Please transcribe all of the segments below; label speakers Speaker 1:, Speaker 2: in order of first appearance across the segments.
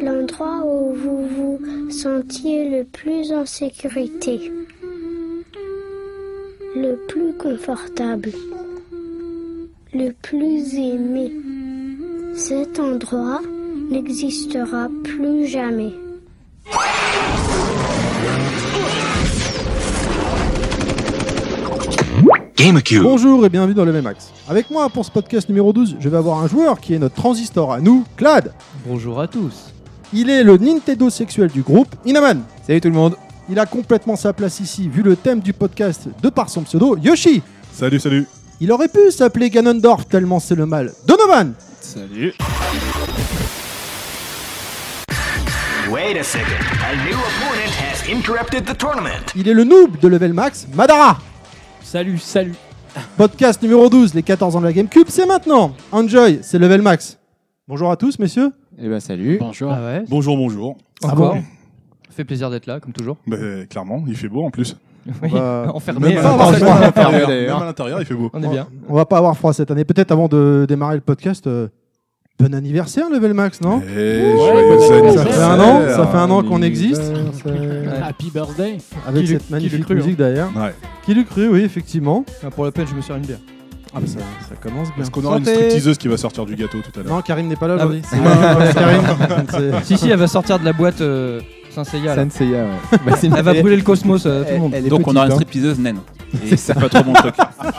Speaker 1: l'endroit où vous vous sentiez le plus en sécurité, le plus confortable, le plus aimé. Cet endroit n'existera plus jamais.
Speaker 2: GameCube.
Speaker 3: Bonjour et bienvenue dans le même axe. Avec moi pour ce podcast numéro 12, je vais avoir un joueur qui est notre transistor à nous, Clad.
Speaker 4: Bonjour à tous.
Speaker 3: Il est le Nintendo sexuel du groupe, Inaman.
Speaker 5: Salut tout le monde.
Speaker 3: Il a complètement sa place ici, vu le thème du podcast de par son pseudo, Yoshi.
Speaker 6: Salut, salut.
Speaker 3: Il aurait pu s'appeler Ganondorf tellement c'est le mal. Donovan.
Speaker 7: Salut.
Speaker 2: Wait a second. A new opponent has interrupted the tournament.
Speaker 3: Il est le noob de level max, Madara.
Speaker 4: Salut, salut.
Speaker 3: Podcast numéro 12, les 14 ans de la GameCube, c'est maintenant. Enjoy, c'est level max. Bonjour à tous, messieurs.
Speaker 5: Eh ben salut.
Speaker 4: Bonjour. Ah ouais
Speaker 6: Bonjour, bonjour.
Speaker 4: Encore. Ah Fait plaisir d'être là, comme toujours.
Speaker 6: Mais clairement, il fait beau en plus.
Speaker 4: Oui,
Speaker 3: Bah,
Speaker 4: enfermé.
Speaker 3: même
Speaker 4: euh,
Speaker 3: pas
Speaker 4: dans
Speaker 3: avoir
Speaker 4: cette
Speaker 3: le
Speaker 4: salle
Speaker 3: droit.
Speaker 4: d'affaires.
Speaker 5: Ah, fermé,
Speaker 6: Même
Speaker 5: d'ailleurs.
Speaker 6: à l'intérieur, il fait beau.
Speaker 4: On est bien.
Speaker 3: On va pas avoir froid cette année. Peut-être avant de démarrer le podcast, euh, bon anniversaire, level max,
Speaker 5: Oh.
Speaker 3: non
Speaker 6: Eh, joyeux
Speaker 3: Ça fait un an, ça fait un an qu'on existe.
Speaker 8: Happy birthday
Speaker 3: Avec
Speaker 4: Qui l'eût-
Speaker 3: cette
Speaker 4: qui
Speaker 3: magnifique
Speaker 4: l'eût cru,
Speaker 3: musique d'ailleurs.
Speaker 6: Ouais.
Speaker 3: Qui l'eût cru, oui, effectivement.
Speaker 4: Ah, Pour la peine, je me sers une bière.
Speaker 3: Ah bah ça, ça commence bien.
Speaker 6: Est-ce qu'on aura une stripteaseuse qui va sortir du gâteau tout à l'heure
Speaker 3: Non, Karim n'est pas là
Speaker 4: Ah
Speaker 3: aujourd'hui.
Speaker 4: oui.
Speaker 3: C'est- Ouais, Karim, c'est-
Speaker 4: Si, si, elle va sortir de la boîte euh, Saint Seiya. là.
Speaker 5: Senseiya, ouais. Bah, c'est-
Speaker 4: Elle va brûler le cosmos euh, à tout le monde.
Speaker 5: elle est
Speaker 7: Donc on
Speaker 5: petite,
Speaker 7: aura une
Speaker 5: hein.
Speaker 7: stripteaseuse naine. Et c'est pas trop mon truc.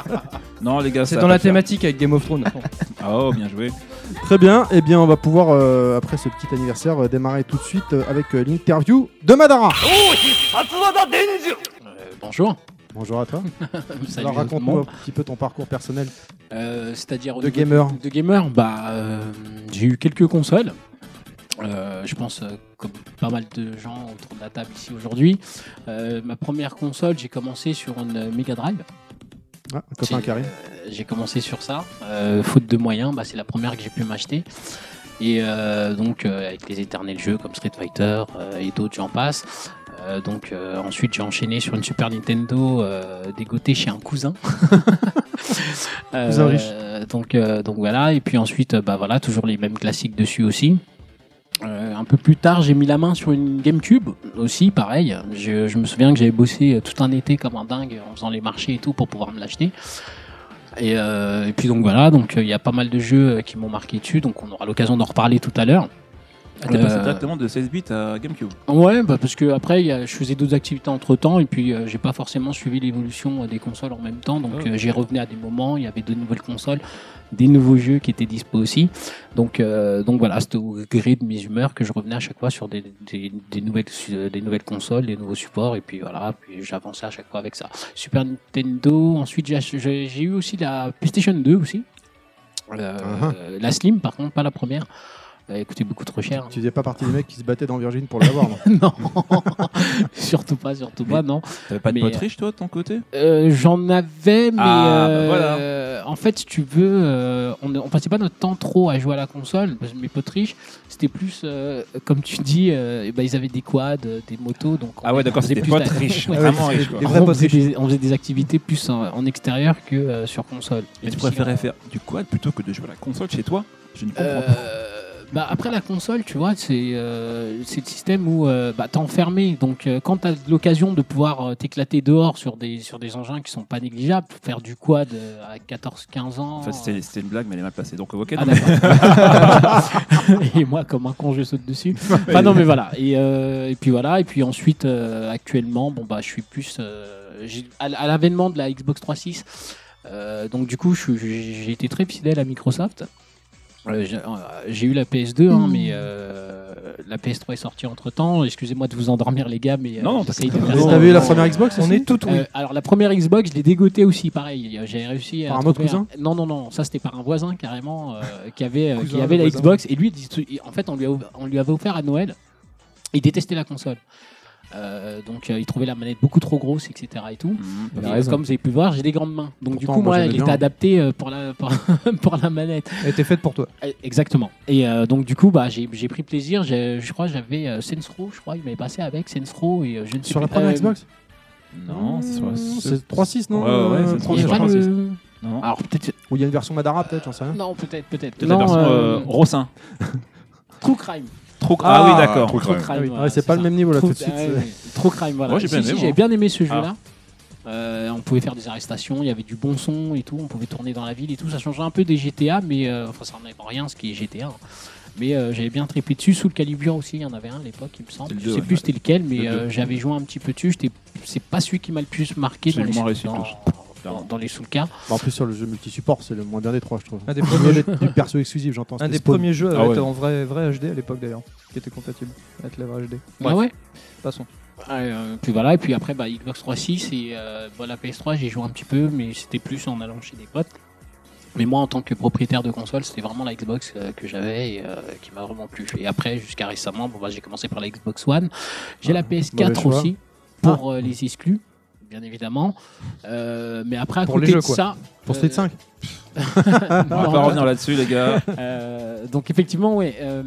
Speaker 7: non les gars,
Speaker 4: C'est
Speaker 7: ça
Speaker 4: dans la
Speaker 7: va pas le faire.
Speaker 4: thématique avec Game of Thrones.
Speaker 6: Ah,
Speaker 7: Oh bien joué.
Speaker 3: Très bien, eh bien on va pouvoir, euh, après ce petit anniversaire, euh, démarrer tout de suite euh, avec euh, l'interview de Madara.
Speaker 8: Euh, Bonjour.
Speaker 3: Bonjour à toi.
Speaker 8: Salut
Speaker 3: Alors
Speaker 8: tout le
Speaker 3: raconte-nous un
Speaker 8: monde.
Speaker 3: petit peu ton parcours personnel
Speaker 8: Euh, C'est-à-dire au
Speaker 3: de
Speaker 8: niveau
Speaker 3: gamer.
Speaker 8: de gamer, bah, euh, j'ai eu quelques consoles. Euh, je pense euh, comme pas mal de gens autour de la table ici aujourd'hui. Euh, ma première console, j'ai commencé sur une Mega Drive.
Speaker 3: Ah, un copain
Speaker 8: C'est-
Speaker 3: Karim.
Speaker 8: Euh, J'ai commencé sur ça. Euh, faute de moyens, bah, c'est la première que j'ai pu m'acheter. Et euh, donc euh, avec les éternels jeux comme Street Fighter euh, et d'autres, j'en passe. Euh, donc euh, ensuite j'ai enchaîné sur une Super Nintendo euh, dégotée chez un cousin. Euh,
Speaker 3: Cousin riche.
Speaker 8: donc euh, donc voilà et puis ensuite euh, bah voilà toujours les mêmes classiques dessus aussi. Euh, un peu plus tard, j'ai mis la main sur une GameCube aussi, pareil. Je, je me souviens que j'avais bossé euh, tout un été comme un dingue en faisant les marchés et tout pour pouvoir me l'acheter. Et, euh, et puis donc voilà, donc euh, il y a pas mal de jeux euh, qui m'ont marqué dessus, donc on aura l'occasion d'en reparler tout à l'heure.
Speaker 7: Ah, T'es passé
Speaker 8: Euh,
Speaker 7: directement de 16 bits à GameCube.
Speaker 8: Ouais, bah, parce que après il y a- je faisais d'autres activités entre temps et puis euh, j'ai pas forcément suivi l'évolution euh, des consoles en même temps, donc
Speaker 7: Ah,
Speaker 8: euh, j'y revenais à des moments, il y avait de nouvelles consoles, des nouveaux jeux qui étaient dispo aussi. Donc euh, donc voilà, c'était au gré de mes humeurs que je revenais à chaque fois sur des, des, des nouvelles su- euh, des nouvelles consoles, des nouveaux supports et puis voilà, puis j'avançais à chaque fois avec ça. Super Nintendo, ensuite j'ai ach- j'ai j'ai eu aussi la PlayStation 2 aussi. Euh, La Slim par contre, pas la première. Elle coûtait beaucoup trop cher.
Speaker 3: Tu faisais pas partie des mecs qui se battaient dans Virgin pour l'avoir, non
Speaker 8: Non, surtout pas, surtout pas, non.
Speaker 7: T'avais pas de
Speaker 8: Mais,
Speaker 7: potes riches toi de ton côté
Speaker 8: Euh, J'en avais, mais
Speaker 7: Ah, bah
Speaker 8: euh,
Speaker 7: voilà.
Speaker 8: en fait, si tu veux, euh, on, on passait pas notre temps trop à jouer à la console. parce que Mes potes riches, c'était plus, euh, comme tu dis, euh, eh ben, ils avaient des quads, euh, des motos. Donc on-
Speaker 7: Ah ouais
Speaker 8: on
Speaker 7: d'accord,
Speaker 8: faisait
Speaker 7: c'était
Speaker 8: plus
Speaker 7: potes
Speaker 8: d'a-
Speaker 7: riches.
Speaker 8: Ouais.
Speaker 7: Vraiment riches quoi.
Speaker 3: Des vrais
Speaker 8: on,
Speaker 3: potes
Speaker 8: faisait
Speaker 3: riches.
Speaker 8: des, on faisait des activités plus en, en extérieur que euh, sur console.
Speaker 7: Et tu
Speaker 8: Même si,
Speaker 7: préférais
Speaker 8: euh,
Speaker 7: faire du quad plutôt que de jouer à la console chez toi Je ne comprends pas.
Speaker 8: Euh, bah après la console, tu vois, c'est euh, c'est le système où euh, bah, t'es enfermé. Donc euh, quand t'as l'occasion de pouvoir euh, t'éclater dehors sur des sur des engins qui sont pas négligeables, faire du quad euh, à 14-15 ans.
Speaker 7: Enfin, c'était c'était une blague, mais elle est mal passée. Donc, ok,
Speaker 8: Ah,
Speaker 7: non, mais-
Speaker 8: d'accord. et moi comme un con je saute dessus. Bah non mais voilà. Et, euh, et puis voilà et puis ensuite euh, actuellement bon bah je suis plus euh, j'ai- à, l- à l'avènement de la Xbox 360 euh, donc du coup je suis- j'ai j'ai été très fidèle à Microsoft. Euh, j'ai- euh, J'ai eu la PS2
Speaker 4: Mm.
Speaker 8: hein, mais euh, la PS3 est sortie entre temps. Excusez-moi de vous endormir les gars mais euh,
Speaker 7: Non, non,
Speaker 8: j'essaye de
Speaker 3: Mais
Speaker 8: faire
Speaker 3: t'as
Speaker 8: ça.
Speaker 3: vu la première Xbox
Speaker 4: On
Speaker 3: aussi
Speaker 4: est tout oui.
Speaker 8: Euh, alors la première Xbox, je l'ai dégotée aussi, pareil. Euh, J'avais réussi à
Speaker 3: Par un autre
Speaker 8: trouver
Speaker 3: cousin
Speaker 8: Non, non, non. Ça c'était par un voisin carrément euh, qui avait, euh,
Speaker 3: Cousin,
Speaker 8: qui avait
Speaker 3: le
Speaker 8: la
Speaker 3: voisin.
Speaker 8: Xbox et lui, il- en fait, on lui, a, on lui avait offert à Noël. Il détestait la console. Euh, donc euh, il trouvait la manette beaucoup trop grosse, etc. Et tout.
Speaker 7: Mhm.
Speaker 5: Il a
Speaker 8: Et, euh,
Speaker 5: raison.
Speaker 8: comme vous avez pu voir, j'ai des grandes mains. Donc du
Speaker 3: Pourtant,
Speaker 8: coup,
Speaker 3: moi,
Speaker 8: moi,
Speaker 3: j'aimais
Speaker 8: elle
Speaker 3: bien.
Speaker 8: était adaptée euh, pour la pour- pour la manette.
Speaker 4: Elle était faite pour toi.
Speaker 8: Euh, Exactement. Et euh, donc du coup, bah, j'ai j'ai pris plaisir. J'ai- Je crois j'avais euh, Sensro, je crois, il m'avait passé avec Sensro et euh, je ne sais
Speaker 3: Sur la
Speaker 8: plus-
Speaker 3: première
Speaker 8: Euh,
Speaker 3: Xbox
Speaker 7: Non, c'est sur la-
Speaker 3: C'est 3.6, non
Speaker 7: Ouais, ouais, ouais,
Speaker 3: Euh,
Speaker 7: c'est
Speaker 8: il y a
Speaker 3: 3.6.
Speaker 7: sur
Speaker 8: pas
Speaker 7: la
Speaker 8: le...
Speaker 7: Non, non.
Speaker 8: Alors peut-être hein
Speaker 3: Ou il y a une version Madara, peut-être, j'en sais rien. euh,
Speaker 8: Non, peut-être, peut-être.
Speaker 7: Peut-être la version euh, Rossin.
Speaker 8: True Crime.
Speaker 7: Trop
Speaker 3: Ah,
Speaker 7: euh, Ah oui, d'accord.
Speaker 6: trop
Speaker 7: Trop
Speaker 6: crème.
Speaker 3: Ah
Speaker 8: crime.
Speaker 3: oui,
Speaker 8: voilà,
Speaker 3: ouais, c'est pas
Speaker 8: ça.
Speaker 3: le même niveau là
Speaker 8: Trop-
Speaker 3: tout de suite.
Speaker 8: ah,
Speaker 3: c'est-
Speaker 8: ouais, Trop crime, voilà.
Speaker 7: Moi, j'ai bien
Speaker 8: Si, si,
Speaker 7: aimé, moi. Ah.
Speaker 8: j'avais bien aimé ce jeu-là. Euh, on pouvait faire des arrestations, il y avait du bon son et tout, on pouvait tourner dans la ville et tout. Ça changeait un peu des GTA, mais euh, enfin, ça n'en dans rien ce qui est GTA. hein. Mais euh, j'avais bien trippé dessus. Sous le Calibrian aussi, il y en avait un à l'époque, il me semble.
Speaker 7: C'est le
Speaker 8: Je
Speaker 7: deux,
Speaker 8: sais
Speaker 7: ouais.
Speaker 8: plus c'était lequel, mais
Speaker 7: Le deux.
Speaker 8: euh, j'avais joué un petit peu dessus. J'étais- C'est pas celui qui m'a le plus marqué
Speaker 7: C'est
Speaker 8: dans
Speaker 7: le
Speaker 8: les,
Speaker 7: moins réussi,
Speaker 8: dans,
Speaker 7: tous.
Speaker 8: dans- dans les Soulcas.
Speaker 3: Bah, en plus sur le jeu multi-support, c'est le moins bien des trois, je trouve.
Speaker 4: Un des
Speaker 3: Au
Speaker 4: premiers
Speaker 3: lieu
Speaker 4: jeux,
Speaker 3: d'être du perso exclusif, j'entends.
Speaker 4: un
Speaker 3: c'était
Speaker 4: des
Speaker 3: Spawn.
Speaker 4: premiers jeux à
Speaker 6: Ah ouais.
Speaker 4: être en vrai, vrai HD à l'époque d'ailleurs, qui était compatible avec la vraie HD.
Speaker 8: Ah ouais
Speaker 4: Passons.
Speaker 8: Euh, puis voilà, et puis après, bah, Xbox 360 et euh, bon, la PS3, j'ai joué un petit peu, mais c'était plus en allant chez des potes. Mais moi, en tant que propriétaire de console, c'était vraiment la Xbox euh, que j'avais et euh, qui m'a vraiment plu. Et après, jusqu'à récemment, bon, bah, j'ai commencé par la Xbox One. J'ai
Speaker 4: Ah,
Speaker 8: la
Speaker 3: mauvais
Speaker 8: PS4
Speaker 3: choix.
Speaker 8: aussi pour euh, les exclus, bien évidemment. Euh, mais après, à
Speaker 4: Pour
Speaker 8: côté
Speaker 4: les jeux,
Speaker 8: de
Speaker 4: quoi.
Speaker 8: ça.
Speaker 3: Pour Street 5.
Speaker 7: On va pas revenir là-dessus, les gars.
Speaker 8: Euh, donc effectivement, ouais. euh,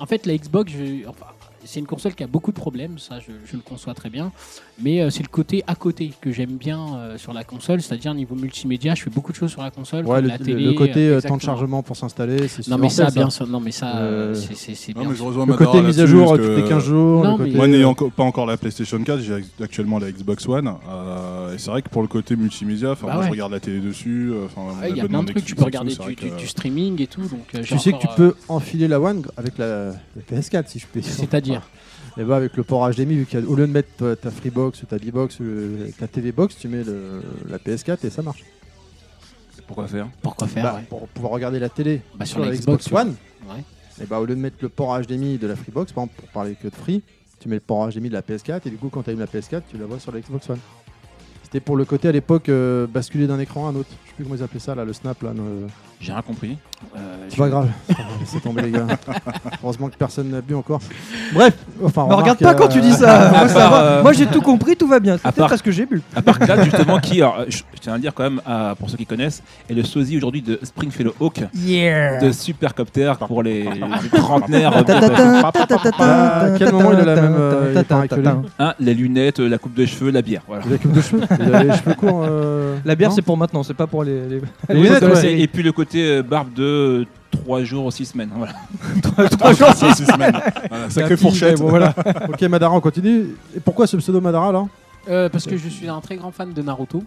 Speaker 8: en fait, la Xbox, je- enfin, c'est une console qui a beaucoup de problèmes, ça, je, je le conçois très bien. Mais euh, c'est le côté à côté que j'aime bien euh, sur la console, c'est-à-dire niveau multimédia, je fais beaucoup de choses sur la console,
Speaker 3: Ouais,
Speaker 8: comme
Speaker 3: le,
Speaker 8: la
Speaker 3: le-
Speaker 8: télé,
Speaker 3: le côté euh,
Speaker 8: euh,
Speaker 3: temps de
Speaker 8: exactement.
Speaker 3: chargement pour s'installer, c'est
Speaker 8: Non mais ça,
Speaker 3: super,
Speaker 8: bien sûr. Non mais ça,
Speaker 3: hein.
Speaker 8: euh,
Speaker 3: Euh,
Speaker 8: c'est- c'est c'est
Speaker 6: Non,
Speaker 8: bien.
Speaker 6: mais je rejoins
Speaker 3: Le
Speaker 6: Madara
Speaker 3: côté mise à
Speaker 6: là-dessus,
Speaker 3: jour
Speaker 6: parce
Speaker 3: toutes les
Speaker 6: que
Speaker 3: 15 jours.
Speaker 8: Non,
Speaker 3: le
Speaker 8: mais-
Speaker 3: côté,
Speaker 6: Moi, n'ayant
Speaker 3: euh,
Speaker 6: enco- pas encore la PlayStation 4, j'ai actuellement la Xbox One. euh, et c'est vrai que pour le côté multimédia, enfin,
Speaker 8: Bah
Speaker 6: moi,
Speaker 8: ouais.
Speaker 6: je regarde la télé dessus. euh, Enfin, mon
Speaker 8: Ouais, Il y a plein
Speaker 6: abonnement
Speaker 8: de trucs,
Speaker 6: Netflix
Speaker 8: tu peux
Speaker 6: et tout,
Speaker 8: regarder
Speaker 6: c'est vrai
Speaker 8: du, du-
Speaker 6: que-
Speaker 8: du streaming et tout. Donc, euh, j'ai
Speaker 3: tu sais que tu
Speaker 8: encore, euh,
Speaker 3: peux enfiler la One avec la, la PS4 si je peux.
Speaker 8: C'est-à-dire
Speaker 3: Et bah avec le port HDMI, vu qu'au lieu de mettre toi, ta Freebox, ta B-Box, euh, ta TV Box, tu mets le- la PS4 et ça marche.
Speaker 7: Pourquoi faire
Speaker 8: pourquoi faire
Speaker 3: Bah,
Speaker 8: ouais.
Speaker 3: Pour pouvoir regarder la télé
Speaker 8: Bah,
Speaker 3: sur la Xbox,
Speaker 8: ouais.
Speaker 3: One,
Speaker 8: Ouais.
Speaker 3: et bah au lieu de mettre le port HDMI de la Freebox, par exemple pour parler que de Free, tu mets le port HDMI de la PS4 et du coup quand tu allumes la PS4, tu la vois sur la Xbox One. C'était pour le côté à l'époque euh, basculer d'un écran à un autre. Je sais plus comment ils appelaient ça là, le snap là. le-
Speaker 7: J'ai rien compris.
Speaker 8: Euh,
Speaker 3: C'est pas grave, c'est tombé les gars. Heureusement que personne n'a bu encore. Bref, enfin.
Speaker 4: Ne regarde
Speaker 3: remarque,
Speaker 4: pas
Speaker 3: euh,
Speaker 4: quand tu dis ça.
Speaker 7: à
Speaker 4: Moi, ça
Speaker 7: part,
Speaker 4: va.
Speaker 7: euh,
Speaker 4: Moi, j'ai tout compris, tout va bien. C'est
Speaker 7: à
Speaker 4: peut-être
Speaker 7: part-
Speaker 4: parce que j'ai bu.
Speaker 7: À part Clad, justement, qui, alors, je, je tiens à le dire quand même, à- pour ceux qui connaissent, est le sosie aujourd'hui de Springfellow Hawk de Supercopter pour les, les trentenaires.
Speaker 3: Ah, à quel moment il a la même, euh, il est pareil que lui.
Speaker 7: Hein, les lunettes, euh, la coupe de cheveux, la bière. Voilà.
Speaker 3: Il a que deux cheveux. Il a les cheveux courts. euh,
Speaker 4: La bière,
Speaker 3: non
Speaker 4: c'est pour maintenant, c'est pas pour les. les...
Speaker 3: Les
Speaker 4: les
Speaker 3: lunettes,
Speaker 4: photos de la
Speaker 3: ouais.
Speaker 4: série.
Speaker 7: Et puis le côté euh, barbe de 3 jours ou 6 semaines. Voilà.
Speaker 6: Ah, ça, c'est six semaines. Voilà, Sacrée
Speaker 3: Petit, ouais,
Speaker 6: fourchette.
Speaker 3: bon, voilà. ok, Madara, on continue. Et pourquoi ce pseudo Madara là
Speaker 8: Euh, parce que je suis un très grand fan de Naruto.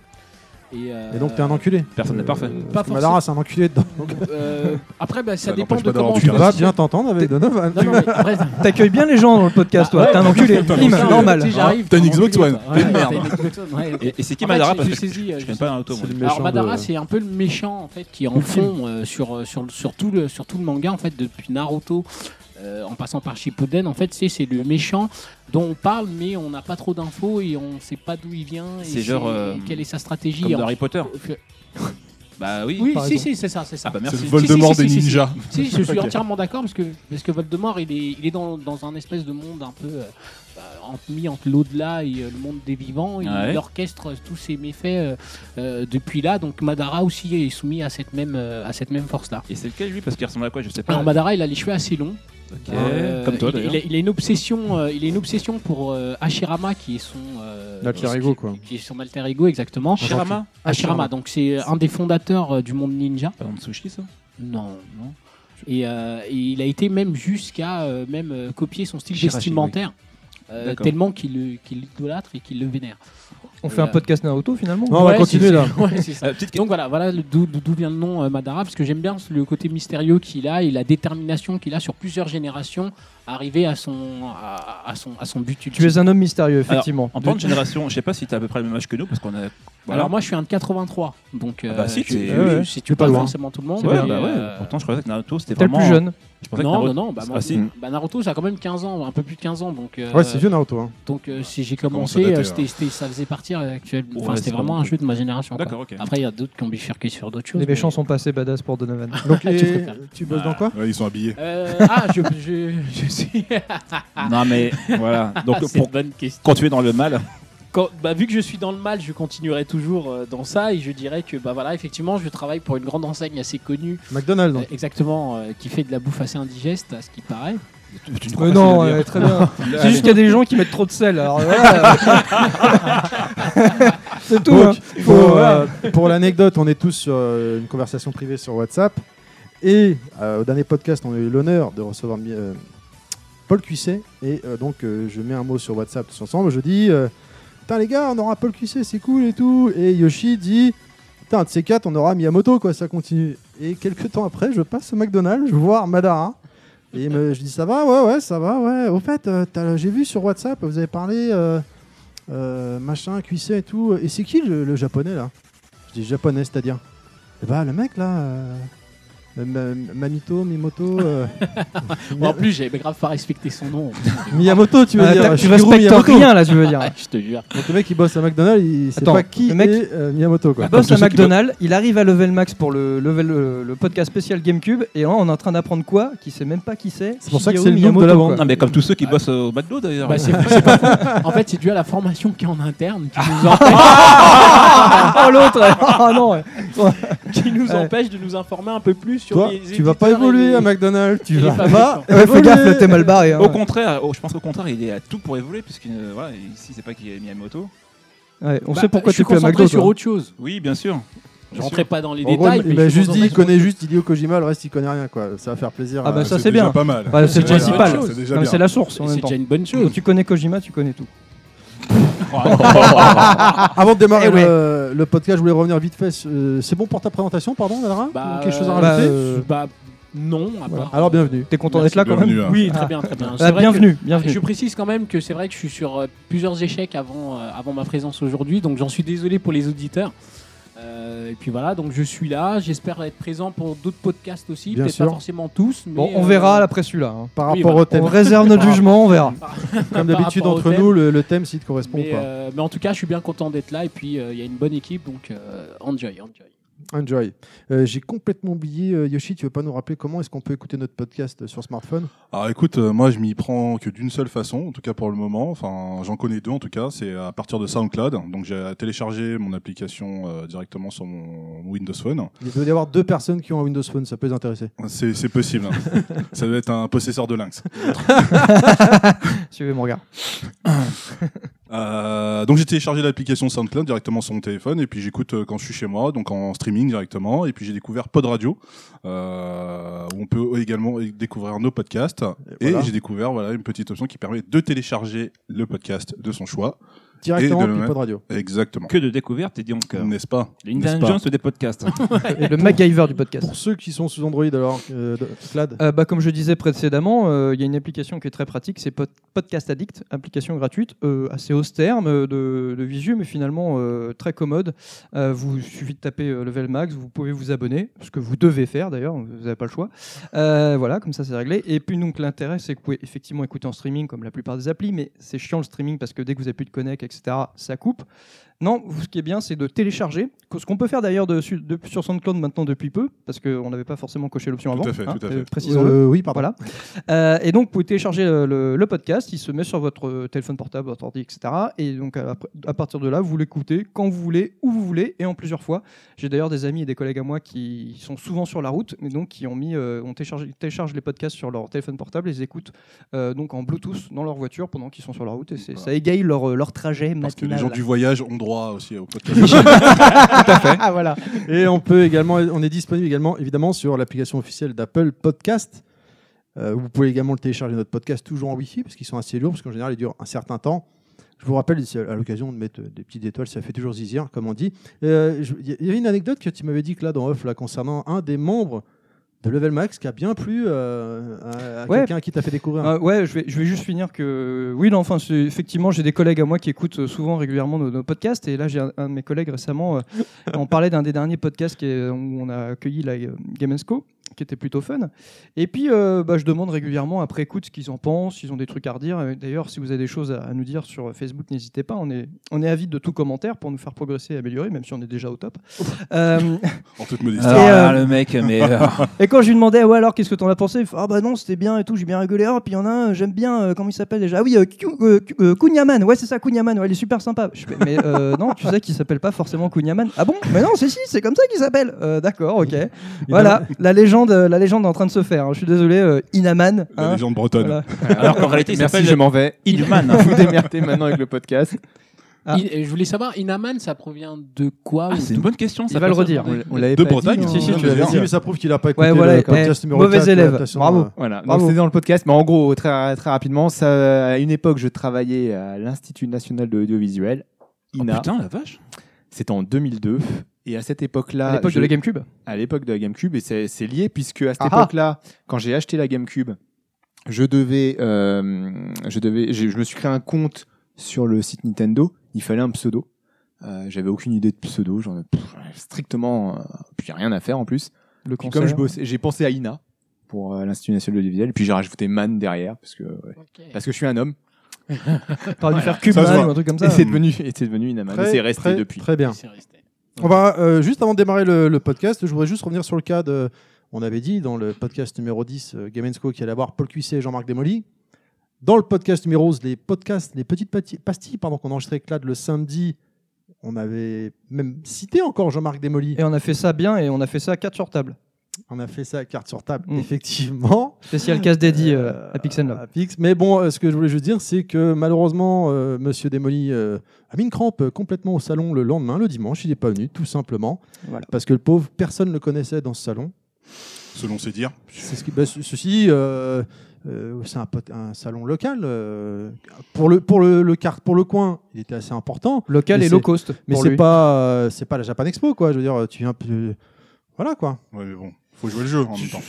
Speaker 8: Et, euh,
Speaker 3: Et donc t'es un enculé.
Speaker 7: Personne n'est parfait.
Speaker 3: Euh, parce
Speaker 8: Pas
Speaker 3: que Madara, c'est un enculé dedans.
Speaker 8: Euh, après, bah, ça
Speaker 6: Ça
Speaker 8: dépend
Speaker 6: n'empêche
Speaker 8: de
Speaker 6: pas d'avoir
Speaker 8: comment
Speaker 6: du
Speaker 3: Tu
Speaker 8: je
Speaker 6: charisme.
Speaker 3: vas
Speaker 8: passe.
Speaker 3: bien t'entendre avec Donovan.
Speaker 8: Non, non, mais bref.
Speaker 4: T'accueilles bien les gens dans le podcast, toi.
Speaker 8: Bah,
Speaker 4: T'es un enculé.
Speaker 6: T'as un
Speaker 4: Bim,
Speaker 6: enculé.
Speaker 4: normal.
Speaker 8: Tu sais, j'arrive,
Speaker 6: T'as une
Speaker 8: t'es
Speaker 6: Xbox
Speaker 8: enculé,
Speaker 6: One.
Speaker 8: quoi. Ouais,
Speaker 7: T'es une
Speaker 8: t'as
Speaker 7: merde.
Speaker 8: une Xbox One, ouais.
Speaker 7: Et, et c'est qui
Speaker 8: En fait,
Speaker 7: Madara
Speaker 8: j'ai-
Speaker 7: Parce
Speaker 8: j'ai
Speaker 7: que je,
Speaker 8: saisi, euh,
Speaker 7: je
Speaker 8: j'ai
Speaker 7: connais pas Naruto. Moi.
Speaker 3: C'est le méchant.
Speaker 8: Alors Madara,
Speaker 3: de-
Speaker 8: c'est un peu le méchant en fait qui est en fond euh, sur, euh, sur, le- sur, tout le, sur tout le manga en fait depuis Naruto. euh, en passant par Shippuden, en fait, c'est c'est le méchant dont on parle, mais on n'a pas trop d'infos et on sait pas d'où il vient et
Speaker 7: C'est genre, euh,
Speaker 8: quelle est sa stratégie.
Speaker 7: Comme
Speaker 8: en-
Speaker 7: dans Harry Potter. Bah oui.
Speaker 8: Oui,
Speaker 3: par
Speaker 8: si,
Speaker 3: exemple.
Speaker 8: si, c'est ça, c'est ça.
Speaker 7: Ah bah
Speaker 6: C'est le
Speaker 7: merci.
Speaker 6: Voldemort
Speaker 8: Si, si,
Speaker 6: des
Speaker 8: si, si, si.
Speaker 6: ninjas.
Speaker 8: Si, je suis
Speaker 6: Ok.
Speaker 8: entièrement d'accord parce que, parce que Voldemort, il est, il est dans, dans un espèce de monde un peu euh, bah, entre- mis entre l'au-delà et euh, le monde des vivants. Il,
Speaker 7: Ouais.
Speaker 8: il orchestre euh, tous ses méfaits euh, euh, depuis là. Donc Madara aussi est soumis à cette même, euh, à cette même force-là.
Speaker 7: Et c'est lequel lui Parce qu'il ressemble à quoi Je sais pas.
Speaker 8: Alors Madara, il a les cheveux assez longs.
Speaker 7: Ok.
Speaker 8: Euh,
Speaker 7: Comme toi
Speaker 8: il,
Speaker 7: d'ailleurs.
Speaker 8: il a, il a une obsession, euh, il a une obsession pour euh, Hashirama qui est son euh,
Speaker 3: Alter ego, quoi.
Speaker 8: qui, qui est son alter ego exactement.
Speaker 7: Shirama
Speaker 8: Hashirama, donc c'est un des fondateurs euh, du monde ninja.
Speaker 7: Pas dans le sushi ça
Speaker 8: Non, non. Et, euh, et il a été même jusqu'à euh, même euh, copier son style
Speaker 7: Shirashi,
Speaker 8: vestimentaire, euh,
Speaker 7: D'accord.
Speaker 8: tellement qu'il le- qu'il l'idolâtre et qu'il le vénère. Euh,
Speaker 4: On fait un podcast Naruto finalement.
Speaker 3: Non, on va
Speaker 8: Ouais,
Speaker 3: continuer
Speaker 8: c'est-
Speaker 3: là.
Speaker 8: Ouais, c'est ça.
Speaker 7: Euh, Petite
Speaker 8: Donc voilà, voilà le- d'où d'où vient le nom euh, Madara, parce que j'aime bien le côté mystérieux qu'il a et la détermination qu'il a sur plusieurs générations à arriver à son, à, à son, à son but
Speaker 4: Tu
Speaker 8: ultime.
Speaker 4: es un homme mystérieux, effectivement.
Speaker 7: En parlant de génération, je sais pas si t'as à peu près le même âge que nous, parce qu'on a. Voilà.
Speaker 8: Alors moi je suis un de 83, donc euh,
Speaker 7: bah si,
Speaker 8: je-
Speaker 7: t'es-
Speaker 8: je-
Speaker 4: ouais, ouais.
Speaker 8: si tu
Speaker 3: Pas
Speaker 8: pas
Speaker 3: loin.
Speaker 8: forcément tout le monde.
Speaker 7: ouais,
Speaker 8: mais,
Speaker 7: bah ouais.
Speaker 8: euh,
Speaker 7: Pourtant, je croyais que Naruto c'était
Speaker 4: T'es le
Speaker 7: vraiment.
Speaker 4: plus jeune.
Speaker 7: Je
Speaker 8: non,
Speaker 7: pensais que Naruto-
Speaker 8: non, non, bah,
Speaker 7: Ah,
Speaker 8: moi-
Speaker 7: si.
Speaker 8: bah, Naruto ça a quand même 15 ans, un peu plus de 15 ans, donc euh,
Speaker 3: Ouais, c'est vieux Naruto. hein.
Speaker 8: Donc euh, si j'ai
Speaker 6: commence à
Speaker 8: commencé,
Speaker 6: dater,
Speaker 8: euh,
Speaker 6: là.
Speaker 8: c'était- c'était- ça faisait partir actuellement. Enfin,
Speaker 7: Ouais,
Speaker 8: c'était
Speaker 7: c'est
Speaker 8: vraiment
Speaker 7: pas
Speaker 8: un
Speaker 7: non plus.
Speaker 8: jeu de ma génération. quoi.
Speaker 7: D'accord, ok.
Speaker 8: Après, il y a d'autres qui ont bifurqué sur d'autres choses.
Speaker 4: Les méchants
Speaker 8: mais-
Speaker 4: sont passés badass pour Donovan.
Speaker 3: Donc, et-
Speaker 8: Ah, Tu préfères. Ah.
Speaker 3: tu bosses dans quoi
Speaker 6: Ouais, Ils sont habillés.
Speaker 8: Euh, ah, je, je, je suis.
Speaker 4: Ah.
Speaker 7: Non, mais voilà. Donc,
Speaker 8: Ah, c'est
Speaker 7: pour
Speaker 8: une bonne question.
Speaker 7: quand tu es dans le mal,
Speaker 8: Quand- bah, vu que je suis dans le mal, je continuerai toujours euh, dans ça et je dirais que bah voilà, effectivement, je travaille pour une grande enseigne assez connue,
Speaker 3: McDonald's.
Speaker 8: euh, exactement, euh, qui fait de la bouffe assez indigeste, à ce qui paraît.
Speaker 7: tu, tu ne crois
Speaker 4: Euh,
Speaker 7: pas ce
Speaker 4: non,
Speaker 7: que je veux
Speaker 4: euh,
Speaker 7: dire.
Speaker 4: très bien.
Speaker 8: Ah.
Speaker 4: C'est juste qu'il y a des gens qui mettent trop de sel. Alors voilà. c'est tout.
Speaker 3: Donc,
Speaker 4: hein.
Speaker 3: pour,
Speaker 4: Faut,
Speaker 3: euh, pour l'anecdote, on est tous sur euh, une conversation privée sur WhatsApp. Et euh, au dernier podcast, on a eu l'honneur de recevoir mi- euh, Paul Cuisset. Et euh, donc, euh, je mets un mot sur WhatsApp tous ensemble. Je dis euh, Putain, les gars, on aura Paul Cuisset, c'est cool et tout. Et Yoshi dit Putain, un de ces quatre, on aura Miyamoto, quoi, ça continue. Et quelques temps après, je passe au McDonald's voir Madara. Et il me- je dis Ça va, ouais, ouais, ça va, ouais. Au fait, euh, t'as- j'ai vu sur WhatsApp, vous avez parlé euh, euh, machin, Cuisset et tout. Et c'est qui le, le japonais, là Je dis Japonais, c'est-à-dire Eh Bah, le mec, là. euh, euh, Ma- Mamito, Mimoto. euh,
Speaker 8: Bon, en plus, j'avais grave pas respecté son nom.
Speaker 3: Miyamoto, tu veux
Speaker 4: Ah,
Speaker 3: dire euh,
Speaker 4: t'as- tu
Speaker 3: Shigeru
Speaker 4: respectes
Speaker 3: Miyamoto.
Speaker 4: rien là, tu veux dire.
Speaker 8: je te jure.
Speaker 3: Donc le mec il bosse à McDonald's, il sait
Speaker 4: Attends,
Speaker 3: pas qui
Speaker 4: le mec-
Speaker 3: est euh, Miyamoto quoi.
Speaker 4: Il bosse à
Speaker 7: Comme tous ceux qui
Speaker 4: McDonald's, il arrive à level max pour le, level, le, le podcast spécial Gamecube, et là on est en train d'apprendre quoi Qui sait même pas qui c'est.
Speaker 3: C'est pour ça que
Speaker 4: Shigeru
Speaker 3: c'est le nom de
Speaker 4: Miyamoto,
Speaker 3: la
Speaker 4: quoi.
Speaker 3: bande.
Speaker 7: Non, mais comme tous ceux qui bossent au McDo d'ailleurs.
Speaker 8: Ah. Bah, c'est c'est pas faux. En fait, c'est dû à la formation qui est en interne qui nous empêche,
Speaker 4: Ah, oh, l'autre Ah non ouais.
Speaker 8: qui nous
Speaker 4: Ouais.
Speaker 8: empêche de nous informer un peu plus sur
Speaker 3: Toi,
Speaker 8: les
Speaker 3: tu vas pas
Speaker 8: éditeurs et
Speaker 3: évoluer
Speaker 8: les-
Speaker 3: à McDonald's, tu
Speaker 8: et les
Speaker 3: vas pas.
Speaker 8: fabricants.
Speaker 4: Ouais, Fais gaffe,
Speaker 3: évoluer.
Speaker 4: là, t'es mal barré. hein.
Speaker 7: Au contraire, oh, je pense qu'au contraire, il est à tout pour évoluer, puisque euh, voilà, ici, c'est pas qu'il a mis à moto.
Speaker 4: Ouais, on
Speaker 8: Bah,
Speaker 4: sait pourquoi
Speaker 8: je suis
Speaker 4: tu fais à
Speaker 8: concentré
Speaker 4: McDo.
Speaker 8: sur
Speaker 4: toi.
Speaker 8: autre chose.
Speaker 7: Oui, bien sûr.
Speaker 8: Je rentrais pas dans les
Speaker 3: En gros,
Speaker 8: détails. mais
Speaker 3: il m'a
Speaker 8: je suis
Speaker 3: juste dit,
Speaker 8: concentré
Speaker 3: il
Speaker 8: sur
Speaker 3: connaît juste Hideo Kojima, le reste il connaît rien quoi. Ça va faire plaisir. euh.
Speaker 4: Ah, bah,
Speaker 3: à-
Speaker 4: ça, c'est
Speaker 6: déjà
Speaker 4: bien.
Speaker 6: pas mal.
Speaker 4: Ouais, c'est le
Speaker 8: C'est déjà une
Speaker 4: principal.
Speaker 8: bonne chose.
Speaker 6: C'est déjà
Speaker 4: Non, mais
Speaker 6: bien.
Speaker 4: C'est la source en
Speaker 8: C'est
Speaker 4: même temps.
Speaker 8: déjà une bonne
Speaker 4: Quand
Speaker 8: chose.
Speaker 4: tu connais Kojima, tu connais tout.
Speaker 3: Ah, Avant de démarrer euh,
Speaker 4: Eh ouais.
Speaker 3: le, le podcast, je voulais revenir vite fait. sur- euh, c'est bon pour ta présentation, pardon, Nadara
Speaker 8: Bah,
Speaker 3: Quelque chose à
Speaker 4: bah,
Speaker 3: rajouter
Speaker 4: euh,
Speaker 8: Bah, non, à
Speaker 3: Voilà.
Speaker 8: part.
Speaker 3: Alors bienvenue.
Speaker 4: T'es content
Speaker 8: Merci,
Speaker 4: d'être là quand
Speaker 6: bienvenue,
Speaker 4: même
Speaker 6: hein.
Speaker 8: Oui,
Speaker 4: Ah.
Speaker 8: très bien, très bien.
Speaker 4: Ah,
Speaker 8: C'est vrai que-
Speaker 4: Bienvenue,
Speaker 8: Je
Speaker 4: bienvenue.
Speaker 8: précise quand même que c'est vrai que je suis sur euh, plusieurs échecs avant, euh, avant ma présence aujourd'hui, donc j'en suis désolé pour les auditeurs. Euh, et puis voilà, donc je suis là, j'espère être présent pour d'autres podcasts aussi,
Speaker 3: Bien
Speaker 8: peut-être
Speaker 3: sûr.
Speaker 8: pas forcément tous. Mais
Speaker 4: Bon, on
Speaker 8: euh, Ah.
Speaker 4: verra là, après celui-là. hein.
Speaker 3: Par
Speaker 8: oui,
Speaker 3: rapport
Speaker 8: voilà.
Speaker 3: au
Speaker 4: On
Speaker 3: thème,
Speaker 4: réserve notre jugement, on verra.
Speaker 3: comme
Speaker 8: par
Speaker 3: d'habitude
Speaker 8: rapport au
Speaker 3: entre
Speaker 8: thème.
Speaker 3: nous, le, le thème s'il te correspond ou
Speaker 8: Mais,
Speaker 3: pas.
Speaker 8: euh, mais en tout cas, je suis bien content d'être là et puis euh, il y a une bonne équipe, donc euh, enjoy, enjoy.
Speaker 3: Enjoy. Euh, J'ai complètement oublié, euh, Yoshi, tu veux pas nous rappeler comment est-ce qu'on peut écouter notre podcast euh, sur smartphone
Speaker 6: Alors écoute, euh, moi je m'y prends que d'une seule façon, en tout cas pour le moment. Enfin, j'en connais deux en tout cas. C'est à partir de SoundCloud. Donc j'ai téléchargé mon application euh, directement sur mon Windows Phone.
Speaker 3: Il doit y avoir deux personnes qui ont un Windows Phone, ça peut les intéresser.
Speaker 6: C'est c'est possible. hein. Ça doit être un possesseur de Lynx.
Speaker 4: Suivez mon regard.
Speaker 6: Euh, donc j'ai téléchargé l'application SoundCloud directement sur mon téléphone et puis j'écoute euh, quand je suis chez moi, donc en streaming directement. Et puis j'ai découvert Pod Radio, euh, où on peut également découvrir nos podcasts. Et,
Speaker 3: voilà.
Speaker 6: j'ai découvert voilà une petite option qui permet de télécharger le podcast de son choix.
Speaker 3: Directement
Speaker 6: Et de-
Speaker 3: depuis Pod Radio.
Speaker 6: Exactement.
Speaker 7: Que de découvertes, et donc. euh,
Speaker 6: N'est-ce pas
Speaker 7: L'Indiana
Speaker 6: N'est-ce pas
Speaker 7: Jones des podcasts.
Speaker 4: Et le MacGyver du podcast.
Speaker 3: Pour ceux qui sont sous Android alors, euh, de- Clad,
Speaker 4: Euh, bah, comme je disais précédemment, euh, il y a une application qui est très pratique, c'est Pod- Podcast Addict, application gratuite, euh, assez austère mais de, de visu, mais finalement euh, très commode. Euh, vous il suffit de taper euh, Level Max, vous pouvez vous abonner, ce que vous devez faire d'ailleurs, vous n'avez pas le choix. Euh, voilà, comme ça c'est réglé. Et puis donc l'intérêt, c'est que vous pouvez effectivement écouter en streaming comme la plupart des applis, mais c'est chiant le streaming parce que dès que vous n'avez plus de connect, etc., ça coupe. Non, ce qui est bien, c'est de télécharger, ce qu'on peut faire d'ailleurs dessus- de- sur SoundCloud maintenant depuis peu, parce qu'on n'avait pas forcément coché l'option
Speaker 6: Tout
Speaker 4: avant.
Speaker 6: à fait, tout à
Speaker 4: euh,
Speaker 6: fait.
Speaker 4: Précisons-le.
Speaker 3: Euh, oui, pardon.
Speaker 4: Voilà. Euh, et donc, vous pouvez télécharger euh, le, le podcast. Il se met sur votre euh, téléphone portable, votre ordi, etc. Et donc, à, à partir de là, vous l'écoutez quand vous voulez, où vous voulez, et en plusieurs fois. J'ai d'ailleurs des amis et des collègues à moi qui sont souvent sur la route, mais donc qui ont mis, euh, on télécharge, ils téléchargent les podcasts sur leur téléphone portable, et ils écoutent euh, donc en Bluetooth dans leur voiture pendant qu'ils sont sur la route, et c'est- ça égaye leur, euh, leur trajet
Speaker 6: Parce que les
Speaker 4: matinal.
Speaker 6: gens du voyage ont droit aussi au podcast.
Speaker 8: Ah voilà.
Speaker 3: Et on peut également, on est disponible également évidemment sur l'application officielle d'Apple Podcast. Euh, vous pouvez également le télécharger notre podcast toujours en Wi-Fi parce qu'ils sont assez lourds parce qu'en général ils durent un certain temps. Je vous rappelle c'est à l'occasion de mettre des petites étoiles, ça fait toujours zizir comme on dit. Euh, je- Il y avait une anecdote que tu m'avais dit que là dans off là concernant un des membres de Level Max qui a bien plu euh, à, à
Speaker 4: Ouais.
Speaker 3: quelqu'un qui t'a fait découvrir.
Speaker 4: Euh, ouais, je vais, je vais juste finir que. Oui, non, enfin, c'est- effectivement, j'ai des collègues à moi qui écoutent euh, souvent régulièrement nos, nos podcasts. Et là, j'ai un, un de mes collègues récemment, euh, on parlait d'un des derniers podcasts qui est- où on a accueilli la euh, Gamesco, qui était plutôt fun. Et puis, euh, bah, je demande régulièrement après écoute ce qu'ils en pensent, s'ils ont des trucs à redire. Et D'ailleurs, si vous avez des choses à, à nous dire sur euh, Facebook, n'hésitez pas. On est, on est avide de tout commentaire pour nous faire progresser et améliorer, même si on est déjà au top. Euh,
Speaker 6: en toute modestie.
Speaker 7: Alors là,
Speaker 4: euh,
Speaker 7: le mec, mais. euh,
Speaker 4: et quand je lui demandais, ouais, alors qu'est-ce que t'en as pensé Il fait, Ah bah non, c'était bien et tout, j'ai bien rigolé. Ah, puis il y en a un, j'aime bien, euh, comment il s'appelle déjà Ah oui, euh, Kyu- euh, Kyu- euh, Kunyaman, ouais, c'est ça, Kunyaman, ouais, il est super sympa. Je fais, mais euh, non, tu sais qu'il s'appelle pas forcément Kunyaman. Ah bon Mais non, c'est si, c'est comme ça qu'il s'appelle. Euh, D'accord, ok. Voilà, la légende, euh, la légende est en train de se faire. hein. Je suis désolé, euh, Inaman.
Speaker 6: La
Speaker 4: hein,
Speaker 6: légende bretonne.
Speaker 4: voilà.
Speaker 7: Alors qu'en réalité, il
Speaker 5: Merci,
Speaker 7: s'appelle
Speaker 5: je m'en vais.
Speaker 7: Inhuman.
Speaker 5: Vous démerdez maintenant avec le podcast.
Speaker 4: Ah.
Speaker 8: Il- et je voulais savoir, Inaman, ça provient de quoi
Speaker 7: Ah,
Speaker 8: ou
Speaker 7: c'est
Speaker 8: d'où
Speaker 7: une bonne question.
Speaker 4: Il
Speaker 7: ça,
Speaker 4: va le
Speaker 7: personne
Speaker 4: redire.
Speaker 7: n'en a-
Speaker 3: On l'avait
Speaker 6: De
Speaker 3: pas dit,
Speaker 6: Bretagne
Speaker 3: non
Speaker 4: Si, si,
Speaker 3: On
Speaker 4: tu
Speaker 3: l'avais
Speaker 4: l'avais
Speaker 3: dit,
Speaker 4: dit.
Speaker 3: mais ça prouve qu'il a pas écouté
Speaker 4: Ouais, voilà,
Speaker 3: le podcast
Speaker 4: eh,
Speaker 3: numéro
Speaker 4: mauvais
Speaker 3: 4,
Speaker 4: élève.
Speaker 3: l'adaptation,
Speaker 4: Bravo.
Speaker 3: euh,
Speaker 7: Voilà.
Speaker 5: Donc
Speaker 4: Bravo.
Speaker 5: c'est dans le podcast, mais en gros, très, très rapidement, ça, à une époque, je travaillais à l'Institut national de l'audiovisuel,
Speaker 7: Oh,
Speaker 5: INA.
Speaker 7: putain, la vache.
Speaker 5: C'était en 2002. Et à cette époque-là.
Speaker 4: à l'époque
Speaker 5: je-
Speaker 4: de la GameCube.
Speaker 5: à l'époque de la GameCube et c'est c'est lié puisque à cette
Speaker 4: Ah ah.
Speaker 5: époque-là, quand j'ai acheté la GameCube, je devais, euh, je devais, je, je me suis créé un compte sur le site Nintendo. Il fallait un pseudo. Euh, J'avais aucune idée de pseudo, j'en ai pff, strictement, euh, puis rien à faire en plus.
Speaker 4: Le
Speaker 5: Puis
Speaker 4: concert.
Speaker 5: comme je bossais, j'ai pensé à Ina pour euh, l'Institut national de l'audiovisuel, puis j'ai rajouté Man derrière parce que ouais, parce que je suis un homme.
Speaker 4: T'aurais dû faire
Speaker 6: Ça se
Speaker 4: Cuban
Speaker 6: voit.
Speaker 4: ou un truc comme ça.
Speaker 5: Et c'est devenu, et c'est devenu Inaman.
Speaker 3: très-
Speaker 5: Et c'est resté
Speaker 3: très-
Speaker 5: depuis.
Speaker 3: Très bien.
Speaker 8: C'est resté.
Speaker 3: On va euh, juste avant de démarrer le, le podcast, je voudrais juste revenir sur le cas de. On avait dit dans le podcast numéro 10, euh, Game Co, qui allait avoir Paul Cuisset et Jean-Marc Demoli. Dans le podcast numéro 11, les podcasts, les petites pati- pastilles, pardon, qu'on enregistrait avec Clad le samedi, on avait même cité encore Jean-Marc Demoli.
Speaker 4: Et on a fait ça bien et on a fait ça 4 sur table.
Speaker 3: On a fait ça à carte sur table,
Speaker 4: Mm.
Speaker 3: effectivement.
Speaker 4: Spécial casse dédié euh,
Speaker 3: Euh,
Speaker 4: à Pixel Lab.
Speaker 3: à Pix. Mais bon, euh, ce que je voulais juste dire, c'est que malheureusement, euh, Monsieur Démoli euh, a mis une crampe euh, complètement au salon le lendemain, le dimanche. Il n'est pas venu, tout simplement.
Speaker 4: Voilà.
Speaker 3: Parce que le pauvre, personne ne le connaissait dans ce salon.
Speaker 6: selon ses dires.
Speaker 3: C'est ce qui- bah, ce- ceci, euh, euh, c'est un, pot- un salon local. euh, pour, le, pour, le, le quart- pour le coin, il était assez important.
Speaker 4: Local
Speaker 3: Mais
Speaker 4: et
Speaker 3: c'est-
Speaker 4: low cost.
Speaker 3: Mais
Speaker 4: pour
Speaker 3: c'est
Speaker 4: lui.
Speaker 3: pas, euh, c'est pas la Japan Expo, quoi. Je veux dire, tu viens. tu- voilà, quoi.
Speaker 6: Ouais, mais bon, faut jouer le jeu en même temps.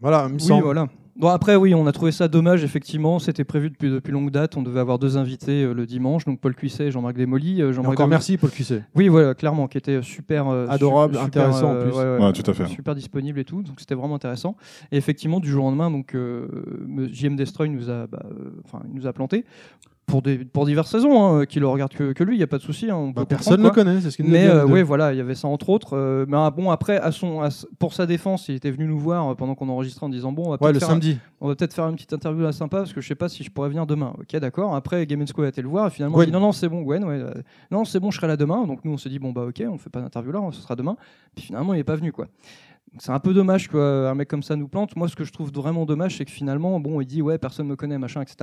Speaker 3: Voilà, il me
Speaker 4: Oui,
Speaker 3: semble.
Speaker 4: voilà. Bon, après, oui, on a trouvé ça dommage, effectivement. C'était prévu depuis, depuis longue date. On devait avoir deux invités euh, le dimanche, donc Paul Cuisset et Jean-Marc Desmolly. Euh,
Speaker 3: Et
Speaker 4: Jean-Marc
Speaker 3: Encore
Speaker 4: Desmolly-
Speaker 3: merci, Paul Cusset.
Speaker 4: Oui, voilà, clairement, qui était super. euh,
Speaker 3: Adorable,
Speaker 4: su- euh,
Speaker 3: intéressant en plus.
Speaker 6: Ouais, tout à fait.
Speaker 4: Super disponible et tout. Donc c'était vraiment intéressant. Et effectivement, du jour au lendemain, donc, euh, me- JM Destroy nous a, bah, euh, enfin, il nous a planté. Pour, des, pour diverses raisons, hein, qui le regarde que, que lui, il n'y a pas de souci. hein, on
Speaker 3: Bah,
Speaker 4: peut
Speaker 3: personne
Speaker 4: comprendre,
Speaker 3: ne
Speaker 4: quoi.
Speaker 3: connaît, c'est ce qu'il nous
Speaker 4: Mais
Speaker 3: dit,
Speaker 4: euh,
Speaker 3: nous deux.
Speaker 4: ouais, voilà, il y avait ça entre autres. Euh, mais ah, bon, après, à son, à s- pour sa défense, il était venu nous voir euh, pendant qu'on enregistrait en disant bon, on va
Speaker 3: Ouais,
Speaker 4: peut-être
Speaker 3: le
Speaker 4: faire,
Speaker 3: samedi.
Speaker 4: on va peut-être faire une petite interview là sympa parce que je sais pas si je pourrais venir demain. Ok, d'accord. Après, Game School a été le voir et finalement, il
Speaker 3: Gwen.
Speaker 4: dit non, non, c'est bon, Gwen, ouais, euh, non, c'est bon, je serai là demain. Donc nous, on s'est dit bon, bah ok, on fait pas d'interview là, ce sera demain. Puis finalement, il est pas venu quoi. Donc, C'est un peu dommage qu'un mec comme ça nous plante. Moi, ce que je trouve vraiment dommage, c'est que finalement, bon, il dit ouais, personne me connaît, machin, etc.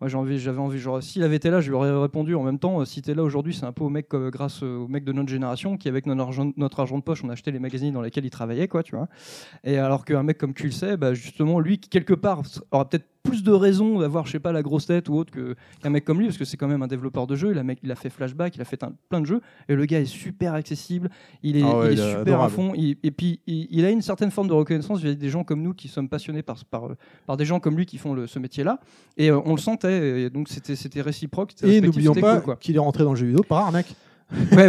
Speaker 4: Moi, j'ai envie, j'avais envie, genre, s'il avait été là, je lui aurais répondu. En même temps, euh, si t'es là aujourd'hui, c'est un peu au mec, euh, grâce euh, au mec de notre génération, qui avec notre argent, notre argent de poche, on achetait les magazines dans lesquels il travaillait, quoi, tu vois. Et alors qu'un mec comme Kulsey, bah, justement, lui, qui, quelque part, s- aura peut-être plus de raisons d'avoir, je sais pas, la grosse tête ou autre que- qu'un mec comme lui, parce que c'est quand même un développeur de jeu. Il a, mec, il a fait Flashback, il a fait un- plein de jeux, et le gars est super accessible. Il est,
Speaker 3: Ah ouais,
Speaker 4: il est
Speaker 3: il est
Speaker 4: super à
Speaker 3: adorable.
Speaker 4: fond. il- et puis, il, il a une certaine forme de reconnaissance vis-à-vis des gens comme nous qui sommes passionnés par, par, euh, par des gens comme lui qui font le- ce métier-là. Et euh, on le sentait, et donc c'était c'était réciproque. c'était
Speaker 3: Et
Speaker 4: respectif,
Speaker 3: n'oublions
Speaker 4: c'était
Speaker 3: pas
Speaker 4: cool, quoi.
Speaker 3: qu'il est rentré dans le jeu vidéo par arnaque.
Speaker 4: Ouais,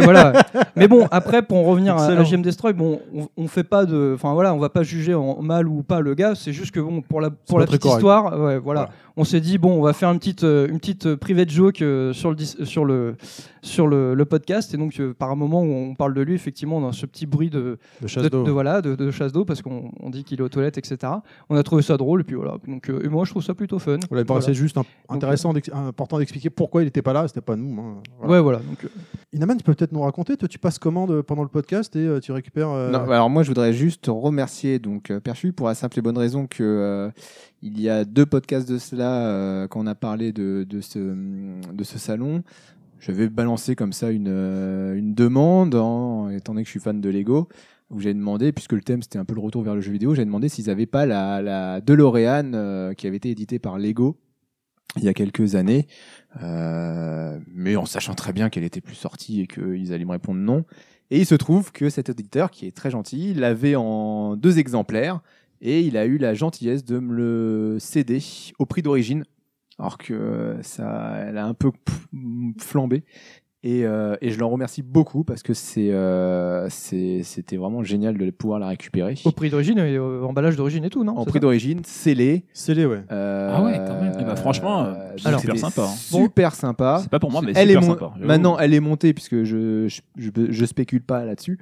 Speaker 4: voilà. Mais bon, après, pour en revenir à, à
Speaker 3: Excellent.
Speaker 4: GM Destroy, bon, on, on fait pas de, enfin voilà, on va pas juger en mal ou pas le gars. C'est juste que bon, pour la pour
Speaker 3: pas
Speaker 4: la
Speaker 3: très
Speaker 4: petite
Speaker 3: correct.
Speaker 4: histoire, ouais, voilà,
Speaker 3: Voilà.
Speaker 4: on s'est dit bon, on va faire une petite euh, une petite euh, private joke euh, sur le dis- sur le sur le, le podcast. Et donc euh, par un moment où on parle de lui, effectivement, on a ce petit bruit de
Speaker 3: Le chasse
Speaker 4: de, de-
Speaker 3: d'eau.
Speaker 4: voilà de, de chasse d'eau parce qu'on on dit qu'il est aux toilettes, etc. On a trouvé ça drôle et puis voilà. Donc euh, et moi, je trouve ça plutôt fun.
Speaker 3: Voilà, il paraissait
Speaker 4: Voilà.
Speaker 3: juste un- intéressant, d'ex- important d'expliquer pourquoi il n'était pas là, c'était pas nous. hein. Voilà.
Speaker 4: Ouais, voilà. Donc, euh,
Speaker 3: Inaman, tu peux peut-être nous raconter, toi tu passes commande pendant le podcast et euh, tu récupères. euh,
Speaker 5: Non, alors moi je voudrais juste remercier donc euh, Perchu pour la simple et bonne raison que euh, il y a deux podcasts de cela euh, quand on a parlé de, de ce hum, de ce salon. Je vais balancer comme ça une euh, une demande en- étant donné que je suis fan de Lego où j'ai demandé puisque le thème c'était un peu le retour vers le jeu vidéo, j'ai demandé s'ils n'avaient pas la la DeLorean euh, qui avait été éditée par Lego il y a quelques années, euh, mais en sachant très bien qu'elle était plus sortie et qu'ils allaient me répondre non. Et il se trouve que cet auditeur, qui est très gentil, il l'avait en deux exemplaires et il a eu la gentillesse de me le céder au prix d'origine, alors que euh, ça, elle a un peu p- flambé. Et, euh, et je l'en remercie beaucoup parce que c'est, euh, c'est- c'était vraiment génial de pouvoir la récupérer.
Speaker 4: au prix d'origine et euh, emballage d'origine et tout, non
Speaker 5: en
Speaker 4: C'est
Speaker 5: prix
Speaker 4: ça
Speaker 5: d'origine, scellé.
Speaker 3: Scellé, ouais.
Speaker 5: euh,
Speaker 8: Ah ouais, quand même.
Speaker 7: Eh ben, franchement, euh, c'est
Speaker 5: alors,
Speaker 7: super
Speaker 5: c'était
Speaker 7: sympa, hein.
Speaker 5: Super
Speaker 8: Ah.
Speaker 5: sympa.
Speaker 7: C'est pas pour moi, mais
Speaker 5: Elle est
Speaker 7: super
Speaker 5: mon-
Speaker 7: sympa. J'avoue.
Speaker 5: Maintenant, elle est montée puisque je, je, je, je spécule pas là-dessus.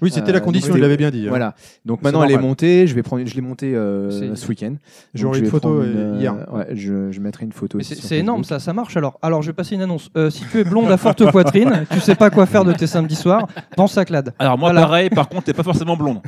Speaker 3: Oui, c'était la
Speaker 5: Euh,
Speaker 3: condition,
Speaker 5: donc,
Speaker 3: il l'avait bien dit. hein.
Speaker 5: Voilà. Donc
Speaker 3: C'est
Speaker 5: maintenant, elle est
Speaker 3: normal.
Speaker 5: montée. Je vais prendre, je l'ai montée euh,
Speaker 4: C'est-
Speaker 5: ce week-end.
Speaker 3: J'ai
Speaker 5: Donc,
Speaker 3: envoyé
Speaker 5: je
Speaker 3: une
Speaker 5: vais
Speaker 3: photo
Speaker 5: prendre une,
Speaker 3: euh,
Speaker 5: euh,
Speaker 3: hier.
Speaker 5: ouais, je, je mettrai une photo.
Speaker 4: Mais
Speaker 5: aussi
Speaker 4: c'est
Speaker 5: sur
Speaker 4: c'est énorme
Speaker 5: Facebook.
Speaker 4: ça, ça marche alors. Alors je vais passer une annonce. Euh, si tu es blonde à forte poitrine, tu sais pas quoi faire de tes samedis soirs, pense à Clad.
Speaker 7: Alors moi
Speaker 4: Voilà.
Speaker 7: pareil, par contre, t'es pas forcément blonde.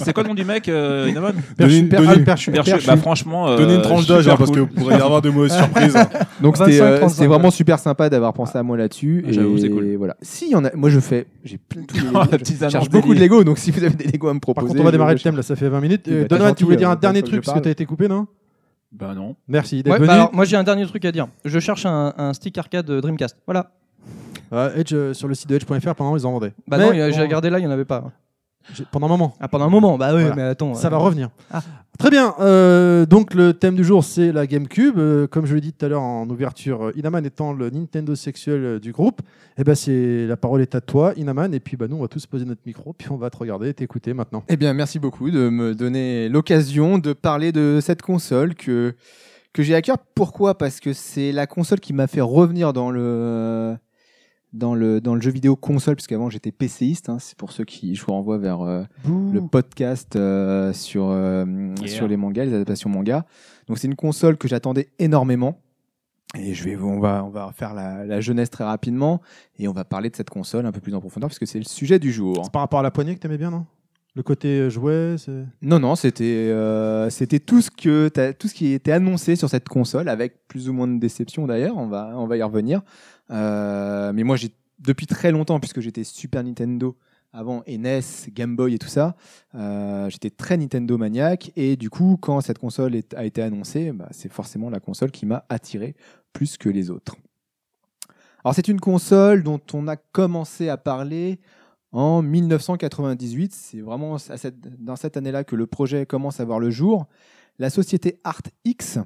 Speaker 7: c'est quoi le nom du mec, euh, Inamon
Speaker 6: Donnez une-
Speaker 3: Per-
Speaker 6: donnez-
Speaker 3: ah, le Perchu.
Speaker 7: Perchu.
Speaker 3: Perchu.
Speaker 7: Bah franchement, euh,
Speaker 6: Donnez une tranche d'âge, hein,
Speaker 7: super
Speaker 6: parce que
Speaker 7: cool.
Speaker 6: pourrait y avoir de mauvaises surprises.
Speaker 5: Donc c'était
Speaker 4: 25,
Speaker 5: euh,
Speaker 4: 35,
Speaker 5: c'était vraiment super sympa d'avoir pensé à moi là-dessus.
Speaker 7: Ah, j'avoue,
Speaker 5: et
Speaker 7: c'est cool.
Speaker 5: Voilà. Si y en a, moi je fais, j'ai plein de tous les
Speaker 7: Oh,
Speaker 5: Lego.
Speaker 7: la petite
Speaker 5: Je
Speaker 7: annonce
Speaker 5: cherche beaucoup de
Speaker 7: délire.
Speaker 5: Lego, donc si vous avez des Lego à me
Speaker 3: Par
Speaker 5: proposer.
Speaker 3: contre, on va
Speaker 5: je-
Speaker 3: démarrer le
Speaker 5: je-
Speaker 3: thème là, ça fait 20 minutes.
Speaker 5: Oui,
Speaker 3: Euh,
Speaker 5: bah, t'as
Speaker 3: Donovan, tu
Speaker 5: gentil,
Speaker 3: voulais dire un
Speaker 5: euh,
Speaker 3: dernier
Speaker 5: donc,
Speaker 3: truc
Speaker 5: je
Speaker 3: parce que
Speaker 5: parle.
Speaker 3: t'as été coupé, non
Speaker 7: Bah non.
Speaker 3: Merci
Speaker 4: Ouais,
Speaker 3: d'être venu.
Speaker 4: bah alors, moi j'ai un dernier truc à dire. Je cherche un, un stick arcade euh, Dreamcast. Voilà.
Speaker 3: Euh, Edge, euh, sur le site de Edge.fr, pendant ils en vendaient.
Speaker 4: Bah
Speaker 3: Mais
Speaker 4: non, il y a- j'ai
Speaker 3: bon,
Speaker 4: regardé là, il n'y en avait pas.
Speaker 3: j'ai- pendant un moment.
Speaker 4: Ah, pendant un moment, bah oui,
Speaker 3: Voilà.
Speaker 4: mais attends.
Speaker 3: Ça
Speaker 4: euh,
Speaker 3: va revenir.
Speaker 4: Ah.
Speaker 3: Très bien. euh, donc le thème du jour, c'est la GameCube. Euh, comme je l'ai dit tout à l'heure en ouverture, euh, Inaman étant le Nintendo sexuel euh, du groupe, eh ben c'est la parole est à toi, Inaman. Et puis bah nous, on va tous poser notre micro, puis on va te regarder, et t'écouter maintenant.
Speaker 5: Eh bien, merci beaucoup de me donner l'occasion de parler de cette console que, que j'ai à cœur. Pourquoi Parce que c'est la console qui m'a fait revenir dans le, dans le, dans le jeu vidéo console, puisqu'avant j'étais PCiste. hein. c'est pour ceux qui, je vous renvoie vers euh, le podcast euh, sur, euh, sur les mangas, les adaptations manga. Donc c'est une console que j'attendais énormément. Et je vais, vous- on va, on va faire la, la jeunesse très rapidement et on va parler de cette console un peu plus en profondeur parce que c'est le sujet du jour.
Speaker 3: C'est par rapport à la poignée que t'aimais bien, non Le côté euh, jouet, c'est.
Speaker 5: Non, non, c'était euh, c'était tout ce que t'as- tout ce qui était annoncé sur cette console, avec plus ou moins de déception d'ailleurs. On va on va y revenir. Euh, mais moi, j'ai depuis très longtemps, puisque j'étais Super Nintendo avant et NES, Game Boy et tout ça, euh, j'étais très Nintendo maniaque. Et du coup, quand cette console est- a été annoncée, bah, c'est forcément la console qui m'a attiré plus que les autres. Alors, c'est une console dont on a commencé à parler en 1998. C'est vraiment à cette- dans cette année-là que le projet commence à voir le jour. La société ArtX,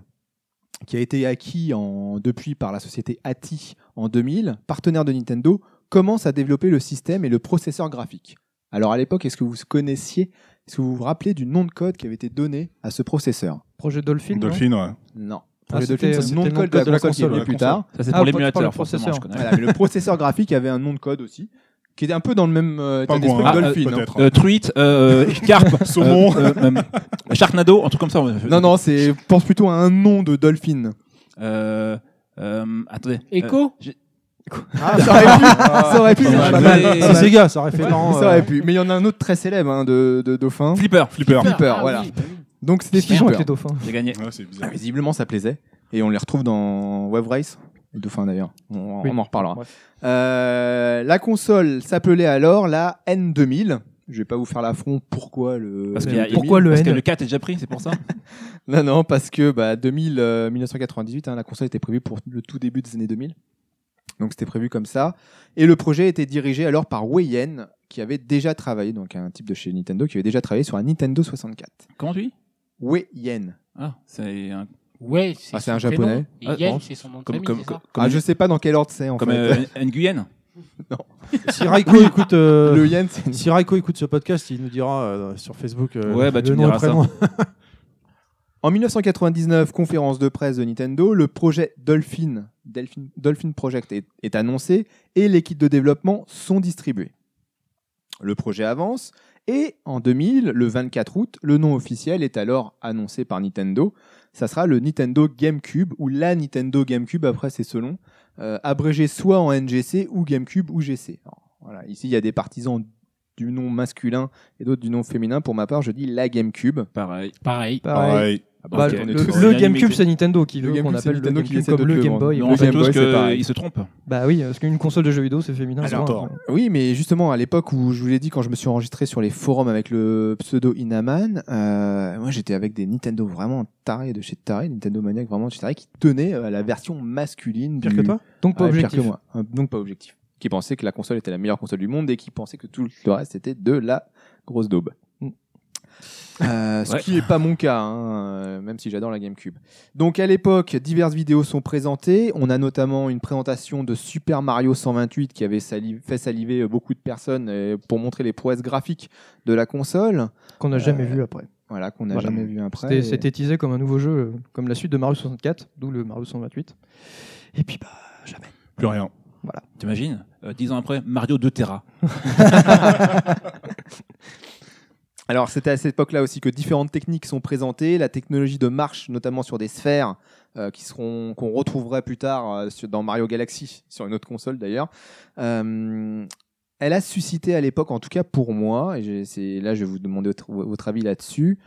Speaker 5: qui a été acquis en- depuis par la société ATI en 2000, partenaire de Nintendo, commence à développer le système et le processeur graphique. Alors à l'époque, est-ce que vous connaissiez, est-ce que vous vous rappelez du nom de code qui avait été donné à ce processeur
Speaker 4: Projet Dolphin. non
Speaker 6: Dolphin, ouais.
Speaker 5: Non.
Speaker 4: Ah,
Speaker 5: Projet Dolphin,
Speaker 4: c'était-
Speaker 5: c'est le nom de
Speaker 4: c'était
Speaker 5: code de la console qui est
Speaker 6: de
Speaker 5: venu
Speaker 6: la
Speaker 5: plus
Speaker 6: console.
Speaker 5: tard.
Speaker 7: Ça c'est
Speaker 4: Ah,
Speaker 7: pour
Speaker 4: pour- pour
Speaker 7: l'émulateur,
Speaker 4: le
Speaker 7: forcément.
Speaker 4: processeur.
Speaker 7: Je connais.
Speaker 5: Voilà, mais le processeur graphique avait un nom de code aussi, qui était un peu dans le même euh, état
Speaker 6: Pingouin,
Speaker 5: d'esprit
Speaker 7: hein,
Speaker 5: que Dolphin. hein.
Speaker 6: peut-être.
Speaker 7: Euh, truite, euh, carpe,
Speaker 6: Saumon.
Speaker 7: euh, euh, même- Sharknado, un truc comme ça.
Speaker 5: Non, non, c'est pense plutôt à un nom de Dolphin.
Speaker 7: Euh, euh, attendez. Euh,
Speaker 8: Echo
Speaker 5: Ah, ça aurait pu, Ah, ça aurait pu, mais
Speaker 7: mal.
Speaker 5: pas
Speaker 7: Mais-
Speaker 5: mal.
Speaker 7: Et-
Speaker 3: C'est Sega, ça aurait fait marrant,
Speaker 5: Ça aurait pu. Mais il y en a un autre très célèbre hein, de, de dauphin.
Speaker 7: Flipper,
Speaker 8: Euh,
Speaker 6: Flipper.
Speaker 5: Flipper,
Speaker 8: ah
Speaker 5: voilà.
Speaker 8: bah
Speaker 5: Donc
Speaker 4: C'est
Speaker 5: c'était
Speaker 4: ce qu'ils ont avec
Speaker 5: Flipper.
Speaker 4: les dauphins.
Speaker 7: j'ai gagné.
Speaker 6: Ouais, c'est bizarre.
Speaker 5: Ah, Visiblement, ça plaisait. Et on les retrouve dans Wave Race. Les dauphins d'ailleurs. On,
Speaker 4: Oui.
Speaker 5: on en reparlera. Euh, la console s'appelait alors la N2000. Je vais pas vous faire l'affront pourquoi le.
Speaker 7: Parce
Speaker 5: le
Speaker 7: qu'il y a-
Speaker 4: Pourquoi le
Speaker 7: Parce que
Speaker 4: N
Speaker 7: le 4 est déjà pris, c'est pour ça.
Speaker 5: Non, non, parce que bah, 2000, euh, 1998, hein, la console était prévue pour le tout début des années 2000. Donc c'était prévu comme ça. Et le projet était dirigé alors par Wei Yen, qui avait déjà travaillé, donc un type de chez Nintendo, qui avait déjà travaillé sur un Nintendo 64.
Speaker 7: Comment tu dis
Speaker 5: Wei Yen.
Speaker 7: Ah, c'est un.
Speaker 8: Ouais, c'est
Speaker 5: Ah, c'est
Speaker 8: son
Speaker 5: un japonais.
Speaker 8: prénom. Et
Speaker 7: Ah,
Speaker 8: Yen,
Speaker 7: bon.
Speaker 8: c'est son nom de
Speaker 7: Comme-
Speaker 8: famille,
Speaker 7: comme-
Speaker 8: c'est ça
Speaker 5: ah, je sais pas dans quel ordre c'est en
Speaker 7: Comme
Speaker 5: fait.
Speaker 7: euh, Nguyen.
Speaker 3: Si Raiko écoute. euh,
Speaker 5: Le Yen, c'est
Speaker 3: Si Raiko écoute ce podcast, il nous dira euh, sur Facebook. euh,
Speaker 7: Ouais, bah,
Speaker 3: le
Speaker 7: tu me
Speaker 3: nom et
Speaker 7: diras ça.
Speaker 3: prénom.
Speaker 5: En 1999, conférence de presse de Nintendo, le projet Dolphin, Delphin- Dolphin Project est, est annoncé et les kits de développement sont distribués. Le projet avance et en 2000, le 24 août, le nom officiel est alors annoncé par Nintendo. Ça sera le Nintendo GameCube ou la Nintendo GameCube, après c'est selon, euh, abrégé soit en NGC ou GameCube ou GC. Alors, voilà, ici, il y a des partisans du nom masculin et d'autres du nom féminin. Pour ma part, je dis la GameCube.
Speaker 7: Pareil.
Speaker 8: Pareil.
Speaker 4: Pareil.
Speaker 6: Ouais.
Speaker 4: Bah,
Speaker 5: Ok,
Speaker 4: le,
Speaker 5: on est
Speaker 4: le-
Speaker 5: tous-
Speaker 4: le
Speaker 5: on est
Speaker 7: unanimité.
Speaker 4: GameCube, c'est Nintendo qui
Speaker 5: Le
Speaker 4: veut qu'on
Speaker 5: GameCube, c'est
Speaker 4: appelle le
Speaker 5: Nintendo qui
Speaker 4: GameCube
Speaker 5: essaie de
Speaker 4: comme
Speaker 5: te
Speaker 4: le
Speaker 5: le
Speaker 4: Game Boy.
Speaker 7: Mais
Speaker 5: vendre.
Speaker 4: ouais.
Speaker 7: on sait
Speaker 5: Game
Speaker 7: tous
Speaker 5: Boy, c'est
Speaker 7: qu'ils
Speaker 5: pareil.
Speaker 7: se trompent.
Speaker 4: Bah oui, parce qu'une console de jeux vidéo, c'est féminin.
Speaker 6: Alors,
Speaker 4: c'est
Speaker 6: tort.
Speaker 4: vrai.
Speaker 5: Oui, mais justement, à l'époque où je vous l'ai dit, quand je me suis enregistré sur les forums avec le pseudo Inaman, euh, moi j'étais avec des Nintendo vraiment tarés de chez tarés, Nintendo Maniac vraiment de chez tarés, qui tenaient à la version masculine.
Speaker 3: Pire
Speaker 5: du-
Speaker 3: que toi
Speaker 4: Donc pas
Speaker 5: Ouais, pire
Speaker 4: objectif.
Speaker 5: que moi. Euh, Donc pas objectif. Qui pensait que la console était la meilleure console du monde et qui pensait que tout le reste était de la grosse daube.
Speaker 4: Mm.
Speaker 5: Euh, ce
Speaker 7: Ouais.
Speaker 5: qui n'est pas mon cas, hein, euh, même si j'adore la GameCube. Donc à l'époque, diverses vidéos sont présentées. On a notamment une présentation de Super Mario 128 qui avait sali- fait saliver euh, beaucoup de personnes euh, pour montrer les prouesses graphiques de la console.
Speaker 4: Qu'on n'a jamais vu après.
Speaker 5: Voilà, qu'on n'a
Speaker 4: Voilà.
Speaker 5: jamais vu après.
Speaker 4: C'était- C'était teasé comme un nouveau jeu, euh, comme la suite de Mario 64, d'où le Mario 128. Et puis bah, jamais.
Speaker 6: Plus rien.
Speaker 7: T'imagines Euh, Dix ans après, Mario 2 Tera.
Speaker 5: Alors, c'était à cette époque-là aussi que différentes techniques sont présentées. La technologie de marche, notamment sur des sphères, euh, qui seront qu'on retrouverait plus tard euh, sur- dans Mario Galaxy, sur une autre console d'ailleurs. Euh, elle a suscité à l'époque, en tout cas pour moi, et j'ai- c'est là je vais vous demander votre, votre avis là-dessus,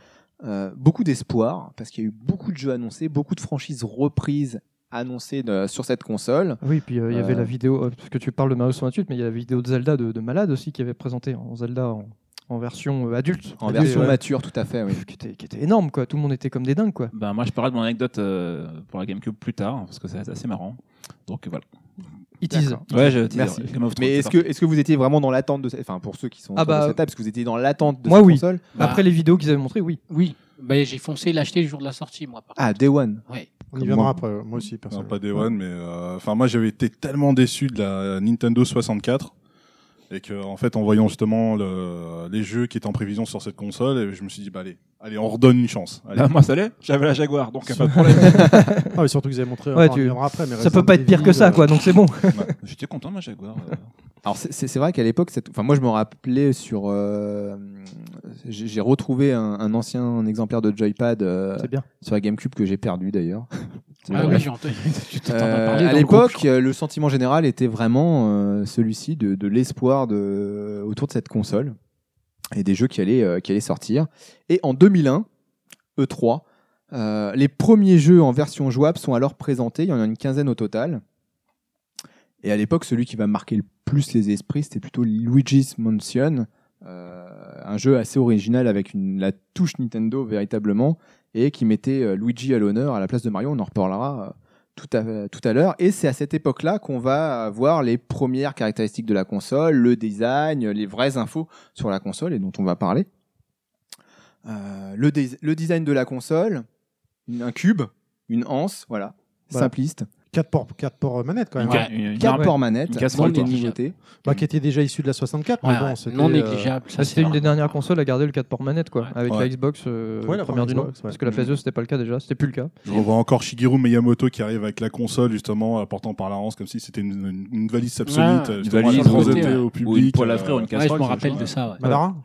Speaker 5: euh, beaucoup d'espoir parce qu'il y a eu beaucoup de jeux annoncés, beaucoup de franchises reprises annoncées de- sur cette console.
Speaker 4: Oui, puis euh, il y avait
Speaker 5: Euh,
Speaker 4: la vidéo, euh, parce que tu parles de Mario 128, mais il y a la vidéo de Zelda de, de Malade aussi qui avait présenté en Zelda en, en version euh, adulte.
Speaker 5: En
Speaker 4: Qui
Speaker 5: version
Speaker 4: était-
Speaker 5: mature, tout à fait. Oui.
Speaker 4: Qui était, qui était énorme, quoi. Tout le monde était comme des dingues, quoi.
Speaker 7: Ben, moi, je parlerai de mon anecdote euh, pour la GameCube plus tard, parce que c'est assez marrant. Donc voilà.
Speaker 4: It is.
Speaker 5: D'accord.
Speaker 7: Ouais, je,
Speaker 5: Merci.
Speaker 7: Game of Thrones,
Speaker 5: Mais
Speaker 7: c'est
Speaker 5: est-ce que, est-ce que vous étiez vraiment dans l'attente de cette... Enfin, pour ceux qui sont
Speaker 4: Ah
Speaker 5: autour de
Speaker 4: bah,
Speaker 5: cette table, est-ce que vous étiez dans l'attente de
Speaker 4: moi,
Speaker 5: cette
Speaker 4: oui.
Speaker 5: console
Speaker 8: Bah,
Speaker 4: Après les vidéos qu'ils avaient montrées, oui.
Speaker 8: Oui, bah, j'ai foncé l'acheter le jour de la sortie, moi. Par
Speaker 5: Ah, Day One.
Speaker 8: contre. Ouais.
Speaker 3: On y
Speaker 5: Comme
Speaker 3: viendra
Speaker 5: moi.
Speaker 3: après, euh, moi aussi, personne.
Speaker 6: Non, Ah, pas Day One, mais euh, enfin moi j'avais été tellement déçu de la Nintendo 64 et que en fait en voyant justement le- les jeux qui étaient en prévision sur cette console, je me suis dit bah allez, allez on redonne une chance. Allez.
Speaker 7: Ah, moi, ça l'est. J'avais la Jaguar, donc pas de problème.
Speaker 3: Ah, mais surtout que vous avez montré.
Speaker 4: Ouais,
Speaker 3: on en
Speaker 4: tu-
Speaker 3: reviendra après, mais
Speaker 4: Ça peut pas être pire que ça,
Speaker 3: euh,
Speaker 4: quoi. Donc c'est bon.
Speaker 7: Ouais. J'étais content, ma Jaguar. euh.
Speaker 5: Alors, c'est- c'est c'est vrai qu'à l'époque, cette... enfin, moi, je me rappelais sur. euh, J'ai j'ai retrouvé un, un ancien exemplaire de Joypad euh,
Speaker 4: C'est bien.
Speaker 5: sur la GameCube que j'ai perdu d'ailleurs.
Speaker 8: Ah
Speaker 5: vrai.
Speaker 8: oui, j'ai entendu. tu t'entends
Speaker 5: Euh,
Speaker 8: parler
Speaker 5: à
Speaker 8: dans le groupe, je
Speaker 5: l'époque,
Speaker 8: crois.
Speaker 5: euh, le sentiment général était vraiment euh, celui-ci de, de l'espoir de, autour de cette console et des jeux qui allaient, euh, qui allaient sortir. Et en 2001, E3, E euh, les premiers jeux en version jouable sont alors présentés. Il y en a une quinzaine au total. Et à l'époque, celui qui va marquer le plus les esprits, c'était plutôt Luigi's Mansion, euh, un jeu assez original avec une, la touche Nintendo véritablement et qui mettait euh, Luigi à l'honneur à la place de Mario. On en reparlera euh, tout à, tout à l'heure. Et c'est à cette époque-là qu'on va voir les premières caractéristiques de la console, le design, les vraies infos sur la console et dont on va parler. Euh, le, dés- le design de la console, une- un cube, une anse, voilà,
Speaker 3: Voilà.
Speaker 5: simpliste,
Speaker 3: 4 ports, quatre ports euh, manettes quand même.
Speaker 7: Une ca- une- une
Speaker 5: quatre
Speaker 7: arme-
Speaker 5: ports manettes,
Speaker 7: Une casserole,
Speaker 5: dans les
Speaker 8: quoi.
Speaker 5: nouveautés.
Speaker 3: Bah, qui était déjà issu de la 64, mais
Speaker 8: Ouais,
Speaker 3: bon,
Speaker 8: ouais,
Speaker 3: c'était.
Speaker 8: non
Speaker 3: euh,
Speaker 8: négligeable. ça,
Speaker 4: Bah,
Speaker 8: c'est
Speaker 4: c'était une des
Speaker 8: vraiment-
Speaker 4: dernières consoles à garder le 4 ports manette, quoi.
Speaker 8: Ouais.
Speaker 4: Avec
Speaker 6: Ouais.
Speaker 4: la Xbox, euh,
Speaker 3: Ouais, la
Speaker 4: première
Speaker 3: première
Speaker 4: du nom.
Speaker 3: Xbox, ouais.
Speaker 4: Parce que la PS2, c'était pas le cas déjà. C'était plus le cas.
Speaker 6: Je revois encore Shigeru Miyamoto qui arrive avec la console justement apportant par la hanse comme si c'était une, une- une valise absolue,
Speaker 8: Ah,
Speaker 6: euh,
Speaker 7: une
Speaker 6: justement,
Speaker 7: valise,
Speaker 6: transitée
Speaker 8: ouais.
Speaker 6: au
Speaker 7: Ou une
Speaker 6: public.
Speaker 7: poêle à
Speaker 6: euh,
Speaker 7: frire, une
Speaker 8: Ouais, je
Speaker 7: casserole.
Speaker 8: me
Speaker 7: ce
Speaker 8: rappelle
Speaker 7: genre.
Speaker 8: de ça. Ouais,
Speaker 3: Madara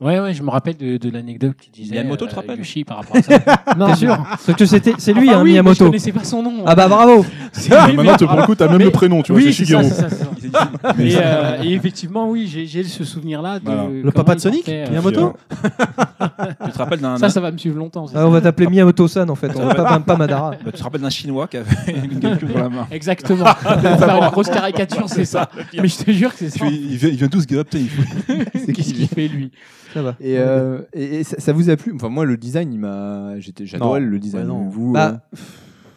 Speaker 8: ouais, ouais, je me rappelle de, de l'anecdote qui disait.
Speaker 7: Miyamoto,
Speaker 8: euh,
Speaker 7: tu te rappelles
Speaker 8: Yoshi par rapport à ça. non,
Speaker 4: T'es sûr Parce que c'était, c'est lui,
Speaker 8: Ah bah
Speaker 4: hein,
Speaker 8: oui, mais Je
Speaker 4: Miyamoto.
Speaker 8: connaissais pas son nom. hein.
Speaker 4: Ah bah bravo
Speaker 8: C'est-
Speaker 6: Ah,
Speaker 8: oui,
Speaker 6: maintenant,
Speaker 8: mais-
Speaker 6: tu- pour le coup, t'as même
Speaker 8: Mais-
Speaker 6: le prénom, tu vois,
Speaker 8: Oui,
Speaker 6: c'est
Speaker 8: c'est ça,
Speaker 6: Shigeru.
Speaker 8: c'est ça, c'est ça. Et, euh, et effectivement, oui, j'ai j'ai ce souvenir-là. de
Speaker 6: Voilà.
Speaker 8: comment
Speaker 3: Le papa
Speaker 8: il
Speaker 3: de Sonic
Speaker 8: portait, euh,
Speaker 3: Miyamoto
Speaker 7: Tu te rappelles d'un
Speaker 8: Ça, ça va me suivre longtemps. c'est
Speaker 4: Ah, On va t'appeler Miyamoto-san en fait, on va pas, pas Madara.
Speaker 7: Bah, tu te rappelles d'un chinois qui avait une GameCube dans la main.
Speaker 8: Exactement. Faire une grosse caricature, c'est ça. Mais je te jure que c'est ça.
Speaker 7: Puis, il vient, il vient d'où ce gars Putain, il faut-
Speaker 8: Qu'est-ce qu'il fait lui
Speaker 4: Ça va.
Speaker 5: Et, euh, et- et ça, ça vous a plu Enfin, moi, le design, il m'a. j'étais- J'adorais
Speaker 3: Non.
Speaker 5: le design.
Speaker 3: Ouais, non.
Speaker 5: Vous,
Speaker 4: Bah,
Speaker 5: euh,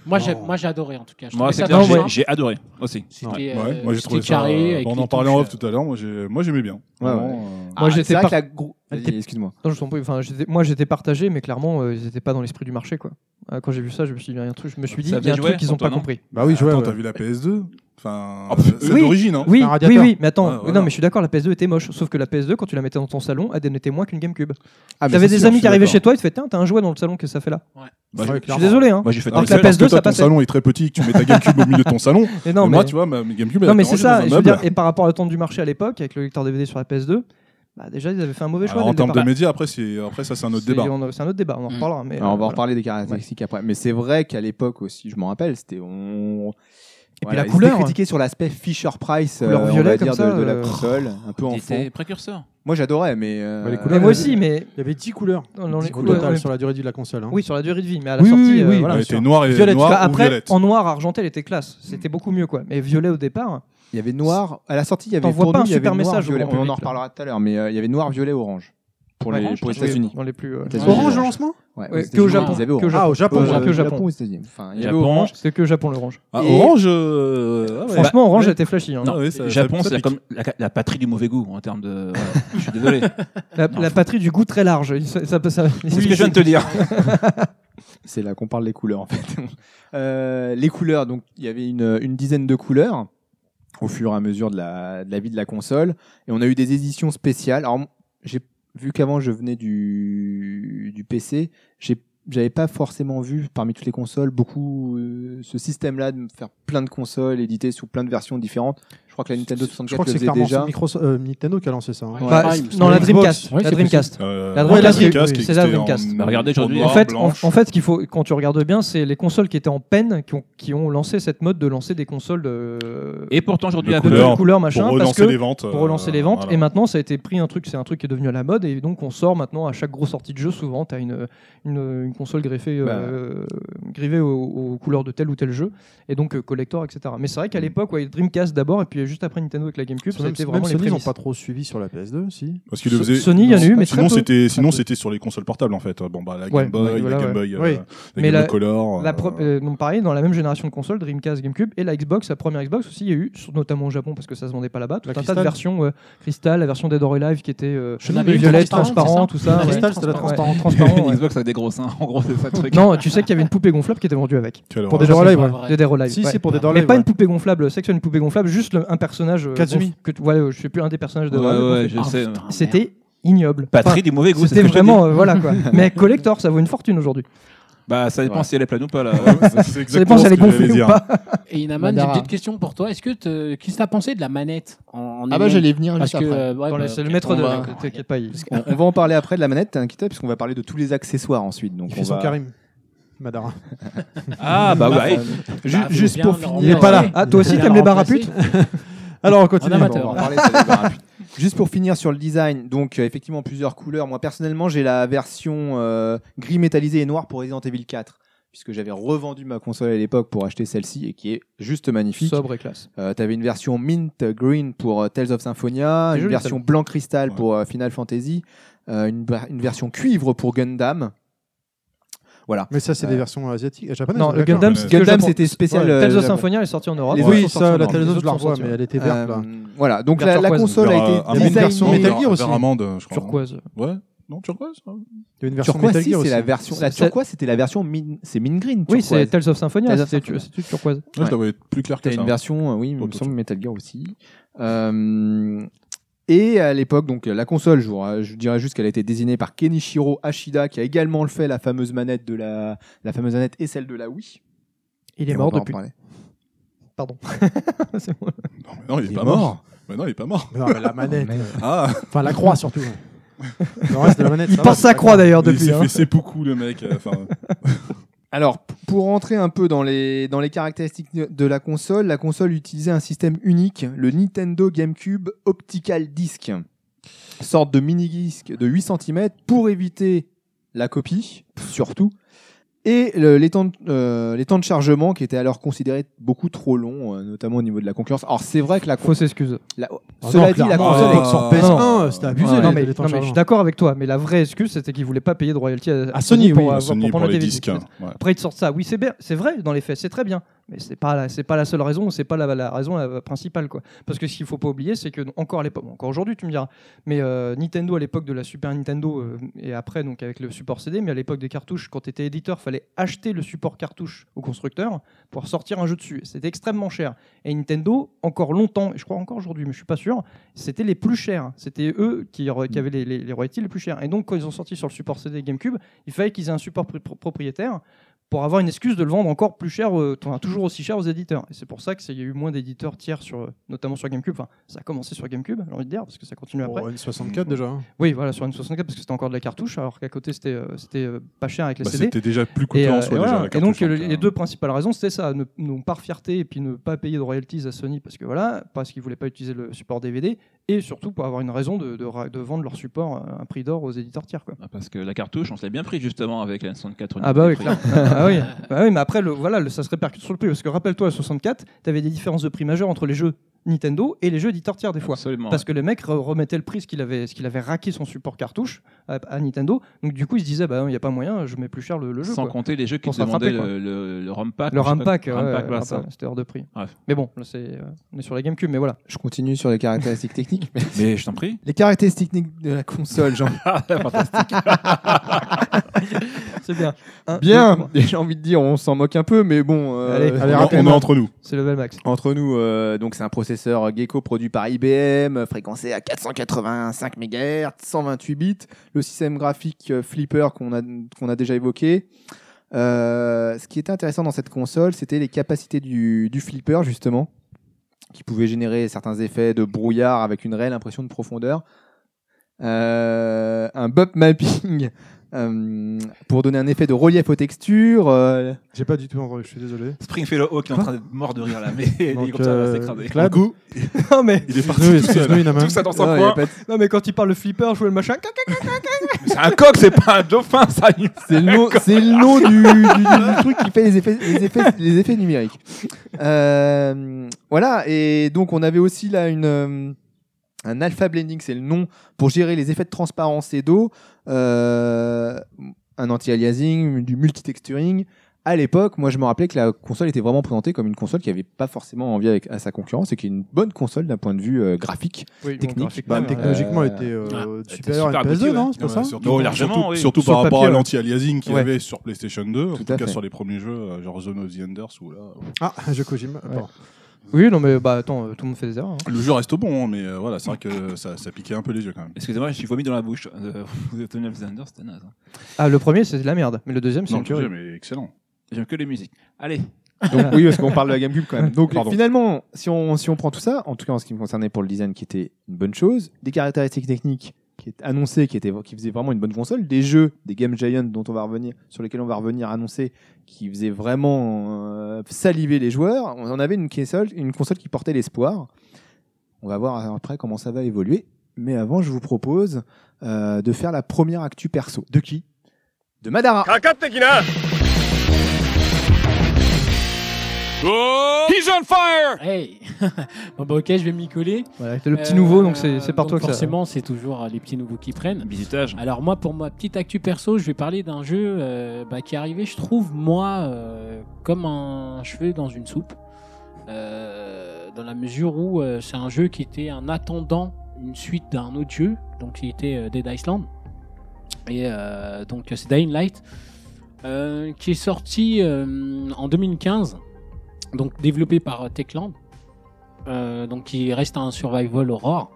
Speaker 8: Moi, j'ai, moi, j'ai adoré en tout cas. Je
Speaker 7: Moi,
Speaker 8: trouvais
Speaker 7: c'est clair,
Speaker 8: ça
Speaker 4: Non,
Speaker 7: j'ai-
Speaker 8: très
Speaker 4: ouais.
Speaker 7: j'ai adoré aussi.
Speaker 8: simple.
Speaker 6: Ouais,
Speaker 8: C'était,
Speaker 6: ouais,
Speaker 8: euh,
Speaker 6: moi j'ai
Speaker 8: c'était
Speaker 6: trouvé ça.
Speaker 8: carré.
Speaker 6: euh,
Speaker 8: avec
Speaker 6: bon, on
Speaker 8: les
Speaker 6: en parlait en
Speaker 8: touches,
Speaker 6: off tout à l'heure. Moi, j'ai- moi, j'aimais bien.
Speaker 4: Ah,
Speaker 5: Ouais,
Speaker 6: Vraiment,
Speaker 5: ouais.
Speaker 6: euh,
Speaker 4: Moi, j'étais
Speaker 5: ah, c'est vrai
Speaker 4: par-
Speaker 5: que la gro-
Speaker 4: Elle
Speaker 5: Vas-y, Excuse-moi.
Speaker 4: Non, je t'en prie, enfin, j'étais- moi j'étais partagé, mais clairement euh, ils n'étaient pas dans l'esprit du marché quoi. Euh, quand j'ai vu ça, je me suis dit, il y a un truc, je me suis dit,
Speaker 7: Ça
Speaker 4: il y a un
Speaker 7: faisait
Speaker 4: truc
Speaker 7: jouer,
Speaker 4: qu'ils n'ont pas
Speaker 7: Antonin
Speaker 4: compris.
Speaker 3: Bah oui, je
Speaker 6: Attends,
Speaker 3: vois.
Speaker 6: t'as vu la PS2 Enfin,
Speaker 7: Ah, pff,
Speaker 6: c'est
Speaker 4: oui.
Speaker 6: d'origine, hein
Speaker 4: Oui,
Speaker 3: un
Speaker 4: oui,
Speaker 3: radiateur.
Speaker 4: oui, mais attends,
Speaker 6: Ouais, voilà.
Speaker 4: non, mais je suis d'accord, la PS2 était moche, sauf que la PS2, quand tu la mettais dans ton salon, elle n'était moins qu'une GameCube.
Speaker 5: Ah, mais
Speaker 4: J'avais
Speaker 5: c'est
Speaker 4: des
Speaker 5: sûr, je
Speaker 4: amis
Speaker 5: suis
Speaker 4: qui arrivaient
Speaker 5: d'accord.
Speaker 4: chez toi, ils te faisaient, tiens, t'as un jouet dans le salon, qu'est-ce que ça fait là
Speaker 6: Bah,
Speaker 3: Ouais,
Speaker 6: je- Ah,
Speaker 4: Je
Speaker 3: clairement.
Speaker 4: suis désolé, hein.
Speaker 7: Moi, j'ai fait
Speaker 4: Alors
Speaker 7: des
Speaker 4: que la
Speaker 6: c'est parce
Speaker 4: PS2,
Speaker 6: que toi,
Speaker 4: ça
Speaker 6: ton
Speaker 4: passait.
Speaker 6: salon est très petit, que tu mets ta GameCube au milieu de ton salon.
Speaker 4: Mais non,
Speaker 6: Et
Speaker 4: mais,
Speaker 6: Moi, tu vois, ma ma GameCube, elle
Speaker 4: non,
Speaker 6: est
Speaker 4: mais c'est
Speaker 6: rangée dans
Speaker 4: ça,
Speaker 6: un
Speaker 4: et je veux
Speaker 6: meuble.
Speaker 4: dire, et par rapport à l'attente du marché à l'époque, avec le lecteur DVD sur la PS2, bah, déjà ils avaient fait un mauvais choix.
Speaker 6: Alors,
Speaker 4: dès
Speaker 6: Ah, en
Speaker 4: le
Speaker 6: termes de
Speaker 4: départ.
Speaker 6: médias, après, c'est après ça, c'est un autre
Speaker 4: C'est-
Speaker 6: débat.
Speaker 4: on- C'est un autre débat, on en
Speaker 8: Mm.
Speaker 4: reparlera. Mais,
Speaker 5: Alors, Ah, on
Speaker 4: euh,
Speaker 5: va
Speaker 4: voilà.
Speaker 5: reparler des caractéristiques après. Mais c'est vrai qu'à l'époque aussi, je m'en rappelle, c'était on.
Speaker 4: puis la couleur, hein.
Speaker 5: critiqué sur l'aspect Fisher Price,
Speaker 4: Couleur
Speaker 5: on
Speaker 4: violet
Speaker 5: va
Speaker 4: comme
Speaker 5: dire,
Speaker 4: ça,
Speaker 5: de, de la
Speaker 4: euh,
Speaker 5: console, un peu
Speaker 7: Il
Speaker 5: enfant.
Speaker 7: était précurseur.
Speaker 5: Moi, j'adorais, mais. euh,
Speaker 3: Bah, les
Speaker 4: Mais
Speaker 3: couleurs,
Speaker 4: moi aussi, mais
Speaker 3: Il y avait 10 couleurs.
Speaker 4: dans- dans
Speaker 3: 10
Speaker 4: les-
Speaker 3: couleurs
Speaker 4: ouais,
Speaker 3: totales
Speaker 4: ouais.
Speaker 3: sur la durée de vie de la console. hein.
Speaker 4: Oui, sur la durée de vie, mais à la
Speaker 3: Oui, oui,
Speaker 4: sortie,
Speaker 3: oui,
Speaker 4: euh,
Speaker 3: oui.
Speaker 4: voilà.
Speaker 6: Elle
Speaker 3: bien
Speaker 6: était
Speaker 3: sûr.
Speaker 6: noire et
Speaker 3: Violette,
Speaker 6: noire
Speaker 4: Tu vois,
Speaker 6: ou
Speaker 4: après,
Speaker 6: violette.
Speaker 4: en noir, argenté, elle était classe. C'était beaucoup mieux, quoi. Mais violet au départ.
Speaker 5: Il y avait noir. À la sortie, il y avait
Speaker 4: T'en vois
Speaker 5: pour
Speaker 4: pas
Speaker 5: nous,
Speaker 4: un
Speaker 5: il y avait
Speaker 4: super
Speaker 5: noir,
Speaker 4: message au
Speaker 5: violet.
Speaker 4: grand
Speaker 5: On en
Speaker 4: public,
Speaker 5: reparlera tout à l'heure, mais euh, il y avait noir, violet, orange pour les
Speaker 4: Orange,
Speaker 5: pour les
Speaker 4: oui,
Speaker 5: États-Unis.
Speaker 4: Dans les plus. euh,
Speaker 5: États-Unis.
Speaker 3: Orange au lancement
Speaker 5: Ouais,
Speaker 4: Ouais,
Speaker 5: aux
Speaker 4: que au
Speaker 5: États-Unis,
Speaker 4: Japon.
Speaker 5: ils avaient orange.
Speaker 4: Que au Japon.
Speaker 3: Ah, au Japon.
Speaker 4: Ouais,
Speaker 5: Euh,
Speaker 4: que au Japon.
Speaker 5: aux États-Unis. Enfin, il y avait
Speaker 7: Japon.
Speaker 5: orange.
Speaker 4: C'était que Japon, l'orange.
Speaker 6: Ah,
Speaker 5: Et-
Speaker 6: orange. euh, ah ouais.
Speaker 4: Franchement,
Speaker 7: Bah,
Speaker 4: orange,
Speaker 7: ouais.
Speaker 4: elle était flashy. hein.
Speaker 7: Non,
Speaker 6: Ah oui, ça-
Speaker 7: le
Speaker 6: ça-
Speaker 7: Japon,
Speaker 6: ça
Speaker 7: c'est
Speaker 6: pique.
Speaker 7: comme la, la patrie du mauvais goût en termes de. voilà. je suis désolé.
Speaker 4: La,
Speaker 7: Non,
Speaker 4: la
Speaker 7: faut-
Speaker 4: patrie du goût très large. Il- Ça, ça, ça-
Speaker 7: C'est ce que je viens de te dire.
Speaker 5: C'est là qu'on parle des couleurs en fait. Euh, les couleurs, donc il y avait une, une dizaine de couleurs au fur et à mesure de la, de la vie de la console. Et on a eu des éditions spéciales. Alors j'ai vu qu'avant je venais du, du PC, j'ai- j'avais pas forcément vu parmi toutes les consoles beaucoup euh, ce système-là de me faire plein de consoles éditées sous plein de versions différentes. Je crois que la Nintendo
Speaker 3: Je
Speaker 5: 64
Speaker 3: crois que
Speaker 5: le
Speaker 3: c'est
Speaker 5: faisait
Speaker 3: clairement
Speaker 5: déjà.
Speaker 3: Microsoft- euh, Nintendo qui a lancé ça. hein.
Speaker 8: Ouais.
Speaker 4: Bah,
Speaker 8: Prime,
Speaker 4: non,
Speaker 3: c'est
Speaker 4: la
Speaker 3: Xbox.
Speaker 4: Dreamcast.
Speaker 3: Ouais,
Speaker 4: la
Speaker 3: c'est
Speaker 4: Dreamcast.
Speaker 6: Euh,
Speaker 4: La Dreamcast,
Speaker 6: Dreamcast
Speaker 4: oui,
Speaker 6: qui
Speaker 4: c'est la
Speaker 6: existait en
Speaker 4: Dreamcast.
Speaker 7: Bah, regardez aujourd'hui,
Speaker 6: noir,
Speaker 4: En fait, en,
Speaker 6: blanche.
Speaker 4: en fait, ce qu'il faut, quand tu regardes bien, c'est les consoles qui étaient en peine, qui ont, qui ont lancé cette mode de lancer des consoles de,
Speaker 7: Et pourtant, aujourd'hui,
Speaker 6: De
Speaker 7: un
Speaker 4: de
Speaker 7: peu
Speaker 6: couleur.
Speaker 4: couleurs, couleur,
Speaker 6: pour
Speaker 4: machin, parce
Speaker 6: relancer
Speaker 4: que
Speaker 6: les ventes.
Speaker 4: pour relancer les
Speaker 3: Euh,
Speaker 4: ventes. Et
Speaker 6: maintenant
Speaker 4: maintenant, ça a été pris un truc, c'est un truc qui est devenu à la mode. Et donc, on sort maintenant à chaque grosse sortie de jeu, souvent, tu as une, une, une console greffée,
Speaker 3: Bah.
Speaker 4: euh, grivée aux, aux couleurs de tel ou tel jeu. Et donc, euh, collector, etc. Mais c'est vrai qu'à l'époque, ouais, Dreamcast d'abord, et puis juste après Nintendo avec la GameCube, ça a
Speaker 3: Même,
Speaker 4: été
Speaker 3: même
Speaker 4: vraiment les
Speaker 3: Mm. Sony, ils n'ont
Speaker 4: prémices.
Speaker 3: pas trop suivi sur la PS2, si.
Speaker 6: Parce qu'il le
Speaker 4: So-
Speaker 6: faisait.
Speaker 4: Sony, il y en a eu, mais très
Speaker 6: sinon
Speaker 4: peu.
Speaker 6: c'était
Speaker 4: Très
Speaker 6: sinon
Speaker 4: peu.
Speaker 6: c'était sur les consoles portables en fait. Bon bah la
Speaker 4: Ouais,
Speaker 6: Game Boy,
Speaker 4: ouais, voilà,
Speaker 6: la Game
Speaker 4: ouais.
Speaker 6: Boy, euh,
Speaker 3: Oui.
Speaker 6: la
Speaker 4: Mais
Speaker 6: Game
Speaker 4: la-
Speaker 6: Boy Color.
Speaker 4: La
Speaker 6: euh,
Speaker 4: pro- euh, donc pareil, dans la même génération de consoles, Dreamcast, GameCube et la Xbox, la première Xbox aussi, il y a eu, sur- notamment au Japon parce que ça se vendait pas là-bas, tout
Speaker 3: La
Speaker 4: un tas de
Speaker 3: Crystal.
Speaker 4: versions euh, Crystal, la version Dead or Alive qui était euh,
Speaker 8: Je l'avais eu
Speaker 4: violette, transparent,
Speaker 8: transparent,
Speaker 4: tout
Speaker 8: c'est ça
Speaker 4: ça.
Speaker 8: La
Speaker 4: ouais.
Speaker 8: Crystal,
Speaker 3: c'était la
Speaker 4: Ouais,
Speaker 3: transparente.
Speaker 4: transparent, ouais.
Speaker 7: Xbox a des gros seins. En gros, c'est ça le truc.
Speaker 4: Non, tu sais qu'il y avait une poupée gonflable qui était vendue avec.
Speaker 6: quelle
Speaker 3: Pour
Speaker 6: horreur.
Speaker 3: des gens live, ouais.
Speaker 4: Dead or Alive.
Speaker 3: Si,
Speaker 4: ouais.
Speaker 3: si, pour des
Speaker 4: Mais
Speaker 3: Dorley.
Speaker 4: pas une poupée gonflable, c'est que c'est une poupée gonflable, juste le- un personnage. euh,
Speaker 3: Kazumi.
Speaker 4: gonf- que tu- ouais, euh, je sais plus, un des personnages de
Speaker 7: Ouais,
Speaker 4: Dead or Alive
Speaker 7: ouais,
Speaker 4: gonflé.
Speaker 8: Oh,
Speaker 7: je sais.
Speaker 4: C'était ignoble.
Speaker 7: Patrie du mauvais goût,
Speaker 4: Enfin,
Speaker 7: c'est ce
Speaker 4: C'était
Speaker 7: que je te dis.
Speaker 4: vraiment, euh, voilà quoi. Mais collector, ça vaut une fortune aujourd'hui.
Speaker 7: Bah, ça dépend
Speaker 5: Ouais.
Speaker 7: si elle est pleine ou pas là.
Speaker 6: C'est
Speaker 4: Ça dépend
Speaker 6: exactement
Speaker 4: si
Speaker 6: ce
Speaker 4: elle est
Speaker 6: que j'allais
Speaker 4: gonflée ou
Speaker 6: dire.
Speaker 4: pas.
Speaker 8: Et Inaman, j'ai une
Speaker 9: Madara.
Speaker 8: petite question pour toi. Est-ce que te- qu'est-ce que t'as pensé de la manette en, en
Speaker 9: Ah bah
Speaker 8: elle-même
Speaker 9: j'allais venir
Speaker 8: parce
Speaker 9: juste
Speaker 8: que
Speaker 9: après.
Speaker 8: euh, ouais,
Speaker 4: Dans
Speaker 8: bah,
Speaker 4: le- C'est le
Speaker 8: ok,
Speaker 4: maître
Speaker 8: on
Speaker 4: de
Speaker 8: va-
Speaker 4: t'inquiète pas. il-
Speaker 5: On, on va en parler après de la manette, t'inquiète pas, puisqu'on va parler de tous les accessoires ensuite. Donc
Speaker 3: Il
Speaker 5: on
Speaker 3: fait son
Speaker 5: va-
Speaker 3: Karim. Madara.
Speaker 7: Ah, bah ouais.
Speaker 5: Ju-
Speaker 8: Bah, faut
Speaker 5: juste
Speaker 8: bien
Speaker 5: pour
Speaker 8: le
Speaker 5: finir.
Speaker 8: remplacer.
Speaker 3: est pas là.
Speaker 4: Ah, toi aussi,
Speaker 8: Faut bien
Speaker 4: t'aimes
Speaker 8: le
Speaker 4: les baraputes
Speaker 8: remplacer.
Speaker 3: Alors, on continue.
Speaker 8: En
Speaker 5: Bon,
Speaker 8: amateur.
Speaker 5: on va parler, ça va être rapide. Juste pour finir sur le design, donc euh, effectivement plusieurs couleurs. Moi personnellement, j'ai la version euh, gris métallisé et noir pour Resident Evil 4, puisque j'avais revendu ma console à l'époque pour acheter celle-ci et qui est juste magnifique.
Speaker 4: Sobre et classe.
Speaker 5: Euh, T'avais une version mint green pour euh, Tales of Symphonia,
Speaker 4: C'est
Speaker 5: une
Speaker 4: joli,
Speaker 5: version
Speaker 4: celle-là.
Speaker 5: blanc cristal
Speaker 6: Ouais.
Speaker 5: pour euh, Final Fantasy, euh, une, ba- une version cuivre pour Gundam. Voilà.
Speaker 3: Mais ça, c'est des
Speaker 5: Euh,
Speaker 3: versions asiatiques, japonaises.
Speaker 4: Non,
Speaker 3: on est
Speaker 4: le
Speaker 3: d'accord.
Speaker 4: Gundam,
Speaker 6: mais-
Speaker 4: c'est que
Speaker 5: Gundam,
Speaker 4: Japon.
Speaker 5: c'était spécial. euh,
Speaker 4: Tales of
Speaker 5: Japon.
Speaker 4: Symphonia est sorti en Europe.
Speaker 5: Les
Speaker 3: Oui,
Speaker 5: autres sont
Speaker 3: ça, la
Speaker 5: sortis en
Speaker 3: Tales
Speaker 4: Europe.
Speaker 3: je la
Speaker 4: Les autres
Speaker 3: revois,
Speaker 4: sont
Speaker 3: mais elle était
Speaker 5: Euh,
Speaker 3: verte, là.
Speaker 5: voilà, donc
Speaker 4: Vert
Speaker 5: la, la
Speaker 4: turquoise.
Speaker 5: console a
Speaker 6: Vers, euh,
Speaker 5: été
Speaker 6: un mini-
Speaker 5: designée-
Speaker 3: version Metal
Speaker 6: vers-
Speaker 3: Gear aussi.
Speaker 6: vers amande, je crois.
Speaker 4: turquoise.
Speaker 6: Ouais. Non, turquoise. hein.
Speaker 3: Il y a une version
Speaker 5: Turquoise,
Speaker 3: Metal
Speaker 5: si,
Speaker 3: Gear
Speaker 5: c'est
Speaker 3: aussi.
Speaker 5: la version. La
Speaker 4: C'est-
Speaker 5: turquoise, c'était la version min, c'est min green.
Speaker 4: Oui,
Speaker 5: turquoise.
Speaker 4: c'est Tales of Symphonia,
Speaker 5: Tales of
Speaker 4: c'était
Speaker 5: Symphonia.
Speaker 4: c'était turquoise.
Speaker 6: Ouais,
Speaker 5: Ouais.
Speaker 6: Ça doit être plus clair que
Speaker 5: T'as
Speaker 6: ça.
Speaker 5: une version, euh, oui, il me
Speaker 6: Autre chose.
Speaker 5: semble Metal Gear aussi. Euh, et à l'époque, donc la console, je, vous- je dirais juste qu'elle a été désignée par Kenichiro Ashida, qui a également le fait la fameuse manette de la, la fameuse manette et celle de la Wii.
Speaker 4: Il est
Speaker 5: Et on
Speaker 4: mort
Speaker 5: va en
Speaker 4: depuis.
Speaker 5: parler.
Speaker 4: Pardon. C'est moi.
Speaker 6: Non, mais non, il est pas mort. Mais non, il est pas mort.
Speaker 3: Non, mais la manette.
Speaker 6: Ah,
Speaker 3: Enfin, la croix, surtout. Le reste de la manette.
Speaker 4: Il
Speaker 3: ça va,
Speaker 4: porte
Speaker 3: c'est
Speaker 4: sa
Speaker 3: pas
Speaker 4: croix
Speaker 3: grave.
Speaker 4: d'ailleurs
Speaker 6: il
Speaker 4: depuis.
Speaker 6: s'est
Speaker 4: hein.
Speaker 6: fait c'est beaucoup le mec. euh, Enfin,
Speaker 5: Alors, p- pour rentrer un peu dans les, dans les caractéristiques de la console, la console utilisait un système unique, le Nintendo GameCube Optical Disc, sorte de mini-disque de 8 cm pour éviter la copie, surtout, et le- les, temps de, euh, les temps de chargement qui étaient alors considérés beaucoup trop longs, euh, notamment au niveau de la concurrence. Alors, c'est vrai que la,
Speaker 4: Faut s'excuser.
Speaker 5: la-
Speaker 3: Ah non,
Speaker 5: cela dit, la
Speaker 3: clairement,
Speaker 5: console
Speaker 3: c'est
Speaker 5: est
Speaker 3: pas que sur
Speaker 6: Non,
Speaker 3: PS1,
Speaker 6: non.
Speaker 3: c'était abusé.
Speaker 4: non,
Speaker 3: les-
Speaker 4: mais,
Speaker 3: les temps
Speaker 4: non,
Speaker 3: de
Speaker 4: mais je suis
Speaker 3: chargement.
Speaker 4: d'accord avec toi, mais la vraie excuse c'était qu'ils voulaient pas payer de royalty à,
Speaker 3: À Sony, oui.
Speaker 4: pour, avoir-
Speaker 6: Sony
Speaker 4: pour
Speaker 6: pour
Speaker 4: prendre
Speaker 6: les
Speaker 4: la
Speaker 6: disques. hein. Ouais.
Speaker 4: Après ils te sortent ça. Oui, c'est bien, c'est vrai dans les faits, c'est très bien, mais c'est pas la, c'est pas la seule raison, c'est pas la, la raison la principale quoi. Parce que ce qu'il faut pas oublier, c'est que encore à l'époque, bon, encore aujourd'hui tu me diras, mais euh, Nintendo à l'époque de la Super Nintendo euh, et après donc avec le support CD, mais à l'époque des cartouches, quand tu étais éditeur, fallait acheter le support cartouche au constructeur pour sortir un jeu dessus. C'était extrêmement cher. Et Nintendo encore longtemps, et je crois encore aujourd'hui, mais je suis pas sûr, c'était les plus chers. C'était eux qui, re- qui avaient les, les, les royalties les plus chers. Et donc, quand ils ont sorti sur le support CD GameCube, il fallait qu'ils aient un support pri- pro- propriétaire pour avoir une excuse de le vendre encore plus cher, euh, enfin, toujours aussi cher aux éditeurs. Et c'est pour ça qu'il y a eu moins d'éditeurs tiers, sur, euh, notamment sur GameCube. Enfin, ça a commencé sur GameCube, j'ai envie de dire, parce que ça continue après.
Speaker 3: Oh, une 64 déjà. hein.
Speaker 4: Oui, voilà, sur une 64, parce que c'était encore de la cartouche, alors qu'à côté, c'était euh, c'était, euh, pas cher avec les
Speaker 6: Bah,
Speaker 4: CD.
Speaker 6: C'était déjà plus
Speaker 4: Et,
Speaker 6: coûteux en
Speaker 4: euh,
Speaker 6: soi
Speaker 4: et
Speaker 6: déjà.
Speaker 4: voilà.
Speaker 6: la
Speaker 4: Et donc
Speaker 6: cartouche,
Speaker 4: le-
Speaker 6: hein.
Speaker 4: les deux principales raisons c'était ça, ne, ne pas fierté et puis ne pas payer de royalties à Sony parce que voilà, parce qu'ils voulaient pas utiliser le support DVD et surtout pour avoir une raison de, de ra- de vendre leur support à un prix d'or aux éditeurs tiers quoi.
Speaker 7: Ah, Parce que la cartouche, on se l'a bien pris justement avec la N64.
Speaker 4: Ah bah oui, clair. ah oui. Bah oui, mais après le, voilà, le- ça se répercute sur le prix parce que rappelle-toi à 64, tu avais des différences de prix majeures entre les jeux Nintendo et les jeux éditeurs tiers des fois.
Speaker 7: Absolument.
Speaker 4: Parce que le mec re- remettait le prix ce qu'il avait, ce qu'il avait raqué son support cartouche à, à Nintendo. Donc du coup, il se disait bah il y a pas moyen, je mets plus cher le, le jeu
Speaker 7: Sans
Speaker 4: quoi.
Speaker 7: compter les jeux qui
Speaker 4: On
Speaker 7: te
Speaker 4: s'est rattrapé,
Speaker 7: demandaient le, le, le ROM pack.
Speaker 4: Le
Speaker 7: je sais
Speaker 4: RAM
Speaker 7: pas-
Speaker 4: pack,
Speaker 7: RAM
Speaker 4: ouais,
Speaker 7: pack, voilà,
Speaker 4: RAM
Speaker 7: ça.
Speaker 4: pack, c'était hors de prix.
Speaker 7: Bref.
Speaker 4: Mais bon, là, c'est, euh, on est sur la GameCube, mais voilà.
Speaker 5: Je continue sur les caractéristiques techniques. mais-
Speaker 7: Mais je t'en prie.
Speaker 5: Les caractéristiques techniques de la console, Jean.
Speaker 4: C'est bien. Un, deux,
Speaker 5: Bien,
Speaker 4: trois.
Speaker 5: j'ai envie de dire, on s'en moque un peu, mais bon. euh,
Speaker 4: Allez,
Speaker 3: allez,
Speaker 6: On est- on est
Speaker 3: rappelle-moi.
Speaker 6: entre nous.
Speaker 4: C'est level max.
Speaker 5: Entre nous, euh, donc c'est un processeur Gecko produit par IBM, euh, fréquencé à 485 MHz, 128 bits, le système graphique euh, Flipper qu'on a, qu'on a déjà évoqué. Euh, ce qui était intéressant dans cette console, c'était les capacités du, du Flipper, justement, qui pouvaient générer certains effets de brouillard avec une réelle impression de profondeur. Euh, un bump mapping euh, pour donner un effet de relief aux textures. euh,
Speaker 3: J'ai pas du tout entendu, je suis désolé.
Speaker 7: Springfellow Hawk est en train de mort de rire là, mais
Speaker 3: Donc,
Speaker 7: l'hélicoptère va
Speaker 3: euh,
Speaker 7: s'écraser.
Speaker 3: Clad,
Speaker 4: Non mais,
Speaker 6: Il est
Speaker 3: excuse-nous,
Speaker 6: parti tout seul.
Speaker 3: excuse-nous, Inaman.
Speaker 7: Tout ça dans
Speaker 5: non,
Speaker 7: un
Speaker 5: y a
Speaker 7: coin.
Speaker 5: pas de-
Speaker 4: non mais quand il parle le flipper, jouer le machin,
Speaker 7: C'est un coq, c'est pas un dauphin, ça. il-
Speaker 5: C'est le nom, c'est le nom du, du- du- du truc qui fait les effets, les effets, les effets numériques. Euh, voilà, et donc on avait aussi là une, euh, un alpha blending, c'est le nom pour gérer les effets de transparence et d'eau, euh, un anti-aliasing, du multitexturing. À l'époque, moi je me rappelais que la console était vraiment présentée comme une console qui avait pas forcément envie avec, à sa concurrence et qui est une bonne console d'un point de vue euh, graphique. Technique.
Speaker 3: Bah,
Speaker 5: Ouais,
Speaker 3: technologiquement,
Speaker 5: ouais.
Speaker 3: elle était euh,
Speaker 8: Ah,
Speaker 3: supérieure à
Speaker 7: super
Speaker 3: une PS2,
Speaker 7: aboutie,
Speaker 3: non
Speaker 7: ouais.
Speaker 3: C'est pas
Speaker 6: Ouais,
Speaker 3: ça
Speaker 6: surtout,
Speaker 7: Non, Oh, largement,
Speaker 6: surtout-
Speaker 7: oui.
Speaker 6: surtout
Speaker 4: Sur
Speaker 6: par rapport
Speaker 4: papier,
Speaker 6: à
Speaker 4: ouais.
Speaker 6: l'anti-aliasing qu'il y
Speaker 5: Ouais.
Speaker 6: avait sur PlayStation 2, en
Speaker 5: Tout
Speaker 6: tout,
Speaker 5: à
Speaker 6: cas
Speaker 5: fait.
Speaker 6: sur les premiers jeux, euh, genre Zone of the Enders ou là. euh,
Speaker 3: Ah, je Kojima. pardon.
Speaker 4: Oui, non mais bah attends, euh, tout le monde fait des erreurs. hein.
Speaker 6: Le jeu reste bon, hein, mais euh, voilà, c'est vrai que euh, ça, ça piquait un peu les yeux quand même.
Speaker 7: Excusez-moi, je suis vomi dans la bouche. Euh, Vous êtes Tony Alexander, c'était naze. hein.
Speaker 4: Ah, le premier c'est de la merde, mais le deuxième c'est
Speaker 6: Non,
Speaker 4: une
Speaker 6: le jeu,
Speaker 4: tuerie.
Speaker 6: mais excellent.
Speaker 7: J'aime que les musiques. Allez,
Speaker 5: Donc oui, parce qu'on parle de la GameCube quand même. Donc
Speaker 6: Pardon.
Speaker 5: finalement, si on, si on prend tout ça, en tout cas en ce qui me concernait pour le design qui était une bonne chose, des caractéristiques techniques qui est annoncées, qui, étaient, qui faisaient vraiment une bonne console, des jeux, des Game Giant dont on va revenir, sur lesquels on va revenir annoncer, qui faisaient vraiment euh, saliver les joueurs, on en avait une console, une console qui portait l'espoir. On va voir après comment ça va évoluer. Mais avant, je vous propose euh, de faire la première actu perso. De qui De Madara.
Speaker 8: Hey Bon, bah, ok, je vais m'y coller.
Speaker 4: Voilà, c'était le petit
Speaker 8: Euh,
Speaker 4: nouveau, donc c'est c'est par
Speaker 8: donc
Speaker 4: toi que ça.
Speaker 8: Forcément, c'est toujours euh, les petits nouveaux qui prennent.
Speaker 7: bisutage.
Speaker 8: Alors moi, pour ma petite actu perso, je vais parler d'un jeu euh, bah, qui est arrivé, je trouve, moi, euh, comme un cheveu dans une soupe. Euh, dans la mesure où euh, c'est un jeu qui était un attendant, une suite d'un autre jeu, donc qui était euh, Dead Island. Et euh, donc c'est Dying Light, euh, qui est sorti euh, en 2015, donc développé par euh, Techland, euh, donc qui reste un survival horror.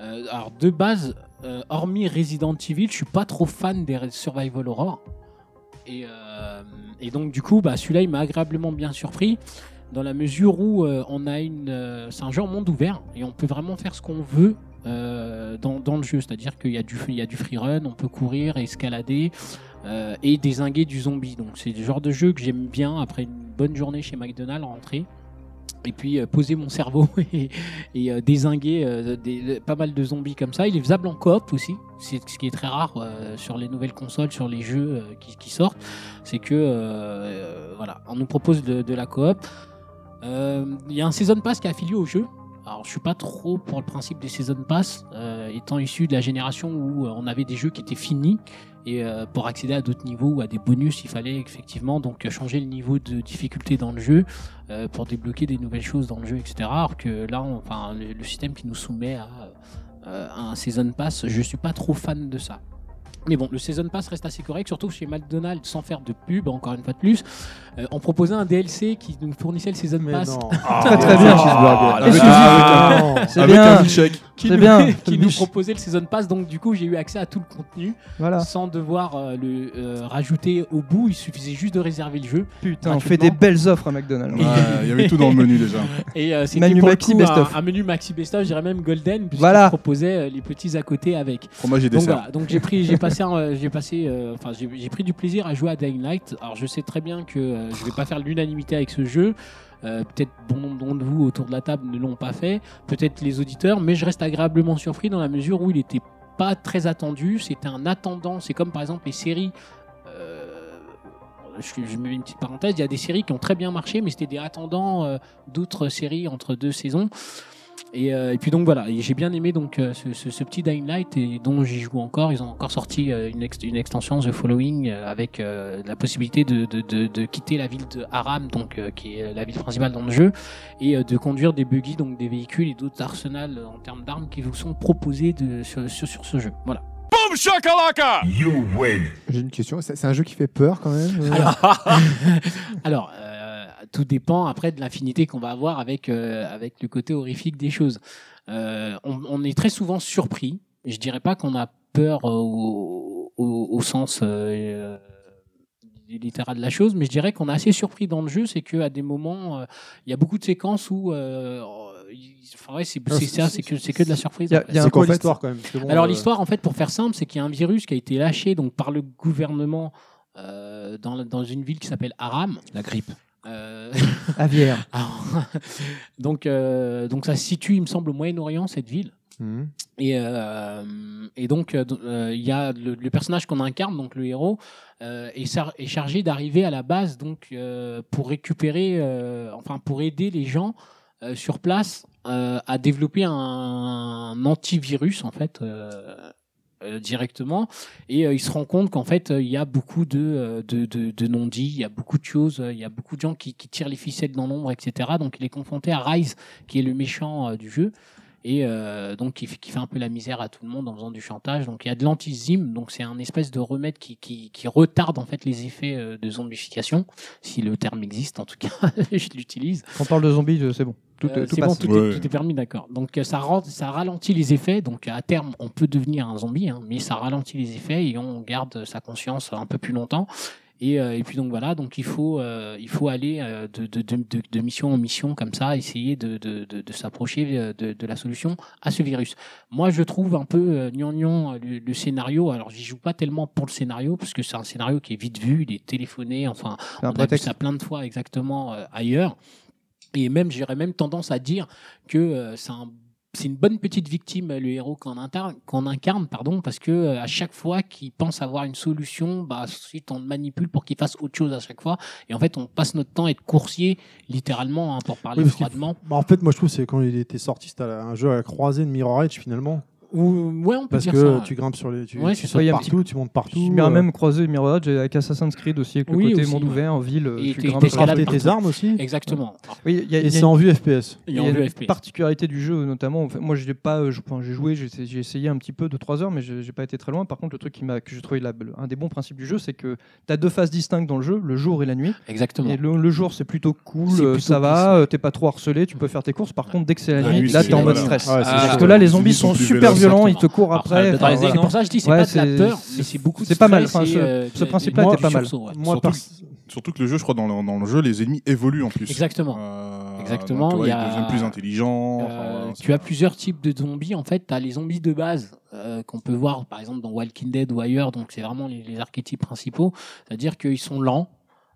Speaker 8: Euh, alors de base, euh, hormis Resident Evil, je suis pas trop fan des re- survival horror. Et, euh, et donc du coup, bah, celui-là, il m'a agréablement bien surpris dans la mesure où euh, on a une, euh, c'est un jeu en monde ouvert et on peut vraiment faire ce qu'on veut. euh, dans, dans le jeu, c'est-à-dire qu'il y a du il y a du free run, on peut courir, escalader euh, et désinguer du zombie. Donc c'est le genre de jeu que j'aime bien après une bonne journée chez McDonald's rentrer et puis euh, poser mon cerveau et, et euh, dézinguer euh, des- le- pas mal de zombies comme ça. Il est faisable en coop aussi, c'est ce qui est très rare euh, sur les nouvelles consoles, sur les jeux euh, qui, qui sortent, c'est que euh, euh, voilà, on nous propose de, de la coop. Euh, Il y a un season pass qui est affilié au jeu. Alors je suis pas trop pour le principe des season pass, euh, étant issu de la génération où euh, on avait des jeux qui étaient finis et euh, pour accéder à d'autres niveaux ou à des bonus, il fallait effectivement donc changer le niveau de difficulté dans le jeu euh, pour débloquer des nouvelles choses dans le jeu, etc. Alors que là, on- enfin, le, le système qui nous soumet à, euh, à un season pass, je suis pas trop fan de ça. Mais bon, le Season Pass reste assez correct, surtout chez McDonald's, sans faire de pub, encore une fois de plus. euh, on proposait un DLC qui nous fournissait le Season
Speaker 3: Mais
Speaker 8: Pass
Speaker 3: non.
Speaker 4: Très très bien.
Speaker 6: Ah,
Speaker 4: Exclusif.
Speaker 6: ah,
Speaker 4: C'est
Speaker 6: avec
Speaker 4: bien.
Speaker 6: un milkshake.
Speaker 8: qui,
Speaker 4: C'est
Speaker 8: nous,
Speaker 4: bien.
Speaker 8: qui nous proposait le season pass. Donc du coup, j'ai eu accès à tout le contenu
Speaker 4: Voilà.
Speaker 8: sans devoir euh, le euh, rajouter au bout. Il suffisait juste de réserver le jeu.
Speaker 4: Putain, on fait des belles offres à McDonald's.
Speaker 6: Ouais, Il y avait tout dans le menu déjà.
Speaker 8: Et euh, c'était
Speaker 4: Menu
Speaker 8: pour
Speaker 4: maxi
Speaker 8: le coup,
Speaker 4: best
Speaker 8: un-
Speaker 4: of.
Speaker 8: un, menu maxi best of, je dirais même golden, puisqu'il
Speaker 4: Voilà.
Speaker 8: proposait euh, les petits à côté avec.
Speaker 6: Fromage et
Speaker 8: Donc
Speaker 6: dessert.
Speaker 8: voilà, donc j'ai pris, j'ai passé, un, euh, j'ai passé, euh, enfin j'ai j'ai pris du plaisir à jouer à Dying Light. Alors je sais très bien que euh, je vais pas faire l'unanimité avec ce jeu. Euh, Peut-être bon nombre de vous autour de la table ne l'ont pas fait. Peut-être les auditeurs, mais je reste agréablement surpris dans la mesure où il était pas très attendu. C'était un attendant. C'est comme par exemple les séries. euh, je, je mets une petite parenthèse. Il y a des séries qui ont très bien marché, mais c'était des attendants euh, d'autres séries entre deux saisons. Et, euh, et puis donc voilà, et j'ai bien aimé donc euh, ce, ce- ce petit Dying Light et dont j'y joue encore. Ils ont encore sorti euh, une, ex- une extension The Following euh, avec euh, la possibilité de, de- de- de quitter la ville de Haram, donc euh, qui est la ville principale dans le jeu, et euh, de conduire des buggy, donc des véhicules et d'autres arsenals euh, en termes d'armes qui vous sont proposés de, sur, sur- sur ce jeu. Voilà.
Speaker 5: J'ai une question. C'est c'est un jeu qui fait peur quand même. euh
Speaker 8: Alors, euh, tout dépend après de l'infinité qu'on va avoir avec, euh, avec le côté horrifique des choses. Euh, on, on est très souvent surpris. Je dirais pas qu'on a peur euh, au, au- au sens euh, littéral de la chose, mais je dirais qu'on est assez surpris dans le jeu. C'est que à des moments, euh, il y a beaucoup de séquences où euh, il- enfin, ouais, c'est
Speaker 3: Ah,
Speaker 8: c'est
Speaker 3: c'est-
Speaker 8: ça, c'est que, c'est que de la surprise.
Speaker 4: Il y a-
Speaker 8: en fait.
Speaker 4: il y a un
Speaker 3: C'est quoi
Speaker 4: peu
Speaker 3: l'histoire quand même Parce que bon,
Speaker 8: Alors
Speaker 3: euh,
Speaker 8: l'histoire, en fait, pour faire simple, c'est qu'il y a un virus qui a été lâché donc par le gouvernement euh, dans, la- dans une ville qui s'appelle Aram.
Speaker 7: La grippe.
Speaker 8: Euh,
Speaker 4: Avière.
Speaker 8: alors, donc, euh, donc ça se situe, il me semble, au Moyen-Orient cette ville.
Speaker 3: hmm.
Speaker 8: Et, euh, et donc euh, euh, il y a le, le personnage qu'on incarne, donc le héros, euh, est, sar- est chargé d'arriver à la base donc euh, pour récupérer, euh, enfin pour aider les gens euh, sur place euh, à développer un, antivirus en fait. euh, euh, directement et euh, il se rend compte qu'en fait euh, il y a beaucoup de, euh, de, de, de non-dits, il y a beaucoup de choses, euh, il y a beaucoup de gens qui, qui tirent les ficelles dans l'ombre, etc. Donc il est confronté à Rise qui est le méchant euh, du jeu et euh, donc qui, f- qui fait un peu la misère à tout le monde en faisant du chantage. Donc il y a de l'antizyme, donc c'est un espèce de remède qui, qui, qui retarde en fait les effets euh, de zombification, si le terme existe en tout cas, je l'utilise.
Speaker 4: Quand on parle de zombies, euh, c'est bon. Tout,
Speaker 8: Euh,
Speaker 4: euh, tout
Speaker 8: c'est
Speaker 4: passe.
Speaker 8: bon, tout, est-
Speaker 6: Ouais.
Speaker 8: tout est, permis, d'accord. Donc euh, ça, ran- ça ralentit les effets. Donc à terme, on peut devenir un zombie, hein, mais ça ralentit les effets et on garde euh, sa conscience un peu plus longtemps. Et, euh, et puis donc voilà, donc il faut euh, il faut aller euh, de, de, de, de- de mission en mission comme ça, essayer de, de, de, de s'approcher euh, de, de la solution à ce virus. Moi, je trouve un peu euh, gnangnan, euh, le, le scénario. Alors, j'y joue pas tellement pour le scénario parce que c'est un scénario qui est vite vu, il est téléphoné. Enfin,
Speaker 4: C'est un
Speaker 8: on a vu
Speaker 4: prétexte.
Speaker 8: ça plein de fois exactement euh, ailleurs. Et même, j'aurais même tendance à dire que euh, c'est un- c'est une bonne petite victime, euh, le héros qu'on intar- qu'on incarne, pardon, parce que euh, à chaque fois qu'il pense avoir une solution, bah, ensuite on le manipule pour qu'il fasse autre chose à chaque fois. Et en fait, on passe notre temps à être coursier, littéralement, hein, pour parler
Speaker 3: Oui, parce qu'il
Speaker 8: froidement.
Speaker 3: Bah, en fait, moi je trouve que c'est quand il était sorti, c'était à la- un jeu à la croisée de Mirror Edge finalement.
Speaker 8: Ou, ouais, on peut
Speaker 3: Parce
Speaker 8: dire
Speaker 3: que
Speaker 8: ça.
Speaker 3: tu grimpes sur les. Tu,
Speaker 8: Ouais,
Speaker 3: tu
Speaker 8: c'est
Speaker 3: sautes
Speaker 4: ça, il y a un
Speaker 3: partout, tu montes
Speaker 4: Je
Speaker 3: partout.
Speaker 4: mets un
Speaker 3: euh,
Speaker 4: même croisé Mirage et avec Assassin's Creed aussi, avec le
Speaker 8: Oui,
Speaker 4: côté
Speaker 8: aussi,
Speaker 4: monde
Speaker 8: ouais.
Speaker 4: ouvert en ville. euh,
Speaker 8: Et
Speaker 4: tu
Speaker 8: t'es-
Speaker 4: grimpes partout.
Speaker 8: t'es escalade
Speaker 3: Porter tes armes aussi.
Speaker 8: Exactement.
Speaker 4: Oui, il y a- il
Speaker 3: Et
Speaker 4: y a
Speaker 3: c'est en vue FPS.
Speaker 8: Il
Speaker 4: Il
Speaker 8: y
Speaker 4: y
Speaker 8: a
Speaker 4: a
Speaker 8: le
Speaker 4: une
Speaker 8: FPS.
Speaker 4: particularité du jeu, notamment. enfin, moi, j'ai pas, euh, je- enfin, j'ai joué, j'ai essayé- j'ai essayé un petit peu de 3 heures, mais je- j'ai pas été très loin. Par contre, le truc qui m'a, que j'ai trouvé la- le- un des bons principes du jeu, c'est que tu as deux phases distinctes dans le jeu, le jour et la nuit.
Speaker 8: Exactement.
Speaker 4: Et le, le jour, c'est plutôt cool,
Speaker 8: C'est
Speaker 4: euh,
Speaker 8: plutôt
Speaker 4: ça
Speaker 8: cool,
Speaker 4: va, euh, t'es pas trop harcelé, tu peux faire tes courses. Par contre, dès que c'est la
Speaker 6: La
Speaker 4: nuit,
Speaker 6: nuit,
Speaker 4: là,
Speaker 6: c'est-
Speaker 4: t'es en mode
Speaker 6: voilà.
Speaker 4: stress.
Speaker 6: Ouais,
Speaker 8: Ah,
Speaker 7: c'est
Speaker 4: Parce
Speaker 7: ça.
Speaker 4: que là, les
Speaker 6: Les
Speaker 4: zombies
Speaker 6: zombies
Speaker 4: sont
Speaker 6: sont plus
Speaker 4: super
Speaker 6: véloces,
Speaker 4: violents, ils
Speaker 8: exactement.
Speaker 4: te courent
Speaker 8: Alors,
Speaker 4: après.
Speaker 8: Dead
Speaker 4: enfin,
Speaker 8: Rising,
Speaker 4: voilà.
Speaker 8: c'est pour ça que je dis c'est
Speaker 4: Ouais,
Speaker 8: pas de la
Speaker 4: c'est-
Speaker 8: peur,
Speaker 4: c'est-
Speaker 8: mais c'est beaucoup de
Speaker 4: c'est pas mal,
Speaker 8: stress
Speaker 4: enfin,
Speaker 8: et,
Speaker 4: ce-
Speaker 8: euh,
Speaker 4: ce
Speaker 8: des-
Speaker 4: principe-là
Speaker 8: des-
Speaker 4: était pas
Speaker 8: du
Speaker 4: mal.
Speaker 8: sursaut, ouais.
Speaker 3: Moi,
Speaker 6: Surtout
Speaker 3: par-
Speaker 6: Surtout que le jeu, je crois, dans le, dans le jeu, les ennemis évoluent en plus.
Speaker 8: Exactement.
Speaker 6: Euh,
Speaker 8: Exactement,
Speaker 6: donc, ouais,
Speaker 8: il y a-
Speaker 6: Ils deviennent plus intelligents.
Speaker 8: Euh,
Speaker 6: enfin, voilà,
Speaker 8: tu
Speaker 6: c'est-
Speaker 8: as plusieurs types de zombies. En fait, tu as les zombies de base euh, qu'on peut voir, par exemple, dans Walking Dead ou ailleurs. Donc, c'est vraiment les, les archétypes principaux. C'est-à-dire qu'ils sont lents,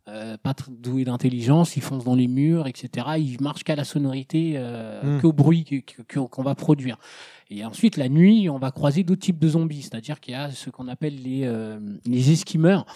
Speaker 8: euh, pas tr- doués d'intelligence, ils foncent dans les murs, etc. Ils marchent qu'à la sonorité, euh,
Speaker 6: Hmm.
Speaker 3: Mm.
Speaker 8: qu'au bruit que- que- que- qu'on va produire. Et ensuite, la nuit, on va croiser d'autres types de zombies. C'est-à-dire qu'il y a ce qu'on appelle les, euh, les esquimeurs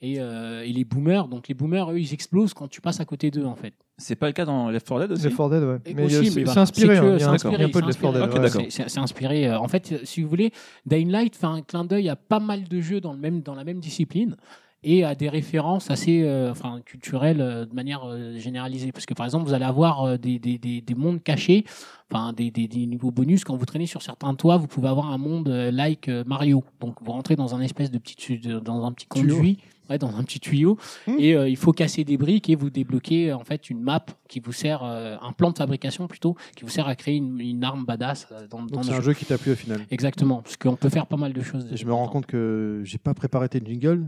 Speaker 8: et, euh, et les boomers. Donc, les boomers, eux, ils explosent quand tu passes à côté d'eux, en fait.
Speaker 7: C'est pas le cas dans Left 4 Dead aussi
Speaker 4: The Four Dead, ouais.
Speaker 8: Et
Speaker 4: Mais,
Speaker 8: aussi,
Speaker 4: euh,
Speaker 8: mais
Speaker 4: c'est
Speaker 8: voilà.
Speaker 4: c'est inspiré,
Speaker 8: C'est
Speaker 4: hein,
Speaker 8: que-
Speaker 4: il y a
Speaker 8: c'est
Speaker 4: un-
Speaker 8: inspiré,
Speaker 4: il y a un peu de
Speaker 8: c'est
Speaker 4: Left 4 Dead.
Speaker 8: inspiré.
Speaker 7: Ok,
Speaker 4: ouais.
Speaker 7: d'accord.
Speaker 8: C'est- C'est c'est inspiré. euh, En fait, euh, si vous voulez, Dying Light fait un clin d'œil à pas mal de jeux dans, le même, dans la même discipline et à des références assez euh, enfin, culturelles euh, de manière euh, généralisée. Parce que par exemple, vous allez avoir euh, des, des, des, des mondes cachés, enfin, des, des, des niveaux bonus. Quand vous traînez sur certains toits, vous pouvez avoir un monde euh, like euh, Mario. Donc vous rentrez dans un espèce de petit, tu- de- dans un petit
Speaker 3: Tuyau.
Speaker 8: conduit. Ouais, dans un petit tuyau et euh, il faut casser des briques et vous débloquer euh, en fait une map qui vous sert euh, un plan de fabrication plutôt qui vous sert à créer une, une arme badass euh, dans, dans
Speaker 3: Donc
Speaker 8: le
Speaker 3: c'est un
Speaker 8: jeu.
Speaker 3: jeu qui t'a plu au final.
Speaker 8: Exactement, parce qu'on peut faire pas mal de choses. euh,
Speaker 3: Et je me rends compte que j'ai pas préparé tes jingles.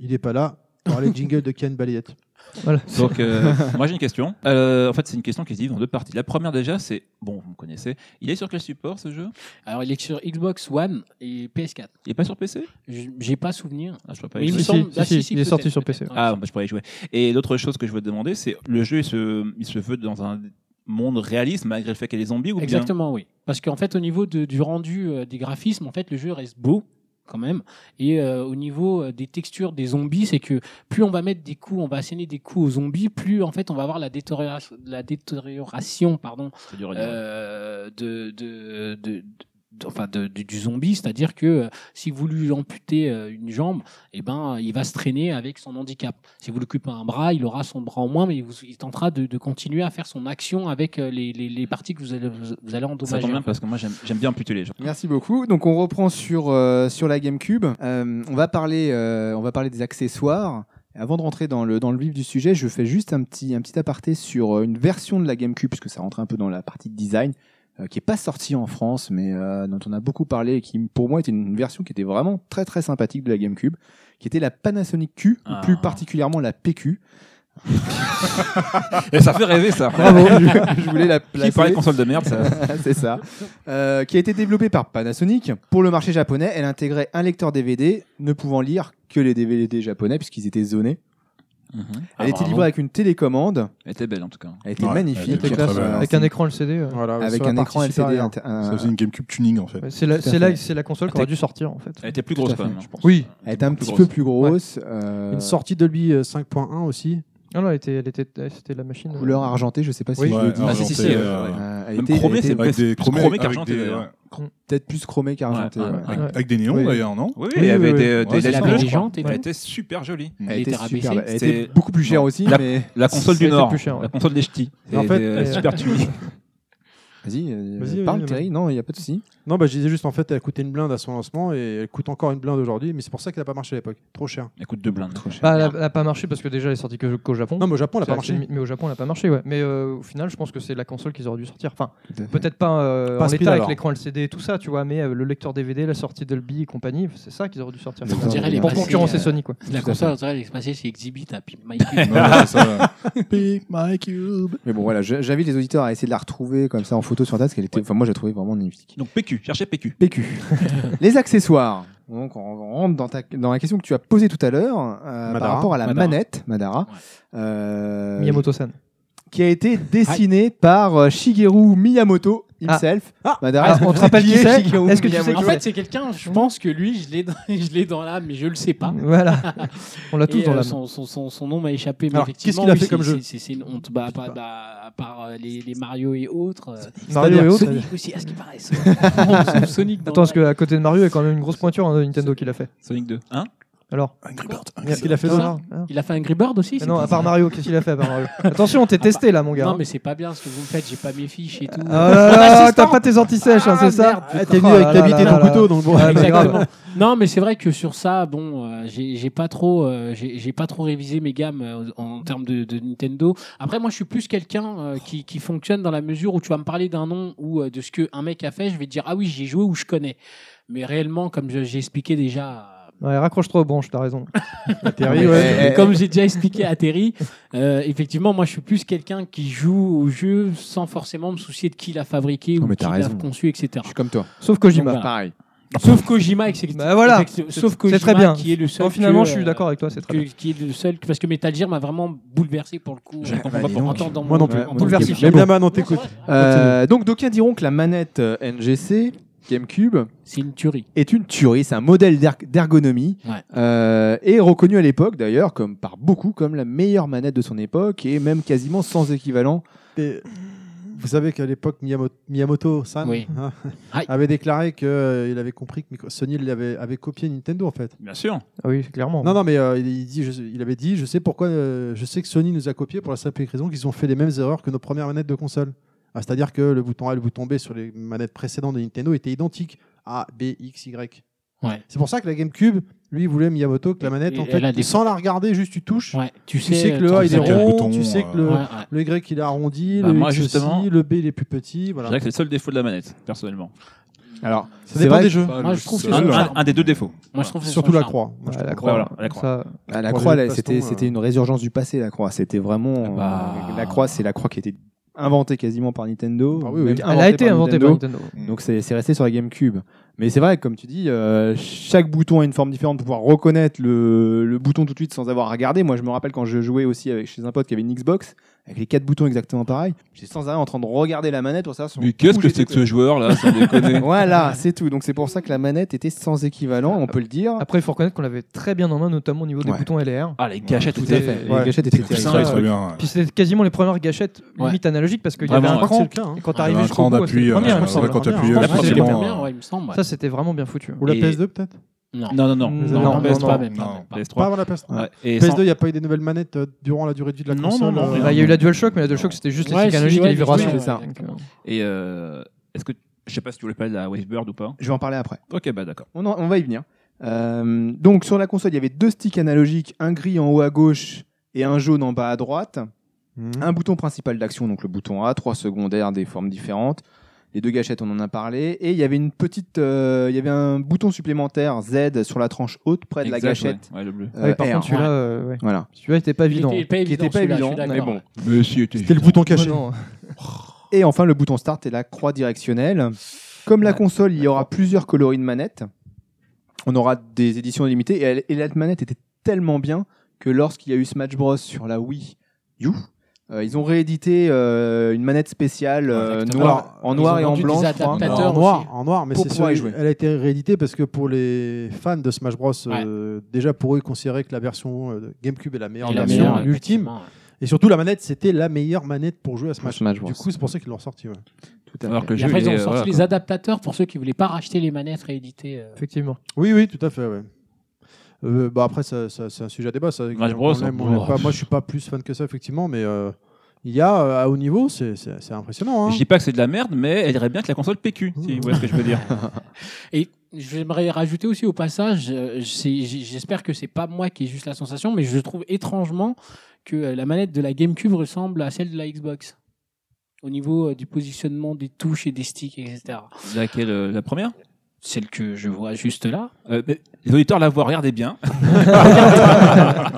Speaker 3: Il est pas là. Parler jingle de Ken Balayette.
Speaker 4: Voilà.
Speaker 7: Donc, euh, moi j'ai une question. Euh, en fait, c'est une question qui se divise en deux parties. La première, déjà, c'est. Bon, vous me connaissez. Il est sur quel support ce jeu
Speaker 8: Alors il est sur Xbox One et PS4.
Speaker 7: Il est pas sur PC
Speaker 8: J- J'ai pas souvenir.
Speaker 7: ah, Je peux pas
Speaker 8: Mais
Speaker 7: y
Speaker 8: il me
Speaker 7: jouer.
Speaker 4: Si,
Speaker 8: semble-
Speaker 4: si,
Speaker 8: ah,
Speaker 4: si, il est
Speaker 8: peut-être,
Speaker 4: sorti sur
Speaker 8: peut-être,
Speaker 4: PC.
Speaker 8: ouais.
Speaker 7: Ah, bah, je pourrais y jouer. Et l'autre chose que je veux te demander, c'est le jeu, il se, il se veut dans un monde réaliste malgré le fait qu'il y ait des zombies ou bien
Speaker 8: Exactement, oui. Parce qu'en fait, au niveau de- du rendu euh, des graphismes, en fait, le jeu reste beau quand même. Et euh, au niveau euh, des textures des zombies, c'est que plus on va mettre des coups, on va asséner des coups aux zombies, plus en fait, on va avoir la détérioration, la détérioration pardon,
Speaker 7: C'est dur à dire.
Speaker 8: euh, de, de, de- de- enfin de- du, du zombie, c'est-à-dire que euh, si vous lui amputez euh, une jambe, eh ben il va se traîner avec son handicap. Si vous lui coupez un bras, il aura son bras en moins, mais il, vous- il tentera de, de continuer à faire son action avec euh, les, les, les parties que vous allez vous, vous allez
Speaker 7: Ça
Speaker 8: endommager.
Speaker 7: tombe bien parce que moi j'aime j'aime bien amputer les gens.
Speaker 5: Merci beaucoup. Donc on reprend sur euh, sur la GameCube. Euh, on va parler euh, on va parler des accessoires. Avant de rentrer dans le dans le vif du sujet, je fais juste un petit un petit aparté sur euh, une version de la GameCube puisque ça rentre un peu dans la partie de design euh, qui est pas sortie en France mais euh, dont on a beaucoup parlé et qui pour moi était une version qui était vraiment très très sympathique de la GameCube, qui était la Panasonic Q, ou
Speaker 7: Ah.
Speaker 5: plus particulièrement la PQ.
Speaker 7: Et ça fait rêver ça.
Speaker 5: Bravo. je voulais la placer.
Speaker 7: Qui parlait de console de merde ça
Speaker 5: c'est ça. Euh, qui a été développée par Panasonic. Pour le marché japonais, elle intégrait un lecteur DVD ne pouvant lire que les DVD japonais puisqu'ils étaient zonés.
Speaker 7: Ah,
Speaker 5: elle était
Speaker 7: bravo.
Speaker 5: livrée avec une télécommande.
Speaker 7: Elle était belle en tout cas.
Speaker 5: Elle était
Speaker 6: Ouais, elle
Speaker 5: magnifique.
Speaker 6: était
Speaker 4: classe,
Speaker 6: très belle.
Speaker 5: Euh,
Speaker 4: Avec un écran LCD. euh.
Speaker 3: Voilà,
Speaker 5: avec
Speaker 3: sur la
Speaker 5: un
Speaker 3: partie
Speaker 5: écran LCD.
Speaker 3: supérieure.
Speaker 5: inter- un-
Speaker 6: Ça faisait une GameCube tuning en fait.
Speaker 4: Ouais, C'est la,
Speaker 5: Tout à
Speaker 4: c'est la,
Speaker 5: fait.
Speaker 4: c'est la console qui aurait dû sortir en fait.
Speaker 7: Elle était plus grosse
Speaker 5: Tout à
Speaker 7: quand
Speaker 5: fait.
Speaker 7: même, hein. je pense.
Speaker 4: Oui.
Speaker 5: Elle était un
Speaker 7: plus
Speaker 5: petit
Speaker 7: grosse.
Speaker 5: peu plus grosse. euh,
Speaker 3: Une sortie de lui euh, 5.1 aussi.
Speaker 4: Ah Non, non, elle était, elle était, elle- c'était la machine. euh,
Speaker 5: couleur argentée, je sais pas si
Speaker 4: Oui.
Speaker 5: je le
Speaker 6: Ouais,
Speaker 5: dis.
Speaker 7: Ah, si, si, si.
Speaker 6: argenté,
Speaker 7: euh,
Speaker 6: euh,
Speaker 7: ouais.
Speaker 5: Euh, elle
Speaker 7: Même
Speaker 5: était, elle
Speaker 7: chromée,
Speaker 5: était
Speaker 7: c'est
Speaker 6: Avec
Speaker 7: plus
Speaker 6: des chromés,
Speaker 7: chromé
Speaker 6: avec
Speaker 7: qu'argenté,
Speaker 6: des-
Speaker 7: d'ailleurs.
Speaker 6: ouais.
Speaker 5: peut-être plus chromée qu'argentée.
Speaker 7: Ouais, ouais,
Speaker 5: ouais.
Speaker 4: ouais.
Speaker 6: Avec des néons
Speaker 3: Oui.
Speaker 6: d'ailleurs, non
Speaker 7: Oui,
Speaker 4: Oui,
Speaker 7: elle avait
Speaker 4: oui,
Speaker 7: des,
Speaker 6: oui.
Speaker 7: des
Speaker 6: Ouais, c'est
Speaker 7: lettres
Speaker 6: ça.
Speaker 7: bleues, je crois.
Speaker 8: Intelligente et tout.
Speaker 7: Elle était super jolie.
Speaker 5: Elle
Speaker 8: Il
Speaker 5: était
Speaker 8: était rabaissé,
Speaker 5: superbe. Elle
Speaker 7: c'était-
Speaker 5: était beaucoup plus chère
Speaker 7: Non.
Speaker 5: aussi,
Speaker 7: La-
Speaker 5: mais
Speaker 7: La console
Speaker 4: Ça a
Speaker 7: du
Speaker 4: été
Speaker 7: Nord,
Speaker 4: plus cher, ouais.
Speaker 7: la console des ch'tis.
Speaker 3: En
Speaker 7: Et
Speaker 3: fait,
Speaker 7: des, euh,
Speaker 4: euh,
Speaker 7: super tunis.
Speaker 5: vas-y, euh,
Speaker 3: Vas-y,
Speaker 5: parle
Speaker 3: vas-y,
Speaker 5: Thierry. Non, il y a pas de souci.
Speaker 3: Non, bah, je disais juste, en fait, elle coûtait une blinde à son lancement et elle coûte encore une blinde aujourd'hui, mais c'est pour ça qu'elle n'a pas marché à l'époque. Trop cher.
Speaker 5: Mmh.
Speaker 7: Elle coûte deux blindes.
Speaker 4: Bah, elle a- elle a pas marché parce que déjà elle est sortie que- qu'au Japon.
Speaker 3: Non, mais au Japon, elle n'a pas
Speaker 4: C'est-
Speaker 3: marché.
Speaker 4: Mais au Japon, elle n'a pas marché, ouais. Mais euh, au final, je pense que c'est la console qu'ils auraient dû sortir. Enfin,
Speaker 5: Tout à fait.
Speaker 4: peut-être pas, euh,
Speaker 3: Pas
Speaker 4: en
Speaker 3: à ce
Speaker 4: l'état
Speaker 3: prix-là,
Speaker 4: avec
Speaker 3: alors.
Speaker 4: l'écran LCD et tout ça, tu vois, mais euh, le lecteur DVD, la sortie Dolby et compagnie, c'est ça qu'ils auraient dû sortir.
Speaker 5: On dirait les
Speaker 4: pour
Speaker 5: passés,
Speaker 4: concurrencer
Speaker 8: euh,
Speaker 4: Sony, quoi.
Speaker 8: La
Speaker 5: Tout à
Speaker 8: console,
Speaker 5: fait.
Speaker 8: en train d'être passée, c'est Exhibit à Pimp My
Speaker 6: Ouais, c'est ça. Pick my cube.
Speaker 5: Mais bon, voilà, je- j'invite les auditeurs à essayer de la retrouver comme ça en photo sur place, qu'elle était. Enfin, moi, j'ai trouvé vraiment magnifique.
Speaker 7: Donc PQ, cherchez PQ.
Speaker 5: PQ. les accessoires. Donc, on rentre dans, ta- dans la question que tu as posée tout à l'heure euh, par
Speaker 3: Madara.
Speaker 5: rapport à la
Speaker 7: Madara.
Speaker 5: manette Madara,
Speaker 8: Ouais.
Speaker 5: euh,
Speaker 4: Miyamoto-san.
Speaker 5: qui a été dessinée par euh, Shigeru Miyamoto himself.
Speaker 4: Ah.
Speaker 5: Madara, est-ce que
Speaker 4: on
Speaker 5: tu
Speaker 4: te
Speaker 5: sais
Speaker 4: rappelle qui c'est
Speaker 5: Shigeru
Speaker 4: Est-ce que tu sais
Speaker 5: Miyamoto
Speaker 8: En fait, c'est quelqu'un, je pense que lui, je l'ai dans, je l'ai dans l'âme, mais je le sais pas.
Speaker 4: Voilà. On l'a tous
Speaker 8: Et,
Speaker 4: dans
Speaker 8: euh,
Speaker 4: la main.
Speaker 8: son, son, son, son nom m'a échappé, mais
Speaker 3: Alors, qu'est-ce
Speaker 8: effectivement,
Speaker 3: qu'il a
Speaker 8: oui,
Speaker 3: fait comme
Speaker 8: c'est-
Speaker 3: jeu
Speaker 8: c'est- C'est une honte, bah, bah, bah, à part euh, les, les Mario et autres. euh,
Speaker 4: Mario et autres.
Speaker 8: Sonic aussi, à ce qui paraît. Sonic, Sonic dans
Speaker 4: Attends, parce
Speaker 8: la-
Speaker 4: qu'à côté de Mario, il y a quand même une grosse pointure hein, Nintendo qui l'a fait.
Speaker 7: Sonic 2. Hein
Speaker 4: Alors,
Speaker 6: Angry Bird.
Speaker 4: qu'est-ce qu'il a fait
Speaker 8: Non,
Speaker 4: d'autre Hein
Speaker 8: Il a fait un Gribird aussi
Speaker 4: Non,
Speaker 8: c'est- Ah,
Speaker 4: à part Mario, qu'est-ce qu'il a fait à part Mario Attention, t'es testé là, mon gars. hein.
Speaker 8: Non, mais c'est pas bien ce que vous me faites, j'ai pas mes fiches et tout.
Speaker 4: Ah là là,
Speaker 8: Assistant.
Speaker 4: t'as pas tes antisèches, hein, c'est ça
Speaker 8: Ah, merde,
Speaker 4: T'es venu avec ta bite et ton couteau,
Speaker 3: donc
Speaker 4: bon.
Speaker 8: Exactement. Non, mais c'est vrai que sur ça, bon, euh, j'ai j'ai pas trop, euh, j'ai j'ai pas trop révisé mes gammes euh, en termes de, de Nintendo. Après, moi, je suis plus quelqu'un euh, qui, qui fonctionne dans la mesure où tu vas me parler d'un nom ou euh, de ce que un mec a fait, je vais te dire ah oui, j'y ai joué ou je connais. Mais réellement, comme je- j'ai expliqué déjà, euh,
Speaker 4: Ouais, raccroche-toi aux branches, t'as raison.
Speaker 3: Terry,
Speaker 5: Mais-
Speaker 3: ouais.
Speaker 5: Eh, eh,
Speaker 8: comme j'ai déjà expliqué à Terry, euh, effectivement, moi, je suis plus quelqu'un qui joue au jeu sans forcément me soucier de qui l'a fabriqué
Speaker 5: Non,
Speaker 8: ou
Speaker 5: mais
Speaker 8: qui
Speaker 5: t'as
Speaker 8: l'a
Speaker 5: raison.
Speaker 8: conçu, etc.
Speaker 5: Je suis comme toi.
Speaker 4: Sauf Kojima.
Speaker 8: Donc, voilà.
Speaker 5: Pareil.
Speaker 8: Sauf Kojima, etc.
Speaker 4: Bah voilà.
Speaker 8: sauf
Speaker 4: C'est-
Speaker 8: Kojima,
Speaker 4: c'est très bien.
Speaker 8: qui est le seul.
Speaker 4: Non, finalement,
Speaker 8: que,
Speaker 4: je suis
Speaker 8: euh,
Speaker 4: d'accord avec toi, c'est très
Speaker 8: que-
Speaker 4: bien.
Speaker 8: qui est le seul parce que Metal Gear m'a vraiment bouleversé pour le coup.
Speaker 7: Je
Speaker 8: euh,
Speaker 7: comprends
Speaker 5: bah,
Speaker 7: pas
Speaker 5: dis
Speaker 7: pourquoi.
Speaker 5: donc.
Speaker 8: en tant que-
Speaker 3: Moi non plus.
Speaker 8: en tant que-
Speaker 4: Bouleversifiant.
Speaker 3: Mais bien, maintenant, t'écoutes.
Speaker 5: Euh, donc, d'aucuns diront que la manette euh, NGC GameCube
Speaker 8: C'est une tuerie.
Speaker 5: est une tuerie, c'est un modèle d'erg- d'ergonomie
Speaker 8: Ouais.
Speaker 5: euh, et reconnu à l'époque d'ailleurs comme par beaucoup comme la meilleure manette de son époque et même quasiment sans équivalent.
Speaker 3: Et Vous savez qu'à l'époque, Miyamoto, San
Speaker 8: Oui. Aïe.
Speaker 3: avait déclaré qu'il avait compris que Micro- Sony l'avait- avait copié Nintendo en fait.
Speaker 7: Bien sûr.
Speaker 4: Ah oui, clairement.
Speaker 3: Non, non, mais euh, il, il dit, je- il avait dit, je sais pourquoi, euh, je sais que Sony nous a copié pour la simple et raison qu'ils ont fait les mêmes erreurs que nos premières manettes de console. Ah, C'est-à-dire que le bouton A et le bouton B sur les manettes précédentes de Nintendo étaient identiques. A, B, X, Y.
Speaker 8: Ouais.
Speaker 3: C'est pour ça que la GameCube, lui, il voulait Miyamoto que la manette,
Speaker 8: Et-
Speaker 3: en
Speaker 8: et
Speaker 3: fait,
Speaker 8: elle a des-
Speaker 3: sans la regarder, juste tu touches.
Speaker 8: Ouais, tu
Speaker 3: Tu
Speaker 8: sais,
Speaker 3: sais que le
Speaker 8: euh,
Speaker 3: A il est
Speaker 8: t'en sais-
Speaker 6: quel
Speaker 3: rond,
Speaker 6: bouton,
Speaker 3: tu sais que le,
Speaker 8: euh, Ouais, ouais.
Speaker 3: le Y il est arrondi,
Speaker 7: Bah,
Speaker 3: le
Speaker 7: moi,
Speaker 3: X
Speaker 7: justement,
Speaker 3: aussi, le B il est plus petit.
Speaker 7: Je
Speaker 3: Voilà.
Speaker 7: dirais que c'est le seul défaut de la manette, personnellement.
Speaker 5: Alors,
Speaker 3: Ça
Speaker 5: c'est
Speaker 3: dépend
Speaker 5: vrai
Speaker 3: des jeux.
Speaker 8: Moi, je trouve que
Speaker 7: Un,
Speaker 8: c'est son
Speaker 6: seul.
Speaker 7: un-
Speaker 8: charme.
Speaker 7: un des deux défauts.
Speaker 8: Moi, je trouve que c'est
Speaker 3: Surtout
Speaker 8: son
Speaker 3: la
Speaker 8: charme.
Speaker 3: croix. Moi, je
Speaker 4: Ouais, la
Speaker 3: trouve.
Speaker 4: croix,
Speaker 7: Voilà,
Speaker 4: là.
Speaker 7: la croix.
Speaker 4: Ça-
Speaker 5: que ah, la
Speaker 3: Pour
Speaker 5: croix
Speaker 3: les
Speaker 5: là,
Speaker 3: jeux de
Speaker 5: c'était
Speaker 3: baston,
Speaker 5: c'était
Speaker 3: euh.
Speaker 5: une résurgence du passé la croix, c'était vraiment euh,
Speaker 7: Ah bah.
Speaker 5: la croix c'est la croix qui a été inventée quasiment par Nintendo.
Speaker 3: Ah oui, oui.
Speaker 5: même
Speaker 4: Elle a été inventée par
Speaker 5: Nintendo.
Speaker 4: Nintendo.
Speaker 5: Donc c'est c'est resté sur la GameCube. Mais c'est vrai, comme tu dis, euh, chaque bouton a une forme différente pour pouvoir reconnaître le, le bouton tout de suite sans avoir à regarder. Moi, je me rappelle quand je jouais aussi avec, chez un pote qui avait une Xbox, avec les quatre boutons exactement pareils, j'étais sans arrêt en train de regarder la manette pour savoir sur
Speaker 7: Mais qu'est-ce
Speaker 5: où
Speaker 7: que
Speaker 5: j'étais
Speaker 7: c'est que ce joueur là Sans déconner.
Speaker 5: Voilà, c'est tout. Donc c'est pour ça que la manette était sans équivalent, on peut le dire.
Speaker 4: Après, il faut reconnaître qu'on l'avait très bien en main, notamment au niveau des
Speaker 5: Ouais.
Speaker 4: boutons LR.
Speaker 7: Ah, les gâchettes,
Speaker 5: Tout
Speaker 7: étaient-
Speaker 5: à fait. Les
Speaker 3: Ouais.
Speaker 5: gâchettes étaient
Speaker 6: C'est
Speaker 5: terribles.
Speaker 6: vrai, très bien. ouais.
Speaker 4: Puis c'était quasiment les premières gâchettes
Speaker 8: Ouais.
Speaker 4: limite analogiques parce qu'il y avait
Speaker 7: Vraiment,
Speaker 4: un
Speaker 7: ouais.
Speaker 3: C'est
Speaker 4: cran.
Speaker 3: le cas. hein.
Speaker 4: Et quand
Speaker 6: Il y avait
Speaker 4: t'arrivais
Speaker 6: un
Speaker 4: jusqu'au bout,
Speaker 6: cran d'appui,
Speaker 4: c'était
Speaker 6: euh,
Speaker 4: les premières, il me
Speaker 6: ouais,
Speaker 4: semble.
Speaker 6: quand tu
Speaker 3: Je
Speaker 6: appuies,
Speaker 3: pense
Speaker 8: Ouais,
Speaker 3: que
Speaker 8: c'est les
Speaker 3: forcément,
Speaker 8: premières,
Speaker 6: euh,
Speaker 8: ouais, il me semble. ouais.
Speaker 4: Ça, c'était vraiment bien foutu. ouais.
Speaker 3: Ou la
Speaker 7: Et-
Speaker 3: PS2 peut-être
Speaker 8: Non,
Speaker 7: Non, non, non.
Speaker 4: Non,
Speaker 7: Non,
Speaker 4: non,
Speaker 7: PS3.
Speaker 8: pas, même pas,
Speaker 6: non.
Speaker 8: même pas.
Speaker 3: Pas
Speaker 7: PS3.
Speaker 3: avant la PS2.
Speaker 7: Ouais. Et sans-
Speaker 3: PS2, il n'y a pas eu des nouvelles manettes euh, durant la durée de vie de la
Speaker 7: Non,
Speaker 3: console.
Speaker 7: non, non,
Speaker 4: Bah, Il
Speaker 3: euh,
Speaker 4: y a eu la DualShock, mais la DualShock, c'était juste
Speaker 8: Ouais,
Speaker 4: les
Speaker 8: c'est-
Speaker 4: sticks analogiques et
Speaker 8: ouais,
Speaker 4: les vibrations.
Speaker 8: oui, c'est ça.
Speaker 4: Donc, euh,
Speaker 7: Et euh, est-ce que. Je sais pas si tu voulais parler de la Wavebird ou pas.
Speaker 5: Je vais en parler après.
Speaker 7: Ok, bah d'accord.
Speaker 5: On, en- on va y venir. Euh, donc sur la console, il y avait deux sticks analogiques, un gris en haut à gauche et un jaune en bas à droite.
Speaker 3: Mhm.
Speaker 5: Un bouton principal d'action, donc le bouton A, trois secondaires des formes différentes. Les deux gâchettes, on en a parlé. Et il y avait une petite, euh, il y avait un bouton supplémentaire Z sur la tranche haute près de la
Speaker 7: Exact, ouais.
Speaker 5: gâchette.
Speaker 7: Ouais, le bleu.
Speaker 5: euh,
Speaker 8: Ah
Speaker 4: Ouais, par
Speaker 5: R.
Speaker 4: contre, celui-là, euh, ouais.
Speaker 5: Voilà.
Speaker 4: celui-là était pas hein.
Speaker 8: Il
Speaker 4: évident.
Speaker 8: était pas
Speaker 5: Qui était
Speaker 8: évident,
Speaker 5: pas
Speaker 8: celui-là,
Speaker 5: évident,
Speaker 8: je suis
Speaker 5: mais
Speaker 8: d'accord.
Speaker 5: bon.
Speaker 7: Mais si, était
Speaker 3: C'était le bouton caché.
Speaker 4: Ouais, non. hein.
Speaker 5: Et enfin, le bouton Start et la croix directionnelle. Comme la
Speaker 7: Ouais.
Speaker 5: console, il y aura plusieurs coloris de manettes. On aura des éditions limitées. Et, elle- et la manette était tellement bien que lorsqu'il y a eu Smash Bros sur la Wii U, euh, ils ont réédité euh, une manette spéciale euh,
Speaker 8: Exactement.
Speaker 5: noire,
Speaker 8: Ils
Speaker 5: en
Speaker 8: ont
Speaker 5: noir et en
Speaker 8: vendu
Speaker 5: blanc.
Speaker 8: des
Speaker 5: je crois.
Speaker 8: adaptateurs.
Speaker 3: en
Speaker 8: aussi.
Speaker 3: noir, en noir, mais
Speaker 5: Pour
Speaker 3: c'est
Speaker 5: pouvoir y
Speaker 3: celui-
Speaker 5: jouer.
Speaker 3: elle a été rééditée parce que pour les fans de Smash Bros, euh, déjà pour eux, ils considéraient que la version euh, de GameCube est la meilleure
Speaker 8: Et la
Speaker 3: version,
Speaker 8: meilleure,
Speaker 3: l'ultime.
Speaker 8: effectivement.
Speaker 3: Et surtout, la manette, c'était la meilleure manette pour jouer à Smash.
Speaker 5: Smash Bros.
Speaker 3: Du coup, c'est pour ça qu'ils l'ont sortie. ouais.
Speaker 5: Tout à
Speaker 7: Alors
Speaker 5: fait.
Speaker 7: que
Speaker 8: Et
Speaker 7: j'ai
Speaker 8: après, ils ont
Speaker 7: les-
Speaker 8: sorti
Speaker 7: euh, voilà,
Speaker 8: les adaptateurs pour ceux qui voulaient pas racheter les manettes rééditées. euh.
Speaker 4: Effectivement.
Speaker 3: Oui, oui, tout à fait. ouais. Euh, bah après, ça- ça- c'est un sujet à débat. Ça,
Speaker 7: Smash
Speaker 3: On
Speaker 7: Bros,
Speaker 3: l'aime,
Speaker 7: hein.
Speaker 3: on l'aime
Speaker 7: Oh.
Speaker 3: pas. Moi, je suis pas plus fan que ça, effectivement, mais euh, il y a euh, à haut niveau, c'est- c'est c'est impressionnant. hein.
Speaker 7: Je dis pas que c'est de la merde, mais elle irait bien que la console PQ, si vous voyez ce que je veux dire.
Speaker 8: Et j'aimerais rajouter aussi au passage, euh, c'est- j- j'espère que c'est pas moi qui ai juste la sensation, mais je trouve étrangement que euh, la manette de la GameCube ressemble à celle de la Xbox au niveau euh, du positionnement des touches et des sticks, etc.
Speaker 7: Laquelle, euh, la première
Speaker 8: Celle que je vois juste là.
Speaker 7: Euh, mais Les auditeurs la voient, regardez bien.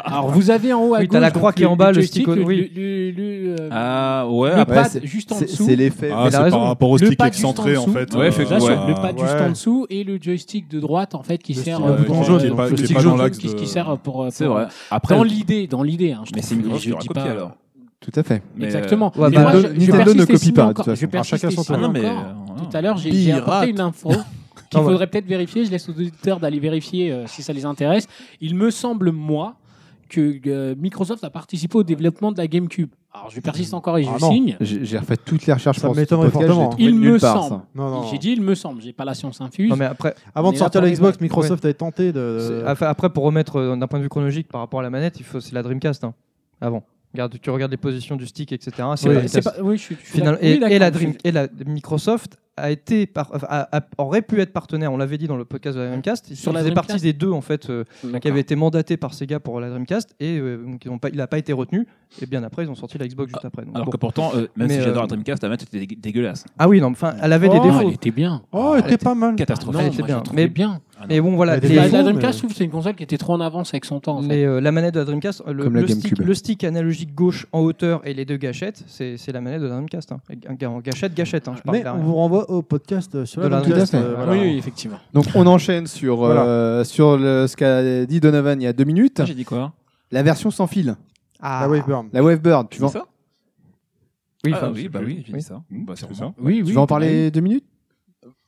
Speaker 8: Alors vous avez en haut à
Speaker 4: Oui,
Speaker 8: gauche.
Speaker 4: t'as la croix
Speaker 8: donc,
Speaker 4: qui est
Speaker 8: le-
Speaker 4: en bas, le
Speaker 8: joystick,
Speaker 4: stick, oui.
Speaker 8: le- le- le, euh,
Speaker 7: Ah ouais,
Speaker 8: le
Speaker 7: après,
Speaker 8: pad
Speaker 5: c'est-
Speaker 8: juste en
Speaker 5: C'est
Speaker 8: dessous.
Speaker 5: c'est l'effet.
Speaker 6: Ah,
Speaker 4: Mais
Speaker 6: c'est
Speaker 4: la raison-
Speaker 6: par rapport au
Speaker 8: le
Speaker 6: stick
Speaker 8: pas juste en
Speaker 6: excentré en
Speaker 8: dessous.
Speaker 6: fait.
Speaker 7: Ouais, fait-
Speaker 8: Là,
Speaker 7: ouais.
Speaker 8: sur le pas juste
Speaker 3: Ouais.
Speaker 8: en dessous et le joystick de droite en fait qui
Speaker 3: Le
Speaker 8: sert
Speaker 3: stick,
Speaker 8: euh,
Speaker 3: le
Speaker 8: pour,
Speaker 3: bouton jaune,
Speaker 8: euh,
Speaker 3: qui est
Speaker 6: pas-
Speaker 8: le
Speaker 6: qui est
Speaker 8: stick
Speaker 6: pas dans
Speaker 8: jaune
Speaker 6: l'axe
Speaker 8: qui,
Speaker 6: de-
Speaker 8: qui sert pour, euh,
Speaker 7: c'est
Speaker 8: pour,
Speaker 7: vrai.
Speaker 8: euh,
Speaker 7: Après,
Speaker 8: dans l'idée dans l'idée hein, je
Speaker 7: mais c'est
Speaker 8: trouve,
Speaker 7: Microsoft
Speaker 8: je
Speaker 7: qui aura
Speaker 8: dis
Speaker 7: copié
Speaker 8: pas-
Speaker 7: alors.
Speaker 5: Tout à fait.
Speaker 7: Mais, euh,
Speaker 8: exactement
Speaker 5: Ouais,
Speaker 8: Mais
Speaker 5: bah,
Speaker 8: moi,
Speaker 5: de-
Speaker 8: je- je
Speaker 5: Nintendo
Speaker 8: persiste
Speaker 5: ne copie
Speaker 8: ici
Speaker 5: pas, de
Speaker 8: encore,
Speaker 5: toute
Speaker 8: je
Speaker 5: façon.
Speaker 8: persiste
Speaker 3: Chacun son
Speaker 8: ici
Speaker 7: Ah non, mais.
Speaker 8: encore.
Speaker 7: euh,
Speaker 8: tout à l'heure j'ai j'ai apporté une info qu'il
Speaker 4: Ah ouais.
Speaker 8: faudrait peut-être vérifier je laisse aux auditeurs d'aller vérifier euh, si ça les intéresse il me semble moi que euh, Microsoft a participé au développement de la GameCube alors je persiste encore et je
Speaker 3: Ah non.
Speaker 8: signe
Speaker 5: J'ai j'ai refait toutes les recherches
Speaker 3: Ça
Speaker 5: pour ce
Speaker 3: m'étonnerait
Speaker 5: podcast, je l'ai
Speaker 3: fortement.
Speaker 5: trouvé
Speaker 8: Il
Speaker 5: nulle
Speaker 8: me
Speaker 5: part,
Speaker 8: semble.
Speaker 3: Non, non, non.
Speaker 8: j'ai dit il me semble j'ai pas la science infuse
Speaker 4: Non, mais après,
Speaker 3: Avant de
Speaker 8: Mais
Speaker 3: sortir
Speaker 8: là,
Speaker 3: la
Speaker 8: pour
Speaker 3: Xbox,
Speaker 8: les-
Speaker 3: Microsoft a tenté de.
Speaker 8: Euh,
Speaker 4: c'est- après- après, pour remettre euh, d'un point de vue chronologique par rapport à la manette, il faut c'est la Dreamcast hein, avant. Regarde, tu regardes les positions du stick, etc. C'est
Speaker 8: Oui,
Speaker 4: la
Speaker 8: c'est
Speaker 4: Dreamcast.
Speaker 8: pas- oui, je suis- je suis
Speaker 4: Final-
Speaker 8: d'accord.
Speaker 4: et,
Speaker 8: Oui,
Speaker 4: et la
Speaker 8: d'accord, je
Speaker 4: Dream, et la Microsoft a été par- enfin, a- a- aurait pu être partenaire, on l'avait dit dans le podcast de la Dreamcast.
Speaker 8: Sur
Speaker 4: Sur
Speaker 8: la
Speaker 4: la faisait
Speaker 8: Dreamcast.
Speaker 4: partie des deux en fait euh,
Speaker 8: suis-
Speaker 4: qui avaient été mandatés par Sega pour la Dreamcast et euh, donc ils ont pas, il n'a pas été retenu. Et bien après, ils ont sorti la Xbox
Speaker 8: Ah.
Speaker 4: juste après. Donc,
Speaker 7: Alors
Speaker 4: bon.
Speaker 7: que pourtant, euh, même
Speaker 4: Mais,
Speaker 7: si j'adore
Speaker 4: euh,
Speaker 7: la Dreamcast, la manette était dé- dégueulasse.
Speaker 4: Ah oui, non, enfin, elle avait
Speaker 3: Oh,
Speaker 4: des
Speaker 8: Non,
Speaker 4: défauts.
Speaker 8: elle était bien.
Speaker 3: Oh, elle était pas mal.
Speaker 7: Catastrophique.
Speaker 8: Non,
Speaker 4: était
Speaker 8: moi,
Speaker 4: bien.
Speaker 8: je la trouvais
Speaker 4: Mais-
Speaker 8: bien. Bah,
Speaker 4: Mais bon, voilà.
Speaker 3: Elle était
Speaker 4: les-
Speaker 8: La,
Speaker 3: faux,
Speaker 8: la
Speaker 3: mais-
Speaker 8: Dreamcast, je trouve que c'est une console qui était trop en avance avec son temps. En fait.
Speaker 4: Mais euh, la manette de la Dreamcast, euh, le,
Speaker 5: Comme la
Speaker 4: le stick,
Speaker 5: GameCube.
Speaker 4: le stick analogique gauche en hauteur et les deux gâchettes, c'est c'est la manette de la Dreamcast. hein. Ga- Gâchette, gâchette. hein, je parle
Speaker 3: Mais
Speaker 4: de la-
Speaker 3: on vous renvoie au podcast euh, sur
Speaker 4: De
Speaker 3: la
Speaker 4: la
Speaker 3: Dreamcast,
Speaker 5: Dreamcast,
Speaker 3: euh,
Speaker 5: ouais.
Speaker 3: voilà.
Speaker 8: Oui, oui, effectivement.
Speaker 5: Donc on enchaîne sur, euh, sur le- ce qu'a dit Donovan il y a deux minutes.
Speaker 7: Ah, J'ai dit quoi
Speaker 5: La version sans fil,
Speaker 4: Ah,
Speaker 3: La Waveburn.
Speaker 5: la Wavebird. Tu, vas-
Speaker 7: ça
Speaker 4: Oui,
Speaker 7: Ah
Speaker 4: enfin,
Speaker 7: oui,
Speaker 4: je-
Speaker 7: bah oui, j'ai
Speaker 4: oui.
Speaker 7: dit ça. Bah, c'est
Speaker 6: C'est
Speaker 7: ça.
Speaker 6: ça
Speaker 8: Oui,
Speaker 5: tu
Speaker 8: oui.
Speaker 5: vas en parler deux minutes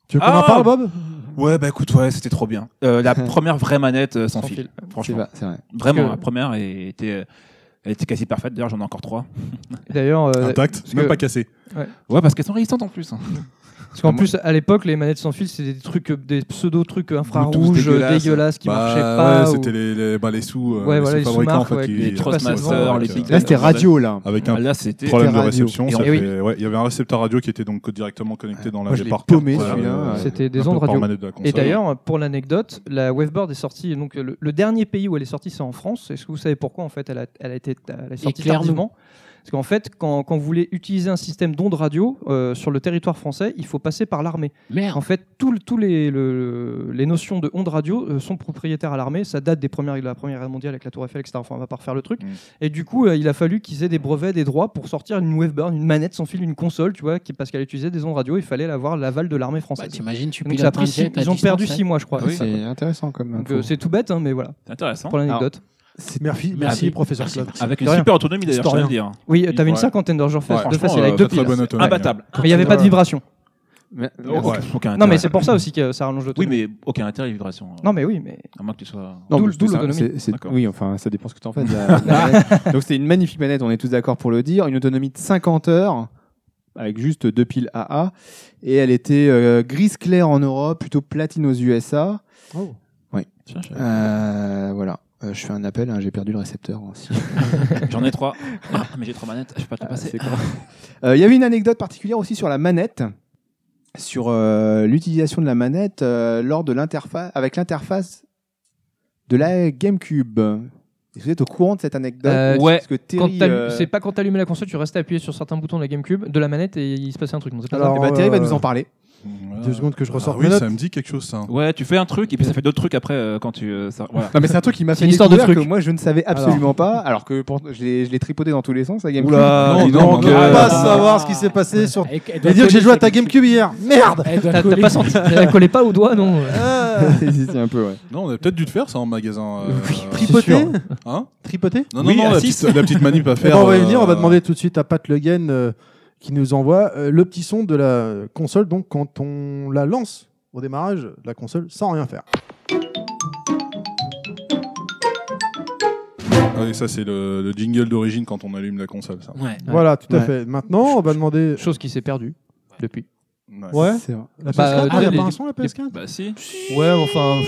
Speaker 3: Tu veux qu'on en
Speaker 7: Ah
Speaker 3: parle, Bob
Speaker 7: Ouais, bah écoute, ouais, c'était trop bien. Euh, la première vraie manette euh, sans,
Speaker 4: Sans
Speaker 7: fil,
Speaker 4: fil.
Speaker 5: C'est
Speaker 7: franchement.
Speaker 5: vrai, c'est vrai.
Speaker 7: Vraiment,
Speaker 4: Parce que-
Speaker 7: la première et- était, euh, elle était quasi parfaite. D'ailleurs, j'en ai encore trois.
Speaker 4: D'ailleurs, euh,
Speaker 6: Intact,
Speaker 4: que-
Speaker 6: même pas cassé.
Speaker 7: Ouais, parce qu'elles sont résistantes en plus. hein.
Speaker 4: Parce qu'en plus, à l'époque, les manettes sans fil, c'était des trucs, euh, des pseudo-trucs
Speaker 6: Bluetooth
Speaker 4: infrarouges euh,
Speaker 6: dégueulasses.
Speaker 4: dégueulasses qui
Speaker 6: Bah,
Speaker 4: marchaient pas.
Speaker 6: Ouais,
Speaker 4: ou-
Speaker 6: c'était les, les, bah, les sous, euh,
Speaker 4: Ouais,
Speaker 6: les
Speaker 4: voilà, les
Speaker 6: sous-fabricants en
Speaker 4: sous-marques,
Speaker 6: fait.
Speaker 4: ouais,
Speaker 6: qui-
Speaker 4: les
Speaker 7: Les
Speaker 4: qui
Speaker 6: avec,
Speaker 4: passent
Speaker 7: Trustmaster,
Speaker 4: devant,
Speaker 7: les
Speaker 4: ouais,
Speaker 7: Big
Speaker 4: euh,
Speaker 5: Là c'était
Speaker 7: Bang,
Speaker 5: radio là.
Speaker 6: un
Speaker 7: Là, c'était.
Speaker 6: problème de
Speaker 5: radio.
Speaker 6: réception.
Speaker 7: Et
Speaker 6: ça
Speaker 4: on- et oui.
Speaker 6: fait- ouais, il y avait un récepteur radio qui était donc directement connecté dans la
Speaker 5: Moi, je
Speaker 6: des
Speaker 5: l'ai
Speaker 6: par
Speaker 5: paumé,
Speaker 6: carte,
Speaker 5: celui-là.
Speaker 6: euh,
Speaker 4: C'était des
Speaker 6: un peu
Speaker 4: ondes
Speaker 6: par
Speaker 4: radio.
Speaker 6: manette de la
Speaker 4: Et
Speaker 6: console.
Speaker 4: d'ailleurs, pour l'anecdote, la Waveboard est sortie. Donc, le, le dernier pays où elle est sortie, c'est en France. Est-ce que vous savez pourquoi en fait elle a, elle a été elle est sortie
Speaker 8: Éclaire-nous.
Speaker 4: tardivement Parce qu'en fait, quand, quand vous voulez utiliser un système d'ondes radio euh, sur le territoire français, il faut passer par l'armée. En
Speaker 8: bah, Merde.
Speaker 4: fait, tous les, le- les notions de ondes radio euh, sont propriétaires à l'armée. Ça date des premières, de la Première Guerre mondiale avec la Tour Eiffel, etc. Enfin, on va pas refaire le truc.
Speaker 8: Mmh.
Speaker 7: Mm.
Speaker 4: Et du coup, euh, il a fallu qu'ils aient des brevets, des droits pour sortir une Waveboard, une manette sans fil, une console, tu vois, qui, parce qu'elle utilisait des ondes radio. Il fallait avoir l'aval de l'armée
Speaker 8: Bah,
Speaker 4: française.
Speaker 8: T'imagines, tu
Speaker 4: Donc ça a
Speaker 8: pilotes un
Speaker 4: pris six-
Speaker 8: jet à
Speaker 4: ils ont
Speaker 8: distance,
Speaker 4: perdu
Speaker 8: hein.
Speaker 4: 6 mois, je crois.
Speaker 5: Ouais, c'est intéressant comme
Speaker 4: Donc
Speaker 5: info.
Speaker 4: euh, c'est tout bête, hein, mais voilà,
Speaker 7: C'est intéressant.
Speaker 4: pour l'anecdote.
Speaker 5: C'est-
Speaker 3: Merci,
Speaker 7: oui.
Speaker 3: merci professeur
Speaker 8: Merci,
Speaker 3: Slot.
Speaker 8: merci.
Speaker 7: Avec une
Speaker 4: de rien.
Speaker 7: super autonomie d'ailleurs, je tiens à le dire.
Speaker 4: Oui, euh, t'avais une
Speaker 6: Ouais.
Speaker 4: cinquantaine d'heures de face,
Speaker 7: Ouais,
Speaker 4: de
Speaker 7: franchement,
Speaker 4: facile avec deux
Speaker 6: euh, très
Speaker 4: piles.
Speaker 6: bonne autonomie.
Speaker 7: Imbattable.
Speaker 4: Mais il n'y avait pas de vibration.
Speaker 5: Mais-
Speaker 7: Oh,
Speaker 6: Ouais.
Speaker 5: merci.
Speaker 7: Aucun
Speaker 4: Non, mais
Speaker 7: intérêt.
Speaker 4: c'est pour ça aussi que ça rallonge le temps.
Speaker 7: Oui, mais aucun intérêt, les vibrations.
Speaker 4: Non, mais oui, mais.
Speaker 7: À moins que tu sois.
Speaker 5: Non,
Speaker 4: D'où- d'où
Speaker 5: mais c'est-
Speaker 4: l'autonomie.
Speaker 5: c'est- c'est-
Speaker 7: D'accord.
Speaker 5: Oui, enfin, ça dépend ce que tu en fais. de la- de la manette. Donc, c'est une magnifique manette, on est tous d'accord pour le dire. Une autonomie de 50 heures, avec juste deux piles AA. Et elle était euh, grise claire en Europe, plutôt platine aux USA.
Speaker 3: Oh.
Speaker 7: Tiens, je-
Speaker 5: Euh, voilà. Euh, je fais un appel, hein, j'ai perdu le récepteur. hein, si-
Speaker 7: J'en ai trois. Ah, mais j'ai trois manettes, je peux pas te
Speaker 5: Ah,
Speaker 7: les passer.
Speaker 5: c'est con. Euh, Il y avait une anecdote particulière aussi sur la manette, sur euh, l'utilisation de la manette euh, lors de l'interface, avec l'interface de la GameCube. Est-ce que vous êtes au courant de cette anecdote
Speaker 4: Euh,
Speaker 7: Ouais.
Speaker 5: Parce que
Speaker 4: Quand
Speaker 5: Terry,
Speaker 4: t'allu-
Speaker 5: euh,
Speaker 4: C'est pas quand t'allumais la console, tu restais appuyé sur certains boutons de la GameCube, de la manette, et il se passait un truc. Non, c'est pas ça
Speaker 3: Alors,
Speaker 5: eh ben, Terry va
Speaker 3: euh,
Speaker 5: nous en parler.
Speaker 3: Deux secondes que je
Speaker 6: Ah
Speaker 3: ressors
Speaker 6: oui,
Speaker 3: mes
Speaker 6: ça
Speaker 3: notes.
Speaker 6: me dit quelque chose, ça.
Speaker 7: Ouais, tu fais un truc et puis ça fait d'autres trucs après euh, quand tu. euh, ça- voilà.
Speaker 5: Non, mais c'est un truc qui m'a
Speaker 4: C'est
Speaker 5: fait
Speaker 4: une histoire de
Speaker 5: découvrir
Speaker 4: truc.
Speaker 5: que moi je ne savais absolument pas, alors que pour- je l'ai je l'ai tripoté dans tous les sens la GameCube.
Speaker 7: Oula,
Speaker 6: Non,
Speaker 7: dis
Speaker 6: non,
Speaker 7: donc,
Speaker 3: On va
Speaker 7: euh,
Speaker 3: pas
Speaker 8: euh,
Speaker 3: savoir
Speaker 8: ah.
Speaker 3: ce qui s'est passé sur.
Speaker 8: Elle- elle doit
Speaker 3: Et dire que j'ai
Speaker 8: coller
Speaker 3: joué à
Speaker 8: sa
Speaker 3: ta GameCube hier. Merde. Euh,
Speaker 8: Elle doit
Speaker 4: T'as t'as
Speaker 8: coller.
Speaker 4: pas senti Elle collait pas au doigt, non
Speaker 5: Si, si, un peu, ouais.
Speaker 6: Non, on a peut-être dû le faire, ça, en magasin. euh,
Speaker 3: Tripoté.
Speaker 6: Hein
Speaker 3: Tripoté.
Speaker 6: Non,
Speaker 7: Oui,
Speaker 6: non, non,
Speaker 7: à
Speaker 6: la
Speaker 7: six.
Speaker 6: petite, la petite manip à
Speaker 3: Eh ben,
Speaker 6: faire.
Speaker 3: on va y
Speaker 6: euh,
Speaker 3: venir, on va demander tout de suite à Pat Le Guen euh, qui nous envoie euh, le petit son de la console, donc quand on la lance au démarrage, la console sans rien faire.
Speaker 6: Ah oui, ça, c'est le, le jingle d'origine quand on allume la console, ça.
Speaker 8: Ouais.
Speaker 3: Voilà, tout à
Speaker 5: Ouais.
Speaker 3: fait. Maintenant, on va demander.
Speaker 4: Chose qui s'est perdue depuis.
Speaker 3: Ouais.
Speaker 5: C'est vrai.
Speaker 3: La PS4
Speaker 4: Bah,
Speaker 3: Ah,
Speaker 4: euh,
Speaker 3: y a
Speaker 4: les-
Speaker 3: pas un son la PS4
Speaker 7: Bah si.
Speaker 4: Ouais, enfin.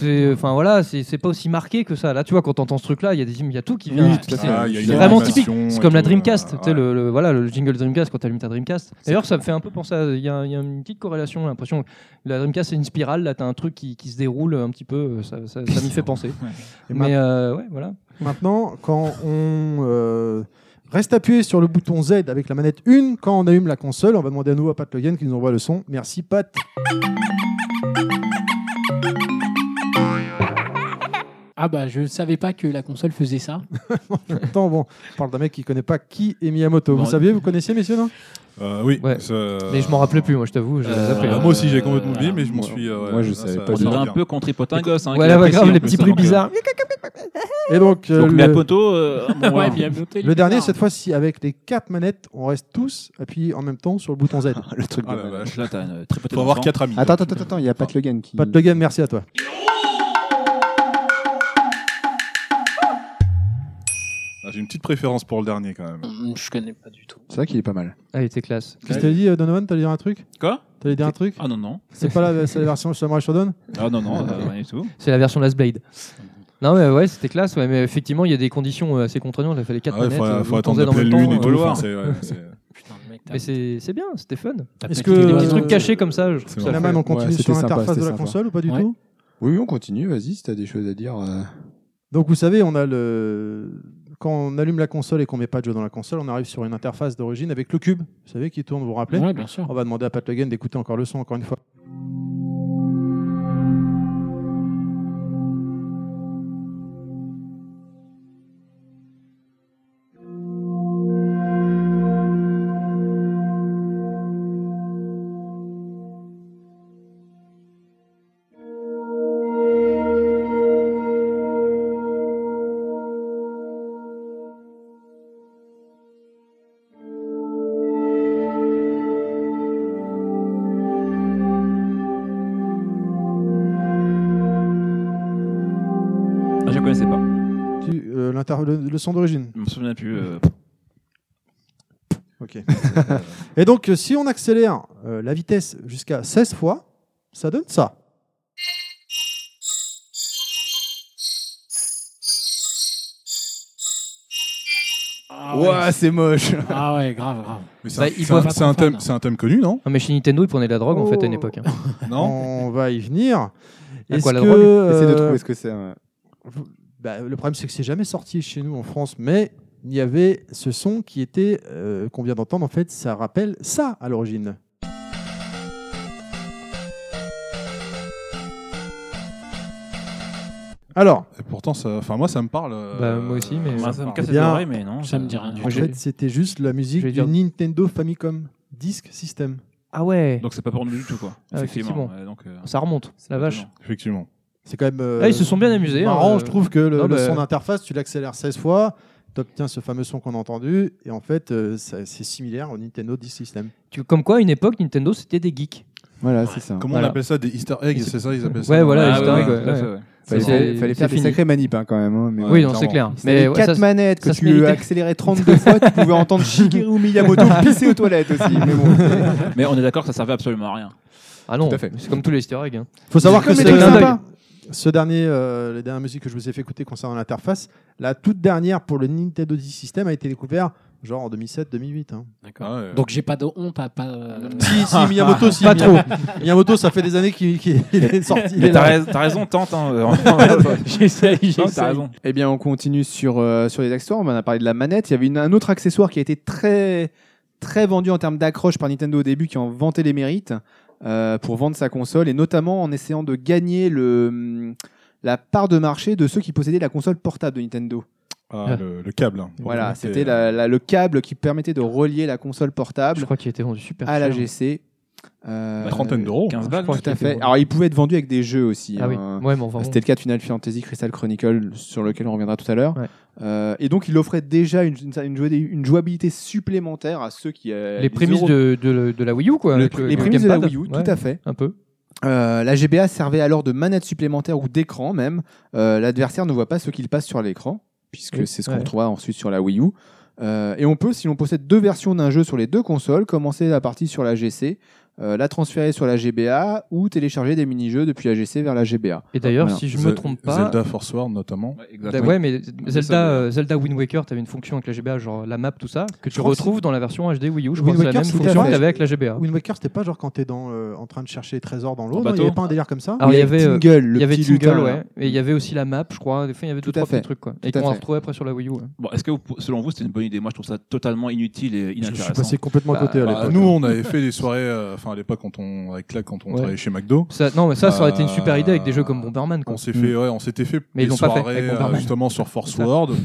Speaker 4: C'est enfin voilà, c'est c'est pas aussi marqué que ça. Là, tu vois, quand t'entends ce truc-là, il y a des il y a tout qui vient.
Speaker 5: Oui, tout à fait.
Speaker 6: Ah, il y a
Speaker 4: C'est
Speaker 6: une
Speaker 4: vraiment
Speaker 6: animation
Speaker 4: typique.
Speaker 6: et
Speaker 4: C'est comme la
Speaker 6: tout,
Speaker 4: Dreamcast,
Speaker 6: euh,
Speaker 4: tu sais,
Speaker 6: ouais.
Speaker 4: le, le- voilà le jingle Dreamcast quand t'allumes ta Dreamcast. D'ailleurs, ça me fait un peu penser. à- Il y, a il y a une petite corrélation. J'ai l'impression que la Dreamcast c'est une spirale. Là, t'as un truc qui, qui se déroule un petit peu. euh, Ça, ça, ça m'y fait penser.
Speaker 3: Et
Speaker 4: Mais euh, ouais, voilà.
Speaker 3: Maintenant, quand on euh, reste appuyé sur le bouton Z avec la manette 1, quand on allume la console, on va demander à nouveau à Pat Le Guen qui nous envoie le son. Merci Pat.
Speaker 8: Ah bah je savais pas que la console faisait ça.
Speaker 3: Attends, bon, on parle d'un mec qui connaît pas qui est Miyamoto. Vous
Speaker 8: Bon.
Speaker 3: saviez, vous connaissiez, messieurs, non
Speaker 6: Euh, oui.
Speaker 4: Ouais.
Speaker 6: ça-
Speaker 4: Mais je m'en rappelais plus, moi, je t'avoue. je les ai
Speaker 7: Euh,
Speaker 4: zappés,
Speaker 6: Ah,
Speaker 4: là.
Speaker 6: moi aussi, j'ai complètement oublié,
Speaker 7: euh,
Speaker 6: mais je m'en
Speaker 5: moi-
Speaker 6: suis. euh,
Speaker 5: moi, je
Speaker 6: ouais,
Speaker 5: savais
Speaker 6: ça-
Speaker 5: pas
Speaker 7: On
Speaker 5: du
Speaker 6: ça
Speaker 5: tout.
Speaker 7: dirait
Speaker 6: revient.
Speaker 7: un peu contre Potingoss. Hein, qui
Speaker 4: Voilà,
Speaker 7: apprécie
Speaker 4: grave
Speaker 7: en
Speaker 4: les
Speaker 7: plus,
Speaker 4: petits
Speaker 7: hein,
Speaker 4: bruits
Speaker 7: donc, euh,
Speaker 4: bizarres.
Speaker 3: Et donc, euh,
Speaker 7: Donc mais à
Speaker 3: le-
Speaker 7: poteau. euh, bon,
Speaker 8: Ouais,
Speaker 7: voilà.
Speaker 8: puis elle me fait
Speaker 3: Le dernier,
Speaker 8: bizarre.
Speaker 3: cette fois-ci, avec les quatre manettes, on reste tous appuyés en même temps sur le bouton Z.
Speaker 5: Le truc
Speaker 6: Ah
Speaker 5: de
Speaker 6: la
Speaker 5: malade.
Speaker 6: vache.
Speaker 7: euh, Là, t'as une très
Speaker 6: Faut avoir
Speaker 7: quatre.
Speaker 6: quatre amis.
Speaker 5: Attends, attends, attends, il y a Pat Le Guen qui.
Speaker 3: Pat Le Guen, merci à toi.
Speaker 6: Ah, J'ai une petite préférence pour le dernier quand même.
Speaker 8: Mm, Je connais pas du tout.
Speaker 5: C'est vrai qu'il est pas mal.
Speaker 4: Ah, il était classe.
Speaker 3: Qu'est-ce que t'as dit, euh, Donovan T'allais dire un truc
Speaker 7: Quoi
Speaker 3: T'allais dire un truc
Speaker 7: Ah non, non.
Speaker 3: C'est pas la, c'est la version Samurai Shodown
Speaker 7: Ah non, non, euh, rien du tout.
Speaker 4: C'est la version Last Blade. Non mais ouais c'était classe ouais, mais effectivement il y a des conditions euh, assez contraignantes il fallait quatre
Speaker 6: Ah ouais,
Speaker 4: manettes
Speaker 6: faut,
Speaker 4: euh,
Speaker 6: faut
Speaker 4: vous posez
Speaker 6: attendre
Speaker 4: dans
Speaker 6: la
Speaker 4: le
Speaker 6: pleine
Speaker 4: temps,
Speaker 6: lune et
Speaker 4: euh,
Speaker 6: tout.
Speaker 4: voilà.
Speaker 6: enfin, c'est- ouais, c'est-
Speaker 8: Putain, le mec, t'as-
Speaker 4: Mais c'est c'est bien c'était fun.
Speaker 8: t'as
Speaker 3: est-ce
Speaker 8: peut-être
Speaker 3: que-
Speaker 8: mis
Speaker 4: Des
Speaker 8: des
Speaker 4: petits
Speaker 3: Euh,
Speaker 4: trucs cachés comme ça. je-
Speaker 7: C'est
Speaker 4: ça
Speaker 3: Naman,
Speaker 4: fait-
Speaker 3: on continue
Speaker 5: Ouais,
Speaker 3: sur
Speaker 5: c'était sympa,
Speaker 3: l'interface de
Speaker 5: c'était
Speaker 3: la
Speaker 5: sympa.
Speaker 3: console ou pas du
Speaker 8: Ouais.
Speaker 3: tout
Speaker 5: Oui, oui, on continue, vas-y, si t'as des choses à dire. euh.
Speaker 3: Donc vous savez, on a le quand on allume la console et qu'on met pas de jeu dans la console, on arrive sur une interface d'origine avec le cube, vous savez qui tourne, vous vous rappelez
Speaker 8: Ouais, bien sûr.
Speaker 3: On va demander à Pat Le Guen d'écouter encore le son encore une fois.
Speaker 7: Ah, je connaissais pas.
Speaker 3: Tu- euh, l'inter- le, le son d'origine.
Speaker 7: Je me souviens plus. euh,
Speaker 3: Ok. et donc euh, si on accélère euh, la vitesse jusqu'à 16 fois, ça donne ça.
Speaker 8: Ah
Speaker 5: Ouah, c'est moche.
Speaker 8: Ah ouais, grave, grave.
Speaker 6: Mais c'est
Speaker 4: Bah,
Speaker 6: un-
Speaker 4: ils
Speaker 6: c'est un-
Speaker 4: doivent
Speaker 6: c'est un
Speaker 8: être
Speaker 6: thème-
Speaker 8: fans.
Speaker 6: c'est un thème connu, non
Speaker 4: Non, mais chez Nintendo, ils prenaient de la drogue en fait à une
Speaker 3: Oh.
Speaker 4: époque. hein.
Speaker 6: Non
Speaker 3: On va y venir.
Speaker 4: À
Speaker 3: Est-ce
Speaker 4: quoi la
Speaker 3: que,
Speaker 4: drogue
Speaker 5: Essaye de
Speaker 3: euh,
Speaker 5: trouver ce que c'est. ouais.
Speaker 3: Bah, le problème, c'est que c'est jamais sorti chez nous en France, mais il y avait ce son qui était, euh, qu'on vient d'entendre, en fait, ça rappelle ça à l'origine. Alors,
Speaker 6: Et pourtant, ça, enfin moi, ça me parle. euh,
Speaker 4: Bah, moi aussi, mais-
Speaker 7: moi, ça me casse les
Speaker 3: Bien.
Speaker 7: oreilles, mais non.
Speaker 8: Ça me dit rien du
Speaker 3: en
Speaker 8: tout.
Speaker 3: fait, c'était juste la musique
Speaker 4: je
Speaker 3: du
Speaker 4: vais dire-
Speaker 3: Nintendo Famicom Disk System.
Speaker 4: Ah ouais,
Speaker 7: Donc c'est pas pour nous du tout, quoi.
Speaker 4: Ah, effectivement.
Speaker 7: Ouais, donc, euh,
Speaker 4: ça remonte, la vache.
Speaker 6: Effectivement.
Speaker 3: C'est quand même. euh,
Speaker 4: Ah, ils se sont bien amusés.
Speaker 3: marrant,
Speaker 4: hein,
Speaker 3: je trouve que le,
Speaker 4: non,
Speaker 3: le
Speaker 4: bah-
Speaker 3: son d'interface, tu l'accélères 16 fois, tu obtiens ce fameux son qu'on a entendu, et en fait, euh, ça- c'est similaire au Nintendo Disk System.
Speaker 4: Tu- Comme quoi, à une époque, Nintendo, c'était des geeks.
Speaker 5: Voilà, c'est ça.
Speaker 6: Comment
Speaker 4: Voilà.
Speaker 6: on appelle ça des Easter eggs C'est ça, ils appellent ça.
Speaker 4: Ouais, voilà,
Speaker 7: ah,
Speaker 4: les Easter
Speaker 7: ouais,
Speaker 4: eggs,
Speaker 7: ouais,
Speaker 4: ouais.
Speaker 7: tout à fait, ouais.
Speaker 5: Fallait,
Speaker 4: C'est-
Speaker 5: fallait- fallait
Speaker 4: c'est
Speaker 5: faire des
Speaker 4: fini.
Speaker 5: sacrées manips hein, quand même. hein, mais
Speaker 6: Ouais.
Speaker 4: oui, non,
Speaker 6: clairement.
Speaker 4: c'est clair.
Speaker 5: Mais les
Speaker 4: ouais,
Speaker 5: quatre
Speaker 4: ça,
Speaker 5: manettes que
Speaker 4: ça se
Speaker 5: tu
Speaker 4: méritait.
Speaker 5: accélérais 32 fois, tu pouvais entendre Shigeru Miyamoto pisser aux toilettes aussi. Mais bon, c'est-
Speaker 7: Mais on est d'accord que ça servait absolument à rien.
Speaker 4: Ah non,
Speaker 5: Tout à fait.
Speaker 4: c'est comme tous les Easter eggs. hein.
Speaker 3: faut savoir
Speaker 5: C'est
Speaker 3: que
Speaker 5: comme
Speaker 3: ce,
Speaker 5: les trucs
Speaker 3: dernier-
Speaker 5: sympas.
Speaker 3: ce dernier, euh, les dernières musiques que je vous ai fait écouter concernant l'interface, la toute dernière pour le Nintendo 10 System a été découverte genre en 2007-2008. hein.
Speaker 8: D'accord.
Speaker 6: Ouais, ouais.
Speaker 8: Donc j'ai pas de honte à pas. euh,
Speaker 3: Si, si, Miyamoto, si.
Speaker 4: Pas trop.
Speaker 3: Miyamoto, ça fait des années qu'il qu'il- qu'il est sorti. il est
Speaker 7: Mais
Speaker 3: là.
Speaker 7: t'as rais- t'as raison, tente. hein. Non,
Speaker 8: J'essaye,
Speaker 7: T'as
Speaker 8: j'essaye.
Speaker 7: raison.
Speaker 5: Eh bien, on continue sur, euh, sur les accessoires. On en a parlé de la manette. Il y avait une- un autre accessoire qui a été très, très vendu en termes d'accroche par Nintendo au début, qui en vantait les mérites euh, pour vendre sa console, et notamment en essayant de gagner le, hum, la part de marché de ceux qui possédaient la console portable de Nintendo.
Speaker 6: Ah, le, le câble. hein, pour
Speaker 5: voilà,
Speaker 6: connecter,
Speaker 5: c'était
Speaker 6: euh,
Speaker 5: la- la- le câble qui permettait de relier la console
Speaker 4: Je
Speaker 5: portable
Speaker 4: crois qu'il était vendu super
Speaker 5: à la
Speaker 4: cher.
Speaker 5: GC. Euh,
Speaker 6: Trentaine d'euros.
Speaker 7: 15
Speaker 4: Je
Speaker 7: Bah, balles.
Speaker 4: crois
Speaker 5: Tout à
Speaker 4: qu'il
Speaker 5: fait.
Speaker 4: était
Speaker 5: Alors, il pouvait être vendu avec des jeux aussi.
Speaker 4: Ah oui,
Speaker 5: hein.
Speaker 4: ouais, mais enfin. bon.
Speaker 5: C'était le cas de Final Fantasy Crystal Chronicle, sur lequel on reviendra tout à l'heure.
Speaker 4: Ouais.
Speaker 5: Euh, et donc, il offrait déjà une, une- une jouabilité- une jouabilité supplémentaire à ceux qui. euh,
Speaker 4: Les prémices
Speaker 5: Euro-
Speaker 4: de, de- de la Wii U, quoi.
Speaker 5: le-
Speaker 4: avec le-
Speaker 5: les
Speaker 4: le
Speaker 5: prémices de la
Speaker 4: gamepad.
Speaker 5: Wii U,
Speaker 4: Ouais,
Speaker 5: tout à fait.
Speaker 4: Un peu.
Speaker 5: Euh, la GBA servait alors de manette supplémentaire ou d'écran même. Euh, L'adversaire ne voit pas ce qu'il passe sur l'écran, puisque
Speaker 4: Oui,
Speaker 5: c'est ce qu'on
Speaker 4: ouais.
Speaker 5: retrouvera ensuite sur la Wii U. Euh, et on peut, si l'on possède deux versions d'un jeu sur les deux consoles, commencer la partie sur la GC, euh, la transférer sur la GBA ou télécharger des mini-jeux depuis la GC vers la GBA.
Speaker 4: Et d'ailleurs,
Speaker 5: Voilà.
Speaker 4: si je me
Speaker 6: Ze-
Speaker 4: trompe pas.
Speaker 6: Zelda Force Ward notamment.
Speaker 4: Da- Ouais, mais Zelda,
Speaker 6: Zelda.
Speaker 4: euh, Zelda Wind Waker, t'avais une fonction avec la GBA, genre la map, tout ça, que tu
Speaker 3: crois que
Speaker 4: retrouves dans la version HD Wii U.
Speaker 3: Wind
Speaker 4: Je crois que c'est la
Speaker 3: Waker,
Speaker 4: même
Speaker 3: c'était
Speaker 4: fonction que
Speaker 3: avec-
Speaker 4: t'avais avec la GBA.
Speaker 3: Wind Waker, c'était pas genre quand t'es dans, euh, en train de chercher les trésors dans l'eau.
Speaker 7: Dans
Speaker 3: non, Il n'y
Speaker 7: bateau. Ah,
Speaker 3: avait pas un délire comme ça.
Speaker 4: Alors, il y avait, euh,
Speaker 5: Tingle, le
Speaker 4: Il y avait
Speaker 5: petit
Speaker 4: Tingle,
Speaker 5: lutin, là.
Speaker 4: ouais, et il y avait aussi la map, je crois. Enfin, il y avait deux,
Speaker 5: Tout à
Speaker 4: trois petits
Speaker 5: fait.
Speaker 4: trucs, quoi. Et
Speaker 5: Tout à
Speaker 4: qu'on a
Speaker 5: fait.
Speaker 4: retrouvé après sur la Wii U. ouais.
Speaker 7: Bon, est-ce que vous- selon vous, c'était une bonne idée Moi, je trouve ça totalement inutile et
Speaker 3: Je suis
Speaker 7: inintéressant.
Speaker 3: passé complètement à
Speaker 4: Bah,
Speaker 3: côté à
Speaker 6: Bah,
Speaker 3: l'époque.
Speaker 6: nous, on avait fait des soirées, euh, enfin à l'époque, quand on, avec Clac, quand on
Speaker 4: Ouais.
Speaker 6: travaillait chez McDo.
Speaker 4: Ça, non, mais ça, ça aurait été une super idée avec des jeux comme
Speaker 6: Euh,
Speaker 4: Bomberman, quoi.
Speaker 6: On s'est fait, ouais, on s'était fait
Speaker 4: Mm. Mais ils
Speaker 6: des
Speaker 4: l'ont pas fait,
Speaker 6: soirées
Speaker 4: avec
Speaker 6: euh,
Speaker 4: Bomberman.
Speaker 6: justement sur Force
Speaker 4: C'est ça.
Speaker 6: World.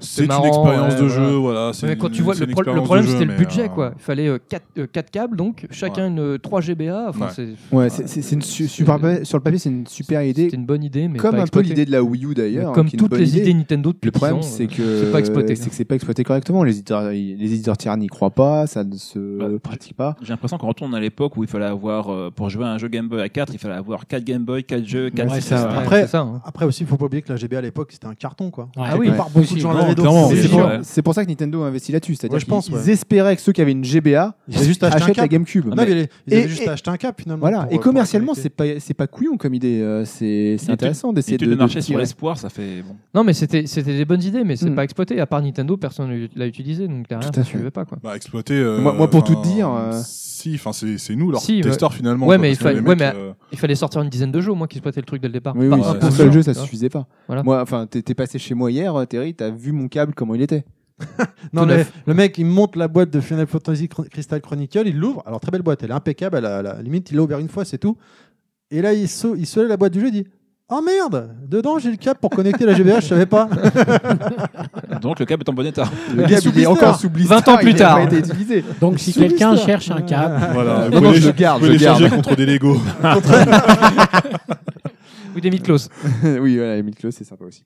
Speaker 6: C'est une
Speaker 4: marrant,
Speaker 6: expérience
Speaker 4: ouais,
Speaker 6: de
Speaker 4: voilà.
Speaker 6: jeu, voilà. c'est
Speaker 4: Mais quand
Speaker 6: une-
Speaker 4: tu vois,
Speaker 6: c'est
Speaker 4: le,
Speaker 6: une
Speaker 4: pro- le
Speaker 6: expérience de
Speaker 4: problème,
Speaker 6: jeu,
Speaker 4: c'était le
Speaker 6: mais,
Speaker 4: budget,
Speaker 6: euh,
Speaker 4: quoi. Il fallait 4, câbles, donc, chacun une euh, 3 GBA. Enfin,
Speaker 6: Ouais.
Speaker 4: c'est-
Speaker 5: Ouais, c'est- c'est c'est une su-
Speaker 4: Ah, C'est-
Speaker 5: super sur le papier, c'est une super idée,
Speaker 4: C'était une bonne idée, mais
Speaker 5: comme
Speaker 4: pas
Speaker 5: un peu
Speaker 4: exploitée.
Speaker 5: l'idée de la Wii U
Speaker 4: Mais
Speaker 5: d'ailleurs. hein,
Speaker 4: Comme
Speaker 5: qui est une
Speaker 4: toutes
Speaker 5: bonne
Speaker 4: les
Speaker 5: idée.
Speaker 4: idées Nintendo depuis
Speaker 5: Le problème,
Speaker 4: 10 ans,
Speaker 5: c'est
Speaker 4: euh,
Speaker 5: que
Speaker 4: c'est pas exploité.
Speaker 5: C'est que c'est pas exploité correctement. Les éditeurs, les éditeurs tiers n'y croient pas, ça ne se
Speaker 7: Bah,
Speaker 5: pratique pas.
Speaker 7: J'ai l'impression qu'on retourne à l'époque où il fallait avoir, euh, pour jouer à un jeu Game Boy à 4, il fallait avoir 4 Game Boy, 4 jeux, 4
Speaker 4: Ouais, c'est ça, ouais,
Speaker 3: Après-
Speaker 4: c'est ça, hein.
Speaker 3: Après aussi, il faut pas oublier que la GBA à l'époque, c'était un carton, quoi.
Speaker 8: Ouais,
Speaker 4: Ah oui,
Speaker 5: ouais.
Speaker 3: Par beaucoup de gens l'avaient
Speaker 4: Ah
Speaker 3: d'autres.
Speaker 6: clairement,
Speaker 5: Mais
Speaker 6: oui.
Speaker 5: C'est pour,
Speaker 7: Ouais.
Speaker 5: c'est pour ça que Nintendo a investi là-dessus. C'est-à-dire
Speaker 3: Ouais, je pense,
Speaker 5: qu'ils
Speaker 3: ouais.
Speaker 5: espéraient que ceux qui avaient une GBA
Speaker 3: Ils avaient juste acheté un
Speaker 5: achètent la
Speaker 3: câble. Ah
Speaker 5: GameCube.
Speaker 3: Non, mais les- ils avaient
Speaker 5: Et-
Speaker 3: juste
Speaker 5: et-
Speaker 3: acheté un cap finalement.
Speaker 5: Voilà.
Speaker 3: pour-
Speaker 5: et
Speaker 3: pour
Speaker 5: commercialement,
Speaker 3: connecter.
Speaker 5: c'est pas c'est pas couillon comme idée. euh, C'est c'est
Speaker 7: L'étude-
Speaker 5: intéressant d'essayer
Speaker 7: Étude
Speaker 5: de,
Speaker 7: de
Speaker 5: de
Speaker 7: marché sur
Speaker 5: tirer.
Speaker 7: l'espoir, ça fait. Bon.
Speaker 4: Non, mais c'était c'était des bonnes idées, mais c'est
Speaker 5: Mm.
Speaker 4: pas exploité. À part Nintendo, personne ne l'a utilisé, donc derrière,
Speaker 5: Tout à
Speaker 4: ça
Speaker 5: fait.
Speaker 4: suivait pas, quoi.
Speaker 6: Bah, exploiter. euh,
Speaker 5: Moi- moi, pour
Speaker 6: enfin,
Speaker 5: tout dire, euh,
Speaker 6: Si, enfin, c'est c'est nous, leur
Speaker 4: Si, ouais.
Speaker 6: testeur finalement.
Speaker 4: Ouais,
Speaker 6: quoi,
Speaker 4: mais
Speaker 6: parce
Speaker 4: il
Speaker 6: que les
Speaker 4: fallait-
Speaker 6: mecs,
Speaker 4: ouais, mais-
Speaker 6: euh,
Speaker 4: Il fallait sortir une dizaine de jeux au moins qui exploitaient le truc dès le départ.
Speaker 5: Oui, oui,
Speaker 4: Pas
Speaker 5: c'est
Speaker 6: ouais,
Speaker 5: un
Speaker 6: c'est
Speaker 5: seul
Speaker 4: sûr,
Speaker 5: jeu, ça
Speaker 4: tu vois.
Speaker 5: suffisait pas.
Speaker 4: Voilà.
Speaker 5: Moi, enfin, t'es t'es passé chez moi hier, euh, Terry, t'as vu mon câble comment il était.
Speaker 3: Non,
Speaker 4: Tout
Speaker 3: mais
Speaker 4: neuf.
Speaker 3: le mec, il monte la boîte de Final Fantasy Chron- Crystal Chronicle, il l'ouvre. Alors, très belle boîte, elle est impeccable. Elle a- la limite, il l'a ouvert une fois, c'est tout. Et là, il se, il se lève la boîte du jeu, il dit Oh merde Dedans, j'ai le câble pour connecter la GBA, je savais pas.
Speaker 7: Donc le câble est en bon état.
Speaker 5: Le
Speaker 3: est sous
Speaker 5: câble il est
Speaker 3: blister.
Speaker 5: encore sous blister.
Speaker 4: 20 ans plus
Speaker 5: il a
Speaker 4: tard.
Speaker 5: pas été utilisé.
Speaker 8: Donc si
Speaker 3: Sous
Speaker 8: quelqu'un
Speaker 3: blister.
Speaker 8: cherche un câble,
Speaker 6: Voilà,
Speaker 5: Non,
Speaker 6: vous
Speaker 5: non,
Speaker 6: pouvez
Speaker 5: je
Speaker 6: les-
Speaker 5: le garde,
Speaker 6: vous
Speaker 5: je le
Speaker 6: pouvez les charger
Speaker 5: garde.
Speaker 6: contre des Lego.
Speaker 4: Ou des mid-close.
Speaker 5: oui, voilà, Emile Close, c'est sympa aussi.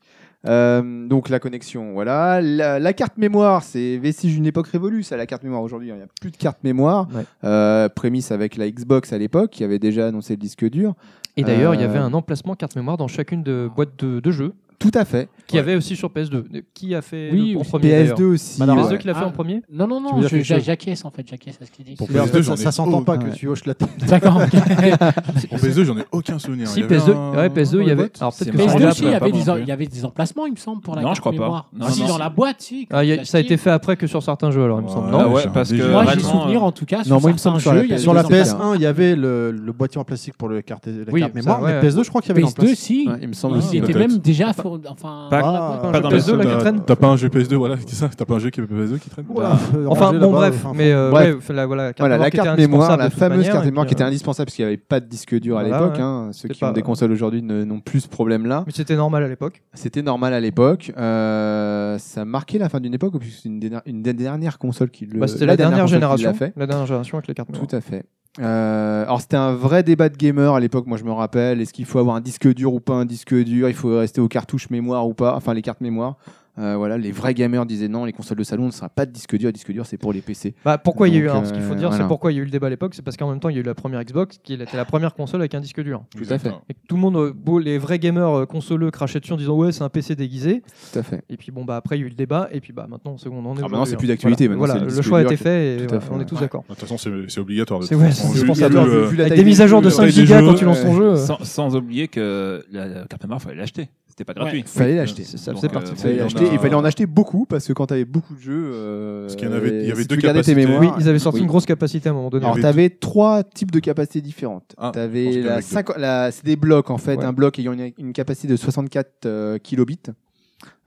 Speaker 5: Euh, donc la connexion, voilà. La, la carte mémoire, c'est vestige d'une époque révolue, ça, la carte mémoire aujourd'hui. hein. Il n'y a plus de carte mémoire.
Speaker 4: Ouais.
Speaker 5: Euh, prémisse avec la Xbox à l'époque, qui avait déjà annoncé le disque dur.
Speaker 4: Et d'ailleurs, il y
Speaker 5: Euh.
Speaker 4: avait un emplacement carte mémoire dans chacune de boîtes de, de jeux,
Speaker 5: Tout à fait.
Speaker 4: qui avait aussi sur PS2. Qui a fait
Speaker 8: Oui,
Speaker 4: le- en
Speaker 8: oui.
Speaker 4: premier d'ailleurs
Speaker 5: PS2 aussi.
Speaker 3: Bah, alors,
Speaker 5: ouais.
Speaker 4: PS2 qui l'a fait
Speaker 8: Ah.
Speaker 4: en premier
Speaker 8: non, non,
Speaker 3: Tu veux
Speaker 8: non,
Speaker 3: dire
Speaker 8: je-
Speaker 3: quelque
Speaker 8: j'a-
Speaker 3: chose
Speaker 8: j'acquiesce en fait, j'acquiesse à ce qu'il dit.
Speaker 6: Pour
Speaker 3: Mais en
Speaker 6: PS2,
Speaker 3: fait,
Speaker 6: j'en
Speaker 3: ça,
Speaker 6: ai
Speaker 3: ça s'entend pas
Speaker 5: aucun.
Speaker 3: que tu hoches la tête.
Speaker 8: D'accord. ok.
Speaker 6: En PS2, j'en ai aucun souvenir.
Speaker 4: Si,
Speaker 6: Il y avait
Speaker 4: PS2,
Speaker 6: un-
Speaker 4: ouais, PS2, il y
Speaker 6: une
Speaker 4: avait.
Speaker 6: boîte
Speaker 4: Alors peut-être
Speaker 7: C'est
Speaker 4: que
Speaker 7: marrant.
Speaker 4: ça-
Speaker 8: PS2
Speaker 7: Formidable,
Speaker 8: aussi, il y, avait
Speaker 7: pas
Speaker 8: des
Speaker 7: non
Speaker 8: en-
Speaker 7: plus.
Speaker 8: il y avait des emplacements, il me semble, pour la
Speaker 7: Non,
Speaker 8: carte
Speaker 7: je crois pas.
Speaker 8: mémoire.
Speaker 7: Non,
Speaker 8: si,
Speaker 7: non,
Speaker 8: dans
Speaker 7: si.
Speaker 8: la boîte, si. quand
Speaker 4: Ah, il y
Speaker 8: tu
Speaker 4: a- ça a été
Speaker 8: l'achetais.
Speaker 4: fait après que sur certains jeux, alors il me semble.
Speaker 7: Ah
Speaker 4: Non
Speaker 7: ouais,
Speaker 6: j'ai un
Speaker 7: parce que-
Speaker 6: déjà-
Speaker 7: Moi,
Speaker 8: Moi,
Speaker 7: j'ai
Speaker 8: j'ai
Speaker 7: Vraiment,
Speaker 8: souvenir
Speaker 7: euh,
Speaker 8: en tout cas.
Speaker 5: Non, moi, il me semble
Speaker 8: certains
Speaker 5: sur la
Speaker 8: jeux, il y avait
Speaker 3: Sur la
Speaker 8: des emplacements.
Speaker 3: PS1, il y avait le, le boîtier en plastique pour le carte, la
Speaker 4: Oui,
Speaker 3: carte
Speaker 4: ça,
Speaker 3: mémoire, mais
Speaker 4: ouais.
Speaker 3: PS2, je crois qu'il y avait
Speaker 8: PS2,
Speaker 3: l'emplacement.
Speaker 8: si.
Speaker 5: Ouais, il me semble.
Speaker 6: Ah,
Speaker 5: aussi,
Speaker 8: Ils étaient
Speaker 5: ouais.
Speaker 6: peut-être.
Speaker 8: même déjà. for- Enfin,
Speaker 7: Pas-
Speaker 3: Ah,
Speaker 4: pas
Speaker 7: Pas
Speaker 4: un
Speaker 7: dans
Speaker 4: jeu
Speaker 7: PS2,
Speaker 4: PS2 là qui
Speaker 5: euh,
Speaker 6: T'as-
Speaker 4: traîne.
Speaker 6: T'as pas un jeu PS2, voilà, c'est ça T'as pas un jeu qui est PS2 qui traîne
Speaker 3: Oula, euh,
Speaker 4: Enfin
Speaker 3: rangé
Speaker 4: bon,
Speaker 3: là-bas,
Speaker 4: bref,
Speaker 3: enfin,
Speaker 4: mais euh,
Speaker 5: Bref.
Speaker 4: ouais, la, voilà, la carte
Speaker 5: Voilà,
Speaker 4: mémoire,
Speaker 5: la
Speaker 4: qui était
Speaker 5: carte mémoire,
Speaker 4: indispensable de
Speaker 5: la
Speaker 4: toute
Speaker 5: fameuse
Speaker 4: manière,
Speaker 5: carte
Speaker 4: et
Speaker 5: mémoire qui
Speaker 4: puis,
Speaker 5: était
Speaker 4: euh,
Speaker 5: indispensable parce qu'il n'y avait pas de disque dur à
Speaker 4: Voilà,
Speaker 5: l'époque.
Speaker 4: ouais.
Speaker 5: hein. Ceux
Speaker 4: C'était
Speaker 5: qui ont
Speaker 4: pas-
Speaker 5: des consoles aujourd'hui ne- n'ont plus ce problème-là.
Speaker 4: Mais c'était normal à l'époque.
Speaker 5: C'était normal à l'époque. Euh, ça marquait la fin d'une époque, puisque c'est une, des- une des dernières consoles qui le.
Speaker 4: Bah, c'était la, dernière
Speaker 5: console qui l'a
Speaker 4: génération.
Speaker 5: fait.
Speaker 4: La dernière génération avec les cartes mémoire.
Speaker 5: Tout à fait. Euh, alors c'était un vrai débat de gamer à l'époque, moi je me rappelle. Est-ce qu'il faut avoir un disque dur ou pas un disque dur Il faut rester aux cartouches mémoire ou pas Enfin les cartes mémoire. Euh, voilà, les vrais gamers disaient non, les consoles de salon ne sera pas de disque dur. Disque dur c'est pour les PC.
Speaker 4: Bah, pourquoi il y a eu
Speaker 5: Donc,
Speaker 4: alors, ce qu'il faut
Speaker 5: euh,
Speaker 4: dire,
Speaker 5: voilà.
Speaker 4: c'est pourquoi il y a eu le débat à l'époque, c'est parce qu'en même temps il y a eu la première Xbox qui était la première console avec un disque dur.
Speaker 5: Tout à fait.
Speaker 4: Et que tout le monde, euh, beau, les vrais gamers euh, consoleux crachaient dessus en disant ouais c'est un PC déguisé.
Speaker 5: Tout à fait.
Speaker 4: Et puis bon bah après il y a eu le débat et puis bah maintenant c'est où on en est.
Speaker 5: Ah, maintenant,
Speaker 4: aujourd'hui,
Speaker 5: c'est
Speaker 4: hein.
Speaker 5: plus d'actualité,
Speaker 4: Voilà,
Speaker 5: maintenant, c'est
Speaker 4: Voilà,
Speaker 5: le
Speaker 4: le
Speaker 5: disque
Speaker 4: choix a
Speaker 5: dur
Speaker 4: été fait et
Speaker 5: qui- tout à
Speaker 4: voilà,
Speaker 5: fait,
Speaker 4: on est tous
Speaker 5: ouais.
Speaker 4: d'accord.
Speaker 6: De toute façon, c'est c'est obligatoire. de
Speaker 4: C'est
Speaker 6: toute
Speaker 4: ouais,
Speaker 6: façon,
Speaker 4: c'est
Speaker 6: vu-
Speaker 4: pour ça,
Speaker 6: vu
Speaker 4: toi,
Speaker 6: le-
Speaker 5: vu la
Speaker 4: Avec
Speaker 5: taille
Speaker 4: des
Speaker 5: du
Speaker 4: mises à
Speaker 5: jeu,
Speaker 4: jour de
Speaker 5: la
Speaker 4: 5
Speaker 5: taille du
Speaker 4: gigas
Speaker 5: jeu,
Speaker 4: quand tu lances
Speaker 5: ouais.
Speaker 4: ton jeu. euh,
Speaker 7: Sans, sans oublier que la carte mémoire, il fallait l'acheter. C'était pas gratuit.
Speaker 5: Fallait l'acheter.
Speaker 4: C'est- Ça
Speaker 7: Donc,
Speaker 4: faisait
Speaker 7: euh,
Speaker 4: partie de ça.
Speaker 5: Fallait
Speaker 6: il y en
Speaker 5: l'acheter,
Speaker 6: a-
Speaker 5: Il fallait en acheter beaucoup parce que quand t'avais beaucoup de jeux, euh,
Speaker 6: Parce qu'il y en avait- il y avait deux
Speaker 5: capacités.
Speaker 6: capacités.
Speaker 4: Oui, ils avaient sorti
Speaker 5: Oui. Ah
Speaker 4: une grosse capacité à un moment donné.
Speaker 5: Alors,
Speaker 6: avait
Speaker 5: t'avais trois types de capacités différentes.
Speaker 6: Ah, je pense
Speaker 5: t'avais
Speaker 6: qu'il y en
Speaker 5: la
Speaker 6: avait que deux.
Speaker 5: 50 la- c'est des blocs en fait,
Speaker 4: Ouais.
Speaker 5: un bloc ayant une, une capacité de 64 euh, kilobits.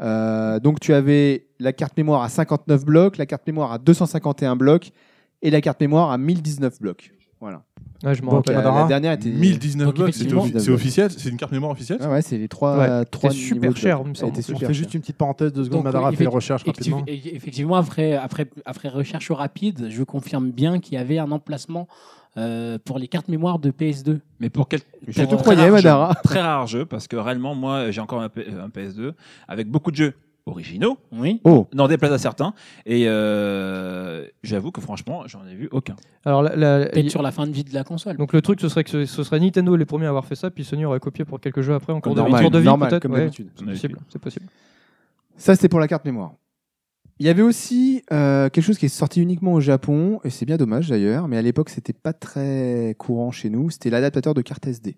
Speaker 5: Euh, donc, tu avais la carte mémoire à 59 blocs, la carte mémoire à 251 blocs et la carte mémoire à 1019 blocs. Voilà.
Speaker 4: Ouais, je m'en
Speaker 5: Donc,
Speaker 4: rappelle.
Speaker 5: euh, la dernière était
Speaker 6: 1019
Speaker 8: Donc,
Speaker 6: blocs, c'est
Speaker 8: effectivement-
Speaker 6: offi- c'est officiel C'est une carte mémoire officielle
Speaker 5: Ah ouais, c'est les trois,
Speaker 4: Ouais,
Speaker 5: trois
Speaker 4: c'était super
Speaker 5: niveaux de
Speaker 4: cher,
Speaker 5: blocs.
Speaker 4: il me semble.
Speaker 5: Elle était
Speaker 3: On
Speaker 5: super
Speaker 3: fait
Speaker 5: chère.
Speaker 3: juste une petite parenthèse, deux secondes,
Speaker 8: Donc,
Speaker 3: Madara fait les
Speaker 8: effecti-
Speaker 3: recherches
Speaker 8: Effective-
Speaker 3: rapidement.
Speaker 8: eff- Effectivement, après, après, après recherche rapide, je confirme bien qu'il y avait un emplacement euh, pour les cartes mémoire de PS2.
Speaker 7: Mais pour quel
Speaker 5: Je
Speaker 7: pour
Speaker 5: te
Speaker 7: très
Speaker 5: croyais,
Speaker 7: rare
Speaker 5: Madara.
Speaker 7: jeu- Très rare jeu, parce que réellement, moi, j'ai encore un, P- euh, un PS2 avec beaucoup de jeux originaux,
Speaker 8: Oui.
Speaker 7: n'en déplace à certains, et euh, j'avoue que franchement, j'en ai vu aucun.
Speaker 4: Alors, la- la-
Speaker 8: Peut-être sur la fin de vie de la console.
Speaker 4: donc le truc, ce serait que ce, ce serait Nintendo les premiers à avoir fait ça, puis Sony aurait copié pour quelques jeux après en cours de,
Speaker 5: normal,
Speaker 4: tour de vie,
Speaker 5: normal,
Speaker 4: peut-être.
Speaker 5: comme
Speaker 4: ouais.
Speaker 5: d'habitude.
Speaker 4: C'est possible, c'est possible.
Speaker 5: Ça, c'était pour la carte mémoire. Il y avait aussi euh, quelque chose qui est sorti uniquement au Japon, et c'est bien dommage d'ailleurs, mais à l'époque, c'était pas très courant chez nous, c'était l'adaptateur de carte SD.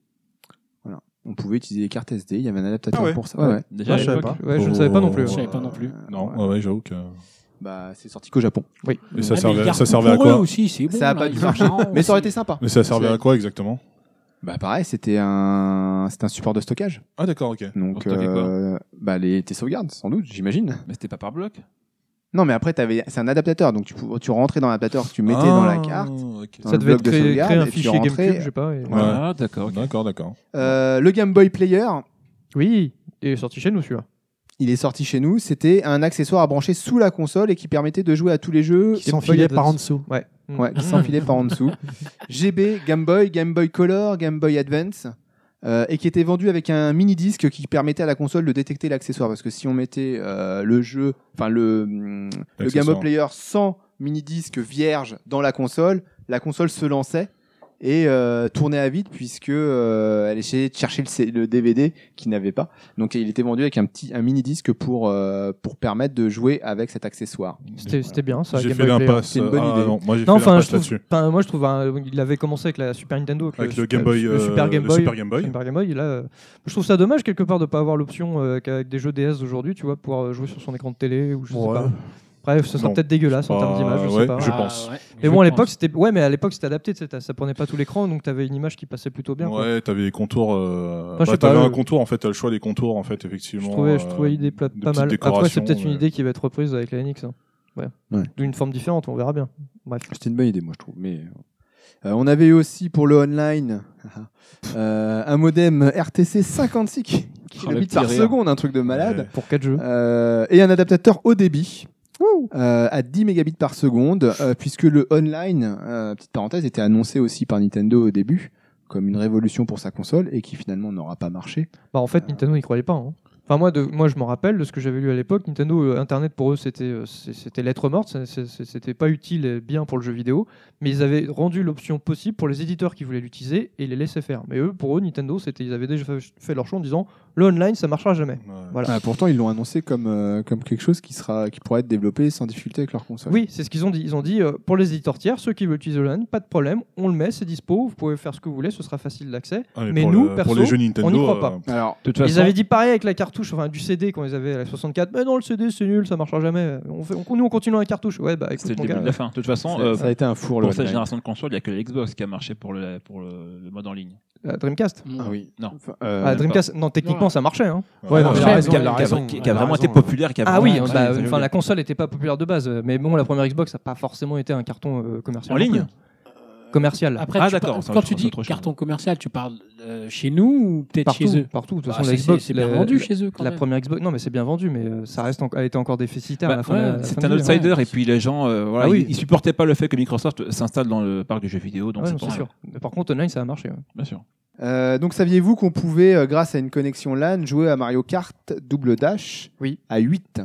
Speaker 5: Voilà. On pouvait utiliser les cartes SD, il y avait un adaptateur
Speaker 6: Ah ouais.
Speaker 5: pour ça. Ouais, ouais.
Speaker 7: Déjà,
Speaker 4: Ouais,
Speaker 7: à l'époque,
Speaker 4: l'époque, ouais, je ne savais pas non plus. hein.
Speaker 8: Je
Speaker 4: ouais.
Speaker 5: Oh.
Speaker 4: Ah,
Speaker 8: savais pas non plus.
Speaker 6: Oh. Non,
Speaker 5: ouais.
Speaker 6: ouais, ouais, j'avoue que.
Speaker 5: Bah, c'est sorti qu'au Japon.
Speaker 6: Et ça
Speaker 8: Ah, mais ils
Speaker 6: servait,
Speaker 8: gardent
Speaker 6: ça servait à
Speaker 8: pour eux
Speaker 6: quoi
Speaker 8: aussi, c'est bon,
Speaker 5: ça a
Speaker 8: là,
Speaker 5: pas
Speaker 8: ils
Speaker 5: dû
Speaker 8: sont
Speaker 5: marcher,
Speaker 8: marrants
Speaker 5: mais ça aurait
Speaker 8: aussi.
Speaker 5: été sympa.
Speaker 6: Mais ça servait à quoi exactement
Speaker 5: Bah, pareil, c'était un, c'était un support de stockage.
Speaker 6: Ah, d'accord, ok.
Speaker 5: Donc,
Speaker 7: Pour stocker quoi
Speaker 5: euh, bah, les tes sauvegardes, sans doute, j'imagine.
Speaker 7: Mais c'était pas par bloc.
Speaker 5: Non, mais après, t'avais, c'est un adaptateur, donc tu, pou- tu rentrais dans l'adaptateur que tu mettais dans la
Speaker 6: Ah,
Speaker 5: carte.
Speaker 6: ok.
Speaker 5: dans
Speaker 4: Ça
Speaker 5: le
Speaker 4: devait
Speaker 5: bloc
Speaker 4: être
Speaker 5: de
Speaker 4: créer,
Speaker 5: sauvegarde,
Speaker 4: créer un
Speaker 5: et tu
Speaker 4: fichier
Speaker 5: rentrais-
Speaker 4: GameCube, je sais pas. et-
Speaker 6: Ouais.
Speaker 7: Ah, d'accord. ok.
Speaker 6: D'accord, d'accord.
Speaker 5: Euh, le Game Boy Player,
Speaker 4: Oui, il est sorti chez nous celui-là.
Speaker 5: il est sorti chez nous. C'était un accessoire à brancher sous la console et qui permettait de jouer à tous les jeux
Speaker 3: Qui s'enfilaient par en dessous.
Speaker 4: Ouais. Mm.
Speaker 5: ouais, qui s'enfilaient par en dessous. GB, Game Boy, Game Boy Color, Game Boy Advance. euh, et qui était vendu avec un mini disque qui permettait à la console de détecter l'accessoire parce que si on mettait euh, le jeu, enfin le, hum, le Game Boy
Speaker 6: L'accessoire.
Speaker 5: Player sans mini disque vierge dans la console, la console se lançait et euh, tournait à vide puisque euh, elle essayait de chercher le, C- le DVD qui n'avait pas. Donc il était vendu avec un petit un mini disque pour euh, pour permettre de jouer avec cet accessoire.
Speaker 4: C'était c'était bien ça.
Speaker 6: J'ai
Speaker 4: Game
Speaker 6: fait
Speaker 4: Boy Player.
Speaker 6: l'impasse.
Speaker 5: c'est une bonne
Speaker 6: Ah,
Speaker 5: idée.
Speaker 6: non, moi, j'ai fait
Speaker 4: Non, enfin,
Speaker 6: l'impasse
Speaker 4: je trouve,
Speaker 6: là-dessus.
Speaker 4: enfin, moi je trouve, hein, il avait commencé avec la Super Nintendo,
Speaker 6: Avec le Game Boy,
Speaker 4: le Super
Speaker 6: euh,
Speaker 4: Game
Speaker 6: le
Speaker 4: Boy,
Speaker 6: Super Game Boy.
Speaker 4: Super Game Boy, il a, euh, je trouve ça dommage quelque part de pas avoir l'option euh, qu'avec des jeux DS aujourd'hui, tu vois, pouvoir euh, jouer sur son écran de télé ou je sais
Speaker 3: Ouais.
Speaker 4: pas. Bref, ce serait
Speaker 6: Non.
Speaker 4: peut-être dégueulasse en
Speaker 6: Bah,
Speaker 4: termes d'image, je sais
Speaker 6: ouais,
Speaker 4: pas.
Speaker 6: je pense.
Speaker 8: Ah, ouais,
Speaker 4: Mais
Speaker 8: je
Speaker 4: bon, à
Speaker 8: pense.
Speaker 4: l'époque c'était, ouais, mais à l'époque c'était adapté, tu sais, t'as- ça prenait pas tout l'écran, donc t'avais une image qui passait plutôt bien. quoi.
Speaker 6: Ouais, t'avais les contours. Euh...
Speaker 4: Enfin, je
Speaker 6: bah,
Speaker 4: sais pas,
Speaker 6: t'avais
Speaker 4: euh,
Speaker 6: un contour en fait, t'as le choix des contours en fait, effectivement.
Speaker 4: Je trouvais, je
Speaker 6: euh,
Speaker 4: trouvais l'idée pla-
Speaker 6: de
Speaker 4: pas
Speaker 6: petites
Speaker 4: mal. Après, c'est
Speaker 6: décorations, euh.
Speaker 4: peut-être une
Speaker 6: mais-
Speaker 4: idée qui va être reprise avec la NX. hein. Ouais.
Speaker 5: Ouais.
Speaker 4: D'une forme différente, on verra bien. Bref.
Speaker 5: C'était une bonne idée, moi je trouve. Mais euh, on avait eu aussi pour le online euh, un modem RTC 56 kilobits
Speaker 7: Oh, petit
Speaker 5: par
Speaker 7: rire.
Speaker 5: seconde, un truc de malade.
Speaker 6: Ouais.
Speaker 4: Pour 4 jeux.
Speaker 5: Euh, et un adaptateur haut débit euh, à 10 mégabits par seconde, euh, puisque le online, euh, petite parenthèse, était annoncé aussi par Nintendo au début comme une révolution pour sa console et qui finalement n'aura pas marché.
Speaker 4: Bah, en fait, Nintendo n'y croyait pas. hein. Enfin, moi, de, moi, je m'en rappelle de ce que j'avais lu à l'époque. Nintendo, euh, Internet, pour eux, c'était euh, c'est- c'était lettre morte. c'est- c'est- c'est- C'était pas utile et bien pour le jeu vidéo. Mais ils avaient rendu l'option possible pour les éditeurs qui voulaient l'utiliser et les laissaient faire. Mais eux, pour eux, Nintendo, c'était ils avaient déjà fait- fait leur choix en disant le online, ça marchera jamais.
Speaker 6: Ouais.
Speaker 4: Voilà.
Speaker 5: Ah, pourtant, ils l'ont annoncé comme euh, comme quelque chose qui sera qui pourra être développé sans difficulté avec leur console.
Speaker 4: Oui, c'est ce qu'ils ont dit. Ils ont dit euh, pour les éditeurs tiers, ceux qui veulent utiliser le online, pas de problème, on le met, c'est dispo, vous pouvez faire ce que vous voulez, ce sera facile d'accès.
Speaker 6: Ah,
Speaker 4: Mais
Speaker 6: pour
Speaker 4: nous,
Speaker 6: le-
Speaker 4: perso,
Speaker 6: pour les jeux Nintendo,
Speaker 4: on n'y croit pas.
Speaker 6: euh,
Speaker 5: Alors,
Speaker 7: De toute façon,
Speaker 4: Ils avaient dit pareil avec la cartouche, enfin du CD quand ils avaient la 64. Mais non, le CD c'est nul, ça marchera jamais. On fait, on- nous on continue à la cartouche. Ouais, bah
Speaker 7: c'était le
Speaker 4: écoute mon
Speaker 7: début
Speaker 4: gars.
Speaker 7: de la fin. De toute façon,
Speaker 5: ça,
Speaker 7: euh,
Speaker 5: ça a été un four le
Speaker 7: pour cette
Speaker 5: online.
Speaker 7: génération de consoles, il n'y a que la Xbox qui a marché pour le, pour le, le mode en ligne.
Speaker 4: La euh, Dreamcast.
Speaker 8: Mm.
Speaker 5: Ah oui.
Speaker 7: Non.
Speaker 5: Enfin, euh,
Speaker 4: Ah, Dreamcast, non, techniquement ça marchait. Hein.
Speaker 6: ouais,
Speaker 4: non,
Speaker 6: euh, ouais,
Speaker 4: mais
Speaker 6: ouais.
Speaker 4: la-
Speaker 7: qui a,
Speaker 3: elle a
Speaker 7: qui a-
Speaker 3: raison,
Speaker 7: qui a
Speaker 3: elle a
Speaker 7: vraiment
Speaker 3: raison.
Speaker 7: été populaire. Qui a
Speaker 4: Ah
Speaker 7: vraiment-
Speaker 4: oui,
Speaker 7: Ouais,
Speaker 4: bah,
Speaker 7: ouais,
Speaker 4: enfin
Speaker 7: ouais.
Speaker 4: la console n'était pas populaire de base, mais bon, la première Xbox n'a pas forcément été un carton euh, commercial.
Speaker 7: En
Speaker 4: non
Speaker 7: ligne
Speaker 4: plus. Commercial.
Speaker 8: Après,
Speaker 7: Ah,
Speaker 8: tu
Speaker 7: d'accord,
Speaker 8: par-
Speaker 7: ça,
Speaker 8: quand
Speaker 7: je
Speaker 8: tu
Speaker 7: pense
Speaker 8: dis
Speaker 7: autre chose.
Speaker 8: carton commercial, tu parles euh, chez nous ou peut-être
Speaker 4: partout,
Speaker 8: chez eux
Speaker 4: partout. De toute
Speaker 8: Bah,
Speaker 7: Ah,
Speaker 4: façon,
Speaker 8: c'est-
Speaker 4: la Xbox,
Speaker 8: c'est- c'est bien
Speaker 4: la-
Speaker 8: vendu chez eux quand
Speaker 4: La
Speaker 8: même.
Speaker 4: première Xbox, non mais c'est bien vendu, mais euh, ça reste, en- elle était encore déficitaire. à la
Speaker 7: Bah,
Speaker 4: fin de
Speaker 7: ouais,
Speaker 4: la- la fin
Speaker 7: c'est
Speaker 4: de hein.
Speaker 7: un
Speaker 4: la-
Speaker 7: outsider et puis les gens, euh, voilà,
Speaker 4: Ah oui.
Speaker 7: ils, ils supportaient pas le fait que Microsoft s'installe dans le parc du jeu vidéo, donc
Speaker 4: Ouais,
Speaker 7: c'est
Speaker 4: non,
Speaker 7: pour
Speaker 4: c'est
Speaker 7: ça.
Speaker 4: sûr. Mais par contre, online, ça a marché. ouais.
Speaker 7: Bien sûr.
Speaker 5: Euh, donc saviez-vous qu'on pouvait, euh, grâce à une connexion LAN, jouer à Mario Kart double dash
Speaker 4: Oui.
Speaker 5: à 8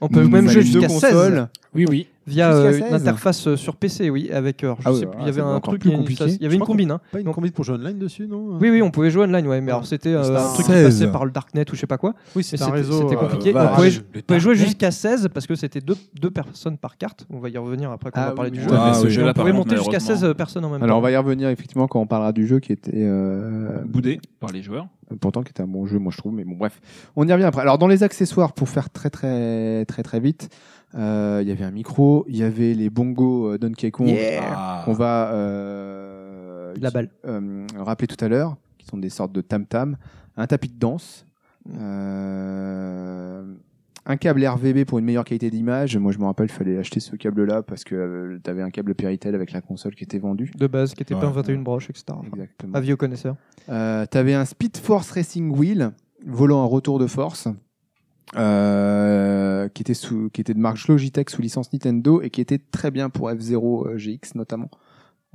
Speaker 4: On peut
Speaker 5: Nous
Speaker 4: même
Speaker 5: avions
Speaker 4: jouer
Speaker 5: deux
Speaker 4: jusqu'à 16.
Speaker 5: consoles.
Speaker 8: Oui, oui.
Speaker 4: via
Speaker 5: Jusqu'à
Speaker 4: euh,
Speaker 5: 16.
Speaker 4: une interface euh, sur PC, oui, avec. euh, je
Speaker 5: Ah oui,
Speaker 4: sais plus, il y
Speaker 5: ah,
Speaker 4: avait
Speaker 5: c'est
Speaker 4: un
Speaker 5: encore
Speaker 4: truc,
Speaker 5: plus
Speaker 4: il y a une-
Speaker 5: compliqué.
Speaker 4: il y avait une
Speaker 3: Je crois
Speaker 4: combine. hein.
Speaker 3: Pas une
Speaker 4: Donc-
Speaker 3: combine pour jouer online dessus, non euh
Speaker 4: Oui, oui, on pouvait jouer online, ouais, mais alors c'était euh,
Speaker 3: C'était
Speaker 4: un
Speaker 3: un
Speaker 4: truc qui
Speaker 6: 16.
Speaker 4: passait par le darknet ou je sais pas quoi.
Speaker 3: Oui,
Speaker 4: Mais
Speaker 3: c'est un
Speaker 4: C'était
Speaker 3: réseau.
Speaker 4: c'était
Speaker 3: euh,
Speaker 4: compliqué.
Speaker 6: vache.
Speaker 4: on pouvait,
Speaker 3: Je-
Speaker 4: on
Speaker 5: Ah,
Speaker 4: pouvait jouer jusqu'à 16 parce que c'était deux, deux personnes par carte. On va y revenir après quand
Speaker 5: Ah
Speaker 4: on va parler
Speaker 5: oui,
Speaker 4: du
Speaker 5: oui.
Speaker 4: jeu.
Speaker 5: Ah,
Speaker 4: Mais
Speaker 5: ce
Speaker 4: on
Speaker 7: jeu-là, par
Speaker 4: pouvait
Speaker 7: contre,
Speaker 4: monter jusqu'à
Speaker 7: malheureusement.
Speaker 4: 16 personnes en même
Speaker 5: Alors on
Speaker 4: temps.
Speaker 5: va y revenir effectivement quand on parlera du jeu qui était euh,
Speaker 7: boudé par les joueurs.
Speaker 5: pourtant qui était un bon jeu moi je trouve mais bon bref on y revient après alors dans les accessoires pour faire très très très très vite euh, il y avait un micro il y avait les bongos euh, Donkey Kong ah, qu'on va euh,
Speaker 4: La balle.
Speaker 5: euh, rappeler tout à l'heure qui sont des sortes de tam tam un tapis de danse euh, un câble RVB pour une meilleure qualité d'image moi je me rappelle il fallait acheter ce câble là parce que tu avais un câble Péritel avec la console qui était vendue
Speaker 4: De base, qui était pas
Speaker 6: Ouais.
Speaker 4: un 21 broches, etc.
Speaker 5: exactement
Speaker 4: Avis aux connaisseurs.
Speaker 5: euh, T'avais un Speed Force Racing Wheel, volant en retour de force, euh, qui, était sous, qui était de marque Logitech sous licence Nintendo et qui était très bien pour F0 euh, GX notamment.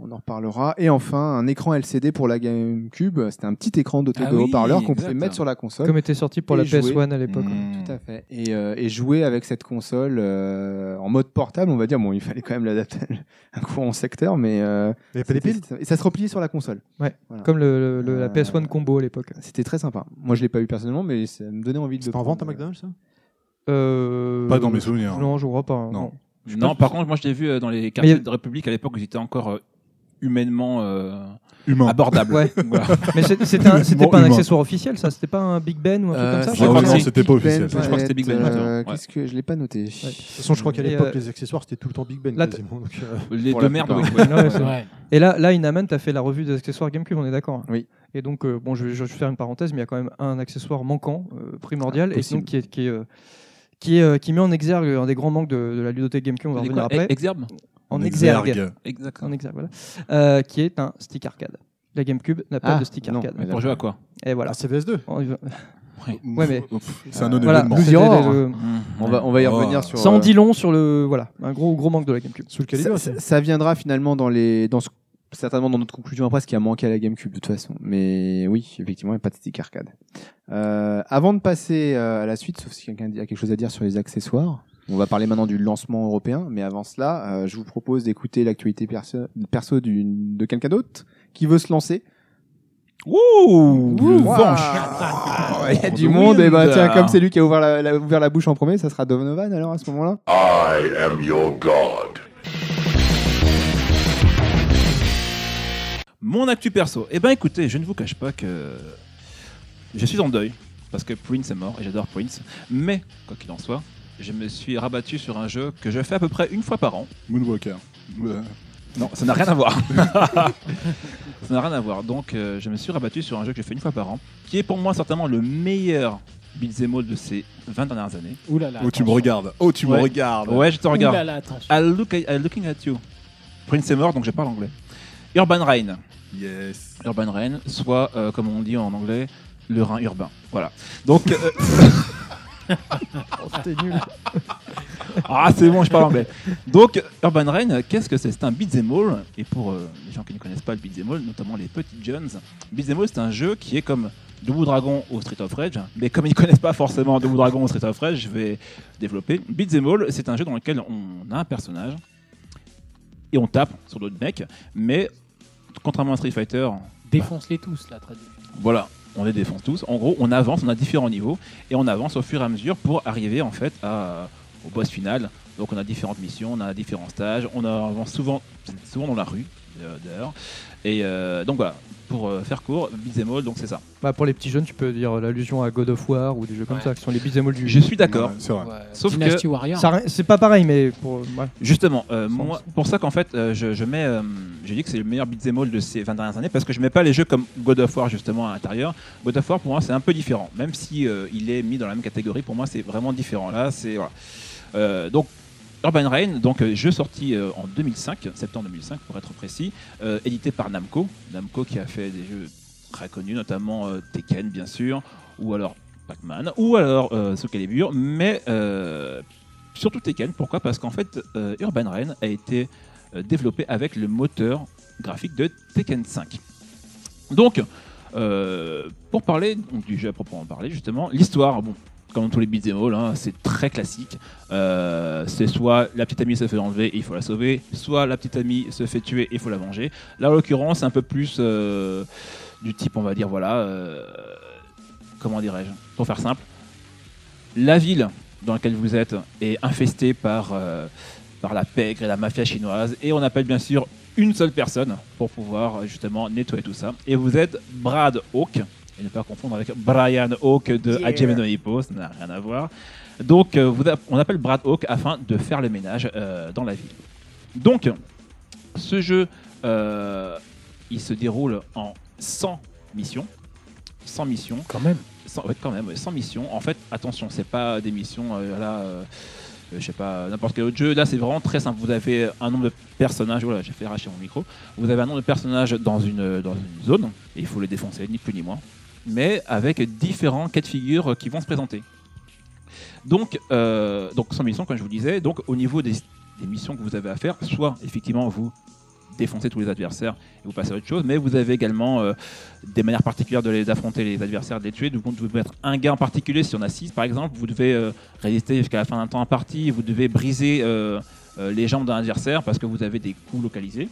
Speaker 5: On en reparlera. Et enfin, un écran LCD pour la GameCube. C'était un petit écran doté
Speaker 7: Ah
Speaker 5: de
Speaker 7: oui,
Speaker 5: haut-parleur qu'on
Speaker 7: exact.
Speaker 5: pouvait mettre sur la console.
Speaker 4: Comme était sorti pour
Speaker 5: Et
Speaker 4: la
Speaker 5: jouer. Mm.
Speaker 4: PS1 à l'époque. hein.
Speaker 6: Mmh.
Speaker 5: Tout à fait. Et, euh, et jouer avec cette console euh, en mode portable, on va dire. Bon, il fallait quand même l'adapter un coup en secteur, mais euh,
Speaker 3: Il y avait pas des piles
Speaker 5: et ça se repliait sur la console.
Speaker 4: Comme le- le- la PS1
Speaker 5: Euh,
Speaker 4: combo à l'époque.
Speaker 5: C'était très sympa. Moi, je l'ai pas eu personnellement, mais ça me donnait envie de.
Speaker 3: C'était
Speaker 5: le
Speaker 3: en vente à
Speaker 5: prendre.
Speaker 3: McDonald's, ça
Speaker 4: Euh,
Speaker 6: Pas dans mes souvenirs.
Speaker 4: Non, je crois pas. hein,
Speaker 6: Non.
Speaker 7: Non,
Speaker 4: pas
Speaker 7: par
Speaker 4: si-
Speaker 7: contre, moi je l'ai vu euh, dans les quartiers
Speaker 4: y a-
Speaker 7: de République à l'époque où ils étaient encore euh, humainement euh,
Speaker 6: Humain.
Speaker 7: abordables.
Speaker 4: Ouais.
Speaker 7: Voilà.
Speaker 4: Mais c'est- c'était un- c'était
Speaker 6: Bon,
Speaker 4: pas un
Speaker 6: humain.
Speaker 4: accessoire officiel, ça C'était pas un Big Ben ou un truc
Speaker 5: Euh,
Speaker 4: comme ça
Speaker 5: c'est-
Speaker 4: je
Speaker 6: Ah
Speaker 4: crois
Speaker 6: oui,
Speaker 4: que
Speaker 6: non,
Speaker 4: non.
Speaker 5: Big
Speaker 6: c'était pas
Speaker 5: Ben,
Speaker 6: officiel.
Speaker 5: peut-être.
Speaker 6: Je
Speaker 7: crois que c'était Big Ben,
Speaker 5: Euh,
Speaker 7: ouais.
Speaker 5: Qu'est-ce que je l'ai pas noté
Speaker 3: De toute façon, je crois qu'à
Speaker 4: Et,
Speaker 3: l'époque,
Speaker 4: euh,
Speaker 3: les accessoires, c'était tout le temps Big Ben.
Speaker 4: là, t-
Speaker 3: quasiment, donc, euh,
Speaker 7: Les
Speaker 5: Pour
Speaker 7: deux
Speaker 5: la
Speaker 7: merdes.
Speaker 5: plupart.
Speaker 7: oui, ouais.
Speaker 4: Ouais, c'est-
Speaker 8: Ouais.
Speaker 4: Et là, là, Inaman, t'as fait la revue des accessoires GameCube, on est d'accord. hein.
Speaker 5: Oui.
Speaker 4: Et donc, euh, bon, je vais, je vais faire une parenthèse, mais il y a quand même un accessoire manquant, euh, primordial, et
Speaker 5: possible.
Speaker 4: donc qui est, qui est, euh, qui, est, euh, qui met en exergue un des grands manques de, de la ludothèque GameCube, on va
Speaker 7: Les
Speaker 4: revenir
Speaker 7: quoi,
Speaker 4: après.
Speaker 5: Eh,
Speaker 7: ex- Exerbe
Speaker 4: en exergue.
Speaker 7: Exact.
Speaker 4: En exergue, voilà. Euh, qui est un stick arcade. La GameCube n'a pas
Speaker 5: Ah,
Speaker 4: de stick
Speaker 5: non,
Speaker 4: arcade.
Speaker 5: mais là-
Speaker 7: Pour jouer à quoi
Speaker 4: Et voilà.
Speaker 3: Ah, c'est VS2.
Speaker 4: On y va. Ouais,
Speaker 6: Ouais,
Speaker 4: mais-
Speaker 6: mais. C'est un non
Speaker 4: Voilà,
Speaker 6: événement.
Speaker 4: c'était
Speaker 5: Horror.
Speaker 4: le-
Speaker 7: Mmh.
Speaker 5: On va, on va y
Speaker 6: Oh.
Speaker 5: revenir sur.
Speaker 4: Ça en
Speaker 5: euh,
Speaker 4: dit long sur le. Voilà, un gros, gros manque de la GameCube.
Speaker 3: Sous le
Speaker 5: ça,
Speaker 3: calibre. c'est-
Speaker 5: ça- ça viendra finalement dans les, dans ce- certainement dans notre conclusion après ce qui a manqué à la GameCube de toute façon. Mais oui, effectivement, il n'y a pas de stick arcade. Euh, avant de passer euh, à la suite, sauf si quelqu'un a quelque chose à dire sur les accessoires. On va parler maintenant du lancement européen, mais avant cela, euh, je vous propose d'écouter l'actualité perso, perso d'une- de quelqu'un d'autre qui veut se lancer.
Speaker 7: Ouh
Speaker 5: Ouh.
Speaker 7: Venche
Speaker 5: Ah, Il y a du monde, et bah tiens, comme c'est lui qui a ouvert la, la- ouvert la bouche en premier, ça sera Donovan alors à ce moment-là
Speaker 9: I am your god.
Speaker 7: Mon actu perso. Eh ben écoutez, je ne vous cache pas que je suis en deuil parce que Prince est mort et j'adore Prince. Mais quoi qu'il en soit, je me suis rabattu sur un jeu que je fais à peu près une fois par an.
Speaker 6: Moonwalker.
Speaker 7: Ah,
Speaker 6: Euh,
Speaker 7: Non, ça n'a rien à voir. ça n'a rien à voir. Donc euh, je me suis rabattu sur un jeu que je fais une fois par an, qui est pour moi certainement le meilleur beat'em all de ces 20 dernières années.
Speaker 8: Ouh là là.
Speaker 6: Oh, tu me
Speaker 8: attention.
Speaker 6: regardes. Oh, tu me
Speaker 7: Ouais.
Speaker 6: regardes.
Speaker 7: Ouais, je te
Speaker 8: Ouh
Speaker 7: regarde. Ah.
Speaker 8: là là, attention.
Speaker 7: I look at- I looking at you. Prince est mort, donc je parle anglais. Urban Rain.
Speaker 6: Yes.
Speaker 7: Urban Rain, soit, euh, comme on dit en anglais, le Rhin urbain. Voilà. Donc, euh,
Speaker 3: Oh,
Speaker 4: C'était nul.
Speaker 7: ah, c'est bon, je parle anglais. Donc, Urban Rain, qu'est-ce que c'est C'est un beat'em all. Et pour euh, les gens qui ne connaissent pas le beat'em all, notamment les petits jeunes, beat'em all, c'est un jeu qui est comme Double Dragon au Street of Rage. Mais comme ils ne connaissent pas forcément Double Dragon au Street of Rage, je vais développer. Beat'em all, c'est un jeu dans lequel on a un personnage et on tape sur d'autres mecs. Mais contrairement à Street Fighter,
Speaker 8: Défonce-les tous, la traduction.
Speaker 7: Voilà, on les défonce tous. En gros, on avance, on a différents niveaux et on avance au fur et à mesure pour arriver en fait à- au boss final. Donc on a différentes missions, on a différents stages, on avance souvent, souvent dans la rue euh, d'ailleurs. Et euh, donc voilà, pour euh, faire court, beat'em all, donc c'est ça.
Speaker 4: Bah, pour les petits jeunes, tu peux dire euh, l'allusion à God of War ou des jeux comme
Speaker 8: Ouais.
Speaker 4: ça, qui sont les bisémols du
Speaker 7: Je suis d'accord.
Speaker 6: Ouais, C'est vrai.
Speaker 8: Ouais.
Speaker 7: Sauf
Speaker 8: Dynasty Warrior.
Speaker 4: Ça- C'est pas pareil, mais pour. ouais.
Speaker 7: Justement, euh, moi, pour ça qu'en fait, euh, je, je mets, euh, je dis que c'est le meilleur beat'em all de ces 20 dernières années parce que je mets pas les jeux comme God of War justement à l'intérieur. God of War pour moi c'est un peu différent, même si euh, il est mis dans la même catégorie. Pour moi c'est vraiment différent. Là c'est voilà. Euh, donc Urban Rain, donc euh, jeu sorti euh, en 2005, septembre 2005 pour être précis, euh, édité par Namco, Namco qui a fait des jeux très connus, notamment euh, Tekken bien sûr, ou alors Pac-Man, ou alors euh, Soul Calibur, mais euh, surtout Tekken. Pourquoi Parce qu'en fait, euh, Urban Rain a été euh, développé avec le moteur graphique de Tekken 5. Donc, euh, pour parler donc, du jeu à proprement parler, justement, l'histoire, bon, comme dans tous les beat'em all, hein, c'est très classique. Euh, c'est soit la petite amie se fait enlever et il faut la sauver, soit la petite amie se fait tuer et il faut la venger. Là, en l'occurrence, c'est un peu plus euh, du type, on va dire, voilà, euh, comment dirais-je, pour faire simple, la ville dans laquelle vous êtes est infestée par, euh, par la pègre et la mafia chinoise, et on appelle bien sûr une seule personne pour pouvoir euh, justement nettoyer tout ça. Et vous êtes Brad Hawk, et ne pas confondre avec Brian Hawk de
Speaker 2: Yeah.
Speaker 7: Hajime no Hippo, ça n'a rien à voir. Donc euh, vous app- on appelle Brad Hawk afin de faire le ménage euh, dans la ville. Donc ce jeu, euh, il se déroule en 100 missions. 100 missions
Speaker 8: Quand même.
Speaker 7: sans, ouais, quand même, ouais, sans mission. En fait, attention, c'est pas des missions euh, là, euh, euh, je sais pas, n'importe quel autre jeu. Là, c'est vraiment très simple. Vous avez un nombre de personnages. Voilà, j'ai fait arracher mon micro. Vous avez un nombre de personnages dans une, euh, dans une zone et il faut les défoncer, ni plus ni moins. Mais avec différents cas de figure euh, qui vont se présenter. Donc, euh, donc sans mission, comme je vous le disais, donc au niveau des, des missions que vous avez à faire, soit effectivement vous défoncez tous les adversaires et vous passez à autre chose, mais vous avez également euh, des manières particulières de les affronter les adversaires, de les tuer. Donc, Vous devez mettre un gars en particulier, si on a 6 par exemple, vous devez euh, résister jusqu'à la fin d'un temps imparti, vous devez briser euh, euh, les jambes d'un adversaire parce que vous avez des coups localisés.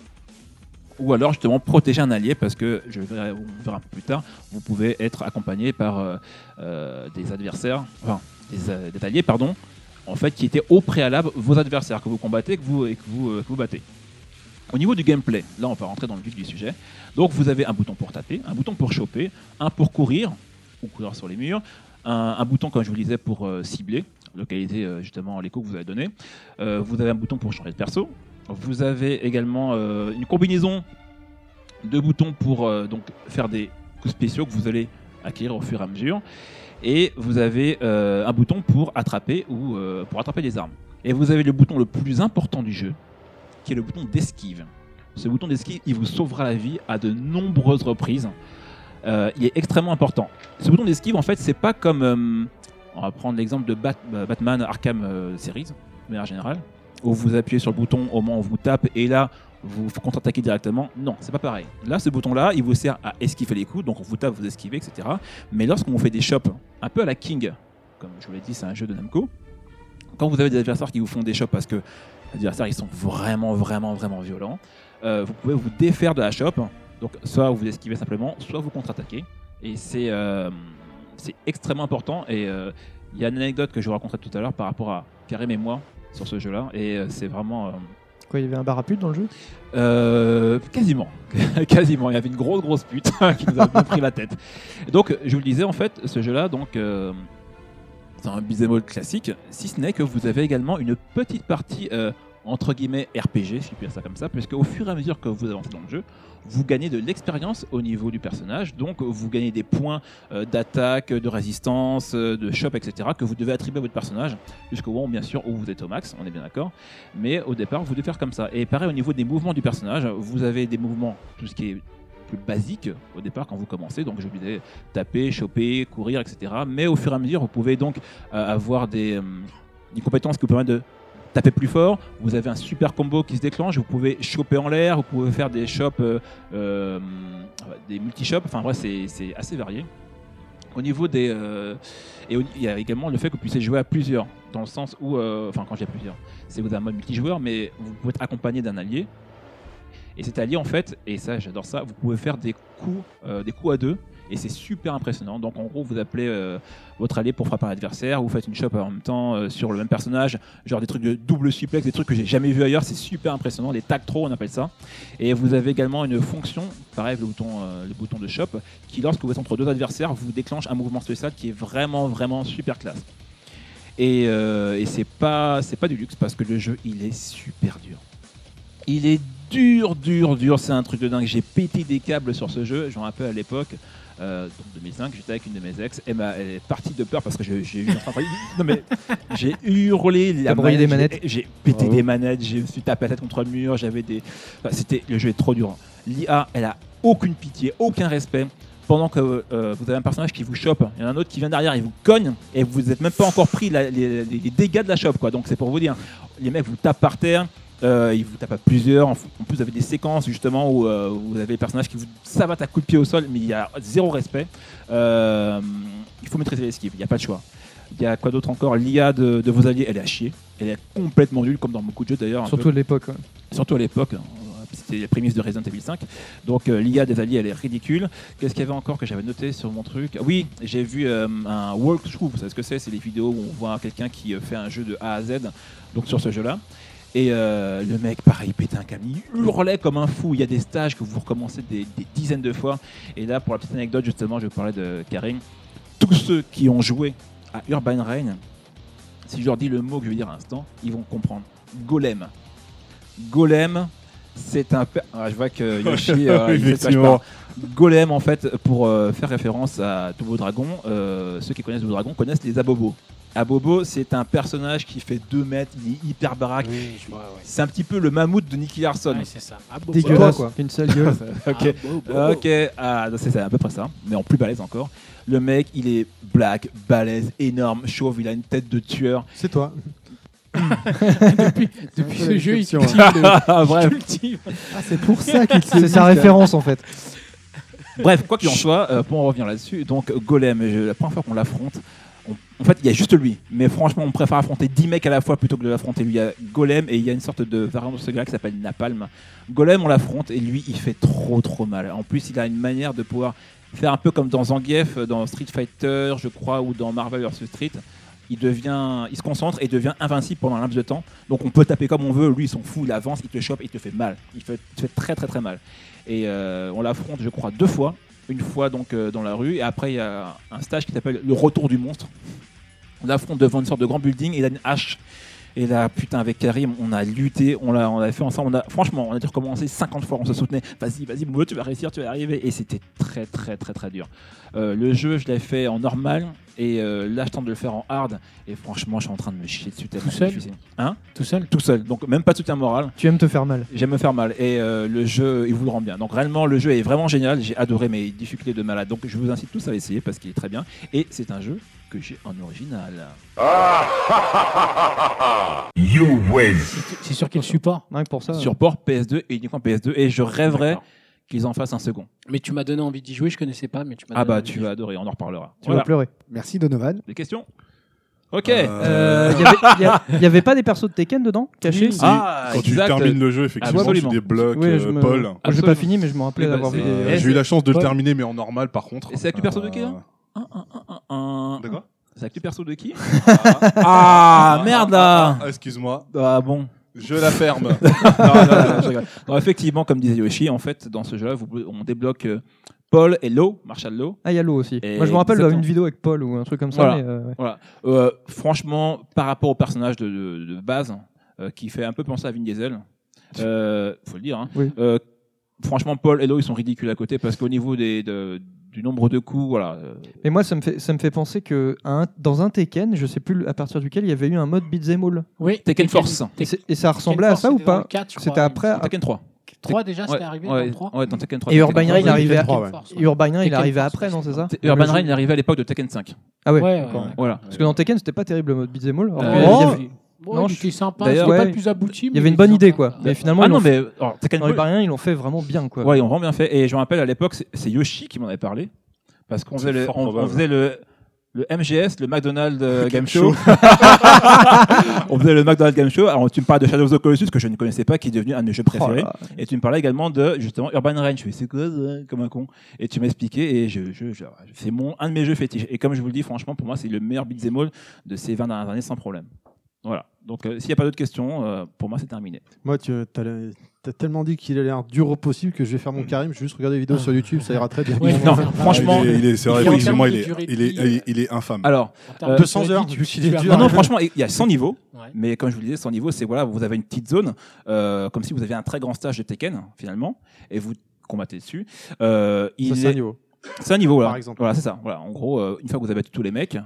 Speaker 7: Ou alors justement protéger un allié parce que, je verrai, on verra un peu plus tard, vous pouvez être accompagné par euh, euh, des adversaires, enfin des, euh, des alliés, pardon, en fait qui étaient au préalable vos adversaires que vous combattez que vous, et que vous, euh, que vous battez. Au niveau du gameplay, là on va rentrer dans le vif du sujet. Donc vous avez un bouton pour taper, un bouton pour choper, un pour courir, ou courir sur les murs, un, un bouton, comme je vous le disais, pour euh, cibler, localiser euh, justement l'écho que vous avez donné. Euh, vous avez un bouton pour changer de perso. Vous avez également euh, une combinaison de boutons pour euh, donc faire des coups spéciaux que vous allez acquérir au fur et à mesure. Et vous avez euh, un bouton pour attraper ou euh, pour attraper des armes. Et vous avez le bouton le plus important du jeu, qui est le bouton d'esquive. Ce bouton d'esquive, il vous sauvera la vie à de nombreuses reprises. Euh, il est extrêmement important. Ce bouton d'esquive, en fait, c'est pas comme. euh, on va prendre l'exemple de Bat- euh, Batman Arkham euh, Series, de manière générale, où vous appuyez sur le bouton au moment où on vous tape et là, vous f- contre-attaquez directement. Non, c'est pas pareil. Là, ce bouton-là, il vous sert à esquiver les coups, donc on vous tape, vous esquivez, etc. Mais lorsqu'on vous fait des chops, un peu à la King, comme je vous l'ai dit, c'est un jeu de Namco, quand vous avez des adversaires qui vous font des chops parce que les adversaires, ils sont vraiment, vraiment, vraiment violents, euh, vous pouvez vous défaire de la chope. Donc, soit vous esquivez simplement, soit vous contre-attaquez. Et c'est euh, c'est extrêmement important. Et euh, il y a une anecdote que je vous raconterai tout à l'heure par rapport à Karim et moi sur ce jeu-là. Et euh, c'est vraiment. euh,
Speaker 4: Quoi, il y avait un bar à pute dans le jeu
Speaker 7: euh, quasiment, quasiment. Il y avait une grosse grosse pute qui nous a bien pris la tête. Donc, je vous le disais en fait, ce jeu-là, donc, euh, c'est un beat'em all classique, si ce n'est que vous avez également une petite partie euh, entre guillemets RPG, si je peux dire ça comme ça, puisque au fur et à mesure que vous avancez dans le jeu, vous gagnez de l'expérience au niveau du personnage, donc vous gagnez des points euh, d'attaque, de résistance, euh, de shop, etc. que vous devez attribuer à votre personnage jusqu'au moment bien sûr où vous êtes au max, on est bien d'accord mais au départ vous devez faire comme ça. Et pareil au niveau des mouvements du personnage, vous avez des mouvements, tout ce qui est plus basique au départ quand vous commencez, donc je vous disais taper, choper, courir, etc. Mais au fur et à mesure vous pouvez donc euh, avoir des, euh, des compétences qui vous permettent de taper plus fort, vous avez un super combo qui se déclenche, vous pouvez choper en l'air, vous pouvez faire des chops, euh, euh, des multi-chops, enfin bref c'est c'est assez varié. Au niveau des... euh, et au- il y a également le fait que vous puissiez jouer à plusieurs, dans le sens où... euh, Enfin quand j'ai plusieurs c'est vous avez un mode multijoueur, mais vous pouvez être accompagné d'un allié. Et cet allié, en fait, et ça, j'adore ça, vous pouvez faire des coups, euh, des coups à deux, et c'est super impressionnant. Donc, en gros, vous appelez euh, votre allié pour frapper un adversaire, vous faites une chope en même temps euh, sur le même personnage, genre des trucs de double suplex, des trucs que j'ai jamais vu ailleurs, c'est super impressionnant. Les tac trop, on appelle ça. Et vous avez également une fonction, pareil, le bouton, euh, le bouton de chope, qui, lorsque vous êtes entre deux adversaires, vous déclenche un mouvement spécial qui est vraiment, vraiment super classe et, euh, et c'est pas c'est pas du luxe parce que le jeu il est super dur. Il est dur dur dur, c'est un truc de dingue. J'ai pété des câbles sur ce jeu, j'en rappelle à l'époque. euh, donc 2005, j'étais avec une de mes ex, et ma, elle est partie de peur parce que j'ai j'ai eu une enfant- Non mais j'ai hurlé, la
Speaker 4: T'as broyé des Ah
Speaker 7: manette, j'ai j'ai pété des manettes, j'ai- je me suis tapé la tête contre le mur, j'avais des. enfin, c'était le jeu est trop dur. L'IA, elle a aucune pitié, aucun respect pendant que euh, vous avez un personnage qui vous chope, il y en a un autre qui vient derrière, il vous cogne et vous n'êtes même pas encore pris la- les, les- les dégâts de la chope quoi. Donc c'est pour vous dire, les mecs vous tapent par terre, euh, ils vous tapent à plusieurs. En f- en plus vous avez des séquences justement où euh, vous avez les personnages qui vous sabattent à coups de pied au sol, mais il y a zéro respect. Euh, il faut maîtriser l'esquive, il n'y a pas de choix. Il y a quoi d'autre encore L'IA de, de vos alliés, elle est à chier. Elle est complètement nulle, comme dans beaucoup de jeux d'ailleurs. un peu
Speaker 4: Surtout à l'époque. ouais.
Speaker 7: surtout à l'époque. hein, C'était les prémices de Resident Evil 5. Donc euh, l'IA des alliés, elle est ridicule. Qu'est-ce qu'il y avait encore que j'avais noté sur mon truc Ah Oui, j'ai vu euh, un walkthrough. Vous savez ce que c'est C'est les vidéos où on voit quelqu'un qui euh, fait un jeu de A à Z, donc sur ce jeu-là. Et euh, le mec, pareil, pétait un câble. Il hurlait comme un fou. Il y a des stages que vous recommencez des, des dizaines de fois. Et là, pour la petite anecdote, justement, je parlais de Karine. Tous ceux qui ont joué à Urban Reign, si je leur dis le mot que je vais dire à l'instant, ils vont comprendre. Golem. Golem, c'est un. per- Ah, je vois que Yoshi. euh, il fait pas, je
Speaker 6: Effectivement.
Speaker 7: pars. Golem, en fait, pour euh, faire référence à Double Dragon, euh, ceux qui connaissent Double Dragon connaissent les Abobos. Abobo, c'est un personnage qui fait 2 mètres, il est hyper
Speaker 8: Ah,
Speaker 7: baraque.
Speaker 10: Oui, je vois, ouais.
Speaker 7: C'est un petit peu le mammouth de Nicky Larson.
Speaker 10: Ouais, c'est ça. Ah, bon,
Speaker 4: Dégueulasse, une sale gueule.
Speaker 10: bon,
Speaker 7: ok.
Speaker 10: ah, bon, bon,
Speaker 7: Ok, ah, c'est ça, à peu près ça, mais en plus balèze encore. Le mec, il est black, balèze, énorme, chauve, il a une tête de tueur.
Speaker 3: C'est toi.
Speaker 10: Depuis, depuis
Speaker 5: peu la
Speaker 10: ce jeu, il
Speaker 5: description,
Speaker 10: cultive le-
Speaker 7: Bref.
Speaker 10: il cultive.
Speaker 5: Ah, c'est pour ça qu'il s'est
Speaker 4: C'est sa référence en fait.
Speaker 7: Bref, quoi qu'il en soit, euh, pour en revenir là-dessus, donc Golem, je- la première fois qu'on l'affronte, on- en fait, il y a juste lui. Mais franchement, on préfère affronter 10 mecs à la fois plutôt que de l'affronter lui. Il y a Golem et il y a une sorte de variante de ce gars qui s'appelle Napalm. Golem, on l'affronte et lui, il fait trop trop mal. En plus, il a une manière de pouvoir faire un peu comme dans Zangief, euh, dans Street Fighter, je crois, ou dans Marvel vs Street. Il devient, il se concentre et devient invincible pendant un laps de temps. Donc on peut taper comme on veut. Lui, il s'en fout, il avance, il te chope, il te fait mal. Il fait- il te fait très très très mal et euh, on l'affronte je crois deux fois une fois donc euh, dans la rue et après il y a un stage qui s'appelle le retour du monstre on l'affronte devant une sorte de grand building et il a une hache et là putain avec Karim on a lutté on l'a on l'a fait ensemble on a franchement on a dû recommencer 50 fois on se soutenait vas-y vas-y Moulot, tu vas réussir tu vas y arriver et c'était très très très très dur Euh, le jeu je l'ai fait en normal et euh, là je tente de le faire en hard et franchement je suis en train de me chier dessus tellement
Speaker 10: Tout
Speaker 7: c'est
Speaker 10: seul
Speaker 7: difficile. hein
Speaker 10: Tout seul
Speaker 7: tout seul donc même pas de soutien moral
Speaker 4: Tu aimes te faire mal.
Speaker 7: J'aime me faire mal et euh, le jeu, il vous le rend bien. Donc réellement, le jeu est vraiment génial. J'ai adoré mes difficultés de malade. Donc je vous incite tous à l'essayer parce qu'il est très bien. Et c'est un jeu que j'ai en original.
Speaker 9: Ah! you win.
Speaker 10: C'est sur quel support
Speaker 4: Rien que pour ça.
Speaker 7: Sur port PS2 et uniquement PS2. Et je rêverais
Speaker 10: D'accord.
Speaker 7: qu'ils en fassent un second.
Speaker 10: Mais tu m'as donné envie d'y jouer, je connaissais pas, mais tu m'as
Speaker 7: Ah
Speaker 10: donné
Speaker 7: bah
Speaker 10: envie
Speaker 7: tu
Speaker 10: d'y
Speaker 7: vas adorer, on en reparlera.
Speaker 4: Tu
Speaker 7: Voilà.
Speaker 4: vas pleurer.
Speaker 5: Merci Donovan.
Speaker 7: Des questions Ok.
Speaker 4: Euh, Il y avait- il y a- il y avait pas des persos de Tekken dedans Cachés
Speaker 10: Si.
Speaker 7: Ah,
Speaker 6: Quand
Speaker 7: exact.
Speaker 6: tu termines le jeu, effectivement,
Speaker 7: Absolument.
Speaker 6: tu débloques
Speaker 4: Oui, je
Speaker 6: euh,
Speaker 4: me-
Speaker 6: Paul.
Speaker 4: Ah, J'ai
Speaker 7: Absolument.
Speaker 4: pas fini, mais je me rappelais
Speaker 7: Oui, bah,
Speaker 4: d'avoir vu
Speaker 7: c'est-
Speaker 4: des.
Speaker 6: Euh,
Speaker 7: Eh,
Speaker 6: J'ai eu la chance de le
Speaker 7: Paul.
Speaker 6: terminer, mais en normal, par contre. Euh,
Speaker 7: Et c'est avec le perso de qui, hein Un, un, un, un, un. C'est avec le perso de qui Ah merde là
Speaker 6: Ah, Excuse-moi,
Speaker 7: Ah bon
Speaker 6: je la ferme.
Speaker 7: non, non, non, non, je rigole. Non, effectivement, comme disait Yoshi, en fait, dans ce jeu-là, vous pouvez- on débloque euh, Paul et Lo, Marshall Lo.
Speaker 4: Ah, il y a l'eau aussi.
Speaker 7: Et
Speaker 4: Moi, je me rappelle
Speaker 7: exactement.
Speaker 4: une vidéo avec Paul ou un truc comme ça.
Speaker 7: Voilà.
Speaker 4: mais, euh, ouais.
Speaker 7: Voilà. Euh, franchement, par rapport au personnage de, de- de base, euh, qui fait un peu penser à Vin Diesel, euh, faut le dire. hein,
Speaker 4: Oui.
Speaker 7: euh, franchement, Paul et Lo, ils sont ridicules à côté parce qu'au niveau des, de- du nombre de coups, voilà. euh,
Speaker 4: Mais moi, ça me fait, ça me fait penser que à un- dans un Tekken, je sais plus le- à partir duquel il y avait eu un mode beat'em all.
Speaker 10: jouer. Oui,
Speaker 7: Tekken Force.
Speaker 4: Et,
Speaker 10: Tekken
Speaker 4: c'est- et ça ressemblait à
Speaker 10: Force,
Speaker 4: ça ou
Speaker 10: c'était dans
Speaker 4: pas
Speaker 10: le 4, je
Speaker 4: C'était
Speaker 10: crois.
Speaker 4: après.
Speaker 7: dans Tekken 3.
Speaker 10: 3 déjà, Ah, c'était arrivé
Speaker 7: ouais,
Speaker 10: dans 3
Speaker 7: ouais, dans Tekken 3.
Speaker 4: Ah. Et
Speaker 7: Tekken
Speaker 4: Urban
Speaker 7: 3.
Speaker 4: Reign, il arrivait.
Speaker 3: Tekken 3, ouais.
Speaker 4: à- Urban Reign, il
Speaker 10: Tekken
Speaker 4: arrivait
Speaker 10: Force,
Speaker 4: après, non, c'est ça
Speaker 7: T- Urban Reign, il arrivait à l'époque de Tekken 5.
Speaker 4: Ah ouais.
Speaker 10: Ouais,
Speaker 4: d'accord.
Speaker 10: ouais.
Speaker 7: Voilà.
Speaker 4: Parce que dans Tekken, c'était pas terrible le mode beat'em all. Alors
Speaker 10: Euh,
Speaker 4: que-
Speaker 10: il y
Speaker 4: Oh,
Speaker 10: avait- Ouais,
Speaker 4: Non,
Speaker 10: il
Speaker 4: je-
Speaker 10: était sympa,
Speaker 7: D'ailleurs,
Speaker 10: c'était pas
Speaker 4: ouais.
Speaker 10: le plus abouti.
Speaker 4: il y
Speaker 10: mais
Speaker 4: avait une
Speaker 10: était
Speaker 4: bonne idée,
Speaker 10: sympa.
Speaker 4: quoi. Mais finalement,
Speaker 7: Ah
Speaker 4: ils
Speaker 7: non,
Speaker 4: l'ont fait-
Speaker 7: mais alors, Tekken
Speaker 4: dans Urban Reign, ils l'ont fait vraiment bien, quoi.
Speaker 7: Ouais, ils ont vraiment bien fait. Et je me rappelle à l'époque, c'est- c'est Yoshi qui m'en avait parlé. Parce qu'on faisait,
Speaker 6: C'est
Speaker 7: le,
Speaker 6: fort
Speaker 7: on, on
Speaker 6: probable.
Speaker 7: faisait le, le MGS, le McDonald's euh, Game Show. on faisait le McDonald's Game Show. Alors tu me parles de Shadow of the Colossus, que je ne connaissais pas, qui est devenu un de mes jeux
Speaker 4: Oh
Speaker 7: préférés.
Speaker 4: là là.
Speaker 7: et tu me parlais également de justement Urban Reign. Je fais c'est quoi ça comme un con. Et tu m'expliquais et je, je, je- c'est mon un de mes jeux fétiches. Et comme je vous le dis franchement, pour moi c'est le meilleur beat'em all de ces 20 dernières années sans problème. Voilà. Donc euh, s'il n'y a pas d'autres questions, euh, pour moi c'est terminé.
Speaker 3: Moi, tu t'as la- t'as tellement dit qu'il a l'air dur au possible que je vais faire mon Karim. Je vais juste regarder des vidéos sur YouTube, ça ira très bien.
Speaker 10: Ouais,
Speaker 7: Non,
Speaker 10: Ah, il est-
Speaker 7: franchement.
Speaker 6: il est, il est- c'est vrai,
Speaker 10: Il est en
Speaker 6: effectivement,
Speaker 10: termes
Speaker 6: il
Speaker 10: de
Speaker 6: est,
Speaker 10: durée de
Speaker 6: il est,
Speaker 10: vie,
Speaker 6: il est- il est infâme.
Speaker 7: Alors
Speaker 10: En termes
Speaker 7: Euh,
Speaker 10: de
Speaker 3: 200
Speaker 10: durée
Speaker 3: heures,
Speaker 10: de vie,
Speaker 3: je me suis dit,
Speaker 10: vas
Speaker 3: dur.
Speaker 7: Non, non,
Speaker 10: avoir-
Speaker 7: franchement, il y a 100 niveaux,
Speaker 10: Ouais.
Speaker 7: mais comme je vous le disais, 100 niveaux, c'est voilà, vous avez une petite zone, euh, comme si vous aviez un très grand stage de Tekken, finalement, et vous combattez dessus. Euh, il
Speaker 3: Ça, c'est un
Speaker 7: est-
Speaker 3: niveau.
Speaker 7: c'est un niveau, voilà.
Speaker 3: Par exemple.
Speaker 7: Voilà, c'est ça. Voilà, en gros, euh, une fois que vous avez battu tous les mecs,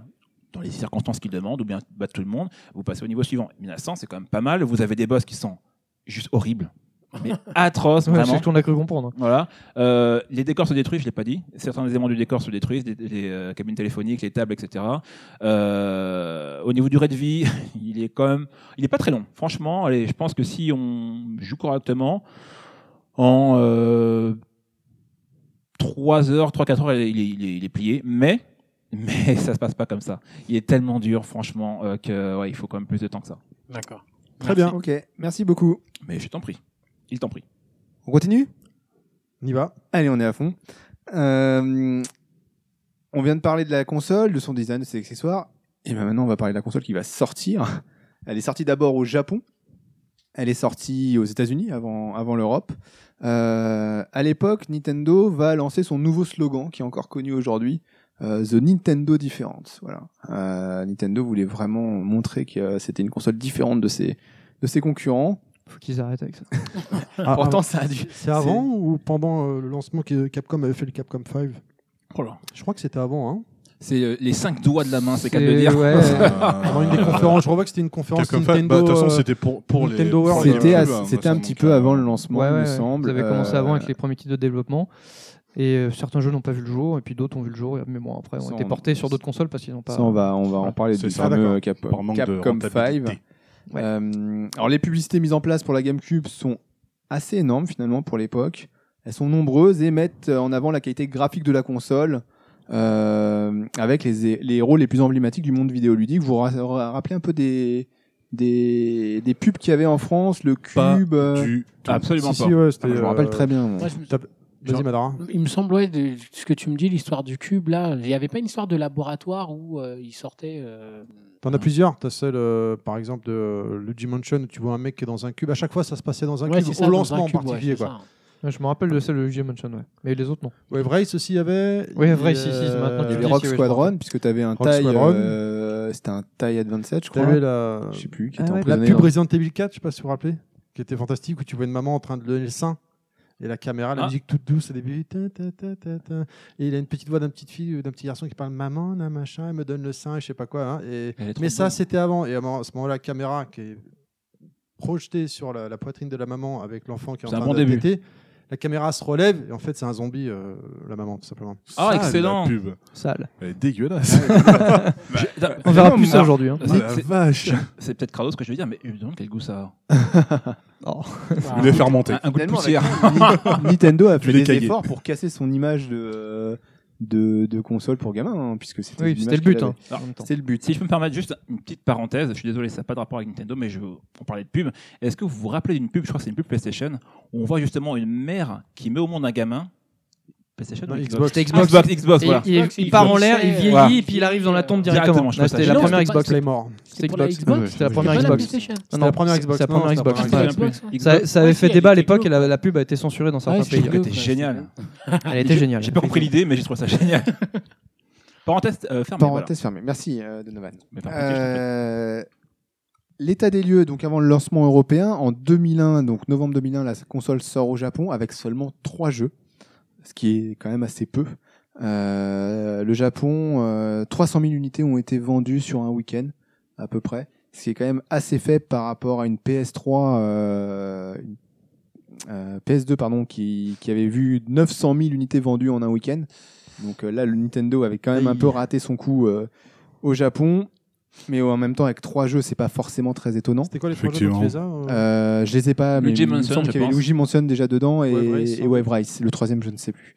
Speaker 7: dans les circonstances qu'ils demandent, ou bien battre tout le monde, vous passez au niveau suivant. 1900, c'est quand même pas mal. Vous avez des boss qui sont juste horribles, mais atroces,
Speaker 4: Ouais,
Speaker 7: vraiment.
Speaker 4: C'est ce qu'on a cru comprendre. hein.
Speaker 7: Voilà. Euh, les décors se détruisent, je l'ai pas dit. Certains éléments du décor se détruisent, des- les euh, cabines téléphoniques, les tables, etc. Euh, au niveau du de vie, il est quand même, il est pas très long. Franchement, allez, je pense que si on joue correctement, en euh, 3 heures, 3-4 heures, il est, il est- il est- il est plié. Mais mais ça se passe pas comme ça. Il est tellement dur, franchement, euh, que ouais, il faut quand même plus de temps que ça.
Speaker 10: D'accord.
Speaker 3: Très bien.
Speaker 5: Ok, merci beaucoup.
Speaker 7: Mais je t'en prie, il t'en prie.
Speaker 5: On continue
Speaker 3: On y va.
Speaker 5: Allez, on est à fond. Euh, on vient de parler de la console, de son design, de ses accessoires. Et ben maintenant, on va parler de la console qui va sortir. Elle est sortie d'abord au Japon. Elle est sortie aux États-Unis avant, avant l'Europe. Euh, à l'époque, Nintendo va lancer son nouveau slogan qui est encore connu aujourd'hui. euh, The Nintendo Difference. Voilà. Euh, Nintendo voulait vraiment montrer que euh, c'était une console différente de ses, de ses concurrents.
Speaker 4: Faut qu'ils arrêtent avec ça.
Speaker 3: Ah,
Speaker 5: Pourtant,
Speaker 3: avant-
Speaker 5: ça a dû.
Speaker 3: C'est avant ou pendant euh, le lancement que Capcom avait fait le Capcom 5
Speaker 7: Oh là.
Speaker 3: Je crois que c'était avant. Hein.
Speaker 7: C'est euh, les cinq doigts de la main, c'est qu'à le dire.
Speaker 4: ouais,
Speaker 6: Euh,
Speaker 3: Avant Ah, une des conférences. Je revois que c'était une conférence
Speaker 6: Capcom Fight,
Speaker 3: Nintendo.
Speaker 6: bah, de toute façon,
Speaker 3: euh,
Speaker 6: c'était pour, pour les.
Speaker 3: Nintendo
Speaker 6: pour
Speaker 3: World.
Speaker 6: les
Speaker 5: C'était
Speaker 6: jeux,
Speaker 5: à-
Speaker 6: hein,
Speaker 5: c'était
Speaker 6: de
Speaker 5: un
Speaker 6: toute
Speaker 5: petit
Speaker 6: façon,
Speaker 5: peu
Speaker 6: donc,
Speaker 5: avant
Speaker 6: euh,
Speaker 5: le lancement,
Speaker 4: Ouais,
Speaker 5: il
Speaker 4: ouais,
Speaker 5: me semble.
Speaker 4: Ils avaient commencé
Speaker 5: Euh,
Speaker 4: avant avec les premiers titres de développement. Et euh, certains jeux n'ont pas vu le jour, et puis d'autres ont vu le jour, mais bon, après, ont
Speaker 5: Ça,
Speaker 4: été
Speaker 5: on-
Speaker 4: portés sur d'autres consoles parce qu'ils n'ont pas.
Speaker 5: Ça, on va, on va en
Speaker 4: Voilà.
Speaker 5: parler
Speaker 6: C'est
Speaker 5: du
Speaker 6: ça,
Speaker 5: fameux
Speaker 6: d'accord.
Speaker 5: Cap,
Speaker 6: euh, Par manque de
Speaker 5: Capcom 5.
Speaker 6: rentabilité.
Speaker 4: Ouais.
Speaker 5: Euh, alors, les publicités mises en place pour la GameCube sont assez énormes, finalement, pour l'époque. Elles sont nombreuses et mettent en avant la qualité graphique de la console, euh, avec les, les héros les plus emblématiques du monde vidéoludique. Vous vous ra- ra- rappelez un peu des, des, des pubs qu'il y avait en France, le cube
Speaker 6: Pas
Speaker 5: euh,
Speaker 6: Du tout.
Speaker 7: Absolument
Speaker 3: si,
Speaker 7: pas.
Speaker 3: si, ouais, c'était,
Speaker 5: Je me rappelle
Speaker 3: euh,
Speaker 5: très bien.
Speaker 10: Moi, je me-
Speaker 3: Vas-y, Madara.
Speaker 10: Il me semble, ouais, de ce que tu me dis, l'histoire du cube, là, il n'y avait pas une histoire de laboratoire où euh, il sortait. euh,
Speaker 3: T'en as plusieurs. T'as celle, euh, par exemple, de euh, Luigi Mansion, où tu vois un mec qui est dans un cube. À chaque fois, ça se passait dans un
Speaker 10: ouais,
Speaker 3: cube,
Speaker 10: c'est ça,
Speaker 3: au
Speaker 10: dans un
Speaker 3: lancement
Speaker 10: cube,
Speaker 3: en particulier.
Speaker 10: ouais, c'est
Speaker 3: quoi.
Speaker 10: ça.
Speaker 4: Ouais, je me rappelle de celle de Luigi Mansion, ouais. mais les autres non.
Speaker 3: Ouais, Vrace aussi, il y avait.
Speaker 4: Ouais,
Speaker 3: Et,
Speaker 4: Vrace, si, si, c'est maintenant que
Speaker 5: Il y
Speaker 4: tu
Speaker 5: avait
Speaker 4: dis,
Speaker 5: Rock
Speaker 4: si, oui, je
Speaker 5: Squadron, puisque tu avais un
Speaker 3: Rock
Speaker 5: taille.
Speaker 3: Squadron.
Speaker 5: euh, C'était un taille Advanced, je crois.
Speaker 3: T'avais la,
Speaker 5: Je sais plus. Qui
Speaker 4: Ah
Speaker 5: était
Speaker 4: ouais,
Speaker 3: la
Speaker 5: emprisonné
Speaker 3: pub
Speaker 5: dans-
Speaker 3: Resident Evil 4, je sais pas si vous vous rappelez, qui était fantastique, où tu vois une maman en train de donner le sein. Et la caméra, la
Speaker 7: Ah.
Speaker 3: musique toute douce au début. ta, ta, ta, ta, ta. Et il a une petite voix d'un petite fille, ou d'un petit garçon qui parle Maman, là, machin, elle me donne le sein, et je sais pas quoi. hein. Et-
Speaker 7: Elle est trop
Speaker 3: Mais ça,
Speaker 7: bonne.
Speaker 3: c'était avant. Et à mo- à ce moment-là, la caméra qui est projetée sur la, la poitrine de la maman avec l'enfant qui est en
Speaker 7: C'est un
Speaker 3: train
Speaker 7: bon
Speaker 3: de
Speaker 7: début.
Speaker 3: péter, la caméra se relève, et en fait, c'est un zombie, euh, la maman, tout simplement.
Speaker 7: Ah,
Speaker 6: Sale,
Speaker 7: excellent.
Speaker 6: La pub.
Speaker 4: Sale.
Speaker 6: Elle est dégueulasse.
Speaker 5: Ah,
Speaker 7: Bah,
Speaker 4: On verra plus ça aujourd'hui. hein.
Speaker 6: Ah, la
Speaker 7: C'est-
Speaker 6: vache.
Speaker 7: C'est peut-être Kratos ce que je veux dire, mais euh, dis donc, quel goût ça
Speaker 6: Vous voulez faire monter.
Speaker 7: a Un goût de
Speaker 5: Finalement,
Speaker 7: poussière.
Speaker 5: Ni- Nintendo a fait
Speaker 6: l'ai
Speaker 5: des
Speaker 6: caillé.
Speaker 5: efforts pour casser son image de, euh, de, de console pour gamin, hein, puisque c'était
Speaker 4: Oui,
Speaker 5: l'image
Speaker 4: c'était le
Speaker 5: qu'il
Speaker 4: but.
Speaker 5: avait.
Speaker 4: hein, en même temps.
Speaker 5: C'était le but.
Speaker 7: Si je peux me permettre juste une petite parenthèse, je suis désolé, ça n'a pas de rapport avec Nintendo, mais je, on parlait de pub. Est-ce que vous vous rappelez d'une pub, je crois que c'est une pub PlayStation, où on voit justement une mère qui met au monde un gamin PlayStation
Speaker 3: Non,
Speaker 7: ou
Speaker 3: Xbox.
Speaker 4: C'était
Speaker 7: Xbox, Xbox, Xbox,
Speaker 4: Et
Speaker 7: voilà.
Speaker 4: il, il part en l'air, il vieillit, et puis il arrive dans la tombe directement.
Speaker 7: Directement, je trouve
Speaker 4: Ouais,
Speaker 7: ça
Speaker 4: C'était la
Speaker 10: génial.
Speaker 4: première
Speaker 10: C'était pas-
Speaker 4: Xbox.
Speaker 3: C'est mort.
Speaker 10: C'était pour
Speaker 4: Xbox.
Speaker 10: la Xbox
Speaker 4: C'était
Speaker 10: C'était
Speaker 4: la
Speaker 10: pas
Speaker 4: première Xbox.
Speaker 10: PlayStation
Speaker 3: C'était la première Xbox,
Speaker 4: C'est la
Speaker 3: non,
Speaker 4: première
Speaker 3: c'était la
Speaker 4: Xbox.
Speaker 7: Je me
Speaker 3: première
Speaker 7: souviens
Speaker 10: Xbox,
Speaker 7: plus.
Speaker 10: ouais.
Speaker 4: Ça,
Speaker 7: Xbox,
Speaker 4: ça avait
Speaker 10: Ah,
Speaker 4: fait
Speaker 10: si,
Speaker 4: débat à
Speaker 10: avec
Speaker 4: l'époque
Speaker 10: Lego.
Speaker 4: et la, la pub a été censurée dans certains
Speaker 10: c'est
Speaker 4: pays.
Speaker 10: rigolo.
Speaker 7: c'était génial.
Speaker 4: Elle était géniale.
Speaker 7: J'ai pas compris l'idée, mais j'ai trouvé ça génial. Parenthèse euh, fermée. voilà.
Speaker 5: Parenthèse fermée. Merci, euh, Donovan.
Speaker 7: Mais par contre, je t'en prie.
Speaker 5: Euh, L'état des lieux, donc avant le lancement européen, en 2001, donc novembre 2001, la console sort au Japon avec seulement trois jeux, ce qui est quand même assez peu. Euh, le Japon, euh, 300 000 unités ont été vendues sur un week-end, à peu près, ce qui est quand même assez faible par rapport à une PS3, euh, une- euh, PS2, pardon, qui, qui avait vu 900 000 unités vendues en un week-end. Donc euh, là, le Nintendo avait quand même un peu raté son coup euh, au Japon, mais en même temps, avec trois jeux, c'est pas forcément très étonnant.
Speaker 3: C'était quoi les projets dont tu les as euh
Speaker 5: Euh, je les ai pas, mais
Speaker 7: Luigi
Speaker 5: il me
Speaker 7: Manson,
Speaker 5: semble
Speaker 7: je
Speaker 5: qu'il y avait
Speaker 7: pense.
Speaker 5: Luigi Manson déjà dedans et,
Speaker 3: Wave Race,
Speaker 5: et
Speaker 3: hein.
Speaker 5: Wave Race. Le troisième, je ne sais plus.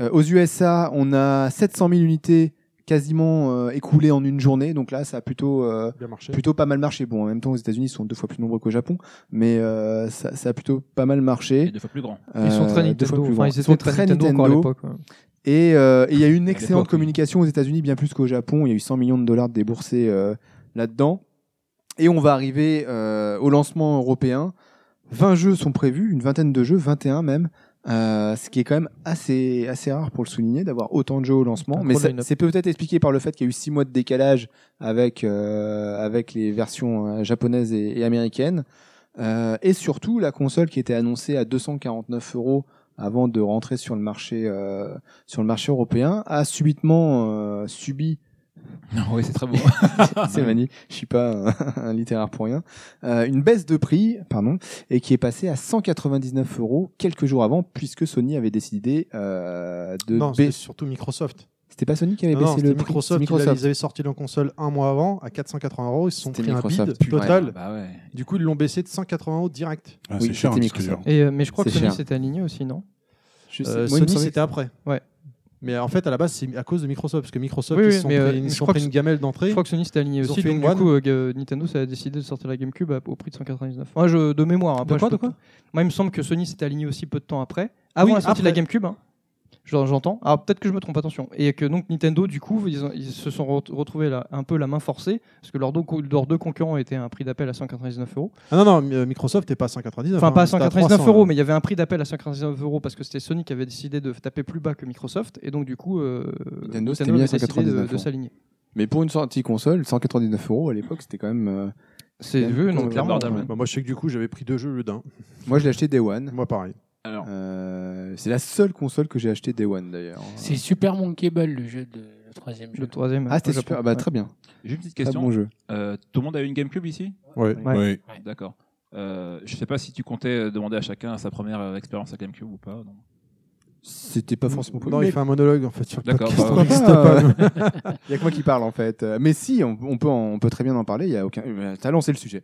Speaker 5: Euh, aux USA, on a 700 000 unités quasiment euh, écoulées en une journée. Donc là, ça a plutôt, euh,
Speaker 3: Bien marché.
Speaker 5: plutôt pas mal marché. Bon, en même temps, aux États-Unis, ils sont deux fois plus nombreux qu'au Japon, mais euh, ça, ça a plutôt pas mal
Speaker 7: Et
Speaker 5: marché.
Speaker 7: deux fois plus grand.
Speaker 5: Euh,
Speaker 4: Ils sont très
Speaker 5: deux fois
Speaker 4: Nintendo.
Speaker 5: plus
Speaker 4: Enfin,
Speaker 5: grands.
Speaker 4: ils étaient très Nintendo encore à l'époque. hein. ouais.
Speaker 5: et euh, et il y a eu une
Speaker 7: l'époque,
Speaker 5: excellente
Speaker 7: oui.
Speaker 5: communication aux États-Unis, bien plus qu'au Japon. Il y a eu 100 millions de dollars de déboursés euh, là-dedans. Et on va arriver euh, au lancement européen. 20 jeux sont prévus, une vingtaine de jeux, 21 même. Euh, ce qui est quand même assez, assez rare pour le souligner d'avoir autant de jeux au lancement.
Speaker 4: Un
Speaker 5: Mais
Speaker 4: gros
Speaker 5: ça-
Speaker 4: line-up.
Speaker 5: c'est peut-être expliqué par le fait qu'il y a eu 6 mois de décalage avec, euh, avec les versions euh, japonaises et, et américaines. Euh, et surtout, la console qui était annoncée à 249 euros avant de rentrer sur le marché, euh, sur le marché européen a subitement euh, subi
Speaker 7: oui, c'est très beau.
Speaker 5: c'est Manu, je suis pas un, un littéraire pour rien. Euh, une baisse de prix, pardon, et qui est passée à 199 euros quelques jours avant, puisque Sony avait décidé euh, de
Speaker 3: Non, c'était
Speaker 5: baisser.
Speaker 3: surtout Microsoft.
Speaker 5: C'était pas Sony qui avait
Speaker 3: Non, non,
Speaker 5: baissé le
Speaker 3: c'était
Speaker 5: prix,
Speaker 3: Microsoft.
Speaker 5: c'est
Speaker 3: qui l'avait- Ils avaient sorti leur console un mois avant à 480 euros. Ils se sont
Speaker 5: C'était
Speaker 3: pris un bid
Speaker 5: Microsoft, Ah putain.
Speaker 3: total.
Speaker 7: Bah ouais.
Speaker 3: Du coup, ils l'ont baissé de 180 euros direct.
Speaker 6: Ah,
Speaker 5: Oui,
Speaker 6: C'est cher,
Speaker 5: c'était
Speaker 6: hein, ce que je veux dire.
Speaker 5: Microsoft.
Speaker 4: Et, euh, mais je crois
Speaker 5: C'est
Speaker 4: que Sony
Speaker 5: cher.
Speaker 4: s'était aligné aussi, non
Speaker 5: Je sais-
Speaker 3: Euh,
Speaker 5: moi, il me
Speaker 3: Sony,
Speaker 5: semblait-
Speaker 3: c'était après. Mais en fait, à la base, c'est à cause de Microsoft, parce que Microsoft,
Speaker 4: Oui,
Speaker 3: ils
Speaker 4: oui,
Speaker 3: se sont
Speaker 4: mais, euh,
Speaker 3: pris, ils
Speaker 4: je
Speaker 3: se sont
Speaker 4: crois
Speaker 3: pris
Speaker 4: que
Speaker 3: une gamelle
Speaker 4: Je
Speaker 3: d'entrée.
Speaker 4: crois que Sony s'était aligné
Speaker 3: Ils ont
Speaker 4: aussi,
Speaker 3: fait
Speaker 4: donc
Speaker 3: une
Speaker 4: du
Speaker 3: One.
Speaker 4: coup, euh, euh, Nintendo ça a décidé de sortir la GameCube à- au prix de 199. Ah, je, de mémoire. Après,
Speaker 3: De quoi,
Speaker 4: je peux
Speaker 3: de quoi
Speaker 4: pas- Moi, il me semble que Sony s'était aligné aussi peu de temps après, avant
Speaker 3: Oui,
Speaker 4: la sortie de la
Speaker 3: après.
Speaker 4: GameCube. hein. J'en- J'entends. Alors peut-être que je me trompe, attention. Et que donc Nintendo, du coup, ils, ont- ils se sont re- retrouvés là, un peu la main forcée, parce que leurs deux, co- leurs deux concurrents étaient à un prix d'appel à 199 euros.
Speaker 3: Ah non, non, mi- euh, Microsoft n'est pas à 199.
Speaker 4: Enfin,
Speaker 3: hein,
Speaker 4: pas à
Speaker 3: c'était
Speaker 4: 199
Speaker 3: 300,
Speaker 4: euros,
Speaker 3: hein.
Speaker 4: mais il y avait un prix d'appel à 199 euros parce que c'était Sony qui avait décidé de taper plus bas que Microsoft, et donc du coup, euh,
Speaker 5: Nintendo, c'était
Speaker 4: Nintendo
Speaker 5: mis à
Speaker 4: avait décidé de-
Speaker 5: 199
Speaker 4: de
Speaker 5: euros.
Speaker 4: s'aligner.
Speaker 5: Mais pour une sortie console, 199 euros à l'époque, c'était quand même. euh,
Speaker 4: C'est
Speaker 5: C'était
Speaker 4: oui,
Speaker 5: un
Speaker 4: non,
Speaker 5: peu
Speaker 4: clairement.
Speaker 7: abordable,
Speaker 4: ouais.
Speaker 3: Bah, moi, je sais que du coup, j'avais pris deux jeux au lieu d'un.
Speaker 5: Moi, je l'ai acheté Day One.
Speaker 3: Moi, pareil.
Speaker 7: Alors,
Speaker 5: Euh, c'est la seule console que j'ai acheté Day One d'ailleurs.
Speaker 10: C'est Super Monkey Ball, le jeu de le troisième jeu.
Speaker 4: Le troisième.
Speaker 5: Ah, c'était
Speaker 4: au Japon,
Speaker 5: super. Ah Bah,
Speaker 4: ouais.
Speaker 5: très bien.
Speaker 7: j'ai une petite
Speaker 5: Très
Speaker 7: question.
Speaker 5: bon jeu.
Speaker 7: Euh, tout le monde a eu une GameCube ici
Speaker 3: Ouais.
Speaker 4: Ouais.
Speaker 6: Oui.
Speaker 7: D'accord. Euh, je sais pas si tu comptais euh, demander à chacun sa première euh, expérience à GameCube ou pas. non.
Speaker 5: C'était pas forcément.
Speaker 3: Non, il fait un monologue en fait sur le
Speaker 7: D'accord,
Speaker 3: podcast.
Speaker 7: bah,
Speaker 3: on n'existe
Speaker 5: Ah,
Speaker 3: pas, nous.
Speaker 5: Il y a que moi qui parle en fait. Euh, Mais si, on, on peut, en- on peut très bien en parler. Il y a aucun. euh, T'as lancé le sujet.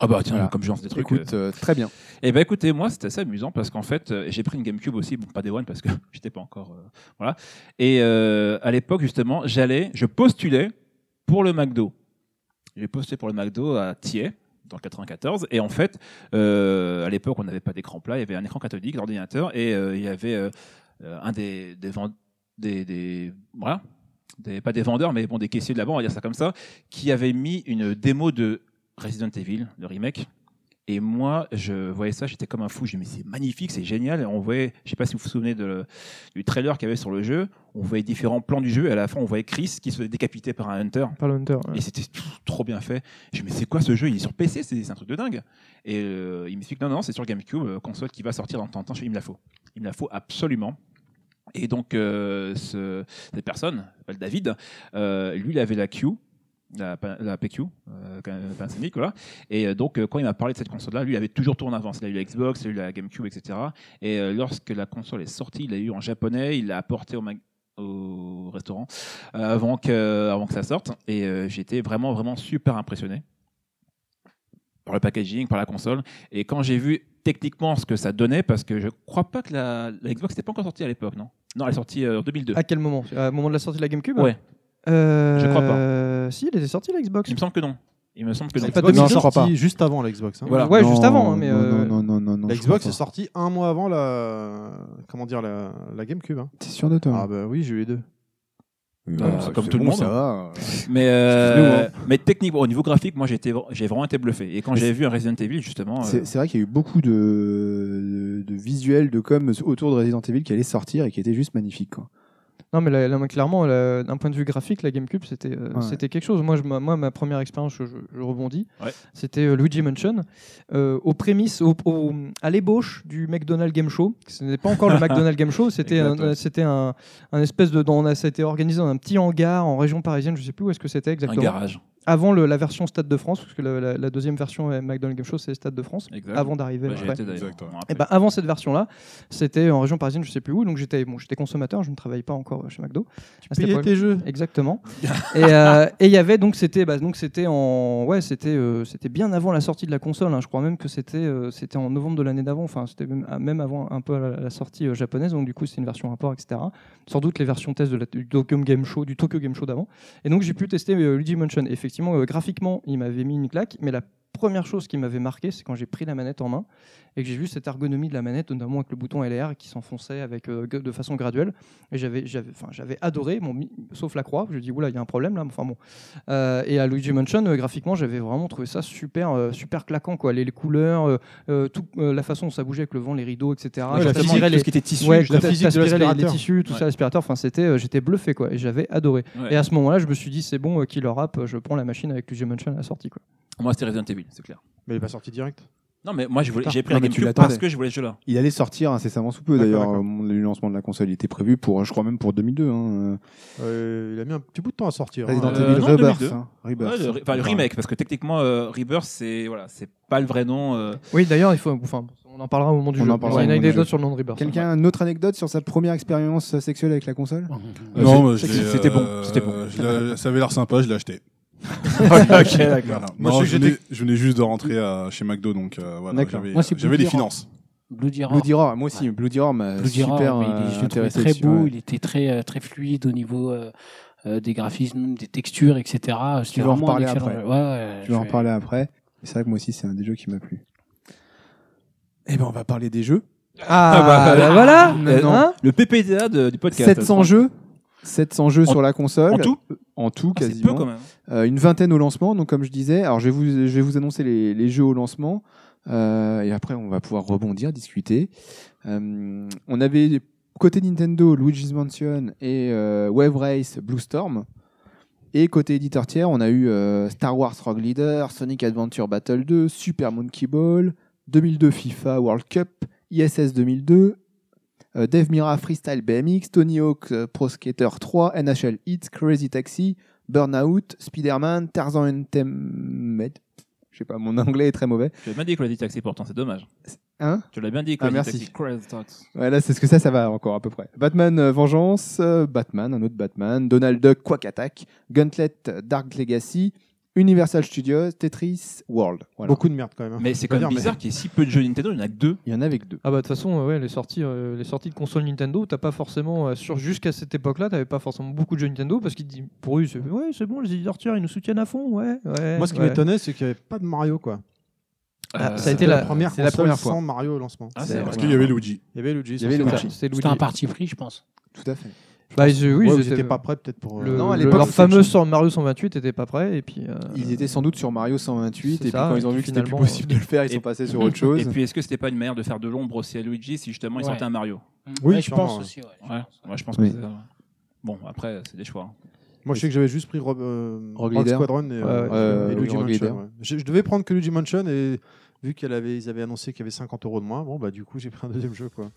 Speaker 7: Ah bah tiens,
Speaker 5: Voilà.
Speaker 7: comme je lance des trucs.
Speaker 5: Écoute, euh, très bien.
Speaker 7: Et ben écoutez, moi c'était assez amusant parce qu'en fait euh, j'ai pris une GameCube aussi, bon, pas des One parce que j'étais pas encore euh, voilà. Et euh, à l'époque justement, j'allais, je postulais pour le McDo. J'ai postulé pour le McDo à Thiers dans le 94 et en fait euh, à l'époque on n'avait pas d'écran plat, il y avait un écran cathodique d'ordinateur et euh, il y avait euh, euh, un des des, vend- des, des- voilà, des- pas des vendeurs mais bon des caissiers de là-bas, on va dire ça comme ça, qui avait mis une démo de Resident Evil, le remake. Et moi, je voyais ça, j'étais comme un fou. Je me disais, c'est magnifique, c'est génial. Et on voyait, je sais pas si vous vous souvenez de, du trailer qu'il y avait sur le jeu, on voyait différents plans du jeu. Et à la fin, on voyait Chris qui se faisait décapiter par un Hunter.
Speaker 4: Par le Hunter. ouais.
Speaker 7: Et c'était tout- trop bien fait. Je me dis, c'est quoi ce jeu Il est sur PC, c'est c'est un truc de dingue. Et euh, il m'explique, non, non, c'est sur GameCube, euh, console qui va sortir dans tant de temps. Je fais, il me la faut. Il me la faut absolument. Et donc, euh, ce- cette personne, elle s'appelle David, euh, lui, il avait la Q, la, pa- la PQ, euh, quand même, Panasonic, voilà. Et euh, donc, euh, quand il m'a parlé de cette console-là, lui, il avait toujours tout en avance. Il a eu la Xbox, il a eu la GameCube, etc. Et euh, lorsque la console est sortie, il l'a eu en japonais, il l'a apporté au, mag- au restaurant euh, avant que, avant que ça sorte. Et euh, j'étais vraiment, vraiment super impressionné par le packaging, par la console. Et quand j'ai vu techniquement ce que ça donnait, parce que je crois pas que la, la Xbox n'était pas encore sortie à l'époque, non Non, elle est sortie euh, en 2002.
Speaker 4: À quel moment Au moment de la sortie de la GameCube
Speaker 7: Ouais.
Speaker 4: Euh,
Speaker 7: Je crois
Speaker 4: Si, elle était sortie la Xbox.
Speaker 7: Il me semble que non. Il me semble que
Speaker 4: C'est
Speaker 7: non.
Speaker 4: pas
Speaker 3: Xbox
Speaker 5: Non,
Speaker 3: est
Speaker 5: je crois
Speaker 3: sorti juste avant la Xbox. hein.
Speaker 7: Voilà.
Speaker 4: Ouais,
Speaker 5: Non,
Speaker 4: juste avant, hein, mais.
Speaker 5: non,
Speaker 4: euh,
Speaker 5: non, non, non, non.
Speaker 3: La
Speaker 5: je crois
Speaker 3: Xbox est
Speaker 5: pas.
Speaker 3: sortie un mois avant la comment dire la, la GameCube. hein.
Speaker 5: T'es sûr de toi
Speaker 3: Ah bah oui, j'ai eu les deux.
Speaker 7: Bah, c'est comme
Speaker 5: c'est
Speaker 7: tout le
Speaker 5: bon,
Speaker 7: monde. hein.
Speaker 5: Ça va.
Speaker 7: Mais, euh,
Speaker 5: Excuse-nous, hein.
Speaker 7: mais techniquement, au niveau graphique, moi j'ai été- j'ai vraiment été bluffé. Et quand j'ai vu un Resident Evil, justement, euh,
Speaker 5: C'est c'est vrai qu'il y a eu beaucoup de, de visuels, de com autour de Resident Evil qui allaient sortir et qui étaient juste magnifiques. Quoi.
Speaker 4: Non, mais la- la- clairement, la- d'un point de vue graphique, la GameCube, c'était euh,
Speaker 5: Ouais.
Speaker 4: c'était quelque chose. Moi, je, ma- moi, ma première expérience, je, je- je rebondis,
Speaker 7: Ouais.
Speaker 4: c'était euh, Luigi Mansion, euh, aux prémices, au- au- à l'ébauche du McDonald's Game Show. Ce n'est pas encore le McDonald's Game Show, c'était un,
Speaker 7: Exact, ouais.
Speaker 4: euh, c'était un, un espèce de. Dans, on a- ça a été organisé dans un petit hangar en région parisienne, je ne sais plus où est-ce que c'était
Speaker 7: un
Speaker 4: exactement.
Speaker 7: garage.
Speaker 4: Avant le- la version Stade de France, parce que la, la- la deuxième version euh, McDonald's Game Show, c'est Stade de France,
Speaker 7: Exact.
Speaker 4: avant d'arriver.
Speaker 7: Bah, j'y
Speaker 4: après.
Speaker 7: étais d'ailleurs.
Speaker 6: Exact, ouais.
Speaker 7: Je m'en
Speaker 4: Et
Speaker 5: Eh
Speaker 7: rappelle.
Speaker 5: bah,
Speaker 4: ben avant cette version-là, c'était en région parisienne, je sais plus où, donc j'étais bon, j'étais consommateur, je ne travaillais pas encore chez McDo. À cette
Speaker 3: Payez
Speaker 4: époque-
Speaker 3: tes jeux.
Speaker 4: Exactement. et euh, et il y avait donc c'était bah, donc c'était en ouais c'était euh, c'était bien avant la sortie de la console. hein. Je crois même que c'était euh, c'était en novembre de l'année d'avant. Enfin c'était même, ah, même avant un peu à la, la sortie euh, japonaise. Donc du coup c'est une version rapport etc. Sans doute les versions test de la, du Tokyo Game Show du Tokyo Game Show d'avant. Et donc j'ai pu tester euh, Luigi Mansion. Effectivement euh, graphiquement il m'avait mis une claque, mais la première chose qui m'avait marqué c'est quand j'ai pris la manette en main et que j'ai vu cette ergonomie de la manette notamment avec le bouton LR qui s'enfonçait avec euh, de façon graduelle et j'avais j'avais enfin j'avais adoré mon mi- sauf la croix je dis oula il y a un problème là enfin bon Euh, et à Luigi Mansion euh, graphiquement j'avais vraiment trouvé ça super euh, super claquant quoi les, les couleurs euh, euh, tout euh, la façon dont ça bougeait avec le vent les rideaux etc
Speaker 3: Ouais, la physique,
Speaker 4: T'aspirais les-
Speaker 3: tout ce qui était tissu,
Speaker 4: ouais,
Speaker 3: la
Speaker 4: t'as-
Speaker 3: physique de
Speaker 4: t'aspirais les- les,
Speaker 3: l'aspirateur.
Speaker 4: tissus tout ça
Speaker 7: Ouais.
Speaker 4: l'aspirateur enfin c'était euh, j'étais bluffé quoi et j'avais adoré
Speaker 7: Ouais.
Speaker 4: et à ce moment là je me suis dit c'est bon euh, killer rap euh, je prends la machine avec Luigi Mansion à la sortie quoi
Speaker 7: Moi c'était Resident Evil, c'est clair.
Speaker 3: Mais il est pas sorti direct.
Speaker 7: Non mais moi je voulais-
Speaker 5: Putain.
Speaker 7: j'ai pris
Speaker 5: Non,
Speaker 7: la
Speaker 5: mais tu
Speaker 7: GameCube
Speaker 5: l'attendais.
Speaker 7: parce que je voulais ce jeu-là.
Speaker 5: Il allait sortir incessamment sous peu
Speaker 3: D'accord,
Speaker 5: d'ailleurs.
Speaker 3: d'accord.
Speaker 5: au moment du lancement de la console, il était prévu pour, je crois même pour 2002. Hein.
Speaker 3: Euh, il a mis un petit bout de temps à sortir.
Speaker 5: Resident
Speaker 3: hein.
Speaker 7: Euh,
Speaker 5: Evil
Speaker 7: non,
Speaker 5: Rebirth.
Speaker 7: 2002.
Speaker 5: hein. Rebirth.
Speaker 7: Ouais, le, re- enfin, le remake parce que techniquement euh, Rebirth c'est voilà c'est pas le vrai nom. euh,
Speaker 4: oui d'ailleurs il faut enfin on en parlera au moment du
Speaker 5: On
Speaker 4: jeu
Speaker 5: en parlera
Speaker 4: il y a une
Speaker 5: au moment du
Speaker 4: anecdote
Speaker 5: jeu.
Speaker 4: sur le nom de Rebirth
Speaker 5: Quelqu'un a une autre anecdote sur sa première expérience sexuelle avec la console
Speaker 6: Euh, non, moi, je
Speaker 5: Ah, c'est-
Speaker 6: l'ai,
Speaker 5: c'était bon,
Speaker 6: euh,
Speaker 5: c'était bon.
Speaker 6: je l'ai- ça avait l'air sympa, je l'ai acheté.
Speaker 5: Ok, d'accord.
Speaker 6: Voilà.
Speaker 3: Moi,
Speaker 6: Non,
Speaker 3: je
Speaker 6: je,
Speaker 3: sais que
Speaker 6: venais, je venais juste de rentrer à- chez McDo, donc euh, voilà,
Speaker 4: D'accord.
Speaker 6: j'avais
Speaker 10: Moi, c'est plus
Speaker 6: j'avais les
Speaker 10: dur, hein.
Speaker 6: finances.
Speaker 10: Bloody Roar.
Speaker 5: Bloody Roar, moi aussi, Bloody Roar m'a
Speaker 10: Bloody Roar,
Speaker 5: super
Speaker 10: mais Euh, il est-
Speaker 5: euh,
Speaker 10: je le trouvais
Speaker 5: intéressé.
Speaker 10: très
Speaker 5: dessus,
Speaker 10: beau,
Speaker 5: ouais.
Speaker 10: il était très, euh, très fluide au niveau euh, euh, des graphismes, des textures, etc.
Speaker 5: Tu vas en reparler après.
Speaker 10: Ouais, ouais,
Speaker 5: Tu
Speaker 10: je
Speaker 5: vas en
Speaker 10: vais-
Speaker 5: parler après. C'est vrai que moi aussi, c'est un des jeux qui m'a plu. Eh ben, on va parler des jeux.
Speaker 4: Ah, bah, bah, voilà
Speaker 7: Ah, Euh,
Speaker 5: Maintenant.
Speaker 4: Hein
Speaker 7: Le PPDA de- du podcast.
Speaker 5: 700 jeux, 700 jeux
Speaker 7: En-
Speaker 5: sur la console.
Speaker 7: En tout
Speaker 5: En tout,
Speaker 7: Ah, C'est
Speaker 5: quasiment.
Speaker 7: peu quand même.
Speaker 5: Euh, une vingtaine au lancement. Donc, comme je disais, alors je vais vous, je vais vous annoncer les, les jeux au lancement. Euh, et après, on va pouvoir rebondir, discuter. Euh, on avait côté Nintendo Luigi's Mansion et euh, Wave Race Blue Storm. Et côté éditeur tiers, on a eu euh, Star Wars Rogue Leader, Sonic Adventure Battle 2, Super Monkey Ball, 2002 FIFA World Cup, ISS 2002, euh, Dave Mira Freestyle BMX, Tony Hawk euh, Pro Skater 3, NHL Hits, Crazy Taxi, Burnout, Spider-Man, Tarzan Untamed. Je sais pas, mon anglais est très mauvais.
Speaker 7: Tu l'as bien dit que le dit Taxi pourtant, c'est dommage.
Speaker 5: Hein
Speaker 7: Tu l'as bien dit que
Speaker 5: Ah,
Speaker 7: le dit
Speaker 5: merci.
Speaker 7: Taxi. Crazy Taxi.
Speaker 5: Ouais, là, c'est ce que ça, ça va encore à peu près. Batman euh, Vengeance, euh, Batman, un autre Batman, Donald Duck Quack Attack, Gauntlet euh, Dark Legacy, Universal Studios, Tetris World. Voilà.
Speaker 3: Beaucoup de merde quand même. hein.
Speaker 7: Mais c'est
Speaker 3: Faut
Speaker 7: quand
Speaker 3: dire,
Speaker 7: même
Speaker 3: mais-
Speaker 7: bizarre qu'il y ait si peu de jeux Nintendo, il n'y en a que deux.
Speaker 5: Il y en a avec deux.
Speaker 4: Ah bah de toute façon, euh, ouais, les sorties, euh, les sorties de consoles Nintendo, t'as pas forcément euh, sur jusqu'à cette époque-là, t'avais pas forcément beaucoup de jeux Nintendo parce qu'ils disent pour eux, c'est ouais, c'est bon, les éditeurs tiers, ils nous soutiennent à fond, ouais. ouais
Speaker 3: Moi, ce qui
Speaker 4: ouais.
Speaker 3: m'étonnait, c'est qu'il n'y avait pas de Mario, quoi.
Speaker 4: Ah,
Speaker 7: Euh,
Speaker 4: ça a été
Speaker 3: C'était
Speaker 4: la,
Speaker 3: la première
Speaker 5: c'est la
Speaker 3: console
Speaker 5: première fois.
Speaker 3: sans Mario au lancement.
Speaker 7: Ah,
Speaker 5: C'est
Speaker 7: c'est
Speaker 5: vrai.
Speaker 6: Parce qu'il y avait Luigi.
Speaker 3: Il y avait Luigi.
Speaker 5: Il y avait
Speaker 3: sur
Speaker 5: Luigi.
Speaker 3: Switch.
Speaker 4: c'est Luigi.
Speaker 10: C'était un parti pris, je pense.
Speaker 5: Tout à fait.
Speaker 4: Bah, ils, euh, oui,
Speaker 3: Ouais,
Speaker 4: ils
Speaker 3: ils
Speaker 4: étaient
Speaker 3: étaient pas prêts peut-être pour. euh,
Speaker 4: le-
Speaker 5: Non, à
Speaker 4: le-
Speaker 5: l'époque,
Speaker 4: leur
Speaker 5: c'était-
Speaker 4: fameux sans Mario 128 était pas prêt et puis. euh,
Speaker 5: Ils étaient sans doute sur Mario 128
Speaker 4: C'est
Speaker 5: et puis
Speaker 4: ça,
Speaker 5: quand ils ont
Speaker 4: et
Speaker 5: vu que
Speaker 4: puis
Speaker 5: c'était plus
Speaker 4: finalement,
Speaker 5: possible de le faire, ils
Speaker 7: et-
Speaker 5: sont passés sur autre chose.
Speaker 7: Et puis, est-ce que c'était pas une manière de faire de l'ombre aussi à Luigi si justement il
Speaker 10: Ouais.
Speaker 7: sortait un Mario
Speaker 3: Oui,
Speaker 10: Ouais, je
Speaker 3: sûrement,
Speaker 10: pense
Speaker 3: ouais.
Speaker 10: aussi. ouais.
Speaker 7: Ouais, moi je pense
Speaker 5: Oui.
Speaker 7: que c'est ça. Bon, après, c'est des choix. hein.
Speaker 3: Moi, je sais que j'avais juste pris Rob, euh,
Speaker 5: Rogue
Speaker 3: Rogue
Speaker 5: Leader.
Speaker 3: Squadron et, euh,
Speaker 5: Euh,
Speaker 3: et Luigi
Speaker 5: Rogue Leader.
Speaker 3: Mansion. ouais. Je, je devais prendre que Luigi Mansion et vu qu'ils avaient annoncé qu'il y avait 50 euros de moins, bon bah du coup j'ai pris un deuxième jeu quoi.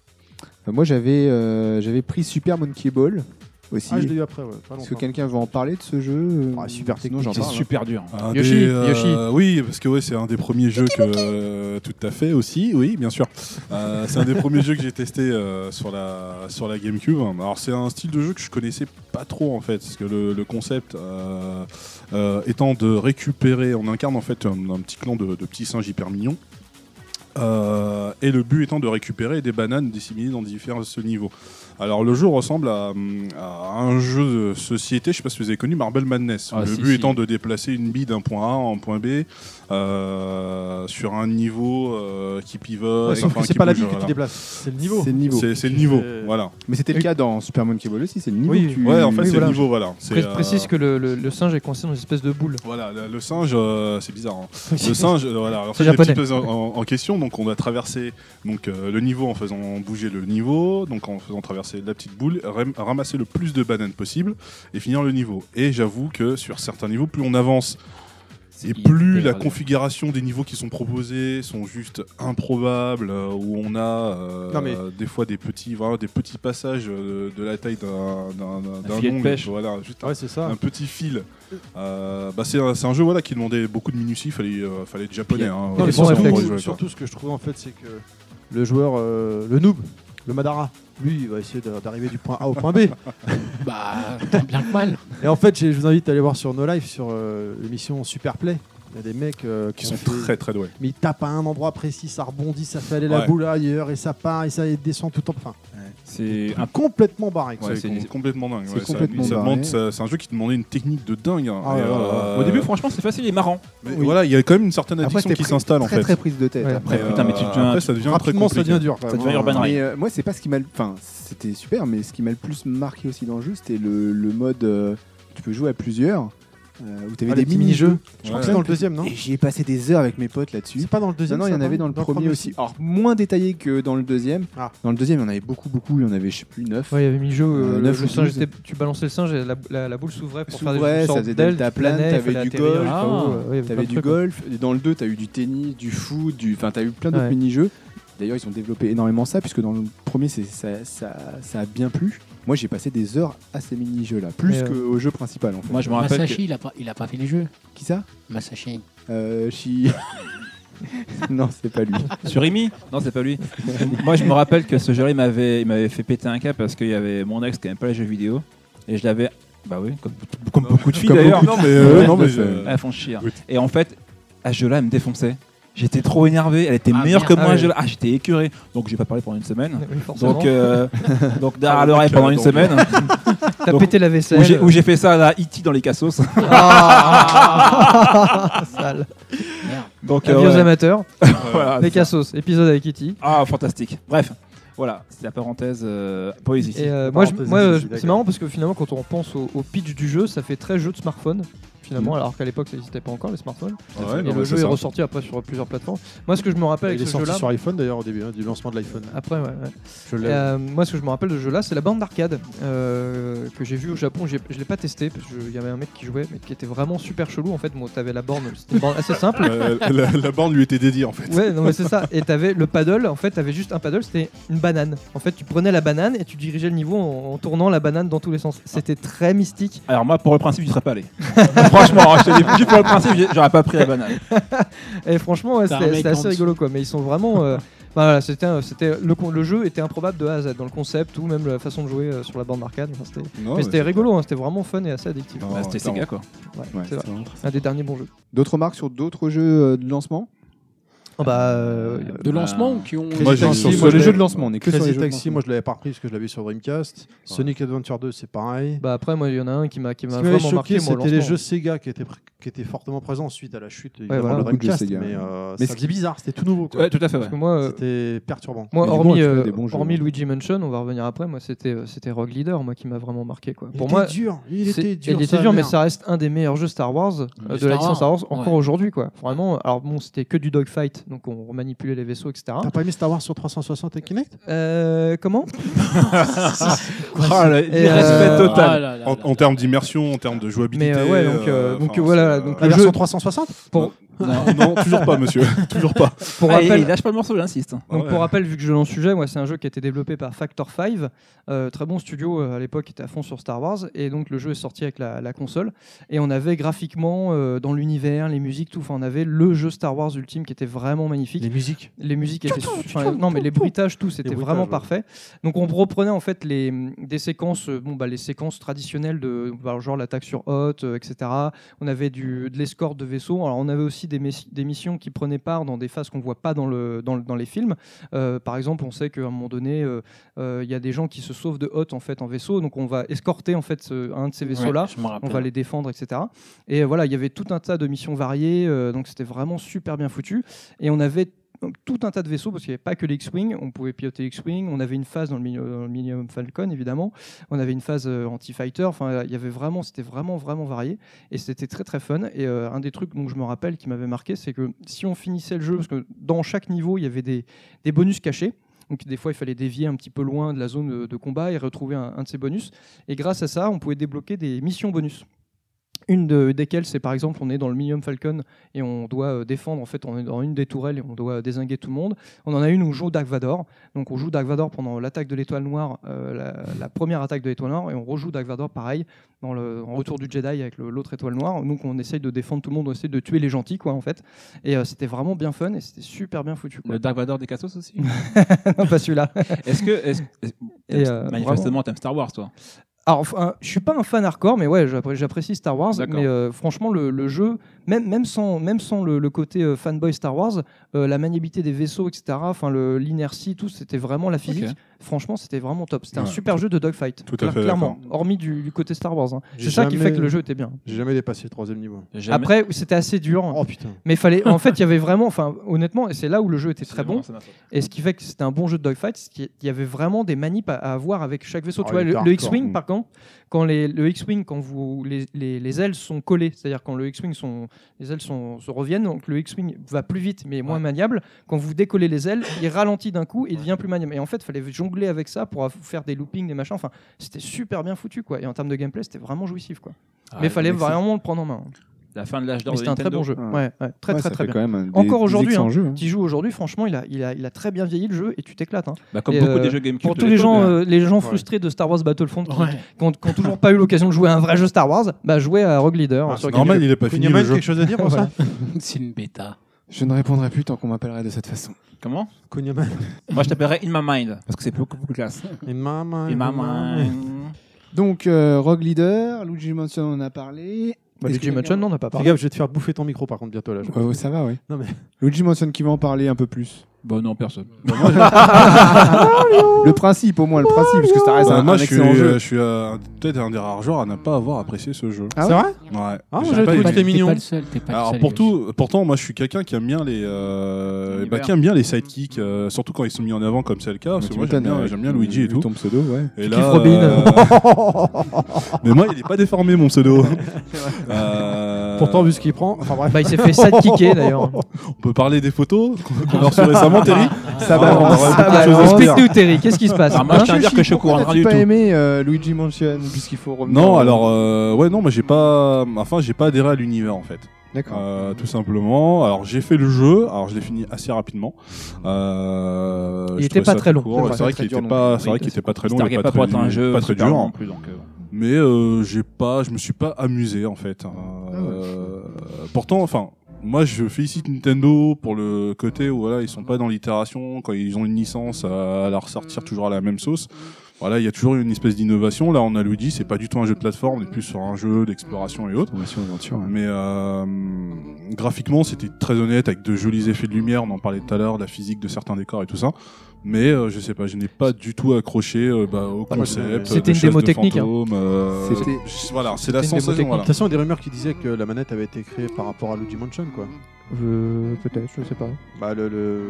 Speaker 5: Euh, Moi, j'avais euh, j'avais pris Super Monkey Ball aussi.
Speaker 3: Ah, je l'ai eu après, ouais, pas
Speaker 5: Est-ce que
Speaker 3: longtemps.
Speaker 5: quelqu'un veut en parler de ce jeu
Speaker 3: Ah, super
Speaker 5: Sinon, j'en
Speaker 3: technique,
Speaker 7: C'est
Speaker 5: parle. hein.
Speaker 7: super dur. hein.
Speaker 6: Un
Speaker 4: Yoshi,
Speaker 6: des, euh,
Speaker 4: Yoshi.
Speaker 6: Oui, parce que ouais, c'est un des premiers jeux que. euh, tout à fait aussi, oui, bien sûr. Euh, c'est un des premiers jeux que j'ai testé euh, sur, la, sur la GameCube. Alors, c'est un style de jeu que je connaissais pas trop en fait, parce que le, le concept euh, euh, étant de récupérer. On incarne en fait un, un petit clan de, de petits singes hyper mignons. Euh, et le but étant de récupérer des bananes disséminées dans différents niveaux. Alors le jeu ressemble à, hum, à un jeu de société, je sais pas si vous avez connu Marble Madness.
Speaker 7: Ah,
Speaker 6: le
Speaker 7: si,
Speaker 6: but
Speaker 7: si.
Speaker 6: étant de déplacer une bille d'un point A en point B euh, sur un niveau euh, qui pivote.
Speaker 3: Ouais, sauf
Speaker 6: enfin,
Speaker 3: que c'est
Speaker 6: qui
Speaker 3: pas la
Speaker 6: bouge,
Speaker 3: ville que tu
Speaker 6: voilà.
Speaker 3: déplaces, c'est le niveau.
Speaker 5: C'est le niveau.
Speaker 6: C'est- C'est le niveau,
Speaker 3: Euh,
Speaker 6: voilà.
Speaker 5: Mais c'était le cas dans Super Monkey Ball aussi, c'est le niveau.
Speaker 4: Oui.
Speaker 5: que tu-
Speaker 6: Ouais, en fait,
Speaker 4: oui,
Speaker 6: c'est
Speaker 4: voilà.
Speaker 6: le niveau, voilà. C'est,
Speaker 4: pré-
Speaker 6: euh,
Speaker 4: précise que le, le- le singe est coincé dans une espèce de boule.
Speaker 6: Voilà, le, le singe, euh, c'est bizarre. hein. Le singe, euh, voilà. Alors, ça,
Speaker 4: C'est
Speaker 6: j'ai un
Speaker 4: japonais.
Speaker 6: petit peu en, en- en question. Donc, on a traversé donc, euh, le niveau en faisant bouger le niveau, donc en faisant traverser la petite boule, ram- ramasser le plus de bananes possible et finir le niveau. Et j'avoue que sur certains niveaux, plus on avance et plus la configuration des niveaux qui sont proposés sont juste improbables, euh, où on a euh,
Speaker 3: Non, mais-
Speaker 6: des fois des petits, voilà, des petits passages euh, de la taille d'un d'un- d'un- d'un
Speaker 7: filet de
Speaker 6: ongle,
Speaker 7: pêche.
Speaker 6: voilà, juste un
Speaker 3: Ah Ouais, c'est ça.
Speaker 6: un petit fil. Euh, bah c'est un, c'est un jeu voilà, qui demandait beaucoup de minutie, il fallait, euh, fallait être japonais. hein,
Speaker 3: Non, mais
Speaker 6: euh,
Speaker 4: bon
Speaker 6: pour
Speaker 3: surtout,
Speaker 4: réflexe.
Speaker 6: jouer, quoi.
Speaker 3: surtout, ce que je trouve en fait, c'est que le joueur, euh, le noob, le Madara, lui, il va essayer de- d'arriver du point A au point B.
Speaker 10: Bah, tant bien que mal.
Speaker 3: Et en fait, j'ai- je vous invite à aller voir sur No Life, sur euh, l'émission Super Play. Il y a des mecs euh,
Speaker 6: Qui
Speaker 3: ont
Speaker 6: sont
Speaker 3: fait-
Speaker 6: très très doués.
Speaker 3: Mais il tape à un endroit précis, ça rebondit, ça fait aller la
Speaker 6: Ouais.
Speaker 3: boule ailleurs et ça part et ça descend tout le temps. Enfin,
Speaker 7: C'est
Speaker 3: il est complètement barré. quoi.
Speaker 7: Ouais,
Speaker 6: Ah. c'est
Speaker 7: c'est
Speaker 6: com-
Speaker 7: des-
Speaker 6: complètement dingue.
Speaker 5: c'est
Speaker 6: ouais, ça-
Speaker 5: complètement
Speaker 6: ça
Speaker 5: barré.
Speaker 6: demande- ça- c'est un jeu qui demandait une technique de dingue. hein,
Speaker 3: Ah
Speaker 6: et,
Speaker 3: ouais, ouais, ouais.
Speaker 6: euh,
Speaker 7: Au début, franchement, c'est facile et marrant.
Speaker 6: mais
Speaker 5: oui.
Speaker 6: voilà, il y a quand même une certaine
Speaker 5: Après,
Speaker 6: addiction
Speaker 5: c'était
Speaker 6: qui
Speaker 5: pr-
Speaker 6: s'installe en
Speaker 5: très
Speaker 6: fait.
Speaker 5: très prise de tête.
Speaker 4: Ouais.
Speaker 5: Après,
Speaker 6: Et,
Speaker 7: Ouais, putain, mais tu deviens-
Speaker 6: après, ça devient très
Speaker 3: Rapidement, ça
Speaker 6: compliqué.
Speaker 3: devient dur.
Speaker 7: Ça devient Urban Rail.
Speaker 5: Mais euh, moi, c'est pas ce qui m'a. Enfin, c'était super, mais ce qui m'a le plus marqué aussi dans le jeu, c'était le, le mode. euh, tu peux jouer à plusieurs, euh, où t'avais
Speaker 3: Ah,
Speaker 5: des
Speaker 3: les petits
Speaker 5: mini-jeux.
Speaker 3: Je crois
Speaker 6: Ouais.
Speaker 3: que c'est dans le deuxième, non
Speaker 5: Et j'y ai passé des heures avec mes potes là-dessus.
Speaker 3: C'est pas dans le deuxième.
Speaker 5: Non, non, il y
Speaker 3: ça,
Speaker 5: en avait dans le premier aussi. Ah, Alors, moins détaillé que dans le deuxième.
Speaker 3: Ah.
Speaker 5: Dans le deuxième, il y en avait beaucoup, beaucoup. Il y en avait, je sais plus, 9.
Speaker 4: Ouais, il y avait mis le jeu, euh,
Speaker 5: Euh,
Speaker 4: le,
Speaker 5: neuf
Speaker 4: le
Speaker 5: ou
Speaker 4: singe
Speaker 5: douze.
Speaker 4: était- tu balançais le singe et la, la- la boule s'ouvrait pour faire
Speaker 5: S'ouvrait,
Speaker 4: des
Speaker 5: ça
Speaker 4: sortes
Speaker 5: faisait
Speaker 4: d'ailes,
Speaker 5: delta
Speaker 4: tu planais,
Speaker 5: plane,
Speaker 4: il
Speaker 5: t'avais
Speaker 4: fallait
Speaker 5: du
Speaker 4: atterrir,
Speaker 5: golf,
Speaker 4: enfin,
Speaker 7: ah,
Speaker 4: ouais, il y avait plein
Speaker 5: T'avais
Speaker 4: de
Speaker 5: du
Speaker 4: trucs, hein. quoi.
Speaker 5: golf, et dans le 2, t'as eu du tennis, du foot, du... enfin t'as eu plein d'autres
Speaker 4: Ouais.
Speaker 5: mini-jeux. D'ailleurs, ils ont développé énormément ça, puisque dans le premier, c'est- ça, ça, ça a bien plu. Moi, j'ai passé des heures à ces mini-jeux-là, plus
Speaker 4: Mais, euh,
Speaker 5: qu'au jeu principal en fait.
Speaker 7: Moi, je me rappelle.
Speaker 10: Masashi,
Speaker 7: que-
Speaker 10: il, a pas, il a pas fait les jeux.
Speaker 5: Qui ça
Speaker 10: Masashi.
Speaker 5: euh, Chi- Non, c'est pas lui.
Speaker 7: Sur Imi Non, c'est pas lui. Moi, je me rappelle que ce jeu-là, il m'avait il m'avait fait péter un cas parce qu'il y avait mon ex qui n'aimait pas les jeux vidéo. Et je l'avais. Bah oui, comme, comme beaucoup de filles
Speaker 5: Comme
Speaker 7: d'ailleurs.
Speaker 5: beaucoup
Speaker 6: Non, mais, euh,
Speaker 7: Ouais,
Speaker 6: non, mais
Speaker 5: ça,
Speaker 6: je-
Speaker 7: Elles font chier. hein.
Speaker 6: Oui.
Speaker 7: Et en fait, à ce jeu-là, elle me défonçait. J'étais trop énervé. Elle était
Speaker 8: Ah,
Speaker 7: meilleure que
Speaker 8: merde.
Speaker 7: moi.
Speaker 4: Ah, oui.
Speaker 7: je- Ah, j'étais écœuré. Donc j'ai pas parlé pendant une semaine.
Speaker 4: Oui, forcément.
Speaker 7: Donc, euh, donc derrière l'oreille pendant une
Speaker 6: donc,
Speaker 7: semaine.
Speaker 4: T'as
Speaker 7: donc-
Speaker 4: pété la
Speaker 7: Où j'ai-
Speaker 4: vaisselle.
Speaker 7: où j'ai fait ça à la E.T. dans les cassos.
Speaker 4: Ah, sale.
Speaker 7: Donc, euh,
Speaker 4: Avis aux
Speaker 7: ouais.
Speaker 4: amateurs.
Speaker 7: Voilà,
Speaker 4: Les
Speaker 7: c'est ça.
Speaker 4: Cassos, épisode avec E Kitty.
Speaker 7: Ah, fantastique. Bref, voilà, c'est la parenthèse euh, poésie.
Speaker 4: Et euh, moi, je-
Speaker 3: parenthèse,
Speaker 4: moi,
Speaker 3: je
Speaker 4: euh,
Speaker 3: suis
Speaker 4: c'est
Speaker 3: d'accord.
Speaker 4: marrant parce que finalement, quand on pense au, au pitch du jeu, ça fait très jeu de smartphone. Finalement, alors qu'à l'époque, ça n'existait pas encore les smartphones.
Speaker 6: Ah Ouais,
Speaker 4: et
Speaker 6: non,
Speaker 4: le
Speaker 6: mais
Speaker 4: jeu est
Speaker 6: c'est ça.
Speaker 4: ressorti après sur plusieurs plateformes. Moi, ce que je me rappelle
Speaker 3: Il est
Speaker 4: avec ce
Speaker 3: sorti
Speaker 4: jeu-là,
Speaker 3: sur iPhone d'ailleurs au début, hein, du lancement de l'iPhone.
Speaker 4: après, ouais, ouais.
Speaker 3: Je
Speaker 4: Et,
Speaker 3: l'ai.
Speaker 4: euh, moi, ce que je me rappelle de ce jeu-là, c'est la bande d'arcade euh, que j'ai vue au Japon. J'ai- Je l'ai pas testé parce qu'il y avait un mec qui jouait, mais qui était vraiment super chelou. En fait, moi, t'avais la borne, c'était une borne assez simple.
Speaker 6: Euh, la, la borne lui était dédiée en fait.
Speaker 4: Ouais, non, mais c'est ça. Et t'avais le paddle, en fait, t'avais juste un paddle, c'était une banane. En fait, tu prenais la banane et tu dirigeais le niveau en, en tournant la banane dans tous les sens. C'était très mystique.
Speaker 7: Alors moi, pour le principe, je serais pas allé. Franchement, hein, je te dis, juste pour le principe, j'ai- j'aurais pas pris la banane.
Speaker 4: Et franchement, ouais,
Speaker 10: T'as un
Speaker 4: c'était
Speaker 10: mec
Speaker 4: c'était assez
Speaker 10: en
Speaker 4: rigolo, quoi. Mais ils sont vraiment. euh, enfin, voilà, c'était un- c'était le, con- le jeu était improbable de A à Z dans le concept ou même la façon de jouer euh, sur la bande d'arcade. Enfin, c'était-
Speaker 6: Non,
Speaker 4: mais
Speaker 6: mais
Speaker 4: c'était
Speaker 6: c'est-
Speaker 4: rigolo, hein, c'était vraiment fun et assez addictif.
Speaker 6: Non,
Speaker 7: Bah, C'était
Speaker 6: clairement.
Speaker 7: Sega, quoi.
Speaker 4: Ouais,
Speaker 5: Ouais,
Speaker 4: c'est vrai.
Speaker 5: c'est vraiment très-
Speaker 4: Un des derniers bons jeux.
Speaker 5: D'autres remarques sur d'autres jeux euh, de lancement
Speaker 4: Ah bah, euh,
Speaker 10: De lancement ou qui ont.
Speaker 6: Moi, j'ai-
Speaker 5: Taxi,
Speaker 6: sur-
Speaker 5: moi,
Speaker 6: sur-
Speaker 5: le jeu de lancement, on est que sur les
Speaker 3: Crazy
Speaker 5: jeux de
Speaker 3: Taxi,
Speaker 5: lancement.
Speaker 3: moi je l'avais pas repris parce que je l'avais sur Dreamcast. Sonic Adventure 2, c'est pareil.
Speaker 4: bah après, moi, il y en a un qui m'a qui
Speaker 3: Ce
Speaker 4: m'a
Speaker 3: qui m'avait
Speaker 4: vraiment
Speaker 3: choqué,
Speaker 4: marqué. moi, au
Speaker 3: c'était les
Speaker 4: lancement.
Speaker 3: jeux Sega qui étaient, pr- qui étaient fortement présents suite à la chute évidemment,
Speaker 4: voilà,
Speaker 3: de
Speaker 5: beaucoup de jeux
Speaker 3: Dreamcast.
Speaker 5: Sega.
Speaker 3: mais euh,
Speaker 5: Mais
Speaker 3: ça
Speaker 5: ce
Speaker 3: faisait bizarre, c'était tout nouveau. quoi.
Speaker 7: Ouais, tout à fait. ouais.
Speaker 4: Parce que moi, euh,
Speaker 3: C'était perturbant.
Speaker 4: Moi,
Speaker 5: Mais du coup,
Speaker 4: hormis,
Speaker 5: on a trouvé
Speaker 4: euh,
Speaker 5: des bons jeux,
Speaker 4: hormis
Speaker 5: hein.
Speaker 4: Luigi Mansion, on va revenir après. Moi, c'était euh, c'était Rogue Leader, moi qui m'a vraiment marqué quoi.
Speaker 3: Il
Speaker 4: Pour
Speaker 3: était
Speaker 4: moi,
Speaker 3: dur. Il
Speaker 4: c'est-
Speaker 3: était dur.
Speaker 4: il était
Speaker 3: sa
Speaker 4: dur, mais
Speaker 3: mère.
Speaker 4: ça reste un des meilleurs jeux Star Wars euh, de
Speaker 10: Star
Speaker 4: la licence Star Wars
Speaker 10: Wars,
Speaker 4: encore
Speaker 10: ouais.
Speaker 4: aujourd'hui quoi. Vraiment. Alors bon, c'était que du dogfight, donc on manipulait les vaisseaux, etc.
Speaker 3: T'as pas aimé Star Wars sur 360 et Kinect
Speaker 4: Euh, comment
Speaker 7: Oh, le-
Speaker 4: Et,
Speaker 7: l'irrespect
Speaker 5: ah
Speaker 4: euh,
Speaker 10: Ah
Speaker 7: total.
Speaker 6: En, en termes d'immersion, en termes de jouabilité.
Speaker 4: Mais, euh, ouais, donc, euh, donc,
Speaker 6: enfin,
Speaker 4: voilà,
Speaker 6: c'est, euh,
Speaker 4: donc,
Speaker 3: La
Speaker 4: Le
Speaker 3: version
Speaker 4: jeu-
Speaker 3: 360
Speaker 4: Pour-
Speaker 6: Non, non, toujours pas, monsieur. toujours pas.
Speaker 4: Pour
Speaker 7: Ah,
Speaker 4: rappel,
Speaker 7: il lâche pas le morceau, j'insiste.
Speaker 4: Donc
Speaker 6: Ouais.
Speaker 4: pour rappel, vu que je lance le sujet, moi c'est un jeu qui a été développé par Factor 5, euh, très bon studio euh, à l'époque, qui était à fond sur Star Wars, et donc le jeu est sorti avec la, la console, et on avait graphiquement euh, dans l'univers, les musiques, tout, enfin on avait le jeu Star Wars ultime qui était vraiment magnifique.
Speaker 3: musiques.
Speaker 4: Les musiques étaient, enfin, non mais les bruitages, tout, c'était
Speaker 3: Les bruitages,
Speaker 4: vraiment
Speaker 3: ouais.
Speaker 4: parfait. Donc on reprenait en fait les des séquences, euh, bon bah les séquences traditionnelles de bah, genre l'attaque sur Hoth, euh, etc. On avait du de l'escorte de vaisseaux. Alors on avait aussi des, messi- des missions qui prenaient part dans des phases qu'on voit pas dans le dans, le- dans les films. Euh, par exemple, on sait qu'à un moment donné, euh, euh, il y a des gens qui se sauvent de Hoth en fait en vaisseau, donc on va escorter en fait ce- un de ces vaisseaux là. On va les défendre, etc. Et euh, voilà, il y avait tout un tas de missions variées, euh, donc c'était vraiment super bien foutu. Et on avait tout un tas de vaisseaux, parce qu'il n'y avait pas que les X-Wing, on pouvait piloter les X-Wing, on avait une phase dans le, milieu, dans le Millennium Falcon, évidemment, on avait une phase euh, anti-fighter, enfin, il y avait vraiment, c'était vraiment, vraiment varié, et c'était très, très fun. Et euh, un des trucs dont je me rappelle qui m'avait marqué, c'est que si on finissait le jeu, parce que dans chaque niveau, il y avait des, des bonus cachés, donc des fois, il fallait dévier un petit peu loin de la zone de, de combat et retrouver un- un de ces bonus. Et grâce à ça, on pouvait débloquer des missions bonus. Une de- desquelles, c'est par exemple, on est dans le Millennium Falcon et on doit euh, défendre, en fait, on est dans une des tourelles et on doit euh, désinguer tout le monde. On en a une où on joue Dark Vador. Donc on joue Dark Vador pendant l'attaque de l'étoile noire, euh, la, la première attaque de l'étoile noire, et on rejoue Dark Vador pareil, dans le, en retour du Jedi avec le- l'autre étoile noire. Donc on essaye de défendre tout le monde, on essaye de tuer les gentils, quoi, en fait. Et euh, c'était vraiment bien fun et c'était super bien foutu, quoi.
Speaker 7: Le Dark Vador des cassos aussi.
Speaker 4: Non, pas celui-là.
Speaker 7: Est-ce que. est-ce- est-ce-
Speaker 4: Et, euh,
Speaker 7: Manifestement, t'aimes Star Wars, toi.
Speaker 4: Alors, enfin, je suis pas un fan hardcore, mais ouais, j'appré- j'apprécie Star Wars.
Speaker 7: D'accord.
Speaker 4: Mais euh, franchement, le, le jeu, même, même sans, même sans le, le côté euh, fanboy Star Wars, euh, la maniabilité des vaisseaux, etc., enfin, le- l'inertie, tout, c'était vraiment la physique.
Speaker 7: Ok.
Speaker 4: Franchement, c'était vraiment top. C'était un
Speaker 6: Ouais.
Speaker 4: super jeu de dogfight.
Speaker 6: Tout à fait
Speaker 4: Clairement, hormis du, du côté Star Wars. hein.
Speaker 3: J'ai
Speaker 4: C'est ça qui fait
Speaker 3: jamais-
Speaker 4: que le jeu était bien.
Speaker 3: J'ai jamais dépassé le troisième niveau.
Speaker 7: Jamais-
Speaker 4: Après, c'était assez dur. hein.
Speaker 3: Oh putain.
Speaker 4: Mais fallait, en fait, il y avait vraiment, enfin, honnêtement, et c'est là où le jeu était très bon.
Speaker 7: Excusez-moi, c'est ma faute.
Speaker 4: Et ce qui fait que c'était un bon jeu de dogfight, c'est qu'il y avait vraiment des manips à- à avoir avec chaque vaisseau.
Speaker 3: Ah,
Speaker 4: tu vois,
Speaker 3: il
Speaker 4: le,
Speaker 3: était
Speaker 4: le
Speaker 3: hardcore.
Speaker 4: X-Wing,
Speaker 3: Mm.
Speaker 4: par contre, quand les, le X-Wing, quand vous, les, les- les ailes sont collées, c'est-à-dire quand le X-Wing sont, les ailes sont, se reviennent, donc le X-Wing va plus vite mais moins maniable. Quand vous décollez les ailes, il ralentit d'un coup et il devient plus maniable. Et en fait, il fallait jongler avec ça pour av- faire des loopings, des machins. Enfin, c'était super bien foutu, quoi. Et en termes de gameplay, c'était vraiment jouissif, quoi. mais il fallait vraiment le prendre en main.
Speaker 7: La fin de l'âge d'or
Speaker 4: Mais
Speaker 7: de
Speaker 4: c'était un très
Speaker 7: Ah, Nintendo.
Speaker 4: bon jeu.
Speaker 5: Ouais.
Speaker 4: Ouais, ouais, très,
Speaker 5: Ouais,
Speaker 4: très,
Speaker 5: ça
Speaker 4: très
Speaker 5: fait
Speaker 4: bien.
Speaker 5: quand même un- des-
Speaker 4: Encore
Speaker 5: des
Speaker 4: aujourd'hui,
Speaker 5: excellents
Speaker 4: hein.
Speaker 5: jeux, hein.
Speaker 4: Tu joues aujourd'hui, franchement, il a, il, a, il a très bien vieilli le jeu et tu t'éclates. hein.
Speaker 7: Bah, comme
Speaker 4: Et,
Speaker 7: beaucoup
Speaker 4: euh,
Speaker 7: des jeux GameCube.
Speaker 4: Pour
Speaker 7: de
Speaker 4: tous les gens,
Speaker 7: l'époque,
Speaker 4: euh, les gens frustrés de Star Wars Battlefront qui,
Speaker 10: Ouais.
Speaker 4: qui ont, qui ont toujours pas eu l'occasion de jouer à un vrai jeu Star Wars, bah jouez à Rogue Leader
Speaker 6: Ah,
Speaker 4: sur
Speaker 6: c'est normal,
Speaker 4: GameCube.
Speaker 6: il est pas fini
Speaker 3: Kunyaman,
Speaker 6: le jeu.
Speaker 3: quelque chose à dire pour ça
Speaker 10: C'est une bêta.
Speaker 5: Je ne répondrai plus tant qu'on m'appellerait de cette façon.
Speaker 7: euh, Comment
Speaker 3: Kunyaman.
Speaker 7: Moi, je t'appellerais In My Mind, parce que c'est beaucoup plus classe.
Speaker 3: Et maman.
Speaker 7: In My Mind.
Speaker 5: Donc, euh, Rogue Leader, Luigi Mansion, on en a parlé.
Speaker 4: Et Bah, Luigi Mansion, non, on n'a pas
Speaker 3: Fais
Speaker 4: parlé.
Speaker 3: gaffe, je vais te faire bouffer ton micro par contre bientôt là. je crois.
Speaker 5: Ouais, ouais, ça va, oui.
Speaker 3: Non, mais-
Speaker 5: Luigi mentionne qui va en parler un peu plus.
Speaker 7: Bon, non, personne.
Speaker 5: Le principe, au moins, le principe, parce que ça reste
Speaker 6: Bah,
Speaker 5: un,
Speaker 6: moi,
Speaker 5: un
Speaker 6: je suis,
Speaker 5: excellent jeu.
Speaker 6: euh, je suis euh, peut-être un des rares joueurs à ne pas avoir apprécié ce jeu.
Speaker 5: Ah
Speaker 3: C'est vrai
Speaker 6: Ouais.
Speaker 3: Ah, moi,
Speaker 6: J'ai
Speaker 3: j'avais
Speaker 6: pas
Speaker 3: trouvé que
Speaker 6: aimé.
Speaker 10: T'es
Speaker 3: c'était
Speaker 10: pas
Speaker 3: mignon.
Speaker 10: le seul, t'es pas le
Speaker 6: Alors
Speaker 10: seul,
Speaker 6: pour
Speaker 10: Yoshi.
Speaker 6: tout, pourtant moi je suis quelqu'un qui aime bien les, euh, bah,
Speaker 10: L'univers.
Speaker 6: qui aime bien les sidekicks, euh, surtout quand ils sont mis en avant comme c'est le cas. Parce que moi j'aime bien, j'aime bien Luigi et tout.
Speaker 5: Ton pseudo, ouais.
Speaker 6: Et
Speaker 4: Tu
Speaker 6: là, euh,
Speaker 4: kiffes Robin.
Speaker 6: mais moi il est pas déformé mon pseudo. Euh,
Speaker 3: Pourtant, vu ce qu'il prend, enfin bref,
Speaker 4: Bah, il s'est fait sidekicker d'ailleurs.
Speaker 6: on peut parler des photos qu'on a reçu récemment, Terry.
Speaker 3: ça
Speaker 6: Ah, on
Speaker 3: balance.
Speaker 6: aurait
Speaker 3: ça
Speaker 5: bah,
Speaker 6: beaucoup de
Speaker 3: balance.
Speaker 4: bah,
Speaker 6: choses à dire.
Speaker 4: Explique-nous, Terry, qu'est-ce qui se passe
Speaker 7: Alors, moi, je tiens à dire que je cours
Speaker 5: Pourquoi
Speaker 7: en
Speaker 5: t'as-tu
Speaker 7: rien du
Speaker 5: pas
Speaker 7: tout.
Speaker 5: aimé euh, Luigi Mansion puisqu'il faut revenir
Speaker 6: Non,
Speaker 5: au-
Speaker 6: alors euh, ouais non, moi j'ai pas, enfin j'ai pas adhéré à l'univers en fait.
Speaker 5: D'accord.
Speaker 6: Euh, tout simplement. Alors j'ai fait le jeu, alors je l'ai fini assez rapidement. Euh,
Speaker 4: Il
Speaker 6: je
Speaker 4: était
Speaker 6: trouvais
Speaker 4: pas
Speaker 6: ça
Speaker 4: très long.
Speaker 6: court.
Speaker 5: Pas
Speaker 6: C'est vrai
Speaker 5: très
Speaker 6: qu'il
Speaker 5: dur
Speaker 6: était
Speaker 5: non
Speaker 6: pas,
Speaker 5: plus.
Speaker 6: c'est vrai qu'il était pas très long, il
Speaker 7: Il se
Speaker 6: était pas,
Speaker 7: targuait pas
Speaker 6: très,
Speaker 7: pour être un jeu
Speaker 6: pas très
Speaker 7: super
Speaker 6: dur.
Speaker 7: long non plus, donc, euh,
Speaker 6: Mais euh, j'ai pas, je me suis pas amusé en fait. Euh, pourtant, enfin, moi je félicite Nintendo pour le côté où voilà ils sont pas dans l'itération quand ils ont une licence à, à la ressortir toujours à la même sauce. Voilà, il y a toujours une espèce d'innovation. Là, on a Luigi, c'est pas du tout un jeu de plateforme, on est plus sur un jeu d'exploration et autres.
Speaker 5: Formation, aventure, ouais.
Speaker 6: Mais euh, graphiquement, c'était très honnête avec de jolis effets de lumière. On en parlait tout à l'heure, la physique de certains décors et tout ça. Mais euh, je sais pas, je n'ai pas du tout accroché euh, bah, au concept.
Speaker 4: c'était
Speaker 6: euh, de
Speaker 4: une
Speaker 6: chasse
Speaker 4: démo
Speaker 6: de
Speaker 4: technique, hein.
Speaker 6: fantômes, euh,
Speaker 5: C'était-
Speaker 6: je- voilà, c'est
Speaker 4: c'était une
Speaker 6: la
Speaker 4: démo
Speaker 6: sensation.
Speaker 4: technique.
Speaker 6: Voilà.
Speaker 3: De toute façon, il y a des rumeurs qui disaient que la manette avait été créée par rapport à Luigi Mansion, quoi.
Speaker 6: euh,
Speaker 4: Je- Peut-être, je sais pas.
Speaker 3: Bah, le. le-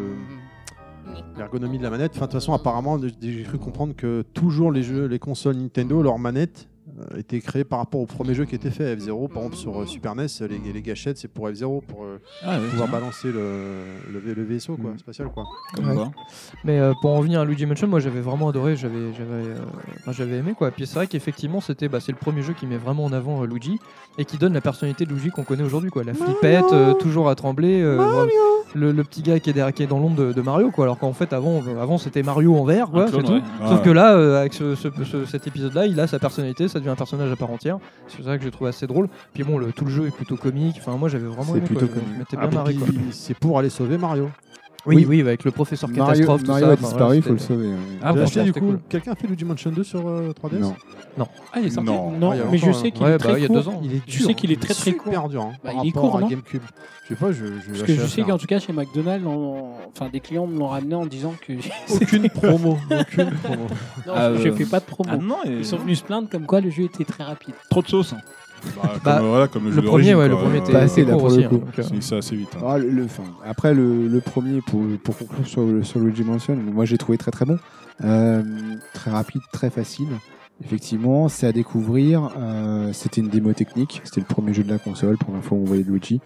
Speaker 3: L'ergonomie de la manette. Enfin, de toute façon, apparemment, j'ai cru comprendre que toujours les jeux, les consoles Nintendo, leurs manettes euh, étaient créées par rapport au premier jeu qui était fait, F0. Par exemple, sur euh, Super NES, les, les gâchettes, c'est pour F0, pour euh,
Speaker 7: Ah, ouais,
Speaker 3: pouvoir
Speaker 7: tiens,
Speaker 3: balancer le, le, vai- le vaisseau, quoi, spatial, quoi.
Speaker 7: comme
Speaker 4: Ouais.
Speaker 7: quoi.
Speaker 4: Mais euh, pour en venir à Luigi Mansion, moi j'avais vraiment adoré, j'avais j'avais euh, enfin, j'avais aimé quoi. Puis c'est vrai qu'effectivement c'était bah, c'est le premier jeu qui met vraiment en avant euh, Luigi et qui donne la personnalité de Luigi qu'on connaît aujourd'hui quoi. La flippette, euh, toujours à trembler, euh, vraiment, le, le petit gars qui est derrière, qui est dans l'ombre de, de Mario quoi. Alors qu'en fait avant euh, avant c'était Mario en vert quoi,
Speaker 7: Un clone,
Speaker 4: c'est tout.
Speaker 7: ouais.
Speaker 6: Ah,
Speaker 4: Sauf
Speaker 6: ouais.
Speaker 4: que là, euh, avec ce- ce- ce- cet épisode-là, il a sa personnalité, ça devient un personnage à part entière. C'est ça que j'ai trouvé assez drôle. Puis bon, le, tout le jeu est plutôt comique. Enfin, moi, j'avais vraiment
Speaker 5: C'est
Speaker 4: aimé.
Speaker 5: plutôt
Speaker 4: quoi. Je- Je
Speaker 5: comique.
Speaker 4: m'étais
Speaker 3: Ah,
Speaker 4: bien marré.
Speaker 3: puis
Speaker 4: Quoi.
Speaker 3: qui- C'est pour aller sauver Mario.
Speaker 4: Oui,
Speaker 5: Oui.
Speaker 4: oui, avec le professeur
Speaker 5: Mario,
Speaker 4: catastrophe. tout
Speaker 5: Mario
Speaker 4: ça.
Speaker 5: a
Speaker 4: Enfin,
Speaker 5: disparu,
Speaker 4: voilà,
Speaker 5: il faut le
Speaker 4: c'était-
Speaker 5: sauver. ouais.
Speaker 7: Ah,
Speaker 3: Vous
Speaker 7: bon,
Speaker 3: l'avez acheté,
Speaker 4: c'était
Speaker 3: du coup,
Speaker 4: cool.
Speaker 3: quelqu'un a fait Luigi Mansion 2 sur euh, 3DS
Speaker 5: Non.
Speaker 10: Ah, il est sorti
Speaker 6: Non.
Speaker 10: Non,
Speaker 3: Ah, il y a
Speaker 10: mais je
Speaker 3: longtemps, hein.
Speaker 10: sais qu'il
Speaker 4: Ouais,
Speaker 10: est
Speaker 4: bah,
Speaker 10: très
Speaker 4: il y a
Speaker 10: court.
Speaker 4: deux ans.
Speaker 3: Il est
Speaker 10: Je
Speaker 3: dur,
Speaker 10: sais qu'il est
Speaker 3: hein.
Speaker 10: très, très
Speaker 3: Super dur. hein,
Speaker 10: Bah,
Speaker 3: par
Speaker 10: il est
Speaker 3: rapport
Speaker 10: court,
Speaker 3: à
Speaker 10: non
Speaker 3: GameCube. Je sais pas, je. je
Speaker 10: Parce
Speaker 3: lâche
Speaker 10: que je
Speaker 3: l'affaire.
Speaker 10: sais qu'en tout cas, chez McDonald's, on- enfin, des clients me l'ont ramené en disant que
Speaker 3: Aucune promo. Aucune promo.
Speaker 10: non,
Speaker 7: Ah,
Speaker 10: j'ai
Speaker 7: euh,
Speaker 10: fait pas de promo.
Speaker 7: Ah non, et-
Speaker 10: Ils sont venus se plaindre comme quoi le jeu était très rapide.
Speaker 7: trop de sauce. hein.
Speaker 6: Bah, comme,
Speaker 4: Bah,
Speaker 6: euh, voilà, comme le,
Speaker 4: Le
Speaker 6: jeu
Speaker 4: premier,
Speaker 6: d'origine,
Speaker 4: ouais, le
Speaker 6: quoi.
Speaker 4: premier
Speaker 6: Euh,
Speaker 4: était
Speaker 5: pas assez,
Speaker 4: assez
Speaker 5: là,
Speaker 4: court
Speaker 5: Bah, pour
Speaker 4: aussi.
Speaker 5: le coup.
Speaker 4: hein, donc, euh,
Speaker 6: c'est- C'est assez vite. hein.
Speaker 5: Ah, le- le- enfin, après le, le premier pour, pour conclure sur, le- sur Luigi Mansion, moi j'ai trouvé très très bon, Euh, très rapide, très facile. Effectivement, c'est à découvrir. Euh, c'était une démo technique, c'était le premier jeu de la console pour l'info on voyait Luigi.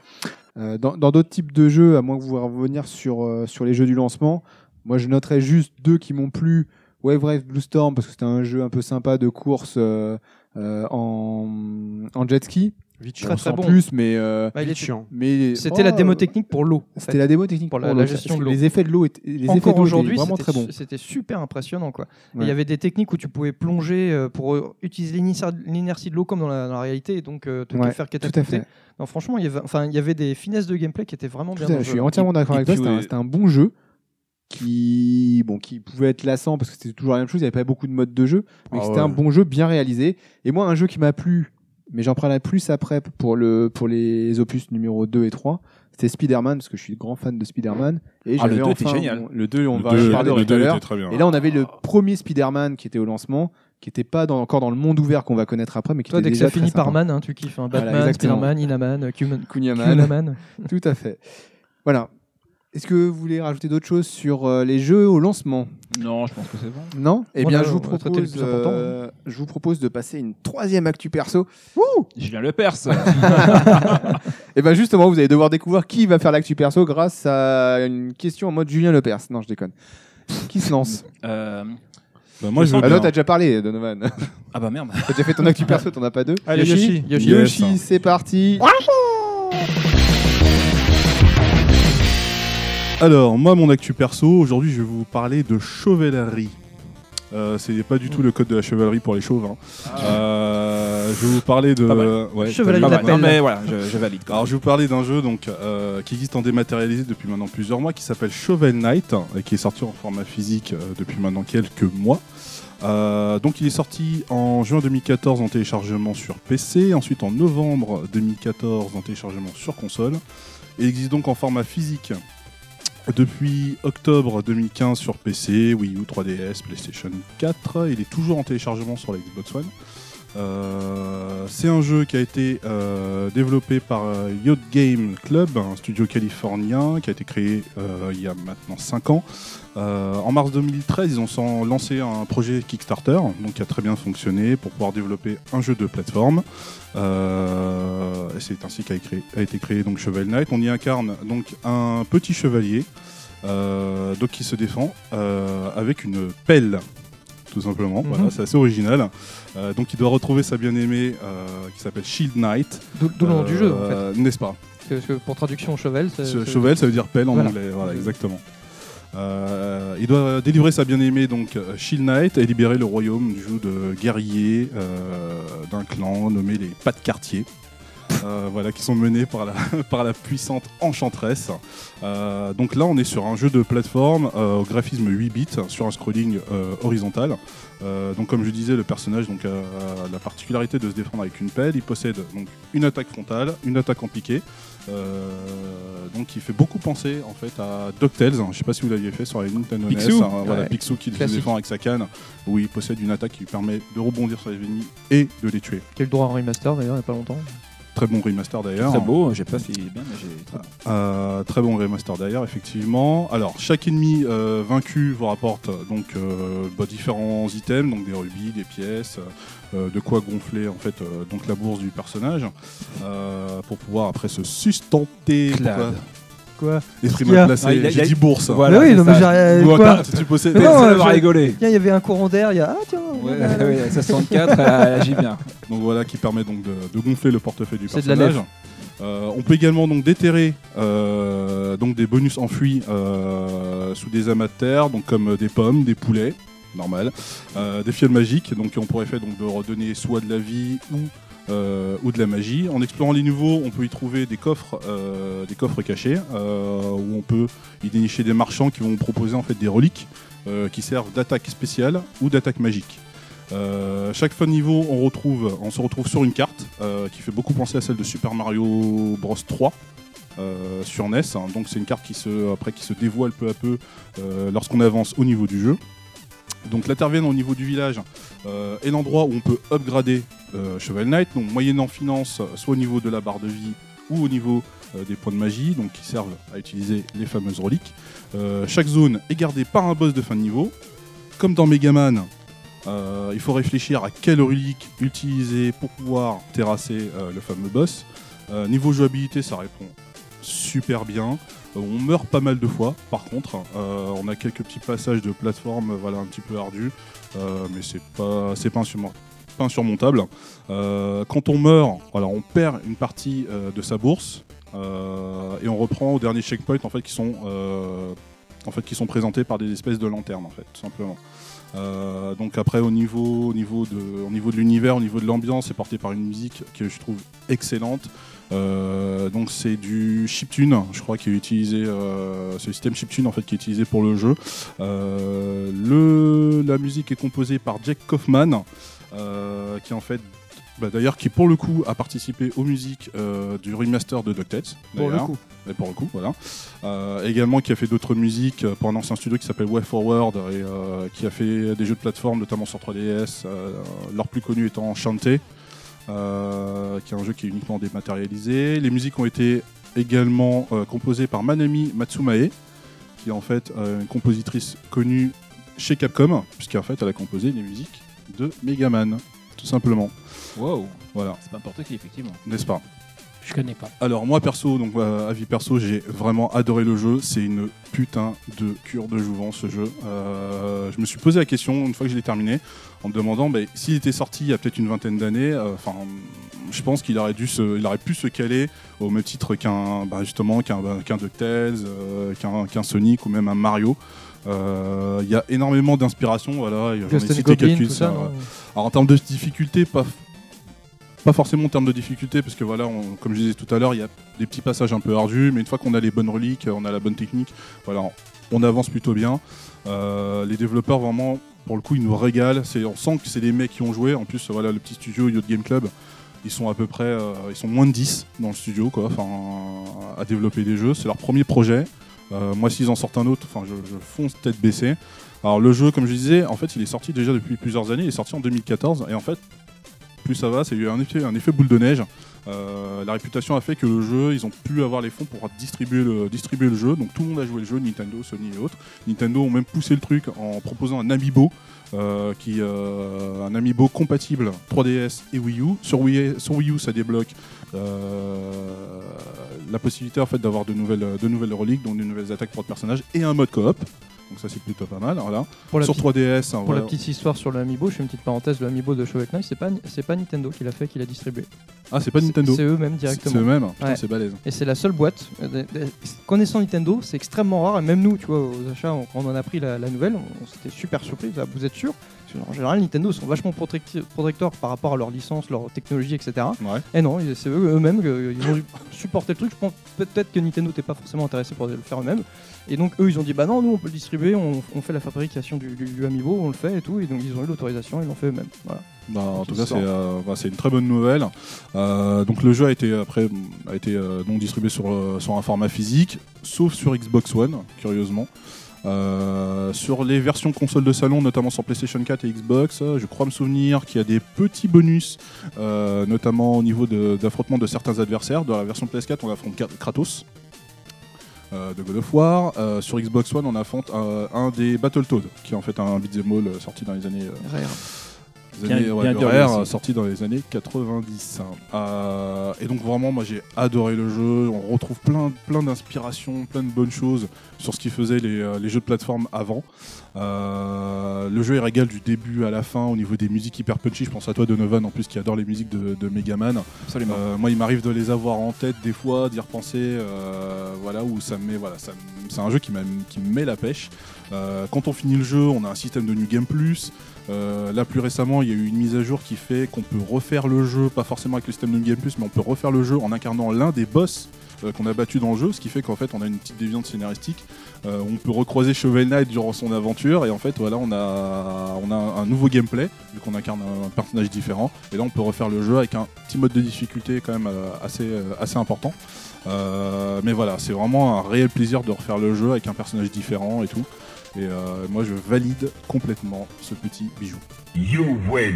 Speaker 5: Euh, dans dans d'autres types de jeux, à moins que vous voulez revenir sur euh, sur les jeux du lancement, moi je noterais juste deux qui m'ont plu. Wave Race Blue Storm parce que c'était un jeu un peu sympa de course euh, euh, en, en jet ski.
Speaker 3: Vite
Speaker 4: Très,
Speaker 5: Bon,
Speaker 3: chiant.
Speaker 4: très
Speaker 5: sans
Speaker 4: bon.
Speaker 5: plus, mais euh,
Speaker 4: bah, il
Speaker 3: Vite
Speaker 4: était-
Speaker 3: chiant.
Speaker 5: mais
Speaker 4: C'était la
Speaker 5: oh,
Speaker 4: démo technique pour l'eau. en fait.
Speaker 5: c'était la démo technique
Speaker 4: Pour
Speaker 5: pour,
Speaker 4: la- la
Speaker 5: l'eau,
Speaker 4: gestion
Speaker 5: parce
Speaker 4: de
Speaker 5: que
Speaker 4: l'eau.
Speaker 5: Les effets de l'eau étaient, les effets
Speaker 4: Encore
Speaker 5: d'eau étaient
Speaker 4: aujourd'hui,
Speaker 5: vraiment
Speaker 4: c'était
Speaker 5: très bons.
Speaker 4: su- c'était super impressionnant. Quoi. Et
Speaker 5: Ouais.
Speaker 4: Il y avait des techniques où tu pouvais plonger euh, pour euh, utiliser l'inertie- l'inertie de l'eau comme dans la, dans la réalité et donc euh, te, te
Speaker 5: Ouais,
Speaker 4: faire
Speaker 5: Tout à
Speaker 4: catapulter.
Speaker 5: fait.
Speaker 4: Non, franchement, il y avait, enfin, il y avait des finesses de gameplay qui étaient vraiment
Speaker 5: Tout
Speaker 4: bien.
Speaker 5: à fait,
Speaker 4: dans le
Speaker 5: Je
Speaker 4: jeu.
Speaker 5: suis entièrement d'accord
Speaker 6: Et
Speaker 5: avec toi.
Speaker 6: puis,
Speaker 5: C'était un,
Speaker 6: ouais.
Speaker 5: c'était un bon jeu qui, bon, qui pouvait être lassant parce que c'était toujours la même chose. Il n'y avait pas beaucoup de modes de jeu, mais
Speaker 3: Ah
Speaker 5: c'était
Speaker 3: ouais.
Speaker 5: un bon jeu bien réalisé. Et moi, un jeu qui m'a plu, mais j'en parlerai plus après pour le pour les opus numéro 2 et 3 c'était Spider-Man parce que je suis grand fan de Spider-Man. Et
Speaker 7: Ah, le
Speaker 5: j'avais
Speaker 7: 2 était
Speaker 5: enfin
Speaker 7: génial.
Speaker 5: mon- Le 2, on
Speaker 6: Le
Speaker 4: bah,
Speaker 5: va
Speaker 6: deux-
Speaker 5: en parler
Speaker 6: le
Speaker 5: tout à
Speaker 6: deux
Speaker 5: l'heure.
Speaker 6: était très bien.
Speaker 5: Et là, on avait le premier Spider-Man qui était au lancement, qui n'était pas dans- encore dans le monde ouvert qu'on va connaître après, mais qui
Speaker 4: Toi,
Speaker 5: était
Speaker 4: dès que
Speaker 5: déjà
Speaker 4: ça finit
Speaker 5: très
Speaker 4: par
Speaker 5: sympa.
Speaker 4: Man, hein, tu kiffes. hein.
Speaker 5: Voilà,
Speaker 4: Batman,
Speaker 5: exactement.
Speaker 4: Spider-man, Inaman, euh, Kuman-
Speaker 5: Kunyaman.
Speaker 4: Kunaman.
Speaker 5: Tout à fait. Voilà. Est-ce que vous voulez rajouter d'autres choses sur euh, les jeux au lancement
Speaker 7: Non, je pense que c'est bon.
Speaker 5: Non Eh
Speaker 4: On
Speaker 5: bien,
Speaker 4: a-
Speaker 5: je vous
Speaker 4: bah on va traiter le
Speaker 5: propose,
Speaker 4: plus important, hein.
Speaker 5: euh, je vous propose de passer une troisième actu perso.
Speaker 7: Julien Lepers.
Speaker 5: Et bien Eh ben, justement, vous allez devoir découvrir qui va faire l'actu perso grâce à une question en mode Julien Lepers. Non, je déconne. Qui se lance
Speaker 7: Euh,
Speaker 6: Bah, moi, je veux
Speaker 5: Ah non,
Speaker 6: bien.
Speaker 5: t'as déjà parlé, Donovan.
Speaker 7: Ah bah merde.
Speaker 5: t'as déjà fait ton actu perso, t'en as pas deux
Speaker 3: Allez, Yoshi.
Speaker 4: Yoshi.
Speaker 6: Yes.
Speaker 5: Yoshi, c'est parti.
Speaker 6: Alors, moi, mon actu perso, aujourd'hui, je vais vous parler de chevalerie. Euh, c'est pas du tout le code de la chevalerie pour les chauves. hein. Euh, je vais vous parler de.
Speaker 7: Ah. Pas mal.
Speaker 6: Ouais,
Speaker 4: Chevalerie
Speaker 6: pas mal.
Speaker 7: Pas mal.
Speaker 4: d'appel.
Speaker 7: Ah, bah, Non mais voilà, je, je valide. Oh, quoi.
Speaker 6: Alors je vais vous parler d'un jeu donc euh, qui existe en dématérialisé depuis maintenant plusieurs mois, qui s'appelle Shovel Knight et qui est sorti en format physique euh, depuis maintenant quelques mois. Euh, donc il est sorti en juin 2014 en téléchargement sur PC, ensuite en novembre 2014 en téléchargement sur console. Et il existe donc en format physique depuis octobre 2015 sur PC, Wii U, 3DS, PlayStation 4. Il est toujours en téléchargement sur la Xbox One. Euh, c'est un jeu qui a été euh, développé par euh, Yacht Game Club, un studio californien qui a été créé euh, il y a maintenant 5 ans. Euh, en mars 2013, ils ont sans- lancé un projet Kickstarter, donc qui a très bien fonctionné pour pouvoir développer un jeu de plateforme. Euh, et c'est ainsi qu'a écrit- a été créé donc Cheval Knight. On y incarne donc un petit chevalier, euh, donc qui se défend euh, avec une pelle, tout simplement.
Speaker 4: Mhm.
Speaker 6: Voilà, c'est assez original. Euh, donc il doit retrouver sa bien-aimée euh, qui s'appelle Shield Knight.
Speaker 4: D'où d'où le nom du jeu, en fait.
Speaker 6: Euh, N'est-ce pas
Speaker 4: Parce que pour traduction, cheval, c'est.
Speaker 6: ce
Speaker 4: c'est-
Speaker 6: cheval, ça veut dire pelle en
Speaker 4: Voilà.
Speaker 6: anglais. Voilà, exactement. Euh, il doit délivrer sa bien-aimée donc euh, Shield Knight et libérer le royaume du joug de guerriers euh, d'un clan nommé les Pas de Quartier. Euh, voilà, qui sont menés par la, par la puissante enchanteresse. Euh, donc là, on est sur un jeu de plateforme euh, au graphisme 8 bits, sur un scrolling euh, horizontal. Euh, donc, comme je disais, le personnage donc, euh, a la particularité de se défendre avec une pelle. Il possède donc une attaque frontale, une attaque en piqué, euh, donc il fait beaucoup penser en fait à DuckTales, hein. je sais pas si vous l'aviez fait sur la Nintendo NES,
Speaker 4: Picsou.
Speaker 6: hein, voilà,
Speaker 4: Ouais.
Speaker 6: Picsou qui se
Speaker 4: Classique.
Speaker 6: défend avec sa canne, où il possède une attaque qui lui permet de rebondir sur les ennemis et de les tuer.
Speaker 4: Qui a eu le droit à un remaster d'ailleurs il n'y a pas longtemps.
Speaker 6: Très bon remaster d'ailleurs.
Speaker 7: Très beau, j'ai pas si bien, mais j'ai très beau.
Speaker 6: Euh, très bon remaster d'ailleurs, effectivement. Alors, chaque ennemi euh, vaincu vous rapporte euh, donc euh, bah, différents items, donc des rubis, des pièces, euh, de quoi gonfler en fait euh, donc la bourse du personnage euh, pour pouvoir après se sustenter.
Speaker 7: Clad.
Speaker 6: Pourquoi
Speaker 4: Quoi
Speaker 6: Esprit
Speaker 4: qu'il y a
Speaker 6: mal placé,
Speaker 7: Ah, il a- il
Speaker 6: j'ai
Speaker 7: a-
Speaker 6: dit bourse. hein.
Speaker 7: Voilà,
Speaker 4: Mais oui,
Speaker 7: c'est
Speaker 4: non, mais
Speaker 7: ça.
Speaker 4: j'ai-
Speaker 7: Ou
Speaker 4: quoi
Speaker 7: attends,
Speaker 6: Tu possèdes.
Speaker 4: Non,
Speaker 7: t'es le seul à
Speaker 4: ouais,
Speaker 7: avoir
Speaker 4: je-
Speaker 7: rigolé.
Speaker 4: Tiens, il y avait un courant d'air, il y a. Ah, tiens
Speaker 7: Ouais,
Speaker 4: regarde, là.
Speaker 7: ouais, euh, la 64, elle agit bien.
Speaker 6: Donc voilà, qui permet donc de, de gonfler le portefeuille du
Speaker 4: C'est de la
Speaker 6: personnage. Euh, on peut également donc déterrer euh, donc des bonus enfuis euh, sous des amas de terre, donc comme euh, des pommes, des poulets, normal, euh, des fioles magiques, donc on pourrait faire donc de redonner soit de la vie ou euh, ou de la magie. En explorant les nouveaux, on peut y trouver des coffres, euh, des coffres cachés, euh, où on peut y dénicher des marchands qui vont vous proposer en fait des reliques euh, qui servent d'attaque spéciale ou d'attaque magique. Euh, chaque fin de niveau, on, retrouve, on se retrouve sur une carte euh, qui fait beaucoup penser à celle de Super Mario Bros 3 euh, sur NES. hein. Donc c'est une carte qui se, après, qui se dévoile peu à peu euh, lorsqu'on avance au niveau du jeu. Donc l'interviennent au niveau du village euh, et l'endroit où on peut upgrader euh, Cheval Knight, donc moyennant finance, soit au niveau de la barre de vie ou au niveau euh, des points de magie, donc qui servent à utiliser les fameuses reliques. Euh, chaque zone est gardée par un boss de fin de niveau. Comme dans Megaman, euh, il faut réfléchir à quelle relique utiliser pour pouvoir terrasser euh, le fameux boss. Euh, niveau jouabilité, ça répond super bien. Euh, on meurt pas mal de fois, par contre. Euh, on a quelques petits passages de plateforme, euh, voilà, un petit peu ardu, euh, mais c'est pas, c'est pas insurmont- pas insurmontable. Euh, quand on meurt, voilà, on perd une partie euh, de sa bourse euh, et on reprend au dernier checkpoint en fait qui sont euh, en fait qui sont présentés par des espèces de lanternes en fait tout simplement. Euh, donc après au niveau au niveau de au niveau de l'univers au niveau de l'ambiance c'est porté par une musique que je trouve excellente. Euh, donc c'est du chiptune je crois qui est utilisé euh, c'est le système chiptune en fait qui est utilisé pour le jeu. Euh, le la musique est composée par Jack Kaufman euh, qui en fait bah, d'ailleurs qui pour le coup a participé aux musiques euh, du remaster de DuckTales
Speaker 4: Pour le
Speaker 6: d'ailleurs.
Speaker 4: coup.
Speaker 6: Mais pour le coup, voilà. Euh, également qui a fait d'autres musiques euh, pour un ancien studio qui s'appelle Way Forward et euh, qui a fait des jeux de plateforme, notamment sur 3DS, euh, leur plus connu étant Chanté, euh, qui est un jeu qui est uniquement dématérialisé. Les musiques ont été également euh, composées par Manami Matsumae, qui est en fait euh, une compositrice connue chez Capcom, puisqu'en fait elle a composé les musiques de Megaman, tout simplement.
Speaker 7: Wow,
Speaker 6: Voilà,
Speaker 7: c'est pas n'importe qui, effectivement.
Speaker 6: n'est-ce pas
Speaker 10: Je connais pas.
Speaker 6: alors moi perso, donc euh, avis perso, j'ai vraiment adoré le jeu. C'est une putain de cure de jouvence ce jeu. Euh, je me suis posé la question une fois que je l'ai terminé, en me demandant bah, s'il était sorti il y a peut-être une vingtaine d'années. euh, Enfin, je pense qu'il aurait dû, se, il aurait pu se caler au même titre qu'un, bah, justement, qu'un bah, qu'un Ducktales, euh, qu'un qu'un Sonic ou même un Mario. Euh, Il y a énormément d'inspiration, voilà. J'en ai
Speaker 4: Ghost and
Speaker 6: cité
Speaker 4: Goblin,
Speaker 6: quelques-unes,
Speaker 4: tout ça.
Speaker 6: hein,
Speaker 4: non
Speaker 6: alors en termes de difficulté, pas, pas forcément en termes de difficulté, parce que voilà, on- comme je disais tout à l'heure, il y a des petits passages un peu ardus, mais une fois qu'on a les bonnes reliques, on a la bonne technique, voilà, on avance plutôt bien. Euh, les développeurs vraiment Pour le coup, ils nous régalent. C'est, on sent que c'est des mecs qui ont joué. En plus, voilà, le petit studio Yacht Game Club, ils sont à peu près, euh, ils sont moins de 10 dans le studio, quoi. Enfin, à développer des jeux. C'est leur premier projet. Euh, moi, s'ils en sortent un autre, enfin, je, je fonce tête baissée. Alors le jeu, comme je disais, en fait, il est sorti déjà depuis plusieurs années. Il est sorti en 2014 et en fait, plus ça va, c'est eu un effet, un effet boule de neige. Euh, la réputation a fait que le jeu, ils ont pu avoir les fonds pour distribuer le, distribuer le jeu. Donc tout le monde a joué le jeu, Nintendo, Sony et autres. Nintendo ont même poussé le truc en proposant un amiibo, euh, qui, euh, un amiibo compatible 3DS et Wii U. Sur Wii, sur Wii U, ça débloque euh, la possibilité en fait d'avoir de nouvelles, de nouvelles reliques, donc de nouvelles attaques pour le personnage et un mode coop. Donc ça c'est plutôt pas mal. Voilà.
Speaker 4: Pour la
Speaker 6: Sur
Speaker 4: petite-
Speaker 6: 3DS, hein,
Speaker 4: Pour
Speaker 6: voilà.
Speaker 4: la petite histoire sur le Amiibo, je fais une petite parenthèse, le Amiibo de Shovel Knight, c'est pas, c'est pas Nintendo qui l'a fait, qui l'a distribué.
Speaker 6: ah c'est pas
Speaker 4: C'est-
Speaker 6: Nintendo.
Speaker 4: C'est eux-mêmes
Speaker 6: C'est
Speaker 4: directement.
Speaker 6: eux-mêmes, Putain,
Speaker 4: Ouais.
Speaker 6: c'est balèze.
Speaker 4: Et c'est la seule boîte. euh, de- de- Connaissant Nintendo, c'est extrêmement rare. Et même nous, tu vois, aux achats, on- quand on en a pris la, la nouvelle, on, on s'était super surpris. Ah, Vous êtes sûr Parce que, En général, Nintendo sont vachement protecti- protecteurs par rapport à leur licence, leur technologie, etc.
Speaker 6: Ouais.
Speaker 4: Et non, ils- c'est eux- eux-mêmes que- euh, ils ont supporté le truc. Je pense peut-être que Nintendo n'était pas forcément intéressé pour le faire eux-mêmes. Et donc eux, ils ont dit bah non, nous on peut le distribuer, on, on fait la fabrication du, du- du amiibo, on le fait et tout. Et donc ils ont eu l'autorisation, ils l'ont fait eux-mêmes. Voilà.
Speaker 6: Bah, en tout
Speaker 4: Petite
Speaker 6: cas, c'est
Speaker 4: histoire.
Speaker 6: euh, bah, c'est une très bonne nouvelle. Euh, donc le jeu a été après a été euh, donc distribué sur euh, sur un format physique, sauf sur Xbox One, curieusement. Euh, sur les versions consoles de salon, notamment sur PlayStation 4 et Xbox, euh, je crois me souvenir qu'il y a des petits bonus, euh, notamment au niveau de- d'affrontement de, certains adversaires. Dans la version PS4, on affronte Kra- Kratos euh, de God of War. Euh, sur Xbox One, on affronte euh, un des Battletoads, qui est en fait un beat'em all euh, sorti dans les années euh, les
Speaker 7: Bien-
Speaker 6: années- ouais,
Speaker 7: bien
Speaker 6: le
Speaker 7: dur,
Speaker 6: Rare,
Speaker 7: aussi.
Speaker 6: euh, sorti dans les années 90. hein. Euh, et donc vraiment, moi j'ai adoré le jeu. On retrouve plein, plein d'inspirations, plein de bonnes choses sur ce qui faisait les, euh, les jeux de plateforme avant. Euh, le jeu il régale du début à la fin au niveau des musiques hyper punchy. Je pense à toi Donovan en plus qui adore les musiques de, de Megaman.
Speaker 7: Absolument.
Speaker 6: Euh, moi, il m'arrive de les avoir en tête des fois, d'y repenser. euh, voilà, où ça me met. Voilà, ça me- c'est un jeu qui, m'a- qui me met la pêche. Euh, quand on finit le jeu, on a un système de New Game Plus. Euh, là, plus récemment, il y a eu une mise à jour qui fait qu'on peut refaire le jeu, pas forcément avec le système de New Game Plus, mais on peut refaire le jeu en incarnant l'un des boss euh, qu'on a battu dans le jeu, ce qui fait qu'en fait, on a une petite déviante scénaristique. Euh, on peut recroiser Shovel Knight durant son aventure, et en fait, voilà, on a, on a un nouveau gameplay, vu qu'on incarne un personnage différent. Et là, on peut refaire le jeu avec un petit mode de difficulté quand même euh, assez, euh, assez important. Euh, mais voilà, c'est vraiment un réel plaisir de refaire le jeu avec un personnage différent et tout. Et euh, moi, je valide complètement ce petit bijou.
Speaker 9: You win.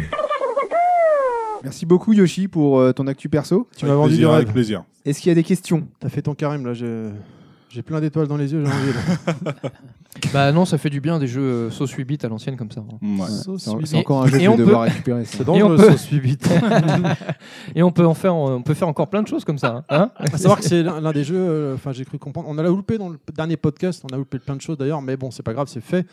Speaker 5: Merci beaucoup Yoshi pour euh, ton actu perso.
Speaker 3: Tu m'as vendu du
Speaker 6: plaisir, avec
Speaker 3: rêve.
Speaker 6: plaisir.
Speaker 5: Est-ce qu'il y a des questions
Speaker 3: T'as fait ton carême là, j'ai j'ai plein d'étoiles dans les yeux, j'ai envie. là.
Speaker 4: Bah non, ça fait du bien des jeux euh, sauce 8 bits à l'ancienne comme ça. hein.
Speaker 6: Ouais.
Speaker 5: C'est en-
Speaker 3: Sauce
Speaker 5: c'est encore un jeu
Speaker 4: et
Speaker 5: que je vais
Speaker 4: on peut-
Speaker 5: devoir récupérer. ça.
Speaker 3: C'est
Speaker 4: Et on
Speaker 3: dangereux,
Speaker 4: peut-
Speaker 3: sauce subite.
Speaker 4: Et on peut en faire, on peut faire encore plein de choses comme ça. hein. Hein
Speaker 3: À savoir que c'est l'un l'un des jeux, euh, enfin j'ai cru comprendre, on a loupé dans le p- dernier podcast, on a loupé plein de choses d'ailleurs, mais bon c'est pas grave, c'est fait.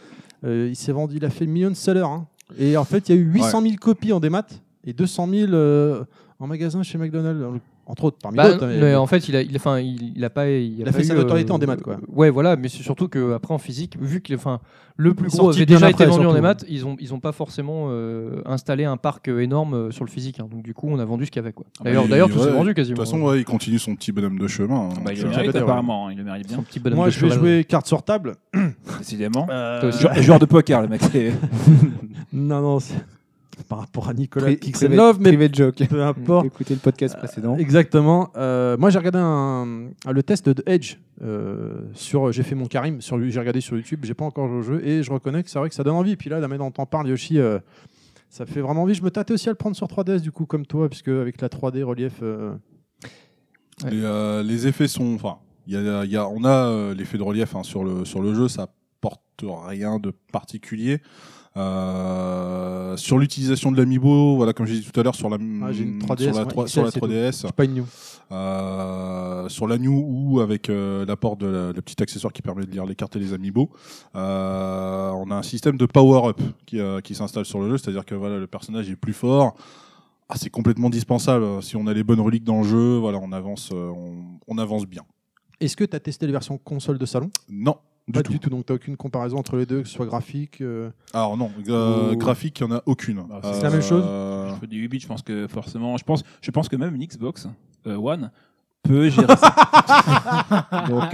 Speaker 3: Euh, il s'est vendu, il a fait millions de sellers. hein. Et en fait il y a eu 800 000 copies en démat et 200 000 euh, en magasin chez McDonald's, euh, entre autres, parmi
Speaker 4: Bah,
Speaker 3: d'autres. hein,
Speaker 4: mais,
Speaker 3: mais-
Speaker 4: en fait, il a, il, enfin, il, il a pas, il a,
Speaker 3: Il a
Speaker 4: pas
Speaker 3: fait sa
Speaker 4: eu,
Speaker 3: notoriété
Speaker 4: euh,
Speaker 3: en démat, quoi.
Speaker 4: Ouais, voilà, mais c'est surtout que après en physique, vu que, enfin, le plus
Speaker 3: Il est
Speaker 4: gros
Speaker 3: sorti
Speaker 4: avait
Speaker 3: bien
Speaker 4: déjà
Speaker 3: après,
Speaker 4: été vendu en
Speaker 3: surtout.
Speaker 4: démat, ils ont, ils ont pas forcément euh, installé un parc euh, énorme euh, sur le physique. hein. Donc du coup, on a vendu ce qu'il y avait, quoi.
Speaker 3: Ah,
Speaker 4: D'ailleurs,
Speaker 6: bah,
Speaker 4: d'ailleurs,
Speaker 6: il-
Speaker 4: tout s'est
Speaker 6: ouais,
Speaker 4: vendu
Speaker 6: De
Speaker 4: quasiment. hein.
Speaker 6: toute façon, ouais, il continue son petit bonhomme de chemin. hein.
Speaker 7: Bah, il
Speaker 6: Je-
Speaker 7: le
Speaker 3: j'avais
Speaker 7: mérite
Speaker 3: dit, ouais.
Speaker 7: apparemment, hein, il le mérite
Speaker 4: Son
Speaker 7: bien.
Speaker 4: petit bonhomme
Speaker 3: euh, Moi
Speaker 4: de
Speaker 3: je vais
Speaker 4: cheval.
Speaker 3: jouer carte sur table.
Speaker 7: Décidément.
Speaker 4: Toi aussi.
Speaker 7: Jou- Joueur de poker, le mec. c'est-
Speaker 3: Non, non, c'est par rapport à Nicolas
Speaker 5: Pri-
Speaker 3: Pixel
Speaker 5: privé-
Speaker 3: Love, mais
Speaker 5: privé de joke.
Speaker 3: peu importe.
Speaker 5: Écoutez le podcast précédent.
Speaker 3: Exactement. Euh, moi, j'ai regardé un, le test de Edge. euh, sur, j'ai fait mon Karim, sur, j'ai regardé sur YouTube, j'ai pas encore joué au jeu et je reconnais que c'est vrai que ça donne envie. Puis là, la manière dont t'en parles, Yoshi, euh, ça fait vraiment envie. Je me tâtais aussi à le prendre sur 3DS du coup, comme toi, puisque avec la 3D relief. euh,
Speaker 4: Ouais.
Speaker 6: Et, euh, les effets sont. Enfin, il y a- il y a- on a euh, l'effet de relief hein, sur, le, sur le jeu, ça porte rien de particulier. Euh, sur l'utilisation de l'amiibo, voilà, comme j'ai dit tout à l'heure, sur la, mm,
Speaker 3: Ah, j'ai une 3DS,
Speaker 6: sur la,
Speaker 3: moi,
Speaker 6: trois-
Speaker 3: XL,
Speaker 6: sur la
Speaker 3: c'est tout.
Speaker 6: 3DS,
Speaker 3: c'est pas une new.
Speaker 6: euh, sur la New ou avec euh, l'apport de la- le petit accessoire qui permet de lire les cartes et les amiibo, euh, on a un système de power-up qui, euh, qui s'installe sur le jeu, c'est-à-dire que voilà, le personnage est plus fort. Ah, c'est complètement dispensable. Si on a les bonnes reliques dans le jeu, voilà, on avance, euh, on, on avance bien.
Speaker 3: Est-ce que t'as testé les versions console de salon
Speaker 6: Non, du
Speaker 3: Pas
Speaker 6: tout.
Speaker 3: du tout. Donc t'as aucune comparaison entre les deux, que ce soit graphique. euh,
Speaker 6: Alors non, euh,
Speaker 3: Ou-
Speaker 6: graphique, il n'y en a aucune.
Speaker 7: Ah,
Speaker 3: Oh. c'est la même chose
Speaker 6: Euh,
Speaker 7: Je fais du 8 bits, je pense que forcément, je pense, je pense que même une Xbox euh, One peut gérer ça.
Speaker 5: Donc,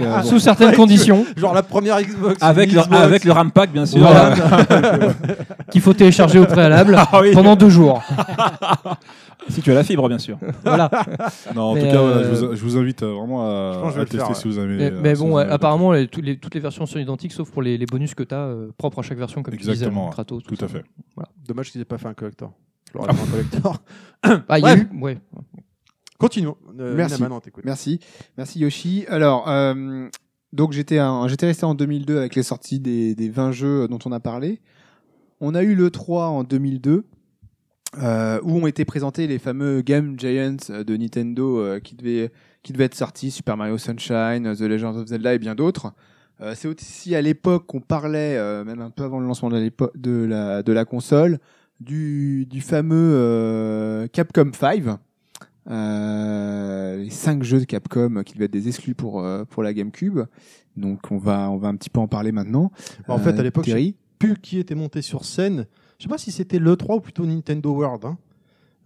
Speaker 5: euh, bon.
Speaker 4: Ah, Sous certaines conditions
Speaker 3: Genre la première Xbox.
Speaker 7: avec,
Speaker 3: une
Speaker 7: le,
Speaker 3: Xbox.
Speaker 7: avec le RAM pack, bien sûr.
Speaker 4: Voilà. qu'il faut télécharger au préalable
Speaker 7: Ah oui.
Speaker 4: pendant deux jours.
Speaker 7: Si tu as la fibre, bien sûr.
Speaker 4: Voilà.
Speaker 6: Non, en
Speaker 4: Mais
Speaker 6: tout cas,
Speaker 4: euh,
Speaker 6: voilà, je, vous, je vous invite euh, vraiment
Speaker 3: Je pense que
Speaker 6: à,
Speaker 3: je vais
Speaker 6: à
Speaker 3: le
Speaker 6: tester
Speaker 3: faire, ouais.
Speaker 6: si vous avez.
Speaker 4: Mais,
Speaker 6: euh,
Speaker 4: mais
Speaker 6: si
Speaker 4: bon,
Speaker 6: vous
Speaker 4: ouais,
Speaker 6: avez-
Speaker 4: apparemment, les- tous les- toutes les versions sont identiques sauf pour les, les bonus que tu as propres à chaque version, comme tu disais,
Speaker 6: Exactement,
Speaker 4: le Kratos.
Speaker 6: Tout à fait.
Speaker 3: Dommage qu'ils aient pas fait un collector. Je leur ai fait un collector.
Speaker 4: Ah, il y a
Speaker 3: Bref.
Speaker 4: eu ouais.
Speaker 3: Continuons. Euh,
Speaker 5: Merci.
Speaker 3: Minaman, on t'écoute.
Speaker 5: Merci, merci Yoshi. Alors, euh, donc j'étais un- j'étais resté en 2002 avec les sorties des, des 20 jeux dont on a parlé. On a eu le 3 en 2002. euh, où ont été présentés les fameux Game Giants euh, de Nintendo euh, qui, devaient, qui devaient être sortis, Super Mario Sunshine, euh, The Legend of Zelda et bien d'autres. Euh, C'est aussi à l'époque qu'on parlait, euh, même un peu avant le lancement de, l'épo- de, la, de la console, du, du fameux euh, Capcom 5, euh, les cinq jeux de Capcom qui devaient être des exclus pour euh, pour la GameCube. Donc on va on va un petit peu en parler maintenant.
Speaker 3: Bah, en fait,
Speaker 5: Euh,
Speaker 3: à l'époque, je sais
Speaker 5: Terry,
Speaker 3: plus qui était monté sur scène. Je sais pas si c'était l'E3 ou plutôt Nintendo World. hein.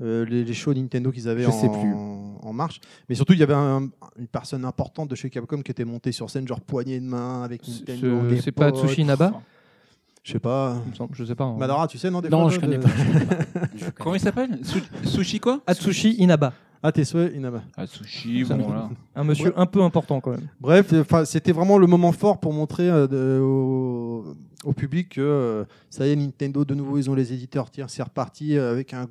Speaker 3: Euh, les, les shows Nintendo qu'ils avaient
Speaker 5: Je
Speaker 3: en,
Speaker 5: sais plus.
Speaker 3: en marche. Mais surtout, il y avait un- une personne importante de chez Capcom qui était montée sur scène, genre poignée de main avec Nintendo.
Speaker 4: Ce-
Speaker 3: des
Speaker 4: C'est pas
Speaker 3: potes.
Speaker 4: Tsushi Naba
Speaker 3: Je sais pas.
Speaker 4: il me semble, Je sais pas. hein.
Speaker 3: Madara, tu sais, non des
Speaker 10: Non,
Speaker 3: fois,
Speaker 10: je
Speaker 3: de-
Speaker 10: connais pas.
Speaker 7: Comment il s'appelle Su- Sushi quoi
Speaker 4: Atsushi Inaba,
Speaker 3: Ah, tes souhaits, Inaba.
Speaker 7: Ah, Sushi,
Speaker 4: Ça
Speaker 7: bon
Speaker 4: me-
Speaker 7: là.
Speaker 4: un monsieur un peu important quand même.
Speaker 3: Bref, enfin, c'était vraiment le moment fort pour montrer euh, de- au, au public que euh, ça y est, Nintendo de nouveau, ils ont les éditeurs tiers, c'est reparti euh, avec un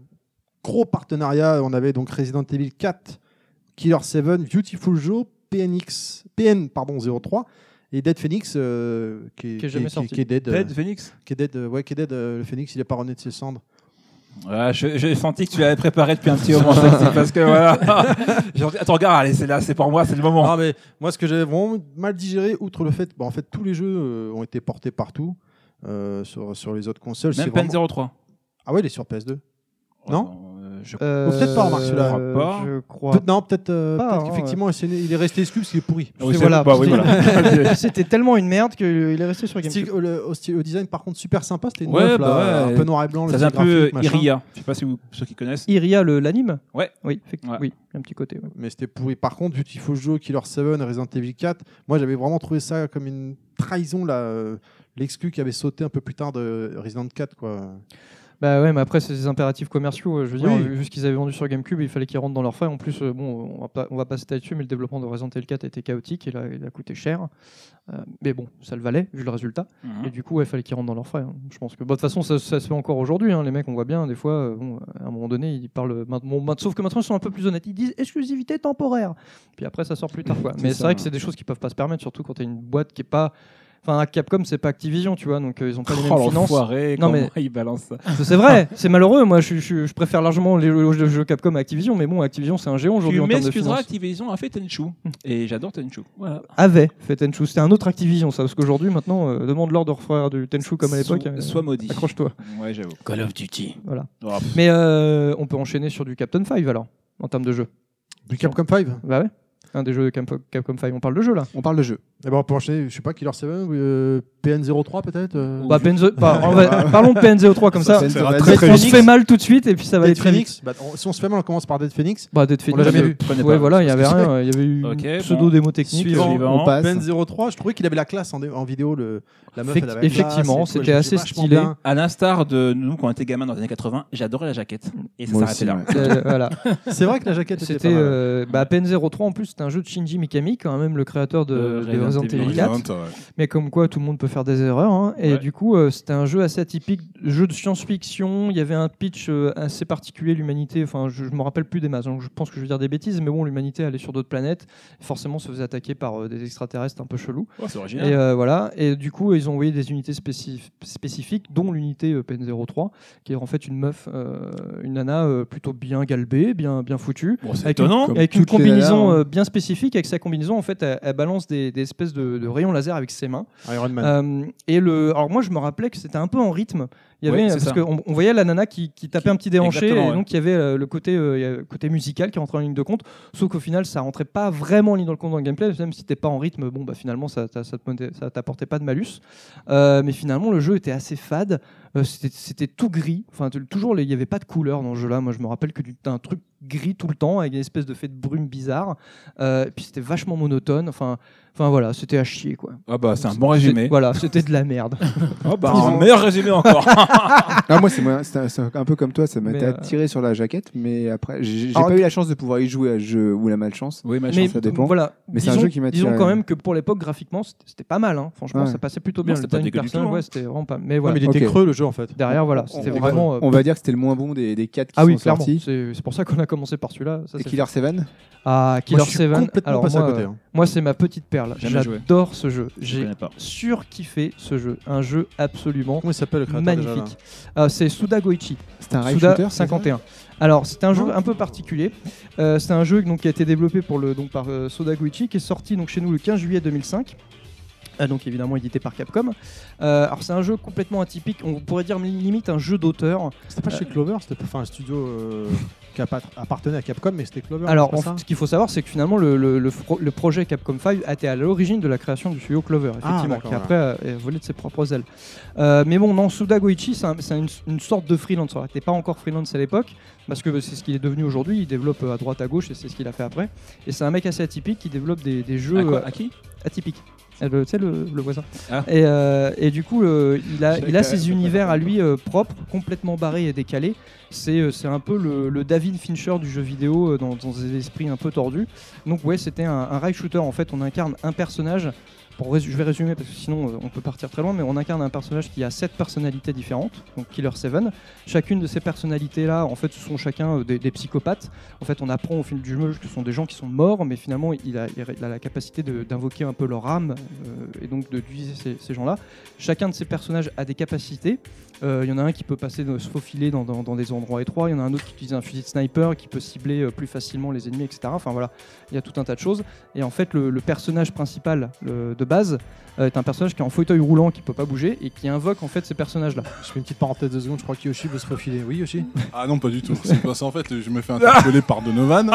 Speaker 3: gros partenariat. On avait donc Resident Evil 4, Killer 7, Beautiful Joe, PNX, PN pardon 03 et Dead Phoenix euh, qui, est-
Speaker 4: Qui est jamais
Speaker 3: qui,
Speaker 4: sorti.
Speaker 3: qui est dead, euh,
Speaker 7: Dead Phoenix
Speaker 3: qui est dead, euh, ouais, qui est dead, euh, le Phoenix, il est pas rené de ses cendres.
Speaker 7: Ah, je- J'ai senti que tu l'avais préparé depuis un petit moment. ça, c'est parce que voilà. J'ai dit, Attends, regarde, allez, c'est là, c'est pour moi, c'est le moment.
Speaker 3: Ah, mais moi, ce que j'avais vraiment mal digéré, outre le fait, bon, en fait, tous les jeux euh, ont été portés partout. euh, sur, sur les autres consoles. c'est
Speaker 7: Même
Speaker 3: vraiment-
Speaker 7: Pen 03.
Speaker 3: Ah ouais, il est sur PS2. Non
Speaker 7: Euh, je-
Speaker 3: peut-être pas, remarque, celui-là.
Speaker 4: euh,
Speaker 7: Je crois pas.
Speaker 4: Je crois.
Speaker 3: Peut- non, peut-être euh,
Speaker 4: Ah,
Speaker 3: peut-être
Speaker 4: ouais.
Speaker 3: qu'effectivement, c'est- il est resté exclu parce qu'il est pourri.
Speaker 7: Ah oui,
Speaker 4: C'est-
Speaker 7: c'est- bah oui,
Speaker 4: c'était-
Speaker 7: voilà.
Speaker 4: C'était tellement une merde qu'il est resté sur GameCube.
Speaker 3: Style- au, le- au style- au design, par contre, super sympa. C'était une
Speaker 7: Ouais,
Speaker 3: meuf, là,
Speaker 7: bah ouais.
Speaker 3: un peu noir et blanc. le
Speaker 7: Ça faisait un
Speaker 3: style
Speaker 7: peu
Speaker 3: graphique, machin.
Speaker 7: Iria. Je sais pas si vous, ceux qui connaissent.
Speaker 4: Iria, le- l'anime
Speaker 7: Ouais.
Speaker 4: Oui, effectivement.
Speaker 7: Ouais.
Speaker 4: Oui, un petit côté. ouais.
Speaker 3: Mais c'était pourri. Par contre, Beautiful Joe, Killer 7, Resident Evil 4, moi j'avais vraiment trouvé ça comme une trahison, là, euh, l'exclu qui avait sauté un peu plus tard de Resident 4. Quoi.
Speaker 4: Bah ouais, mais après, c'est des impératifs commerciaux. euh, Je veux dire,
Speaker 3: Oui.
Speaker 4: vu vu ce qu'ils avaient vendu sur GameCube, il fallait qu'ils rentrent dans leurs frais. En plus, euh, bon, on va, pas, on va pas citer là-dessus, mais le développement de Resident Evil 4 était chaotique et il a, il a coûté cher. Euh, mais bon, ça le valait, vu le résultat. Et
Speaker 7: Mhm.
Speaker 4: du coup, ouais, il fallait qu'ils rentrent dans leurs frais. hein. Je pense que bah, de toute façon, ça, ça se fait encore aujourd'hui. hein. Les mecs, on voit bien, des fois, euh, bon, à un moment donné, ils parlent. maint- bon, maint- sauf que maintenant, ils sont un peu plus honnêtes. Ils disent exclusivité temporaire. Puis après, ça sort plus tard. Quoi.
Speaker 5: C'est
Speaker 4: Mais
Speaker 5: ça,
Speaker 4: c'est vrai
Speaker 5: ouais.
Speaker 4: que c'est des choses qu'ils peuvent pas se permettre, surtout quand tu une boîte qui est pas. Enfin, Capcom, c'est pas Activision, tu vois, donc euh, ils ont pas les mêmes
Speaker 7: Oh
Speaker 4: finances.
Speaker 7: l'enfoiré,
Speaker 4: Non,
Speaker 7: comment
Speaker 4: mais-
Speaker 7: il balance ça
Speaker 4: C'est vrai, c'est malheureux. Moi, je, je- je préfère largement les loges de jeux Capcom à Activision, mais bon, Activision, c'est un géant aujourd'hui
Speaker 7: Tu
Speaker 4: en termes de
Speaker 7: m'excuseras,
Speaker 4: finances.
Speaker 7: Activision a fait Tenchu. Et j'adore Tenchu. Voilà.
Speaker 4: Avait fait Tenchu, c'était un autre Activision, ça, parce qu'aujourd'hui, maintenant, euh, demande-leur de refaire du Tenchu comme à l'époque.
Speaker 7: Sois-
Speaker 4: euh,
Speaker 7: Sois maudit.
Speaker 4: Accroche-toi.
Speaker 7: Ouais, j'avoue.
Speaker 10: Call of Duty.
Speaker 7: Oh, pff.
Speaker 4: Mais euh, on peut enchaîner sur du Captain 5 alors, en termes de jeu.
Speaker 3: Du Capcom 5
Speaker 4: Bah ouais. Un des jeux de Camp- Capcom 5, on parle de jeu là.
Speaker 5: on parle de jeu.
Speaker 3: eh ben, On peut enchaîner, je sais pas, Killer 7, euh, PN03 peut-être euh,
Speaker 4: Bah, Penzo- bah, on va- parlons de PNZO3 comme ça.
Speaker 5: Ça,
Speaker 6: ça ira
Speaker 5: va
Speaker 6: très,
Speaker 5: être-
Speaker 6: très
Speaker 4: on
Speaker 6: vite.
Speaker 4: se fait mal tout de suite et puis ça va
Speaker 3: Dead
Speaker 4: aller très vite.
Speaker 3: Phoenix Bah, on- Si on se fait mal, on commence par Dead Phoenix.
Speaker 4: Bah, Dead Phoenix.
Speaker 3: l'a jamais
Speaker 4: euh,
Speaker 3: vu.
Speaker 7: Prenez
Speaker 4: Ouais,
Speaker 7: pas.
Speaker 4: voilà, il y avait
Speaker 3: que
Speaker 4: rien. Il y avait eu
Speaker 7: Ok,
Speaker 4: une
Speaker 7: bon.
Speaker 4: pseudo-démo technique.
Speaker 7: Suivant.
Speaker 5: on passe.
Speaker 3: PN03, Ben je trouvais qu'il avait la classe en, en vidéo, le, la meuf. elle
Speaker 4: Effect-
Speaker 3: avait la classe,
Speaker 4: effectivement,
Speaker 3: et tout, elle
Speaker 4: c'était
Speaker 3: était
Speaker 4: assez
Speaker 3: vachement
Speaker 4: stylé.
Speaker 3: bien.
Speaker 7: À l'instar de nous, quand on était gamins dans les années 80, j'adorais la jaquette. Et ça
Speaker 5: Moi
Speaker 7: s'arrêtait
Speaker 5: aussi,
Speaker 7: là.
Speaker 5: ouais.
Speaker 4: Euh, voilà.
Speaker 3: C'est vrai que la jaquette était,
Speaker 4: C'était
Speaker 3: pas mal.
Speaker 4: euh, bah, PN03 en plus, c'était un jeu de Shinji Mikami, quand même le créateur de,
Speaker 7: Euh,
Speaker 4: de Resident Evil 4.
Speaker 6: Resident, ouais.
Speaker 4: Mais comme quoi, tout le monde peut faire des erreurs. hein. Et
Speaker 7: Ouais.
Speaker 4: du coup, euh, c'était un jeu assez atypique, jeu de science-fiction. Il y avait un pitch euh, assez particulier, l'humanité. Enfin, je ne me rappelle plus des masses, donc je pense que je vais dire des bêtises. Mais bon, l'humanité allait sur d'autres planètes. Forcément, se faisait attaquer par euh, des extraterrestres un peu chelous.
Speaker 7: Oh, c'est original.
Speaker 4: Et euh, voilà. Et du coup, ils ont envoyé des unités spécif- spécifiques, dont l'unité euh, PN03, qui est en fait une meuf, euh, une nana euh, plutôt bien galbée, bien, bien foutue
Speaker 7: Bon, c'est
Speaker 4: avec une,
Speaker 7: étonnant.
Speaker 4: avec
Speaker 5: Comme
Speaker 4: une
Speaker 5: toutes les
Speaker 4: combinaison
Speaker 5: nanas, hein.
Speaker 4: euh, bien spécifique. Avec sa combinaison, en fait, elle, elle balance des, des espèces de, de rayons laser avec ses mains.
Speaker 3: Iron Man.
Speaker 4: Euh, et le, alors moi, je me rappelais que c'était un peu en rythme. Il y
Speaker 7: Ouais,
Speaker 4: avait,
Speaker 7: c'est
Speaker 4: parce
Speaker 7: ça.
Speaker 4: qu'on on voyait la nana qui, qui tapait
Speaker 7: Qui-
Speaker 4: un petit déhanché, et
Speaker 7: exactement, ouais.
Speaker 4: donc il y avait euh, le côté, euh, il y a le côté musical qui rentrait en ligne de compte, sauf qu'au final ça rentrait pas vraiment en ligne de compte dans le gameplay, même si t'es pas en rythme, bon bah finalement ça, ça, ça te montait- ça t'apportait pas de malus. Euh, mais finalement le jeu était assez fade, euh, c'était- c'était tout gris, enfin tu- toujours les- il y avait pas de couleur dans ce jeu là, moi je me rappelle que tu t'as un truc gris tout le temps avec une espèce de fait de brume bizarre, Euh, et puis c'était vachement monotone, enfin enfin voilà, c'était à chier quoi.
Speaker 7: Ah bah c'est un bon résumé.
Speaker 4: Voilà, c'était de la merde.
Speaker 7: Ah bah un meilleur résumé encore.
Speaker 5: Ah, moi, c'est moi- c'est un, c'est un peu comme toi, ça m'a
Speaker 4: Mais,
Speaker 5: été
Speaker 4: euh,
Speaker 5: attiré sur la jaquette, mais après, j'ai j'ai
Speaker 4: Alors
Speaker 5: pas eu la chance de pouvoir y jouer à ce jeu ou la malchance.
Speaker 7: oui, ma
Speaker 5: Mais- ça dépend.
Speaker 4: Voilà.
Speaker 5: Mais c'est un
Speaker 4: Disons-
Speaker 5: jeu qui m'attire.
Speaker 4: Disons quand même que pour l'époque, graphiquement, c'était c'était pas mal. hein. Franchement,
Speaker 5: Ouais.
Speaker 4: ça passait plutôt
Speaker 7: Non,
Speaker 4: bien.
Speaker 7: c'était
Speaker 4: le
Speaker 7: pas
Speaker 4: dernier
Speaker 7: dégueu du tout,
Speaker 4: personnage,
Speaker 7: hein.
Speaker 4: ouais, c'était vraiment pas. Mais voilà.
Speaker 3: mais il était
Speaker 5: Ok.
Speaker 3: creux le jeu en fait.
Speaker 4: Derrière, voilà,
Speaker 5: On-
Speaker 4: c'était
Speaker 5: on,
Speaker 4: vraiment.
Speaker 5: va,
Speaker 4: euh,
Speaker 5: on va dire que c'était le moins bon des, des quatre qui
Speaker 4: Ah
Speaker 5: sont
Speaker 4: oui, clairement.
Speaker 5: sortis.
Speaker 4: C'est c'est pour ça qu'on a commencé par celui-là. ça,
Speaker 5: Et
Speaker 4: c'est-
Speaker 5: Killer Seven
Speaker 4: Ah, Killer
Speaker 3: Moi, je suis
Speaker 4: Seven.
Speaker 3: complètement
Speaker 4: Alors,
Speaker 3: passé
Speaker 4: moi,
Speaker 3: à côté.
Speaker 4: euh,
Speaker 3: hein.
Speaker 4: moi, c'est ma petite perle.
Speaker 7: Jamais joué.
Speaker 4: J'adore ce jeu.
Speaker 7: Je
Speaker 4: J'ai
Speaker 7: connais pas.
Speaker 4: surkiffé ce jeu. Un jeu absolument
Speaker 3: Comment il s'appelle le créateur déjà, là
Speaker 4: magnifique. Ah, C'est Suda Goichi.
Speaker 5: C'était un rail
Speaker 4: Suda
Speaker 5: shooter c'est ça Ah.
Speaker 4: 51. Alors, c'est un jeu un peu particulier. Euh, c'est un jeu donc, qui a été développé pour le, donc, par euh, Soda Goichi, qui est sorti donc, chez nous le 15 juillet 2005. Euh, donc évidemment édité par Capcom. Euh, alors c'est un jeu complètement atypique, on pourrait dire limite un jeu d'auteur.
Speaker 3: C'était pas chez Clover, c'était pas- enfin un studio euh, qui appa- appartenait à Capcom, mais c'était Clover.
Speaker 4: Alors
Speaker 3: c'est
Speaker 4: en
Speaker 3: ça
Speaker 4: fait, ce qu'il faut savoir c'est que finalement le, le- le fro- le projet Capcom 5 a été à l'origine de la création du studio Clover,
Speaker 3: Ah,
Speaker 4: effectivement,
Speaker 3: d'accord,
Speaker 4: qui après a, a volé de ses propres ailes. Euh, mais bon, non, Suda Goichi c'est un- c'est une, une sorte de freelance. Alors, Il n'était pas encore freelance à l'époque, parce que c'est ce qu'il est devenu aujourd'hui, il développe euh, à droite à gauche et c'est ce qu'il a fait après. Et c'est un mec assez atypique qui développe des, des jeux
Speaker 7: À, Ah, quoi,
Speaker 4: euh,
Speaker 7: à qui
Speaker 4: atypiques. Euh, le- Tu sais, le, le voisin.
Speaker 7: Ah.
Speaker 4: Et, euh, et du coup, euh, il a, il a
Speaker 5: C'est
Speaker 4: ses univers à lui euh, propres, complètement barrés et décalés. C'est euh, c'est un peu le, le David Fincher du jeu vidéo euh, dans, dans des esprits un peu tordus. Donc, ouais, c'était un, un rail shooter. En fait, on incarne un personnage. Pour résu- je vais résumer parce que sinon euh, on peut partir très loin, mais on incarne un personnage qui a sept personnalités différentes, donc Killer Seven. Chacune de ces personnalités-là, en fait, ce sont chacun euh, des- des psychopathes. En fait, on apprend au fil du jeu que ce sont des gens qui sont morts, mais finalement, il a, il a la capacité de- d'invoquer un peu leur âme euh, et donc de d'utiliser ces, ces gens-là. Chacun de ces personnages a des capacités. Euh, Il y en a un qui peut passer, de- se faufiler dans, dans- dans des endroits étroits. Il y en a un autre qui utilise un fusil de sniper qui peut cibler euh, plus facilement les ennemis, etc. Enfin voilà, il y a tout un tas de choses. Et en fait, le, le personnage principal le- de base euh, est un personnage qui est en fauteuil roulant, qui peut pas bouger et qui invoque en fait ces personnages-là.
Speaker 3: Je fais une petite parenthèse de secondes, je crois que Yoshi veut se profiler. Oui, Yoshi
Speaker 6: Ah non, pas du tout. C'est parce qu'en fait, je me fais interpeller par Donovan.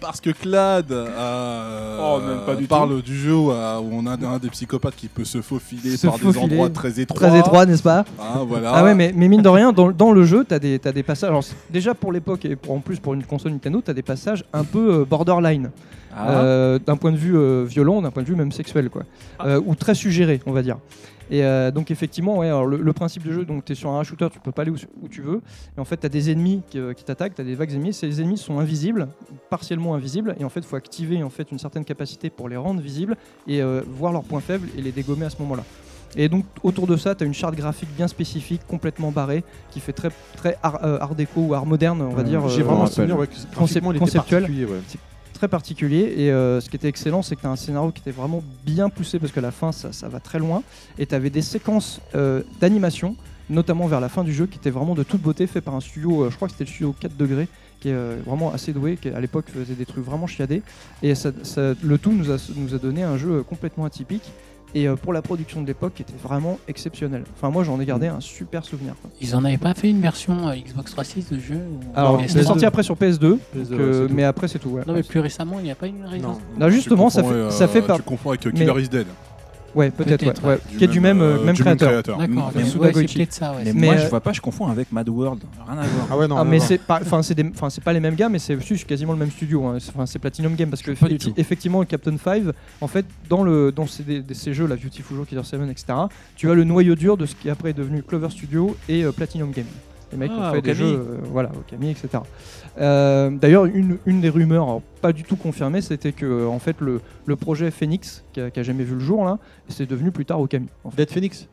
Speaker 6: parce que Clad euh,
Speaker 7: Oh, même pas du
Speaker 6: parle du jeu où, euh, où on a un des psychopathes qui peut se faufiler
Speaker 4: Se
Speaker 6: par des
Speaker 4: faufiler.
Speaker 6: endroits très étroits.
Speaker 4: Très étroit, n'est-ce pas
Speaker 6: Ah, voilà.
Speaker 4: Ah ouais, mais, mais mine de rien, dans, dans le jeu, t'as des, t'as des passages. Alors, c'est- déjà pour l'époque et pour- en plus pour une console Nintendo, t'as des passages un peu euh, borderline.
Speaker 7: Ah.
Speaker 4: Euh, d'un point de vue euh, violent, d'un point de vue même sexuel, quoi. Euh, ou très suggéré, on va dire. Et euh, donc, effectivement, ouais, alors le, le principe du jeu, donc t'es sur un shooter, tu peux pas aller où, où tu veux. Et en fait, t'as des ennemis qui, euh, qui t'attaquent, t'as des vagues ennemies. Ces ennemis sont invisibles, partiellement invisibles. Et en fait, faut activer en fait une certaine capacité pour les rendre visibles et euh, voir leurs points faibles et les dégommer à ce moment-là. Et donc autour de ça, tu as une charte graphique bien spécifique, complètement barrée, qui fait très, très art, euh, art déco ou art moderne, on va
Speaker 5: Euh,
Speaker 4: dire.
Speaker 3: J'ai
Speaker 4: euh,
Speaker 3: vraiment
Speaker 5: on
Speaker 3: le souvenir ouais, que graphiquement, il était
Speaker 4: conceptuel.
Speaker 3: particulier, ouais.
Speaker 4: très particulier. Et euh, ce qui était excellent, c'est que tu as un scénario qui était vraiment bien poussé parce que la fin, ça, ça va très loin. Et tu avais des séquences euh, d'animation, notamment vers la fin du jeu, qui étaient vraiment de toute beauté, fait par un studio, euh, je crois que c'était le studio 4 degrés, qui est euh, vraiment assez doué, qui à l'époque faisait des trucs vraiment chiadés. Et ça- ça- le tout nous a, nous a donné un jeu euh, complètement atypique. Et euh, pour la production de l'époque, qui était vraiment exceptionnelle. Enfin, moi, j'en ai
Speaker 3: Mm.
Speaker 4: gardé un super souvenir. quoi.
Speaker 10: Ils en avaient pas fait une version euh, Xbox 360 de jeu ou-
Speaker 3: Ah,
Speaker 4: Alors,
Speaker 10: mais
Speaker 4: il Ah, est
Speaker 10: c'est
Speaker 4: sorti après sur
Speaker 3: PS2,
Speaker 4: PS2, donc, euh,
Speaker 3: ouais, c'est
Speaker 4: mais après, c'est tout. ouais.
Speaker 10: Non, mais plus récemment, il n'y a pas une raison.
Speaker 3: Non.
Speaker 4: Non, justement,
Speaker 6: Tu
Speaker 4: ça fait,
Speaker 6: confonds, euh,
Speaker 4: ça fait par.
Speaker 6: Tu confonds avec euh,
Speaker 4: mais-
Speaker 6: Killer is Dead.
Speaker 4: Ouais, peut-être,
Speaker 10: Peut-être,
Speaker 4: ouais, ouais. Qui est du même, euh,
Speaker 6: euh,
Speaker 4: même
Speaker 6: du
Speaker 4: créateur.
Speaker 10: D'accord,
Speaker 7: Mais
Speaker 10: mais
Speaker 4: Suda
Speaker 10: ouais, c'est
Speaker 4: Goichi.
Speaker 10: peut-être ça, ouais.
Speaker 7: Mais,
Speaker 4: Mais,
Speaker 7: moi,
Speaker 4: euh,
Speaker 7: je vois pas, je confonds avec Mad World. Rien à voir.
Speaker 3: Ah ouais, non.
Speaker 4: Ah,
Speaker 3: non,
Speaker 4: mais
Speaker 3: non.
Speaker 4: c'est pas, enfin c'est des- enfin, c'est pas les mêmes gars, mais c'est c'est quasiment le même studio. hein. C'est- Enfin c'est Platinum Game parce que
Speaker 7: Pas du tout.
Speaker 4: effectivement Captain 5, en fait dans le dans ces, des- des- ces jeux, la Beautiful Joe, Killer 7, etc. Tu as le noyau dur de ce qui après est devenu Clover Studio et euh, Platinum Game. Les mecs qui ont
Speaker 7: Ah,
Speaker 4: fait des
Speaker 7: Okami.
Speaker 4: jeux, euh, voilà, Okami, etc. Euh, D'ailleurs, une, une des rumeurs, alors, pas du tout confirmée, c'était que euh, en fait le, le projet Phoenix, qui a, qui a jamais vu le jour là, c'est devenu plus tard Okami. en fait.
Speaker 3: Dead Phoenix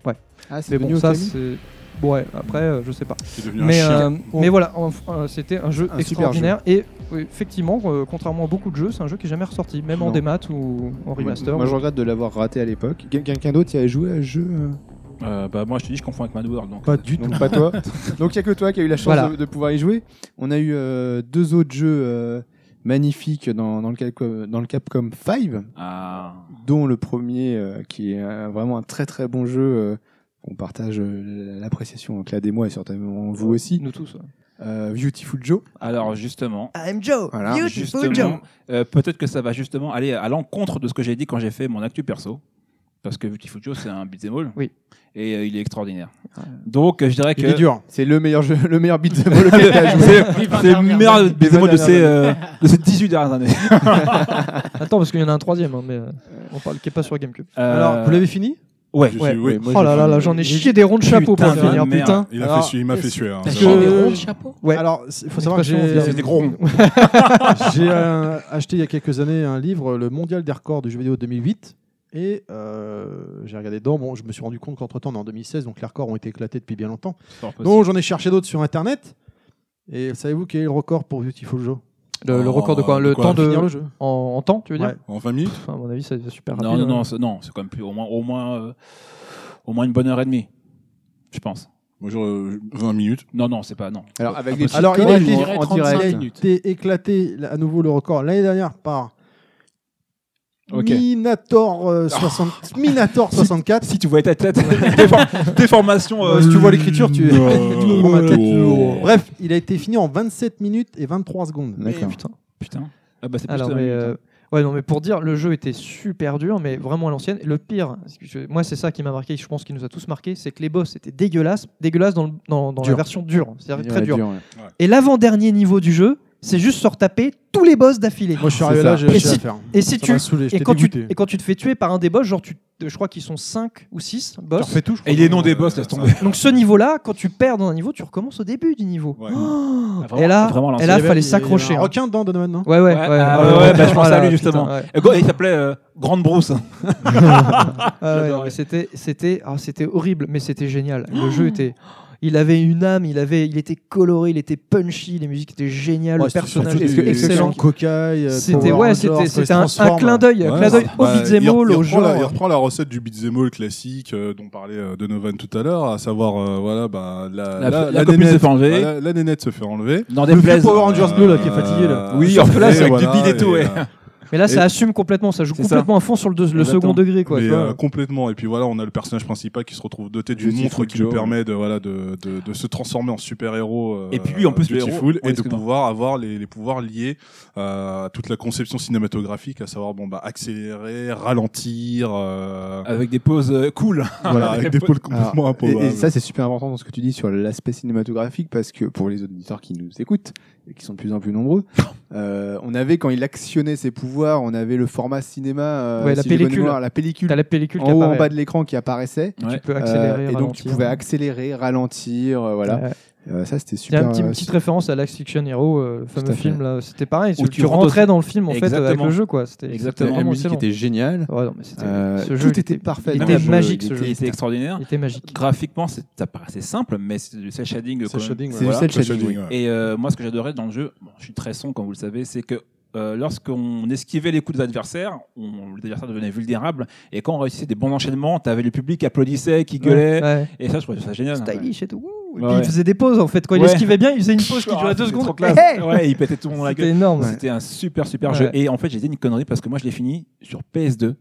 Speaker 5: Ah, c'est
Speaker 4: Mais
Speaker 5: venu
Speaker 4: bon,
Speaker 5: au
Speaker 4: ça
Speaker 5: Kami
Speaker 4: c'est. Bon, ouais, après, euh, je sais pas.
Speaker 6: Qui est devenu un
Speaker 4: Mais,
Speaker 6: chien.
Speaker 4: euh, mais voilà, enfin, euh, c'était un jeu
Speaker 5: Oh. Un super
Speaker 4: extraordinaire. Et oui, effectivement, euh, contrairement à beaucoup de jeux, c'est un jeu qui est jamais ressorti, même en
Speaker 5: Non.
Speaker 4: démat ou en remaster.
Speaker 5: Moi, je regrette de l'avoir raté à l'époque. Quel- Quelqu'un d'autre y avait joué à ce jeu euh
Speaker 7: Euh, bah moi, je te dis, je confonds avec Mad World. Donc,
Speaker 3: Pas du tout.
Speaker 5: Donc pas toi. Donc il n'y a que toi qui a eu la chance
Speaker 4: Voilà.
Speaker 5: de, de pouvoir y jouer. On a eu euh, deux autres jeux euh, magnifiques dans, dans, le Capcom, dans le Capcom 5,
Speaker 7: Ah.
Speaker 5: dont le premier euh, qui est euh, vraiment un très très bon jeu. euh, qu'on partage euh, l'appréciation. Clad et moi, et certainement vous aussi.
Speaker 4: Nous tous. ouais.
Speaker 5: Euh, Beautiful Joe.
Speaker 7: Alors justement,
Speaker 11: I'm Joe.
Speaker 5: Voilà.
Speaker 11: Beautiful Joe.
Speaker 7: justement, euh, peut-être que ça va justement aller à l'encontre de ce que j'ai dit quand j'ai fait mon actu perso. Parce que Beautiful Joe, c'est un beat'em all.
Speaker 4: Oui.
Speaker 7: Et euh, il est extraordinaire. Donc, euh, je dirais que.
Speaker 3: Il est dur.
Speaker 5: C'est le meilleur jeu, le meilleur beat'em all auquel t'as joué.
Speaker 7: c'est c'est le meilleur beat'em all de
Speaker 5: dernières
Speaker 7: ces, euh, de ces 18 dernières années.
Speaker 4: Attends, parce qu'il y en a un troisième, hein, mais euh, on parle qui est pas sur GameCube.
Speaker 7: Euh,
Speaker 3: Alors, vous l'avez fini
Speaker 7: Ouais.
Speaker 6: Je
Speaker 4: ouais,
Speaker 6: suis- oui.
Speaker 5: ouais, moi,
Speaker 4: oh là là là, j'en ai chié des ronds de chapeau pour
Speaker 7: Putain de
Speaker 4: finir,
Speaker 7: merde.
Speaker 4: putain.
Speaker 6: Il, a
Speaker 3: Alors,
Speaker 6: fait, su- il m'a fait suer. hein.
Speaker 10: T'as
Speaker 3: Ça
Speaker 10: chié
Speaker 3: va.
Speaker 10: des ronds de chapeau
Speaker 4: Ouais.
Speaker 3: Alors, il faut savoir que j'ai euh,
Speaker 4: Expression
Speaker 7: C'est des gros ronds.
Speaker 3: j'ai, euh, acheté il y a quelques années un livre, Le Mondial des records du jeu vidéo 2008. Et euh, j'ai regardé dedans. Bon, je me suis rendu compte qu'entre temps, on est en 2016, donc les records ont été éclatés depuis bien longtemps. Donc j'en ai cherché d'autres sur internet. Et savez-vous quel est le record pour Beautiful Joe
Speaker 4: Le, le record de quoi
Speaker 6: Oh,
Speaker 4: Le
Speaker 6: de quoi
Speaker 4: temps de.
Speaker 3: Finir le jeu.
Speaker 4: En, en temps, tu veux dire
Speaker 3: Ouais.
Speaker 6: En 20 minutes
Speaker 4: Pff, À mon avis, ça c'est super rapide.
Speaker 7: Non, non,
Speaker 4: hein.
Speaker 7: non, c'est, non, c'est quand même plus. Au moins, au, moins, euh, au moins une bonne heure et demie. Je pense.
Speaker 6: Bonjour, euh, 20 minutes.
Speaker 7: Non, non, c'est pas. Non.
Speaker 5: Alors, avec des
Speaker 3: Alors,
Speaker 5: petites
Speaker 3: il a
Speaker 5: cordes
Speaker 3: été-
Speaker 5: en- en
Speaker 10: 35
Speaker 5: direct.
Speaker 10: minutes.
Speaker 3: été éclaté à nouveau le record l'année dernière par
Speaker 7: Ok.
Speaker 3: Minator, euh, 60 Minator 64.
Speaker 7: Si tu vois ta tête, déformation.
Speaker 3: Euh, si tu vois l'écriture, tu, tu comprends ma tête.
Speaker 6: Oh.
Speaker 3: Bref, il a été fini en 27 minutes et 23 secondes.
Speaker 5: D'accord.
Speaker 4: Putain.
Speaker 7: Putain. Ah bah, c'est plus
Speaker 4: Alors,
Speaker 7: de
Speaker 4: mais,
Speaker 7: la même,
Speaker 4: euh,
Speaker 3: hein.
Speaker 4: ouais, non, mais pour dire, le jeu était super dur, mais vraiment à l'ancienne. Le pire, parce que je- moi, c'est ça qui m'a marqué, je pense qu'il nous a tous marqué, c'est que les boss étaient dégueulasses, dégueulasses dans, le- dans, dans la
Speaker 3: Dur.
Speaker 4: version dure, c'est-à-dire très
Speaker 5: Ouais,
Speaker 4: dur.
Speaker 5: ouais.
Speaker 4: Et l'avant-dernier niveau du jeu, c'est juste se retaper tous les boss d'affilée.
Speaker 3: Moi, je suis
Speaker 5: C'est
Speaker 3: arrivé
Speaker 5: ça.
Speaker 3: là, j'ai
Speaker 4: Et
Speaker 3: lâché
Speaker 4: si-
Speaker 3: l'affaire.
Speaker 4: et si
Speaker 3: Ça
Speaker 4: tu-
Speaker 3: m'a saoulé,
Speaker 4: et,
Speaker 3: j'étais
Speaker 4: quand tu,
Speaker 3: dégoûté.
Speaker 4: et quand tu te fais tuer par un des boss, genre, tu, je crois qu'ils sont 5 ou 6
Speaker 3: Tu
Speaker 4: boss.
Speaker 3: refais tout, je
Speaker 7: Et les noms des boss, laisse tomber.
Speaker 4: Donc ce niveau-là, quand tu perds dans un niveau, tu recommences au début du niveau.
Speaker 6: Ouais.
Speaker 4: Oh
Speaker 7: Ah, vraiment-
Speaker 4: et là,
Speaker 7: vraiment
Speaker 4: et
Speaker 7: l'ancien.
Speaker 4: là,
Speaker 3: Il y avait- il
Speaker 4: fallait
Speaker 3: y avait
Speaker 4: s'accrocher.
Speaker 3: Un
Speaker 4: hein.
Speaker 3: requin dedans, Donovan, non
Speaker 4: Ouais, ouais, ouais.
Speaker 7: Ouais, ah, ouais, ouais, bah, je pense à lui, justement. Euh, Go- il s'appelait euh, Grande Brousse.
Speaker 4: Ah ouais,
Speaker 7: J'adorais.
Speaker 4: non, mais c'était c'était ah, c'était horrible mais c'était génial. Le jeu était il avait une âme, il avait il était coloré, il était punchy, les musiques étaient géniales,
Speaker 3: Ouais,
Speaker 4: le
Speaker 3: c'était
Speaker 4: personnage
Speaker 3: surtout
Speaker 4: était
Speaker 3: des- des
Speaker 4: excellent.
Speaker 3: gens cocailles, euh,
Speaker 4: C'était
Speaker 3: Power
Speaker 4: ouais,
Speaker 3: Rangers,
Speaker 4: c'était
Speaker 3: ils se
Speaker 4: c'était un, un
Speaker 3: transforment.
Speaker 4: clin d'œil, un
Speaker 6: Ouais,
Speaker 4: clin d'œil
Speaker 6: c'est-
Speaker 4: au
Speaker 6: bah,
Speaker 4: beat'em
Speaker 6: il re-
Speaker 4: all,
Speaker 6: il
Speaker 4: au hein.
Speaker 6: reprend la- il
Speaker 4: genre.
Speaker 6: reprend la recette du beat'em all classique euh, dont parlait euh, Donovan tout à l'heure, à savoir euh, voilà bah la,
Speaker 7: La- la copine se fait enlever.
Speaker 6: voilà, la nénette se fait enlever.
Speaker 7: Dans
Speaker 3: Le vieux Power Rangers bleu là qui est fatigué là.
Speaker 7: Oui,
Speaker 6: Euh,
Speaker 7: en place avec
Speaker 6: voilà,
Speaker 7: du bide et tout.
Speaker 6: et,
Speaker 7: ouais.
Speaker 6: euh,
Speaker 4: Mais là ça
Speaker 6: Et-
Speaker 4: assume complètement, ça joue
Speaker 7: C'est ça.
Speaker 4: complètement à fond sur le, deux- le
Speaker 7: Exactement.
Speaker 4: second degré quoi,
Speaker 6: mais,
Speaker 4: tu vois.
Speaker 6: euh, complètement. Et puis voilà, on a le personnage principal qui se retrouve doté d'une
Speaker 5: Beautiful
Speaker 6: montre qui
Speaker 5: Joe.
Speaker 6: lui permet de, voilà, de, de, de se transformer en super-héros. euh,
Speaker 7: Et puis lui, en plus, le
Speaker 6: Beautiful,
Speaker 7: héros- ouais,
Speaker 6: Et de
Speaker 7: excuse-moi.
Speaker 6: pouvoir avoir les, les pouvoirs liés euh, à toute la conception cinématographique, à savoir bon, bah, accélérer, ralentir, euh,
Speaker 7: Avec des poses euh, cool.
Speaker 6: voilà, avec des pôles
Speaker 5: Alors,
Speaker 6: complètement
Speaker 5: et- et,
Speaker 6: improbables.
Speaker 5: ça, c'est super important dans ce que tu dis sur l'aspect cinématographique parce que pour les auditeurs qui nous écoutent et qui sont de plus en plus nombreux, euh, on avait quand il actionnait ses pouvoirs, on avait le format cinéma, euh,
Speaker 4: Ouais, la
Speaker 5: si j'ai bonne
Speaker 4: pellicule.
Speaker 5: mémoire, la pellicule
Speaker 4: T'as la pellicule
Speaker 5: en
Speaker 4: qui
Speaker 5: haut,
Speaker 4: apparaît.
Speaker 5: en bas de l'écran qui apparaissait.
Speaker 7: Ouais.
Speaker 4: tu peux
Speaker 5: euh,
Speaker 4: accélérer,
Speaker 5: et donc tu
Speaker 4: ralentir.
Speaker 5: pouvais accélérer, ralentir, euh, voilà.
Speaker 4: Ouais.
Speaker 5: Euh, ça c'était
Speaker 4: Il y a
Speaker 5: super.
Speaker 4: un petit- une
Speaker 5: euh,
Speaker 4: petite référence à Last Fiction Hero, euh, le
Speaker 5: à
Speaker 4: fameux
Speaker 5: fait.
Speaker 4: film là, c'était pareil,
Speaker 7: Où
Speaker 4: tu,
Speaker 7: tu
Speaker 4: tu
Speaker 7: rentres
Speaker 4: rentrais dans le film en fait euh, avec
Speaker 7: Exactement.
Speaker 4: le jeu quoi, c'était c'était
Speaker 7: Exactement.
Speaker 5: la
Speaker 4: vraiment
Speaker 5: musique
Speaker 4: excellent.
Speaker 5: était géniale.
Speaker 4: Ouais, non, mais c'était-
Speaker 5: Euh,
Speaker 4: ce jeu
Speaker 5: tout était
Speaker 4: il
Speaker 5: parfait
Speaker 4: Il
Speaker 5: dans
Speaker 4: était
Speaker 5: le jeu,
Speaker 4: magique
Speaker 5: il
Speaker 4: ce jeu.
Speaker 5: était-
Speaker 7: C'est extraordinaire.
Speaker 4: Il était magique.
Speaker 7: Graphiquement, c'est- ça paraissait simple, mais c'est du cel shading. euh,
Speaker 3: C'est
Speaker 7: quand même.
Speaker 3: shading, ouais.
Speaker 5: C'est du
Speaker 6: Voilà,
Speaker 5: cel
Speaker 6: le
Speaker 5: shading, oui.
Speaker 6: ouais.
Speaker 7: Et euh, moi, ce que j'adorais dans le jeu, bon, je suis très son, comme vous le savez, c'est que euh, lorsqu'on esquivait les coups des adversaires, on, les adversaires devenaient vulnérables. Et quand on réussissait des bons enchaînements, t'avais le public qui applaudissait, qui gueulait.
Speaker 4: Ouais.
Speaker 7: Et ça, je trouvais ça génial.
Speaker 4: Stylish et tout. Ouh. Et
Speaker 7: Ouais,
Speaker 4: puis
Speaker 7: ouais.
Speaker 4: il faisait des pauses en fait. Quand il
Speaker 7: Ouais.
Speaker 4: esquivait bien, il faisait une pause qui durait deux
Speaker 7: Ah, c'était
Speaker 4: secondes.
Speaker 7: trop classe.
Speaker 4: Hey
Speaker 7: Ouais, il pétait tout le monde la gueule.
Speaker 4: C'était énorme.
Speaker 7: C'était un super super
Speaker 4: Ouais.
Speaker 7: jeu. Et en fait, j'ai dit une connerie parce que moi, je l'ai fini sur PS2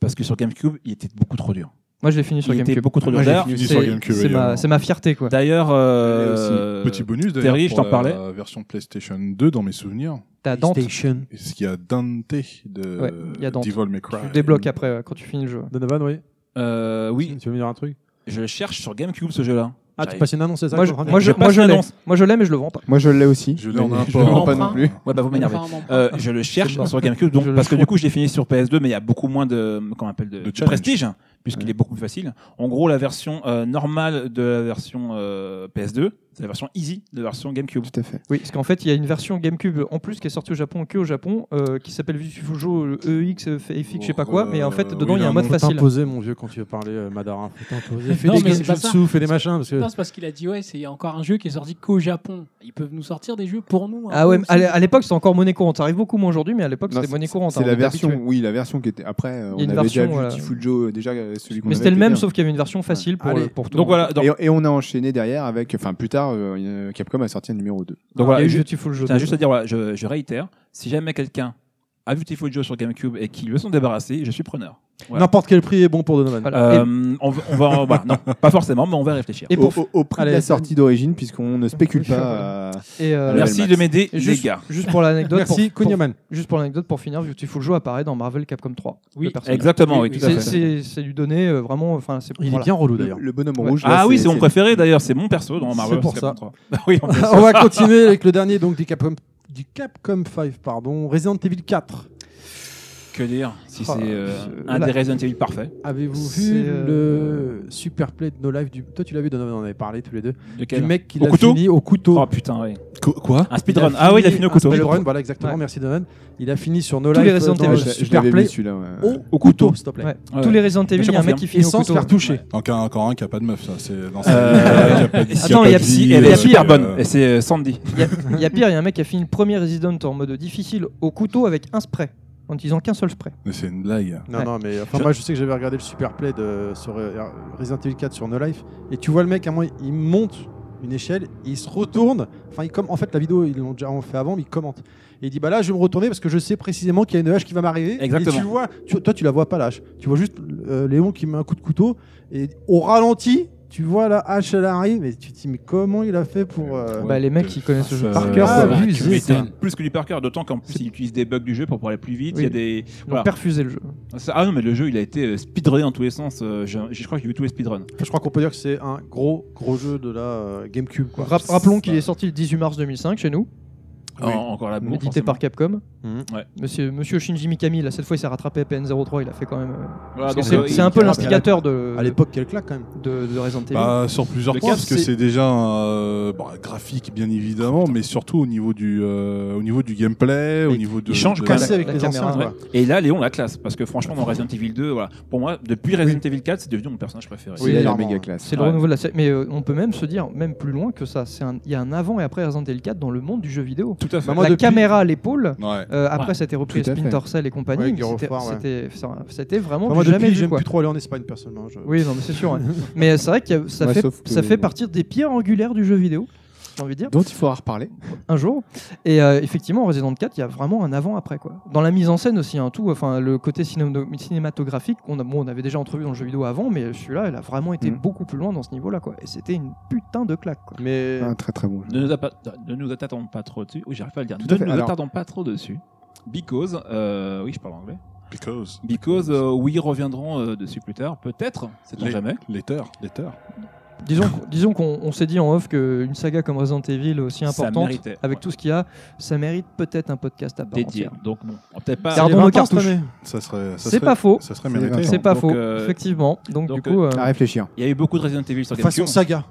Speaker 7: parce que sur GameCube, il était beaucoup trop dur.
Speaker 4: Moi je l'ai fini sur
Speaker 7: il était
Speaker 4: GameCube.
Speaker 7: beaucoup trop dur.
Speaker 6: Moi, j'ai
Speaker 7: D'ailleurs,
Speaker 6: fini sur
Speaker 4: C'est
Speaker 6: GameCube.
Speaker 4: c'est ma,
Speaker 6: également.
Speaker 4: c'est ma fierté quoi.
Speaker 7: d'ailleurs, euh,
Speaker 6: Petit bonus d'ailleurs.
Speaker 7: Terry, je
Speaker 6: pour
Speaker 7: t'en
Speaker 6: la
Speaker 7: parlais.
Speaker 6: Version PlayStation 2 dans mes souvenirs.
Speaker 4: T'as Dante, tu
Speaker 3: Station.
Speaker 6: Est-ce qu'il y a Dante de
Speaker 4: Ouais, il y a Dante.
Speaker 6: Devil May Cry
Speaker 4: débloques après ouais, quand tu finis le jeu.
Speaker 3: Donovan, oui.
Speaker 7: euh, oui,
Speaker 3: Tu veux me dire un truc
Speaker 7: je cherche sur GameCube ce jeu-là.
Speaker 3: Ah, tu
Speaker 7: J'arrive.
Speaker 3: passes une annonce, c'est ça
Speaker 4: Moi je,
Speaker 3: que je comprends
Speaker 4: moi, je,
Speaker 7: Je
Speaker 4: moi,
Speaker 7: passe
Speaker 4: je l'ai.
Speaker 7: l'annonce.
Speaker 4: Moi je l'ai mais je le vends pas.
Speaker 5: Moi je l'ai aussi.
Speaker 6: Je l'ai en
Speaker 5: Mais
Speaker 6: import.
Speaker 5: je le vends pas
Speaker 10: Emprunt.
Speaker 5: non plus.
Speaker 7: Ouais, bah vous m'énervez.
Speaker 10: Enfin, bon.
Speaker 7: Euh, je le cherche
Speaker 4: bon.
Speaker 7: sur GameCube donc,
Speaker 4: Je le
Speaker 7: parce que
Speaker 4: trouve.
Speaker 7: du coup j'ai fini sur PS2 mais il y a beaucoup moins de comment on appelle de, de
Speaker 6: challenge.
Speaker 7: prestige hein, puisqu'il est beaucoup plus facile en gros la version euh, normale de la version euh, PS2 c'est la version easy de la version GameCube
Speaker 5: Tout à fait.
Speaker 4: Oui, parce qu'en fait il y a une version GameCube en plus qui est sortie au Japon que au Japon euh, qui s'appelle Beautiful Joe EX euh, FX je sais pas quoi mais en fait
Speaker 6: Euh,
Speaker 4: dedans
Speaker 6: oui,
Speaker 4: il y a
Speaker 6: là,
Speaker 4: un mode
Speaker 6: non,
Speaker 3: Faut
Speaker 4: facile.
Speaker 3: t'imposer, mon vieux, quand tu veux parler euh, Madara. Faut t'imposer. Fais
Speaker 10: Non,
Speaker 3: des
Speaker 10: mais c'est
Speaker 3: questions
Speaker 10: pas
Speaker 3: de
Speaker 10: ça.
Speaker 3: souffle, fais des machins. Parce que
Speaker 10: Non, c'est parce qu'il a dit ouais, c'est encore un jeu qui est sorti qu'au Japon. Ils peuvent nous sortir des jeux pour nous. hein. un
Speaker 4: Ah
Speaker 10: peu
Speaker 4: ouais,
Speaker 10: aussi.
Speaker 4: à l'é- à l'époque c'était encore monnaie courante. Ça arrive beaucoup moins aujourd'hui mais à l'époque
Speaker 5: Non,
Speaker 4: c'était
Speaker 5: c'est-
Speaker 4: monnaie courante. hein,
Speaker 5: C'est
Speaker 4: on
Speaker 5: la
Speaker 4: était
Speaker 5: version,
Speaker 4: habitués.
Speaker 5: oui, la version qui était après. euh,
Speaker 4: Il y a
Speaker 5: On
Speaker 4: une
Speaker 5: avait
Speaker 4: version,
Speaker 5: déjà vu
Speaker 4: voilà.
Speaker 5: Beautiful Joe, déjà euh, celui qu'on
Speaker 4: Mais
Speaker 5: avait
Speaker 4: c'était le
Speaker 5: fait
Speaker 4: même
Speaker 5: dernier.
Speaker 4: sauf qu'il y avait une version facile pour
Speaker 3: Allez.
Speaker 4: le- pour tout.
Speaker 7: donc
Speaker 4: le monde.
Speaker 7: voilà donc,
Speaker 5: Et, et on a enchaîné derrière avec, enfin plus tard, euh, euh, Capcom a sorti un numéro 2.
Speaker 7: donc
Speaker 4: Il y a
Speaker 7: voilà
Speaker 4: eu
Speaker 7: je-
Speaker 4: Beautiful Joe.
Speaker 7: tiens, juste à dire voilà, je, je réitère si jamais quelqu'un a vu Beautiful Joe sur GameCube et qu'il veut s'en débarrasser je suis preneur Voilà.
Speaker 3: N'importe quel prix est bon pour Donovan.
Speaker 4: Voilà. Ah, Et-
Speaker 7: Euh, on, va- on va, voilà, non, pas forcément, mais on va réfléchir.
Speaker 4: Et
Speaker 5: Au,
Speaker 4: pour,
Speaker 5: au- au prix
Speaker 3: Allez,
Speaker 5: de la sortie d'origine, puisqu'on ne spécule pas. euh,
Speaker 4: et, euh,
Speaker 5: Level
Speaker 7: Merci
Speaker 5: Max.
Speaker 7: de m'aider,
Speaker 4: Et
Speaker 7: les
Speaker 4: juste-
Speaker 7: gars.
Speaker 4: Juste pour l'anecdote, pour-
Speaker 3: Merci,
Speaker 4: pour-
Speaker 3: Konyaman.
Speaker 4: juste pour l'anecdote, pour finir, Beautiful Joe apparaît dans Marvel Capcom 3. le
Speaker 10: Oui,
Speaker 4: personnage.
Speaker 7: Exactement, oui,
Speaker 10: Oui,
Speaker 7: tout à
Speaker 4: C'est-
Speaker 7: fait.
Speaker 4: C'est c'est du donné euh, vraiment. Enfin, c'est
Speaker 3: Il est
Speaker 4: voilà.
Speaker 3: bien relou
Speaker 5: le,
Speaker 3: d'ailleurs.
Speaker 5: le bonhomme
Speaker 4: Ouais.
Speaker 5: rouge. là,
Speaker 7: Ah oui, c'est mon préféré d'ailleurs, c'est mon perso dans
Speaker 3: C'est
Speaker 7: Marvel.
Speaker 3: pour
Speaker 7: Capcom
Speaker 3: ça.
Speaker 7: 3. oui, en plus.
Speaker 3: On va continuer avec le dernier donc du Capcom, du Capcom 5, pardon, Resident Evil 4.
Speaker 7: que dire si
Speaker 4: Oh,
Speaker 7: c'est euh,
Speaker 4: c'est-
Speaker 7: un
Speaker 4: là-
Speaker 7: des Resident Evil parfaits
Speaker 3: Avez-vous
Speaker 4: C'est,
Speaker 3: vu
Speaker 4: euh,
Speaker 3: le super play de No Life du... Toi tu l'as vu, Donovan, on en avait parlé tous les deux.
Speaker 7: De
Speaker 3: Du mec qui
Speaker 7: Au
Speaker 3: l'a
Speaker 7: couteau
Speaker 3: fini au couteau.
Speaker 7: Oh putain, oui.
Speaker 6: Quoi
Speaker 7: Un speedrun. Ah oui, il a fini au couteau.
Speaker 3: Un speedrun, voilà exactement,
Speaker 4: Ouais.
Speaker 3: merci Donovan. Il a fini sur No
Speaker 4: Tous
Speaker 3: Life
Speaker 4: les Resident
Speaker 3: euh, dans
Speaker 4: Evil.
Speaker 3: le
Speaker 5: Je, je
Speaker 3: super
Speaker 5: l'avais
Speaker 3: play
Speaker 5: vu celui-là. ouais.
Speaker 4: Oh,
Speaker 3: au, au couteau, s'il te plaît.
Speaker 4: Ouais.
Speaker 7: Ouais,
Speaker 4: Tous
Speaker 7: ouais.
Speaker 4: les Resident Evil, il y a un mec
Speaker 7: confirme.
Speaker 4: qui finit
Speaker 3: Et
Speaker 4: au
Speaker 3: sans se
Speaker 4: couteau.
Speaker 3: faire toucher.
Speaker 6: Encore, encore un qui a pas de meuf, ça. C'est dans
Speaker 7: Euh,
Speaker 6: qui a pas de- qui a
Speaker 7: Attends,
Speaker 6: pas
Speaker 7: il y a
Speaker 6: de
Speaker 7: Psy,
Speaker 6: vie,
Speaker 7: elle
Speaker 6: euh,
Speaker 7: est pire
Speaker 6: qui a-
Speaker 7: bonne. Et c'est euh, Sandy.
Speaker 4: Il y, a- il y a pire, il y a un mec qui a fini le premier Resident en mode difficile au couteau avec un spray, en utilisant qu'un seul spray.
Speaker 6: Mais c'est une blague.
Speaker 3: Non,
Speaker 4: Ouais.
Speaker 3: non, mais enfin, moi je sais que j'avais regardé le super play de sur, euh, Resident Evil 4 sur No Life, et tu vois le mec, à un moment, il monte une échelle, il se retourne, enfin, il comme en fait la vidéo, ils l'ont déjà fait avant, mais il commente. Et il dit, bah là, je vais me retourner parce que je sais précisément qu'il y a une hache qui va m'arriver.
Speaker 7: Exactement.
Speaker 3: Et tu vois, tu- toi, tu la vois pas la hache, tu vois juste euh, Léon qui met un coup de couteau, et au ralenti, tu vois la hache, elle arrive, et tu te dis, mais comment il a fait pour. euh,
Speaker 6: Ouais.
Speaker 4: bah, les mecs qui connaissent le jeu par
Speaker 6: Euh,
Speaker 4: cœur,
Speaker 3: ah,
Speaker 4: euh,
Speaker 3: abusé,
Speaker 4: ils
Speaker 7: Mais c'est
Speaker 3: ça.
Speaker 7: plus que du par cœur, d'autant qu'en plus il utilise des bugs du jeu pour pouvoir aller plus vite.
Speaker 4: Oui.
Speaker 7: Il y a des.
Speaker 4: ont
Speaker 7: Voilà.
Speaker 4: perfusé le jeu.
Speaker 7: Ça- Ah non, mais le jeu il a été euh, speedrunné dans tous les sens. euh, Je je crois que j'ai vu tous les speedruns.
Speaker 3: Je crois qu'on peut dire que c'est un gros, gros jeu de la euh, GameCube. Quoi.
Speaker 4: Rap- rappelons qu'il est sorti le 18 mars 2005 chez nous,
Speaker 7: En- Encore
Speaker 3: Ah
Speaker 7: la bourre.
Speaker 4: édité par Capcom.
Speaker 3: Mhm.
Speaker 7: Ouais.
Speaker 4: Monsieur, Monsieur Shinji Mikami, là, cette fois, il s'est rattrapé à PN03, il a fait quand même. euh, parce que
Speaker 7: donc,
Speaker 4: c'est
Speaker 7: euh,
Speaker 4: c'est un
Speaker 7: il-
Speaker 4: peu l'instigateur de,
Speaker 3: À l'époque, quelle claque quand même.
Speaker 4: de, de Resident Evil.
Speaker 6: Bah, sur plusieurs
Speaker 4: Le
Speaker 6: points,
Speaker 4: quatre,
Speaker 6: parce que
Speaker 4: c'est-
Speaker 6: c'est déjà euh, bah, graphique, bien évidemment, mais surtout au niveau du, euh, au niveau du gameplay, au
Speaker 3: Il-
Speaker 6: niveau de.
Speaker 7: il change
Speaker 6: de-
Speaker 7: quand même.
Speaker 3: Cassé avec
Speaker 4: la
Speaker 3: les
Speaker 4: caméra,
Speaker 3: anciens, quoi.
Speaker 7: Et là, Léon la classe, parce que franchement, dans Resident Evil 2, voilà, pour moi, depuis Resident Evil 4, c'est devenu mon personnage préféré.
Speaker 3: Oui,
Speaker 5: Celui-là, il est
Speaker 3: clairement,
Speaker 5: méga
Speaker 3: ouais.
Speaker 5: classe.
Speaker 4: C'est le
Speaker 7: Ouais.
Speaker 4: renouveau de la série. Mais euh, on peut même se dire, même plus loin que ça, c'est un- il y a un avant et après Resident Evil 4 dans le monde du jeu vidéo.
Speaker 6: Tout à fait.
Speaker 3: Bah, moi,
Speaker 4: la
Speaker 3: depuis-
Speaker 4: caméra à l'épaule,
Speaker 6: Ouais.
Speaker 4: euh, après ça a été repris
Speaker 5: Tout à fait.
Speaker 4: Splinter Cell et compagnie,
Speaker 3: Ouais,
Speaker 4: mais c'était-
Speaker 3: Gyrophare, ouais.
Speaker 4: c'était ça- c'était vraiment
Speaker 3: Enfin, Bah, moi,
Speaker 4: du jamais
Speaker 3: depuis,
Speaker 4: vu,
Speaker 3: j'aime
Speaker 4: quoi.
Speaker 3: plus trop aller en Espagne, personnellement. Je...
Speaker 4: Oui, non, mais c'est sûr. ouais. mais euh, c'est vrai que y a- ça,
Speaker 5: Moi,
Speaker 4: fait,
Speaker 5: sauf que-
Speaker 4: ça fait partie des pierres angulaires du jeu vidéo, j'ai envie de dire,
Speaker 5: Dont il faudra reparler.
Speaker 4: un jour. Et euh, effectivement, Resident 4, il y a vraiment un avant-après. quoi. Dans la mise en scène aussi, un tout, enfin, le côté cinéma- cinématographique, on, a, bon, on avait déjà entrevu dans le jeu vidéo avant, mais celui-là, elle a vraiment été
Speaker 7: Mm.
Speaker 5: Mhm.
Speaker 4: beaucoup plus loin dans ce niveau-là. quoi. Et c'était une putain de claque. Quoi.
Speaker 3: Mais
Speaker 5: Ah, très très bon.
Speaker 7: Ne nous, appa- ne nous attardons pas trop dessus. Oui, j'arrive pas à le dire.
Speaker 5: Tout à
Speaker 7: ne
Speaker 5: fait.
Speaker 7: nous
Speaker 5: Alors-
Speaker 7: attardons pas trop dessus. Because, euh, oui, je parle anglais.
Speaker 6: Because.
Speaker 7: Because, euh, oui, reviendront euh, dessus plus tard. Peut-être, sait-on
Speaker 6: Les-
Speaker 7: jamais.
Speaker 6: Letter. Letter.
Speaker 4: Disons, disons qu'on on s'est dit en off qu'une saga comme Resident Evil aussi
Speaker 7: Ça
Speaker 4: importante,
Speaker 7: méritait,
Speaker 4: avec
Speaker 7: ouais.
Speaker 4: tout ce qu'il y a, ça mérite peut-être un podcast à part
Speaker 7: Dédié.
Speaker 4: entière.
Speaker 7: Donc, bon, on va peut-être pas.
Speaker 4: Gardons
Speaker 3: les
Speaker 4: nos
Speaker 3: 20 ans,
Speaker 4: cartouches.
Speaker 3: cette année.
Speaker 6: Ça serait. ça
Speaker 4: C'est
Speaker 6: serait-
Speaker 4: pas faux.
Speaker 6: Ça serait
Speaker 5: C'est
Speaker 6: mérité.
Speaker 5: vrai.
Speaker 4: C'est pas
Speaker 7: Donc,
Speaker 4: faux,
Speaker 7: euh,
Speaker 4: effectivement. Donc,
Speaker 7: donc,
Speaker 4: du coup, euh,
Speaker 5: À réfléchir.
Speaker 7: Il y a eu beaucoup de Resident Evil sur
Speaker 3: façon
Speaker 7: GameCube.
Speaker 3: saga.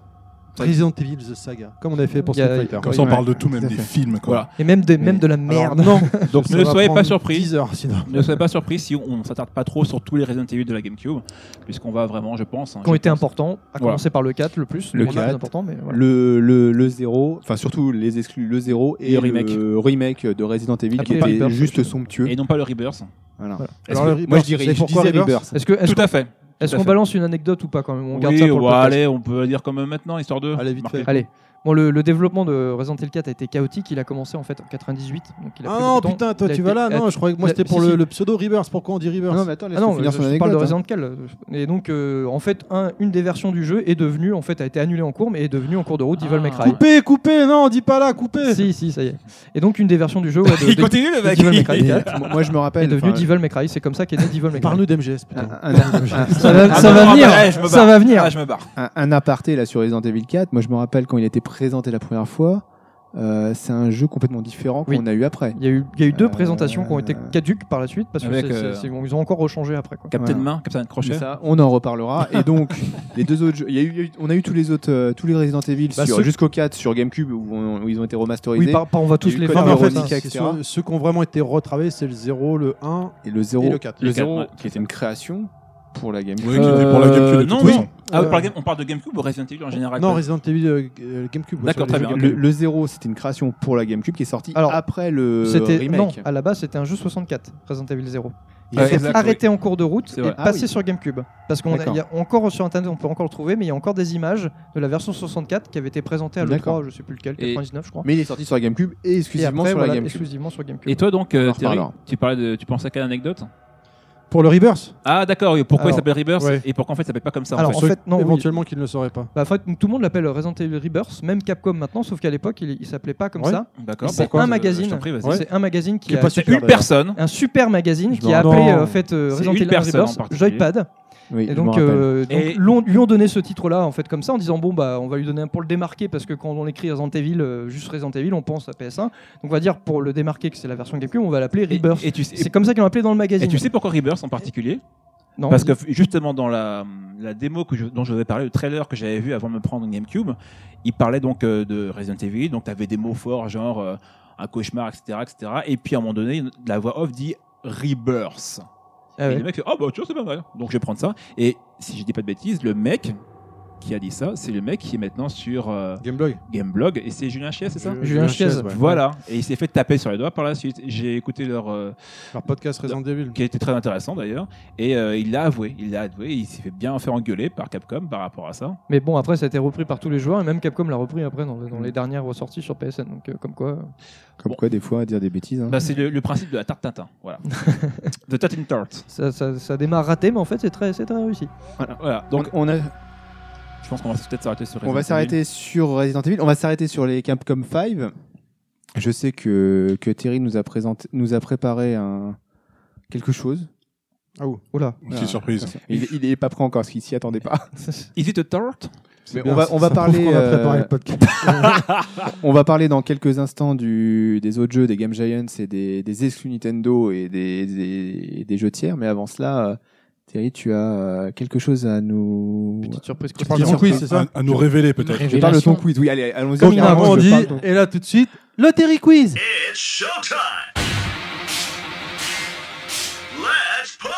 Speaker 7: Ça-
Speaker 3: Resident Evil The Saga, comme on avait fait pour
Speaker 4: Il y a-
Speaker 3: Street Fighter.
Speaker 6: Comme ça, on
Speaker 4: Ouais.
Speaker 6: parle de tout, même
Speaker 5: Tout à
Speaker 6: des
Speaker 5: fait.
Speaker 6: films, quoi.
Speaker 7: Voilà.
Speaker 4: et même, des, même
Speaker 5: Mais-
Speaker 4: de la
Speaker 3: Alors,
Speaker 4: merde.
Speaker 3: non,
Speaker 7: Donc,
Speaker 3: ça
Speaker 7: ne
Speaker 3: va
Speaker 7: soyez pas
Speaker 3: prendre
Speaker 7: surpris.
Speaker 3: 10 heures, sinon.
Speaker 7: Ne soyez pas surpris si on s'attarde pas trop sur tous les Resident Evil de la GameCube, puisqu'on va vraiment, je pense. hein,
Speaker 4: qui ont
Speaker 7: je
Speaker 4: été
Speaker 7: pense-
Speaker 4: importants, à
Speaker 7: Voilà.
Speaker 4: commencer par le 4 le plus,
Speaker 5: Le
Speaker 4: moins le plus
Speaker 5: 4,
Speaker 4: important, mais voilà.
Speaker 5: Le, le, le 0, enfin surtout les exclus, le 0 et, le
Speaker 7: Le remake.
Speaker 5: remake. de Resident Evil
Speaker 4: Après,
Speaker 5: qui
Speaker 4: le
Speaker 5: était
Speaker 4: Rebirth,
Speaker 5: juste
Speaker 4: aussi.
Speaker 5: somptueux.
Speaker 7: Et non pas le Rebirth.
Speaker 5: Voilà.
Speaker 4: Voilà.
Speaker 5: Est-ce
Speaker 3: Alors,
Speaker 5: que-
Speaker 3: le
Speaker 5: moi je
Speaker 3: Rebirth,
Speaker 5: dirais,
Speaker 3: c'est
Speaker 5: je
Speaker 3: pourquoi
Speaker 5: dirais
Speaker 3: Rebirth
Speaker 5: Rebirth.
Speaker 4: Est-ce que- est-ce
Speaker 7: Tout
Speaker 4: qu'on
Speaker 7: à fait.
Speaker 4: est-ce
Speaker 7: à
Speaker 4: qu'on
Speaker 7: fait.
Speaker 4: balance une anecdote ou pas quand même On garde
Speaker 7: oui,
Speaker 4: ça pour le
Speaker 7: ouais,
Speaker 4: podcast.
Speaker 7: allez, on peut dire comme maintenant, histoire de.
Speaker 3: Allez, vite
Speaker 7: marquer.
Speaker 3: fait.
Speaker 4: Allez. Bon, le, le développement de Resident Evil 4 a été chaotique. Il a commencé en fait en 98. Donc il a
Speaker 3: Ah
Speaker 4: pris
Speaker 3: non,
Speaker 4: beaucoup de temps.
Speaker 3: putain, toi
Speaker 4: Il a
Speaker 3: tu
Speaker 4: été-
Speaker 3: vas là. Non, je croyais que moi
Speaker 4: la-
Speaker 3: c'était pour
Speaker 4: si,
Speaker 3: le,
Speaker 4: si.
Speaker 3: le pseudo Rebirth. Pourquoi on dit Rebirth
Speaker 5: Non, mais attends,
Speaker 4: Ah
Speaker 5: laisse-moi
Speaker 4: non,
Speaker 5: finir
Speaker 4: je,
Speaker 5: son
Speaker 4: je parle de
Speaker 5: anecdote.
Speaker 4: Resident Evil.
Speaker 3: hein.
Speaker 4: Et donc, euh, en fait, un- une des versions du jeu est devenue, en fait, a été annulée en cours, mais est devenue en cours de route Devil May
Speaker 7: Ah.
Speaker 4: Cry.
Speaker 3: Coupé, coupé, non, on dit pas là, coupé.
Speaker 4: Si, si, ça y est. Et donc, une des versions du jeu ouais, de,
Speaker 7: Il
Speaker 4: de-
Speaker 7: continue le
Speaker 4: de
Speaker 7: mec.
Speaker 4: Devil May Cry
Speaker 5: Et,
Speaker 4: 4
Speaker 5: euh, moi- moi je me
Speaker 4: est
Speaker 5: rappelle.
Speaker 4: devenu
Speaker 5: enfin,
Speaker 4: Devil May Cry. C'est comme ça qu'est né Devil May Cry.
Speaker 3: Parle-nous d'MGS,
Speaker 5: un,
Speaker 3: putain.
Speaker 5: un- un-
Speaker 4: Ah, Ça va, ça
Speaker 7: Ah,
Speaker 4: va
Speaker 7: non,
Speaker 4: venir.
Speaker 7: bah, eh, je me
Speaker 4: ça
Speaker 7: barre.
Speaker 4: va venir.
Speaker 7: Ah, je me barre.
Speaker 5: un- un aparté là sur Resident Evil 4. Moi je me rappelle quand il a été présenté la première fois. euh, c'est un jeu complètement différent qu'on
Speaker 4: Oui.
Speaker 5: a eu après.
Speaker 4: Il y a eu, il y a eu deux
Speaker 5: Euh,
Speaker 4: présentations qui ont été caduques par la suite parce que
Speaker 7: avec,
Speaker 4: c'est- c'est-
Speaker 7: euh,
Speaker 4: c'est- ils ont encore rechangé après. Quoi.
Speaker 7: Captain
Speaker 5: Voilà.
Speaker 7: Main, Captain Crochet.
Speaker 5: Mais ça, on en reparlera. Et donc, les deux autres jeux, il y a eu- il y a eu- on a eu tous les autres, euh, tous les Resident Evil
Speaker 3: Bah,
Speaker 5: sur-
Speaker 3: ceux-
Speaker 5: jusqu'au 4 sur GameCube où, on- où ils ont été remasterisés.
Speaker 4: Oui, par, par- on va tous
Speaker 5: eu
Speaker 4: les
Speaker 5: Code
Speaker 3: Non,
Speaker 4: voir.
Speaker 3: mais en fait,
Speaker 5: Veronica,
Speaker 3: c'est
Speaker 5: etc.
Speaker 3: ceux- ceux qui ont vraiment été retravaillés, c'est le 0, le 1
Speaker 5: Et le 0,
Speaker 3: et le 4.
Speaker 5: le
Speaker 7: Le
Speaker 5: 0
Speaker 7: quatre, ouais.
Speaker 5: qui était une création pour la GameCube.
Speaker 6: Oui, qui était pour la
Speaker 7: Euh,
Speaker 6: GameCube de
Speaker 7: non,
Speaker 6: toute façon.
Speaker 7: non. Ah, oui,
Speaker 3: Euh,
Speaker 7: par exemple, on parle de GameCube ou Resident Evil en général
Speaker 3: Non,
Speaker 7: pas-
Speaker 3: Resident Evil euh, euh, GameCube. ouais,
Speaker 7: D'accord,
Speaker 3: sur
Speaker 7: très
Speaker 3: les
Speaker 7: bien.
Speaker 3: jeux
Speaker 5: Le,
Speaker 3: GameCube.
Speaker 5: le 0, c'était une création pour la GameCube qui est sortie
Speaker 4: Alors,
Speaker 5: après le
Speaker 4: C'était
Speaker 5: remake.
Speaker 4: non, à la base c'était un jeu 64, Resident Evil 0.
Speaker 5: Ouais,
Speaker 4: Ils
Speaker 7: exact,
Speaker 4: sont arrêtés en cours de route
Speaker 7: C'est
Speaker 4: et
Speaker 7: vrai.
Speaker 5: Ah
Speaker 4: passé
Speaker 5: oui.
Speaker 4: sur GameCube parce qu'on a,
Speaker 5: D'accord.
Speaker 4: il y a encore sur internet on peut encore le trouver mais il y a encore des images de la version 64 qui avait été présentée à
Speaker 5: D'accord.
Speaker 4: l'E3 je sais plus lequel
Speaker 7: Et-
Speaker 4: 99 je crois
Speaker 5: Mais il est sorti sur la GameCube et
Speaker 4: et
Speaker 5: exclusivement
Speaker 4: après
Speaker 5: sur
Speaker 4: voilà,
Speaker 5: la GameCube.
Speaker 4: exclusivement sur GameCube.
Speaker 7: Et toi donc, euh,
Speaker 5: On en
Speaker 7: Thierry,
Speaker 5: reparlera.
Speaker 7: tu parlais de, tu pensais à quelle anecdote
Speaker 3: Pour le Rebirth
Speaker 7: Ah, d'accord, oui. pourquoi
Speaker 3: Alors,
Speaker 7: il s'appelle Rebirth
Speaker 3: ouais.
Speaker 7: et pourquoi en fait il s'appelle pas comme ça
Speaker 4: Alors,
Speaker 7: en fait.
Speaker 4: en fait, non, oui.
Speaker 3: éventuellement qu'il ne le saurait pas.
Speaker 4: Bah, en fait, tout le monde l'appelle Resident Evil Rebirth, même Capcom maintenant, sauf qu'à l'époque, il, il s'appelait pas comme
Speaker 3: Ouais.
Speaker 4: ça.
Speaker 7: D'accord,
Speaker 4: C'est
Speaker 7: pourquoi
Speaker 4: un
Speaker 7: Je-
Speaker 4: magazine.
Speaker 7: je t'en prie, vas-y.
Speaker 3: Ouais.
Speaker 4: C'est un magazine qui
Speaker 3: Qui est
Speaker 4: a
Speaker 3: pas
Speaker 7: C'est
Speaker 3: Super,
Speaker 7: une personne.
Speaker 4: un super magazine
Speaker 3: Je
Speaker 4: qui
Speaker 3: me
Speaker 4: a appelé
Speaker 3: rappelle.
Speaker 4: euh, en fait euh,
Speaker 7: C'est
Speaker 4: Resident
Speaker 7: une
Speaker 4: Evil
Speaker 7: personne en
Speaker 4: Rebirth
Speaker 7: particulier.
Speaker 4: Joypad
Speaker 5: Oui,
Speaker 4: et
Speaker 5: je m'en
Speaker 4: donc,
Speaker 5: rappelle.
Speaker 4: euh, donc,
Speaker 7: Et-
Speaker 4: l'on- lui ont donné ce titre là en fait comme ça en disant bon bah on va lui donner un pour le démarquer parce que quand on écrit Resident Evil euh, juste Resident Evil on pense à PS1 donc on va dire pour le démarquer que c'est la version GameCube on va l'appeler
Speaker 7: Et-
Speaker 4: Rebirth
Speaker 7: Et tu sais-
Speaker 4: c'est comme ça qu'ils l'ont appelé dans le magazine
Speaker 7: et tu sais pourquoi Rebirth en particulier
Speaker 4: non
Speaker 7: Parce que f- justement dans la, la démo que je- dont je vous avais parlé, le trailer que j'avais vu avant de me prendre une GameCube, il parlait donc euh, de Resident Evil, donc tu avais des mots forts genre euh, un cauchemar, etc., etc. Et puis à un moment donné, la voix off dit Rebirth.
Speaker 4: Ah
Speaker 7: Et
Speaker 4: ouais.
Speaker 7: le mec fait Oh bah tu vois, c'est pas mal. Donc je vais prendre ça. Et si je dis pas de bêtises, le mec qui a dit ça, c'est le mec qui est maintenant sur euh,
Speaker 3: Gameblog
Speaker 7: Gameblog et c'est Julien Chies, c'est ça
Speaker 3: Je-
Speaker 4: Julien Chiez,
Speaker 3: ouais.
Speaker 7: Voilà. Et il s'est fait taper sur les doigts par la suite. J'ai écouté leur. euh,
Speaker 3: Leur podcast Resident Evil.
Speaker 7: qui a été très intéressant d'ailleurs. Et euh, il l'a avoué, il l'a avoué, il s'est fait bien faire engueuler par Capcom par rapport à ça.
Speaker 4: mais bon après ça a été repris par tous les joueurs et même Capcom l'a repris après dans, dans les dernières ressorties sur PSN donc euh, comme quoi euh,
Speaker 5: Comme
Speaker 7: Bon.
Speaker 5: quoi, des fois, à dire des bêtises. hein.
Speaker 7: Bah, c'est le, le principe de la tarte Tintin, voilà. The Tatin Tart.
Speaker 4: ça, ça- ça démarre raté mais en fait c'est très c'est très réussi
Speaker 7: Voilà, donc
Speaker 5: on, on a-
Speaker 7: je pense qu'on va peut-être s'arrêter sur
Speaker 5: on va
Speaker 7: Resident Evil.
Speaker 5: s'arrêter sur Resident Evil. On va s'arrêter sur les Capcom 5. Je sais que, que Thierry nous a, présenté, nous a préparé un, quelque chose.
Speaker 4: oula
Speaker 5: Ah,
Speaker 6: Petite surprise.
Speaker 5: Il, il est pas prêt encore, parce qu'il s'y attendait pas.
Speaker 7: Is it a tart
Speaker 5: Mais on va, on va parler.
Speaker 3: On a
Speaker 5: euh,
Speaker 3: préparé le podcast.
Speaker 5: On va parler dans quelques instants du, des autres jeux, des Game Giants et des, des exclus Nintendo et des, des, des jeux tiers. Mais avant cela, euh, Thierry, tu as euh, quelque chose à nous.
Speaker 4: petite surprise
Speaker 3: Tu parles Ah, de
Speaker 4: croustillante.
Speaker 3: ton quiz, c'est ça
Speaker 6: À- À nous révéler peut-être.
Speaker 5: Je parle de ton quiz. Oui, allez, allons-y.
Speaker 3: Comme
Speaker 5: Généralement,
Speaker 3: on
Speaker 5: je
Speaker 3: dit,
Speaker 5: parle de ton-
Speaker 3: et là tout de suite, le Terry Quiz
Speaker 2: It's showtime! Let's party!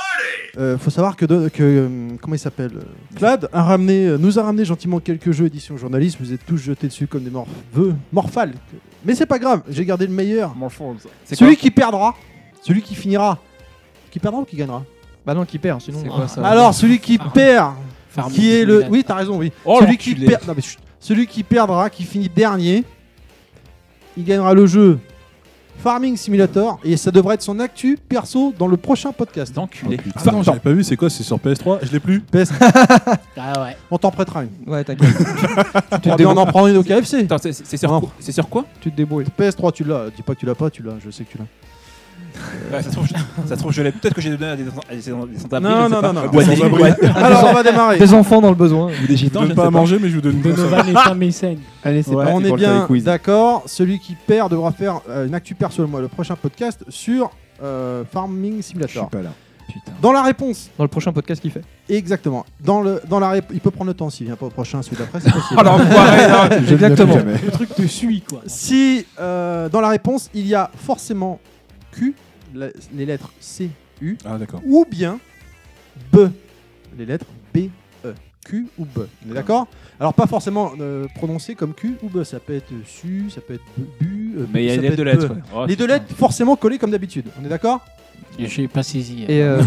Speaker 3: Euh, faut savoir que, de- que euh, comment il s'appelle euh, Clad a ramené, euh, nous a ramené gentiment quelques jeux édition journaliste. Vous êtes tous jetés dessus comme des morveux, morphales. Mais c'est pas grave, j'ai gardé le meilleur.
Speaker 7: C'est
Speaker 3: Celui qui perdra, celui qui finira, qui perdra ou qui gagnera
Speaker 4: bah non qui perd sinon
Speaker 10: C'est
Speaker 4: on-
Speaker 10: quoi ça
Speaker 3: Alors celui qui
Speaker 10: Ah.
Speaker 3: perd,
Speaker 10: Farming
Speaker 3: qui est le,
Speaker 10: Simulator.
Speaker 3: oui t'as raison, oui.
Speaker 7: Oh,
Speaker 3: celui qui
Speaker 7: l'enculé.
Speaker 3: perd, non, mais chut. celui qui perdra, qui finit dernier, il gagnera le jeu Farming Simulator et ça devrait être son actu perso dans le prochain podcast.
Speaker 7: d'enculé.
Speaker 6: Ah non, j'avais pas vu, c'est quoi C'est sur PS3 Je l'ai plus.
Speaker 3: PS,
Speaker 10: Ah ouais.
Speaker 3: on t'en prêtera une.
Speaker 4: ouais t'inquiète
Speaker 3: Tu te dis, on en prend une au KFC.
Speaker 7: Attends, c'est- c'est sur,
Speaker 3: Non.
Speaker 7: quoi- c'est sur quoi
Speaker 4: tu te débrouilles
Speaker 3: PS3, tu l'as. Dis pas que tu l'as pas, tu l'as. Je sais que tu l'as.
Speaker 7: Bah, Ça se trouve, je, ça se trouve, je l'ai peut-être que j'ai donné à des, à des, à des sans-abri,
Speaker 3: Non,
Speaker 7: je sais
Speaker 3: non, non,
Speaker 7: pas.
Speaker 3: non.
Speaker 7: Ou à des-
Speaker 6: Sans-abri.
Speaker 7: ou à-
Speaker 3: Alors, on va démarrer.
Speaker 4: des enfants dans le besoin
Speaker 7: ou des
Speaker 6: Je vous
Speaker 7: gitans, je
Speaker 6: donne
Speaker 7: ne
Speaker 6: pas
Speaker 7: sais
Speaker 6: à manger, mais je vous donne une console.
Speaker 10: Donovan est un mécène.
Speaker 5: Allez, c'est
Speaker 10: Ouais.
Speaker 5: parti
Speaker 3: on est
Speaker 5: pour le Terry
Speaker 3: bien
Speaker 5: quiz.
Speaker 3: d'accord. Celui qui perd devra faire euh, une actu perso le, mois- le prochain podcast sur euh, Farming
Speaker 5: Je suis
Speaker 3: Simulator.
Speaker 5: pas là.
Speaker 7: Putain.
Speaker 3: Dans la réponse,
Speaker 4: dans le prochain podcast qu'il fait.
Speaker 3: exactement. Dans le, dans la rép- il peut prendre le temps s'il vient pas au prochain, celui d'après, c'est possible.
Speaker 7: Oh l'enfoiré, non.
Speaker 5: Je ne viens
Speaker 4: Exactement.
Speaker 5: plus jamais.
Speaker 10: Le truc te suit, quoi.
Speaker 3: Si euh, dans la réponse il y a forcément Q, la- les lettres C
Speaker 6: Ah d'accord.
Speaker 3: ou bien B. Les lettres B, E. Q ou B. On est d'accord Alors, pas forcément euh, prononcé comme Q ou B. Ça peut être su, ça peut être bu, bu. euh,
Speaker 7: Mais il y a
Speaker 3: ça
Speaker 7: les
Speaker 3: peut
Speaker 7: lettres de
Speaker 3: être
Speaker 7: lettres.
Speaker 3: be.
Speaker 7: quoi. Oh,
Speaker 3: Les deux
Speaker 7: putain.
Speaker 3: lettres forcément collées comme d'habitude. On est d'accord
Speaker 10: J'ai pas saisi.
Speaker 4: Et euh,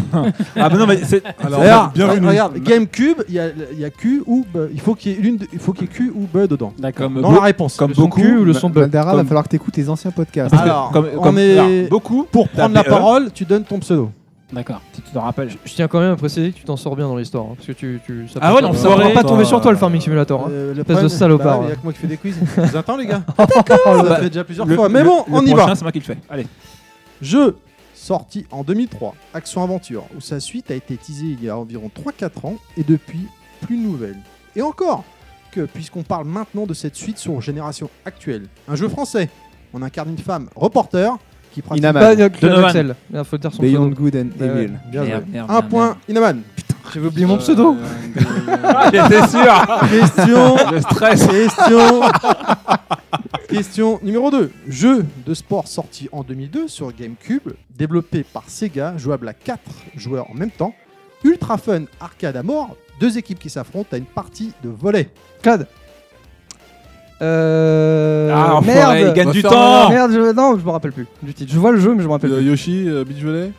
Speaker 7: Ah bah non, mais c'est.
Speaker 3: Regarde,
Speaker 6: bien vu, nous.
Speaker 3: regarde, GameCube, il y, a- il y a Q ou B. Il faut qu'il y ait l'une de- il faut qu'il y ait Q ou B dedans.
Speaker 10: D'accord.
Speaker 3: Dans la réponse.
Speaker 7: Comme
Speaker 4: le son
Speaker 7: beaucoup.
Speaker 4: cul ou le son
Speaker 5: Ma-
Speaker 4: bleu
Speaker 5: Mandara, va
Speaker 7: Comme-
Speaker 5: falloir que t'écoutes tes anciens podcasts.
Speaker 3: Alors,
Speaker 7: Comme-
Speaker 3: on
Speaker 7: comme-
Speaker 3: est
Speaker 7: alors, beaucoup.
Speaker 3: pour prendre la
Speaker 7: Tapez E.
Speaker 3: parole, tu donnes ton pseudo.
Speaker 10: D'accord.
Speaker 7: Si tu te rappelles.
Speaker 4: Je tiens quand même à préciser que tu t'en sors bien dans l'histoire. hein, parce que tu, tu, ça
Speaker 7: Ah
Speaker 4: peut-
Speaker 7: ouais,
Speaker 4: ça
Speaker 7: l'enfoiré,
Speaker 4: pourra pas
Speaker 6: toi.
Speaker 4: tomber sur toi le Farming Simulator. hein.
Speaker 3: Euh, le
Speaker 4: Espèce de salopard,
Speaker 3: bah ouais, Il y a
Speaker 4: ouais.
Speaker 3: que moi qui fais des quiz. Je vous attends, les gars. D'accord, ça
Speaker 7: hein. bah,
Speaker 3: fait déjà plusieurs
Speaker 7: Le-
Speaker 3: fois. Mais
Speaker 7: le-
Speaker 3: bon,
Speaker 7: le
Speaker 3: on y va.
Speaker 7: prochain, C'est moi qui le fais. Allez.
Speaker 3: Jeu sorti en 2003, Action Aventure, où sa suite a été teasée il y a environ 3-4 ans et depuis plus nouvelle. Et encore que, puisqu'on parle maintenant de cette suite sur génération actuelle, un jeu français, on incarne une femme reporter qui pratique.
Speaker 5: Inaman.
Speaker 4: Pas euh, Claude
Speaker 7: Donovan.
Speaker 4: Axel. Il faut dire son
Speaker 5: Beyond
Speaker 4: pseudo.
Speaker 5: Good and
Speaker 4: Ouais, ouais.
Speaker 5: Evil.
Speaker 3: Bien joué.
Speaker 10: Merde, merde,
Speaker 3: Un
Speaker 10: merde,
Speaker 3: point,
Speaker 10: merde.
Speaker 3: Inaman.
Speaker 4: J'avais oublié
Speaker 5: Euh,
Speaker 4: mon pseudo. Euh,
Speaker 7: J'étais sûr
Speaker 3: Question,
Speaker 7: Le
Speaker 3: Euh,
Speaker 7: stress
Speaker 3: question. question numéro 2. Jeu de sport sorti en 2002 sur GameCube, développé par Sega, jouable à 4 joueurs en même temps. Ultra fun arcade à mort, deux équipes qui s'affrontent à une partie de volet.
Speaker 4: Claude. Euh.
Speaker 7: Ah, enfoiré, il
Speaker 4: merde.
Speaker 7: gagne du
Speaker 6: Va
Speaker 7: temps
Speaker 4: Merde, je... non, je me rappelle plus du titre. Je vois le jeu, mais je me rappelle
Speaker 6: Euh,
Speaker 4: plus.
Speaker 6: Yoshi, euh, Beach Volley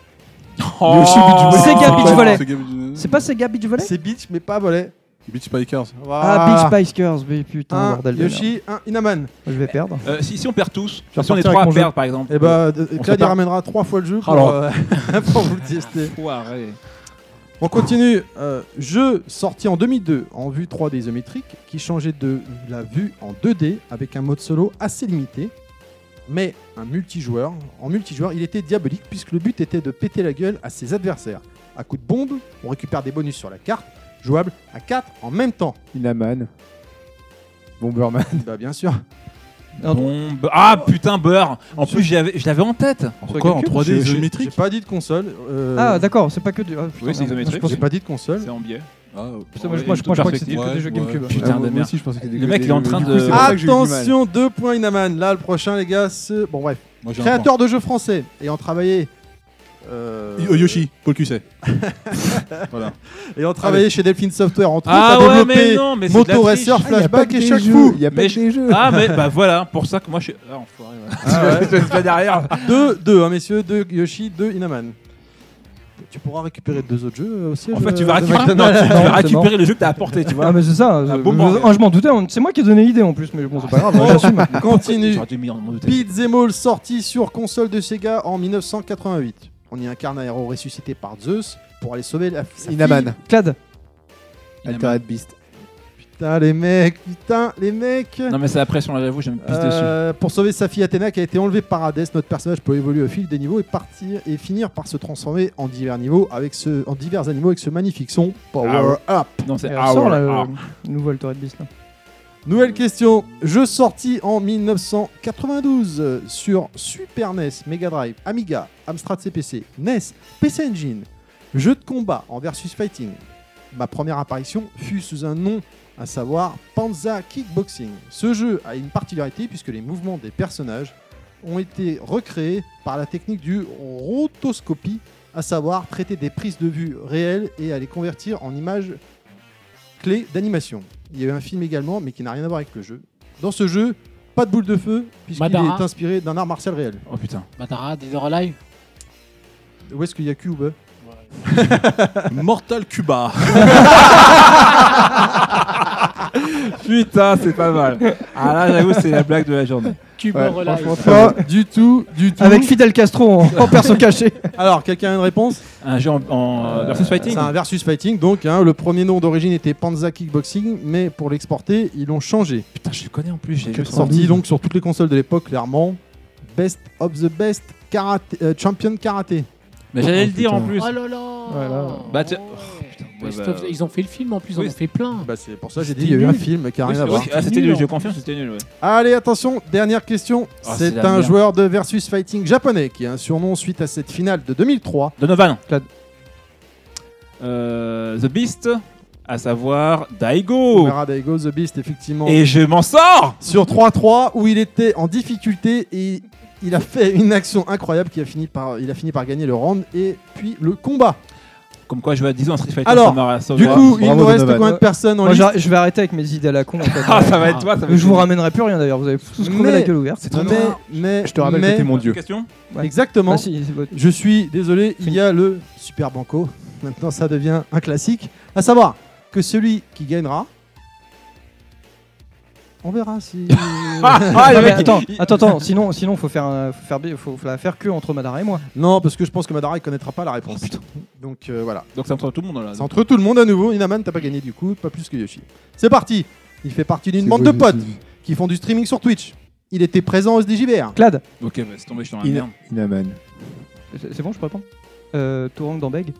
Speaker 7: Oh.
Speaker 6: Yoshi, Beach Volley.
Speaker 4: Sega
Speaker 6: Ouais,
Speaker 4: Beach Volley.
Speaker 6: Sega Beach Volley.
Speaker 4: C'est pas Sega Beach Volley
Speaker 3: C'est beach mais pas volet.
Speaker 6: Beach Spikers.
Speaker 4: Ah, Big Spice Girls, mais putain,
Speaker 3: Un
Speaker 4: bordel de merde.
Speaker 3: Ah, Yoshi, un Inaman.
Speaker 4: Je vais perdre.
Speaker 7: Euh, si, si on perd tous,
Speaker 3: Je vais
Speaker 7: si on est
Speaker 3: repartir
Speaker 7: trois
Speaker 3: avec
Speaker 7: à
Speaker 3: mon
Speaker 7: perdre par exemple.
Speaker 3: Et bah, euh,
Speaker 7: se
Speaker 3: Claude il
Speaker 7: tape.
Speaker 3: ramènera trois fois le jeu
Speaker 4: Ah,
Speaker 3: pour,
Speaker 7: Alors.
Speaker 3: euh, pour vous le tester.
Speaker 7: Faut arrêter.
Speaker 3: On continue. Euh, jeu sorti en 2002 en vue 3D isométrique qui changeait de la vue en 2D avec un mode solo assez limité. Mais un multijoueur, en multijoueur, il était diabolique puisque le but était de péter la gueule à ses adversaires. À coup de bombe, on récupère des bonus sur la carte, jouable à 4 en même temps.
Speaker 5: Inaman. Bomberman.
Speaker 3: bah bien sûr.
Speaker 7: Bombe- Ah putain, beurre En plus, j'avais- je l'avais en tête.
Speaker 4: Sur
Speaker 7: Encore en
Speaker 4: GameCube
Speaker 7: 3D
Speaker 3: J'ai- j'ai-
Speaker 7: isométrique.
Speaker 3: J'ai pas dit de console. euh,
Speaker 4: Ah, d'accord, c'est pas que du. ah, putain,
Speaker 7: Oui, c'est
Speaker 4: merde.
Speaker 7: isométrique.
Speaker 4: Je pense
Speaker 3: J'ai pas dit de console.
Speaker 7: C'est en biais.
Speaker 4: Putain, moi, je- moi, je- moi, je crois que c'était que des jeux GameCube.
Speaker 5: Ah,
Speaker 7: Putain de merde.
Speaker 5: je pensais que c'était
Speaker 7: Le mec, il est en train de-
Speaker 5: Ah,
Speaker 3: Attention, deux points Inaman. Là, le prochain, les gars, c'est. Bon, bref. Créateur de jeux français ayant travaillé. euh,
Speaker 6: Yoshi, Paul Cusset. voilà.
Speaker 3: Ayant travaillé chez Delphine Software, entre
Speaker 7: Ah
Speaker 3: autres, a
Speaker 7: ouais,
Speaker 3: développé
Speaker 7: mais non, mais c'est de la
Speaker 3: Moto
Speaker 7: triche.
Speaker 3: Racer,
Speaker 5: Ah, y a pas
Speaker 3: Flashback
Speaker 5: que
Speaker 3: et
Speaker 5: des
Speaker 3: Choc
Speaker 5: jeux,
Speaker 3: Fou.
Speaker 5: Il y a pas
Speaker 7: Mais
Speaker 5: que
Speaker 7: je-
Speaker 5: des jeux.
Speaker 7: Ah, mais bah voilà, pour ça que moi je suis. Ah, enfoiré. ouais. Je suis pas derrière.
Speaker 3: Deux, deux, hein, messieurs, deux Yoshi, deux Inaman. Tu pourras récupérer deux autres jeux euh, aussi.
Speaker 7: En fait,
Speaker 3: euh,
Speaker 7: tu vas
Speaker 3: de
Speaker 7: récupérer,
Speaker 3: McDonald's.
Speaker 7: non, tu vas
Speaker 4: Non,
Speaker 7: récupérer le jeu que t'as apporté, tu vois.
Speaker 4: Ah, mais c'est ça. je,
Speaker 7: bon bordel.
Speaker 4: ah, je m'en doutais, on- c'est moi qui ai donné l'idée en plus, mais bon, c'est pas grave,
Speaker 3: Bon,
Speaker 4: j'assume.
Speaker 3: Continue.
Speaker 7: J'aurais dû mis en mode de tête.
Speaker 3: Beat 'em All sorti sur console de Sega en 1988. On y incarne un héros ressuscité par Zeus pour aller sauver la sa fille.
Speaker 5: Inaman.
Speaker 4: Clad,
Speaker 5: Altered Beast.
Speaker 3: Putain, les mecs, putain, les mecs.
Speaker 7: Non, mais c'est la pression, là, j'avoue, je me pisse dessus.
Speaker 3: Euh, pour sauver sa fille Athéna qui a été enlevée par Hadès, notre personnage peut évoluer au fil des niveaux et partir et finir par se transformer en divers niveaux avec ce, en divers animaux avec ce magnifique son Power Up.
Speaker 7: Non, c'est
Speaker 4: elle
Speaker 7: ah,
Speaker 4: ressort euh.
Speaker 7: ouais,
Speaker 4: la
Speaker 7: ah.
Speaker 4: nouvelle Torret Beast. là.
Speaker 3: Nouvelle question. Jeu sorti en 1992 euh, sur Super NES, Mega Drive, Amiga, Amstrad CPC, NES, PC Engine. Jeu de combat en versus fighting. Ma première apparition fut sous un nom, à savoir Panza Kickboxing. Ce jeu a une particularité puisque les mouvements des personnages ont été recréés par la technique du rotoscopie, à savoir traiter des prises de vue réelles et à les convertir en images clés d'animation. Il y a eu un film également, mais qui n'a rien à voir avec le jeu. Dans ce jeu, pas de boule de feu, puisqu'il
Speaker 10: Madara.
Speaker 3: est inspiré d'un art martial réel.
Speaker 7: Oh putain.
Speaker 10: Matara, Dead or Alive
Speaker 3: Où est-ce qu'il y a Q ou B
Speaker 7: Mortal Cuba. Putain, c'est pas mal. Ah là, j'avoue, c'est la blague de la journée.
Speaker 10: Cube
Speaker 5: Ouais,
Speaker 10: or Alive
Speaker 3: Pas du tout, du tout.
Speaker 4: Avec Fidel Castro en, en perso caché.
Speaker 3: Alors, quelqu'un a une réponse
Speaker 7: Un jeu en, en, euh, versus fighting
Speaker 3: C'est un versus fighting, donc hein, le premier nom d'origine était Panza Kickboxing, mais pour l'exporter, ils l'ont changé.
Speaker 7: Putain, je le connais en plus. J'ai vu son-
Speaker 3: Sorti donc sur toutes les consoles de l'époque, clairement. Best of the best karaté, euh, champion karaté.
Speaker 7: Mais j'allais le dire en plus.
Speaker 10: Oh là là
Speaker 4: Voilà.
Speaker 10: Ouais.
Speaker 7: Bah, tiens- oh, putain,
Speaker 10: Best
Speaker 7: bah,
Speaker 10: of- Ils ont fait le film en plus,
Speaker 7: oui,
Speaker 10: ils en ont fait plein.
Speaker 3: Bah, c'est pour ça
Speaker 10: que
Speaker 3: j'ai
Speaker 10: j'ai
Speaker 3: dit
Speaker 10: dit,
Speaker 3: il y a eu un film qui a rien à
Speaker 7: Oui,
Speaker 3: voir.
Speaker 7: c'est- ah, c'était
Speaker 10: Nul,
Speaker 7: nul, je
Speaker 10: en
Speaker 7: confirme, c'était nul. Ouais.
Speaker 3: Allez, attention, dernière question.
Speaker 7: Ah, c'est
Speaker 3: c'est
Speaker 7: la
Speaker 3: un
Speaker 7: merde.
Speaker 3: joueur de versus fighting japonais qui a un surnom suite à cette finale de 2003.
Speaker 7: Donovan.
Speaker 4: Claude.
Speaker 7: Euh, The Beast, à savoir
Speaker 3: Oh.
Speaker 7: Daigo.
Speaker 3: Daigo the Beast, effectivement.
Speaker 7: Et je m'en sors
Speaker 3: Sur 3-3, où il était en difficulté et il a fait une action incroyable qui a fini par, il a fini par gagner le round et puis le combat.
Speaker 7: Comme quoi, je vais à 10 ans à Street Fighter,
Speaker 3: Alors,
Speaker 7: ça m'a sauvé.
Speaker 3: Du coup, il
Speaker 5: bravo,
Speaker 3: nous reste
Speaker 5: Donovan.
Speaker 3: combien de personnes en
Speaker 4: Moi,
Speaker 3: liste
Speaker 4: j'ar- je vais arrêter avec mes idées à la con. En fait.
Speaker 7: Ah, ça va être toi, ça va être
Speaker 4: je vous ramènerai plus rien d'ailleurs, vous avez tous trouvé
Speaker 3: Mais-
Speaker 4: la gueule ouverte.
Speaker 7: C'est trop
Speaker 3: mais,
Speaker 7: bien.
Speaker 3: mais,
Speaker 5: Je te rappelle
Speaker 3: mais-
Speaker 5: que t'es mon dieu.
Speaker 7: Question
Speaker 3: Exactement.
Speaker 4: Ah, si, c'est votre-
Speaker 3: Je suis désolé, il y a le Super Banco. Maintenant, ça devient un classique. À savoir que celui qui gagnera, on verra si.
Speaker 7: Ah,
Speaker 4: Ah,
Speaker 7: le
Speaker 4: mais
Speaker 7: mec, il-
Speaker 4: attends,
Speaker 7: il-
Speaker 4: attends, attends, sinon, sinon faut faire, un- faut faire, bi- faut, faut la faire que entre Madara et moi.
Speaker 3: non, parce que je pense que Madara ne connaîtra pas la réponse.
Speaker 5: Oh,
Speaker 3: Donc euh, voilà.
Speaker 7: Donc, c'est entre tout le monde là.
Speaker 3: C'est entre tout le monde à nouveau. Inaman, t'as pas gagné du coup, pas plus que Yoshi. C'est parti. Il fait partie d'une
Speaker 5: C'est
Speaker 3: bande
Speaker 5: beau,
Speaker 3: de potes
Speaker 5: Yoshi.
Speaker 3: qui font du streaming sur Twitch. Il était présent au SDJBR.
Speaker 4: Clad,
Speaker 7: Ok, bah, c'est tombé, je suis dans la
Speaker 5: Il-
Speaker 7: merde.
Speaker 5: Inaman.
Speaker 4: c'est c'est bon, je peux répondre euh, Torang dans Beg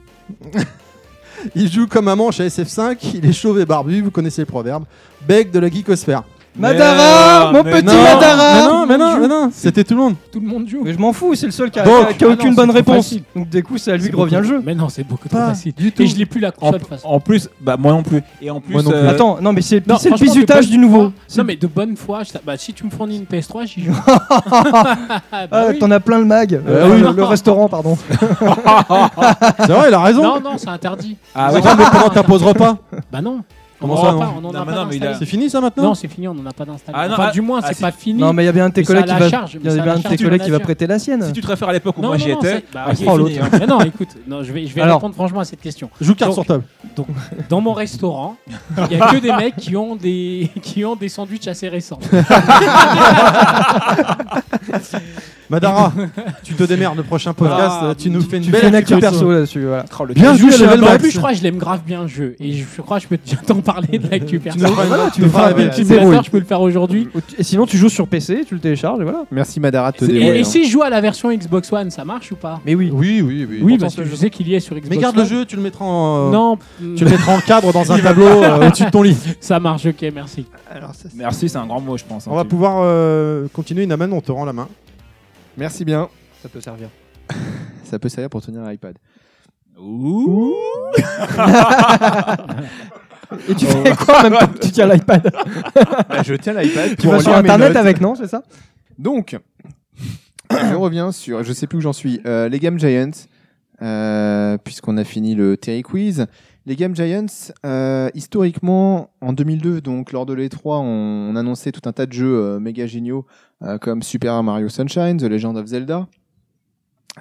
Speaker 3: Il joue comme un manche à SF5. Il est chauve et barbu. Vous connaissez le proverbe. Bec de la geekosphère.
Speaker 4: Eh, Madara, mon
Speaker 7: Mais non,
Speaker 4: petit
Speaker 7: mais
Speaker 3: non,
Speaker 4: Madara.
Speaker 3: mais non, mais non, mais non. C'était tout le monde.
Speaker 10: Tout le monde joue.
Speaker 4: Mais je m'en fous, c'est le seul qui a,
Speaker 3: Donc-
Speaker 4: qui a- qui a
Speaker 10: Ah non,
Speaker 4: aucune
Speaker 10: c'est
Speaker 4: bonne
Speaker 10: trop
Speaker 4: réponse.
Speaker 10: facile.
Speaker 4: Donc du coup, c'est à lui
Speaker 10: C'est
Speaker 4: que revient le
Speaker 10: beaucoup-
Speaker 4: jeu.
Speaker 10: Mais non, c'est beaucoup trop
Speaker 3: Pas
Speaker 10: facile.
Speaker 3: du
Speaker 10: Et
Speaker 3: tout.
Speaker 10: je l'ai plus la
Speaker 7: En,
Speaker 10: console de toute façon.
Speaker 7: en plus, bah moi non plus. Et en plus,
Speaker 3: Moi non plus.
Speaker 7: euh,
Speaker 4: Attends, non mais c'est
Speaker 10: Non,
Speaker 4: c'est le
Speaker 10: franchement, de
Speaker 4: bizutage
Speaker 10: bonne
Speaker 4: du nouveau.
Speaker 10: foi- Non, mais de bonne foi, je- bah, si tu me fournis une PS3, j'y joue. Ah, bah
Speaker 4: Ah,
Speaker 10: oui.
Speaker 4: t'en as plein le mag, euh,
Speaker 10: oui.
Speaker 4: le, le restaurant, pardon.
Speaker 3: C'est vrai, il a raison.
Speaker 10: Non, non, c'est interdit.
Speaker 7: ah
Speaker 3: Ouais,
Speaker 7: ouais, Oh,
Speaker 3: mais comment t'imposeras pas
Speaker 10: Bah non.
Speaker 3: Comment
Speaker 10: on en
Speaker 3: ça,
Speaker 10: a
Speaker 3: non
Speaker 10: pas, on en a
Speaker 7: Non, mais
Speaker 10: pas
Speaker 7: non, mais il a-
Speaker 10: d'installé.
Speaker 3: C'est fini ça maintenant
Speaker 10: Non, c'est fini, on n'en a pas d'installé.
Speaker 7: Ah non,
Speaker 10: enfin,
Speaker 7: ah,
Speaker 10: du moins,
Speaker 7: ah,
Speaker 10: c'est
Speaker 7: si-
Speaker 10: pas fini.
Speaker 4: Non mais il y a bien un de tes
Speaker 10: Mais ça
Speaker 4: collègues
Speaker 10: a
Speaker 4: qui
Speaker 10: la
Speaker 4: va,
Speaker 10: charge, mais
Speaker 4: il y
Speaker 10: ça
Speaker 4: en a
Speaker 10: a
Speaker 4: bien
Speaker 10: la
Speaker 4: un de tes
Speaker 10: charge,
Speaker 4: collègues
Speaker 10: on
Speaker 4: qui va
Speaker 10: assure.
Speaker 4: prêter Ah, la sienne.
Speaker 7: si tu te réfères à l'époque où
Speaker 10: Non,
Speaker 7: moi
Speaker 10: non,
Speaker 7: j'y
Speaker 10: non,
Speaker 7: étais,
Speaker 10: c'est-
Speaker 7: bah,
Speaker 10: bah,
Speaker 7: ok,
Speaker 10: j'ai
Speaker 7: fini,
Speaker 10: fini,
Speaker 7: hein.
Speaker 10: hein. Mais non, écoute, non, je vais, je vais
Speaker 4: Alors.
Speaker 10: répondre franchement à cette question.
Speaker 3: Joue carte
Speaker 10: Donc,
Speaker 3: sur table.
Speaker 10: Donc, dans mon restaurant, il n'y a que des mecs qui ont des, qui ont des sandwichs assez récents.
Speaker 3: Madara, tu te démerdes le prochain podcast.
Speaker 10: Ah,
Speaker 3: tu nous fais une
Speaker 4: Tu
Speaker 3: belle
Speaker 4: fais une actu
Speaker 3: actu
Speaker 4: perso là-dessus. Voilà.
Speaker 7: Oh, le
Speaker 3: Bien
Speaker 10: Je
Speaker 3: joué,
Speaker 10: joue,
Speaker 3: Level
Speaker 10: je- en
Speaker 3: Max.
Speaker 10: plus, je crois que je l'aime grave bien le jeu. Et je crois que je peux déjà t'en parler de l'actu
Speaker 3: Tu
Speaker 10: perso.
Speaker 3: nous feras-
Speaker 4: Voilà,
Speaker 3: tu
Speaker 4: tu
Speaker 3: nous
Speaker 4: me
Speaker 3: feras
Speaker 4: feras
Speaker 3: la
Speaker 4: un
Speaker 3: belle
Speaker 4: petit
Speaker 10: Tu
Speaker 3: actu.
Speaker 10: me
Speaker 4: zéro.
Speaker 10: l'as fait, je peux le faire aujourd'hui.
Speaker 4: Ou tu- Et sinon, tu joues sur PC, tu le télécharges et voilà.
Speaker 5: Merci Madara te hein.
Speaker 10: Et,
Speaker 4: hein.
Speaker 5: dévoiler.
Speaker 10: et si je joue à la version Xbox One, ça marche ou pas
Speaker 4: Mais oui.
Speaker 3: Oui, oui,
Speaker 10: Oui,
Speaker 3: oui.
Speaker 4: pourtant,
Speaker 10: parce
Speaker 4: ce
Speaker 10: que je
Speaker 4: jeu-
Speaker 10: sais qu'il y est sur Xbox
Speaker 3: Mais garde
Speaker 10: One.
Speaker 3: le jeu, tu le mettras en.
Speaker 10: Non, hmm,
Speaker 3: Tu le mettras en cadre dans un tableau euh, au-dessus de ton lit.
Speaker 10: ça marche, ok, merci.
Speaker 7: Merci, c'est un grand mot, je pense. hein,
Speaker 3: On va
Speaker 7: tu-
Speaker 3: pouvoir euh, continuer. Naman, on te rend la main.
Speaker 5: Merci bien.
Speaker 4: Ça peut servir.
Speaker 5: Ça peut servir pour tenir un iPad.
Speaker 7: Ouh.
Speaker 4: Et tu fais quoi en même temps que tu tiens l'iPad
Speaker 5: je tiens l'iPad.
Speaker 4: Tu vas sur internet avec, non C'est ça
Speaker 5: Donc, je reviens sur, je sais plus où j'en suis, Euh, les Game Giants, euh, puisqu'on a fini le Terry Quiz. Les Game Giants, euh, historiquement, en 2002, donc lors de l'E3, on, on annonçait tout un tas de jeux euh, méga géniaux euh, comme Super Mario Sunshine, The Legend of Zelda,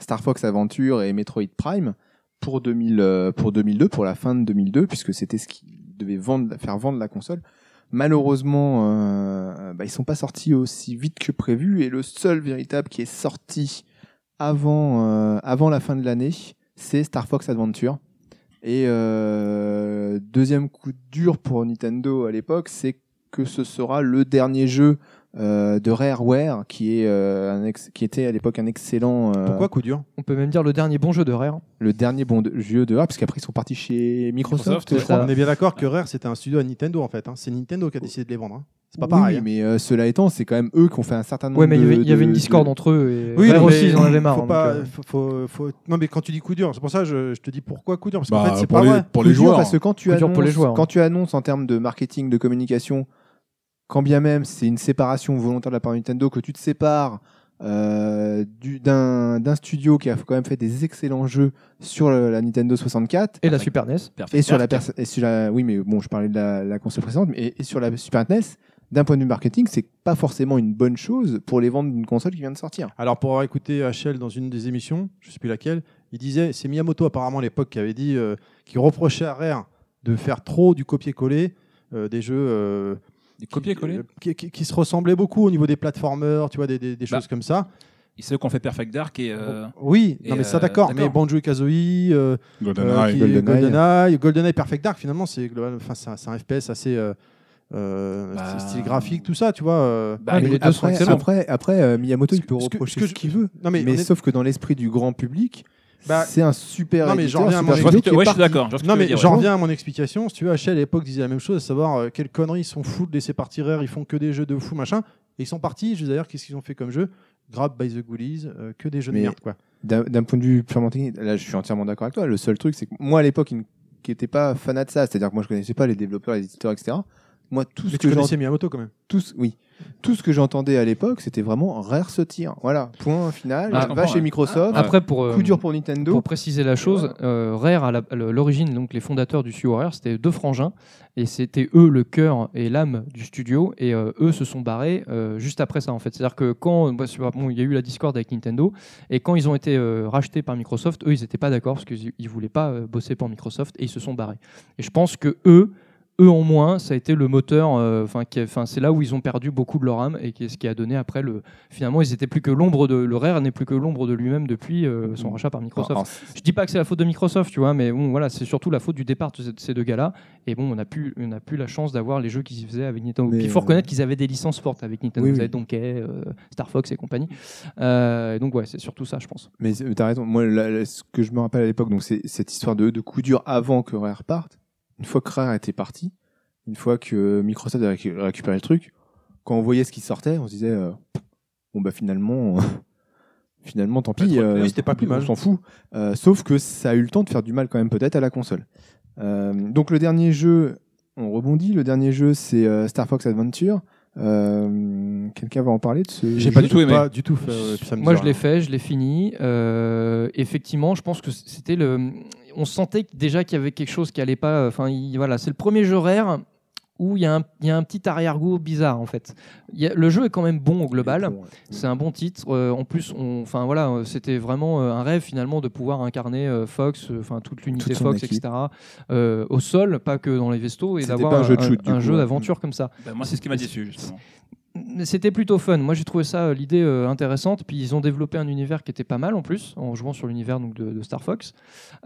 Speaker 5: Star Fox Adventure et Metroid Prime pour, 2000, euh, pour 2002, pour la fin de 2002, puisque c'était ce qui devait vendre, faire vendre la console malheureusement, euh, bah, ils sont pas sortis aussi vite que prévu. Et le seul véritable qui est sorti avant, euh, avant la fin de l'année, c'est Star Fox Adventure. Et euh, deuxième coup dur pour Nintendo à l'époque, c'est que ce sera le dernier jeu euh, de Rareware, qui, est, euh, un ex- qui était à l'époque un excellent, euh,
Speaker 3: Pourquoi coup dur
Speaker 4: On peut même dire le dernier bon jeu de Rare.
Speaker 5: le dernier bon de- jeu de Rare, parce qu'après ils sont partis chez Microsoft. euh,
Speaker 7: Microsoft,
Speaker 5: je
Speaker 7: ouais.
Speaker 5: crois.
Speaker 3: On est bien d'accord que Rare, c'était un studio à Nintendo en fait. hein. C'est Nintendo qui a décidé de les vendre. hein. C'est pas
Speaker 5: Oui,
Speaker 3: pareil. hein.
Speaker 5: mais euh, cela étant, c'est quand même eux qui ont fait un certain nombre
Speaker 4: Ouais, mais il y avait-
Speaker 5: de-
Speaker 4: il y avait une
Speaker 5: de-
Speaker 4: discorde
Speaker 5: de-
Speaker 4: entre eux. Et
Speaker 3: Oui,
Speaker 4: Rare
Speaker 3: non,
Speaker 4: aussi,
Speaker 3: mais
Speaker 4: ils en avaient marre.
Speaker 3: Faut
Speaker 4: donc,
Speaker 3: pas,
Speaker 4: euh,
Speaker 3: faut, faut- faut- Non, mais quand tu dis coup dur, c'est pour ça que je, je te dis pourquoi coup dur. Parce qu'en
Speaker 6: Bah,
Speaker 3: fait, c'est
Speaker 6: pour
Speaker 3: pas
Speaker 6: les-
Speaker 3: vrai.
Speaker 6: pour
Speaker 5: Plus
Speaker 6: les
Speaker 5: dur
Speaker 6: joueurs.
Speaker 5: parce que quand tu
Speaker 4: Plus dur
Speaker 5: annonces,
Speaker 4: pour les joueurs, hein.
Speaker 5: quand tu annonces en termes de marketing, de communication, quand bien même c'est une séparation volontaire de la part de Nintendo, que tu te sépares euh, du- d'un d'un studio qui a quand même fait des excellents jeux sur le- la Nintendo 64
Speaker 4: Et la Super E NES.
Speaker 5: et
Speaker 3: Ah,
Speaker 5: sur la perso- et sur la oui mais bon je parlais de la, la console précédente mais et, et sur la Super NES d'un point de vue marketing c'est pas forcément une bonne chose pour les ventes d'une console qui vient de sortir
Speaker 3: Alors, pour avoir écouté HL dans une des émissions, je sais plus laquelle, il disait c'est Miyamoto apparemment à l'époque qui avait dit euh, qui reprochait à Rare de faire trop du copier-coller euh, des jeux. euh,
Speaker 7: Des
Speaker 3: qui-
Speaker 7: copier-coller
Speaker 3: euh, qui, qui- qui se ressemblaient beaucoup au niveau des platformers, tu vois, des, des- des
Speaker 7: Bah,
Speaker 3: choses comme ça.
Speaker 7: Et Ceux qui ont fait Perfect Dark
Speaker 3: Oh.
Speaker 7: et. euh,
Speaker 3: oui,
Speaker 7: et
Speaker 3: non, mais ça
Speaker 7: euh,
Speaker 3: d'accord, mais
Speaker 7: d'accord.
Speaker 3: Banjo et Kazooie, euh,
Speaker 6: hein.
Speaker 3: euh,
Speaker 6: GoldenEye.
Speaker 3: qui-
Speaker 5: GoldenEye.
Speaker 3: GoldenEye. GoldenEye Perfect Dark, finalement, c'est global- enfin, c'est un, c'est un FPS assez euh, euh,
Speaker 7: Bah,
Speaker 3: style graphique, tout ça, tu vois. euh.
Speaker 7: bah,
Speaker 4: mais
Speaker 7: les-
Speaker 4: les deux sont
Speaker 5: après,
Speaker 4: excellents.
Speaker 5: après, après, euh, Miyamoto
Speaker 3: Ce
Speaker 5: il peut
Speaker 3: que- ce que-
Speaker 5: reprocher
Speaker 3: ce que
Speaker 5: ce
Speaker 3: je-
Speaker 5: qu'il veut
Speaker 3: Non, mais,
Speaker 5: mais,
Speaker 3: on est-
Speaker 5: sauf que dans l'esprit du grand public
Speaker 3: Bah,
Speaker 5: c'est un super
Speaker 3: non, mais j'en
Speaker 5: éditeur,
Speaker 3: reviens à
Speaker 5: super
Speaker 3: mon
Speaker 7: je vois ce
Speaker 5: studio
Speaker 7: que-
Speaker 5: qui est
Speaker 7: ouais, je suis
Speaker 5: parti.
Speaker 7: d'accord. je vois ce que
Speaker 3: Non
Speaker 7: tu veux
Speaker 3: mais
Speaker 7: dire,
Speaker 3: j'en
Speaker 7: ouais.
Speaker 3: reviens à mon explication. Si tu veux, HL à l'époque disait la même chose, à savoir euh, quelles conneries ils sont fous de laisser partir Rare, ils font que des jeux de fous machin. Et ils sont partis. Je d'ailleurs, qu'est-ce qu'ils ont fait comme jeu Grab by the Ghoulies, euh, que des jeux de
Speaker 5: Mais-
Speaker 3: merde quoi.
Speaker 5: D'un d'un point de vue purement technique, là je suis entièrement d'accord avec toi. Le seul truc, c'est que moi à l'époque, il ne- qui n'était pas fanat de ça, c'est-à-dire que moi je connaissais pas les développeurs, les éditeurs, etc. Moi, tout
Speaker 3: Mais
Speaker 5: ce
Speaker 3: tu
Speaker 5: que j'en-
Speaker 3: connaissais Miyamoto quand même.
Speaker 5: tout ce- oui, tout ce que j'entendais à l'époque, c'était vraiment rare se tire. Voilà, point final.
Speaker 7: Ah, je
Speaker 5: va
Speaker 7: comprends,
Speaker 5: chez
Speaker 7: ouais.
Speaker 5: Microsoft.
Speaker 4: Après, pour. euh,
Speaker 5: Coup dur pour Nintendo.
Speaker 4: Pour préciser la chose, euh, Rare, à la- à l'origine, donc les fondateurs du studio Rare, c'était deux frangins, et c'était eux le cœur et l'âme du studio, et euh, eux se sont barrés euh, juste après ça, en fait. C'est-à-dire que quand bah, c'est pas- bon, il y a eu la discorde avec Nintendo, et quand ils ont été euh, rachetés par Microsoft, eux, ils n'étaient pas d'accord parce qu'ils ne voulaient pas euh, bosser pour Microsoft, et ils se sont barrés. Et je pense que eux, eux en moins, ça a été le moteur, euh, enfin, qui a- enfin, c'est là où ils ont perdu beaucoup de leur âme, et qui est ce qui a donné après le. Finalement, ils étaient plus que l'ombre de. Le Rare n'est plus que l'ombre de lui-même depuis euh, son rachat par Microsoft.
Speaker 5: Alors,
Speaker 4: Je dis pas que c'est la faute de Microsoft, tu vois, mais bon, voilà, c'est surtout la faute du départ de ces- de ces deux gars-là. Et bon, on a plus, on a plus la chance d'avoir les jeux qu'ils y faisaient avec Nintendo.
Speaker 5: Mais,
Speaker 4: Puis il faut
Speaker 5: euh,
Speaker 4: reconnaître qu'ils avaient des licences fortes avec Nintendo.
Speaker 5: Oui,
Speaker 4: Vous
Speaker 5: oui.
Speaker 4: avez Donkey, euh, Star Fox et compagnie. Euh, et donc ouais, c'est surtout ça, je pense.
Speaker 5: Mais c'est- t'as raison. Moi, la- la- ce que je me rappelle à l'époque, donc c'est cette histoire de, de coup dur avant que Rare parte. Une fois que Rare était parti, une fois que Microsoft a récu- récupéré le truc, quand on voyait ce qui sortait, on se disait euh, bon bah finalement, euh, finalement tant pis. euh,
Speaker 3: oui, c'était pas plus mal.
Speaker 5: On s'en fout. Euh, sauf que ça a eu le temps de faire du mal quand même peut-être à la console. Euh, donc le dernier jeu, on rebondit. Le dernier jeu, c'est euh, Star Fox Adventure. Euh, Quelqu'un va en parler de ce
Speaker 3: J'ai
Speaker 5: jeu
Speaker 3: pas
Speaker 7: du
Speaker 3: du
Speaker 7: tout
Speaker 3: tout
Speaker 7: aimé.
Speaker 3: pas du tout fait. euh, ça me
Speaker 4: Moi,
Speaker 3: dit
Speaker 4: je l'ai
Speaker 3: rien.
Speaker 4: fait, je l'ai fini. Euh, effectivement, je pense que c'était euh, le. On sentait déjà qu'il y avait quelque chose qui allait pas. Enfin, il- voilà, c'est le premier jeu rare où il y, a un- il y a un petit arrière-goût bizarre en fait. Il y a- le jeu est quand même bon au global.
Speaker 5: Bon, ouais.
Speaker 4: C'est un bon titre. Euh, en plus, on- enfin voilà, euh, c'était vraiment euh, un rêve finalement de pouvoir incarner euh, Fox, euh, enfin toute l'unité
Speaker 5: Toute son
Speaker 4: Fox,
Speaker 5: équipe.
Speaker 4: etc. euh, au sol, pas que dans les vestos, et
Speaker 5: C'était
Speaker 4: d'avoir
Speaker 5: pas un
Speaker 4: un,
Speaker 5: jeu de shoot, du
Speaker 4: un
Speaker 5: coup,
Speaker 4: jeu
Speaker 5: ouais.
Speaker 4: d'aventure comme ça.
Speaker 7: Bah, moi, c'est ce qui m'a déçu, justement.
Speaker 4: Mais C'était plutôt fun. Moi, j'ai trouvé ça euh, l'idée euh, intéressante. Puis ils ont développé un univers qui était pas mal en plus, en jouant sur l'univers donc de, de Star Fox.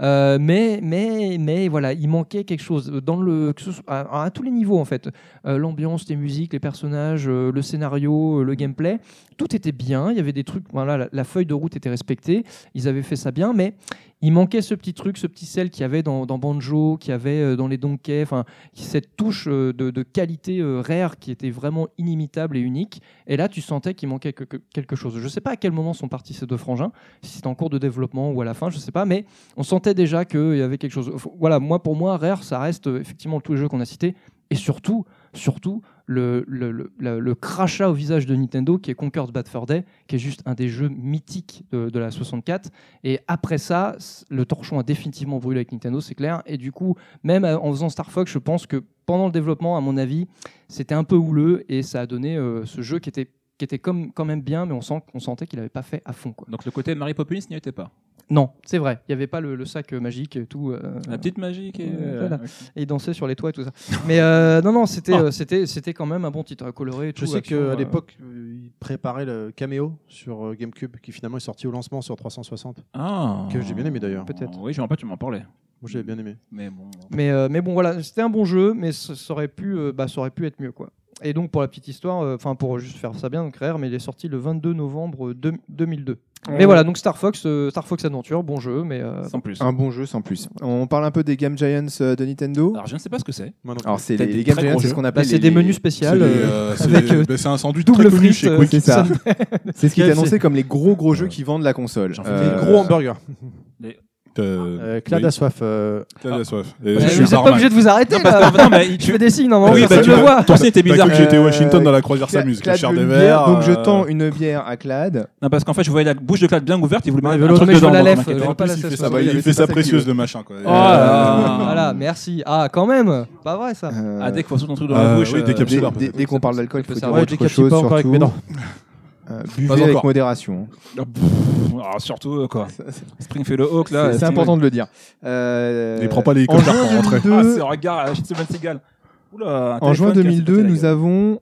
Speaker 4: Euh, mais mais mais voilà, il manquait quelque chose euh, dans le que ce soit- à, à tous les niveaux en fait. Euh, L'ambiance, les musiques, les personnages, euh, le scénario, euh, le gameplay, tout était bien. Il y avait des trucs. Voilà, la, la feuille de route était respectée. Ils avaient fait ça bien, mais il manquait ce petit truc, ce petit sel qu'il y avait dans, dans Banjo, qu'il y avait euh, dans les Donkey. Enfin, cette touche euh, de, de qualité euh, rare qui était vraiment inimitable et unique. Et là, tu sentais qu'il manquait que- que- quelque chose. Je ne sais pas à quel moment sont partis ces deux frangins, si c'était en cours de développement ou à la fin, je ne sais pas, mais on sentait déjà qu'il y avait quelque chose. F- Voilà, moi, pour moi, rare, ça reste euh, effectivement tous les jeux qu'on a cités, et surtout, surtout, le, le, le- le- le crachat au visage de Nintendo qui est Conker's Bad Fur Day, qui est juste un des jeux mythiques de, de la 64. Et après ça, c- le torchon a définitivement brûlé avec Nintendo, c'est clair. Et du coup, même euh, en faisant Star Fox, je pense que pendant le développement, à mon avis, c'était un peu houleux et ça a donné euh, ce jeu qui était, qui était comme, quand même bien, mais on, sent, on sentait qu'il n'avait pas fait à fond. Quoi.
Speaker 7: Donc, le côté Mary Poppins n'y était pas.
Speaker 4: Non, c'est vrai, il n'y avait pas le, le sac euh, magique et tout. euh,
Speaker 7: La petite magie qui est.
Speaker 4: Euh, voilà. et il dansait sur les toits et tout ça. Mais euh, non, non, c'était euh, c'était c'était quand même un bon titre, euh, coloré et tout.
Speaker 3: Je sais
Speaker 4: action,
Speaker 3: qu'à
Speaker 4: euh,
Speaker 3: l'époque, euh, ils préparaient le caméo sur euh, GameCube, qui finalement est sorti au lancement sur 360.
Speaker 7: Ah.
Speaker 3: Que j'ai bien aimé, d'ailleurs.
Speaker 4: Peut-être.
Speaker 7: Oui, je me rappelle, tu m'en parlais.
Speaker 3: Moi, j'avais bien aimé.
Speaker 7: Mais bon.
Speaker 4: Mais, euh, mais bon, voilà, c'était un bon jeu, mais ça ça aurait pu, euh, bah, ça aurait pu être mieux, quoi. Et donc, pour la petite histoire, euh, enfin, pour juste faire ça bien, donc Rare, mais il est sorti le 22 novembre euh, deux- 2002. Mais voilà, donc Star Fox, euh, Star Fox Adventure, bon jeu, mais euh,
Speaker 7: Sans plus.
Speaker 5: Un bon jeu sans plus. On parle un peu des Game Giants euh, de Nintendo.
Speaker 7: Alors, je ne sais pas ce que c'est.
Speaker 3: Moi non plus.
Speaker 5: Alors c'est
Speaker 7: T'as
Speaker 5: les,
Speaker 7: des
Speaker 5: les Game
Speaker 7: très
Speaker 5: Giants,
Speaker 7: gros
Speaker 5: c'est
Speaker 7: jeux.
Speaker 5: ce qu'on
Speaker 4: bah,
Speaker 5: appelle
Speaker 4: c'est
Speaker 5: les-
Speaker 4: des menus
Speaker 6: C'est
Speaker 4: spéciaux.
Speaker 6: les,
Speaker 4: euh,
Speaker 6: euh,
Speaker 4: avec,
Speaker 6: c'est-
Speaker 4: euh,
Speaker 6: bah, c'est un sandwich
Speaker 4: double
Speaker 6: très connu
Speaker 4: frites,
Speaker 6: chez
Speaker 4: euh,
Speaker 6: Quick.
Speaker 5: c'est ça. C'est ce qui est
Speaker 3: KFC.
Speaker 5: annoncé comme les gros gros jeux
Speaker 6: Ouais.
Speaker 5: qui vendent la console.
Speaker 7: J'en fais
Speaker 3: Des
Speaker 5: Euh,
Speaker 3: gros hamburgers.
Speaker 6: Euh,
Speaker 3: Euh, Claire
Speaker 6: oui,
Speaker 3: a soif. euh,
Speaker 6: Clad a soif. Et
Speaker 4: vous
Speaker 6: je suis
Speaker 4: n'êtes pas
Speaker 6: barman.
Speaker 4: obligé de vous arrêter là.
Speaker 7: non, mais il-
Speaker 4: Tu fais des signes, non
Speaker 6: Oui,
Speaker 4: mais
Speaker 6: bah,
Speaker 4: je
Speaker 6: tu
Speaker 4: le
Speaker 6: vois.
Speaker 4: vois.
Speaker 7: Ton signe était
Speaker 6: T'as
Speaker 7: bizarre.
Speaker 6: cru que j'étais
Speaker 5: Euh,
Speaker 6: Washington dans la croisière
Speaker 5: Clad-
Speaker 6: s'amuse.
Speaker 5: Clad
Speaker 6: Le cher
Speaker 5: veut
Speaker 6: des
Speaker 5: une bière,
Speaker 6: verres.
Speaker 5: Donc je
Speaker 6: euh,
Speaker 5: tends une bière à Clad.
Speaker 7: Non, parce qu'en fait, je voyais la bouche de Claude bien ouverte, il voulait
Speaker 4: Non,
Speaker 7: mettre
Speaker 4: mais
Speaker 7: un
Speaker 4: le-
Speaker 7: truc
Speaker 4: mais je
Speaker 7: dedans.
Speaker 4: la
Speaker 7: donc,
Speaker 4: lève,
Speaker 7: m'inquiète
Speaker 4: je
Speaker 7: pas.
Speaker 4: vois pas la
Speaker 6: il fait
Speaker 4: sauce.
Speaker 6: sa-
Speaker 5: Ah bah, il
Speaker 6: il
Speaker 5: avait
Speaker 6: fait
Speaker 5: fait
Speaker 6: sa
Speaker 5: ça qui
Speaker 6: précieuse
Speaker 5: veut.
Speaker 6: le machin quoi.
Speaker 7: Oh là là.
Speaker 4: Voilà, merci. Ah, quand même. Pas vrai ça.
Speaker 5: Euh,
Speaker 7: Ah, dès qu'il faut son truc dans
Speaker 6: Euh,
Speaker 7: la bouche.
Speaker 6: oui, dès qu'il y
Speaker 7: euh,
Speaker 6: a
Speaker 5: dès-
Speaker 6: Absolument.
Speaker 5: dès- dès qu'on parle d'alcool, il faut
Speaker 4: Ça
Speaker 5: dire
Speaker 4: va,
Speaker 3: ouais,
Speaker 5: autre
Speaker 3: je décapite
Speaker 5: chose
Speaker 3: pas encore avec mes
Speaker 5: surtout.
Speaker 3: dents.
Speaker 5: Euh,
Speaker 6: Pas
Speaker 5: Buvez avec
Speaker 6: encore.
Speaker 5: modération.
Speaker 7: Ah, pff, alors, surtout, euh, quoi. Springfield Hawk, là.
Speaker 5: C'est- C'est
Speaker 7: Stingray.
Speaker 5: important de le dire. Euh,
Speaker 6: Il prend pas les
Speaker 5: en
Speaker 6: codes
Speaker 5: juin
Speaker 6: pour rentrer.
Speaker 5: 2002,
Speaker 7: Ah, c'est regard à Steven Seagal. Oula, un
Speaker 5: En juin
Speaker 7: téléphone qui a
Speaker 5: 2002,
Speaker 7: sauté la
Speaker 5: nous
Speaker 7: gueule.
Speaker 5: avons.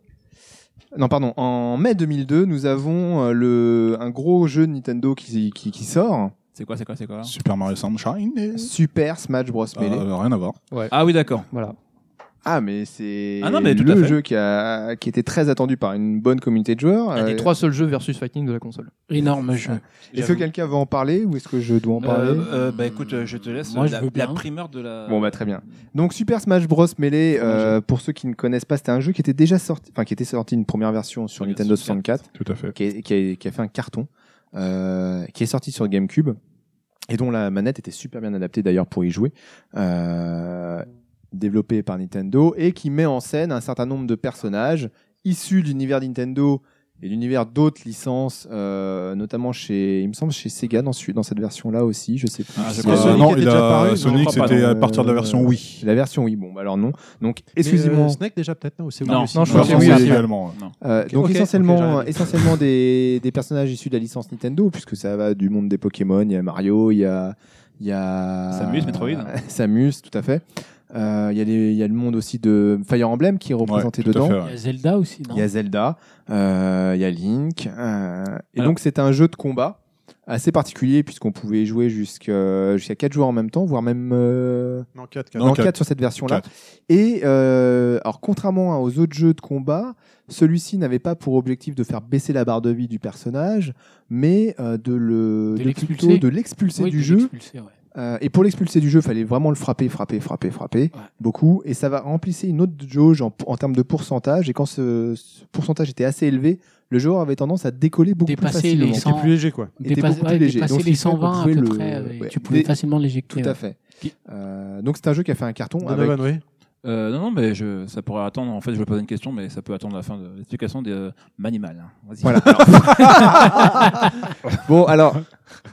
Speaker 5: Non, pardon. En mai 2002, nous avons euh, le un gros jeu de Nintendo qui, qui, qui sort,
Speaker 7: C'est quoi, c'est quoi, c'est quoi
Speaker 6: Super Mario Sunshine. et-
Speaker 5: Super Smash Bros
Speaker 6: Ah,
Speaker 5: Melee.
Speaker 6: Rien à voir.
Speaker 7: Ah oui, d'accord.
Speaker 4: Voilà.
Speaker 5: Ah, mais c'est
Speaker 7: Ah non, mais tout à
Speaker 5: le
Speaker 7: fait.
Speaker 5: jeu qui a qui était très attendu par une bonne communauté de joueurs.
Speaker 4: Un
Speaker 7: Ah,
Speaker 5: Euh,
Speaker 4: des trois seuls jeux versus fighting de la console.
Speaker 10: Énorme jeu.
Speaker 5: Est-ce que quelqu'un veut en parler ou est-ce que je dois en parler
Speaker 7: Euh, euh, bah écoute, euh, je te laisse
Speaker 10: Moi, je
Speaker 7: la,
Speaker 10: veux bien.
Speaker 7: la primeur de la.
Speaker 5: Bon bah très bien. Donc Super Smash Bros Melee, euh, pour ceux qui ne connaissent pas, c'était un jeu qui était déjà sorti, enfin qui était sorti une première version sur
Speaker 7: Bien
Speaker 5: Nintendo
Speaker 7: sûr.
Speaker 5: 64.
Speaker 6: Tout à fait.
Speaker 5: qui a, qui a- qui a fait un carton, euh, qui est sorti sur GameCube et dont la manette était super bien adaptée d'ailleurs pour y jouer, euh, développé par Nintendo et qui met en scène un certain nombre de personnages issus de l'univers Nintendo et de l'univers d'autres licences, euh, notamment chez, il me semble chez Sega dans, ce- dans cette version-là aussi, je sais plus.
Speaker 7: Ah, je
Speaker 5: Euh,
Speaker 7: crois
Speaker 3: Sonic
Speaker 6: non,
Speaker 3: était
Speaker 6: il
Speaker 3: déjà
Speaker 6: a-
Speaker 3: apparu, non, je
Speaker 6: Sonic,
Speaker 3: crois pas,
Speaker 6: c'était
Speaker 5: non.
Speaker 6: à partir de la version
Speaker 5: Euh,
Speaker 6: Wii.
Speaker 5: La version oui, bon bah alors non. Donc
Speaker 3: Mais,
Speaker 5: exclusivement.
Speaker 3: euh, Snake déjà peut-être non ou c'est
Speaker 7: Non,
Speaker 3: Wii aussi
Speaker 4: non,
Speaker 6: Je
Speaker 4: crois
Speaker 6: pense
Speaker 5: que oui,
Speaker 6: que c'est
Speaker 5: oui.
Speaker 6: également.
Speaker 5: Euh, donc
Speaker 3: ok, ok,
Speaker 5: essentiellement,
Speaker 3: j'arrive.
Speaker 5: essentiellement des, des personnages issus de la licence Nintendo, puisque ça va du monde des Pokémon, il y a Mario, il y a, il y a
Speaker 7: Samus, Metroid.
Speaker 5: Samus, tout à fait. Euh, Il y, a les- il y a le monde aussi de Fire Emblem qui est représenté
Speaker 6: tout à
Speaker 5: dedans.
Speaker 6: fait, ouais.
Speaker 10: Il y a Zelda aussi, non
Speaker 5: Il y a Zelda, euh, il y a Link. euh, et
Speaker 7: Alors-
Speaker 5: donc c'est un jeu de combat assez particulier puisqu'on pouvait jouer jusqu'à jusqu'à 4 joueurs en même temps, voire même euh,
Speaker 3: Non, 4,
Speaker 5: en
Speaker 6: Non,
Speaker 5: 4
Speaker 6: quatre.
Speaker 5: sur cette version-là.
Speaker 6: Quatre.
Speaker 5: Et euh, alors contrairement aux autres jeux de combat, celui-ci n'avait pas pour objectif de faire baisser la barre de vie du personnage, mais euh, de le
Speaker 10: De
Speaker 5: de
Speaker 10: l'expulser.
Speaker 5: plutôt de l'expulser
Speaker 10: Oui,
Speaker 5: du
Speaker 10: de
Speaker 5: jeu.
Speaker 10: l'expulser, ouais.
Speaker 5: Euh, et pour l'expulser du jeu, il fallait vraiment le frapper, frapper, frapper, frapper beaucoup. Et ça va remplissait une autre jauge en, en termes de pourcentage. Et quand ce, ce pourcentage était assez élevé, le joueur avait tendance à décoller beaucoup plus
Speaker 10: Dépasser
Speaker 5: facilement.
Speaker 10: les 100,
Speaker 3: plus léger quoi.
Speaker 5: était
Speaker 10: dépasse-
Speaker 5: beaucoup plus
Speaker 10: ouais,
Speaker 5: léger.
Speaker 10: dépasser les
Speaker 5: Donc, ce qui fait qu'on
Speaker 10: 120 à
Speaker 5: pouvait
Speaker 10: peu
Speaker 5: le-
Speaker 10: près, euh,
Speaker 5: ouais,
Speaker 10: tu pouvais
Speaker 5: dé-
Speaker 10: facilement l'éjecter.
Speaker 5: Tout
Speaker 10: ouais.
Speaker 5: à fait.
Speaker 10: Qui-
Speaker 5: Euh, donc c'est un jeu qui a fait un carton avec
Speaker 3: Donovan, oui.
Speaker 7: Euh, non, non, mais je, ça pourrait attendre. En fait, je vais poser une question, mais ça peut attendre la fin de l'explication des euh, Manimal. hein. Vas-y.
Speaker 5: Voilà. Bon, alors,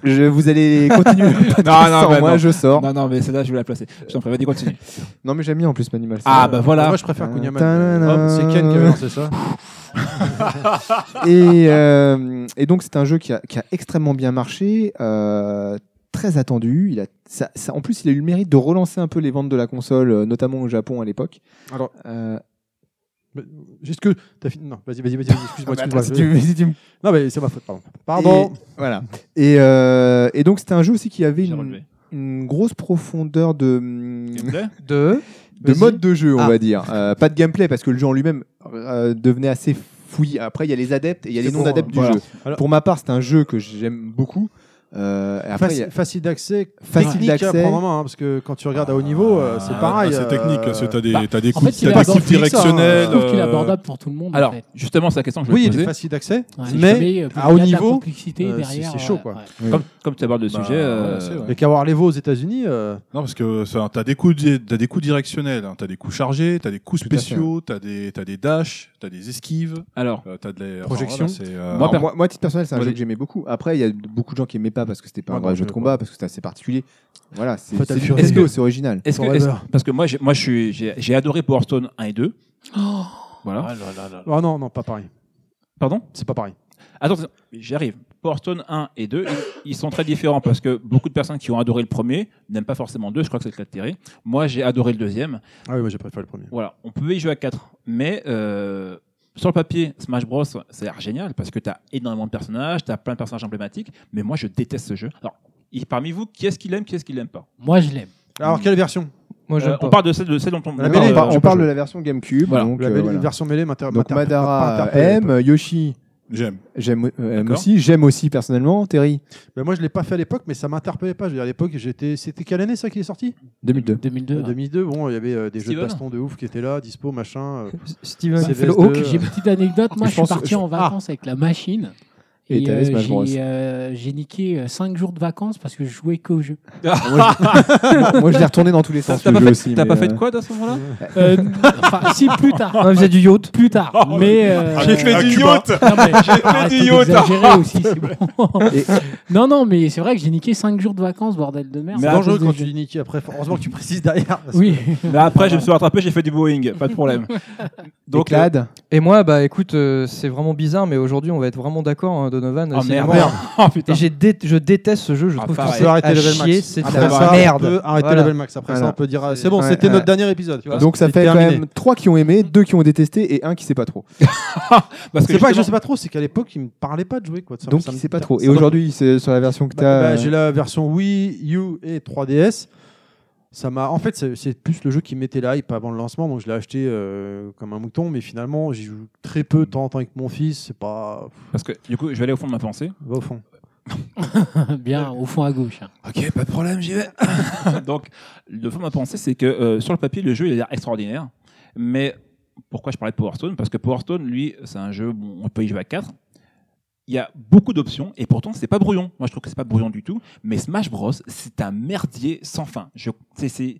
Speaker 5: je, vous allez continuer. le podcast
Speaker 7: Non, non,
Speaker 5: sans
Speaker 7: bah
Speaker 5: moi,
Speaker 7: non.
Speaker 5: je sors. Non,
Speaker 7: non, non, mais celle-là, je vais la placer. Je t'en prie, vas-y, continue.
Speaker 5: mais j'aime bien en plus Manimal.
Speaker 7: Ah, bah voilà.
Speaker 3: Euh, Moi, je préfère Kunyaman.
Speaker 5: Tadadam.
Speaker 3: Oh, C'est Ken qui avait lancé ça.
Speaker 5: et, euh, et donc c'est un jeu qui a, qui a extrêmement bien marché, euh, très attendu. Il a, ça, ça- en plus, il a eu le mérite de relancer un peu les ventes de la console, euh, notamment au Japon à l'époque.
Speaker 3: Alors-
Speaker 5: Euh,
Speaker 3: Mais, Juste que. t'as fini- Non, vas-y, vas-y, vas-y, vas-y, excuse-moi.
Speaker 5: bah,
Speaker 3: excuse-moi.
Speaker 5: si tu- si tu me-
Speaker 3: Non, mais c'est ma faute, pardon. Pardon.
Speaker 5: Et, voilà. Et, euh, et donc c'était un jeu aussi qui avait
Speaker 7: J'ai
Speaker 5: une,
Speaker 7: relevé.
Speaker 5: une grosse profondeur de hum,
Speaker 7: Gameplay
Speaker 4: De.
Speaker 5: de
Speaker 4: Vas-y.
Speaker 5: mode de jeu, on
Speaker 4: Ah.
Speaker 5: va dire. Euh, pas de gameplay parce que le jeu en lui-même euh, devenait assez fouillis. Après, il y a les adeptes et il y a les
Speaker 3: C'était pour,
Speaker 5: non-adeptes
Speaker 3: euh,
Speaker 5: du
Speaker 3: voilà.
Speaker 5: jeu.
Speaker 3: Alors-
Speaker 5: pour ma part, c'est un jeu que j'aime beaucoup. Euh, et après, il y
Speaker 3: Faci-
Speaker 5: a-
Speaker 3: Facile d'accès,
Speaker 5: Facile
Speaker 3: technique à
Speaker 5: d'accès.
Speaker 3: prendre en main, hein, parce que quand tu regardes à haut niveau, euh, c'est
Speaker 6: Ah,
Speaker 3: pareil.
Speaker 6: C'est
Speaker 3: euh,
Speaker 6: technique, parce que t'as des,
Speaker 10: bah,
Speaker 6: t'as des
Speaker 10: en
Speaker 6: coups,
Speaker 10: fait, il
Speaker 6: t'as
Speaker 10: est
Speaker 6: pas de coups
Speaker 10: abordé, ça,
Speaker 6: directionnels.
Speaker 10: Je trouve qu'il est
Speaker 6: euh,
Speaker 10: abordable pour tout le monde.
Speaker 7: Alors,
Speaker 10: en fait.
Speaker 7: justement, c'est la question que je
Speaker 3: Oui,
Speaker 7: vais
Speaker 3: il est
Speaker 7: poser.
Speaker 3: facile d'accès,
Speaker 10: Ouais, euh,
Speaker 3: mais
Speaker 8: euh,
Speaker 10: il
Speaker 3: à haut
Speaker 10: y a de la
Speaker 3: niveau,
Speaker 10: complexité
Speaker 3: euh, c'est-
Speaker 10: derrière,
Speaker 3: c'est chaud,
Speaker 10: ouais,
Speaker 3: quoi.
Speaker 10: ouais.
Speaker 7: Comme, comme tu abordes le
Speaker 6: Bah,
Speaker 7: sujet. euh,
Speaker 6: ouais, c'est vrai.
Speaker 3: mais qu'avoir les veaux aux États-Unis, euh,
Speaker 6: Non, parce que ça, t'as des coups, di- t'as des coups directionnels, hein, t'as des coups chargés, t'as des coups
Speaker 5: Tout à fait,
Speaker 6: spéciaux, t'as des, t'as des dashs, t'as des esquives,
Speaker 7: Alors,
Speaker 6: euh, t'as de la
Speaker 3: Projection.
Speaker 6: enfin, voilà, c'est, euh,
Speaker 7: Moi,
Speaker 5: Alors, moi, moi, à titre personnel, c'est un
Speaker 7: Vas-y.
Speaker 5: jeu que j'aimais beaucoup. Après, il y a beaucoup de gens qui aimaient pas parce que c'était pas un
Speaker 3: Moi,
Speaker 5: vrai
Speaker 3: non,
Speaker 5: jeu de
Speaker 3: je
Speaker 5: combat, parce que c'était assez particulier. Voilà, c'est
Speaker 3: Fatal
Speaker 5: c'est du
Speaker 3: Fury.
Speaker 5: SBO, c'est original.
Speaker 7: est-ce que,
Speaker 3: Forever.
Speaker 7: est-ce- parce que moi, j'ai, moi, je suis, j'ai, j'ai adoré Power Stone 1 et 2.
Speaker 10: Oh,
Speaker 7: Voilà.
Speaker 3: ah non, non, pas pareil.
Speaker 7: Pardon
Speaker 3: C'est pas pareil.
Speaker 7: Attends, attends, j'y arrive. Power Stone 1 et 2, ils, ils sont très différents parce que beaucoup de personnes qui ont adoré le premier n'aiment pas forcément le 2, je crois que c'est le cas de Terry. Moi, j'ai adoré le deuxième.
Speaker 3: Ah oui, moi j'ai préféré le premier.
Speaker 7: Voilà, on pouvait y jouer à 4, mais euh, sur le papier, Smash Bros, ça a l'air génial parce que tu as énormément de personnages, tu as plein de personnages emblématiques, mais moi, je déteste ce jeu. Alors, il- parmi vous, qui est-ce qui l'aime, qui est-ce qui l'aime pas
Speaker 10: Moi, je l'aime.
Speaker 3: Alors, quelle version
Speaker 4: Moi, j'aime
Speaker 7: Euh, On
Speaker 4: pas.
Speaker 7: parle de celle, de celle dont on,
Speaker 3: La
Speaker 7: Euh, on
Speaker 5: on,
Speaker 3: mêlée,
Speaker 5: parle,
Speaker 7: parle.
Speaker 5: on
Speaker 3: j'ai pas
Speaker 5: parle de
Speaker 3: joué.
Speaker 5: la version GameCube.
Speaker 7: Voilà.
Speaker 5: Donc,
Speaker 3: La
Speaker 5: euh,
Speaker 3: belle
Speaker 5: voilà.
Speaker 3: version mêlée m'intéresse.
Speaker 5: Donc, Madara aime, Yoshi
Speaker 6: j'aime.
Speaker 5: j'aime euh, aime
Speaker 7: D'accord.
Speaker 5: aussi, j'aime aussi personnellement, Terry
Speaker 3: Ben moi, je l'ai pas fait à l'époque, mais ça m'interpellait pas. Je veux dire, à l'époque, j'étais. C'était quelle année ça qui est sorti
Speaker 5: 2002.
Speaker 10: 2002.
Speaker 3: Euh, 2002. Bon, il y avait euh, des jeux
Speaker 7: Steven.
Speaker 3: de baston de ouf qui étaient là, dispo, machin. euh.
Speaker 4: Steven,
Speaker 3: C'est
Speaker 4: fais le
Speaker 3: VS2,
Speaker 4: hawk.
Speaker 3: euh,
Speaker 10: J'ai une petite anecdote. Moi,
Speaker 5: Je
Speaker 10: je, suis
Speaker 5: pense-
Speaker 10: parti
Speaker 5: je-
Speaker 10: en vacances avec la machine.
Speaker 5: Et
Speaker 10: Et
Speaker 5: t'as
Speaker 10: euh,
Speaker 5: les Smash Bros.
Speaker 10: j'ai euh, j'ai niqué 5 jours de vacances parce que je jouais qu'au jeu.
Speaker 5: Moi, je l'ai retourné dans tous les
Speaker 7: T'as
Speaker 5: sens.
Speaker 7: t'as
Speaker 5: le
Speaker 7: pas,
Speaker 5: jeu
Speaker 7: fait,
Speaker 5: aussi,
Speaker 7: t'as
Speaker 5: mais,
Speaker 7: pas
Speaker 5: euh,
Speaker 7: fait de quoi à ce moment-là
Speaker 10: Euh, enfin, si, plus tard.
Speaker 4: On faisait du yacht.
Speaker 10: Plus tard. mais. euh,
Speaker 6: J'ai fait
Speaker 10: euh,
Speaker 6: du
Speaker 10: Cuba.
Speaker 6: yacht.
Speaker 10: Non, mais
Speaker 6: fait du yacht.
Speaker 10: arrête d'exagérer aussi, c'est bon.
Speaker 5: Et-
Speaker 10: Non, non, mais c'est vrai que j'ai niqué 5 jours de vacances, bordel de merde.
Speaker 3: C'est
Speaker 7: Mais à
Speaker 3: dangereux
Speaker 10: cause des
Speaker 3: quand
Speaker 10: jeux.
Speaker 3: tu dis Niki après. Heureusement que tu précises derrière. parce que-
Speaker 10: Oui.
Speaker 7: Mais Bah, après, je me suis rattrapé, j'ai fait du Boeing, pas de problème.
Speaker 5: Donc,
Speaker 3: euh,
Speaker 5: Clad,
Speaker 4: Et moi, bah écoute, euh, c'est vraiment bizarre, mais aujourd'hui, on va être vraiment d'accord, hein, Donovan.
Speaker 7: Ah
Speaker 4: C'est
Speaker 7: merde.
Speaker 4: vraiment-
Speaker 7: Oh, putain.
Speaker 4: Et j'ai dé- je déteste ce jeu, je
Speaker 7: Ah,
Speaker 4: trouve
Speaker 7: pareil.
Speaker 4: que
Speaker 3: On
Speaker 4: c'est
Speaker 3: peut arrêter
Speaker 4: à
Speaker 3: level max. Ah bah
Speaker 4: chier, c'est de
Speaker 3: Après
Speaker 4: la
Speaker 3: ça,
Speaker 4: merde.
Speaker 3: on peut arrêter
Speaker 4: Voilà.
Speaker 3: level max. Après ça,
Speaker 5: Voilà.
Speaker 3: on peut dire ah, c'est bon,
Speaker 5: Ouais,
Speaker 3: c'était
Speaker 5: ouais.
Speaker 3: notre dernier épisode. tu vois.
Speaker 5: donc ça
Speaker 3: C'est
Speaker 5: fait quand
Speaker 3: terminé.
Speaker 5: même 3 qui ont aimé, 2 qui ont détesté et 1 qui sait pas trop.
Speaker 7: Parce que
Speaker 3: C'est pas que je
Speaker 7: justement-
Speaker 3: sais pas trop, c'est qu'à l'époque, il me parlait pas de jouer. Quoi. Ça-
Speaker 5: Donc
Speaker 3: ça
Speaker 5: il
Speaker 3: me-
Speaker 5: sait pas trop.
Speaker 3: ça
Speaker 5: Et
Speaker 3: m'a-
Speaker 5: aujourd'hui, c'est sur la version que
Speaker 3: Bah,
Speaker 5: t'as.
Speaker 3: bah,
Speaker 5: euh,
Speaker 3: J'ai la version Wii U et 3DS. Ça m'a. En fait, c'est c'est plus le jeu qui mettait l'hype avant le lancement, donc je l'ai acheté euh, comme un mouton. Mais finalement, j'y joue très peu, de temps en temps avec mon fils. C'est pas.
Speaker 7: Parce que du coup, je vais aller au fond de ma pensée.
Speaker 3: Va au fond.
Speaker 10: Bien, au fond à gauche. hein.
Speaker 7: Ok, pas de problème, j'y vais. Donc, le fond de ma pensée, c'est que euh, sur le papier, le jeu, il a l'air extraordinaire. Mais pourquoi je parlais de Power Stone Parce que Power Stone, lui, c'est un jeu, bon, on peut y jouer à 4. Il y a beaucoup d'options et pourtant, c'est pas brouillon. Moi, je trouve que c'est pas brouillon du tout. Mais Smash Bros, c'est un merdier sans fin. Je, c'est, c'est-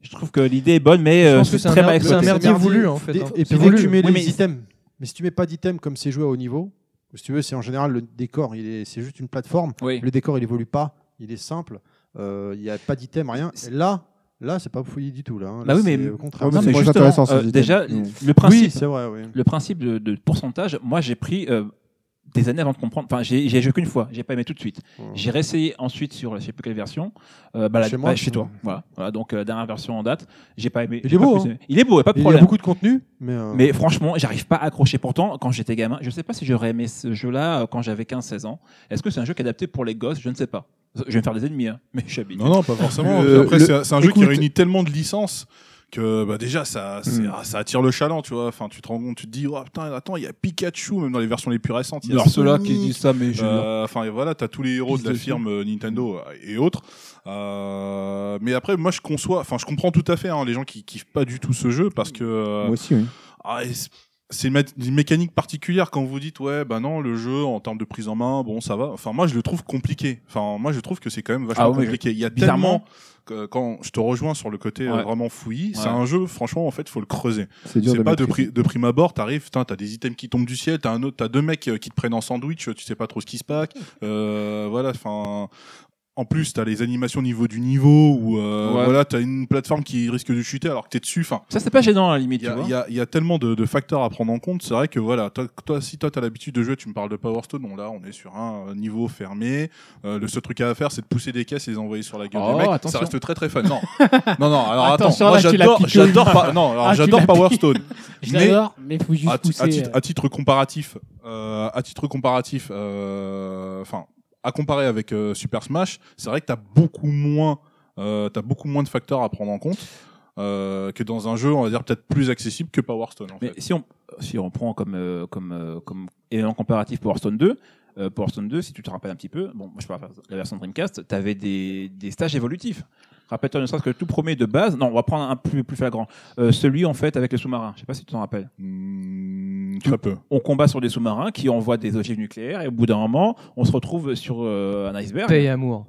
Speaker 7: je trouve que l'idée est bonne, mais
Speaker 4: Je
Speaker 7: euh,
Speaker 4: pense que
Speaker 7: c'est
Speaker 4: c'est un
Speaker 7: très
Speaker 4: mer-
Speaker 7: mal
Speaker 4: c'est un
Speaker 7: exploité.
Speaker 4: merdier voulu, en fait,
Speaker 3: Des-
Speaker 4: hein.
Speaker 3: Et
Speaker 4: C'est
Speaker 3: puis dès que
Speaker 4: voulu.
Speaker 3: tu mets
Speaker 7: Oui, mais
Speaker 3: les
Speaker 7: c'est-
Speaker 3: items. Mais si tu mets pas d'items comme c'est joué à haut niveau, si tu veux, c'est en général le décor, il est- c'est juste une plateforme.
Speaker 7: Oui.
Speaker 3: Le décor, il évolue pas, il est simple. euh, Il n'y a pas d'item, rien. Et là, là, c'est pas fouillé du tout. Là, hein.
Speaker 7: Bah
Speaker 3: Là,
Speaker 7: oui, mais-
Speaker 3: c'est au contraire.
Speaker 5: Ouais, mais
Speaker 7: Non,
Speaker 5: c'est
Speaker 7: mais
Speaker 5: moins
Speaker 7: justement,
Speaker 5: intéressant, ce
Speaker 7: euh,
Speaker 5: système.
Speaker 7: déjà,
Speaker 5: Mm.
Speaker 7: le principe.
Speaker 3: Oui, c'est vrai. Oui.
Speaker 7: le principe de, de pourcentage, moi j'ai pris euh, des années avant de comprendre. Enfin, j'ai j'ai joué qu'une fois, j'ai pas aimé tout de
Speaker 5: Mm.
Speaker 7: suite.
Speaker 3: Ouais.
Speaker 7: J'ai réessayé ensuite sur je sais plus quelle version. Euh, bah, la-
Speaker 3: Chez moi,
Speaker 7: bah, chez
Speaker 3: c'est-
Speaker 7: toi. Voilà. Voilà, donc euh, dernière version en date. J'ai pas aimé.
Speaker 3: Il
Speaker 7: j'ai
Speaker 3: est
Speaker 7: pas
Speaker 3: beau,
Speaker 7: plus
Speaker 3: hein.
Speaker 7: aimé. Il est beau, pas
Speaker 3: Il
Speaker 7: de
Speaker 3: y a
Speaker 7: problème.
Speaker 3: beaucoup de contenu, mais, euh,
Speaker 7: Mais franchement, j'arrive pas à accrocher. Pourtant, quand j'étais gamin, je sais pas si j'aurais aimé ce jeu-là euh, quand j'avais 15-16 ans. Est-ce que c'est un jeu qui est adapté pour les gosses Je ne sais pas. Je vais me faire des ennemis, hein, mais je suis habitué.
Speaker 6: Non, non, pas forcément.
Speaker 5: Le-
Speaker 6: Après,
Speaker 5: Euh, le-
Speaker 6: c'est c'est un jeu qui
Speaker 5: écoute-
Speaker 6: réunit tellement de licences que bah, déjà, ça, c'est-
Speaker 5: Hmm.
Speaker 6: ah, ça attire le chaland, tu vois. Enfin, tu te rends compte, tu te dis, oh putain, attends, il y a Pikachu, même dans les versions les plus récentes. il y a
Speaker 7: Alors ceux-là
Speaker 6: Sonic,
Speaker 7: qui disent ça, mais je.
Speaker 5: hein.
Speaker 3: Bah,
Speaker 6: euh, Enfin, et voilà, t'as tous les héros
Speaker 7: Fils
Speaker 6: de la
Speaker 7: de
Speaker 6: firme euh, Nintendo euh, et autres. Euh, mais après, moi, je conçois, enfin, je comprends tout à fait hein, les gens qui kiffent pas du tout ce jeu parce que. euh,
Speaker 5: Moi aussi, oui.
Speaker 6: ah, et c'est- c'est une, mé- une mécanique particulière quand vous dites ouais bah non le jeu en termes de prise en main bon ça va enfin moi je le trouve compliqué enfin moi je trouve que c'est quand même vachement
Speaker 7: Ah ouais,
Speaker 6: compliqué il y a
Speaker 7: bizarrement-
Speaker 6: tellement que- quand je te rejoins sur le côté euh,
Speaker 7: Ouais.
Speaker 6: vraiment fouillis c'est
Speaker 7: Ouais.
Speaker 6: un jeu franchement en fait faut le creuser
Speaker 5: C'est dur
Speaker 6: c'est
Speaker 5: de
Speaker 6: pas de,
Speaker 5: maîtriser.
Speaker 6: pri- de prime abord t'arrives putain, t'as des items qui tombent du ciel t'as un autre t'as deux mecs euh, qui te prennent en sandwich tu sais pas trop ce qui se passe euh, voilà enfin en plus t'as les animations au niveau du niveau ou euh,
Speaker 7: Ouais.
Speaker 6: voilà t'as une plateforme qui risque de chuter alors que t'es dessus enfin
Speaker 7: Ça, c'est pas gênant à la limite,
Speaker 6: il y,
Speaker 7: tu
Speaker 6: a,
Speaker 7: vois.
Speaker 6: il y a- il y a tellement de, de facteurs à prendre en compte. C'est vrai que voilà, toi, toi, si toi t'as l'habitude de jouer, tu me parles de Power Stone. Bon là, on est sur un euh, niveau fermé. Euh, le seul truc à faire, c'est de pousser des caisses et les envoyer sur la gueule
Speaker 7: Oh,
Speaker 6: des mecs.
Speaker 7: attention.
Speaker 6: Ça reste très très fun. Non, non, non. Alors attends,
Speaker 8: Attention,
Speaker 6: moi
Speaker 8: là, tu l'as
Speaker 6: j'adore,
Speaker 8: piqué.
Speaker 6: j'adore pas. Non, alors
Speaker 8: Ah, tu
Speaker 6: j'adore
Speaker 8: l'as
Speaker 6: Power
Speaker 8: piqué.
Speaker 6: Stone.
Speaker 8: Je
Speaker 6: Mais-
Speaker 8: l'adore, mais
Speaker 7: Ah,
Speaker 8: faut juste
Speaker 6: À, ti- à
Speaker 8: pousser.
Speaker 6: titre,
Speaker 8: euh,
Speaker 6: à titre comparatif, euh, à titre comparatif, euh, enfin, à comparer avec euh, Super Smash, c'est vrai que t'as beaucoup moins, euh, t'as beaucoup moins de facteurs à prendre en compte. euh, que dans un jeu, on va dire peut-être plus accessible que Power Stone. En
Speaker 7: Mais
Speaker 6: fait.
Speaker 7: si on, si on prend comme, euh, comme, euh, comme élément comparatif Power Stone 2, euh, Power Stone 2, si tu te rappelles un petit peu, bon, moi je parle de la version Dreamcast, tu avais des, des stages évolutifs. Rappelle-toi ne serait-ce que le tout premier de base, non, on va prendre un plus, plus flagrant, Euh, celui en fait avec les sous-marins, je sais pas si tu t'en rappelles.
Speaker 6: Mm. Hmm, très peu.
Speaker 7: On combat sur des sous-marins qui envoient des ogives nucléaires et au bout d'un moment, on se retrouve sur euh, un iceberg.
Speaker 4: Paix et amour.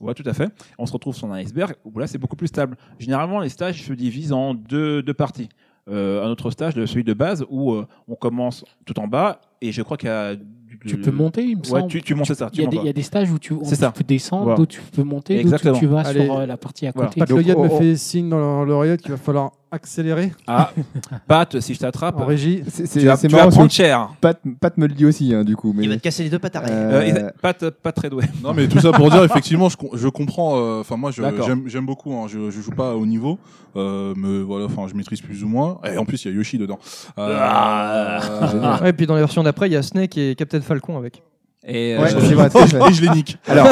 Speaker 7: Ouais, tout à fait. On se retrouve sur un iceberg où là, c'est beaucoup plus stable. Généralement, les stages se divisent en deux, deux parties. Euh, un autre stage, celui de base, où euh, on commence tout en bas et je crois qu'il y a. du-
Speaker 8: Tu peux monter, il me
Speaker 7: Ouais,
Speaker 8: semble.
Speaker 7: tu, tu montes, c'est ça.
Speaker 8: Il
Speaker 7: Tu
Speaker 8: y, a des,
Speaker 7: montes.
Speaker 8: il y a des stages où tu, où
Speaker 7: C'est ça.
Speaker 8: tu peux descendre,
Speaker 7: Voilà.
Speaker 8: d'autres tu peux monter, d'autres
Speaker 7: Exactement.
Speaker 8: tu vas
Speaker 3: Allez.
Speaker 8: sur euh, la partie à
Speaker 7: Voilà.
Speaker 8: côté.
Speaker 3: Pat Le
Speaker 5: Donc,
Speaker 3: Yad
Speaker 5: on-
Speaker 3: me
Speaker 5: on-
Speaker 3: fait signe dans l'oreillette qu'il va falloir accélérer
Speaker 7: Ah, Pat, si je t'attrape,
Speaker 3: en régie.
Speaker 5: C'est-
Speaker 7: tu
Speaker 5: C'est
Speaker 7: vas,
Speaker 5: c'est
Speaker 7: tu vas
Speaker 5: marrant parce que
Speaker 7: prendre cher.
Speaker 5: Pat, Pat me le dit aussi, hein, du coup.
Speaker 4: Eh
Speaker 5: Mais,
Speaker 12: Il va
Speaker 4: ben,
Speaker 12: te casser les deux pattes
Speaker 5: euh,
Speaker 12: arrière.
Speaker 7: Euh, et- Pat, euh, pas très doué.
Speaker 6: Non, mais tout ça pour dire, effectivement, je, com- je comprends. euh, Enfin, moi, je-
Speaker 7: D'accord.
Speaker 6: j'aime j'aime beaucoup. Hein, je, je joue pas à haut niveau, euh, mais voilà. Enfin, je maîtrise plus ou moins. Et en plus, il y a Yoshi dedans. Euh,
Speaker 5: Ah.
Speaker 6: euh,
Speaker 4: Ouais, et puis dans la version d'après, il y a Snake et Captain Falcon avec.
Speaker 7: Et,
Speaker 5: ouais,
Speaker 7: euh,
Speaker 5: c'est vrai, c'est vrai.
Speaker 6: et je les nique.
Speaker 5: Alors,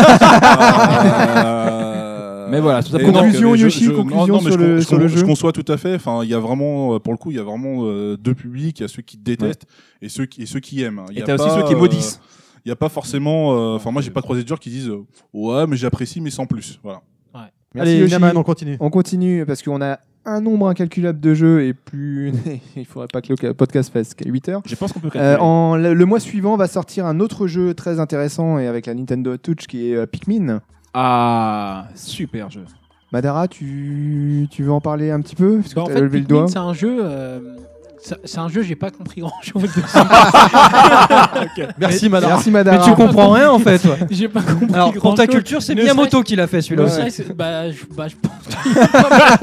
Speaker 6: Euh,
Speaker 7: mais voilà, tout ça
Speaker 6: Et
Speaker 7: pour dire
Speaker 5: conclusion,
Speaker 6: donc, euh,
Speaker 5: Yoshi,
Speaker 6: non,
Speaker 5: conclusion
Speaker 6: non, mais
Speaker 5: sur
Speaker 6: je
Speaker 5: le-
Speaker 6: con- je
Speaker 5: sur le
Speaker 6: con-
Speaker 5: jeu.
Speaker 6: Je conçois tout à fait. Enfin, il y a vraiment, euh, pour le coup, il y a vraiment euh, deux publics. Il y a ceux qui détestent et ceux qui, et ceux qui aiment. Il
Speaker 7: que-
Speaker 6: y
Speaker 7: Et
Speaker 6: a
Speaker 7: t'as aussi
Speaker 6: pas,
Speaker 7: ceux qui
Speaker 6: euh,
Speaker 7: maudissent.
Speaker 6: Il y a pas forcément. euh, Enfin, moi, j'ai pas croisé de joueurs qui disent euh, ouais, mais j'apprécie, mais sans plus. Voilà.
Speaker 5: merci,
Speaker 3: Allez,
Speaker 5: Yoshi.
Speaker 3: Naman, on continue.
Speaker 5: On continue parce qu'on a un nombre incalculable de jeux et plus. Il faudrait pas que le podcast fasse 8 heures.
Speaker 7: Je pense qu'on peut
Speaker 5: Euh,
Speaker 7: calculer.
Speaker 5: en, le, le mois suivant va sortir un autre jeu très intéressant et avec la Nintendo Touch qui est euh, Pikmin.
Speaker 7: Ah, super jeu.
Speaker 5: Madara, tu, tu veux en parler un petit peu Parce que
Speaker 8: Bah, en
Speaker 5: t'as
Speaker 8: fait,
Speaker 5: levé le
Speaker 8: Pikmin,
Speaker 5: doigt.
Speaker 8: c'est un jeu. euh, c'est c'est un jeu, j'ai pas compris grand chose.
Speaker 4: Merci, madame.
Speaker 5: Merci Madara.
Speaker 4: Mais tu comprends rien en fait. toi.
Speaker 8: j'ai pas compris
Speaker 4: Alors,
Speaker 8: grand
Speaker 4: pour ta
Speaker 8: chose.
Speaker 4: culture, c'est
Speaker 8: Ne
Speaker 4: Miyamoto qui l'a fait celui-là
Speaker 8: Ouais,
Speaker 4: aussi.
Speaker 8: ouais, c'est- bah, je, bah, je pense qu'il y a pas mal-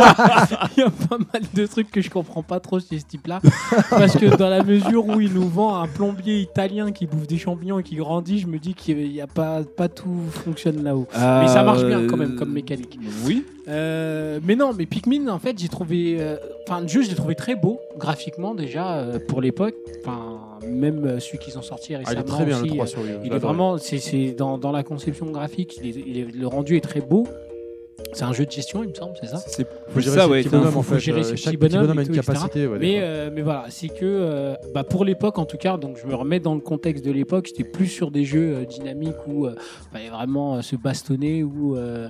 Speaker 8: il y a pas mal de trucs que je comprends pas trop chez ce type-là. Parce que dans la mesure où il nous vend un plombier italien qui bouffe des champignons et qui grandit, je me dis qu'il n'y a pas, pas tout fonctionne là-haut. Mais ça marche bien quand même comme mécanique.
Speaker 7: Euh, Oui.
Speaker 8: Euh, mais non, mais Pikmin, en fait, j'ai trouvé. euh, Enfin, le jeu, je l'ai trouvé très beau, graphiquement déjà, euh, pour l'époque. Enfin, même euh, celui qu'ils ont sorti
Speaker 3: Ah, il
Speaker 8: récemment.
Speaker 3: est très bien le
Speaker 8: aussi,
Speaker 3: 3
Speaker 8: euh,
Speaker 3: sur lui.
Speaker 8: il est vraiment, c'est c'est dans, dans la conception graphique, il est- il est- le rendu est très beau. C'est un jeu de gestion, il me semble, c'est ça
Speaker 7: C'est
Speaker 3: Faut
Speaker 7: plus
Speaker 3: gérer
Speaker 7: ça,
Speaker 3: ses
Speaker 7: ouais.
Speaker 3: petits
Speaker 7: t'as un-
Speaker 3: bonhommes, en
Speaker 8: faut
Speaker 3: fait.
Speaker 8: gérer
Speaker 3: Euh,
Speaker 8: ses
Speaker 3: Chaque
Speaker 8: petits
Speaker 3: petit bonhomme
Speaker 8: bonhommes
Speaker 3: a
Speaker 8: et
Speaker 3: une
Speaker 8: tout, etc.
Speaker 3: capacité. ouais,
Speaker 8: mais,
Speaker 3: d'accord.
Speaker 8: euh, mais voilà, c'est que euh, bah, pour l'époque en tout cas, donc je me remets dans le contexte de l'époque, j'étais plus sur des jeux euh, dynamiques où euh, fallait vraiment euh, se bastonner, où euh,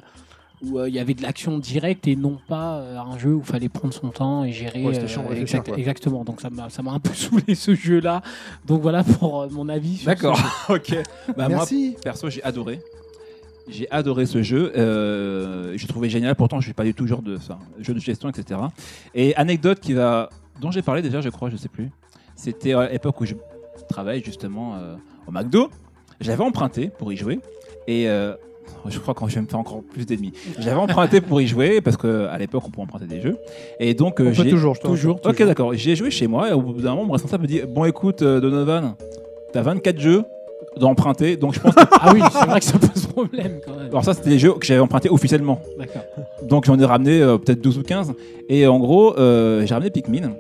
Speaker 8: où, euh, il y avait de l'action directe et non pas euh, un jeu où fallait prendre son temps et gérer. euh,
Speaker 3: Ouais, c'était chiant de réfléchir, quoi.
Speaker 8: exactement, donc ça m'a ça m'a un peu saoulé ce jeu-là. Donc voilà pour euh, mon avis. sur
Speaker 7: D'accord, ok. Bah, moi,
Speaker 5: Merci.
Speaker 7: Perso, j'ai adoré. J'ai adoré ce jeu. Euh, je trouvais génial. Pourtant, je suis pas du tout genre de ça, jeu de gestion, etc. Et anecdote qui va, dont j'ai parlé déjà, je crois, je sais plus. C'était à l'époque où je travaillais justement euh, au McDo. Je l'avais emprunté pour y jouer. Et euh, je crois que je vais me faire encore plus d'ennemis. Je l'avais emprunté pour y jouer parce que à l'époque, on pouvait emprunter des jeux. Et donc, euh,
Speaker 4: On peut
Speaker 7: j'ai
Speaker 4: toujours, je te
Speaker 7: Toujours.
Speaker 4: rassure.
Speaker 7: Ok, d'accord. J'ai joué chez moi et au bout d'un moment, mon responsable me dit Bon, écoute, euh, Donovan, t'as 24 jeux d'emprunter, donc je pense que.
Speaker 8: Ah oui, c'est vrai que ça pose problème quand même.
Speaker 7: Alors, ça, c'était les jeux que j'avais empruntés officiellement.
Speaker 8: D'accord.
Speaker 7: Donc, j'en ai ramené euh, peut-être 12 ou 15. Et en gros, euh, j'ai ramené Pikmin.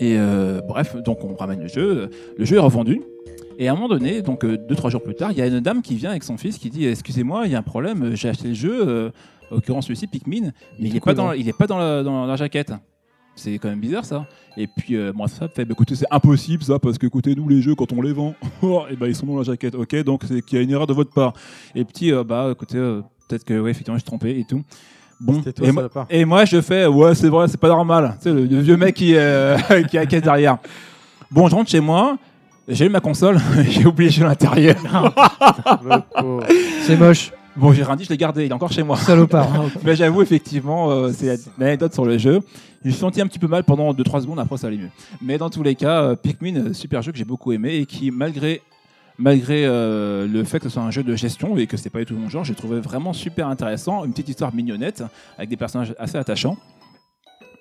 Speaker 7: Et euh, bref, donc on ramène le jeu. Le jeu est revendu. Et à un moment donné, donc 2-3 jours plus tard, il y a une dame qui vient avec son fils qui dit Excusez-moi, il y a un problème, j'ai acheté le jeu, euh, en l'occurrence celui-ci, Pikmin, mais il n'est pas, dans, il est pas dans, la, dans la jaquette. C'est quand même bizarre ça. Et puis euh, moi ça fait, bah, écoutez c'est impossible ça parce que écoutez nous les jeux quand on les vend, et ben ils sont dans la jaquette, ok donc c'est qu'il y a une erreur de votre part. Et petit euh, bah écoutez euh, peut-être que ouais effectivement je suis trompé et tout. Bon
Speaker 3: C'était
Speaker 7: et,
Speaker 3: toi,
Speaker 7: moi-
Speaker 3: ça part.
Speaker 7: et moi, je fais, ouais, c'est vrai, c'est pas normal. Tu sais, le, le vieux mec qui, euh, qui a la caisse derrière. Bon, je rentre chez moi, j'ai eu ma console, j'ai oublié le jeu à l'intérieur.
Speaker 4: C'est moche,
Speaker 7: Bon, j'ai rien dit, je l'ai gardé, il est encore chez moi.
Speaker 4: salopard.
Speaker 7: Mais j'avoue, effectivement, euh, c'est l'anecdote sur le jeu. Je me suis senti un petit peu mal pendant 2-3 secondes, après ça allait mieux. Mais dans tous les cas, euh, Pikmin, euh, super jeu que j'ai beaucoup aimé et qui, malgré, malgré euh, le fait que ce soit un jeu de gestion et que c'est pas du tout mon genre, j'ai trouvé vraiment super intéressant. Une petite histoire mignonnette avec des personnages assez attachants.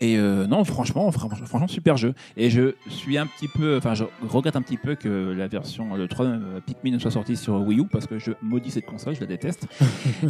Speaker 7: Et euh, non, franchement, fran- franchement, super jeu. Et je suis un petit peu, enfin, je regrette un petit peu que la version, le 3 Pikmin soit sorti sur Wii U parce que je maudis cette console, je la déteste.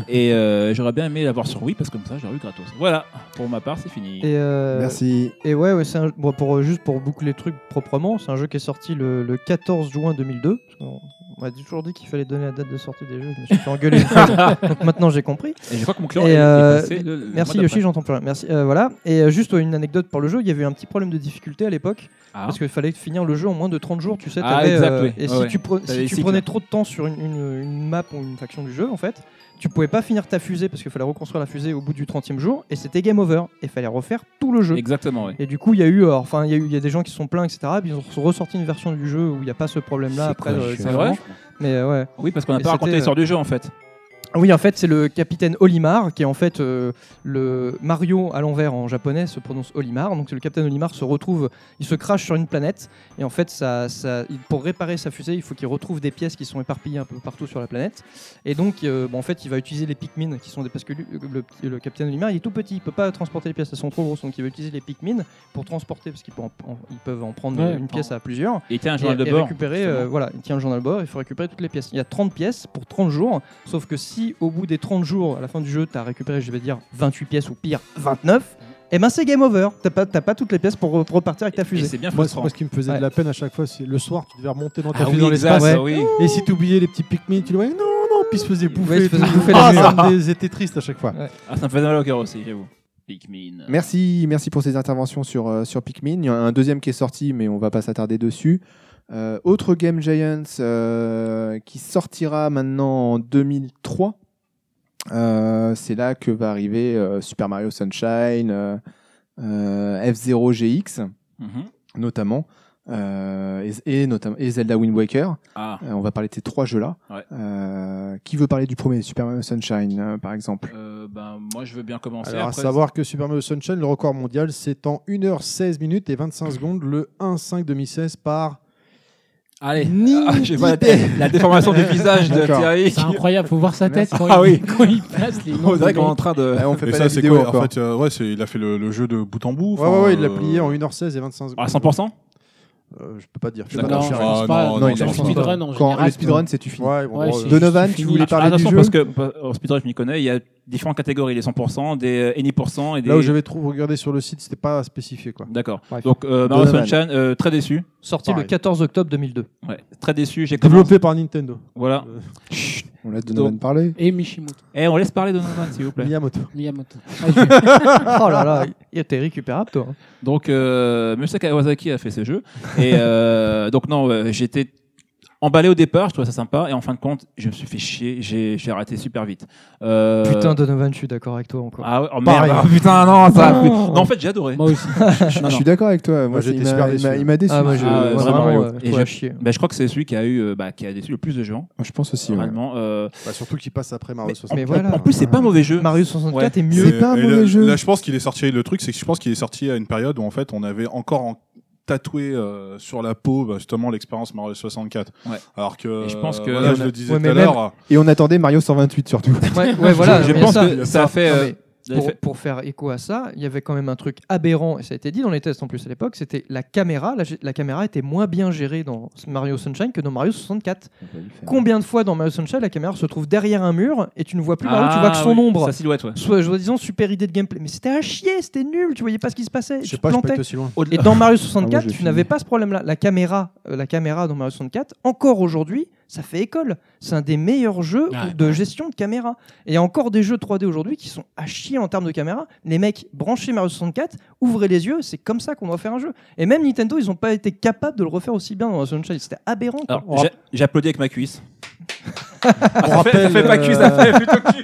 Speaker 7: Et euh, j'aurais bien aimé l'avoir sur Wii parce que comme ça, j'aurais eu gratos. Voilà, pour ma part, c'est fini.
Speaker 4: Et, euh,
Speaker 5: Merci.
Speaker 4: Et ouais, ouais, c'est un- bon, pour, euh, juste pour boucler le truc proprement, c'est un jeu qui est sorti le, le 14 juin 2002. parce qu'on- On m'a toujours dit qu'il fallait donner la date de sortie des jeux. Je me suis fait engueuler. une fois. Donc maintenant j'ai compris.
Speaker 7: Et je crois que mon client
Speaker 4: Et
Speaker 7: est- est
Speaker 4: euh,
Speaker 7: passé le- le
Speaker 4: Merci
Speaker 7: mois d'après.
Speaker 4: Yoshi, j'entends plus rien. Merci. euh, voilà. Et euh, juste euh, une anecdote pour le jeu. Il y avait eu un petit problème de difficulté à l'époque
Speaker 7: Ah.
Speaker 4: parce qu'il fallait finir le jeu en moins de 30 jours. Tu sais.
Speaker 7: Ah,
Speaker 4: t'avais,
Speaker 7: exact,
Speaker 4: euh,
Speaker 7: oui.
Speaker 4: Et si
Speaker 7: Ouais,
Speaker 4: tu, pre- si
Speaker 7: T'avais les
Speaker 4: tu
Speaker 7: cycles.
Speaker 4: prenais trop de temps sur une, une- une map ou une faction du jeu, en fait, tu pouvais pas finir ta fusée parce qu'il fallait reconstruire la fusée au bout du 30e jour. Et c'était game over. Et fallait refaire tout le jeu.
Speaker 7: Exactement, oui.
Speaker 4: Et du coup, il y a eu, alors, enfin, il y a eu, il y a des gens qui se sont plaints, etc. Puis ils ont ressorti une version du jeu où il n'y a pas ce problème-là
Speaker 5: C'est
Speaker 4: après.
Speaker 5: quoi,
Speaker 4: euh,
Speaker 5: je suis
Speaker 4: récemment.
Speaker 7: vrai
Speaker 4: Mais euh, ouais.
Speaker 7: Oui, parce qu'on n'a
Speaker 4: Et
Speaker 7: pas raconté
Speaker 4: c'était,
Speaker 7: l'histoire du jeu en fait.
Speaker 4: Oui, en fait, c'est le capitaine Olimar qui est en fait euh, le Mario à l'envers en japonais se prononce Olimar. Donc le capitaine Olimar se retrouve, il se crache sur une planète et en fait, ça, ça- il- pour réparer sa fusée, il faut qu'il retrouve des pièces qui sont éparpillées un peu partout sur la planète. Et donc, euh, bon, en fait, il va utiliser les Pikmin qui sont des parce que lui- le, petit- le capitaine Olimar il est tout petit, il peut pas transporter les pièces, elles sont trop grosses. Donc il va utiliser les Pikmin pour transporter parce qu'ils peuvent en- en- ils peuvent en prendre
Speaker 10: Ouais,
Speaker 4: une
Speaker 10: prends.
Speaker 4: pièce à plusieurs
Speaker 7: Il était un
Speaker 4: et,
Speaker 7: journal de
Speaker 4: et
Speaker 7: bord.
Speaker 4: récupérer,
Speaker 7: justement.
Speaker 4: euh, voilà, il tient le journal de bord, il faut récupérer toutes les pièces. Il y a 30 pièces pour 30 jours, sauf que si au bout des 30 jours, à la fin du jeu, tu as récupéré, je vais dire, 28 pièces ou pire, 29, et ben c'est game over. T'as pas, t'as pas toutes les pièces pour re- repartir avec ta
Speaker 7: Et
Speaker 4: fusée.
Speaker 7: c'est bien
Speaker 3: Moi, c'est-
Speaker 7: frustrant.
Speaker 3: moi, ce qui me faisait
Speaker 4: Ouais.
Speaker 3: de la peine à chaque fois, c'est le soir, tu devais remonter dans ta
Speaker 7: Ah
Speaker 3: fusée
Speaker 7: oui,
Speaker 3: dans
Speaker 7: exact,
Speaker 3: l'espace.
Speaker 4: ouais.
Speaker 7: oui.
Speaker 3: Et si tu oubliais les petits Pikmin, tu le voyais, non, non, puis ils se faisaient bouffer.
Speaker 4: ils se faisaient
Speaker 3: tout.
Speaker 4: bouffer
Speaker 3: Ah,
Speaker 4: les
Speaker 3: ça me dé- C'était triste à chaque fois.
Speaker 7: Ah, ça me faisait mal au cœur aussi, j'avoue. Pikmin.
Speaker 5: Merci, merci pour ces interventions sur, euh, sur Pikmin. Il y en a un deuxième qui est sorti, mais on va pas s'attarder dessus. Euh, autre Game Giants euh, qui sortira maintenant en 2003. Euh, c'est là que va arriver euh, Super Mario Sunshine, euh, euh, F0GX
Speaker 7: Mhm.
Speaker 5: notamment, euh, et, et notamment et Zelda Wind Waker.
Speaker 7: Ah,
Speaker 5: Euh, on va parler de ces trois jeux-là.
Speaker 7: Ouais.
Speaker 5: Euh, qui veut parler du premier Super Mario Sunshine, euh, par exemple
Speaker 7: euh, ben moi je veux bien commencer.
Speaker 3: Alors, à
Speaker 7: après,
Speaker 3: savoir que Super Mario Sunshine, le record mondial, c'est en 1h16 minutes et 25 secondes le 1-5 2016 par.
Speaker 7: Allez, Ah, j'ai pas la, tête. la déformation du visage de
Speaker 5: D'accord.
Speaker 7: Thierry.
Speaker 10: C'est incroyable, faut voir sa tête
Speaker 5: Merci.
Speaker 10: quand,
Speaker 7: Ah
Speaker 10: il,
Speaker 7: oui.
Speaker 10: quand il passe les noms.
Speaker 7: On dirait qu'on est en train de.
Speaker 5: Ah, On fait
Speaker 6: Et
Speaker 5: pas
Speaker 6: ça,
Speaker 5: la
Speaker 6: c'est
Speaker 5: vidéo
Speaker 6: quoi
Speaker 5: encore.
Speaker 6: En fait, euh, ouais, c'est- il a fait le, le jeu de bout en bout.
Speaker 3: Ouais,
Speaker 6: enfin,
Speaker 3: ouais, ouais, il l'a
Speaker 6: euh,
Speaker 3: plié en 1h16 et 25 secondes.
Speaker 7: À 100%
Speaker 3: Euh, Je peux pas dire. Je
Speaker 7: Non,
Speaker 3: peux pas dire.
Speaker 10: je
Speaker 6: Ah,
Speaker 10: pense pas.
Speaker 6: non,
Speaker 5: non,
Speaker 10: le
Speaker 5: il a-
Speaker 10: speedrun en
Speaker 5: Quand
Speaker 10: général,
Speaker 5: le speedrun, c'est tu finis.
Speaker 3: Ouais, bon,
Speaker 10: Ouais,
Speaker 3: bon,
Speaker 10: c'est-
Speaker 3: euh,
Speaker 5: Donovan,
Speaker 10: c'est
Speaker 5: tu
Speaker 10: fini.
Speaker 5: voulais parler du
Speaker 7: attention
Speaker 5: jeu
Speaker 7: parce que bah, en speedrun je m'y connais, il y a différentes catégories, les 100%, des euh, any% pourcent et des
Speaker 3: Là où j'avais trop regardé sur le site, c'était pas spécifié quoi.
Speaker 7: D'accord.
Speaker 3: Bref.
Speaker 7: Donc euh, Mario
Speaker 5: Donovan.
Speaker 7: Sunshine euh, très déçu.
Speaker 4: Sorti
Speaker 3: pareil.
Speaker 4: le 14 octobre 2002.
Speaker 7: Ouais, très déçu, j'ai commencé.
Speaker 3: Développé par Nintendo.
Speaker 7: Voilà.
Speaker 3: Euh,
Speaker 5: On laisse Donovan parler.
Speaker 10: Et Mishimoto.
Speaker 7: Eh, on laisse parler Donovan s'il vous plaît.
Speaker 3: Miyamoto.
Speaker 10: Miyamoto. Ah, je-
Speaker 4: oh là là, il- t'es récupérable toi. hein.
Speaker 7: Donc, euh, Monsieur Kawasaki a fait ce jeu. Et euh, donc, non, ouais, j'étais emballé au départ, je trouvais ça sympa. Et en fin de compte, je me suis fait chier, j'ai j'ai arrêté super vite. Euh,
Speaker 4: Putain, Donovan, je suis d'accord avec toi encore.
Speaker 7: Ah ouais, oh merde,
Speaker 3: Pareil.
Speaker 7: ah, putain, non, ça.
Speaker 10: Non.
Speaker 7: Non, en fait, j'ai adoré.
Speaker 10: Moi aussi.
Speaker 7: Non,
Speaker 5: Je
Speaker 7: non.
Speaker 5: suis d'accord avec toi. Moi,
Speaker 3: Moi, j'étais
Speaker 5: il m'a-
Speaker 3: super
Speaker 5: il
Speaker 3: déçu.
Speaker 5: m'a- Il m'a déçu.
Speaker 4: Ah, moi, je,
Speaker 7: Ah,
Speaker 4: ouais,
Speaker 7: ouais,
Speaker 4: vraiment,
Speaker 7: Mario.
Speaker 4: euh, je
Speaker 7: Et
Speaker 4: trouve
Speaker 7: j'ai-
Speaker 4: à chier.
Speaker 7: Ben, je crois que c'est celui qui a eu, euh, bah, qui a déçu le plus de gens.
Speaker 5: Je pense aussi. ouais.
Speaker 7: Vraiment. euh,
Speaker 3: Bah, surtout qu'il passe après Mario
Speaker 7: mais
Speaker 3: 64.
Speaker 7: en,
Speaker 4: Mais voilà.
Speaker 7: en plus, c'est pas un mauvais jeu.
Speaker 4: Mario 64 est mieux.
Speaker 5: C'est pas un
Speaker 6: et
Speaker 5: mauvais
Speaker 6: là-
Speaker 5: jeu.
Speaker 6: Là, je pense qu'il est sorti. Le truc, c'est que je pense qu'il est sorti à une période où en fait, on avait encore en- tatoué euh, sur la peau bah, justement l'expérience Mario 64.
Speaker 7: Ouais.
Speaker 6: Alors que
Speaker 7: Et je pense que-
Speaker 6: voilà, je le disais
Speaker 4: Ouais,
Speaker 6: tout
Speaker 4: mais
Speaker 6: à
Speaker 4: même-
Speaker 6: l'heure.
Speaker 5: Et on attendait Mario 128 surtout.
Speaker 4: Ouais, ouais, voilà.
Speaker 7: je je
Speaker 4: mais
Speaker 7: pense
Speaker 4: ça-
Speaker 7: que ça a fait.
Speaker 4: Non,
Speaker 7: euh,
Speaker 4: mais
Speaker 7: ça a
Speaker 4: pour,
Speaker 7: fait-
Speaker 4: pour faire écho à ça, il y avait quand même un truc aberrant, et ça a été dit dans les tests en plus à l'époque, c'était la caméra. La, gé- la caméra était moins bien gérée dans Mario Sunshine que dans Mario 64. Combien de fois dans Mario Sunshine la caméra se trouve derrière un mur et tu ne vois plus Mario, tu vois que
Speaker 7: Ah,
Speaker 4: son
Speaker 7: oui,
Speaker 4: ombre
Speaker 7: Sa silhouette, ouais.
Speaker 4: Soit, je disant, super idée de gameplay. Mais c'était à chier, c'était nul, tu voyais pas ce qui se passait.
Speaker 3: Je
Speaker 4: tu
Speaker 3: sais
Speaker 4: te
Speaker 3: pas, je peux
Speaker 4: plantais.
Speaker 3: être aussi loin.
Speaker 4: Et dans Mario 64,
Speaker 5: Ah, moi, j'ai
Speaker 4: tu n'avais
Speaker 5: fini.
Speaker 4: pas ce problème-là. La caméra, euh, la caméra dans Mario 64, encore aujourd'hui, ça fait école. C'est un des meilleurs jeux
Speaker 10: Ouais.
Speaker 4: de gestion de caméra. Et il y a encore des jeux 3D aujourd'hui qui sont à chier en termes de caméra. Les mecs, branchez Mario 64, ouvrez les yeux, c'est comme ça qu'on doit faire un jeu. Et même Nintendo, ils n'ont pas été capables de le refaire aussi bien dans Mario Sunshine. C'était aberrant. quoi. Oh,
Speaker 7: Alors, j'a- j'applaudis avec ma cuisse.
Speaker 5: On
Speaker 7: Ah, Ça fait pas cul,
Speaker 4: euh,
Speaker 7: ça fait plutôt cul.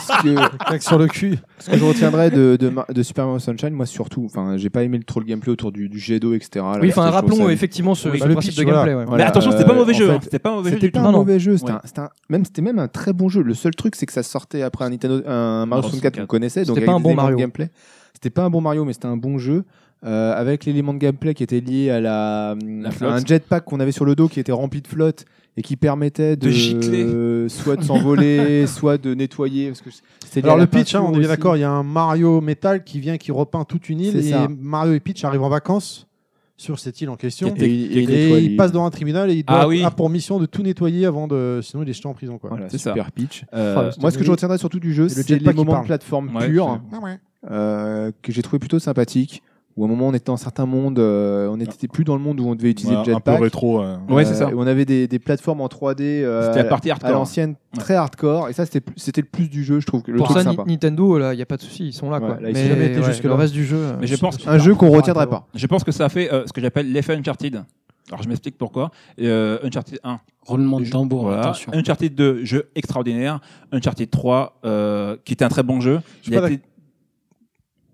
Speaker 5: ce que-
Speaker 3: Claque sur le cul.
Speaker 5: ce que je retiendrai de, de, Mar- de Super Mario Sunshine, moi surtout. Enfin, j'ai pas aimé trop le gameplay autour du, du jet d'eau, etc. Là,
Speaker 4: Oui, enfin,
Speaker 5: ça, je trouve ça
Speaker 4: rappelons
Speaker 5: nul.
Speaker 4: effectivement ce,
Speaker 3: Oui,
Speaker 4: ce
Speaker 3: le
Speaker 4: principe
Speaker 3: pitch,
Speaker 4: de gameplay. ouais.
Speaker 5: Voilà,
Speaker 7: mais attention, c'était
Speaker 5: euh,
Speaker 7: pas mauvais
Speaker 5: en
Speaker 7: jeu. hein.
Speaker 5: fait,
Speaker 7: C'était pas mauvais jeu
Speaker 5: C'était
Speaker 7: du
Speaker 5: pas
Speaker 4: tout.
Speaker 5: un
Speaker 4: Non, non.
Speaker 5: mauvais jeu, c'était
Speaker 7: Ouais.
Speaker 5: un- c'était un- même c'était même un très bon jeu. Le seul truc c'est que ça sortait après un Nintendo un Mario 64 qu'on connaissait donc
Speaker 4: C'était
Speaker 5: avec
Speaker 4: pas un
Speaker 5: des
Speaker 4: bon
Speaker 5: éléments de
Speaker 4: Mario.
Speaker 5: gameplay. C'était pas un bon Mario mais c'était un bon jeu euh, avec l'élément de gameplay qui était lié à la, à
Speaker 7: flotte.
Speaker 5: un jetpack qu'on avait sur le dos qui était rempli de flotte et qui permettait de,
Speaker 7: De gicler.
Speaker 5: euh, soit de s'envoler, soit de nettoyer parce que c'était lié
Speaker 3: Alors
Speaker 5: à
Speaker 3: le
Speaker 5: la
Speaker 3: pitch, hein,
Speaker 5: peinture
Speaker 3: on est bien
Speaker 5: aussi.
Speaker 3: d'accord, il y a un Mario Metal qui vient, qui repeint toute une île,
Speaker 5: C'est
Speaker 3: et
Speaker 5: ça.
Speaker 3: Mario et Peach arrivent en vacances sur cette île en question.
Speaker 5: Et- et-
Speaker 3: Et,
Speaker 5: et nettoyer.
Speaker 3: il passe dans un tribunal et il doit,
Speaker 7: Ah oui.
Speaker 3: a pour mission de tout nettoyer avant de. Sinon, il est jeté en prison. Quoi.
Speaker 5: Voilà,
Speaker 7: C'est ça.
Speaker 5: super pitch.
Speaker 7: Euh,
Speaker 5: Euh, moi, ce que je retiendrai surtout du jeu,
Speaker 3: le
Speaker 5: c'est les
Speaker 3: jetpack qui
Speaker 5: moments
Speaker 3: parle.
Speaker 5: de plateforme
Speaker 7: Ouais,
Speaker 5: pure euh, que j'ai trouvé plutôt sympathique. Où à un moment, on était dans certains mondes, euh, on n'était plus dans le monde où on devait utiliser
Speaker 6: Ouais,
Speaker 5: le
Speaker 6: un peu
Speaker 5: jetpack.
Speaker 6: rétro. euh.
Speaker 5: Euh,
Speaker 7: Ouais, c'est ça.
Speaker 5: et On avait des, des plateformes en 3D euh,
Speaker 7: C'était la partie
Speaker 5: à
Speaker 7: hardcore.
Speaker 5: l'ancienne, très hardcore. Et ça, c'était c'était le plus du jeu, je trouve. que Le
Speaker 4: Pour
Speaker 5: truc
Speaker 4: ça, Ni-
Speaker 5: sympa.
Speaker 4: Nintendo, là, il n'y a pas de souci, ils sont là.
Speaker 5: Ouais,
Speaker 4: quoi.
Speaker 5: là, ils
Speaker 4: Mais
Speaker 5: ont jamais
Speaker 3: été
Speaker 4: ouais,
Speaker 3: jusque-là.
Speaker 4: le reste du jeu. euh,
Speaker 7: Mais je pense que
Speaker 5: Un jeu qu'on retiendrait pas.
Speaker 7: Je pense que ça a fait euh, ce que j'appelle l'effet Uncharted. Alors je m'explique pourquoi. Euh, Uncharted 1,
Speaker 8: Roulement de
Speaker 7: Je-
Speaker 8: tambour,
Speaker 7: voilà.
Speaker 8: euh,
Speaker 7: Euh,
Speaker 8: attention.
Speaker 7: Uncharted 2, jeu extraordinaire. Uncharted 3, euh, qui était un très bon jeu.
Speaker 3: Je suis
Speaker 7: Il
Speaker 3: pas
Speaker 7: a, été,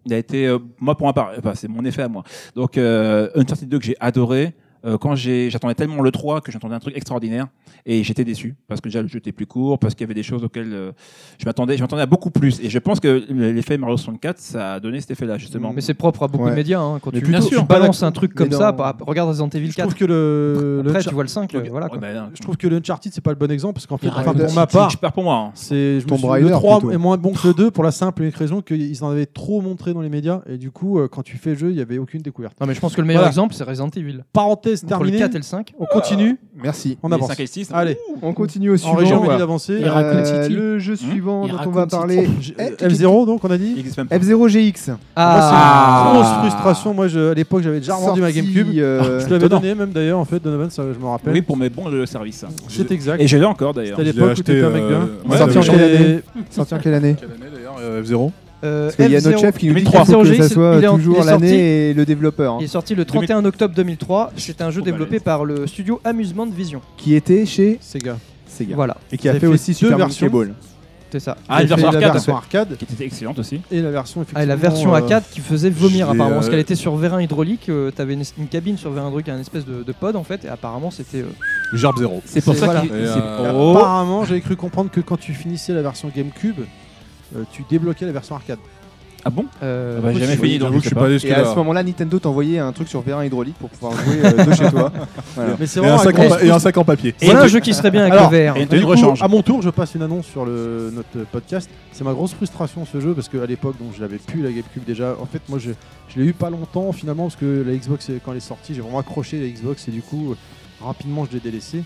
Speaker 7: il a été, euh, moi pour ma part, enfin, c'est mon effet à moi. Donc euh, Uncharted 2 que j'ai adoré. Euh, quand j'ai, j'attendais tellement le 3 que j'entendais un truc extraordinaire et j'étais déçu parce que déjà le jeu était plus court, parce qu'il y avait des choses auxquelles euh, je m'attendais, je m'attendais à beaucoup plus. Et je pense que l'effet Mario 64, ça a donné cet effet-là justement.
Speaker 4: Mais c'est propre à beaucoup de
Speaker 5: Ouais.
Speaker 4: médias. hein, Quand
Speaker 5: Mais
Speaker 4: tu,
Speaker 5: plutôt,
Speaker 4: tu
Speaker 5: je suis pas
Speaker 4: balances
Speaker 5: d'accord.
Speaker 4: un truc
Speaker 5: Mais
Speaker 4: comme ça,
Speaker 5: dans-
Speaker 4: par- regarde Resident Evil
Speaker 3: Je trouve
Speaker 4: 4,
Speaker 3: que le, le
Speaker 4: après
Speaker 3: Char-
Speaker 4: tu vois le 5, euh, voilà.
Speaker 7: Ouais,
Speaker 4: quoi.
Speaker 7: ben, non.
Speaker 3: je trouve que le Uncharted c'est pas le bon exemple parce qu'en fait,
Speaker 8: Il y a
Speaker 3: enfin,
Speaker 8: un
Speaker 3: pour ma
Speaker 7: C'est
Speaker 3: part,
Speaker 7: que je perds pour moi. hein.
Speaker 3: c'est je me
Speaker 5: Tomb
Speaker 3: suis-
Speaker 5: Raider,
Speaker 3: le 3
Speaker 5: plutôt.
Speaker 3: est moins bon que le 2 pour la simple et unique raison qu'ils en avaient trop montré dans les médias et du coup, euh, quand tu fais le jeu, il y avait aucune découverte.
Speaker 4: Non, mais je pense que le meilleur
Speaker 3: Voilà.
Speaker 4: exemple, c'est Resident Evil.
Speaker 3: Parenthèse
Speaker 4: Entre le
Speaker 3: terminée.
Speaker 4: 4 et le 5.
Speaker 3: On continue,
Speaker 5: Ah. Merci.
Speaker 3: on
Speaker 7: Les
Speaker 3: avance. Ah,
Speaker 7: 5 et le 6.
Speaker 3: Allez,
Speaker 5: On continue au
Speaker 3: en
Speaker 5: suivant.
Speaker 3: région, on
Speaker 5: Voilà.
Speaker 3: est avancé.
Speaker 8: Et Raccoon
Speaker 5: Euh,
Speaker 8: City.
Speaker 5: le
Speaker 4: Hein
Speaker 5: jeu suivant
Speaker 8: Et
Speaker 5: dont on
Speaker 8: Raccoon
Speaker 5: va
Speaker 8: City.
Speaker 5: parler.
Speaker 3: F0 euh, donc on a
Speaker 7: Il
Speaker 3: dit.
Speaker 7: existe même pas.
Speaker 5: F0GX.
Speaker 3: Moi, c'est
Speaker 5: Ah.
Speaker 3: une grosse frustration. Moi, je- à l'époque, j'avais déjà revendu ma
Speaker 5: Sorti,
Speaker 3: GameCube.
Speaker 4: Ah,
Speaker 5: euh,
Speaker 3: Je te l'avais
Speaker 7: Étonnant.
Speaker 3: donné même d'ailleurs en fait Donovan, ça, je me rappelle.
Speaker 7: Oui, pour mes bons jeux de service.
Speaker 3: c'est exact.
Speaker 7: Et j'ai l'ai encore d'ailleurs.
Speaker 3: C'était à
Speaker 6: Je l'ai
Speaker 3: l'époque où
Speaker 6: acheté,
Speaker 3: t'étais un mec
Speaker 6: euh,
Speaker 3: bien.
Speaker 6: ouais,
Speaker 5: Sorti
Speaker 6: j'avais
Speaker 5: en
Speaker 6: acheté-
Speaker 5: quelle année Sorti en quelle année
Speaker 6: Quelle année d'ailleurs euh, F0
Speaker 4: Euh,
Speaker 5: Parce qu'il y a notre
Speaker 4: F0,
Speaker 5: chef qui nous dit qu'il
Speaker 4: 2003.
Speaker 5: faut que
Speaker 4: 0G,
Speaker 5: ça
Speaker 4: c'est-
Speaker 5: soit
Speaker 4: il est en- il
Speaker 5: toujours
Speaker 4: est sorti.
Speaker 5: l'année et le développeur. hein,
Speaker 4: Il est sorti le 31 octobre 2003. C'est un jeu
Speaker 7: Trop mal.
Speaker 4: développé par le studio Amusement Vision.
Speaker 5: Qui était chez
Speaker 3: Sega.
Speaker 5: Sega.
Speaker 4: Voilà,
Speaker 5: Et qui a
Speaker 3: Vous
Speaker 5: fait,
Speaker 3: avez fait
Speaker 5: aussi
Speaker 3: deux
Speaker 5: Super
Speaker 3: versions.
Speaker 5: Monkey Ball.
Speaker 4: c'est ça.
Speaker 7: Ah,
Speaker 3: J'ai
Speaker 7: une version
Speaker 3: fait
Speaker 7: arcade,
Speaker 3: La version arcade
Speaker 7: qui était excellente aussi.
Speaker 3: et la version effectivement.
Speaker 4: Ah, et la version
Speaker 3: euh,
Speaker 4: A4 qui faisait vomir
Speaker 6: j'ai,
Speaker 4: apparemment, parce
Speaker 6: euh,
Speaker 4: qu'elle était sur vérin hydraulique, euh, t'avais une, une cabine sur vérin hydraulique, un espèce de, de pod en fait, et apparemment c'était... euh,
Speaker 6: Gerbe 0.
Speaker 7: C'est pour
Speaker 4: C'est-
Speaker 7: ça
Speaker 4: voilà.
Speaker 7: qu'il.
Speaker 6: Et,
Speaker 7: c'est-
Speaker 6: euh,
Speaker 7: Oh.
Speaker 3: Apparemment, j'avais cru comprendre que quand tu finissais la version GameCube, euh, tu débloquais la version arcade.
Speaker 7: Ah bon
Speaker 4: euh,
Speaker 7: Ah bah, j'ai jamais
Speaker 4: possible.
Speaker 7: fini donc
Speaker 6: J'avoue que je suis pas allé jusque
Speaker 5: Et à ce
Speaker 6: là.
Speaker 5: moment-là, Nintendo t'envoyait un truc sur vérin hydraulique pour pouvoir jouer euh, de chez toi. Voilà.
Speaker 3: Mais c'est
Speaker 6: Ah. Et un
Speaker 3: vraiment
Speaker 6: sac en
Speaker 3: gros-
Speaker 6: pa- et un sac en papier.
Speaker 4: Voilà un jeu qui serait bien avec
Speaker 3: Alors,
Speaker 4: le VR.
Speaker 7: et une
Speaker 3: Du
Speaker 7: tenue de
Speaker 3: coup,
Speaker 7: rechange.
Speaker 3: à mon tour, je passe une annonce sur le, notre podcast. C'est ma grosse frustration ce jeu parce qu'à l'époque, donc, je l'avais plus la GameCube déjà. En fait, moi, je, je l'ai eu pas longtemps finalement parce que la Xbox, quand elle est sortie, j'ai vraiment accroché la Xbox et du coup, euh, rapidement, je l'ai délaissé.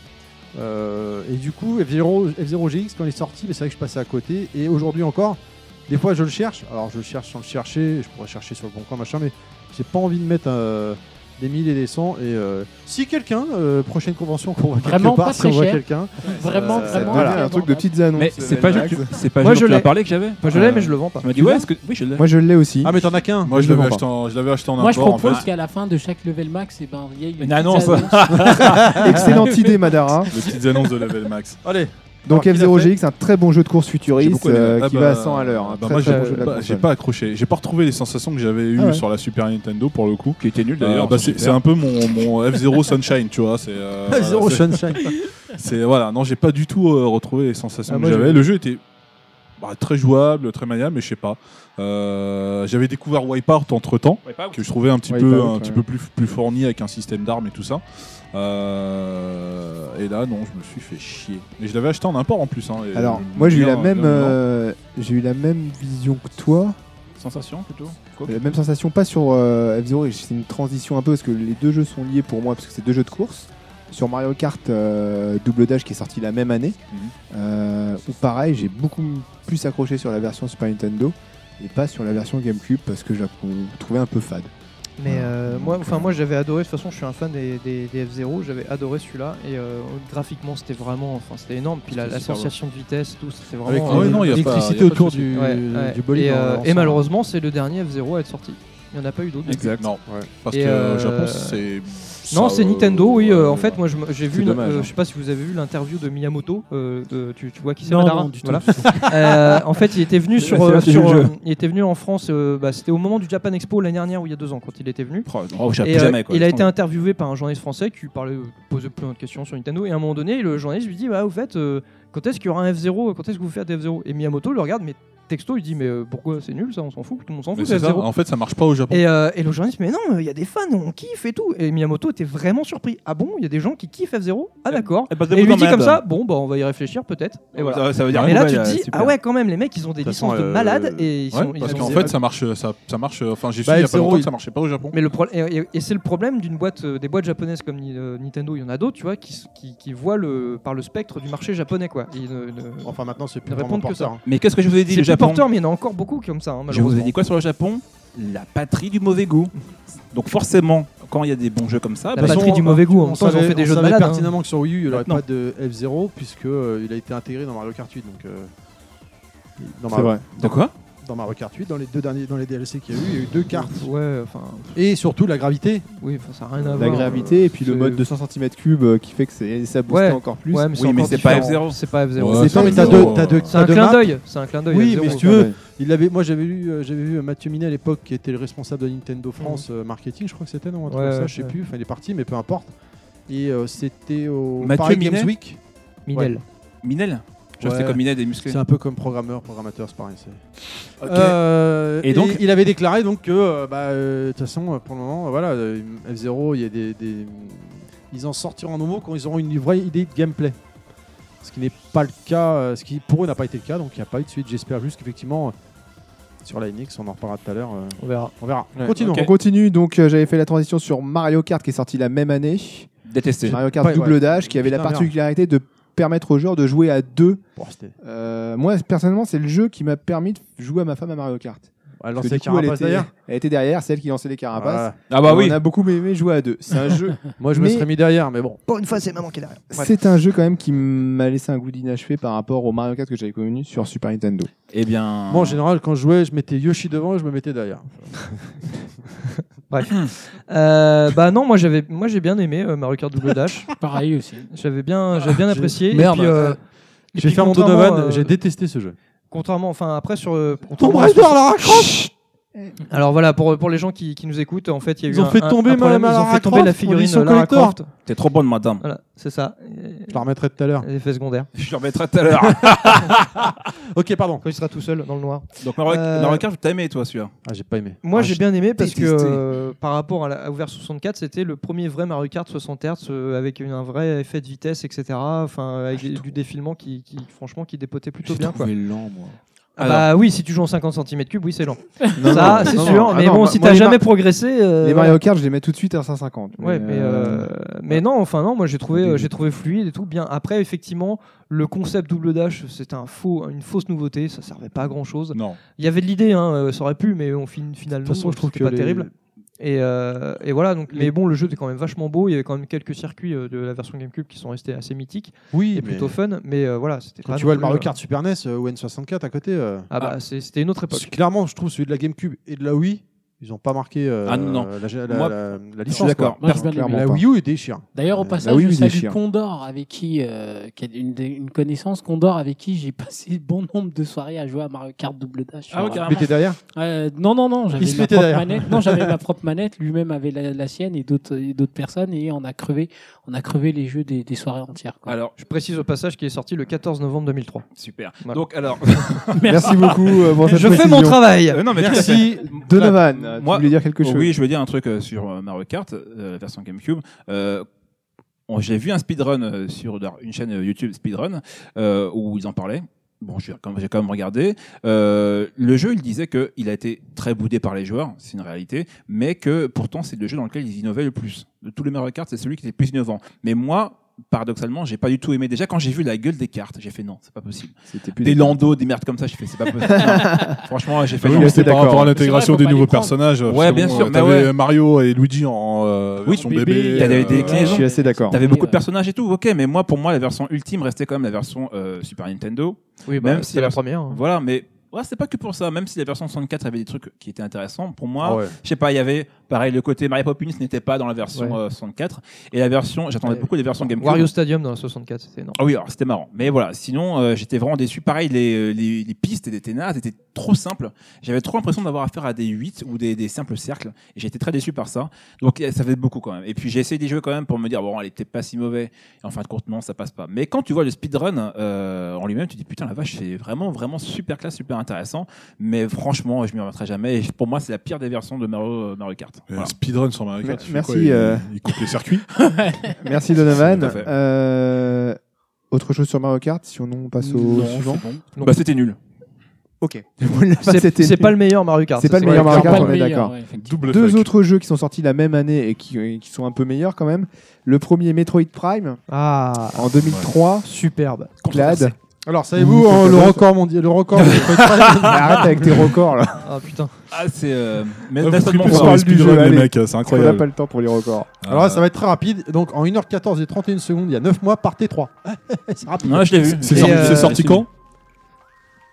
Speaker 3: Euh, et du coup, F0, F0GX, quand il est sorti, mais c'est vrai que je passais à côté. Et aujourd'hui encore, des fois, je le cherche. Alors, je le cherche sans le chercher. Je pourrais chercher sur le bon coin, machin, mais j'ai pas envie de mettre euh, des 1000 et des 100. Et euh, si quelqu'un, euh, prochaine convention qu'on voit quelque
Speaker 10: Vraiment
Speaker 3: part,
Speaker 10: pas
Speaker 3: si
Speaker 10: très
Speaker 3: on voit
Speaker 10: cher.
Speaker 3: quelqu'un,
Speaker 10: Vraiment,
Speaker 3: Euh,
Speaker 5: Ça
Speaker 10: vraiment.
Speaker 5: devient
Speaker 3: voilà.
Speaker 5: un truc de petites annonces.
Speaker 7: Mais c'est pas
Speaker 5: euh,
Speaker 7: jeu que- c'est pas
Speaker 4: Moi, je
Speaker 7: jeu dont tu m'as
Speaker 4: l'ai.
Speaker 7: parlé que j'avais.
Speaker 4: Moi je l'ai mais je le vends pas.
Speaker 7: Tu m'as dit ouais, est-ce que oui, je l'ai.
Speaker 5: Moi, je l'ai aussi.
Speaker 3: Ah mais t'en as qu'un.
Speaker 6: Moi, je l'avais
Speaker 3: le vends
Speaker 6: acheté en- je l'avais acheté en import.
Speaker 10: Moi, je
Speaker 6: en
Speaker 10: propose
Speaker 6: fait.
Speaker 10: qu'à la fin de chaque level max, et ben, il y ait une,
Speaker 7: Une annonce.
Speaker 10: petite
Speaker 5: Excellente idée, Madara.
Speaker 6: Les petites annonces de level max.
Speaker 3: pas. Allez.
Speaker 5: Donc
Speaker 3: Alors, qu'il a fait
Speaker 5: F0GX, un très bon jeu de course
Speaker 6: J'ai
Speaker 5: futuriste
Speaker 6: beaucoup aimé.
Speaker 5: euh,
Speaker 6: Ah
Speaker 5: qui
Speaker 6: bah,
Speaker 5: va à 100 à l'heure.
Speaker 6: bah,
Speaker 5: un très,
Speaker 6: moi,
Speaker 5: très bon
Speaker 6: j'ai
Speaker 5: jeu de la
Speaker 6: pas, j'ai
Speaker 5: console.
Speaker 6: pas accroché. J'ai pas retrouvé les sensations que j'avais eues
Speaker 5: Ah ouais.
Speaker 6: sur la Super Nintendo pour le coup.
Speaker 7: Qui était nul
Speaker 6: Euh,
Speaker 7: d'ailleurs.
Speaker 6: bah, c'est c'est un peu mon, mon F0 Sunshine, tu vois. C'est euh, voilà,
Speaker 3: Zero
Speaker 6: c'est-
Speaker 3: Sunshine.
Speaker 6: c'est- voilà. Non, j'ai pas du tout euh, retrouvé les sensations
Speaker 3: Ah,
Speaker 6: que
Speaker 3: moi,
Speaker 6: j'avais.
Speaker 3: j'ai-
Speaker 6: Le jeu était bah, très jouable, très maniable, mais je sais pas. Euh, j'avais découvert Wipeout entre temps, que je trouvais un petit peu
Speaker 5: Wipeout,
Speaker 6: un
Speaker 5: ouais.
Speaker 6: petit peu plus plus fourni avec un système d'armes et tout ça. Euh, et là, non, je me suis fait chier. Mais je l'avais acheté en import en plus. hein, et
Speaker 7: Euh,
Speaker 5: Alors,
Speaker 6: je-
Speaker 5: moi j'ai eu la
Speaker 6: bien-
Speaker 5: même,
Speaker 6: bien-
Speaker 5: euh, j'ai eu la même vision que toi,
Speaker 7: Sensation plutôt.
Speaker 5: la même sensation pas sur euh, F-Zero. C'est une transition un peu parce que les deux jeux sont liés pour moi parce que c'est deux jeux de course. Sur Mario Kart euh, Double Dash qui est sorti la même année,
Speaker 6: Mhm.
Speaker 5: euh, où pareil, j'ai beaucoup m- plus accroché sur la version Super Nintendo et pas sur la version GameCube parce que je la cou- trouvais un peu fade.
Speaker 4: Mais euh, moi, enfin moi j'avais adoré. De toute façon, je suis un fan des, des, des F0. J'avais adoré celui-là et euh, graphiquement c'était vraiment, enfin c'était énorme. Puis la,
Speaker 6: C'était
Speaker 4: la
Speaker 6: super
Speaker 4: sensation de vitesse, tout, c'était
Speaker 3: Avec
Speaker 4: vraiment. euh,
Speaker 6: Ah ouais, non, y a pas-
Speaker 3: l'électricité
Speaker 6: y a pas de
Speaker 3: autour
Speaker 6: souci.
Speaker 3: du,
Speaker 4: Ouais, ouais.
Speaker 3: du bolide.
Speaker 4: et,
Speaker 3: en-
Speaker 4: euh,
Speaker 3: en
Speaker 4: et
Speaker 3: sang.
Speaker 4: malheureusement, c'est le dernier F0 à être sorti. Il n'y en a pas eu d'autres. depuis.
Speaker 6: Non, parce
Speaker 4: Et
Speaker 6: que
Speaker 4: euh,
Speaker 6: au Japon, c'est
Speaker 4: Non,
Speaker 11: Ça,
Speaker 4: c'est
Speaker 11: euh,
Speaker 4: Nintendo, oui. euh,
Speaker 11: ouais,
Speaker 4: en fait, moi, je me- j'ai vu,
Speaker 11: C'est
Speaker 4: une-
Speaker 11: dommage,
Speaker 4: euh,
Speaker 11: hein.
Speaker 4: je sais pas si vous avez vu l'interview de Miyamoto. euh, de- tu, tu vois qui c'est,
Speaker 10: Non,
Speaker 4: Madara
Speaker 10: non, du tout,
Speaker 4: Voilà.
Speaker 10: du tout.
Speaker 4: Euh, En fait, il était venu
Speaker 7: Mais
Speaker 4: sur,
Speaker 7: c'est
Speaker 4: euh,
Speaker 7: là, c'est
Speaker 4: sur,
Speaker 7: le jeu.
Speaker 4: euh, il était venu en France. euh, bah, C'était au moment du Japan Expo l'année dernière, ou il y a deux ans, quand il était venu.
Speaker 7: Oh, oh, je sais
Speaker 4: Et,
Speaker 7: plus
Speaker 4: euh,
Speaker 7: jamais, quoi.
Speaker 4: il a été interviewé par un journaliste français qui parlait, euh, posait plein de questions sur Nintendo. Et à un moment donné, le journaliste lui dit Bah, au fait, euh, quand est-ce qu'il y aura un F0 Quand est-ce que vous faites F0 Et Miyamoto le regarde, mais texto, il dit Mais euh, pourquoi c'est nul ça On s'en fout, tout le monde s'en
Speaker 6: Mais
Speaker 4: fout.
Speaker 6: c'est
Speaker 4: c'est
Speaker 6: ça, hein.
Speaker 4: F0.
Speaker 6: en fait, ça marche pas au Japon.
Speaker 4: Et, euh, et le journaliste, mais non, il y a des fans, on kiffe et tout. Et Miyamoto était vraiment surpris. Ah bon, il y a des gens qui kiffent F0 Ah d'accord.
Speaker 7: Eh ben,
Speaker 4: Et il lui dit
Speaker 7: merde.
Speaker 4: comme ça, bon, bah on va y réfléchir peut-être. Et voilà.
Speaker 7: hein. Ça, ça veut dire
Speaker 4: Mais là, tu
Speaker 7: ouais,
Speaker 4: te dis,
Speaker 7: super.
Speaker 4: ah ouais, quand même, les mecs, ils ont des
Speaker 11: De toute façon,
Speaker 4: licences de
Speaker 11: euh,
Speaker 4: malades et ils
Speaker 6: Ouais,
Speaker 4: sont. ils
Speaker 6: parce
Speaker 4: sont-
Speaker 6: qu'en fait, ça marche, ça, ça marche. euh, Enfin, j'ai su
Speaker 3: Bah,
Speaker 6: il y a pas
Speaker 3: F-Zero,
Speaker 6: longtemps que
Speaker 3: il-
Speaker 6: ça marchait pas au Japon.
Speaker 4: Mais le pro- et, et- et c'est le problème d'une boîte, euh, des boîtes japonaises comme Ni- euh, Nintendo, il y en a d'autres, tu vois, qui, s- qui, qui voient le, par le spectre du marché japonais, quoi. Ils ne- ne-
Speaker 3: Enfin, maintenant, c'est plus
Speaker 4: Ne
Speaker 3: Oh, vraiment
Speaker 4: répondent que ça.
Speaker 3: porteur, hein.
Speaker 7: Mais qu'est-ce que je vous ai dit
Speaker 4: C'est
Speaker 7: le
Speaker 4: plus
Speaker 7: Japon
Speaker 4: porteur, mais il y en a encore beaucoup comme ça. hein,
Speaker 7: Je vous ai
Speaker 4: malheureusement.
Speaker 7: dit quoi sur le Japon La patrie du mauvais goût. Donc forcément, quand il y a des bons jeux comme ça,
Speaker 4: La
Speaker 7: bah,
Speaker 4: patrie
Speaker 7: ils sont-
Speaker 4: du mauvais goût, en
Speaker 3: On
Speaker 4: même temps, ils ont
Speaker 3: savait-
Speaker 4: fait des
Speaker 3: on
Speaker 4: jeux de
Speaker 3: savait
Speaker 4: malades. hein.
Speaker 3: pertinemment que sur Wii U, il n'y aurait
Speaker 7: Maintenant.
Speaker 3: pas de F0 puisque euh, il a été intégré dans Mario Kart 8. Donc, euh, dans,
Speaker 5: C'est
Speaker 3: Mario,
Speaker 5: vrai.
Speaker 7: De quoi
Speaker 3: dans Mario Kart 8, dans les deux derniers, dans les DLC qu'il y a eu, il y a eu deux cartes.
Speaker 4: hein. Ouais, enfin,
Speaker 3: Et surtout la gravité.
Speaker 4: oui, enfin, ça n'a rien à
Speaker 5: La
Speaker 4: voir.
Speaker 5: gravité et puis le
Speaker 4: Ah euh, c'est-
Speaker 5: mode 200 cm3 euh, qui fait que c'est- ça booste
Speaker 4: Ouais.
Speaker 5: encore plus.
Speaker 4: Ouais, mais c'est
Speaker 7: Oui, mais
Speaker 4: encore
Speaker 7: c'est pas
Speaker 4: différent.
Speaker 7: F0.
Speaker 4: C'est pas F0.
Speaker 6: Ouais,
Speaker 3: C'est
Speaker 6: c'est
Speaker 3: pas, mais t'as
Speaker 6: F0.
Speaker 3: deux, t'as deux,
Speaker 4: C'est un
Speaker 3: t'as deux
Speaker 4: clin
Speaker 3: maps.
Speaker 4: d'œil. C'est un clin d'œil.
Speaker 3: Oui,
Speaker 4: F0.
Speaker 3: mais si tu
Speaker 5: Ah
Speaker 3: veux,
Speaker 5: ouais.
Speaker 3: Il avait, moi j'avais lu, euh, j'avais vu Mathieu Minet à l'époque qui était le responsable de Nintendo France euh, marketing, je crois que c'était non, un truc
Speaker 4: Ouais,
Speaker 3: comme ça,
Speaker 4: ouais,
Speaker 3: je sais
Speaker 4: ouais.
Speaker 3: plus. Enfin, il est parti, mais peu importe. Et euh, c'était au
Speaker 7: Mathieu
Speaker 3: Paris
Speaker 7: Minet
Speaker 3: Games Week.
Speaker 4: Minel.
Speaker 7: Minel Genre
Speaker 3: Ouais.
Speaker 7: c'est comme Minel des musclés.
Speaker 3: C'est un peu comme programmeur, programmateur, c'est pareil. c'est-
Speaker 7: Ok.
Speaker 3: Euh,
Speaker 7: Et
Speaker 3: et
Speaker 7: donc-
Speaker 3: donc, il avait déclaré donc que, euh, bah, euh, de toute façon, euh, pour le moment, euh, voilà, euh, F0, il y a des, des- ils en sortiront un nouveau quand ils auront une vraie idée de gameplay. Ce qui n'est pas le cas, euh, ce qui pour eux n'a pas été le cas, donc il n'y a pas eu de suite. J'espère juste qu'effectivement, euh, sur la NX, on en reparlera tout à l'heure. euh,
Speaker 4: On verra.
Speaker 3: on verra.
Speaker 5: Ouais.
Speaker 3: Continuons.
Speaker 5: On continue, donc euh, j'avais fait la transition sur Mario Kart qui est sorti la même année.
Speaker 7: Détesté.
Speaker 5: Mario Kart
Speaker 3: Ouais,
Speaker 5: double
Speaker 3: ouais.
Speaker 5: dash qui avait la
Speaker 3: Putain,
Speaker 5: particularité de permettre aux joueurs de jouer à deux.
Speaker 3: Bon, c'était-
Speaker 5: Euh, moi personnellement c'est le jeu qui m'a permis de jouer à ma femme à Mario Kart.
Speaker 3: Alors,
Speaker 5: Parce que
Speaker 3: c'est
Speaker 5: du coup, elle,
Speaker 3: Carapace
Speaker 5: était,
Speaker 3: d'ailleurs.
Speaker 5: elle était derrière, celle qui lançait les carapaces.
Speaker 3: Voilà.
Speaker 7: Ah bah
Speaker 5: Et
Speaker 7: oui.
Speaker 5: On a beaucoup aimé jouer à deux. C'est un jeu,
Speaker 3: Moi, je me
Speaker 5: Mais-
Speaker 3: serais mis derrière, mais bon.
Speaker 4: Pour une fois, c'est maman qui est derrière.
Speaker 5: c'est un jeu quand même qui m'a laissé un goût d'inachevé par rapport au Mario Kart que j'avais connu sur Super Nintendo.
Speaker 7: Eh bien.
Speaker 3: Moi, en général, quand je jouais, je mettais Yoshi devant et je me mettais derrière.
Speaker 4: Euh, bah non, moi j'avais, moi j'ai bien aimé euh, Mario Kart Double Dash.
Speaker 10: Pareil aussi.
Speaker 4: J'avais bien, j'avais bien apprécié.
Speaker 3: Merde,
Speaker 4: et puis, euh,
Speaker 3: euh,
Speaker 4: et
Speaker 3: J'ai
Speaker 4: puis
Speaker 3: fait mon
Speaker 4: contrairement,
Speaker 3: Donovan,
Speaker 4: euh,
Speaker 3: j'ai détesté ce jeu.
Speaker 4: Contrairement, enfin après sur. euh,
Speaker 3: Tomb
Speaker 4: contrairement à ce
Speaker 3: Raider,
Speaker 4: que-
Speaker 3: la raccroche
Speaker 4: Alors voilà, pour, pour les gens qui, qui nous écoutent, en fait, il y a
Speaker 3: Ils
Speaker 4: eu
Speaker 3: ont
Speaker 4: un-
Speaker 3: fait
Speaker 4: un-
Speaker 3: tomber
Speaker 4: un problème,
Speaker 3: Madame
Speaker 4: ils ont
Speaker 3: Lara
Speaker 4: fait tomber la
Speaker 3: Croft, on dit
Speaker 4: figurine
Speaker 3: son
Speaker 4: euh, Lara
Speaker 3: collector.
Speaker 4: Croft.
Speaker 7: T'es trop bonne, madame.
Speaker 4: Voilà, c'est ça.
Speaker 3: Je la remettrai tout à l'heure.
Speaker 4: Les Effets secondaires.
Speaker 7: Je le remettrai tout à l'heure.
Speaker 3: Ok, pardon.
Speaker 4: Quand il sera tout seul dans le noir.
Speaker 7: Donc Mario,
Speaker 4: Euh,
Speaker 7: Mario Kart, t'as aimé, toi, celui-là
Speaker 3: Ah, j'ai pas aimé.
Speaker 4: Moi,
Speaker 7: Ah,
Speaker 4: j'ai
Speaker 7: je
Speaker 4: bien aimé parce que
Speaker 7: détesté.
Speaker 4: euh, par rapport à, la, à Ouvert 64, c'était le premier vrai Mario Kart 60 Hz euh, avec une- un vrai effet de vitesse, etc. Enfin,
Speaker 7: Ah,
Speaker 4: avec des- du défilement qui, qui, franchement, qui dépotait plutôt bien. Quoi.
Speaker 5: lent, moi.
Speaker 4: Ah bah oui, si tu joues en 50 cm3, oui, c'est lent.
Speaker 5: Non,
Speaker 4: ça,
Speaker 5: non,
Speaker 4: c'est
Speaker 5: non,
Speaker 4: sûr.
Speaker 5: non.
Speaker 4: mais
Speaker 5: Ah non,
Speaker 4: bon,
Speaker 5: moi-
Speaker 4: si
Speaker 5: moi,
Speaker 4: t'as
Speaker 5: les
Speaker 4: jamais
Speaker 5: Mar-
Speaker 4: progressé. euh,
Speaker 5: Les
Speaker 4: voilà.
Speaker 5: Mario Kart, je les mets tout de suite à 150.
Speaker 4: Ouais, mais, euh, mais non, enfin non, moi j'ai trouvé, euh, j'ai trouvé fluide et tout bien. Après, effectivement, le concept double dash, c'était un faux, une fausse nouveauté, ça servait pas à grand chose.
Speaker 6: Non.
Speaker 4: Il y avait de l'idée, hein, euh, ça aurait pu, mais on finit
Speaker 3: De
Speaker 4: finalement,
Speaker 3: toute façon, je trouve que
Speaker 4: pas
Speaker 3: les-
Speaker 4: terrible. Et, euh, et voilà, donc, mais bon, le jeu était quand même vachement beau. Il y avait quand même quelques circuits euh, de la version GameCube qui sont restés assez mythiques
Speaker 3: Oui,
Speaker 4: et
Speaker 3: mais
Speaker 4: plutôt fun, mais euh, voilà, c'était
Speaker 3: quand
Speaker 4: pas
Speaker 3: tu
Speaker 4: non
Speaker 3: vois le
Speaker 4: plus,
Speaker 3: Mario
Speaker 4: euh,
Speaker 3: Kart Super NES euh, ou N64 à côté, euh,
Speaker 4: Ah bah, c'est- c'était une autre époque.
Speaker 3: c'est- clairement, je trouve celui de la GameCube et de la Wii, ils ont pas marqué euh,
Speaker 7: Ah, non.
Speaker 3: La, la-
Speaker 7: Moi,
Speaker 3: la- la
Speaker 7: Je suis
Speaker 3: licence.
Speaker 7: d'accord.
Speaker 3: quoi.
Speaker 10: Moi, j'ai bien aimé.
Speaker 5: clairement.
Speaker 3: La
Speaker 5: pas.
Speaker 3: Wii U est déchirant.
Speaker 10: D'ailleurs, au
Speaker 3: Bah
Speaker 10: passage,
Speaker 5: oui,
Speaker 10: je
Speaker 5: oui,
Speaker 10: salue
Speaker 5: déchire.
Speaker 10: Condor, avec qui, euh, qui a une, des- une connaissance, Condor, avec qui j'ai passé bon nombre de soirées à jouer à Mario Kart Double Dash.
Speaker 7: Ah, ok.
Speaker 10: Voilà.
Speaker 3: Mais t'es derrière
Speaker 10: Euh, non, non, non, j'avais
Speaker 3: se
Speaker 10: ma
Speaker 3: mettait
Speaker 10: propre
Speaker 3: derrière.
Speaker 10: manette. Non, j'avais ma propre manette. Lui-même avait la, la sienne et d'autres et d'autres personnes et on a crevé, on a crevé les jeux des, des soirées entières.
Speaker 5: Ah,
Speaker 10: Quoi.
Speaker 7: Alors,
Speaker 4: Je précise au passage qu'il est sorti le 14 novembre 2003.
Speaker 7: super.
Speaker 4: Voilà.
Speaker 7: Donc, alors.
Speaker 5: Merci beaucoup euh, pour cette
Speaker 4: Je fais mon
Speaker 5: précision.
Speaker 4: travail.
Speaker 7: Euh, non, mais tout à
Speaker 5: Merci
Speaker 7: fait.
Speaker 5: Donovan.
Speaker 7: Là,
Speaker 5: tu
Speaker 7: moi- Oh
Speaker 5: voulais dire quelque chose
Speaker 7: Oui, je veux dire un truc euh, sur euh, Mario Kart, euh, la version GameCube. Euh, on- J'ai vu un speedrun euh, sur leur- une chaîne euh, YouTube speedrun euh, où ils en parlaient. Bon, j'ai quand même- j'ai quand même regardé. Euh, le jeu, il disait que il a été très boudé par les joueurs, c'est une réalité, mais que pourtant c'est le jeu dans lequel ils innovaient le plus. De tous les Mario Kart, c'est celui qui était le plus innovant. Mais moi, paradoxalement, j'ai pas du tout aimé. Déjà, quand j'ai vu la gueule des cartes, j'ai fait non, c'est pas possible.
Speaker 5: C'était plus
Speaker 7: Des landaux, des merdes comme ça, j'ai fait c'est pas possible. Non. Franchement, j'ai fait
Speaker 5: Oui,
Speaker 7: non.
Speaker 5: mais
Speaker 6: C'était
Speaker 5: d'accord.
Speaker 6: par rapport à
Speaker 10: C'est
Speaker 6: l'intégration
Speaker 10: vrai, faut
Speaker 6: des
Speaker 10: pas les
Speaker 6: nouveaux
Speaker 10: prendre.
Speaker 6: personnages. parce
Speaker 7: Ouais,
Speaker 6: que
Speaker 7: bien
Speaker 6: bon,
Speaker 7: sûr,
Speaker 6: euh,
Speaker 7: mais
Speaker 6: t'avais
Speaker 7: ouais.
Speaker 6: Mario et Luigi en euh,
Speaker 7: Oui,
Speaker 6: version
Speaker 7: bébé,
Speaker 6: bébé.
Speaker 7: il y avait des
Speaker 6: euh,
Speaker 5: Je
Speaker 7: clés.
Speaker 5: suis assez d'accord.
Speaker 7: T'avais
Speaker 10: Et,
Speaker 7: beaucoup
Speaker 10: euh,
Speaker 7: de personnages et tout, ok, mais moi, pour moi, la version ultime restait quand même la version euh, Super Nintendo.
Speaker 4: Oui,
Speaker 7: Même
Speaker 4: même
Speaker 7: si
Speaker 4: si
Speaker 7: la-
Speaker 4: la première. hein.
Speaker 7: Voilà, mais Ouais, c'est pas que pour ça. Même si la version 64 avait des trucs qui étaient intéressants, pour moi,
Speaker 3: Ah ouais.
Speaker 7: je sais pas, il y avait pareil le côté Mary Poppins n'était pas dans la version
Speaker 4: Ouais.
Speaker 7: euh, 64 et la version. J'attendais
Speaker 4: Ouais.
Speaker 7: beaucoup les versions GameCube.
Speaker 4: Wario Stadium dans la 64, c'était énorme.
Speaker 7: Ah oui, alors c'était marrant. Mais voilà, sinon euh, j'étais vraiment déçu. Pareil, les, euh, les, les pistes des ténards étaient trop simples. J'avais trop l'impression d'avoir affaire à des 8 ou des, des simples cercles. Et j'étais très déçu par ça. Donc euh, ça fait beaucoup quand même. Et puis j'ai essayé des jeux quand même pour me dire, bon, elle était pas si mauvais. Et en fin de compte, non, ça passe pas. Mais quand tu vois le speedrun euh, en lui-même, tu te dis, putain, la vache, c'est vraiment, vraiment super classe, super intéressant. Mais franchement, je m'y remettrai jamais. Et pour moi, c'est la pire des versions de Mario, Mario Kart.
Speaker 6: Euh,
Speaker 7: Voilà.
Speaker 6: Speedrun sur Mario Kart.
Speaker 5: Mer-
Speaker 6: tu fais
Speaker 5: merci,
Speaker 6: quoi, il-
Speaker 5: euh.
Speaker 6: il, coupe les circuits.
Speaker 5: Merci
Speaker 7: Tout
Speaker 5: Donovan.
Speaker 7: à fait.
Speaker 5: Euh, autre chose sur Mario Kart, sinon on passe au
Speaker 7: Non, c'est
Speaker 5: suivant.
Speaker 7: bon.
Speaker 4: Non.
Speaker 7: Bah, c'était nul.
Speaker 5: Ok. Voilà,
Speaker 4: C'est
Speaker 5: Bah, c'était-
Speaker 4: c'est pas le meilleur Mario Kart.
Speaker 5: C'est
Speaker 4: ça,
Speaker 5: pas le meilleur Mario
Speaker 4: clair.
Speaker 5: Kart,
Speaker 10: pas
Speaker 5: on
Speaker 10: le
Speaker 5: est
Speaker 10: meilleur,
Speaker 5: d'accord.
Speaker 10: ouais, effectivement.
Speaker 6: Double
Speaker 5: Deux
Speaker 6: fuck.
Speaker 5: autres jeux qui sont sortis la même année et qui, et qui sont un peu meilleurs quand même. Le premier Metroid Prime
Speaker 4: Ah,
Speaker 5: en 2003.
Speaker 4: superbe.
Speaker 5: Clad.
Speaker 3: Alors,
Speaker 5: Ouh,
Speaker 3: savez-vous, hein,
Speaker 5: c'est
Speaker 3: le
Speaker 5: pas
Speaker 3: record mondial, le record.
Speaker 5: Mais Arrête avec tes records là.
Speaker 4: Ah putain.
Speaker 7: Ah, c'est. euh, Mais
Speaker 6: Vous
Speaker 7: Nelson
Speaker 6: tripez
Speaker 5: on
Speaker 7: Mandela.
Speaker 6: sur
Speaker 5: parle
Speaker 6: les
Speaker 5: du
Speaker 6: speedruns,
Speaker 5: jeu,
Speaker 6: les
Speaker 5: allez.
Speaker 6: mecs, c'est
Speaker 5: On n'a pas
Speaker 6: incroyable.
Speaker 5: le temps pour les records.
Speaker 7: Ah,
Speaker 3: Alors là, ça va être très rapide. Donc, en 1h14 et 31 secondes, il y a 9 mois, partez 3. c'est rapide.
Speaker 7: Non, je l'ai vu.
Speaker 6: C'est
Speaker 4: Et,
Speaker 6: sorti,
Speaker 4: euh,
Speaker 6: c'est sorti quand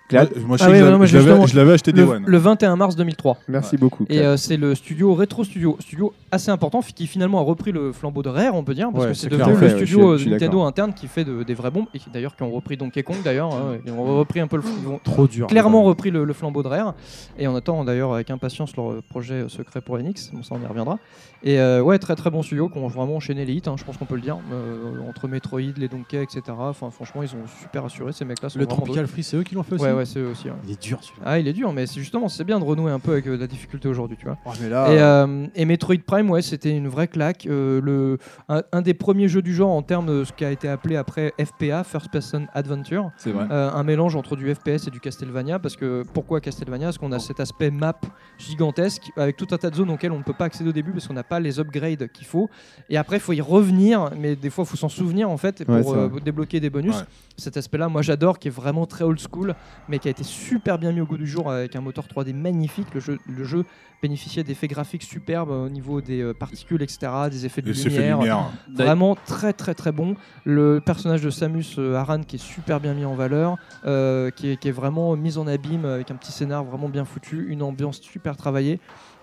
Speaker 5: Clad.
Speaker 6: Ouais, Moi, je
Speaker 4: Ah
Speaker 6: sais
Speaker 4: ouais,
Speaker 6: que
Speaker 4: ouais,
Speaker 6: je
Speaker 4: moi,
Speaker 6: l'avais-
Speaker 4: justement,
Speaker 6: je l'avais acheté des
Speaker 4: Le,
Speaker 6: One.
Speaker 4: le 21 mars 2003.
Speaker 5: Merci beaucoup.
Speaker 4: Et
Speaker 5: Clad.
Speaker 4: euh, c'est le studio Retro Studio, studio assez important fi- qui finalement a repris le flambeau de Rare, on peut dire, parce
Speaker 3: Ouais,
Speaker 4: que c'est
Speaker 3: c'est
Speaker 4: devenu
Speaker 5: clair.
Speaker 4: le
Speaker 5: Ouais, ouais, je suis-
Speaker 4: studio
Speaker 5: je suis
Speaker 4: euh, Nintendo
Speaker 5: d'accord.
Speaker 4: interne qui fait de- des vraies bombes et qui d'ailleurs qui ont repris Donkey Kong d'ailleurs, hein, ils ont repris un peu le flambeau.
Speaker 3: Trop dur.
Speaker 4: Clairement repris le, le flambeau de Rare et on attend d'ailleurs avec impatience leur euh, projet euh, secret pour Enix, bon ça on y reviendra. Et euh, ouais très très bon studio qui ont vraiment enchaîné les hits, hein, je pense qu'on peut le dire, euh, entre Metroid, les Donkey, etc. Enfin franchement ils ont super assuré ces mecs là.
Speaker 3: Le Tropical Free, c'est eux qui l'ont fait aussi.
Speaker 4: Ouais ouais c'est eux aussi. ouais.
Speaker 3: Il est dur celui-là.
Speaker 4: Ah il est dur mais c'est justement c'est bien de renouer un peu avec euh, la difficulté aujourd'hui tu vois.
Speaker 3: Oh, mais là,
Speaker 4: Et, euh, et Metroid Prime, ouais, c'était une vraie claque. Euh, le, un, un des premiers jeux du genre en termes de ce qui a été appelé après FPA, First Person Adventure.
Speaker 7: C'est vrai.
Speaker 4: Euh, un mélange entre du FPS et du Castlevania. Parce que pourquoi Castlevania Parce qu'on a cet aspect map gigantesque avec tout un tas de zones auxquelles on ne peut pas accéder au début parce qu'on n'a pas les upgrades qu'il faut. Et après, il faut y revenir, mais des fois, il faut s'en souvenir en fait pour
Speaker 5: Ouais, c'est
Speaker 4: euh,
Speaker 5: vrai.
Speaker 4: débloquer des bonus.
Speaker 6: Ouais.
Speaker 4: Cet aspect-là, moi j'adore, qui est vraiment très old school, mais qui a été super bien mis au goût du jour avec un moteur 3D magnifique. Le jeu, le jeu bénéficiait d'effets graphiques superbes euh, au niveau des euh, particules, etc., des effets de
Speaker 6: Et c'est fait
Speaker 4: lumière.
Speaker 6: lumière.
Speaker 4: Vraiment très très très bon. Le personnage de Samus euh, Aran qui est super bien mis en valeur, euh, qui, est, qui est vraiment mis en abîme euh, avec un petit scénar vraiment bien foutu, une ambiance super travaillée.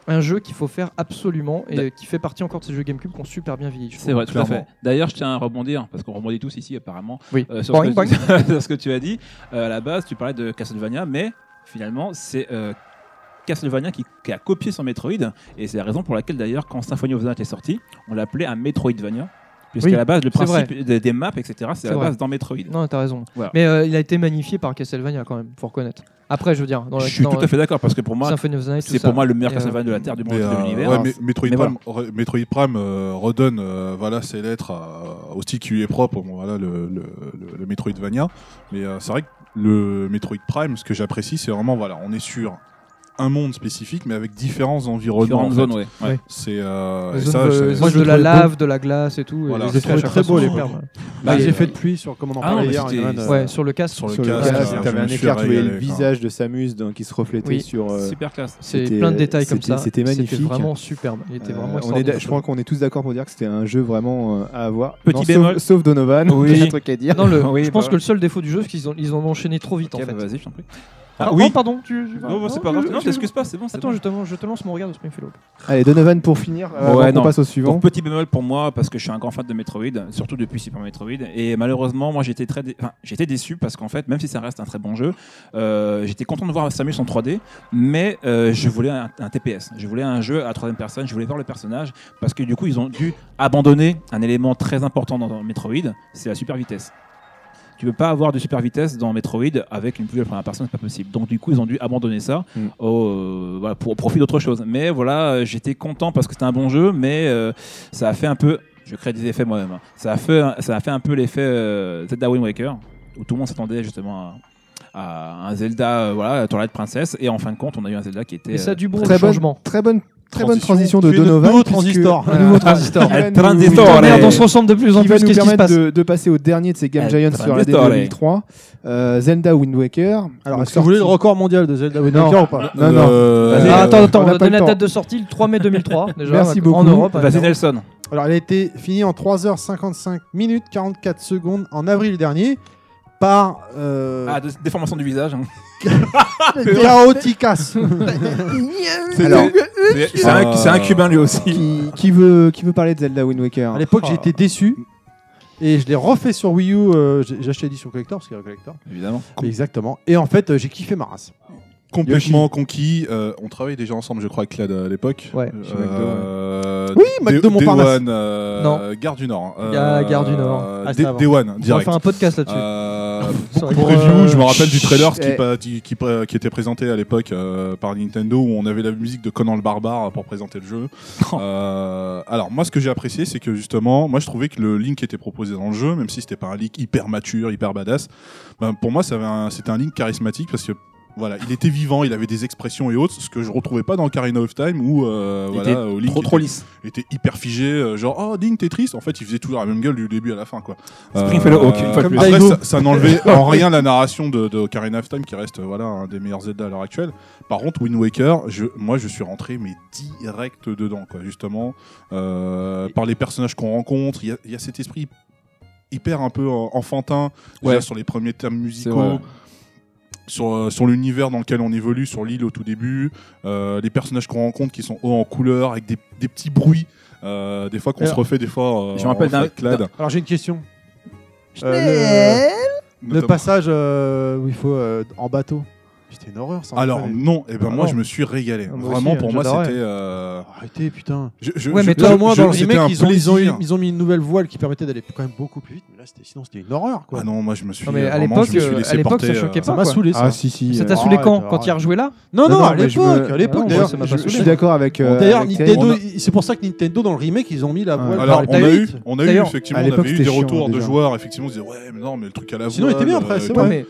Speaker 4: Un jeu qu'il faut faire absolument et
Speaker 7: D'a-
Speaker 4: euh, qui fait partie encore de ces jeux GameCube qui ont super bien vieilli. je
Speaker 7: C'est
Speaker 4: trouve.
Speaker 7: vrai, tout à
Speaker 4: Clairement.
Speaker 7: fait. D'ailleurs, je tiens à rebondir, parce qu'on rebondit tous ici apparemment,
Speaker 4: Oui.
Speaker 7: euh, sur,
Speaker 4: Boing,
Speaker 7: ce
Speaker 4: boing.
Speaker 7: que, sur ce que tu as dit. Euh, à la base, tu parlais de Castlevania, mais finalement, c'est euh, Castlevania qui, qui a copié son Metroid, et c'est la raison pour laquelle d'ailleurs, quand Symphony of the Night est sorti, on l'appelait un Metroidvania. Puisqu'à
Speaker 4: Oui,
Speaker 7: la base, le
Speaker 4: c'est vrai.
Speaker 7: principe des, des maps, etc., c'est à la
Speaker 4: vrai.
Speaker 7: base dans Metroid.
Speaker 4: Non, t'as raison.
Speaker 7: Voilà.
Speaker 4: Mais euh, il a été magnifié par Castlevania quand même, faut reconnaître. Après, je veux dire, dans la-
Speaker 7: je suis
Speaker 4: dans,
Speaker 7: tout à fait d'accord, parce que pour moi,
Speaker 4: Symphony of the Night, tout
Speaker 7: c'est
Speaker 4: ça.
Speaker 7: pour moi le meilleur
Speaker 4: Et, euh,
Speaker 7: Castlevania de la Terre, du monde
Speaker 6: Mais,
Speaker 7: et de
Speaker 6: euh,
Speaker 7: l'univers.
Speaker 6: ouais, mais- Metroid,
Speaker 7: mais
Speaker 6: Prime, re- Metroid Prime, euh, redonne euh, voilà, ses lettres euh, au style qui lui est propre, bon, voilà, le, le, le- le Metroidvania. Mais euh, c'est vrai que le Metroid Prime, ce que j'apprécie, c'est vraiment, voilà, on est sur un monde spécifique, mais avec différents environnements. en
Speaker 7: Différentes
Speaker 6: fait.
Speaker 7: zones, ouais. Ouais.
Speaker 4: Ouais.
Speaker 6: C'est euh,
Speaker 4: Les
Speaker 6: et
Speaker 4: zones
Speaker 6: ça,
Speaker 4: de,
Speaker 6: c'est-
Speaker 4: les
Speaker 3: Moi,
Speaker 4: zones
Speaker 3: je
Speaker 4: de la
Speaker 3: le trouve
Speaker 4: lave, de la glace et tout.
Speaker 6: Voilà.
Speaker 4: et
Speaker 6: Je
Speaker 4: les
Speaker 6: le
Speaker 4: effets à
Speaker 3: trouvais
Speaker 4: chaque
Speaker 3: très
Speaker 4: fois
Speaker 3: beau,
Speaker 4: sont
Speaker 3: les
Speaker 4: superbes.
Speaker 3: Bah,
Speaker 7: Bah,
Speaker 3: les
Speaker 7: euh,
Speaker 3: effets de pluie sur comment on en
Speaker 7: Ah non,
Speaker 3: parlait
Speaker 7: mais
Speaker 3: hier.
Speaker 7: c'était-
Speaker 3: Donovan, euh,
Speaker 4: Ouais, sur le casque.
Speaker 6: sur le
Speaker 5: Sur le
Speaker 6: casque,
Speaker 5: casque,
Speaker 6: euh, je
Speaker 5: t'avais un
Speaker 6: me suis
Speaker 5: éclair, tu voyais le
Speaker 6: régalé, quoi.
Speaker 5: visage de Samus donc, qui se reflétait
Speaker 4: Oui.
Speaker 5: sur. euh,
Speaker 7: Super classe.
Speaker 4: C'est
Speaker 5: C'était-
Speaker 4: plein de détails comme
Speaker 5: c'était-
Speaker 4: ça.
Speaker 5: c'était magnifique.
Speaker 4: C'était vraiment superbe. Il était
Speaker 5: euh,
Speaker 4: vraiment
Speaker 5: on est d'a-
Speaker 4: extraordinaire.
Speaker 5: je crois qu'on est tous d'accord pour dire que c'était un jeu vraiment euh, à avoir.
Speaker 7: Petit
Speaker 5: sauf-
Speaker 7: bémol.
Speaker 5: Sauf, Donovan,
Speaker 7: Oui.
Speaker 5: il y a un truc à dire.
Speaker 4: Non, le-
Speaker 7: Oui,
Speaker 4: je pense
Speaker 7: bah.
Speaker 4: que le seul défaut du jeu, c'est qu'ils ont, ils en ont enchaîné trop vite
Speaker 7: Ok,
Speaker 4: en fait.
Speaker 7: bah, vas-y, je t'en prie.
Speaker 4: Ah,
Speaker 7: oui.
Speaker 4: non, pardon, tu. tu-
Speaker 7: Non, bah, c'est pas
Speaker 4: tu-
Speaker 7: grave. Non,
Speaker 4: tu-
Speaker 7: t'excuses pas, c'est bon. c'est
Speaker 4: Attends,
Speaker 7: bon.
Speaker 4: je, te, je te lance mon regard de Springfield Hope.
Speaker 5: Allez, Donovan pour finir. euh, avant qu'on
Speaker 7: Ouais, non.
Speaker 5: passe au suivant.
Speaker 7: Donc, petit bémol pour moi, parce que je suis un grand fan de Metroid, surtout depuis Super Metroid. Et malheureusement, moi, j'étais très, dé- enfin, j'étais déçu parce qu'en fait, même si ça reste un très bon jeu, euh, j'étais content de voir Samus en 3D, mais euh, je voulais un, un TPS. Je voulais un jeu à troisième personne. Je voulais voir le personnage parce que du coup, ils ont dû abandonner un élément très important dans, dans Metroid, c'est la super vitesse. Tu peux pas avoir de super vitesse dans Metroid avec une vue à la première personne, c'est pas possible. Donc du coup, ils ont dû abandonner ça
Speaker 5: Mm.
Speaker 7: au, euh, voilà, pour au profit d'autre chose. Mais voilà, euh, j'étais content parce que c'était un bon jeu, mais euh, ça a fait un peu. Je crée des effets moi-même. hein. Ça a fait, ça a fait un peu l'effet euh, Zelda Wind Waker où tout le monde s'attendait justement à, à un Zelda, euh, voilà, Twilight Princess, et en fin de compte, on a eu un Zelda qui était.
Speaker 4: Mais ça a
Speaker 7: euh,
Speaker 4: du bon
Speaker 5: très bonne-
Speaker 4: changement.
Speaker 5: Très bonne, très bonne transition
Speaker 6: Transition.
Speaker 5: de
Speaker 3: Tu es de
Speaker 5: Donovan.
Speaker 3: nouveau
Speaker 5: puisque-
Speaker 3: transistor.
Speaker 5: voilà.
Speaker 4: Un nouveau transistor.
Speaker 5: Qui va nous-
Speaker 7: Transistor,
Speaker 5: qui va
Speaker 7: allez.
Speaker 4: Merde,
Speaker 5: nous-
Speaker 4: on se ressemble de plus en
Speaker 5: qui va
Speaker 4: plus. Qu'est-ce
Speaker 5: nous
Speaker 4: qui se
Speaker 5: permettre
Speaker 4: passe
Speaker 5: de, de passer au dernier de ces Game
Speaker 7: Eh,
Speaker 5: Giants
Speaker 7: très
Speaker 5: sur la E
Speaker 7: bien,
Speaker 5: DD
Speaker 7: allez.
Speaker 5: 2003, euh, Zelda Wind Waker.
Speaker 3: Alors,
Speaker 5: Donc,
Speaker 3: est-ce que vous voulez le
Speaker 5: sorti-
Speaker 3: record mondial de Zelda Wind
Speaker 5: Non.
Speaker 3: Waker ou pas
Speaker 5: Non, non.
Speaker 6: Euh,
Speaker 7: Vas-y.
Speaker 6: euh,
Speaker 4: Ah, Attends,
Speaker 5: on
Speaker 4: attends,
Speaker 5: n'a
Speaker 4: on
Speaker 5: pas
Speaker 4: a donné
Speaker 5: le
Speaker 4: la
Speaker 5: temps.
Speaker 4: date de sortie le 3 mai 2003. déjà,
Speaker 5: Merci beaucoup.
Speaker 4: En Europe.
Speaker 7: Vas-y
Speaker 4: évidemment.
Speaker 7: Nelson.
Speaker 3: Alors, elle a été finie en 3h55 minutes 44 secondes en avril dernier par euh,
Speaker 7: Ah, des- déformation du visage. hein.
Speaker 3: Chaoticas
Speaker 5: C'est-
Speaker 3: Alors,
Speaker 7: C'est c'est un,
Speaker 6: Ah.
Speaker 7: c'est un cubain lui aussi.
Speaker 5: qui, qui veut, qui veut parler de Zelda Wind Waker
Speaker 3: à l'époque j'étais déçu et je l'ai refait sur Wii U euh, j'ai j'ai acheté l'édition collector parce qu'il y avait un collector
Speaker 7: Évidemment.
Speaker 3: exactement et en fait euh, j'ai kiffé ma race
Speaker 6: complètement conquis. euh, on travaillait déjà ensemble, je crois, avec Clad euh, à l'époque.
Speaker 4: Ouais.
Speaker 5: Chez McDo,
Speaker 3: Oui, McDo Montparnasse.
Speaker 6: Dewan, euh,
Speaker 4: Non.
Speaker 6: Gare du Nord. hein.
Speaker 4: Ga-
Speaker 6: Euh,
Speaker 4: Gare du Nord. Ah, c'était
Speaker 6: Day-
Speaker 4: avant.
Speaker 6: Day One,
Speaker 4: On va
Speaker 6: direct.
Speaker 4: faire un podcast là-dessus.
Speaker 6: Euh,
Speaker 4: Ça aurait
Speaker 6: beaucoup de
Speaker 4: été-
Speaker 6: reviews, je me
Speaker 4: Euh,
Speaker 6: rappelle du trailer qui,
Speaker 5: eh.
Speaker 6: pa- qui, qui pr- qui était présenté à l'époque euh, par Nintendo où on avait la musique de Conan le Barbare pour présenter le jeu.
Speaker 7: Oh.
Speaker 6: Euh, alors moi ce que j'ai apprécié c'est que justement moi je trouvais que le Link qui était proposé dans le jeu même si c'était pas un Link hyper mature, hyper badass, ben, pour moi ça avait un- c'était un Link charismatique parce que voilà, il était vivant, il avait des expressions et autres, ce que je retrouvais pas dans Karina of Time où euh,
Speaker 7: Il
Speaker 6: voilà, au Link
Speaker 7: Trop,
Speaker 6: il
Speaker 7: trop
Speaker 6: était-
Speaker 7: lisse.
Speaker 6: était hyper figé, euh, genre oh Link t'es triste. En fait, il faisait toujours la même gueule du début à la fin quoi.
Speaker 7: Springfellow Hawk, une fois de
Speaker 6: comme
Speaker 7: plus.
Speaker 6: Après,
Speaker 3: Daigo.
Speaker 6: ça, ça n'enlevait en rien la narration de, de Ocarina of Time qui reste euh, voilà un des meilleurs Zelda à l'heure actuelle. Par contre, Wind Waker, je, moi je suis rentré mais direct dedans quoi. Justement euh, par les personnages qu'on rencontre, il y a- il y, a cet esprit hyper un peu euh, enfantin déjà
Speaker 5: Ouais.
Speaker 6: sur les premiers thèmes
Speaker 5: C'est
Speaker 6: musicaux
Speaker 5: vrai.
Speaker 6: sur, euh, sur l'univers dans lequel on évolue, sur l'île au tout début, euh, les personnages qu'on rencontre qui sont hauts en couleur, avec des, des petits bruits, euh, des fois qu'on se
Speaker 3: Alors,
Speaker 6: refait, des fois. euh,
Speaker 7: je me
Speaker 6: on
Speaker 7: rappelle
Speaker 6: refait
Speaker 7: d'un-
Speaker 6: avec Clad,
Speaker 3: alors j'ai une question Euh,
Speaker 5: Euh,
Speaker 3: le, le
Speaker 6: notamment.
Speaker 3: passage euh, où il faut euh, en bateau c'était une horreur ça
Speaker 6: Alors
Speaker 3: Enfin,
Speaker 6: non, et ben
Speaker 3: Ah
Speaker 6: moi
Speaker 3: non.
Speaker 6: je me suis régalé.
Speaker 3: Ah, moi
Speaker 6: Vraiment
Speaker 3: aussi,
Speaker 6: pour moi
Speaker 3: j'adorais.
Speaker 6: c'était. euh,
Speaker 3: arrêtez putain
Speaker 6: je- je-
Speaker 4: Ouais,
Speaker 6: je-
Speaker 4: mais toi,
Speaker 6: je-
Speaker 4: au moins,
Speaker 6: je-
Speaker 4: dans le
Speaker 6: c'était
Speaker 3: remake,
Speaker 6: un
Speaker 3: ils ont, ils, ont eu-
Speaker 6: plaisir.
Speaker 3: ils ont mis une nouvelle voile qui permettait d'aller quand même beaucoup plus vite. Mais là, c'était- sinon, c'était une horreur. Quoi.
Speaker 6: Ah non, moi je me suis.
Speaker 4: Non, mais à
Speaker 6: vraiment,
Speaker 4: l'époque,
Speaker 6: je me suis
Speaker 4: euh, à
Speaker 6: laissé
Speaker 4: l'époque,
Speaker 6: porter,
Speaker 4: ça choquait
Speaker 6: euh,
Speaker 4: pas.
Speaker 3: ça m'a
Speaker 4: quoi.
Speaker 3: saoulé, ça.
Speaker 5: Ah si si.
Speaker 4: Ça
Speaker 5: euh,
Speaker 4: t'a saoulé
Speaker 3: arrête,
Speaker 4: quand Quand tu y
Speaker 3: arrête.
Speaker 4: rejoué là
Speaker 3: Non, non,
Speaker 5: non,
Speaker 3: à
Speaker 5: mais je
Speaker 3: l'époque,
Speaker 5: me-
Speaker 3: à l'époque,
Speaker 4: Ah non,
Speaker 3: d'ailleurs.
Speaker 4: moi, ça m'a pas
Speaker 5: Je suis
Speaker 4: saoulé.
Speaker 5: d'accord avec. euh,
Speaker 3: D'ailleurs,
Speaker 5: avec Thierry.
Speaker 3: Nintendo, il- c'est pour ça que Nintendo, dans le remake, ils ont mis la voile.
Speaker 6: Alors
Speaker 3: par
Speaker 6: on a
Speaker 3: les
Speaker 6: eu,
Speaker 3: David.
Speaker 6: on a eu
Speaker 4: D'ailleurs,
Speaker 6: effectivement,
Speaker 5: à
Speaker 6: on
Speaker 5: l'époque,
Speaker 6: avait eu
Speaker 5: c'était
Speaker 6: des
Speaker 5: chiant,
Speaker 6: retours de
Speaker 5: déjà.
Speaker 6: joueurs effectivement, ils disaient ouais mais non mais le truc à la
Speaker 3: Sinon, il était
Speaker 6: voile,
Speaker 3: bien après,
Speaker 6: euh,
Speaker 3: c'est
Speaker 6: et
Speaker 3: vrai.
Speaker 4: Non,
Speaker 6: tout.
Speaker 4: mais.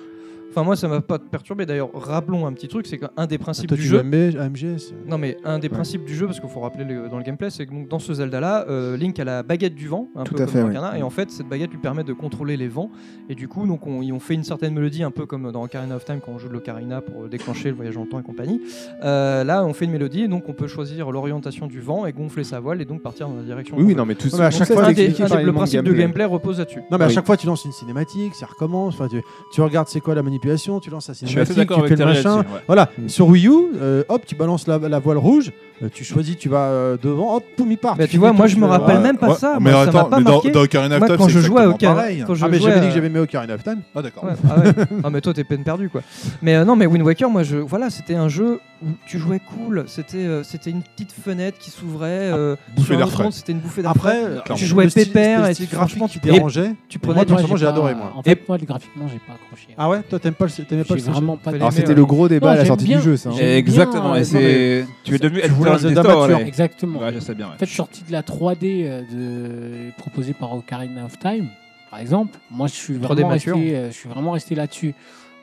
Speaker 4: Enfin, moi, ça m'a pas perturbé. D'ailleurs, rappelons un petit truc c'est qu'un des principes
Speaker 3: Toi,
Speaker 4: du
Speaker 3: tu
Speaker 4: jeu.
Speaker 3: joues AMG, AMGS.
Speaker 4: Non mais un des principes du jeu, parce qu'il faut rappeler le- dans le gameplay, c'est que donc, dans ce Zelda-là, euh, Link a la baguette du vent, un
Speaker 5: Tout
Speaker 4: peu
Speaker 5: à
Speaker 4: comme
Speaker 5: fait,
Speaker 4: dans
Speaker 5: oui. Mm.
Speaker 4: Ocarina, et en fait cette baguette lui permet de contrôler les vents, et du coup donc on, ils ont fait une certaine mélodie, un peu comme dans Ocarina of Time quand on joue de l'Ocarina pour déclencher le voyage en temps et compagnie. Euh, là on fait une mélodie, et donc on peut choisir l'orientation du vent et gonfler sa voile et donc partir dans la direction.
Speaker 5: Oui, oui, non, Ah, mais tout
Speaker 3: Non, mais à
Speaker 4: Donc,
Speaker 5: ça.
Speaker 3: chaque
Speaker 4: c'est
Speaker 3: fois,
Speaker 4: un
Speaker 3: c'est
Speaker 4: des-
Speaker 5: expliqué
Speaker 4: un
Speaker 5: par
Speaker 4: des
Speaker 5: les
Speaker 4: principes
Speaker 5: mangas
Speaker 4: de
Speaker 5: gameplay.
Speaker 4: gameplay repose là-dessus.
Speaker 3: Non, mais à
Speaker 5: Oui.
Speaker 3: chaque fois, tu lances une cinématique, ça recommence. Enfin, tu, tu regardes c'est quoi la manipulation, tu lances la
Speaker 7: Je suis assez
Speaker 3: cinématique,
Speaker 7: d'accord
Speaker 3: tu fais
Speaker 7: avec
Speaker 3: le
Speaker 7: Terry
Speaker 3: machin.
Speaker 7: là-dessus, ouais.
Speaker 3: Voilà,
Speaker 5: Mm.
Speaker 3: sur Wii U, euh, hop, tu balances la, la voile rouge, euh, tu choisis, tu vas euh, devant, hop, poum, il part.
Speaker 4: Bah,
Speaker 3: Tu
Speaker 4: tu vois,
Speaker 3: finis
Speaker 4: moi
Speaker 3: tout,
Speaker 4: je
Speaker 3: tu
Speaker 4: me
Speaker 3: fais-
Speaker 4: rappelle
Speaker 6: Ouais,
Speaker 4: même pas
Speaker 6: ouais,
Speaker 4: ça.
Speaker 6: Mais
Speaker 4: moi, ça m'a
Speaker 6: attends,
Speaker 4: pas
Speaker 6: mais dans
Speaker 4: marqué.
Speaker 6: dans Ocarina of
Speaker 4: Moi,
Speaker 6: Time,
Speaker 4: quand
Speaker 6: c'est
Speaker 4: je jouais à
Speaker 6: exactement
Speaker 4: Ocarina,
Speaker 6: pareil.
Speaker 4: quand je
Speaker 3: Ah, mais
Speaker 4: jouais
Speaker 3: j'avais dit que
Speaker 4: à-
Speaker 3: j'avais aimé Ocarina of Time.
Speaker 6: Ah d'accord.
Speaker 4: Ouais, ah ouais. Ah, mais toi t'es peine perdue quoi. Mais euh, non mais Wind Waker moi je voilà c'était un jeu où tu jouais cool c'était euh, c'était une petite fenêtre qui s'ouvrait euh,
Speaker 6: bouffer
Speaker 4: sur un
Speaker 6: d'air
Speaker 4: autre
Speaker 6: frais.
Speaker 4: monde, c'était une bouffée d'air frais.
Speaker 3: Après,
Speaker 6: clairement.
Speaker 4: euh, Tu jouais
Speaker 3: le style-
Speaker 4: pépère
Speaker 3: c'était
Speaker 4: et
Speaker 3: le style
Speaker 4: tu-
Speaker 3: graphique
Speaker 4: franchement,
Speaker 3: qui
Speaker 4: tu-
Speaker 3: dérangeait.
Speaker 4: tu
Speaker 3: Moi,
Speaker 4: prenais
Speaker 3: de toute
Speaker 4: ton-
Speaker 3: façon, j'ai
Speaker 8: pas-
Speaker 3: adoré, moi.
Speaker 8: En fait, moi, le graphiquement, j'ai pas accroché. hein.
Speaker 3: Ah ouais, toi t'aimes pas le, t'aimais pas
Speaker 8: j'ai
Speaker 3: le style
Speaker 8: vraiment pas.
Speaker 4: Fallait
Speaker 5: Alors
Speaker 4: aimer,
Speaker 5: c'était
Speaker 4: ouais.
Speaker 5: le gros débat
Speaker 10: Non,
Speaker 5: à la
Speaker 10: j'aime
Speaker 5: sortie
Speaker 10: bien.
Speaker 5: du jeu, ça. hein.
Speaker 10: J'aime
Speaker 7: Eh, Exactement.
Speaker 10: bien,
Speaker 7: Et
Speaker 10: euh,
Speaker 7: c'est. Tu es devenu
Speaker 3: Tu voulais un
Speaker 7: Editor
Speaker 3: Zelda
Speaker 7: Store,
Speaker 3: mature.
Speaker 7: allez.
Speaker 10: Exactement.
Speaker 7: Ouais, je sais bien. ouais.
Speaker 8: En fait, je suis sorti de la 3D euh, de... proposée par Ocarina of Time, par exemple. Moi, je suis
Speaker 4: 3D
Speaker 8: vraiment resté,
Speaker 4: mature.
Speaker 8: euh, je suis vraiment resté là-dessus.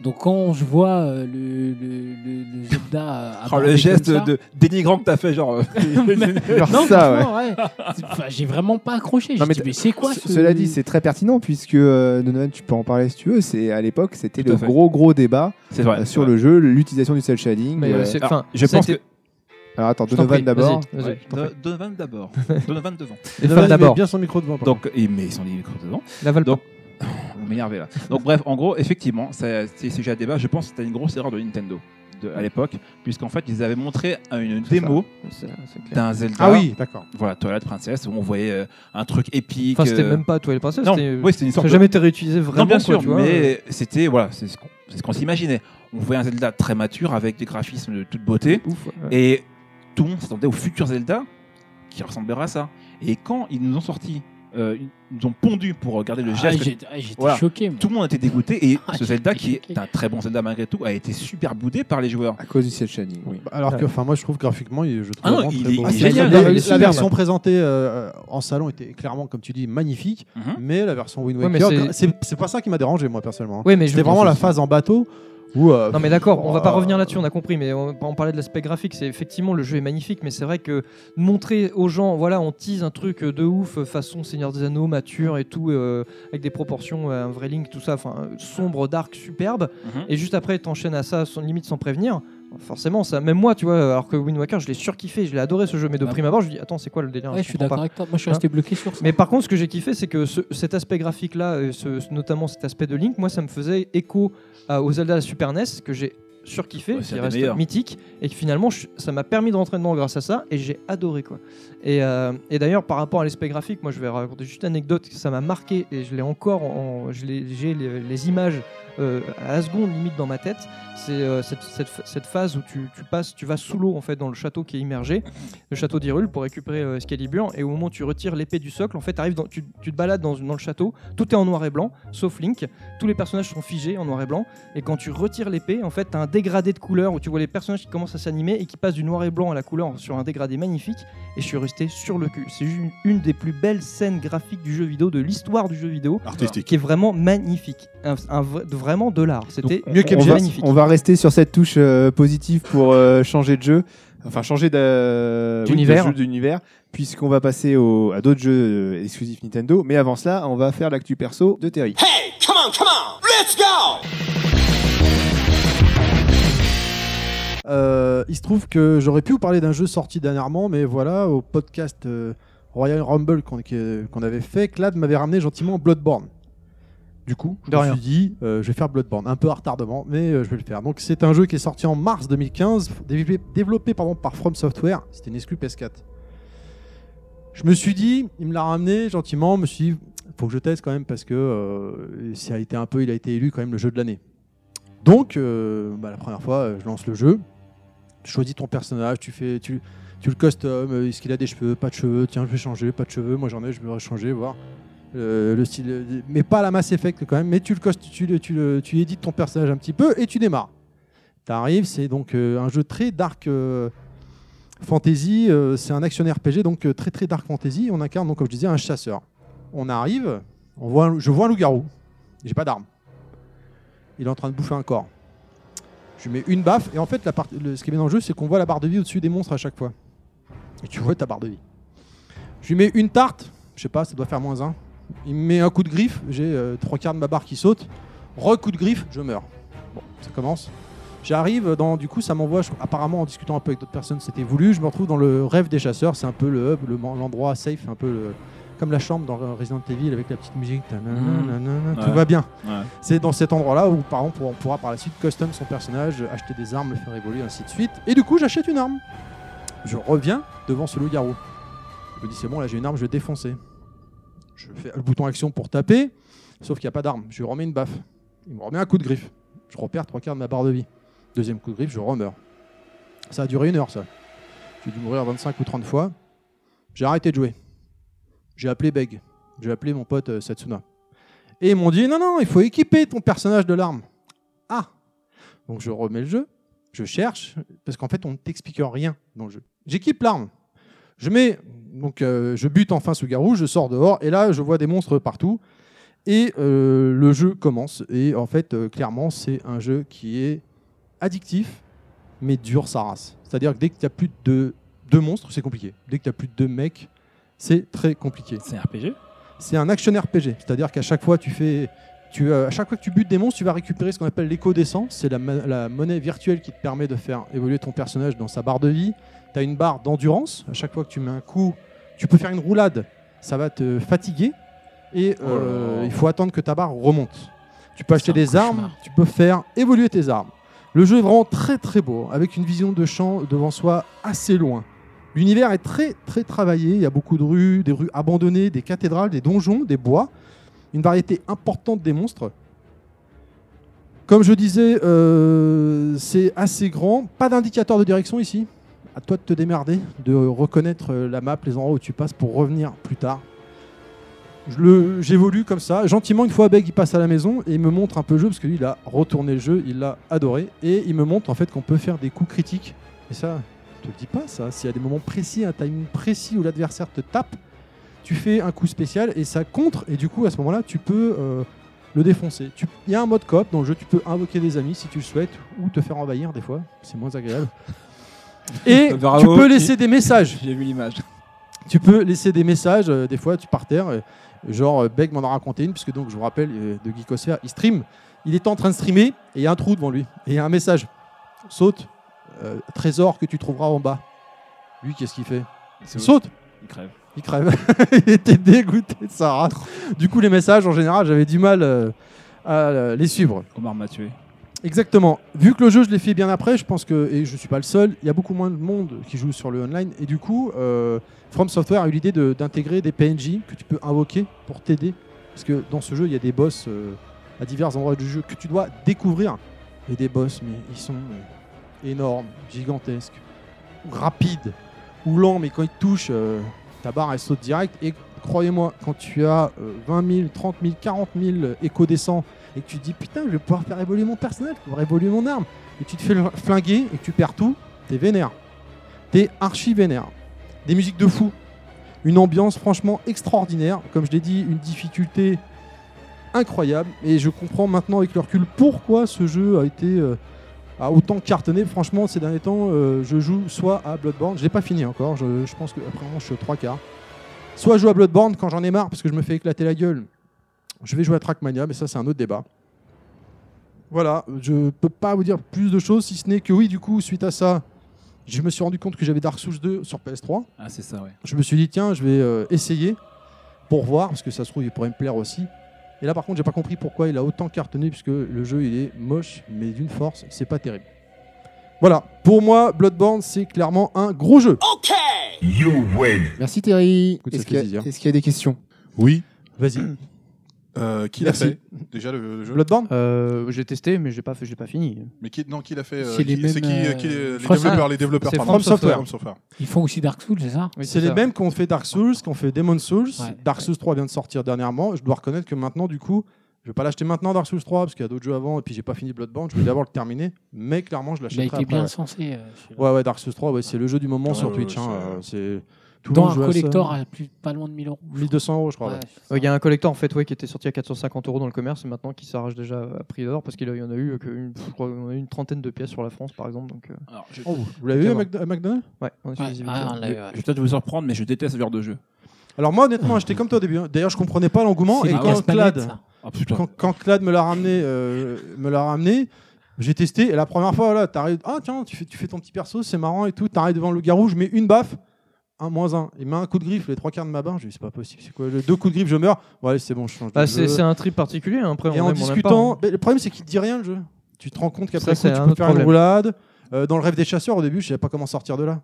Speaker 8: Donc, quand je vois euh, le, le, le, le Zelda, euh,
Speaker 7: Oh,
Speaker 8: abordé
Speaker 7: le
Speaker 8: comme
Speaker 7: geste
Speaker 8: ça-
Speaker 7: de dénigrant que t'as fait, genre. euh,
Speaker 5: Alors
Speaker 8: Non,
Speaker 5: ça, ouais.
Speaker 8: franchement, ouais. C'est- enfin, j'ai vraiment pas accroché.
Speaker 5: Non,
Speaker 8: J'ai
Speaker 5: mais
Speaker 8: dit,
Speaker 5: t'as-
Speaker 8: mais c'est quoi
Speaker 5: C-
Speaker 8: ce...
Speaker 5: Cela dit, c'est très pertinent puisque euh, Donovan, tu peux en parler si tu veux. C'est à l'époque, c'était
Speaker 7: Tout
Speaker 5: le
Speaker 7: à fait.
Speaker 5: gros gros débat
Speaker 7: C'est vrai.
Speaker 5: euh, sur le jeu, l'utilisation du cel shading.
Speaker 4: Mais, euh,
Speaker 5: euh,
Speaker 4: c'est-
Speaker 7: Alors,
Speaker 4: enfin,
Speaker 7: je
Speaker 4: ça a
Speaker 7: pense
Speaker 4: été-
Speaker 7: que.
Speaker 5: Alors attends,
Speaker 4: Je t'en
Speaker 5: Donovan
Speaker 4: prie,
Speaker 5: d'abord.
Speaker 4: vas-y, vas-y.
Speaker 7: Do- Donovan d'abord. Donovan devant.
Speaker 4: Les
Speaker 3: Donovan, il
Speaker 4: femmes
Speaker 3: met
Speaker 4: d'abord
Speaker 3: bien son micro devant. par contre.
Speaker 7: Donc, et- mais ils sont des micros devant.
Speaker 4: la valpe.
Speaker 7: Donc, on m'énervait là. Donc bref, en gros, effectivement, ça- c'est sujet à débat. Je pense que c'était une grosse erreur de Nintendo de- à l'époque, puisqu'en fait, ils avaient montré une
Speaker 4: C'est
Speaker 7: démo
Speaker 4: C'est- euh, c'est clair.
Speaker 7: d'un Zelda.
Speaker 3: ah oui, d'accord.
Speaker 7: Voilà, Twilight Princess, où on voyait euh, un truc épique.
Speaker 4: Enfin c'était
Speaker 7: euh,
Speaker 4: même pas toi les princesses
Speaker 7: Non,
Speaker 4: c'était-
Speaker 7: oui, c'était une
Speaker 4: ça
Speaker 7: sorte
Speaker 4: n'a
Speaker 7: de-
Speaker 4: jamais été réutilisé vraiment
Speaker 7: non, bien
Speaker 4: quoi,
Speaker 7: sûr,
Speaker 4: tu vois. euh,
Speaker 7: mais c'était voilà, c'est ce qu'on c'est ce qu'on s'imaginait. On voyait un Zelda très mature avec des graphismes de toute beauté,
Speaker 4: Ouf, ouais.
Speaker 7: et tout le monde s'attendait au futur Zelda qui ressemblera à ça. Et quand ils nous ont sorti, euh, ils nous ont pondu pour regarder le
Speaker 8: Ah,
Speaker 7: geste.
Speaker 8: j'ai- ah, J'étais
Speaker 7: Voilà.
Speaker 8: choqué. moi.
Speaker 7: tout le monde était dégoûté et
Speaker 8: Ah,
Speaker 7: ce
Speaker 8: j'ai
Speaker 7: Zelda
Speaker 8: été
Speaker 7: qui est
Speaker 8: choqué.
Speaker 7: un très bon Zelda malgré tout a été super boudé par les joueurs.
Speaker 5: À cause du cel shading, oui.
Speaker 3: Bah, Alors que, enfin, moi, je trouve graphiquement, il- je trouve
Speaker 7: Ah non,
Speaker 3: vraiment
Speaker 7: il
Speaker 3: très
Speaker 7: est-
Speaker 3: beau.
Speaker 7: il est
Speaker 3: La-
Speaker 7: génial,
Speaker 3: la,
Speaker 7: il est
Speaker 3: la
Speaker 7: génial.
Speaker 3: version présentée euh, en salon était clairement, comme tu dis, magnifique,
Speaker 7: Mhm.
Speaker 3: mais la version Wind
Speaker 4: Ouais, mais
Speaker 3: Waker,
Speaker 4: c'est-
Speaker 3: c'est c'est pas ça qui m'a dérangé, moi, personnellement. hein.
Speaker 4: Oui mais je
Speaker 3: C'était vraiment la phase en bateau où. euh,
Speaker 4: Non mais d'accord, on va pas
Speaker 3: euh,
Speaker 4: revenir là-dessus, on a compris, mais on, on parlait de l'aspect graphique, c'est effectivement le jeu est magnifique, mais c'est vrai que montrer aux gens, voilà, on tease un truc euh, de ouf, façon Seigneur des Anneaux, mature et tout, euh, avec des proportions, euh, un vrai Link, tout ça, enfin sombre, dark, superbe,
Speaker 7: Mhm.
Speaker 4: et juste après t'enchaînes à ça, sans limite sans prévenir. Forcément, ça, même moi, tu vois, alors que Wind Waker, je l'ai surkiffé, je l'ai adoré ce jeu, mais de
Speaker 10: Bah,
Speaker 4: prime abord, je me dis, attends, c'est quoi le délire
Speaker 10: Ouais, je suis
Speaker 4: comprends
Speaker 10: d'accord
Speaker 4: pas.
Speaker 10: avec toi. Moi, je suis resté bloqué sur ça.
Speaker 4: Mais par contre, ce que j'ai kiffé, c'est que ce- cet aspect graphique-là, et ce- ce- notamment cet aspect de Link, moi, ça me faisait écho à, euh, aux Zelda Super NES que j'ai surkiffé,
Speaker 7: Ouais, c'est
Speaker 4: qui
Speaker 7: un des
Speaker 4: reste
Speaker 7: meilleurs.
Speaker 4: mythique, et que finalement, je- ça m'a permis de rentrer dedans grâce à ça, et j'ai adoré quoi. Et, euh, et d'ailleurs, par rapport à l'aspect graphique, moi, je vais raconter juste une anecdote, ça m'a marqué, et je l'ai encore, en, je l'ai- j'ai les, les images euh, à la seconde limite dans ma tête. C'est euh, cette, cette, cette phase où tu, tu passes, tu vas sous l'eau en fait dans le château qui est immergé le château d'Hyrule pour récupérer euh, Excalibur et au moment où tu retires l'épée du socle en fait arrives dans, tu, tu te balades dans, une- dans le château tout est en noir et blanc sauf Link tous les personnages sont figés en noir et blanc et quand tu retires l'épée en fait t'as un dégradé de couleurs où tu vois les personnages qui commencent à s'animer et qui passent du noir et blanc à la couleur sur un dégradé magnifique et je suis resté sur le cul c'est une, une des plus belles scènes graphiques du jeu vidéo de l'histoire du jeu vidéo
Speaker 6: Artistique.
Speaker 4: qui est vraiment magnifique un, un vrai- de- vraiment de l'art c'était
Speaker 5: Mieux que
Speaker 4: on
Speaker 5: Jeff.
Speaker 4: va- magnifique
Speaker 5: On va rester sur cette touche euh, positive pour euh, changer de jeu, enfin changer d'a- oui, de
Speaker 4: D'univers.
Speaker 5: jeu, d'univers, puisqu'on va passer au- à d'autres jeux euh, exclusifs Nintendo. Mais avant cela, on va faire l'actu perso de Terry.
Speaker 3: Euh, il se trouve que j'aurais pu vous parler d'un jeu sorti dernièrement, mais voilà, au podcast euh, Royal Rumble qu'on que- qu'on avait fait, Clad m'avait ramené gentiment Bloodborne. Du coup, je
Speaker 4: De
Speaker 3: me
Speaker 4: rien.
Speaker 3: suis dit, euh, je vais faire Bloodborne, un peu à retardement, mais euh, je vais le faire. Donc c'est un jeu qui est sorti en mars 2015, développé, développé, pardon, par From Software, c'était une exclu PS4. Je me suis dit, il me l'a ramené gentiment, je me suis dit, faut que je teste quand même parce que euh, ça a été un peu, il a été élu quand même le jeu de l'année. Donc, euh, bah, la première fois, euh, je lance le jeu, tu choisis ton personnage, tu fais, tu, tu le custom, euh, est-ce qu'il a des cheveux, pas de cheveux, tiens je vais changer, pas de cheveux, moi j'en ai, je vais changer, voir Euh, le style, euh, mais pas la Mass Effect quand même, mais tu le cost, tu, le- tu, le- tu édites ton personnage un petit peu et tu démarres. T'arrives, c'est donc euh, un jeu très dark euh, fantasy, euh, c'est un action RPG donc euh, très très dark fantasy. On incarne donc comme je disais un chasseur. On arrive, on voit, un- je vois un loup-garou, j'ai pas d'arme. Il est en train de bouffer un corps. Je lui mets une baffe et en fait la part- le- ce qui est bien dans le jeu c'est qu'on voit la barre de vie au-dessus des monstres à chaque fois. Et tu vois ta barre de vie. Je lui mets une tarte, je sais pas, ça doit faire moins un. Il me met un coup de griffe, j'ai euh, trois quarts de ma barre qui saute. Re-coup de griffe, je meurs. Bon, ça commence. J'arrive dans, du coup, ça m'envoie, je- apparemment en discutant un peu avec d'autres personnes, c'était voulu. Je me retrouve dans le rêve des chasseurs, c'est un peu le hub, le- l'endroit safe, un peu le- comme la chambre dans Resident Evil avec la petite musique. Ta-na-na-na-na, Tout
Speaker 7: Mhm. Ouais.
Speaker 3: va bien.
Speaker 7: Ouais.
Speaker 3: C'est dans cet endroit-là où, par exemple, on pourra par la suite custom son personnage, acheter des armes, le faire évoluer, ainsi de suite. Et du coup, j'achète une arme. Je reviens devant ce loup-garou. Je me dis, c'est bon, là j'ai une arme, je vais défoncer. Je fais le bouton action pour taper, sauf qu'il n'y a pas d'arme. Je lui remets une baffe. Il me remet un coup de griffe. Je repère trois quarts de ma barre de vie. Deuxième coup de griffe, je remeurs. Ça a duré une heure, ça. J'ai dû mourir 25 ou 30 fois. J'ai arrêté de jouer. J'ai appelé Beg. J'ai appelé mon pote euh, Satsuna. Et ils m'ont dit non, non, il faut équiper ton personnage de l'arme. Ah Donc je remets le jeu, je cherche, parce qu'en fait, on ne t'explique rien dans le jeu. J'équipe l'arme. Je mets. Donc euh, je bute enfin ce garou, je sors dehors, et là, je vois des monstres partout. Et euh, le jeu commence. Et en fait, euh, clairement, c'est un jeu qui est addictif, mais dur sa race. C'est-à-dire que dès que tu as plus de deux monstres, c'est compliqué. Dès que tu as plus de deux mecs, c'est très compliqué
Speaker 10: C'est un RPG
Speaker 3: c'est un action RPG. C'est-à-dire qu'à chaque fois tu fais, tu, euh, à chaque fois que tu butes des monstres, tu vas récupérer ce qu'on appelle l'écho d'essence. C'est la, ma- la monnaie virtuelle qui te permet de faire évoluer ton personnage dans sa barre de vie. Tu as une barre d'endurance. À chaque fois que tu mets un coup, tu peux faire une roulade. Ça va te fatiguer et euh, il faut attendre que ta barre remonte. Tu peux acheter
Speaker 8: Oh C'est un
Speaker 3: des armes,
Speaker 8: cauchemar.
Speaker 3: tu peux faire évoluer tes armes. Le jeu est vraiment très très beau, avec une vision de champ devant soi assez loin. L'univers est très très travaillé, il y a beaucoup de rues, des rues abandonnées, des cathédrales, des donjons, des bois, une variété importante des monstres. Comme je disais, euh, c'est assez grand, pas d'indicateur de direction ici. À toi de te démerder, de reconnaître euh, la map, les endroits où tu passes pour revenir plus tard. Je le- J'évolue comme ça, gentiment une fois Beg il passe à la maison et il me montre un peu le jeu parce que lui il a retourné le jeu, il l'a adoré et il me montre en fait qu'on peut faire des coups critiques et ça je te le dis pas ça. S'il y a des moments précis, un timing précis où l'adversaire te tape, tu fais un coup spécial et ça contre. Et du coup, à ce moment-là, tu peux euh, le défoncer. Tu- Il y a un mode coop dans le jeu, tu peux invoquer des amis si tu le souhaites ou te faire envahir des fois. C'est moins agréable. Et tu
Speaker 7: Bravo.
Speaker 3: peux laisser des messages
Speaker 7: J'ai vu l'image.
Speaker 3: tu peux laisser des messages, euh, des fois tu par terre, euh, genre euh, Beck m'en a raconté une, puisque donc je vous rappelle euh, de Geekosphere, il stream, il était en train de streamer et il y a un trou devant lui et il y a un message, saute, euh, trésor que tu trouveras en bas. Lui, qu'est-ce qu'il fait
Speaker 7: C'est
Speaker 3: Il saute
Speaker 7: Il crève.
Speaker 3: il crève. il était dégoûté de sa race. Du coup, les messages, en général, j'avais du mal euh, à euh, les suivre.
Speaker 7: Omar m'a tué.
Speaker 3: Exactement. Vu que le jeu, je l'ai fait bien après, je pense que, et je suis pas le seul, il y a beaucoup moins de monde qui joue sur le online. Et du coup, euh, From Software a eu l'idée de- d'intégrer des PNJ que tu peux invoquer pour t'aider. Parce que dans ce jeu, il y a des boss euh, à divers endroits du jeu que tu dois découvrir. Et des boss, mais ils sont euh, énormes, gigantesques, ou rapides, ou lents, mais quand ils te touchent, euh, ta barre elle saute direct. Et croyez-moi, quand tu as euh, 20 000, 30 000, 40 000 échos descends et que tu te dis putain, je vais pouvoir faire évoluer mon personnage, je vais pouvoir évoluer mon arme, et tu te fais le- flinguer et que tu perds tout, t'es vénère. T'es archi vénère. Des musiques de fou, une ambiance franchement extraordinaire, comme je l'ai dit, une difficulté incroyable, et je comprends maintenant avec le recul pourquoi ce jeu a été. euh, a autant cartonné, franchement, ces derniers temps, euh, je joue soit à Bloodborne, je l'ai pas fini encore, je, je pense que après je suis aux trois quarts. Soit je joue à Bloodborne quand j'en ai marre parce que je me fais éclater la gueule. Je vais jouer à Trackmania, mais ça c'est un autre débat. Voilà, je peux pas vous dire plus de choses si ce n'est que oui, du coup, suite à ça, je me suis rendu compte que j'avais Dark Souls 2 sur PS3.
Speaker 7: Ah, c'est ça, ouais.
Speaker 3: Je me suis dit tiens, je vais euh, essayer pour voir parce que ça se trouve il pourrait me plaire aussi. Et là par contre, j'ai pas compris pourquoi il a autant cartonné puisque le jeu il est moche mais d'une force, c'est pas terrible. Voilà, pour moi Bloodborne c'est clairement un gros jeu.
Speaker 9: You win.
Speaker 5: Merci Thierry.
Speaker 3: Écoute, ça
Speaker 5: Est-ce
Speaker 3: fait
Speaker 5: qu'il y, a-
Speaker 3: plaisir.
Speaker 5: est-ce qu'il y a des questions
Speaker 6: Oui.
Speaker 3: Vas-y,
Speaker 6: Euh, qui l'a
Speaker 3: Merci.
Speaker 6: fait Déjà le, le jeu.
Speaker 3: Bloodborne
Speaker 4: Euh, j'ai testé, mais j'ai pas fait, j'ai pas fini.
Speaker 6: Mais qui, non, qui l'a fait euh,
Speaker 8: C'est
Speaker 6: qui-
Speaker 8: les
Speaker 6: C'est qui,
Speaker 8: mêmes,
Speaker 6: euh, qui,
Speaker 8: euh,
Speaker 6: les
Speaker 8: je crois que
Speaker 6: développeurs Les développeurs,
Speaker 4: c'est
Speaker 6: pardon.
Speaker 3: From Software.
Speaker 6: From Software.
Speaker 8: Ils font aussi Dark Souls, c'est ça
Speaker 3: c'est les mêmes qui ont fait Dark Souls, qui ont fait Demon Souls.
Speaker 8: Ouais.
Speaker 3: Dark Souls 3 vient de sortir dernièrement. Je dois reconnaître que maintenant, du coup, je vais pas l'acheter maintenant Dark Souls 3 parce qu'il y a d'autres jeux avant et puis j'ai pas fini Bloodborne. Je vais d'abord le terminer, mais clairement, je
Speaker 8: Bah, Il a
Speaker 3: l'achèterai après.
Speaker 8: été bien
Speaker 3: ouais.
Speaker 8: censé. euh, celui-là.
Speaker 3: Ouais, ouais, Dark Souls 3, ouais, c'est le jeu du moment
Speaker 6: Ouais,
Speaker 3: sur
Speaker 6: ouais,
Speaker 3: Twitch. hein, euh,
Speaker 6: c'est-
Speaker 3: C'est tout le
Speaker 8: Dans
Speaker 3: monde joue
Speaker 8: un
Speaker 3: à ça.
Speaker 8: collector à plus, pas loin de 1000 euros.
Speaker 3: 1200 euros, je crois.
Speaker 8: Ouais,
Speaker 3: ouais.
Speaker 8: c'est
Speaker 4: Euh, Il
Speaker 8: ça.
Speaker 4: y a un collector en fait ouais, qui était sorti à 450 euros dans le commerce et maintenant qui s'arrache déjà à prix d'or parce qu'il y en a eu euh, que une, je crois, on a eu une trentaine de pièces sur la France par exemple. Donc, euh,
Speaker 7: Alors, je,
Speaker 3: Oh, vous l'avez vu à Mcdo-
Speaker 4: Exactement.
Speaker 3: à McDonald's
Speaker 4: ouais, on est sur
Speaker 8: Ouais,
Speaker 4: les
Speaker 8: ah, on
Speaker 4: imités.
Speaker 8: l'a eu, ouais.
Speaker 7: je vais peut-être vous surprendre, mais je déteste ce genre de jeu.
Speaker 3: Alors, moi, honnêtement, j'étais comme toi au début. hein. D'ailleurs, je comprenais pas l'engouement.
Speaker 8: C'est
Speaker 3: Et
Speaker 8: les
Speaker 3: quand
Speaker 8: casse-palettes,
Speaker 3: Clad-
Speaker 8: ça.
Speaker 7: Ah putain.
Speaker 3: quand, quand Clad me l'a ramené, euh, me l'a ramené, j'ai testé. Et la première fois, voilà, t'arrives, ah tiens, tu fais, tu fais ton petit perso, c'est marrant et tout. T'arrives devant le garou, je mets une baffe, un moins un. Il met un coup de griffe, les trois quarts de ma barre. Je dis c'est pas possible, c'est quoi le deux coups de griffe, je meurs. Ouais, c'est bon, je change. de
Speaker 4: Bah,
Speaker 3: jeu.
Speaker 4: c'est c'est un trip particulier. hein. Après,
Speaker 3: Et
Speaker 4: on
Speaker 3: en
Speaker 4: aime, on aime pas,
Speaker 3: discutant,
Speaker 4: hein.
Speaker 3: ben, le problème c'est qu'il te dit rien le jeu. Tu te rends compte qu'après
Speaker 4: Ça,
Speaker 3: coup,
Speaker 4: c'est
Speaker 3: tu
Speaker 4: un
Speaker 3: peux
Speaker 4: autre
Speaker 3: faire une
Speaker 4: problème.
Speaker 3: roulade. Euh, dans le rêve des chasseurs au début, je savais pas comment sortir de là.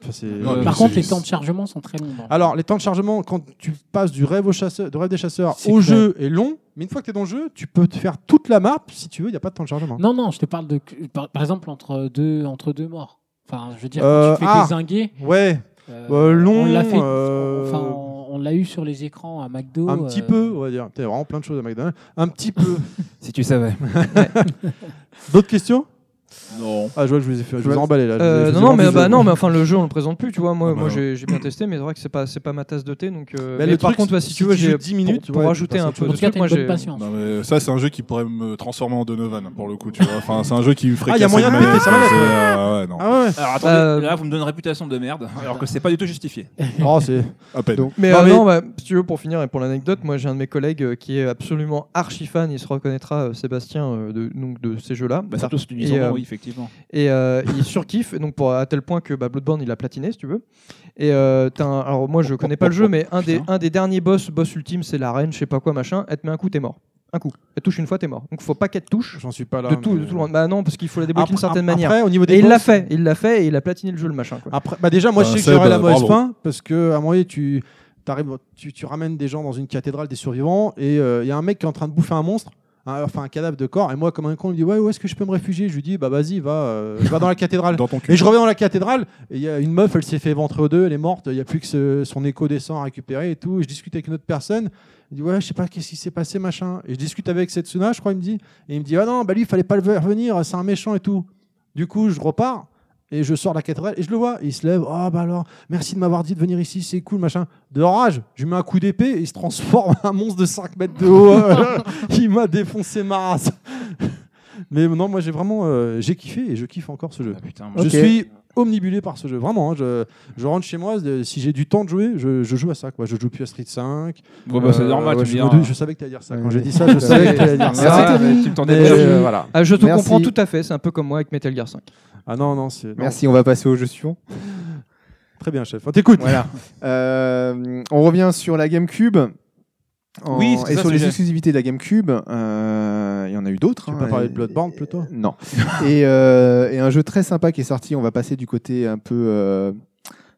Speaker 3: Enfin, c'est- euh,
Speaker 6: Non, mais
Speaker 8: Par
Speaker 6: c'est-
Speaker 8: contre, les temps de chargement sont très longs. hein. dans-
Speaker 3: alors, les temps de chargement, quand tu passes du rêve, au chasseur, du rêve des chasseurs
Speaker 8: C'est
Speaker 3: au
Speaker 8: clair.
Speaker 3: jeu, est long. Mais une fois que tu es dans le jeu, tu peux te faire toute la map si tu veux, il n'y a pas de temps de chargement.
Speaker 8: Non, non, je te parle de. Par, par exemple, entre deux, entre deux morts. Enfin, je veux dire,
Speaker 3: Euh,
Speaker 8: quand tu fais
Speaker 3: ah.
Speaker 8: dézinguer.
Speaker 4: Mmh.
Speaker 3: Ouais,
Speaker 8: euh,
Speaker 3: euh, long.
Speaker 8: on l'a fait.
Speaker 3: euh,
Speaker 8: Enfin, on, on l'a eu sur les écrans à McDo.
Speaker 3: un petit
Speaker 8: euh,
Speaker 3: peu, on va dire. T'as vraiment plein de choses à McDonald's. Un petit peu.
Speaker 7: Si tu savais.
Speaker 3: D'autres questions
Speaker 7: Non.
Speaker 3: Ah, je vois que je vous ai fait. Je vous ai
Speaker 4: Ouais.
Speaker 3: emballé là. je vous ai-
Speaker 4: Euh,
Speaker 3: je vous
Speaker 4: non,
Speaker 3: ai
Speaker 4: non, mais,
Speaker 3: emballé.
Speaker 4: bah, non, mais enfin, le jeu, on le présente plus, tu vois. Moi,
Speaker 6: Ah, bah,
Speaker 4: moi
Speaker 6: ouais.
Speaker 4: j'ai j'ai bien testé, mais c'est vrai que c'est pas, c'est pas ma tasse de thé. Donc, euh,
Speaker 3: Mais
Speaker 4: mais
Speaker 3: Bah, le
Speaker 4: par
Speaker 3: truc,
Speaker 4: contre, ouais, si
Speaker 3: si
Speaker 4: tu
Speaker 3: tu
Speaker 4: veux,
Speaker 3: joues
Speaker 4: j'ai
Speaker 3: 10 minutes, ouais,
Speaker 4: pour,
Speaker 3: bah,
Speaker 4: pour
Speaker 3: tu
Speaker 4: rajouter
Speaker 3: passes à
Speaker 4: un
Speaker 3: autre
Speaker 4: peu
Speaker 3: chose.
Speaker 8: En
Speaker 4: de
Speaker 8: tout cas,
Speaker 4: truc,
Speaker 8: t'as
Speaker 4: moi
Speaker 8: une bonne
Speaker 4: j'ai.
Speaker 8: patience.
Speaker 6: Non, mais ça, c'est un jeu qui pourrait me transformer en Donovan pour le coup, tu vois. Enfin, c'est un jeu qui me ferait.
Speaker 3: Ah, y a
Speaker 6: casser
Speaker 3: moyen
Speaker 6: une
Speaker 3: de péter
Speaker 6: manette,
Speaker 3: sa manette,
Speaker 6: c'est- euh, ouais, non.
Speaker 3: Ah ouais
Speaker 7: Alors attendez,
Speaker 4: Euh,
Speaker 7: là, vous me donnez une réputation de merde, alors que c'est pas du tout justifié.
Speaker 3: Oh, c'est.
Speaker 6: À peine.
Speaker 3: Donc-
Speaker 4: Mais,
Speaker 3: Non,
Speaker 4: euh,
Speaker 3: mais-
Speaker 4: non, bah, si tu veux, pour finir et pour l'anecdote, moi j'ai un de mes collègues euh, qui est absolument archi fan, il se reconnaîtra, euh, Sébastien, euh, de, donc, de ces jeux-là.
Speaker 7: Bah, surtout si tu dis
Speaker 4: Et,
Speaker 7: son nom,
Speaker 4: euh,
Speaker 7: oui, effectivement.
Speaker 4: et euh, il surkiffe et donc pour, à tel point que bah, Bloodborne il a platiné si tu veux et euh, t'as un- alors moi je connais pas le jeu mais un des,
Speaker 7: Putain.
Speaker 4: un des derniers boss boss ultime c'est la reine je sais pas quoi machin elle te met un coup t'es mort un coup elle touche une fois t'es mort donc faut pas qu'elle te touche
Speaker 3: J'en suis pas là.
Speaker 4: de tout,
Speaker 3: mais-
Speaker 4: de tout le monde. bah non parce qu'il faut la débloquer d'une
Speaker 3: Après-
Speaker 4: certaine
Speaker 3: après,
Speaker 4: manière
Speaker 3: au niveau des
Speaker 4: et il
Speaker 3: boss,
Speaker 4: l'a fait il l'a fait et il a platiné le jeu le machin quoi.
Speaker 3: Après, bah déjà, moi,
Speaker 6: Bah,
Speaker 3: je sais que
Speaker 6: Seb,
Speaker 3: j'aurais la
Speaker 6: euh,
Speaker 3: mauvaise
Speaker 6: bravo.
Speaker 3: fin parce que à un moment donné, tu t'arrives, tu, tu ramènes des gens dans une cathédrale des survivants et euh, il y a un mec qui est en train de bouffer un monstre. un- Enfin, un cadavre de corps, et moi, comme un con, il me dit Ouais, où est-ce que je peux me réfugier Je lui dis Bah, vas-y, va, euh, va dans la cathédrale.
Speaker 6: Dans ton cul.
Speaker 3: Et je reviens dans la cathédrale, et il y a une meuf, elle s'est fait ventrer aux deux, elle est morte, il n'y a plus que ce- son écho des sangs à récupérer et tout. Et je discute avec une autre personne, il dit Ouais, je sais pas qu'est-ce qui s'est passé, machin. Et je discute avec Setsuna, je crois, il me dit, et il me dit Ah non, bah lui, il fallait pas le faire venir, c'est un méchant et tout. Du coup, je repars, et je sors de la cathédrale, et je le vois, et il se lève Ah bah alors, merci de m'avoir dit de venir ici, c'est cool, machin. De rage, je lui mets un coup d'épée, et il se transforme en un monstre de 5 mètres de haut. il m'a défoncé ma race. Mais non, moi j'ai vraiment euh, j'ai kiffé et je kiffe encore ce jeu.
Speaker 7: Ah, putain, moi,
Speaker 3: Je
Speaker 5: Ok.
Speaker 3: suis omnibulé par ce jeu, vraiment. hein, je, je rentre chez moi, euh, si j'ai du temps de jouer, je, je joue à ça. Quoi. Je joue plus à Street 5.
Speaker 7: Bon, bah, c'est
Speaker 3: Euh,
Speaker 7: normal,
Speaker 3: ouais,
Speaker 7: tu
Speaker 3: je,
Speaker 7: me
Speaker 3: me
Speaker 7: diras.
Speaker 3: dou- je savais que tu allais dire ça. Quand
Speaker 5: Oui,
Speaker 3: j'ai
Speaker 5: oui.
Speaker 3: dit ça, je savais que tu allais dire
Speaker 5: Euh, Merci,
Speaker 3: ça.
Speaker 5: Thierry.
Speaker 7: tu me
Speaker 3: Mais,
Speaker 7: tendais
Speaker 3: euh,
Speaker 7: perche.
Speaker 3: voilà.
Speaker 4: Ah, je te
Speaker 5: Merci.
Speaker 4: comprends tout à fait c'est un peu comme moi avec Metal Gear 5
Speaker 3: Ah non, non, c'est. non.
Speaker 5: Merci, on va passer au jeu suivant.
Speaker 3: Très bien, chef. On t'écoute.
Speaker 5: Voilà. Euh, on revient sur la GameCube. En-
Speaker 7: Oui, c'est
Speaker 5: et
Speaker 7: ça,
Speaker 5: sur
Speaker 7: ce
Speaker 5: les
Speaker 7: jeu.
Speaker 5: exclusivités de la GameCube, euh, il y en a eu d'autres.
Speaker 3: Tu veux
Speaker 5: hein,
Speaker 3: pas parler
Speaker 5: et-
Speaker 3: de Bloodborne plutôt
Speaker 5: Non. et, euh, et un jeu très sympa qui est sorti. On va passer du côté un peu euh,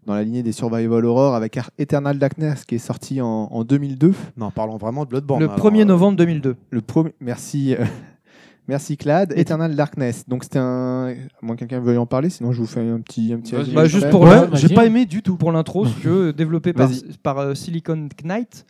Speaker 5: dans la lignée des Survival Horror avec Ar- Eternal Darkness qui est sorti en, en 2002.
Speaker 3: Non, parlons vraiment de Bloodborne.
Speaker 4: Le
Speaker 3: alors,
Speaker 4: 1er
Speaker 3: euh,
Speaker 4: novembre 2002.
Speaker 5: Le premier. Merci. euh, Merci Clad, Eternal Darkness. Donc c'était un. à moins que quelqu'un veuille en parler, sinon je vous fais un petit, un petit.
Speaker 10: Vas-y.
Speaker 5: résumé
Speaker 4: Bah,
Speaker 5: quand
Speaker 4: juste
Speaker 5: même.
Speaker 4: pour
Speaker 10: Ouais,
Speaker 4: le-
Speaker 10: vas-y.
Speaker 4: j'ai pas aimé du tout pour l'intro ce jeu développé par,
Speaker 5: Vas-y.
Speaker 4: par euh, Silicon Knight,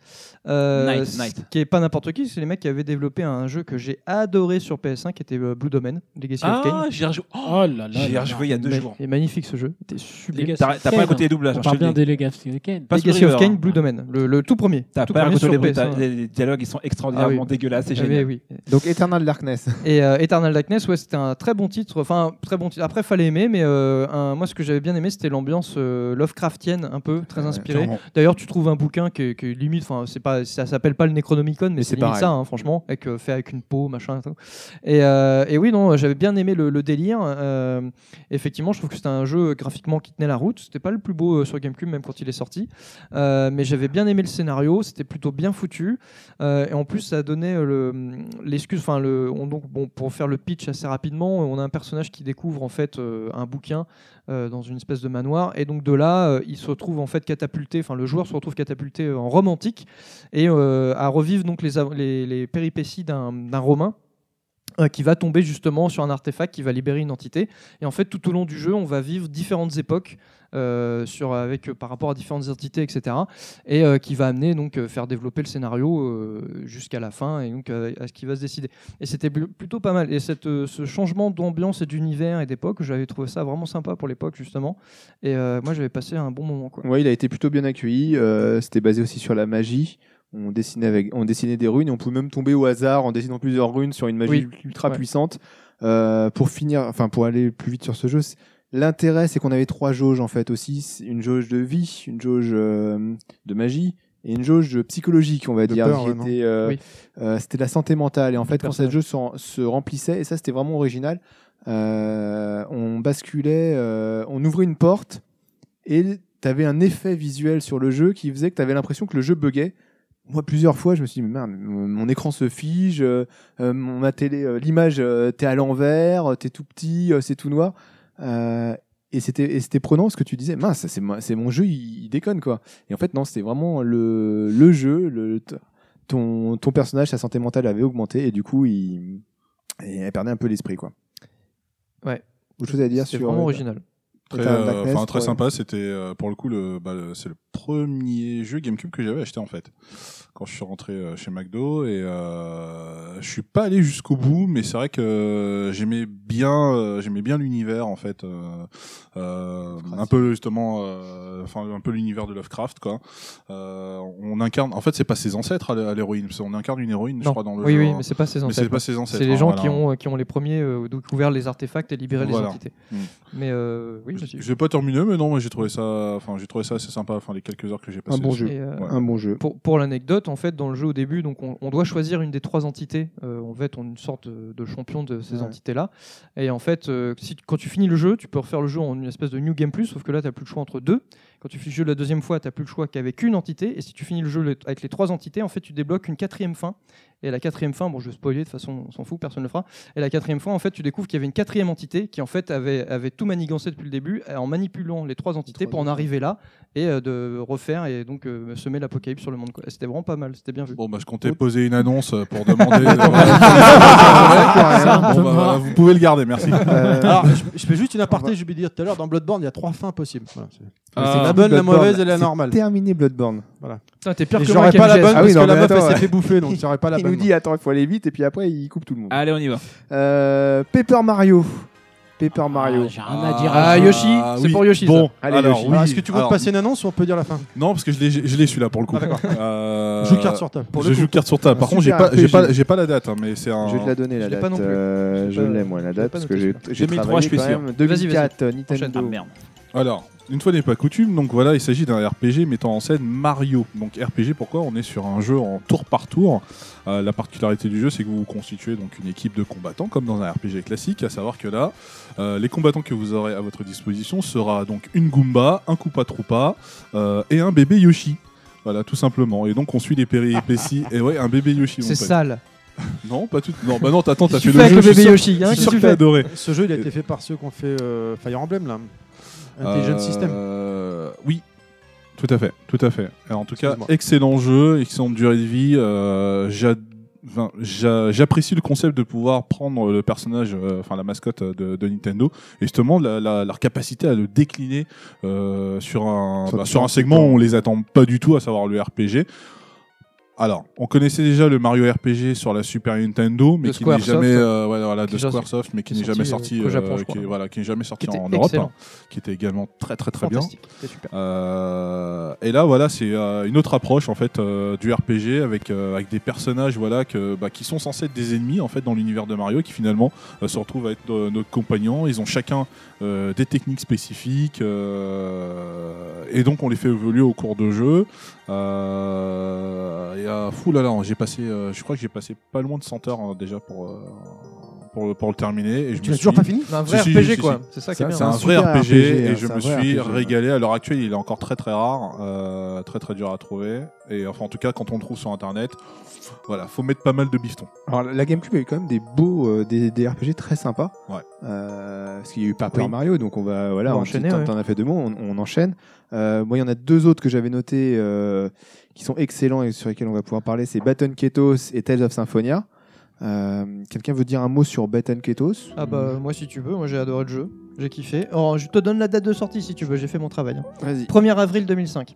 Speaker 4: euh,
Speaker 7: Knight, Knight.
Speaker 4: c- qui est pas n'importe qui, c'est les mecs qui avaient développé un jeu que j'ai adoré sur PS1 qui était euh, Blue Domain, Legacy of Kain.
Speaker 7: j'y ai rejoué. oh,
Speaker 10: Oh là là.
Speaker 7: j'y ai
Speaker 10: là
Speaker 7: rejoué
Speaker 10: là.
Speaker 7: il y a deux
Speaker 4: Ma-
Speaker 7: jours.
Speaker 4: Et magnifique ce jeu, il était sublime.
Speaker 10: Legacy
Speaker 7: T'as t'as
Speaker 10: Kane.
Speaker 7: pas écouté les doublages.
Speaker 10: On
Speaker 7: hein,
Speaker 10: parle
Speaker 7: je te le
Speaker 10: bien
Speaker 7: dis.
Speaker 10: des Legacy of Kain.
Speaker 7: Pas sur
Speaker 4: Legacy of
Speaker 7: River,
Speaker 4: Kain,
Speaker 7: hein.
Speaker 4: Blue Domain, le, le tout premier.
Speaker 7: T'as
Speaker 4: tout
Speaker 7: pas
Speaker 4: premier
Speaker 7: écouté les
Speaker 4: sur
Speaker 7: bruitages.
Speaker 4: PS1.
Speaker 7: Les les dialogues, ils sont extraordinairement dégueulasses. C'est
Speaker 4: Ah oui,
Speaker 7: génial.
Speaker 4: oui.
Speaker 5: Donc Eternal Darkness.
Speaker 4: Et euh, Eternal Darkness, ouais, c'était un très bon titre. Enfin, très bon titre. Après, fallait aimer, mais euh, un- moi, ce que j'avais bien aimé, c'était l'ambiance euh, Lovecraftienne, un peu très
Speaker 5: Euh,
Speaker 4: inspirée.
Speaker 6: clairement.
Speaker 4: D'ailleurs, tu trouves un bouquin qui, est- qui est limite, enfin, c'est pas, ça s'appelle pas le Necronomicon, mais
Speaker 5: Mais
Speaker 4: c'est
Speaker 5: c'est
Speaker 4: limite
Speaker 5: pareil.
Speaker 4: ça, hein, franchement, avec euh, fait avec une peau, machin. Et, tout. et, euh, et oui, non, j'avais bien aimé le, le délire. Euh, effectivement, je trouve que c'était un jeu graphiquement qui tenait la route. C'était pas le plus beau euh, sur GameCube, même quand il est sorti, Euh, mais j'avais bien aimé le scénario. C'était plutôt bien foutu. Euh, et en plus, ça donnait euh, le- l'excuse. Enfin, le, on, donc, bon, pour faire le pitch assez rapidement, on a un personnage qui découvre en fait euh, un bouquin euh, dans une espèce de manoir, et donc de là, euh, il se retrouve en fait catapulté. Enfin, le joueur se retrouve catapulté euh, en Rome antique et euh, à revivre donc les, av- les, les péripéties d'un d'un romain. euh, qui va tomber justement sur un artefact qui va libérer une entité. Et en fait, tout au long du jeu, on va vivre différentes époques euh, sur, avec, par rapport à différentes entités, etc et euh, qui va amener donc euh, faire développer le scénario euh, jusqu'à la fin et donc euh, à ce qui va se décider. Et c'était bu- plutôt pas mal. Et cette, euh, ce changement d'ambiance et d'univers et d'époque, j'avais trouvé ça vraiment sympa pour l'époque justement. Et euh, moi, j'avais passé un bon moment quoi.
Speaker 5: Ouais, il a été plutôt bien accueilli. euh, C'était basé aussi sur la magie. On dessinait, avec, on dessinait des runes et on pouvait même tomber au hasard en dessinant plusieurs runes sur une magie
Speaker 4: Oui.
Speaker 5: ultra
Speaker 4: Ouais.
Speaker 5: puissante. Euh, pour finir, enfin pour aller plus vite sur ce jeu, c'est- l'intérêt c'est qu'on avait trois jauges en fait aussi. C'est Une jauge de vie, une jauge euh, de magie et une jauge psychologique, on va
Speaker 3: De
Speaker 5: dire.
Speaker 3: peur,
Speaker 5: qui
Speaker 3: ouais, non
Speaker 5: était, euh,
Speaker 4: Oui.
Speaker 5: euh, c'était la santé mentale. Et en fait, quand cette
Speaker 4: personnage.
Speaker 5: jauge se, se remplissait, et ça c'était vraiment original, euh, on basculait, euh, on ouvrait une porte et t'avais un effet visuel sur le jeu qui faisait que t'avais l'impression que le jeu buguait. Moi, plusieurs fois, je me suis dit, merde, mon mon écran se fige, euh, euh, mon- ma télé, euh, l'image, euh, t'es à l'envers, euh, t'es tout petit, euh, c'est tout noir. Euh, et c'était et c'était prenant ce que tu disais, mince, c'est ma- c'est mon jeu, il, il déconne quoi. Et en fait, non, c'était vraiment le, le jeu, le, t- ton, ton personnage, sa santé mentale avait augmenté et du coup, il, et elle perdait un peu l'esprit quoi.
Speaker 4: Ouais.
Speaker 5: Autre chose à dire
Speaker 4: C'était
Speaker 5: sur.
Speaker 4: vraiment original.
Speaker 6: Très,
Speaker 5: Eternal
Speaker 6: euh,
Speaker 5: Darkness,
Speaker 6: enfin, très
Speaker 5: ouais.
Speaker 6: sympa, c'était euh, pour le coup le, bah, le- c'est le premier jeu GameCube que j'avais acheté en fait. Quand je suis rentré euh, chez McDo et euh, je suis pas allé jusqu'au bout, mais c'est vrai que euh, j'aimais bien, euh, j'aimais bien l'univers en fait, euh, euh, un peu justement, euh, enfin un peu l'univers de Lovecraft quoi. Euh, on incarne, en fait c'est pas ses ancêtres à l'hé- à l'héroïne, parce qu'on incarne une héroïne je
Speaker 4: Non.
Speaker 6: crois dans le
Speaker 4: oui,
Speaker 6: jeu.
Speaker 4: oui,
Speaker 6: hein.
Speaker 4: mais c'est pas ses
Speaker 6: mais c'est
Speaker 4: ancêtres.
Speaker 6: pas ses ancêtres.
Speaker 4: C'est les
Speaker 6: hein,
Speaker 4: gens
Speaker 6: voilà.
Speaker 4: qui ont euh, qui ont les premiers euh, découvert les artefacts et libéré
Speaker 6: Voilà.
Speaker 4: les entités.
Speaker 6: Mm.
Speaker 4: Mais euh, oui,
Speaker 6: Je
Speaker 4: vas-y.
Speaker 6: je vais pas terminer, mais non, moi j'ai trouvé ça, enfin j'ai trouvé ça assez sympa, enfin les quelques heures que j'ai passées.
Speaker 5: bon
Speaker 6: dessus.
Speaker 5: jeu.
Speaker 4: Et, euh,
Speaker 6: Ouais.
Speaker 5: Un bon jeu.
Speaker 4: Pour, pour l'anecdote, en fait, dans le jeu au début, donc on, on doit choisir une des trois entités. Euh, en fait, on est une sorte de, de champion de ces
Speaker 5: Ouais.
Speaker 4: entités-là. Et en fait, euh, si, tu- quand tu finis le jeu, tu peux refaire le jeu en une espèce de New Game Plus, sauf que là, tu n'as plus le choix entre deux. Quand tu finis le jeu la deuxième fois, tu n'as plus le choix qu'avec une entité. Et si tu finis le jeu le- avec les trois entités, en fait, tu débloques une quatrième fin. Et la quatrième fin, bon, je vais spoiler, de toute façon, on s'en fout, personne ne le fera. Et la quatrième fois, en fait, tu découvres qu'il y avait une quatrième entité qui, en fait, avait, avait tout manigancé depuis le début euh, en manipulant les trois entités
Speaker 5: Trois
Speaker 4: pour en
Speaker 5: entités.
Speaker 4: arriver là et euh, de refaire et donc euh, semer l'apocalypse sur le monde. quoi. C'était vraiment pas mal, c'était bien vu.
Speaker 6: Bon, bah, je comptais poser une annonce euh, pour demander. euh,
Speaker 10: un peu
Speaker 6: Bon, bah,
Speaker 10: marrant.
Speaker 6: vous pouvez le garder, merci.
Speaker 5: Euh,
Speaker 3: Alors, je, je fais juste une
Speaker 5: On
Speaker 3: aparté, je vais dire tout à l'heure, dans Bloodborne, il y a trois fins possibles. Voilà, c'est-
Speaker 6: Ah.
Speaker 7: Ah,
Speaker 5: C'est
Speaker 3: la
Speaker 5: fini,
Speaker 3: bonne, la
Speaker 5: Bloodborne.
Speaker 3: mauvaise et la
Speaker 5: C'est
Speaker 3: normale.
Speaker 5: Terminé Bloodborne.
Speaker 4: Putain, t'es pire
Speaker 3: Et
Speaker 4: que moi,
Speaker 3: j'aurais pas la bonne
Speaker 4: Kamikaze.
Speaker 5: Ah oui,
Speaker 3: parce
Speaker 5: non,
Speaker 3: que la
Speaker 5: mais
Speaker 3: meuf elle
Speaker 5: attends,
Speaker 3: s'est fait bouffer, donc j'aurais pas la
Speaker 5: Il nous
Speaker 3: bonne.
Speaker 5: dit attends, il faut aller vite et puis après il coupe tout le monde.
Speaker 7: Allez, on y va.
Speaker 5: Euh, Paper Mario. Paper Mario.
Speaker 10: Ah, J'ai rien à dire.
Speaker 4: Ah,
Speaker 10: à ça.
Speaker 4: Yoshi, c'est pour Yoshi, ça.
Speaker 6: Bon,
Speaker 5: Allez,
Speaker 6: alors,
Speaker 5: Yoshi.
Speaker 6: oui,
Speaker 3: Ah, Est-ce que tu veux
Speaker 6: alors,
Speaker 3: passer une annonce ou on peut dire la fin
Speaker 6: Non, parce que je l'ai, je l'ai celui-là pour le coup.
Speaker 3: Ah, d'accord.
Speaker 6: Euh,
Speaker 3: Joue carte sur table.
Speaker 6: je joue carte sur table.
Speaker 3: Ah,
Speaker 6: Par
Speaker 5: Super
Speaker 6: contre, j'ai pas,
Speaker 5: RPG.
Speaker 6: j'ai pas, j'ai pas la date, hein, mais c'est un.
Speaker 5: Je vais te la donner la
Speaker 4: l'ai
Speaker 5: date.
Speaker 4: pas non plus.
Speaker 5: Euh,
Speaker 4: Je
Speaker 5: je
Speaker 4: l'ai pas-
Speaker 5: l'ai moi la
Speaker 4: je l'ai
Speaker 5: date
Speaker 4: pas
Speaker 5: parce que
Speaker 4: noté,
Speaker 5: j'ai j'ai
Speaker 7: 2003,
Speaker 5: travaillé
Speaker 7: je suis
Speaker 5: quand
Speaker 7: sûr.
Speaker 5: même. 2004 euh,
Speaker 4: Enchaîne.
Speaker 5: Nintendo.
Speaker 7: Ah merde.
Speaker 6: Alors, une fois n'est pas coutume, donc voilà, il s'agit d'un RPG mettant en scène Mario. Donc RPG, pourquoi On est sur un jeu en tour par tour. Euh, la particularité du jeu, c'est que vous constituez donc une équipe de combattants, comme dans un RPG classique, à savoir que là, euh, les combattants que vous aurez à votre disposition sera donc une Goomba, un Koopa Troopa euh, et un bébé Yoshi. Voilà, tout simplement. Et donc on suit les péripéties. et ouais, un bébé Yoshi. mon
Speaker 4: C'est
Speaker 6: pote.
Speaker 4: sale.
Speaker 6: Non, pas tout. Non, bah non, t'attends, t'as
Speaker 4: Qu'est-ce que
Speaker 6: fait
Speaker 4: tu fais avec le
Speaker 6: le jeu. je suis
Speaker 4: bébé
Speaker 6: sûr-
Speaker 4: Yoshi hein
Speaker 6: Je suis
Speaker 4: Qu'est-ce que
Speaker 6: sûr que
Speaker 4: tu
Speaker 6: t'as
Speaker 4: fais
Speaker 6: adoré.
Speaker 3: Ce jeu, il a été fait par ceux qui ont fait euh, Fire Emblem, là. Intelligent
Speaker 6: Euh,
Speaker 3: System.
Speaker 6: Oui. Tout à fait, tout à fait. Alors, en tout cas,
Speaker 3: Excuse-moi.
Speaker 6: excellent jeu, excellente durée de vie. euh, j'a- enfin, j'a- J'apprécie le concept de pouvoir prendre le personnage, euh, enfin la mascotte de, de Nintendo, et justement la, la- leur capacité à le décliner euh, sur un
Speaker 5: Sur
Speaker 6: bah,
Speaker 5: tout
Speaker 6: sur
Speaker 5: un
Speaker 6: un segment où on les attend pas du tout, à savoir le RPG. Alors, on connaissait déjà le Mario RPG sur la Super Nintendo, mais
Speaker 4: De
Speaker 6: qui n'est
Speaker 4: Squaresoft.
Speaker 6: jamais, euh, ouais, voilà,
Speaker 4: Qui
Speaker 6: de
Speaker 4: est sorti-
Speaker 6: Squaresoft, mais qui
Speaker 4: qui est
Speaker 6: n'est jamais
Speaker 4: sorti,
Speaker 6: sorti,
Speaker 4: euh, au
Speaker 6: euh,
Speaker 4: Japon, je
Speaker 6: qui, est-
Speaker 4: crois.
Speaker 6: voilà, qui n'est jamais sorti
Speaker 4: Qui était
Speaker 6: en Europe,
Speaker 4: excellent.
Speaker 6: hein, qui était également très très très bien.
Speaker 4: Fantastique. C'était super.
Speaker 6: Euh, et là, voilà, c'est euh, une autre approche en fait euh, du RPG avec euh, avec des personnages, voilà, que bah, qui sont censés être des ennemis en fait dans l'univers de Mario, qui finalement euh, se retrouvent à être euh, nos compagnons. Ils ont chacun euh, des techniques spécifiques, euh, et donc on les fait évoluer au cours de jeu. Euh, et euh, fou là là, j'ai passé, euh, je crois que j'ai passé pas loin de 100 heures hein, déjà pour. euh, pour, le- pour le terminer et je
Speaker 3: Tu
Speaker 6: me
Speaker 3: l'as
Speaker 6: suis-
Speaker 3: toujours pas fini
Speaker 4: Un vrai
Speaker 6: Si, si,
Speaker 4: RPG,
Speaker 6: si,
Speaker 4: quoi.
Speaker 6: si.
Speaker 4: C'est ça qui est
Speaker 5: Ça,
Speaker 4: bien. hein.
Speaker 6: C'est un,
Speaker 5: un super
Speaker 6: vrai RPG,
Speaker 5: RPG,
Speaker 6: et je
Speaker 5: c'est un
Speaker 6: me
Speaker 5: vrai
Speaker 6: suis
Speaker 5: RPG.
Speaker 6: régalé. À l'heure actuelle, il est encore très très rare, euh, très très dur à trouver. Et enfin, en tout cas, quand on le trouve sur internet, voilà, faut mettre pas mal de biftons.
Speaker 5: Alors la GameCube a eu quand même des beaux euh, des, des RPG très sympas.
Speaker 6: Ouais.
Speaker 5: Euh, parce qu'il y a eu Paper
Speaker 6: Oui.
Speaker 5: Mario, donc on va voilà,
Speaker 4: On va
Speaker 5: on
Speaker 4: enchaîner,
Speaker 5: t'en-
Speaker 4: ouais.
Speaker 5: t'en as fait deux mots, on, on enchaîne. Euh, moi, il y en a deux autres que j'avais notés euh, qui sont excellents et sur lesquels on va pouvoir parler, c'est Baton Ketos et Tales of Symphonia. Euh, Quelqu'un veut dire un mot sur Baton Ketos
Speaker 4: Ah bah moi si tu veux, moi j'ai adoré le jeu, j'ai kiffé. Alors je te donne la date de sortie si tu veux, j'ai fait mon travail. hein.
Speaker 5: Vas-y.
Speaker 4: 1er avril 2005.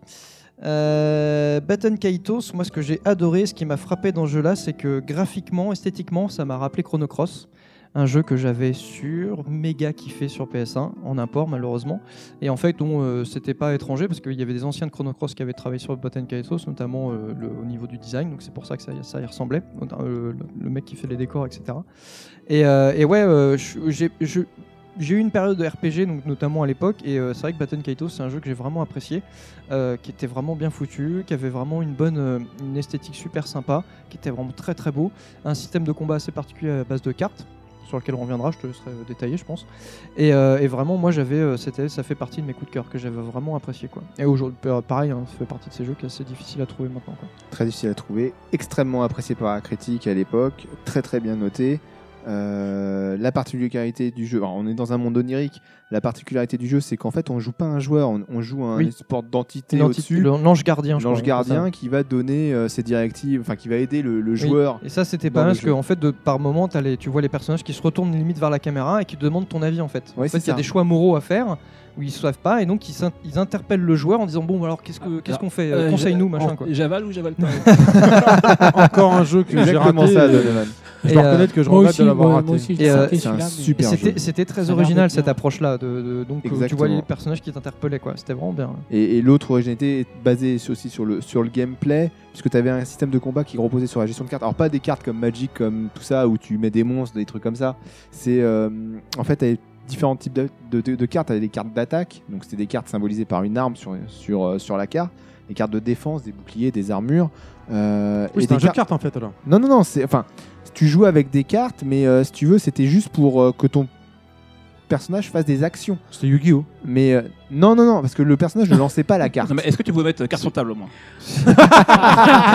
Speaker 4: Euh, Baton Kaitos, moi ce que j'ai adoré, ce qui m'a frappé dans ce jeu là, c'est que graphiquement, esthétiquement, ça m'a rappelé Chrono Cross, un jeu que j'avais sur méga kiffé sur PS1, en import malheureusement, et en fait on euh, c'était pas étranger parce qu'il y avait des anciens de Chrono Cross qui avaient travaillé sur Baton Kaitos, notamment euh, le- au niveau du design, donc c'est pour ça que ça, y- ça y ressemblait, euh, le, le mec qui fait les décors, etc. Et, euh, et ouais, euh, je- j'ai je- j'ai eu une période de RPG, donc notamment à l'époque, et euh, c'est vrai que Baton Kaitos, c'est un jeu que j'ai vraiment apprécié euh, qui était vraiment bien foutu, qui avait vraiment une bonne euh, une esthétique super sympa, qui était vraiment très très beau, un système de combat assez particulier à base de cartes sur lequel on reviendra, je te laisserai euh, détailler, je pense. Et, euh, et vraiment, moi, j'avais, euh, c'était, ça fait partie de mes coups de cœur que j'avais vraiment apprécié, quoi. Et aujourd'hui, euh, pareil, hein, ça fait partie de ces jeux qui est assez difficile à trouver maintenant, quoi.
Speaker 5: Très difficile à trouver, extrêmement apprécié par la critique à l'époque, très très bien noté. Euh, la particularité du jeu, alors, on est dans un monde onirique. La particularité du jeu, c'est qu'en fait, on joue pas un joueur, on, on joue un
Speaker 4: Oui.
Speaker 5: une sorte d'entité
Speaker 4: Le-
Speaker 5: au-dessus,
Speaker 4: L'ange gardien. je
Speaker 5: l'ange
Speaker 4: crois, hein, c'est ça.
Speaker 5: gardien qui va donner euh, ses directives, enfin qui va aider le, le
Speaker 4: Oui.
Speaker 5: joueur.
Speaker 4: Et ça, c'était
Speaker 5: dans
Speaker 4: pas mal
Speaker 5: le
Speaker 4: parce que,
Speaker 5: jeu.
Speaker 4: en fait, de, par moment, t'as les- tu vois les personnages qui se retournent limite vers la caméra et qui te demandent ton avis, en fait.
Speaker 5: Ouais,
Speaker 4: en fait,
Speaker 5: c'est
Speaker 4: il y a
Speaker 5: ça.
Speaker 4: des choix moraux à faire où ils savent pas et donc ils, s'in- ils interpellent le joueur en disant Bon, alors qu'est-ce que- qu'est-ce qu'on fait
Speaker 10: Euh,
Speaker 4: Conseille-nous,
Speaker 10: j'a-
Speaker 4: machin,
Speaker 10: en-
Speaker 4: quoi.
Speaker 10: J'avale ou j'avale pas
Speaker 3: Encore un jeu que j'ai
Speaker 5: Exactement
Speaker 3: raté.
Speaker 5: ça,
Speaker 3: et
Speaker 5: Donovan.
Speaker 3: Je
Speaker 4: Et,
Speaker 3: dois
Speaker 4: euh,
Speaker 3: reconnaître que je
Speaker 10: Moi
Speaker 3: regrette
Speaker 10: aussi,
Speaker 3: de l'avoir
Speaker 10: moi,
Speaker 3: raté.
Speaker 10: moi aussi,
Speaker 4: Et,
Speaker 10: j'ai
Speaker 4: euh,
Speaker 10: raté
Speaker 5: c'est un
Speaker 10: celui-là. mais-
Speaker 5: super
Speaker 4: Et
Speaker 5: jeu.
Speaker 4: C'était c'était
Speaker 10: Ça
Speaker 4: très
Speaker 10: a l'air
Speaker 4: original
Speaker 10: d'être bien.
Speaker 4: cette approche-là. De, de- donc, euh, tu
Speaker 5: Exactement.
Speaker 4: vois les personnages qui t'interpellaient, quoi. C'était vraiment bien.
Speaker 5: Et, et l'autre originalité est basée sur- aussi sur le, sur le gameplay, puisque tu avais un système de combat qui reposait sur la gestion de cartes. Alors, pas des cartes comme Magic, comme tout ça, où tu mets des monstres, des trucs comme ça. C'est euh, En fait, tu différents types de, de- de- de cartes. Tu des cartes d'attaque, donc c'était des cartes symbolisées par une arme sur, sur, euh, sur la carte, des cartes de défense, des boucliers, des armures. euh,
Speaker 3: Oui,
Speaker 5: et
Speaker 3: c'est
Speaker 5: des
Speaker 3: un jeu de
Speaker 5: cartes.
Speaker 3: cartes en fait alors.
Speaker 5: Non, non, non, c'est. Enfin, tu joues avec des cartes, mais euh, si tu veux, c'était juste pour euh, que ton personnage fasse des actions.
Speaker 3: C'était Yu-Gi-Oh!
Speaker 5: Mais euh, non, non, non, parce que le personnage ne lançait pas la carte.
Speaker 7: Non, mais est-ce que tu pouvais mettre euh, carte sur table au moins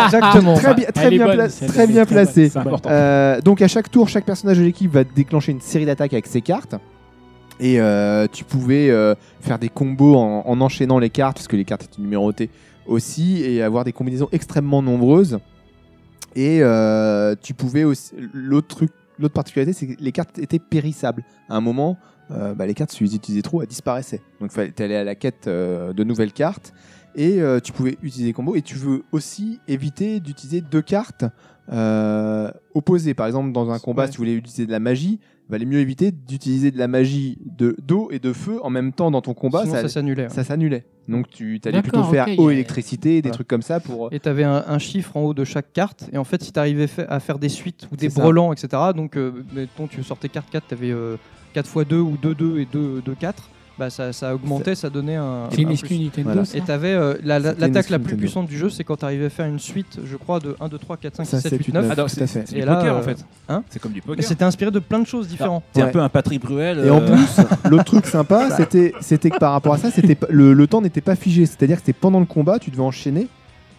Speaker 4: Exactement.
Speaker 5: Très bien, très
Speaker 10: Elle est
Speaker 5: bien,
Speaker 10: bonne,
Speaker 5: pla-
Speaker 10: celle-là,
Speaker 5: très
Speaker 10: elle est
Speaker 5: bien
Speaker 10: bonne.
Speaker 5: placé.
Speaker 7: C'est important.
Speaker 5: Euh, donc à chaque tour, chaque personnage de l'équipe va déclencher une série d'attaques avec ses cartes. Et euh, tu pouvais euh, faire des combos en, en enchaînant les cartes, puisque les cartes étaient numérotées aussi, et avoir des combinaisons extrêmement nombreuses. Et euh, tu pouvais aussi. L'autre truc, l'autre particularité, c'est que les cartes étaient périssables. À un moment, euh, bah, les cartes, si tu les utilisais trop, elles disparaissaient. Donc tu allais à la quête euh, de nouvelles cartes. Et euh, tu pouvais utiliser des combos. Et tu veux aussi éviter d'utiliser deux cartes euh, opposées. Par exemple, dans un combat,
Speaker 4: Ouais.
Speaker 5: si tu voulais utiliser de la magie, valait mieux éviter d'utiliser de la magie de- d'eau et de feu en même temps dans ton combat.
Speaker 4: Sinon,
Speaker 5: bah, ça-
Speaker 4: ça, s'annulait. hein.
Speaker 5: ça s'annulait. Donc tu allais
Speaker 10: D'accord,
Speaker 5: plutôt faire
Speaker 10: ok,
Speaker 5: eau,
Speaker 10: y a-
Speaker 5: électricité, des
Speaker 4: Voilà.
Speaker 5: trucs comme ça pour.
Speaker 4: Et t'avais un, un chiffre en haut de chaque carte. Et en fait, si t'arrivais fa- à faire des suites ou des
Speaker 5: C'est ça.
Speaker 4: brelans, etc., donc, euh, mettons, tu sortais carte 4, t'avais euh, 4 x 2 ou 2-2 et 2-4. bah, ça, ça augmentait, ça donnait un.
Speaker 10: C'est
Speaker 4: un
Speaker 10: une
Speaker 4: plus.
Speaker 10: exclu Nintendo.
Speaker 5: Voilà.
Speaker 10: ça
Speaker 4: Et t'avais euh, la- la-
Speaker 5: C'était une
Speaker 4: l'attaque la,
Speaker 5: exclu
Speaker 4: plus
Speaker 5: Nintendo.
Speaker 4: puissante du jeu, c'est quand t'arrivais à faire une suite, je crois, de 1, 2, 3, 4, 5, 6,
Speaker 5: Ça,
Speaker 4: 7,
Speaker 5: c'est
Speaker 4: 8,
Speaker 5: une-
Speaker 4: 9.
Speaker 5: Ah,
Speaker 7: non,
Speaker 5: tout à fait.
Speaker 7: C'est
Speaker 4: Et
Speaker 7: du
Speaker 4: là,
Speaker 7: poker
Speaker 4: euh,
Speaker 7: en fait.
Speaker 4: hein
Speaker 7: c'est comme du
Speaker 4: Mais
Speaker 7: poker.
Speaker 4: c'était inspiré de plein de choses différentes.
Speaker 7: T'es un
Speaker 5: Ouais.
Speaker 7: peu un Patrick Bruel.
Speaker 5: Et en
Speaker 7: euh,
Speaker 5: plus, l'autre truc sympa, c'était, c'était que par rapport à ça, c'était pas- le, le temps n'était pas figé. C'est-à-dire que c'était pendant le combat, tu devais enchaîner.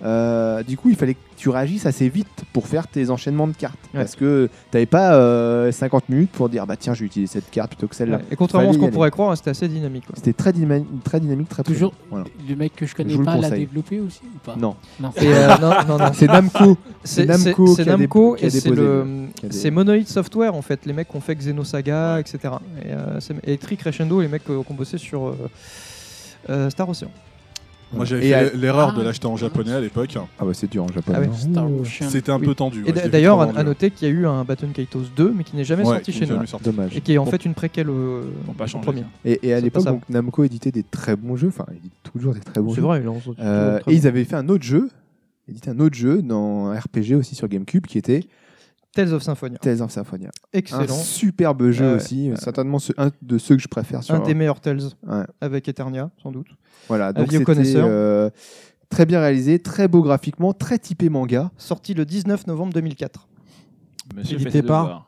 Speaker 5: Euh, du coup, il fallait que tu réagisses assez vite pour faire tes enchaînements de cartes.
Speaker 4: Ouais.
Speaker 5: Parce que t'avais pas euh, 50 minutes pour dire, bah tiens, je vais utiliser cette carte plutôt que celle-là.
Speaker 4: Ouais. Et contrairement à ce
Speaker 5: Fallait y
Speaker 4: qu'on
Speaker 5: aller.
Speaker 4: pourrait croire, c'était assez dynamique. quoi.
Speaker 5: C'était très, dyma- très dynamique, très
Speaker 10: Toujours
Speaker 5: présent. Voilà.
Speaker 10: Le mec que je connais
Speaker 5: Je vous le
Speaker 10: pas l'a
Speaker 5: conseille.
Speaker 10: développé aussi ou pas
Speaker 5: Non,
Speaker 4: Et, euh, non, non, non.
Speaker 5: c'est Namco.
Speaker 4: C'est
Speaker 5: Namco
Speaker 4: c'est-
Speaker 5: qui
Speaker 4: c'est
Speaker 5: a dé-
Speaker 4: Namco
Speaker 5: qui a
Speaker 4: et c'est
Speaker 5: déposé
Speaker 4: le-
Speaker 5: qui a dé-
Speaker 4: c'est Monolith Software en fait, les mecs qui ont fait Xenosaga, etc. Et, euh, c'est Electric Crescendo, les mecs qui ont bossé sur euh, euh, Star Ocean.
Speaker 6: Moi, j'avais
Speaker 5: Et
Speaker 6: fait
Speaker 5: à-
Speaker 6: l'erreur de
Speaker 10: Ah.
Speaker 6: l'acheter en japonais à l'époque.
Speaker 5: Ah bah c'est dur en japonais.
Speaker 4: Ah ouais.
Speaker 5: hein.
Speaker 10: Star Ocean.
Speaker 6: C'était un
Speaker 4: Oui.
Speaker 6: peu tendu.
Speaker 4: Et
Speaker 6: ouais, je l'ai
Speaker 4: d'ailleurs,
Speaker 6: vite
Speaker 4: à, à
Speaker 6: revendu.
Speaker 4: noter qu'il y a eu un Baton Kaitos 2, mais qui n'est jamais
Speaker 6: Ouais,
Speaker 4: sorti
Speaker 6: qui
Speaker 4: chez
Speaker 6: nous a
Speaker 4: nous.
Speaker 6: mis sorti.
Speaker 5: Dommage.
Speaker 4: Et qui est en
Speaker 6: Bon.
Speaker 4: fait une préquelle euh,
Speaker 7: Bon, pas hein.
Speaker 4: au
Speaker 7: changé,
Speaker 4: premier.
Speaker 7: ça.
Speaker 5: Et, et à
Speaker 4: C'est
Speaker 5: l'époque,
Speaker 4: pas ça.
Speaker 5: donc, Namco éditait des très bons jeux. Enfin, il édite toujours des très bons
Speaker 4: C'est
Speaker 5: jeux.
Speaker 4: vrai, il en sort toujours
Speaker 5: Euh,
Speaker 4: très
Speaker 5: et
Speaker 4: bon.
Speaker 5: ils avaient fait un autre jeu, édité un autre jeu dans un RPG aussi sur GameCube qui était
Speaker 4: Tales of Symphonia.
Speaker 5: Tales of Symphonia. Un
Speaker 4: Excellent. Ah
Speaker 5: superbe jeu
Speaker 4: Ouais,
Speaker 5: aussi, euh, certainement ce- un de ceux que je préfère sur.
Speaker 4: Un des meilleurs Tales
Speaker 5: Ouais.
Speaker 4: avec Eternia, sans doute.
Speaker 5: Voilà, donc
Speaker 4: vieux
Speaker 5: c'était
Speaker 4: connaisseur.
Speaker 5: euh, très bien réalisé, très beau graphiquement, très typé manga.
Speaker 4: Sorti le 19 novembre 2004
Speaker 7: Monsieur
Speaker 3: édité
Speaker 7: fait ses
Speaker 3: par-
Speaker 7: devoirs.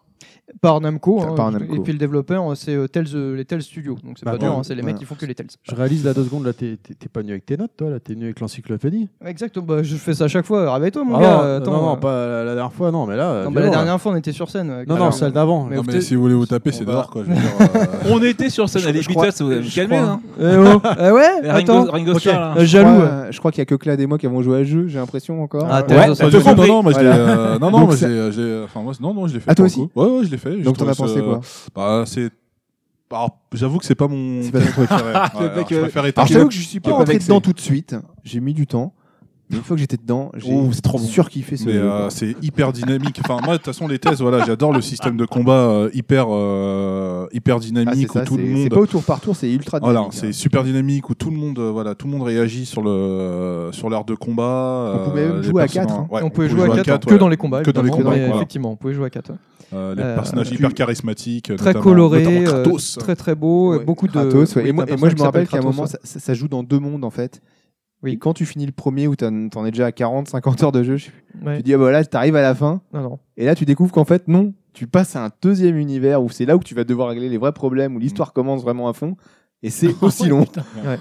Speaker 4: par Namco.
Speaker 5: Par
Speaker 4: hein,
Speaker 5: Namco.
Speaker 4: Et puis le développeur, c'est euh, Tales, euh, les Tales Studios. Donc c'est
Speaker 3: Bah
Speaker 4: pas
Speaker 3: bon,
Speaker 4: dur, hein, c'est les mecs
Speaker 5: ouais.
Speaker 4: qui font que les Tales.
Speaker 3: Je réalise là deux secondes, là t'es t'es- t'es pas venu avec tes notes, toi, là t'es venu avec l'encyclopédie.
Speaker 4: Exactement, bah, je fais ça à chaque fois. Réveille-toi, mon
Speaker 3: Ah
Speaker 4: gars.
Speaker 3: non,
Speaker 4: euh,
Speaker 3: non,
Speaker 4: attends,
Speaker 3: non,
Speaker 4: euh,
Speaker 3: pas la, la dernière fois, non, mais là.
Speaker 4: non,
Speaker 3: violent,
Speaker 4: bah, la
Speaker 3: là.
Speaker 4: dernière fois, on était sur scène. euh,
Speaker 3: Non, non,
Speaker 4: carrément.
Speaker 3: celle d'avant.
Speaker 4: Mais
Speaker 6: Non,
Speaker 4: vous
Speaker 6: mais
Speaker 4: êtes-
Speaker 6: si vous voulez vous taper, c'est
Speaker 3: On va-
Speaker 6: dehors quoi. je veux dire, euh,
Speaker 7: On était sur scène à
Speaker 4: Je- je
Speaker 7: Ibiza, vous vous
Speaker 4: je
Speaker 7: calmez.
Speaker 4: crois.
Speaker 7: hein.
Speaker 4: Eh oh, eh ouais, attends.
Speaker 7: Ringo, Ringo
Speaker 4: Ok.
Speaker 7: Starr, là.
Speaker 4: Euh,
Speaker 5: Je
Speaker 4: Jaloux.
Speaker 5: crois,
Speaker 4: euh.
Speaker 5: euh, je crois qu'il y a que Clad et moi qui avons joué à ce jeu, j'ai l'impression encore.
Speaker 4: Ah,
Speaker 5: Ouais.
Speaker 4: Tales of
Speaker 6: Ah,
Speaker 4: Symphonia.
Speaker 6: non, non, moi, je l'ai,
Speaker 5: Voilà.
Speaker 6: euh, non, non,
Speaker 5: Donc
Speaker 6: moi,
Speaker 5: ça-
Speaker 6: j'ai, euh, j'ai, euh, enfin, moi, non, non, je l'ai fait.
Speaker 5: Ah, toi
Speaker 6: pour le
Speaker 5: aussi
Speaker 6: coup. Ouais, ouais, je l'ai fait. J'ai
Speaker 5: Donc t'en
Speaker 6: trouvé
Speaker 5: as pensé
Speaker 6: ça-
Speaker 5: quoi
Speaker 6: Bah, c'est. Bah, J'avoue que c'est pas mon.
Speaker 5: C'est pas ton truc.
Speaker 6: préféré. Ouais,
Speaker 5: mec,
Speaker 6: alors, je
Speaker 5: euh,
Speaker 6: préfère
Speaker 5: Alors,
Speaker 6: Eternal.
Speaker 5: je t'avoue que je suis pas
Speaker 6: pas
Speaker 5: rentré
Speaker 6: vexé.
Speaker 5: dedans tout de suite, j'ai mis du temps. Mais une fois que j'étais dedans, j'ai
Speaker 6: Oh, c'est trop bon.
Speaker 5: surkiffé ce
Speaker 6: Mais
Speaker 5: jeu.
Speaker 6: euh, c'est hyper dynamique. Enfin, moi, de toute façon, les thèses, voilà, j'adore le système de combat euh, hyper, euh, hyper
Speaker 5: Ah, c'est
Speaker 6: dynamique
Speaker 5: ça,
Speaker 6: où tout le
Speaker 5: c'est-
Speaker 6: monde.
Speaker 5: c'est pas au tour par tour, c'est ultra
Speaker 6: Voilà,
Speaker 5: dynamique. hein.
Speaker 6: c'est super dynamique où tout le monde, euh, voilà, tout le monde réagit sur le sur l'art de combat. euh,
Speaker 5: On pouvait même
Speaker 6: les
Speaker 5: jouer à
Speaker 6: personnages-
Speaker 5: quatre, hein.
Speaker 6: ouais,
Speaker 4: on pouvait
Speaker 6: on
Speaker 4: jouer à 4 que
Speaker 6: ouais.
Speaker 4: dans les combats.
Speaker 6: Que dans les
Speaker 4: évidemment,
Speaker 6: combats,
Speaker 4: mais
Speaker 6: voilà.
Speaker 4: Effectivement, on pouvait jouer à 4.
Speaker 6: Euh, les
Speaker 4: Euh,
Speaker 6: personnages
Speaker 5: tu-
Speaker 6: hyper
Speaker 4: Très
Speaker 6: charismatiques, notamment-
Speaker 4: coloré,
Speaker 6: notamment
Speaker 4: euh,
Speaker 6: Kratos.
Speaker 4: très très beau, et
Speaker 5: Ouais,
Speaker 4: beaucoup de.
Speaker 5: Kratos, ouais.
Speaker 4: oui,
Speaker 5: et, moi,
Speaker 4: t'as
Speaker 5: et
Speaker 4: un
Speaker 5: moi, je me
Speaker 4: personnage
Speaker 5: rappelle
Speaker 4: qui
Speaker 5: qu'à un
Speaker 4: s'appelle
Speaker 5: moment, ça,
Speaker 4: Kratos,
Speaker 5: ça- ça joue dans deux mondes en fait.
Speaker 4: Oui.
Speaker 5: Et quand tu finis le premier où t'en t'en es déjà à 40, 50 heures de jeu, je sais plus,
Speaker 4: ouais.
Speaker 5: tu dis, ah bah là, t'arrives à la fin,
Speaker 4: Non, non.
Speaker 5: et là, tu découvres qu'en fait, non, tu passes à un deuxième univers où c'est là où tu vas devoir régler les vrais problèmes, où l'histoire commence vraiment à fond, et c'est aussi long.
Speaker 4: Ouais.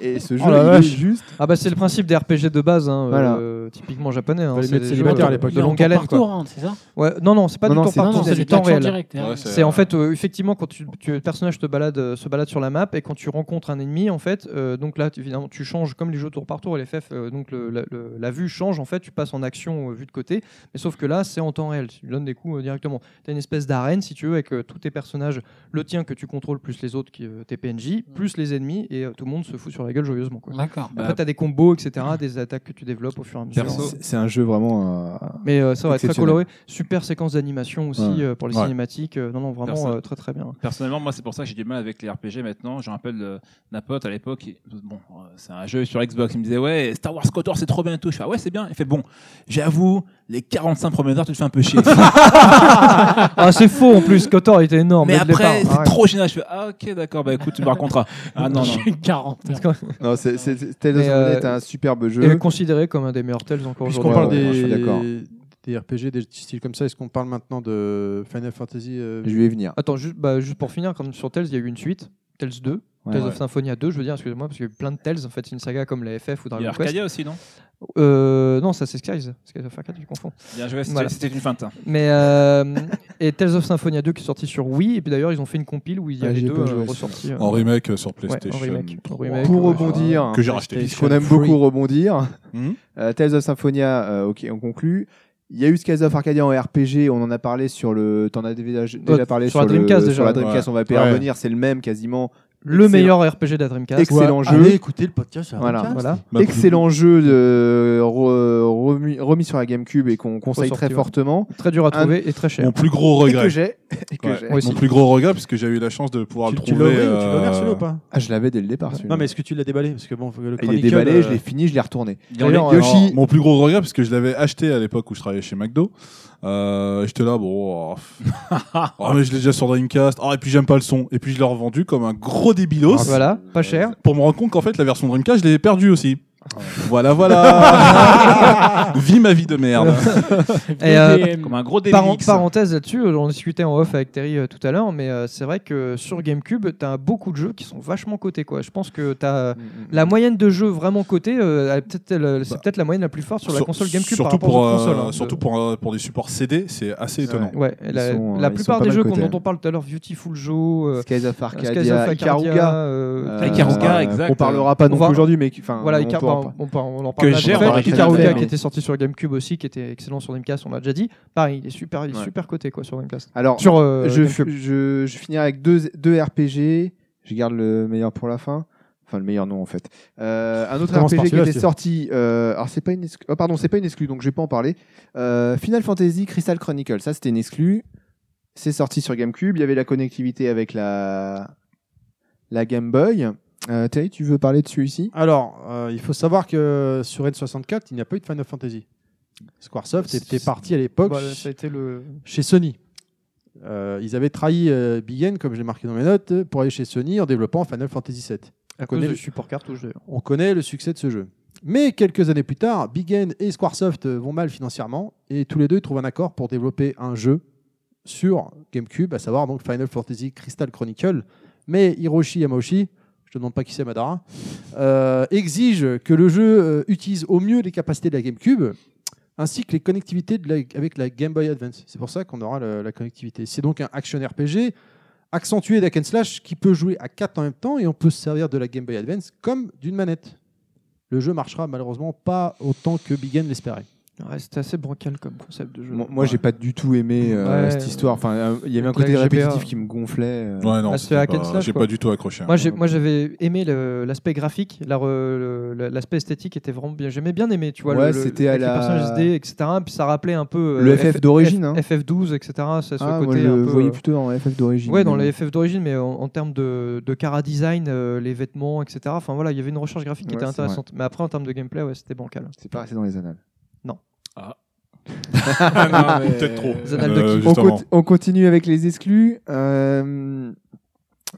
Speaker 5: et ce jeu,
Speaker 4: Oh la
Speaker 5: il est
Speaker 4: vache.
Speaker 5: juste.
Speaker 4: Ah bah c'est le principe des RPG de base, hein,
Speaker 5: Voilà. Bah,
Speaker 4: euh, typiquement japonais. hein,
Speaker 3: Fallait
Speaker 4: c'est
Speaker 3: mettre
Speaker 4: des
Speaker 3: célibataire
Speaker 4: jeux
Speaker 3: à l'époque.
Speaker 4: de longue
Speaker 10: galère
Speaker 4: haleine quoi.
Speaker 10: c'est ça
Speaker 4: Ouais, non non, c'est pas
Speaker 5: hein. Non,
Speaker 4: du
Speaker 5: non,
Speaker 4: tour
Speaker 5: c'est-
Speaker 4: par
Speaker 5: non,
Speaker 4: tour,
Speaker 5: non,
Speaker 4: c'est
Speaker 5: c'est
Speaker 4: du temps réel.
Speaker 10: direct.
Speaker 6: Ouais,
Speaker 10: hein.
Speaker 6: c'est-
Speaker 4: C'est en fait euh, effectivement quand tu, tu- le personnage te balade, euh, se balade sur la map et quand tu rencontres un ennemi en fait, euh, donc là tu, évidemment tu changes comme les jeux tour par tour et les FF, euh, donc le- la, le- la vue change en fait, tu passes en action euh, vue de côté, mais sauf que là c'est en temps réel, tu lui donnes des coups euh, directement. T'as une espèce d'arène si tu veux avec euh, tous tes personnages, le tien que tu contrôles plus les autres qui euh, tes PNJ, plus les ennemis et euh, tout le monde se fout sur la gueule joyeusement
Speaker 8: Mm.
Speaker 4: quoi.
Speaker 10: D'accord.
Speaker 7: Bah,
Speaker 4: Après t'as des combos etc, des attaques que tu développes au fur et à mesure.
Speaker 7: Perso,
Speaker 5: C'est- C'est un jeu vraiment. euh,
Speaker 4: Mais euh, ça va être très
Speaker 5: Exceptionnel.
Speaker 4: coloré. Super séquence d'animation aussi
Speaker 5: Ouais.
Speaker 4: euh, pour les
Speaker 6: Ouais.
Speaker 4: cinématiques. euh, non, non, vraiment
Speaker 7: Personne.
Speaker 4: euh, très très bien.
Speaker 7: Personnellement, moi, c'est pour ça que j'ai du mal avec les RPG maintenant. Je rappelle euh, d'un pote à l'époque, il- bon, euh, c'est un jeu sur Xbox. Il me disait, ouais, Star Wars KOTOR, c'est trop bien et tout. Je fais, ah ouais, c'est bien. Il fait, bon, j'avoue, les 45 premières heures, tu te fais un peu chier.
Speaker 4: Ah, c'est faux en plus. Kotor était énorme.
Speaker 7: Mais
Speaker 4: dès le
Speaker 7: après,
Speaker 4: départ.
Speaker 7: c'est trop gênant. Je fais, ah ok, d'accord, bah écoute, tu me raconteras. Ah non, non.
Speaker 10: J'ai 40 heures.
Speaker 5: Non, c'est- c'est- c'est- Tales of
Speaker 4: Mais, euh,
Speaker 5: Symphonia est un superbe jeu.
Speaker 4: Et considéré comme un des meilleurs tels encore
Speaker 3: Puisqu'on
Speaker 4: aujourd'hui.
Speaker 5: Ouais,
Speaker 3: parle
Speaker 5: ouais, je suis d'accord.
Speaker 3: des, des RPG, des styles comme ça, est-ce qu'on parle maintenant de Final Fantasy euh,
Speaker 5: Je vais y venir.
Speaker 4: Attends, juste, bah, juste pour finir, comme sur Tales, il y a eu une suite. Tales 2,
Speaker 5: Ouais,
Speaker 4: Tales
Speaker 5: ouais.
Speaker 4: of Symphonia 2, je veux dire, excusez-moi, parce qu'il y a eu plein de Tales, en fait, c'est une saga comme les FF ou
Speaker 7: Il y a
Speaker 4: Dragon Quest.
Speaker 7: Arcadia aussi, non
Speaker 4: Euh, non, ça c'est Skies, Skies of Arcadia, je confonds.
Speaker 7: Bien joué, c'était
Speaker 4: Voilà.
Speaker 7: c'était une feinte. hein.
Speaker 4: Mais euh, et Tales of Symphonia 2 qui est sorti sur Wii, et puis d'ailleurs ils ont fait une compile où il y a
Speaker 5: Ah,
Speaker 4: les
Speaker 5: j'ai
Speaker 4: deux
Speaker 5: pas joué Oh,
Speaker 4: euh,
Speaker 5: à ça.
Speaker 4: ressortis. euh,
Speaker 6: En remake euh, sur
Speaker 4: ouais,
Speaker 6: PlayStation.
Speaker 4: en remake, en remake,
Speaker 5: Pour
Speaker 4: ouais,
Speaker 5: rebondir,
Speaker 6: Que j'ai racheté.
Speaker 5: puisqu'on aime beaucoup rebondir,
Speaker 6: Mhm.
Speaker 5: euh, Tales of Symphonia, euh, ok, on conclut. Il y a eu Skies of Arcadia en RPG, on en a parlé sur le. T'en as déjà, déjà parlé
Speaker 4: sur la
Speaker 5: le-
Speaker 4: Dreamcast,
Speaker 5: sur la
Speaker 4: déjà.
Speaker 5: Dreamcast, on va pas y
Speaker 3: Ouais.
Speaker 5: revenir, c'est le même quasiment.
Speaker 4: Le
Speaker 5: Excellent.
Speaker 4: meilleur RPG de la Dreamcast.
Speaker 5: Excellent
Speaker 3: Ouais,
Speaker 5: jeu.
Speaker 3: Allez, écoutez le podcast.
Speaker 5: Voilà.
Speaker 4: Voilà.
Speaker 6: Bah,
Speaker 5: Excellent jeu de, re- remis, remis sur la GameCube et qu'on conseille
Speaker 4: Ressorti,
Speaker 5: très
Speaker 4: ouais.
Speaker 5: fortement.
Speaker 4: Très dur à
Speaker 5: Un-
Speaker 4: trouver et très cher.
Speaker 6: Mon plus gros
Speaker 5: Et que
Speaker 6: regret.
Speaker 5: j'ai et que
Speaker 6: Ouais.
Speaker 5: j'ai-
Speaker 4: Moi aussi.
Speaker 6: Mon plus gros regret, puisque j'ai eu la chance de pouvoir
Speaker 3: Tu,
Speaker 6: le
Speaker 3: tu l'as
Speaker 6: trouver.
Speaker 3: ouvert, tu l'as
Speaker 6: euh,
Speaker 3: ouvert celui-là ou pas
Speaker 5: Ah, je l'avais dès le départ. celui-là.
Speaker 3: Non, mais est-ce que tu l'as déballé Parce que bon, le
Speaker 5: il est
Speaker 3: chroniqueur,
Speaker 5: déballé,
Speaker 3: euh,
Speaker 5: je l'ai fini, je l'ai retourné.
Speaker 6: Alors,
Speaker 5: Yoshi-
Speaker 6: mon plus gros regret, parce que je l'avais acheté à l'époque où je travaillais chez McDo. Euh, J'étais là, bon, oh, oh, mais je l'ai déjà sur Dreamcast. Oh, et puis j'aime pas le son. Et puis je l'ai revendu comme un gros débilos.
Speaker 4: Ah, Voilà, pas cher.
Speaker 6: Pour me rendre compte qu'en fait, la version Dreamcast, je l'ai perdue aussi.
Speaker 4: Ah,
Speaker 6: Voilà, voilà. Vis ma vie de merde.
Speaker 4: Et, euh,
Speaker 8: VDM.
Speaker 7: Comme un gros
Speaker 4: Paren-
Speaker 7: DMX.
Speaker 4: parenthèse là-dessus, euh, on discutait en off avec Terry euh, tout à l'heure, mais euh, c'est vrai que sur GameCube, t'as beaucoup de jeux qui sont vachement cotés. Quoi. Je pense que t'as
Speaker 5: Mm,
Speaker 4: euh, la moyenne de jeux vraiment cotés, euh, elle est peut-être la- c'est
Speaker 6: Bah.
Speaker 4: peut-être la moyenne la plus forte sur la
Speaker 6: Sur-
Speaker 4: console GameCube
Speaker 6: Surtout
Speaker 4: par rapport
Speaker 6: pour,
Speaker 4: aux
Speaker 6: euh,
Speaker 4: autres consoles. hein,
Speaker 6: surtout
Speaker 4: de-
Speaker 6: pour, euh, pour des supports CD, c'est assez étonnant.
Speaker 4: Ouais, la,
Speaker 5: sont,
Speaker 4: la
Speaker 5: euh, ils
Speaker 4: plupart
Speaker 5: sont pas
Speaker 4: des
Speaker 5: mal
Speaker 4: jeux qu'on-
Speaker 5: cotés.
Speaker 4: dont on parle tout à l'heure, Beautiful Joe, euh,
Speaker 5: Skies of
Speaker 4: Skies of
Speaker 5: Arcadia,
Speaker 4: Arcadia,
Speaker 5: Ikaruga.
Speaker 4: euh,
Speaker 6: Ah,
Speaker 5: euh,
Speaker 7: Ikaruga,
Speaker 5: euh,
Speaker 7: exact.
Speaker 5: qu'on parlera pas
Speaker 4: On
Speaker 5: non
Speaker 4: va-
Speaker 5: plus aujourd'hui, mais qui- enfin,
Speaker 4: Voilà,
Speaker 5: on
Speaker 4: Icar-
Speaker 5: pourra en
Speaker 4: bah,
Speaker 5: parler.
Speaker 4: on, par- on en
Speaker 7: Que
Speaker 4: parle
Speaker 7: j'ai
Speaker 5: remarqué
Speaker 4: Ikaruga
Speaker 5: tout à l'heure,
Speaker 4: qui
Speaker 5: mais-
Speaker 4: était sorti sur GameCube aussi, qui était excellent sur Dreamcast, on l'a déjà dit. Pareil, il est super, il est
Speaker 7: Ouais.
Speaker 4: super coté quoi sur Dreamcast.
Speaker 5: Alors,
Speaker 4: Sur euh,
Speaker 5: je,
Speaker 4: GameCube.
Speaker 5: je, je finirai avec deux, deux RPG. Je garde le meilleur pour la fin. Enfin, le meilleur non, en fait. Euh, un autre
Speaker 3: Commence par
Speaker 5: RPG qui
Speaker 3: celui-là,
Speaker 5: était
Speaker 3: si tu veux.
Speaker 5: sorti. euh, alors, c'est pas une exclu- oh, pardon, c'est pas une exclue, donc je vais pas en parler. Euh, Final Fantasy Crystal Chronicle. Ça, c'était une exclue. C'est sorti sur GameCube. Il y avait la connectivité avec la, la Game Boy. Euh, Terry, tu veux parler de celui-ci
Speaker 3: Alors, euh, il faut savoir que sur N64, il n'y a pas eu de Final Fantasy. Squaresoft était parti à l'époque
Speaker 4: Voilà, Bah, ça a été le.
Speaker 3: chez Sony. Euh, ils avaient trahi euh, Big N, comme j'ai marqué dans mes notes, euh, pour aller chez Sony en développant Final Fantasy VII.
Speaker 4: À
Speaker 3: cause du
Speaker 4: support cartouche d'ailleurs.
Speaker 3: On connaît le succès de ce jeu. Mais quelques années plus tard, Big N et Squaresoft euh, vont mal financièrement et tous les deux ils trouvent un accord pour développer un jeu sur GameCube, à savoir donc Final Fantasy Crystal Chronicle. Mais Hiroshi Yamauchi, je te demande pas qui c'est Madara, euh, exige que le jeu euh, utilise au mieux les capacités de la GameCube ainsi que les connectivités de la- avec la Game Boy Advance. C'est pour ça qu'on aura le- la connectivité. C'est donc un action RPG accentué d'hack and slash qui peut jouer à 4 en même temps et on peut se servir de la Game Boy Advance comme d'une manette. Le jeu marchera malheureusement pas autant que Big N l'espérait.
Speaker 4: Ouais, c'était assez bancal comme concept de jeu.
Speaker 5: Moi, moi, j'ai pas du tout aimé euh,
Speaker 4: Ouais.
Speaker 5: cette histoire. Enfin, euh, il y avait un
Speaker 4: Avec
Speaker 5: côté
Speaker 4: la GBA.
Speaker 5: répétitif qui me gonflait. euh.
Speaker 6: Ouais, non,
Speaker 4: Bah,
Speaker 6: c'était
Speaker 4: c'est hack and
Speaker 6: pas-
Speaker 4: slash,
Speaker 6: j'ai
Speaker 4: quoi.
Speaker 6: pas du tout accroché. hein.
Speaker 4: Moi, j'ai- moi, j'avais aimé le- l'aspect graphique, la re- le- la- l'aspect esthétique était vraiment bien. J'aimais bien aimer, tu vois, le-
Speaker 5: Ouais,
Speaker 4: le,
Speaker 5: c'était à
Speaker 4: avec
Speaker 5: la-
Speaker 4: les personnages SD, etc. Puis ça rappelait un peu euh,
Speaker 5: Le FF d'origine, hein.
Speaker 4: FF12, etc. C'est ce
Speaker 5: Ah, moi,
Speaker 4: côté
Speaker 5: je
Speaker 4: un
Speaker 5: le
Speaker 4: peu,
Speaker 5: voyais
Speaker 4: euh,
Speaker 5: plutôt dans FF d'origine.
Speaker 4: Ouais, dans
Speaker 5: mais-
Speaker 4: les FF d'origine, mais en, en termes de, de cara design, euh, les vêtements, etc. Enfin voilà, il y avait une recherche graphique qui
Speaker 5: Ouais,
Speaker 4: était
Speaker 5: c'est vrai.
Speaker 4: intéressante. Mais après, en termes de gameplay, ouais, c'était bancal.
Speaker 5: C'est pas resté dans les annales.
Speaker 6: Peut-être trop.
Speaker 4: Les annales de
Speaker 6: Euh,
Speaker 4: qui
Speaker 5: On,
Speaker 6: justement.
Speaker 5: conti- on continue avec les exclus. Euh,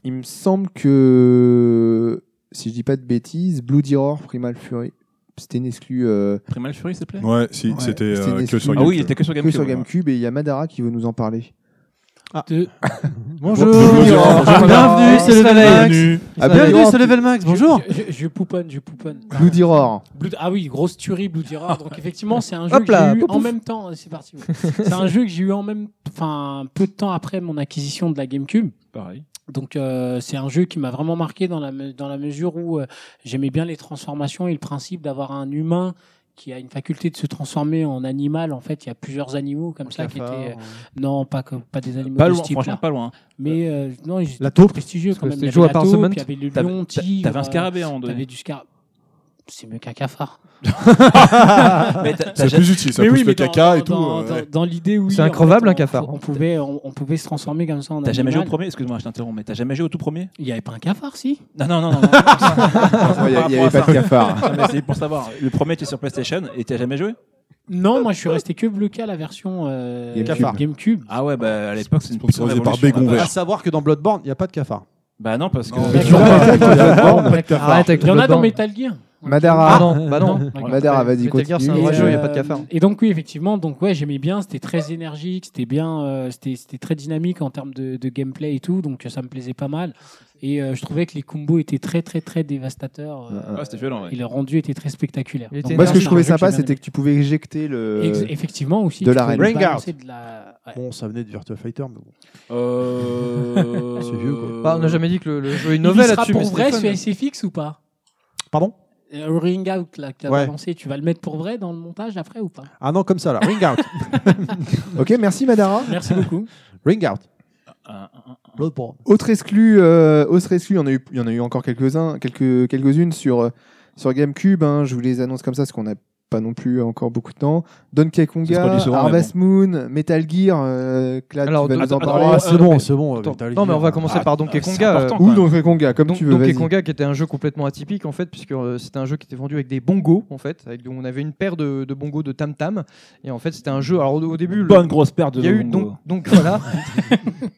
Speaker 5: il me semble que, si je dis pas de bêtises, Bloody Roar, Primal Fury, c'était une exclue euh,
Speaker 7: Primal Fury, s'il te plaît
Speaker 6: Ouais, si,
Speaker 5: Ouais,
Speaker 6: c'était
Speaker 5: c'était
Speaker 6: euh,
Speaker 5: une
Speaker 6: que sur
Speaker 5: exclu.
Speaker 7: Ah oui, il
Speaker 6: GameCube.
Speaker 7: était que sur
Speaker 5: que sur
Speaker 7: GameCube.
Speaker 5: GameCube et il y a Madara qui veut nous en parler.
Speaker 8: De-
Speaker 3: Bonjour,
Speaker 4: Bienvenue, c'est le
Speaker 6: Bienvenue.
Speaker 5: Ah,
Speaker 3: Bienvenue,
Speaker 5: Bloody
Speaker 3: c'est Level Max, bonjour
Speaker 8: Je, je- je pouponne, je pouponne.
Speaker 5: Roar- Bloody Roar.
Speaker 8: Blood- Ah oui, grosse tuerie Bloody Roar. Donc effectivement, c'est un jeu
Speaker 4: Hop
Speaker 8: que
Speaker 4: là,
Speaker 8: j'ai eu
Speaker 4: popouf.
Speaker 8: en même temps. euh, C'est parti. C'est un jeu que j'ai eu en même, enfin, peu de temps après mon acquisition de la GameCube.
Speaker 7: Pareil.
Speaker 8: Donc euh, c'est un jeu qui m'a vraiment marqué dans la me- dans la mesure où euh, j'aimais bien les transformations et le principe d'avoir un humain qui a une faculté de se transformer en animal. En fait, il y a plusieurs animaux comme ça qui étaient euh, non pas comme pas des animaux
Speaker 7: Pas
Speaker 8: de
Speaker 7: loin,
Speaker 8: ce type
Speaker 7: franchement, pas loin.
Speaker 8: mais euh, non ils étaient
Speaker 3: La taupe
Speaker 8: prestigieux
Speaker 4: Parce
Speaker 8: quand
Speaker 4: que
Speaker 8: même.
Speaker 4: c'était
Speaker 8: Il y
Speaker 4: Joe
Speaker 8: avait la taupe,
Speaker 4: Appartement.
Speaker 8: il y avait le
Speaker 7: T'avais-
Speaker 8: lion,
Speaker 7: t'a-
Speaker 8: tigre.
Speaker 7: T'avais un
Speaker 8: euh,
Speaker 7: scarabée à un moment donné.
Speaker 8: T'avais du scar. C'est mieux qu'un cafard.
Speaker 7: Mais t'as- t'as
Speaker 6: C'est plus utile, ça pousse le
Speaker 8: dans-
Speaker 6: caca et
Speaker 8: dans-
Speaker 6: tout.
Speaker 8: Dans,
Speaker 6: euh, ouais.
Speaker 8: dans- dans l'idée où
Speaker 4: C'est incroyable, un cafard.
Speaker 8: On pouvait, on, on pouvait se transformer comme ça en
Speaker 7: T'as jamais joué au
Speaker 8: animal.
Speaker 7: premier Excuse-moi, je t'interromps, mais t'as jamais joué au tout premier
Speaker 8: Il n'y avait pas un cafard, si
Speaker 7: Non, non, non, non. non, non,
Speaker 5: Il y a- il y avait pas de
Speaker 7: Ah, par rapport à ça.
Speaker 5: cafard.
Speaker 7: Non, mais C'est pour savoir. Le premier était sur PlayStation et t'as jamais joué
Speaker 8: Non, moi je suis resté que bloqué à la version euh,
Speaker 5: Gamecube.
Speaker 8: GameCube.
Speaker 7: Ah ouais, bah à l'époque, c'est une putain
Speaker 6: Sponsorisé par
Speaker 7: révolution,
Speaker 6: Bégon
Speaker 7: la
Speaker 6: Vert.
Speaker 3: À
Speaker 7: vache.
Speaker 3: savoir que dans Bloodborne, il n'y a pas de cafard.
Speaker 7: Bah non, parce que.
Speaker 6: Non,
Speaker 7: Euh,
Speaker 6: mais
Speaker 7: toujours
Speaker 8: D'accord.
Speaker 7: pas.
Speaker 4: Ah, Arrête avec
Speaker 8: Il y en a dans
Speaker 4: Bloodborne.
Speaker 8: Metal Gear.
Speaker 5: Madara.
Speaker 4: Ah non, bah non.
Speaker 8: D'accord.
Speaker 5: Madara, vas-y,
Speaker 4: Metal Gear,
Speaker 5: continue.
Speaker 4: c'est un vrai
Speaker 8: Et,
Speaker 4: jeu, il y a
Speaker 8: euh,
Speaker 4: pas de cafard.
Speaker 8: Et donc oui, effectivement, donc ouais, j'aimais bien. C'était très énergique, c'était bien, euh, c'était c'était très dynamique en termes de, de gameplay et tout, donc euh, ça me plaisait pas mal. Et euh, je trouvais que les combos étaient très très très dévastateurs. euh,
Speaker 7: Ah, c'était violent, ouais.
Speaker 8: Et le rendu était très spectaculaire.
Speaker 4: Il
Speaker 8: Donc,
Speaker 4: était
Speaker 8: voilà,
Speaker 5: Moi, ce que
Speaker 8: c'est
Speaker 5: je
Speaker 8: un
Speaker 5: trouvais
Speaker 8: jeu j'ai
Speaker 5: sympa,
Speaker 8: bien
Speaker 5: c'était
Speaker 8: aimé.
Speaker 5: que tu pouvais éjecter
Speaker 8: Ex-
Speaker 5: le.
Speaker 8: effectivement aussi
Speaker 5: Euh, de
Speaker 8: tu
Speaker 5: la
Speaker 8: pouvais
Speaker 3: reine.
Speaker 8: balancer de la- ouais.
Speaker 3: Bon, ça venait de Virtua Fighter, mais bon.
Speaker 7: Euh.
Speaker 3: C'est vieux, quoi.
Speaker 4: Bah, on n'a jamais dit que le, le jeu
Speaker 8: Il
Speaker 4: innovait
Speaker 8: sera
Speaker 4: là-dessus.
Speaker 8: pour
Speaker 4: mais
Speaker 8: vrai
Speaker 4: c'était
Speaker 8: sur
Speaker 4: fun.
Speaker 8: SFX ou pas
Speaker 3: Pardon
Speaker 8: hein. Euh, Ring Out là, que t'as
Speaker 3: Ouais.
Speaker 8: balancé, tu vas le mettre pour vrai dans le montage après ou pas
Speaker 3: Ah non, comme ça là. Ring out.
Speaker 5: Ok, merci Madara.
Speaker 8: Merci beaucoup.
Speaker 3: Ring out.
Speaker 7: Ah, ah, ah.
Speaker 3: Bloodborne.
Speaker 5: Autre exclu, euh, autre exclu, il y en a eu, il y en a eu encore quelques uns, quelques quelques unes sur euh, sur GameCube. hein, je vous les annonce comme ça, parce qu'on a pas non plus encore beaucoup de temps. Donkey
Speaker 6: Ça se
Speaker 5: Konga,
Speaker 6: produit souvent, mais
Speaker 5: Harvest Moon, Metal Gear, euh, Clad,
Speaker 4: Alors,
Speaker 5: tu vas nous en
Speaker 4: attends,
Speaker 5: parler.
Speaker 4: attends,
Speaker 3: Ah, c'est
Speaker 4: euh,
Speaker 3: bon, c'est bon. Ah.
Speaker 4: Attends,
Speaker 3: Metal
Speaker 4: non,
Speaker 3: Gear.
Speaker 4: mais on va commencer par Donkey
Speaker 7: c'est
Speaker 4: Konga. euh,
Speaker 7: important,
Speaker 5: Ou
Speaker 7: quand même.
Speaker 5: Donkey Konga, comme
Speaker 4: Donc,
Speaker 5: tu veux.
Speaker 4: Donkey
Speaker 5: vas-y.
Speaker 4: Konga qui était un jeu complètement atypique en fait puisque euh, c'était un jeu qui était vendu avec des bongos en fait avec on avait une paire de, de bongos de tam tam et en fait c'était un jeu alors au, au début le-
Speaker 7: Bonne grosse paire de euh.
Speaker 4: il y a eu
Speaker 7: bongos.
Speaker 4: donc, donc voilà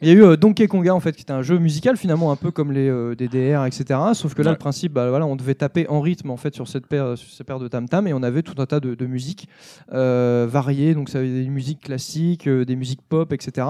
Speaker 4: il y a eu euh, Donkey Konga en fait qui était un jeu musical finalement un peu comme les euh, DDR etc sauf que là
Speaker 6: Ouais.
Speaker 4: le principe bah, voilà on devait taper en rythme en fait sur cette paire sur ces paires de tam tam et on avait tout un tas de, de musiques euh, variées donc ça avait des musiques classiques euh, des musiques pop etc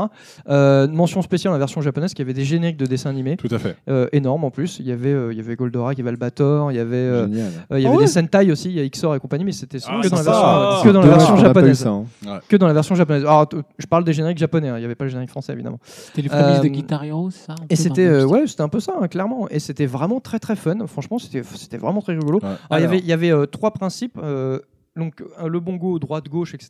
Speaker 4: Euh, mention spéciale la version japonaise qui avait des génériques de dessins animés
Speaker 6: Tout à fait.
Speaker 4: euh, énorme en plus. Il y avait, euh, il y avait Goldorak, il y avait Albator, il y avait, euh,
Speaker 5: Génial.
Speaker 4: euh, il y avait
Speaker 5: Ah ouais
Speaker 4: des Sentai aussi, il y a Xor et compagnie, mais c'était
Speaker 6: Ah,
Speaker 4: que, dans la
Speaker 6: sympa.
Speaker 4: version,
Speaker 6: Ah,
Speaker 4: que dans la
Speaker 5: Dommage
Speaker 4: version
Speaker 5: qu'on n'a pas eu
Speaker 4: japonaise.
Speaker 5: ça, hein.
Speaker 4: Que dans la version japonaise. Alors, t- je parle des génériques japonais, hein, il n'y avait pas le générique français évidemment.
Speaker 10: C'était les prémices de
Speaker 4: Euh,
Speaker 10: Guitar Hero, c'est ça un peu,
Speaker 4: Et
Speaker 10: dans
Speaker 4: c'était,
Speaker 10: le
Speaker 4: euh,
Speaker 10: style
Speaker 4: ouais, c'était un peu ça, hein, clairement. Et c'était vraiment très très fun. Franchement, c'était, c'était vraiment très rigolo.
Speaker 6: Ouais.
Speaker 4: Alors, il y
Speaker 7: Alors.
Speaker 4: avait, il y avait euh, trois principes. euh, donc euh, le bongo droite gauche etc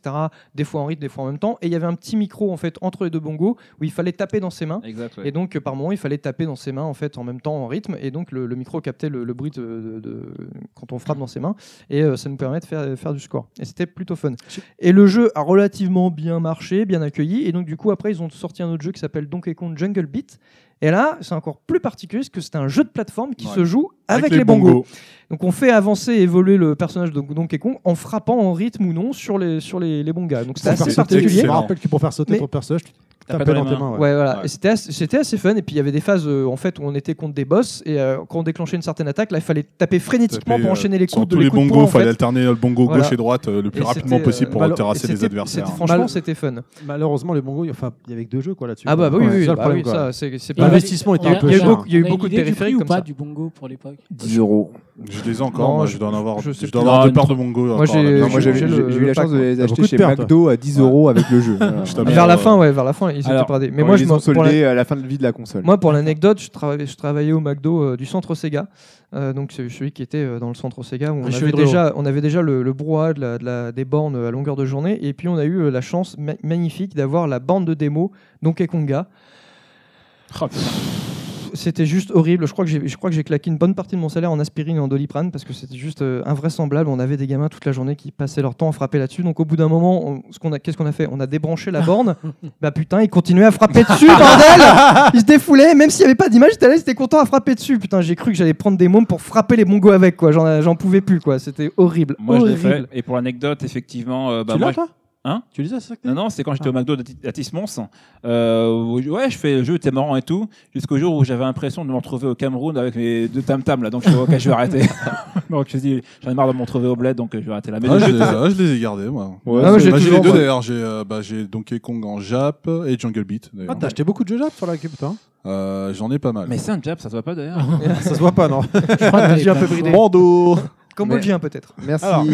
Speaker 4: des fois en rythme des fois en même temps et il y avait un petit micro en fait entre les deux bongos où il fallait taper dans ses mains
Speaker 7: Exact, ouais.
Speaker 4: et donc, euh, par moment, il fallait taper dans ses mains en fait en même temps en rythme, et donc le, le micro captait le, le bruit de, de- de- quand on frappe dans ses mains, et euh, ça nous permet de faire, faire du score. Et c'était plutôt fun. Et le jeu a relativement bien marché, bien accueilli, et donc du coup après ils ont sorti un autre jeu qui s'appelle Donkey Kong Jungle Beat. Et là, c'est encore plus particulier parce que c'est un jeu de plateforme qui
Speaker 6: Ouais.
Speaker 4: se joue avec, les, bongos. Donc on fait avancer et évoluer le personnage de Donkey Kong en frappant en rythme ou non sur les, sur les, les bongas. Donc c'est
Speaker 3: Pour faire
Speaker 4: assez
Speaker 6: c'est
Speaker 3: sauter,
Speaker 4: particulier.
Speaker 3: Je me
Speaker 6: excellent.
Speaker 3: rappelle que pour faire sauter
Speaker 4: Mais-
Speaker 3: ton personnage, tu
Speaker 7: T'as pas
Speaker 3: tapais
Speaker 7: dans
Speaker 3: dans
Speaker 7: les
Speaker 3: tes
Speaker 7: mains.
Speaker 3: mains. ouais.
Speaker 4: Ouais, voilà.
Speaker 7: Ouais.
Speaker 4: Et C'était assez, c'était assez fun. Et puis il y avait des phases euh, en fait où on était contre des boss et euh, quand on déclenchait une certaine attaque, là il fallait taper frénétiquement
Speaker 6: Taper,
Speaker 4: pour
Speaker 6: euh,
Speaker 4: enchaîner les
Speaker 6: Sur
Speaker 4: coups de
Speaker 6: tous les
Speaker 4: coups de
Speaker 6: bongos,
Speaker 4: poing, en
Speaker 6: fallait
Speaker 4: fait.
Speaker 6: alterner le bongo
Speaker 4: Voilà.
Speaker 6: gauche et droite euh, le plus
Speaker 4: Et
Speaker 6: rapidement
Speaker 4: c'était,
Speaker 6: possible
Speaker 4: euh,
Speaker 6: pour
Speaker 3: bah alors,
Speaker 6: terrasser
Speaker 4: Et
Speaker 6: les
Speaker 4: c'était-
Speaker 6: adversaires.
Speaker 4: c'était- Franchement,
Speaker 3: Mal-
Speaker 4: c'était fun.
Speaker 3: Malheureusement, les bongos, enfin, il y avait que deux jeux quoi là-dessus.
Speaker 4: Ah bah oui,
Speaker 3: Ouais,
Speaker 4: oui,
Speaker 3: c'est ça, le
Speaker 4: bah
Speaker 3: problème,
Speaker 4: oui,
Speaker 3: quoi.
Speaker 4: ça, c'est- c'est
Speaker 10: Et on
Speaker 4: pas-
Speaker 10: a-
Speaker 3: L'investissement était
Speaker 10: on a-
Speaker 3: un peu
Speaker 10: il y a eu
Speaker 3: cher.
Speaker 4: beaucoup- il y a eu
Speaker 10: on
Speaker 4: beaucoup de
Speaker 10: l'idée du
Speaker 4: périphériques
Speaker 10: prix
Speaker 4: comme
Speaker 10: ou pas
Speaker 4: ça.
Speaker 10: du bongo pour l'époque
Speaker 5: 10 euros.
Speaker 6: Je les ai encore,
Speaker 4: Non,
Speaker 6: moi,
Speaker 4: je-
Speaker 6: je dois en avoir,
Speaker 4: je
Speaker 6: je
Speaker 4: sais
Speaker 6: dois
Speaker 4: plus.
Speaker 6: avoir
Speaker 4: Non,
Speaker 6: deux
Speaker 4: une
Speaker 6: paires de bongos.
Speaker 4: Moi,
Speaker 6: encore,
Speaker 4: j'ai-
Speaker 6: là,
Speaker 5: Non,
Speaker 6: mais
Speaker 5: moi j'ai
Speaker 6: je-
Speaker 4: Euh, j'ai
Speaker 5: j'ai-
Speaker 4: le-
Speaker 5: j'ai eu
Speaker 4: le
Speaker 5: la
Speaker 4: pack,
Speaker 5: chance de
Speaker 4: quoi.
Speaker 5: les
Speaker 3: T'as
Speaker 5: acheter
Speaker 3: beaucoup de
Speaker 5: chez
Speaker 3: pertes, toi.
Speaker 5: McDo à 10 euros avec le jeu. Voilà.
Speaker 6: je t'avoue,
Speaker 4: Vers la
Speaker 6: euh,
Speaker 4: fin, ouais, vers la fin, ils étaient
Speaker 7: alors,
Speaker 4: bradés. Mais
Speaker 5: Quand
Speaker 4: moi,
Speaker 5: ils
Speaker 4: je
Speaker 5: les euh, ont
Speaker 4: me- pour la-
Speaker 5: soldés à la fin de vie de la console.
Speaker 4: Moi, pour l'anecdote, je travaillais, je travaillais au McDo euh, du centre Sega, euh, donc c'est celui qui était euh, dans le centre Sega où on
Speaker 10: Richelieu
Speaker 4: avait
Speaker 10: Dreux.
Speaker 4: déjà, on avait déjà le, le brouhaha de la- de la- des bornes euh, à longueur de journée, et puis on a eu euh, la chance ma- magnifique d'avoir la bande de démo Donkey Konga. C'était juste horrible. Je crois que j'ai, je crois que j'ai claqué une bonne partie de mon salaire en aspirine et en doliprane parce que c'était juste euh, invraisemblable. On avait des gamins toute la journée qui passaient leur temps à frapper là-dessus. Donc au bout d'un moment, on- ce qu'on a, qu'est-ce qu'on a fait On a débranché la borne. bah putain, ils continuaient à frapper dessus, bordel Ils se défoulaient, même s'il n'y avait pas d'image, ils étaient là, ils étaient contents à frapper dessus. Putain, j'ai cru que j'allais prendre des mômes pour frapper les bongos avec quoi. J'en, j'en pouvais plus quoi. C'était horrible.
Speaker 7: Moi, je l'ai
Speaker 4: horrible.
Speaker 7: fait. Et pour l'anecdote, effectivement, euh, bah,
Speaker 3: Tu
Speaker 7: moi,
Speaker 3: l'as, toi
Speaker 7: Hein
Speaker 3: Tu lis ça, c'est ça que t'as
Speaker 7: Non,
Speaker 3: dit
Speaker 7: non, c'est quand j'étais au McDo d'Ati- à Tismons. Euh, où- ouais, je fais le jeu, c'était marrant et tout. Jusqu'au jour où j'avais l'impression de me retrouver au Cameroun avec mes deux tam-tams là. Donc je fais, ok, je vais arrêter. donc je me dis, j'en ai marre de me retrouver au bled, donc euh, je vais arrêter là. Mais
Speaker 6: Ah,
Speaker 7: le
Speaker 6: je
Speaker 7: jeu,
Speaker 6: les- ah, je les ai gardés, moi.
Speaker 5: Ouais,
Speaker 4: Ah, moi,
Speaker 5: c'est-
Speaker 4: j'ai
Speaker 6: Bah, j'ai les
Speaker 4: toujours,
Speaker 6: deux
Speaker 4: moi.
Speaker 6: d'ailleurs, j'ai euh, bah, j'ai Donkey Kong en Jap et Jungle Beat. d'ailleurs.
Speaker 3: Ah, t'as acheté beaucoup de jeux là sur la cube, toi. hein
Speaker 6: Euh, J'en ai pas mal.
Speaker 7: mais c'est un jab, ça se voit pas d'ailleurs.
Speaker 3: Ça se voit pas, non
Speaker 10: Je crois que
Speaker 4: J'ai
Speaker 10: t'avais
Speaker 4: un peu
Speaker 10: pas le
Speaker 4: bridé.
Speaker 10: choix.
Speaker 3: Bandeau
Speaker 4: Cambodgien peut-être.
Speaker 5: Merci.
Speaker 6: Alors.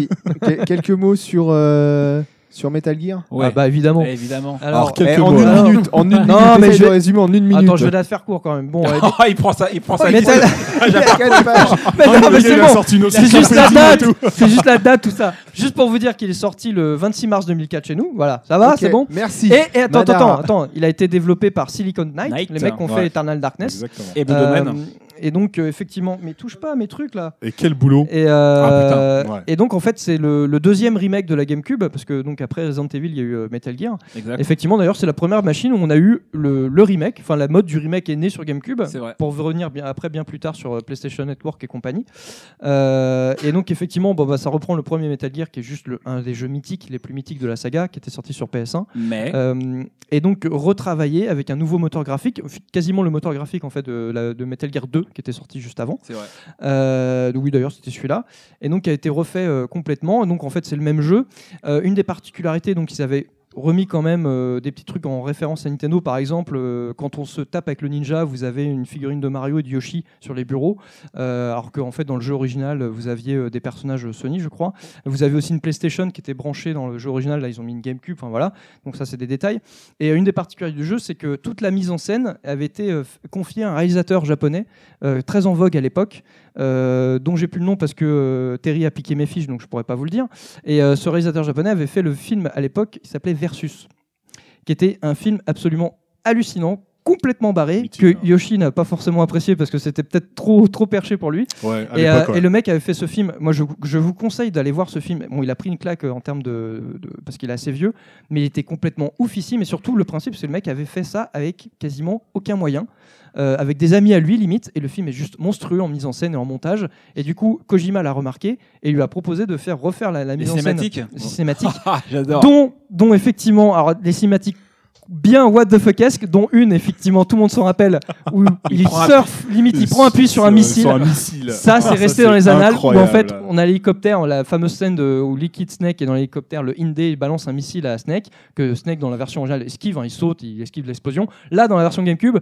Speaker 5: Quel- quelques mots sur, euh, sur Metal Gear
Speaker 7: Ouais.
Speaker 4: Ah bah évidemment.
Speaker 7: Eh, évidemment.
Speaker 4: Alors,
Speaker 5: Eh, En
Speaker 4: mots.
Speaker 5: une
Speaker 4: Alors-
Speaker 5: minute. En une minute.
Speaker 4: Non, mais
Speaker 5: essaye
Speaker 4: je
Speaker 5: de
Speaker 4: vais-
Speaker 5: résumer en une minute.
Speaker 4: Attends, je vais la faire court quand même. Bon, ouais,
Speaker 7: Ah, il prend ça, il prend ça. il
Speaker 4: Metal-
Speaker 7: dit-
Speaker 5: Il y a quatre pages.
Speaker 4: Mais non, mais c'est bon.
Speaker 6: sorti une autre
Speaker 4: C'est juste la date, c'est juste la date, tout ça. Juste pour vous dire qu'il est sorti le 26 mars 2004 chez nous. Voilà, ça va,
Speaker 5: Ok,
Speaker 4: c'est bon.
Speaker 5: Merci.
Speaker 4: Et, et attends,
Speaker 5: Madara.
Speaker 4: attends, attends, il a été développé par Silicon Knight,
Speaker 7: Knight,
Speaker 4: les mecs qui ont fait
Speaker 6: ouais.
Speaker 4: Eternal Darkness.
Speaker 6: Exactement.
Speaker 7: Et Blue
Speaker 4: Euh,
Speaker 7: Domain.
Speaker 4: et donc euh, effectivement, mais touche pas à mes trucs là.
Speaker 6: Et quel boulot
Speaker 4: Et, euh,
Speaker 6: Ah, putain, ouais.
Speaker 4: et donc en fait c'est le, le deuxième remake de la GameCube parce que donc après Resident Evil il y a eu euh, Metal Gear.
Speaker 7: Exact.
Speaker 4: Effectivement d'ailleurs c'est la première machine où on a eu le, le remake, enfin la mode du remake est née sur GameCube
Speaker 7: C'est vrai.
Speaker 4: pour revenir bien après bien plus tard sur euh, PlayStation Network et compagnie. Euh, et donc effectivement, bon, bah, ça reprend le premier Metal Gear qui est juste le, un des jeux mythiques, les plus mythiques de la saga, qui était sorti sur PS1.
Speaker 7: Mais.
Speaker 4: Euh, et donc retravaillé avec un nouveau moteur graphique, quasiment le moteur graphique en fait de, la- de Metal Gear 2 qui était sorti juste avant.
Speaker 7: C'est vrai.
Speaker 4: Euh, oui, d'ailleurs, c'était celui-là. Et donc, qui a été refait euh, complètement. Donc, en fait, c'est le même jeu. Euh, une des particularités, donc, ils avaient remis quand même euh, des petits trucs en référence à Nintendo. Par exemple, euh, quand on se tape avec le ninja, vous avez une figurine de Mario et de Yoshi sur les bureaux. Euh, alors qu'en fait, dans le jeu original, vous aviez euh, des personnages Sony, je crois. Vous avez aussi une PlayStation qui était branchée dans le jeu original. Là, ils ont mis une GameCube. Enfin, voilà. Donc, ça, c'est des détails. Et euh, une des particularités du jeu, c'est que toute la mise en scène avait été euh, f- confiée à un réalisateur japonais euh, très en vogue à l'époque euh, dont j'ai plus le nom parce que euh, Terry a piqué mes fiches, donc je pourrais pas vous le dire. Et euh, ce réalisateur japonais avait fait le film à l'époque qui s'appelait Versus, qui était un film absolument hallucinant complètement barré,
Speaker 6: Mythique,
Speaker 4: que
Speaker 6: hein.
Speaker 4: Yoshi n'a pas forcément apprécié parce que c'était peut-être trop, trop perché pour lui.
Speaker 6: Ouais, à
Speaker 4: Et,
Speaker 6: l'époque,
Speaker 4: euh,
Speaker 6: ouais.
Speaker 4: et le mec avait fait ce film. Moi, je, je vous conseille d'aller voir ce film. Bon, il a pris une claque euh, en termes de, de- parce qu'il est assez vieux, mais il était complètement ouf ici. Mais surtout, le principe, c'est que le mec avait fait ça avec quasiment aucun moyen, euh, avec des amis à lui limite. Et le film est juste monstrueux en mise en scène et en montage. Et du coup, Kojima l'a remarqué et lui a proposé de faire refaire la, la
Speaker 7: Les
Speaker 4: mise en scène
Speaker 7: cinématiques
Speaker 4: cinématique,
Speaker 7: Ah, J'adore.
Speaker 4: dont, dont effectivement, alors les cinématiques bien what the fuckesque, dont une effectivement tout le monde s'en rappelle où il,
Speaker 7: Il prend un-
Speaker 4: surfe limite, il prend appui sur un missile.
Speaker 6: Sur un missile.
Speaker 4: Ça, c'est
Speaker 6: Ah,
Speaker 4: resté dans les annales où en
Speaker 6: incroyable.
Speaker 4: fait, on a l'hélicoptère, la fameuse scène de- où Liquid Snake est dans l'hélicoptère, le Indé il balance un missile à Snake, que Snake dans la version originale esquive, hein, il saute, il esquive l'explosion. Là, dans la version GameCube,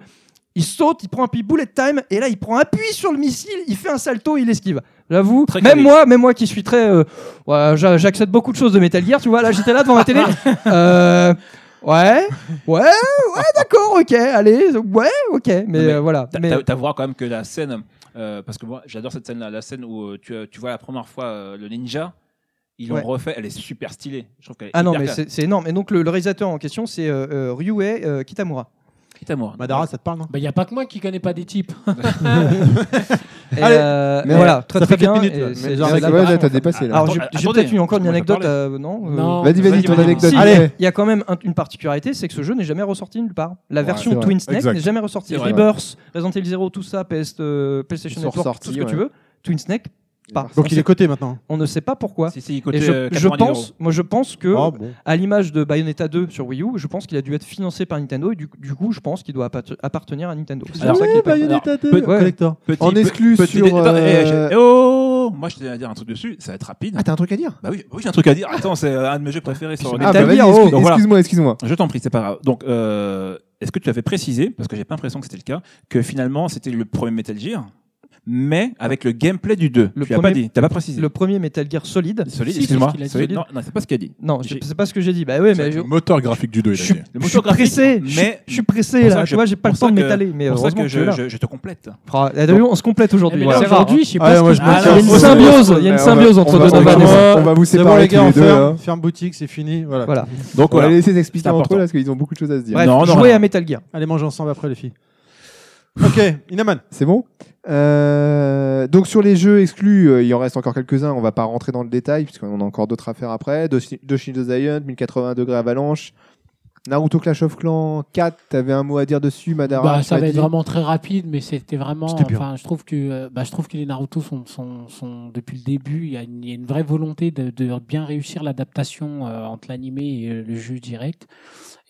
Speaker 4: il saute, il prend un petit bullet time, et là, il prend appui sur le missile, il fait un salto, il esquive. J'avoue,
Speaker 7: Très
Speaker 4: même
Speaker 7: calé.
Speaker 4: moi, même moi qui suis très, euh, ouais, j'a- j'accepte beaucoup de choses de Metal Gear, tu vois. Là, j'étais là devant ma télé. euh, ouais, ouais, ouais, d'accord, ok, allez, ouais, ok, mais,
Speaker 7: mais
Speaker 4: euh, voilà.
Speaker 7: T'as-
Speaker 4: Mais-
Speaker 7: T'as t'as voir quand même que la scène, euh, parce que moi j'adore cette scène-là, la scène où euh, tu, euh, tu vois la première fois euh, le ninja, ils l'ont
Speaker 4: Ouais.
Speaker 7: refait, elle est super stylée. Je trouve qu'elle est
Speaker 4: Ah non,
Speaker 7: hyper
Speaker 4: mais
Speaker 7: classe.
Speaker 4: c'est c'est énorme. Et donc, le, le réalisateur en question, c'est euh, euh, Ryue euh, Kitamura.
Speaker 7: Quitte à moi.
Speaker 3: Madara, ça te parle, non
Speaker 10: Bah, y a pas que moi qui connais pas des types.
Speaker 4: Et,
Speaker 3: Allez.
Speaker 4: euh,
Speaker 5: Mais
Speaker 4: voilà, très
Speaker 3: ça
Speaker 4: très
Speaker 3: fait quatre
Speaker 4: bien.
Speaker 3: minutes,
Speaker 4: et
Speaker 3: là. Mais
Speaker 4: c'est-
Speaker 3: genre,
Speaker 4: c'est
Speaker 5: Ouais,
Speaker 4: la-
Speaker 5: ouais, là, t'as dépassé là.
Speaker 4: Alors, j'ai
Speaker 7: Attendez,
Speaker 4: j'ai peut-être eu encore une
Speaker 7: parce que moi,
Speaker 4: anecdote,
Speaker 7: je
Speaker 4: euh, non euh,
Speaker 10: Non.
Speaker 5: Vas-y, vas-y,
Speaker 7: Vas-y,
Speaker 5: ton
Speaker 7: vas-y.
Speaker 5: anecdote.
Speaker 4: Si,
Speaker 5: Allez.
Speaker 4: Il y a quand même un- une particularité, c'est que ce jeu n'est jamais ressorti nulle part. La version
Speaker 5: c'est vrai.
Speaker 4: Twin Snake
Speaker 6: Exact.
Speaker 4: n'est jamais ressortie.
Speaker 7: C'est vrai.
Speaker 4: Rebirth, Resident Evil 0, tout ça, PS, euh, PlayStation
Speaker 5: Ils sont
Speaker 4: Network, tout
Speaker 5: ressortis,
Speaker 4: ce que tu
Speaker 5: ouais.
Speaker 4: veux. Twin Snake, pas.
Speaker 3: Donc il est coté maintenant.
Speaker 4: On ne sait pas pourquoi.
Speaker 7: Si, si,
Speaker 4: Et
Speaker 7: côté
Speaker 4: je,
Speaker 7: euh,
Speaker 4: je
Speaker 7: 90
Speaker 4: pense,
Speaker 7: euros.
Speaker 4: moi je pense que
Speaker 3: Ah, bon.
Speaker 4: à l'image de Bayonetta 2 sur Wii U, je pense qu'il a dû être financé par Nintendo et du, du coup, je pense qu'il doit appart- appartenir à Nintendo. C'est
Speaker 7: Alors,
Speaker 4: pour ça qu'il est pas-
Speaker 7: Bayonetta
Speaker 4: peut- ouais.
Speaker 3: collector.
Speaker 7: Petit-
Speaker 5: En
Speaker 7: pe-
Speaker 5: exclu
Speaker 7: petit-
Speaker 5: sur,
Speaker 7: Attends, eh, j'ai-
Speaker 5: euh,
Speaker 7: eh, oh Moi je tenais à dire un truc dessus, ça va être rapide.
Speaker 5: Ah, t'as un truc à dire
Speaker 7: Bah oui, oui, j'ai un truc à dire. Attends, c'est euh, un de mes jeux préférés sur les
Speaker 5: Ah, bah
Speaker 4: Metal
Speaker 5: vas-y,
Speaker 4: Gear,
Speaker 5: excuse-
Speaker 4: oh.
Speaker 7: Donc, voilà.
Speaker 5: excuse-moi, excuse-moi.
Speaker 7: Je t'en prie, c'est pas grave. Donc, euh, est-ce que tu avais précisé, parce que j'ai pas l'impression que c'était le cas, que finalement c'était le premier Metal Gear, mais avec le gameplay du 2
Speaker 4: Le
Speaker 7: Tu l'as pas
Speaker 4: premier-
Speaker 7: dit, t'as pas précisé.
Speaker 4: Le premier Metal Gear solide.
Speaker 7: Solide,
Speaker 10: Si,
Speaker 7: excuse-moi.
Speaker 10: c'est ce qu'il a dit.
Speaker 7: Solide, Non, non, c'est pas ce qu'il a dit.
Speaker 4: Non, je
Speaker 7: J'ai-
Speaker 4: sais pas ce que j'ai dit. Bah ouais,
Speaker 6: Ça va
Speaker 4: mais
Speaker 6: être
Speaker 4: je,
Speaker 6: Le moteur graphique du 2, il
Speaker 4: je
Speaker 6: a
Speaker 4: suis,
Speaker 6: dit.
Speaker 7: Le
Speaker 4: je suis
Speaker 7: moteur graphique,
Speaker 4: pressé.
Speaker 7: mais-
Speaker 4: je, je suis pressé
Speaker 7: pour ça
Speaker 4: là.
Speaker 7: que
Speaker 4: Tu
Speaker 7: je-
Speaker 4: vois, j'ai pas
Speaker 7: pour
Speaker 4: le temps
Speaker 7: ça
Speaker 4: de
Speaker 7: que-
Speaker 4: m'étaler. Mais
Speaker 7: C'est pour ça
Speaker 4: heureusement
Speaker 7: que
Speaker 4: que tu es
Speaker 7: je,
Speaker 4: là.
Speaker 7: je- je te complète.
Speaker 4: Ah, D'ailleurs, on se complète
Speaker 10: Eh,
Speaker 4: aujourd'hui.
Speaker 10: mais
Speaker 4: Ouais,
Speaker 10: là,
Speaker 4: c'est rare, hein.
Speaker 10: aujourd'hui, je sais
Speaker 3: Ouais,
Speaker 10: pas ce
Speaker 3: moi,
Speaker 10: que
Speaker 3: je
Speaker 10: je
Speaker 3: me
Speaker 4: Il y a une
Speaker 3: on va-
Speaker 4: symbiose. Il y a une symbiose entre
Speaker 5: va- on
Speaker 4: Donovan
Speaker 5: va-
Speaker 4: et moi.
Speaker 5: on va vous
Speaker 3: C'est bon,
Speaker 5: séparer
Speaker 3: les
Speaker 5: tous
Speaker 3: gars,
Speaker 5: les
Speaker 3: on
Speaker 5: deux. hein. là.
Speaker 3: ferme, ferme boutique, c'est fini. Voilà.
Speaker 4: Voilà.
Speaker 5: On
Speaker 7: Donc
Speaker 5: va
Speaker 7: voilà.
Speaker 5: les laisser s'expliquer
Speaker 7: C'est
Speaker 5: entre
Speaker 7: important.
Speaker 5: eux là, parce qu'ils ont beaucoup de choses à se dire.
Speaker 4: Bref,
Speaker 7: Non, non,
Speaker 4: jouer
Speaker 7: non.
Speaker 4: à Metal Gear.
Speaker 3: Allez, mange ensemble après, les filles. ok, Inaman.
Speaker 5: C'est bon Euh, Donc sur les jeux exclus, euh, il en reste encore quelques-uns, on va pas rentrer dans le détail, puisqu'on a encore d'autres à faire après. Doshin Giant, 1080 degrés Avalanche, Naruto Clash of Clans 4, t'avais un mot à dire dessus, Madara
Speaker 10: Bah,
Speaker 5: tu
Speaker 10: ça
Speaker 5: m'as
Speaker 10: va être
Speaker 5: dit.
Speaker 10: vraiment très rapide, mais c'était vraiment.
Speaker 3: C'était bien.
Speaker 10: Enfin, je trouve que, euh, bah, je trouve que les Naruto sont, sont, sont depuis le début. Il y, a une- il y a une vraie volonté de, de bien réussir l'adaptation euh, entre l'animé et euh, le jeu direct.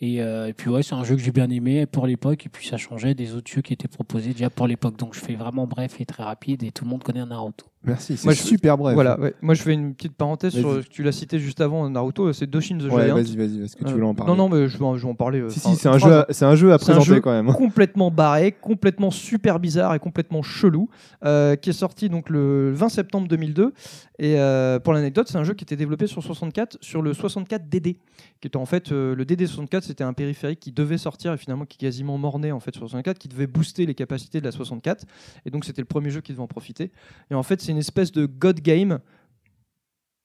Speaker 10: Et, euh, et puis ouais, c'est un jeu que j'ai bien aimé pour l'époque. Et puis ça changeait des autres jeux qui étaient proposés déjà pour l'époque. Donc je fais vraiment bref et très rapide. Et tout le monde connaît Naruto.
Speaker 5: Merci, c'est
Speaker 4: Moi, je-
Speaker 5: super bref.
Speaker 4: Voilà. ouais. Moi, je fais une petite parenthèse
Speaker 5: Vas-y.
Speaker 4: sur. Tu l'as cité juste avant Naruto. C'est Doshin the
Speaker 5: Ouais,
Speaker 4: Giant.
Speaker 5: vas-y, vas-y, est-ce que tu
Speaker 4: Euh,
Speaker 5: voulais en parler
Speaker 4: Non, non, mais je vais en, je vais en parler. euh,
Speaker 5: Si,
Speaker 4: enfin,
Speaker 5: si, c'est un,
Speaker 4: trois
Speaker 5: jeu à- c'est un jeu à
Speaker 4: C'est un
Speaker 5: présenter
Speaker 4: jeu-
Speaker 5: quand même. hein.
Speaker 4: complètement barré, complètement super bizarre et complètement chelou, euh, qui est sorti donc le 20 septembre 2002. Et euh, pour l'anecdote, c'est un jeu qui était développé sur 64, sur le 64 DD, qui était en fait euh, le DD 64, c'était un périphérique qui devait sortir et finalement qui est quasiment morné en fait sur 64, qui devait booster les capacités de la 64. Et donc c'était le premier jeu qui devait en profiter. Et en fait, c'est une espèce de god game.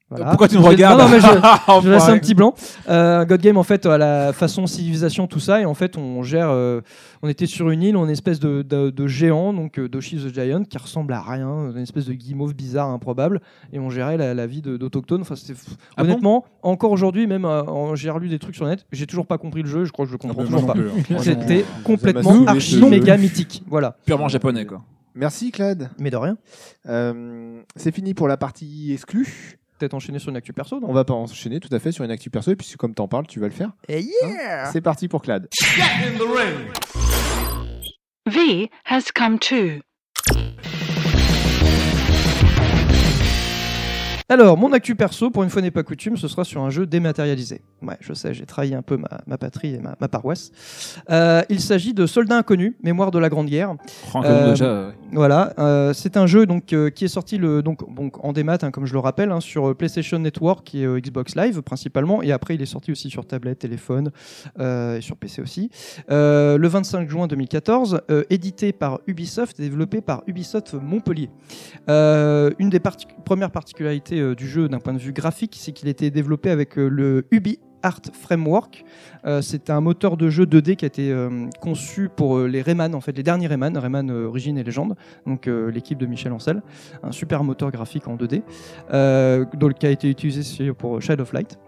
Speaker 4: Voilà.
Speaker 7: Pourquoi tu me
Speaker 4: Ah. Je-
Speaker 7: regardes
Speaker 4: Non, non, mais je- je laisse un
Speaker 7: Enfoiré.
Speaker 4: petit blanc. Euh, God Game, en fait, à la façon civilisation, tout ça. Et en fait, on gère. euh, on était sur une île, on est une espèce de, de, de géant, donc euh, Doshi the Giant, qui ressemble à rien, une espèce de guimauve bizarre, improbable. Et on gérait la, la vie de- d'autochtones. Enfin, c'était fou.
Speaker 7: Ah bon
Speaker 4: Honnêtement, encore aujourd'hui, même euh, en- j'ai relu des trucs sur le net, j'ai toujours pas compris le jeu, je crois que je le comprends
Speaker 6: Ah, mais moi
Speaker 4: toujours
Speaker 6: non
Speaker 4: pas.
Speaker 6: plus, hein.
Speaker 5: plus.
Speaker 4: C'était
Speaker 5: Moi, ça
Speaker 4: complètement
Speaker 5: m'a
Speaker 4: archi
Speaker 5: saoulé, ce
Speaker 4: méga
Speaker 5: jeu.
Speaker 4: mythique. Voilà.
Speaker 7: Purement japonais, quoi.
Speaker 5: Merci, Clad.
Speaker 4: Mais de rien,
Speaker 5: Euh, c'est fini pour la partie exclue.
Speaker 4: peut-être enchaîner sur une actu perso, non
Speaker 5: On va pas enchaîner tout à fait sur une actu perso, et puis comme t'en parles, tu vas le faire. Hein,
Speaker 4: Eh yeah
Speaker 5: C'est parti pour Clad.
Speaker 11: V has come to.
Speaker 4: Alors, mon actu perso, pour une fois n'est pas coutume, ce sera sur un jeu dématérialisé. Ouais, je sais, j'ai trahi un peu ma, ma patrie et ma, ma paroisse. Euh, il s'agit de Soldats Inconnus, Mémoire de la Grande Guerre. Euh,
Speaker 7: Franck, déjà. euh,
Speaker 4: Voilà, euh, c'est un jeu donc euh, qui est sorti le donc bon, en démat, hein, comme je le rappelle, hein, sur euh, PlayStation Network et euh, Xbox Live principalement, et après il est sorti aussi sur tablette, téléphone euh, et sur PC aussi. Euh, le 25 juin 2014, euh, édité par Ubisoft, développé par Ubisoft Montpellier. Euh, une des parti- premières particularités euh, du jeu d'un point de vue graphique, c'est qu'il était développé avec euh, le Ubi Art Framework. Euh, c'est un moteur de jeu 2D qui a été euh, conçu pour euh, les Rayman, en fait, les derniers Rayman, Rayman euh, Origine et Légende, donc euh, l'équipe de Michel Ancel. Un super moteur graphique en 2D, euh, donc, qui a été utilisé chez- pour Shadow of Light.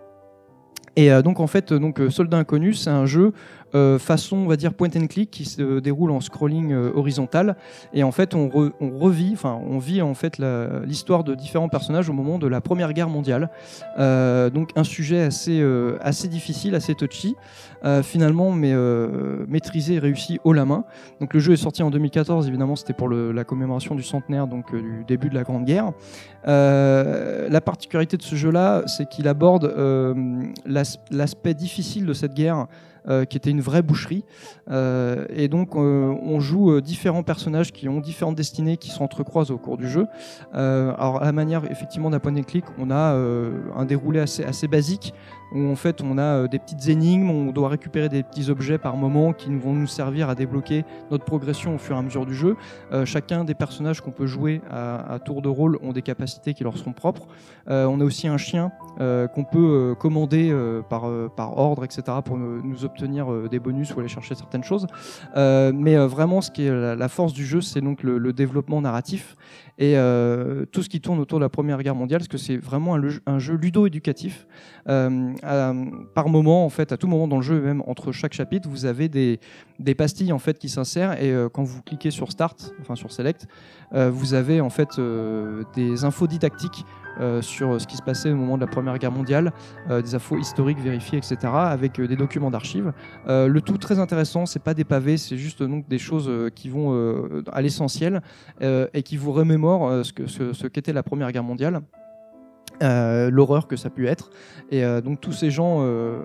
Speaker 4: Et euh, donc en fait, euh, donc euh, Soldat Inconnu, c'est un jeu euh, façon, on va dire, point and click qui se déroule en scrolling euh, horizontal. Et en fait, on, re- on revit, enfin, on vit en fait la- l'histoire de différents personnages au moment de la Première Guerre mondiale. Euh, donc un sujet assez, euh, assez difficile, assez touchy, euh, finalement, mais euh, maîtrisé et réussi haut la main. Donc le jeu est sorti en 2014, évidemment, c'était pour le- la commémoration du centenaire, donc euh, du début de la Grande Guerre. Euh, la particularité de ce jeu-là, c'est qu'il aborde euh, l'as- l'aspect difficile de cette guerre, euh, qui était une vraie boucherie. Euh, et donc, euh, on joue euh, différents personnages qui ont différentes destinées, qui s'entrecroisent au cours du jeu. Euh, alors, à la manière, effectivement, d'un point and click, on a euh, un déroulé assez, assez basique, où en fait, on a euh, des petites énigmes, on doit récupérer des petits objets par moment qui nous- vont nous servir à débloquer notre progression au fur et à mesure du jeu. Euh, chacun des personnages qu'on peut jouer à, à tour de rôle ont des capacités qui leur sont propres. Euh, on a aussi un chien euh, qu'on peut euh, commander euh, par, euh, par ordre, etc., pour nous, nous obtenir euh, des bonus ou aller chercher certaines choses. Euh, mais euh, vraiment, ce qui est la, la force du jeu, c'est donc le, le développement narratif et euh, tout ce qui tourne autour de la Première Guerre mondiale, parce que c'est vraiment un, le- un jeu ludo-éducatif. Euh, à- par moment, en fait, à tout moment dans le jeu, et même entre chaque chapitre, vous avez des, des pastilles en fait qui s'insèrent et euh, quand vous cliquez sur Start, enfin sur Select, euh, vous avez en fait euh, des infos didactiques euh, sur euh, ce qui se passait au moment de la Première Guerre mondiale, euh, des infos historiques vérifiées, etc., avec euh, des documents d'archives. Euh, le tout très intéressant, c'est pas des pavés, c'est juste euh, donc des choses euh, qui vont euh, à l'essentiel euh, et qui vous remémorent euh, ce que- ce- ce qu'était la Première Guerre mondiale. Euh, l'horreur que ça a pu être. Et euh, donc tous ces gens, euh,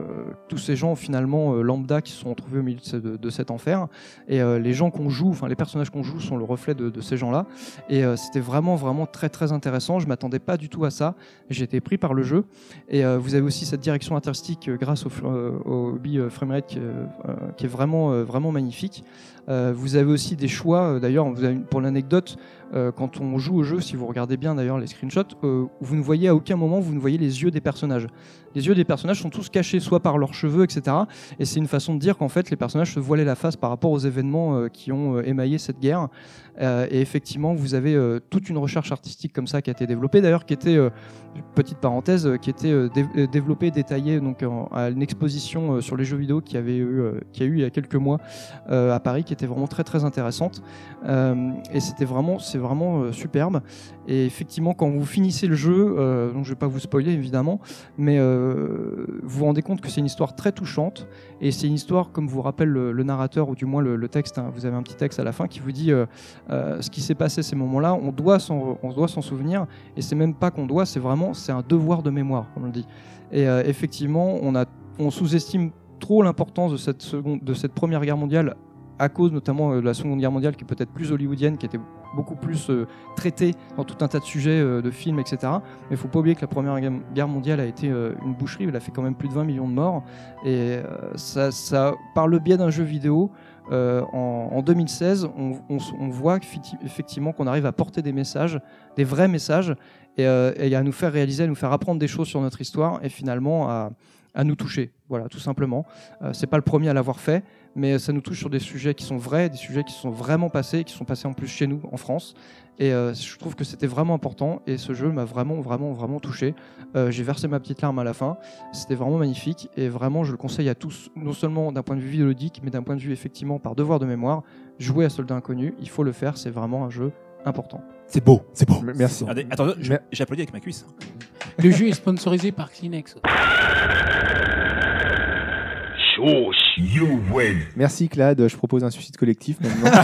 Speaker 4: tous ces gens finalement euh, lambda qui se sont retrouvés au milieu de, ce- de- de cet enfer. Et euh, les gens qu'on joue, enfin les personnages qu'on joue sont le reflet de, de ces gens-là. Et euh, c'était vraiment vraiment très très intéressant. Je m'attendais pas du tout à ça. J'ai été pris par le jeu. Et euh, vous avez aussi cette direction interstique euh, grâce au, fr- euh, au hobby euh, framerate qui, euh, euh, qui est vraiment euh, vraiment magnifique. Euh, vous avez aussi des choix. euh, D'ailleurs, vous avez une- pour l'anecdote, euh, quand on joue au jeu, si vous regardez bien d'ailleurs les screenshots, euh, vous ne voyez à aucun moment, vous ne voyez les yeux des personnages. Les yeux des personnages sont tous cachés, soit par leurs cheveux, etc. Et c'est une façon de dire qu'en fait, les personnages se voilaient la face par rapport aux événements euh, qui ont euh, émaillé cette guerre. Euh, et effectivement, vous avez euh, toute une recherche artistique comme ça qui a été développée, d'ailleurs, qui était, euh, petite parenthèse, euh, qui était euh, dé- euh, développée, détaillée donc, en- à une exposition euh, sur les jeux vidéo qui, avait eu, euh, qui a eu il y a quelques mois euh, à Paris, qui était vraiment très très intéressante. Euh, et c'était vraiment, c'est vraiment euh, superbe. Et effectivement, quand vous finissez le jeu, euh, donc je vais pas vous spoiler évidemment, mais euh, vous vous rendez compte que c'est une histoire très touchante. Et c'est une histoire, comme vous rappelle le, le narrateur, ou du moins le, le texte, hein, vous avez un petit texte à la fin qui vous dit euh, euh, ce qui s'est passé ces moments-là, on doit s'en on doit s'en souvenir. Et c'est même pas qu'on doit, c'est vraiment c'est un devoir de mémoire, comme on le dit. Et euh, effectivement, on, a, on sous-estime trop l'importance de cette, seconde, de cette première guerre mondiale à cause notamment euh, de la Seconde Guerre mondiale qui est peut-être plus hollywoodienne, qui était beaucoup plus euh, traitée dans tout un tas de sujets, euh, de films, etc. Mais il faut pas oublier que la Première Guerre- Guerre mondiale a été euh, une boucherie, elle a fait quand même plus de 20 millions de morts. Et euh, ça, ça, par le biais d'un jeu vidéo, euh, en, en 2016, on, on s- on voit effecti- effectivement qu'on arrive à porter des messages, des vrais messages, et, euh, et à nous faire réaliser, à nous faire apprendre des choses sur notre histoire, et finalement à, à nous toucher. Voilà, tout simplement. Euh, c'est pas le premier à l'avoir fait, mais ça nous touche sur des sujets qui sont vrais, des sujets qui sont vraiment passés, qui sont passés en plus chez nous, en France. Et euh, je trouve que c'était vraiment important. Et ce jeu m'a vraiment, vraiment, vraiment touché. Euh, J'ai versé ma petite larme à la fin. C'était vraiment magnifique. Et vraiment, je le conseille à tous, non seulement d'un point de vue vidéoludique, mais d'un point de vue effectivement par devoir de mémoire. Jouer à Soldat Inconnu, il faut le faire. C'est vraiment un jeu important.
Speaker 5: C'est
Speaker 6: Oh,
Speaker 5: beau, c'est beau. Merci.
Speaker 7: Attendez, attendez, je- j'applaudis avec ma cuisse.
Speaker 10: Le jeu est sponsorisé par Kleenex.
Speaker 9: You win.
Speaker 5: Merci Clad, je propose un suicide collectif maintenant.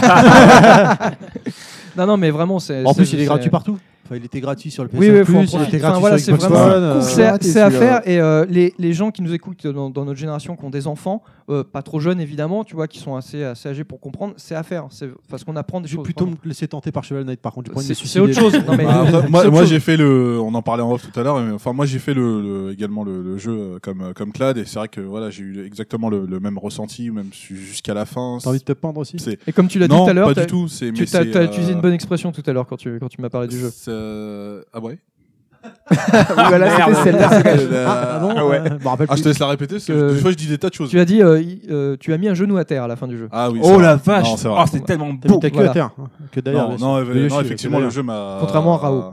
Speaker 4: Non, non, mais vraiment, c'est.
Speaker 3: En
Speaker 4: c'est-
Speaker 3: plus, il est
Speaker 4: c'est-
Speaker 3: gratuit partout. Enfin, il était gratuit sur le PS1+,
Speaker 4: Oui, oui, faut en
Speaker 3: il était
Speaker 4: profiter. Enfin,
Speaker 3: gratuit
Speaker 4: voilà,
Speaker 3: sur
Speaker 4: c'est
Speaker 3: Xbox
Speaker 4: vraiment
Speaker 3: One, euh,
Speaker 4: c'est à- c'est à
Speaker 5: celui-là.
Speaker 4: faire. Et euh, les, les gens qui nous écoutent dans, dans notre génération, qui ont des enfants, euh, pas trop jeunes évidemment, tu vois, qui sont assez, assez âgés pour comprendre, c'est à faire. C'est parce qu'on apprend des
Speaker 3: J'ai
Speaker 4: choses.
Speaker 3: plutôt me laisser tenter par Cheval Knight par contre. j'ai pas envie de me
Speaker 4: C'est-
Speaker 3: suicider. Ah,
Speaker 4: c'est autre chose. Non, mais-
Speaker 6: Bah, après, moi,
Speaker 4: C'est autre
Speaker 6: moi,
Speaker 4: chose.
Speaker 6: j'ai fait le, on en parlait en off tout à l'heure. mais Enfin, moi j'ai fait le, le- également le, le jeu euh, comme euh, comme Clad et c'est vrai que voilà, j'ai eu exactement le, le même ressenti, même su- jusqu'à la fin.
Speaker 3: T'as envie de te pendre aussi
Speaker 6: C'est-
Speaker 4: Et comme tu l'as dit
Speaker 6: Non,
Speaker 4: tout à l'heure,
Speaker 6: pas
Speaker 4: t'as-
Speaker 6: du tout. C'est
Speaker 4: Tu
Speaker 6: mais
Speaker 4: as,
Speaker 6: c'est, euh,
Speaker 4: utilisé une bonne expression tout à l'heure quand tu, quand tu m'as parlé du jeu.
Speaker 6: c'est, euh, Ah ouais.
Speaker 5: voilà, c'était celle-là.
Speaker 6: Ah, ah bon, Ah ouais. euh, je me rappelle Ah, je te plus. laisse la répéter, parce que des fois, je dis des tas de choses.
Speaker 4: Tu as dit, euh, il- euh, tu as mis un genou à terre à la fin du jeu.
Speaker 6: Ah oui, c'est Oh vrai. la vache. Non, c'est vrai. Ah, c'est tellement
Speaker 4: T'as
Speaker 6: beau.
Speaker 4: mis ta queue
Speaker 6: Voilà.
Speaker 4: à terre.
Speaker 3: hein,
Speaker 6: Que d'ailleurs, Non, bien sûr. non, euh,
Speaker 4: De Yoshi,
Speaker 6: non, effectivement,
Speaker 4: que
Speaker 6: le
Speaker 4: d'ailleurs.
Speaker 6: jeu m'a-
Speaker 4: Contrairement à Rao.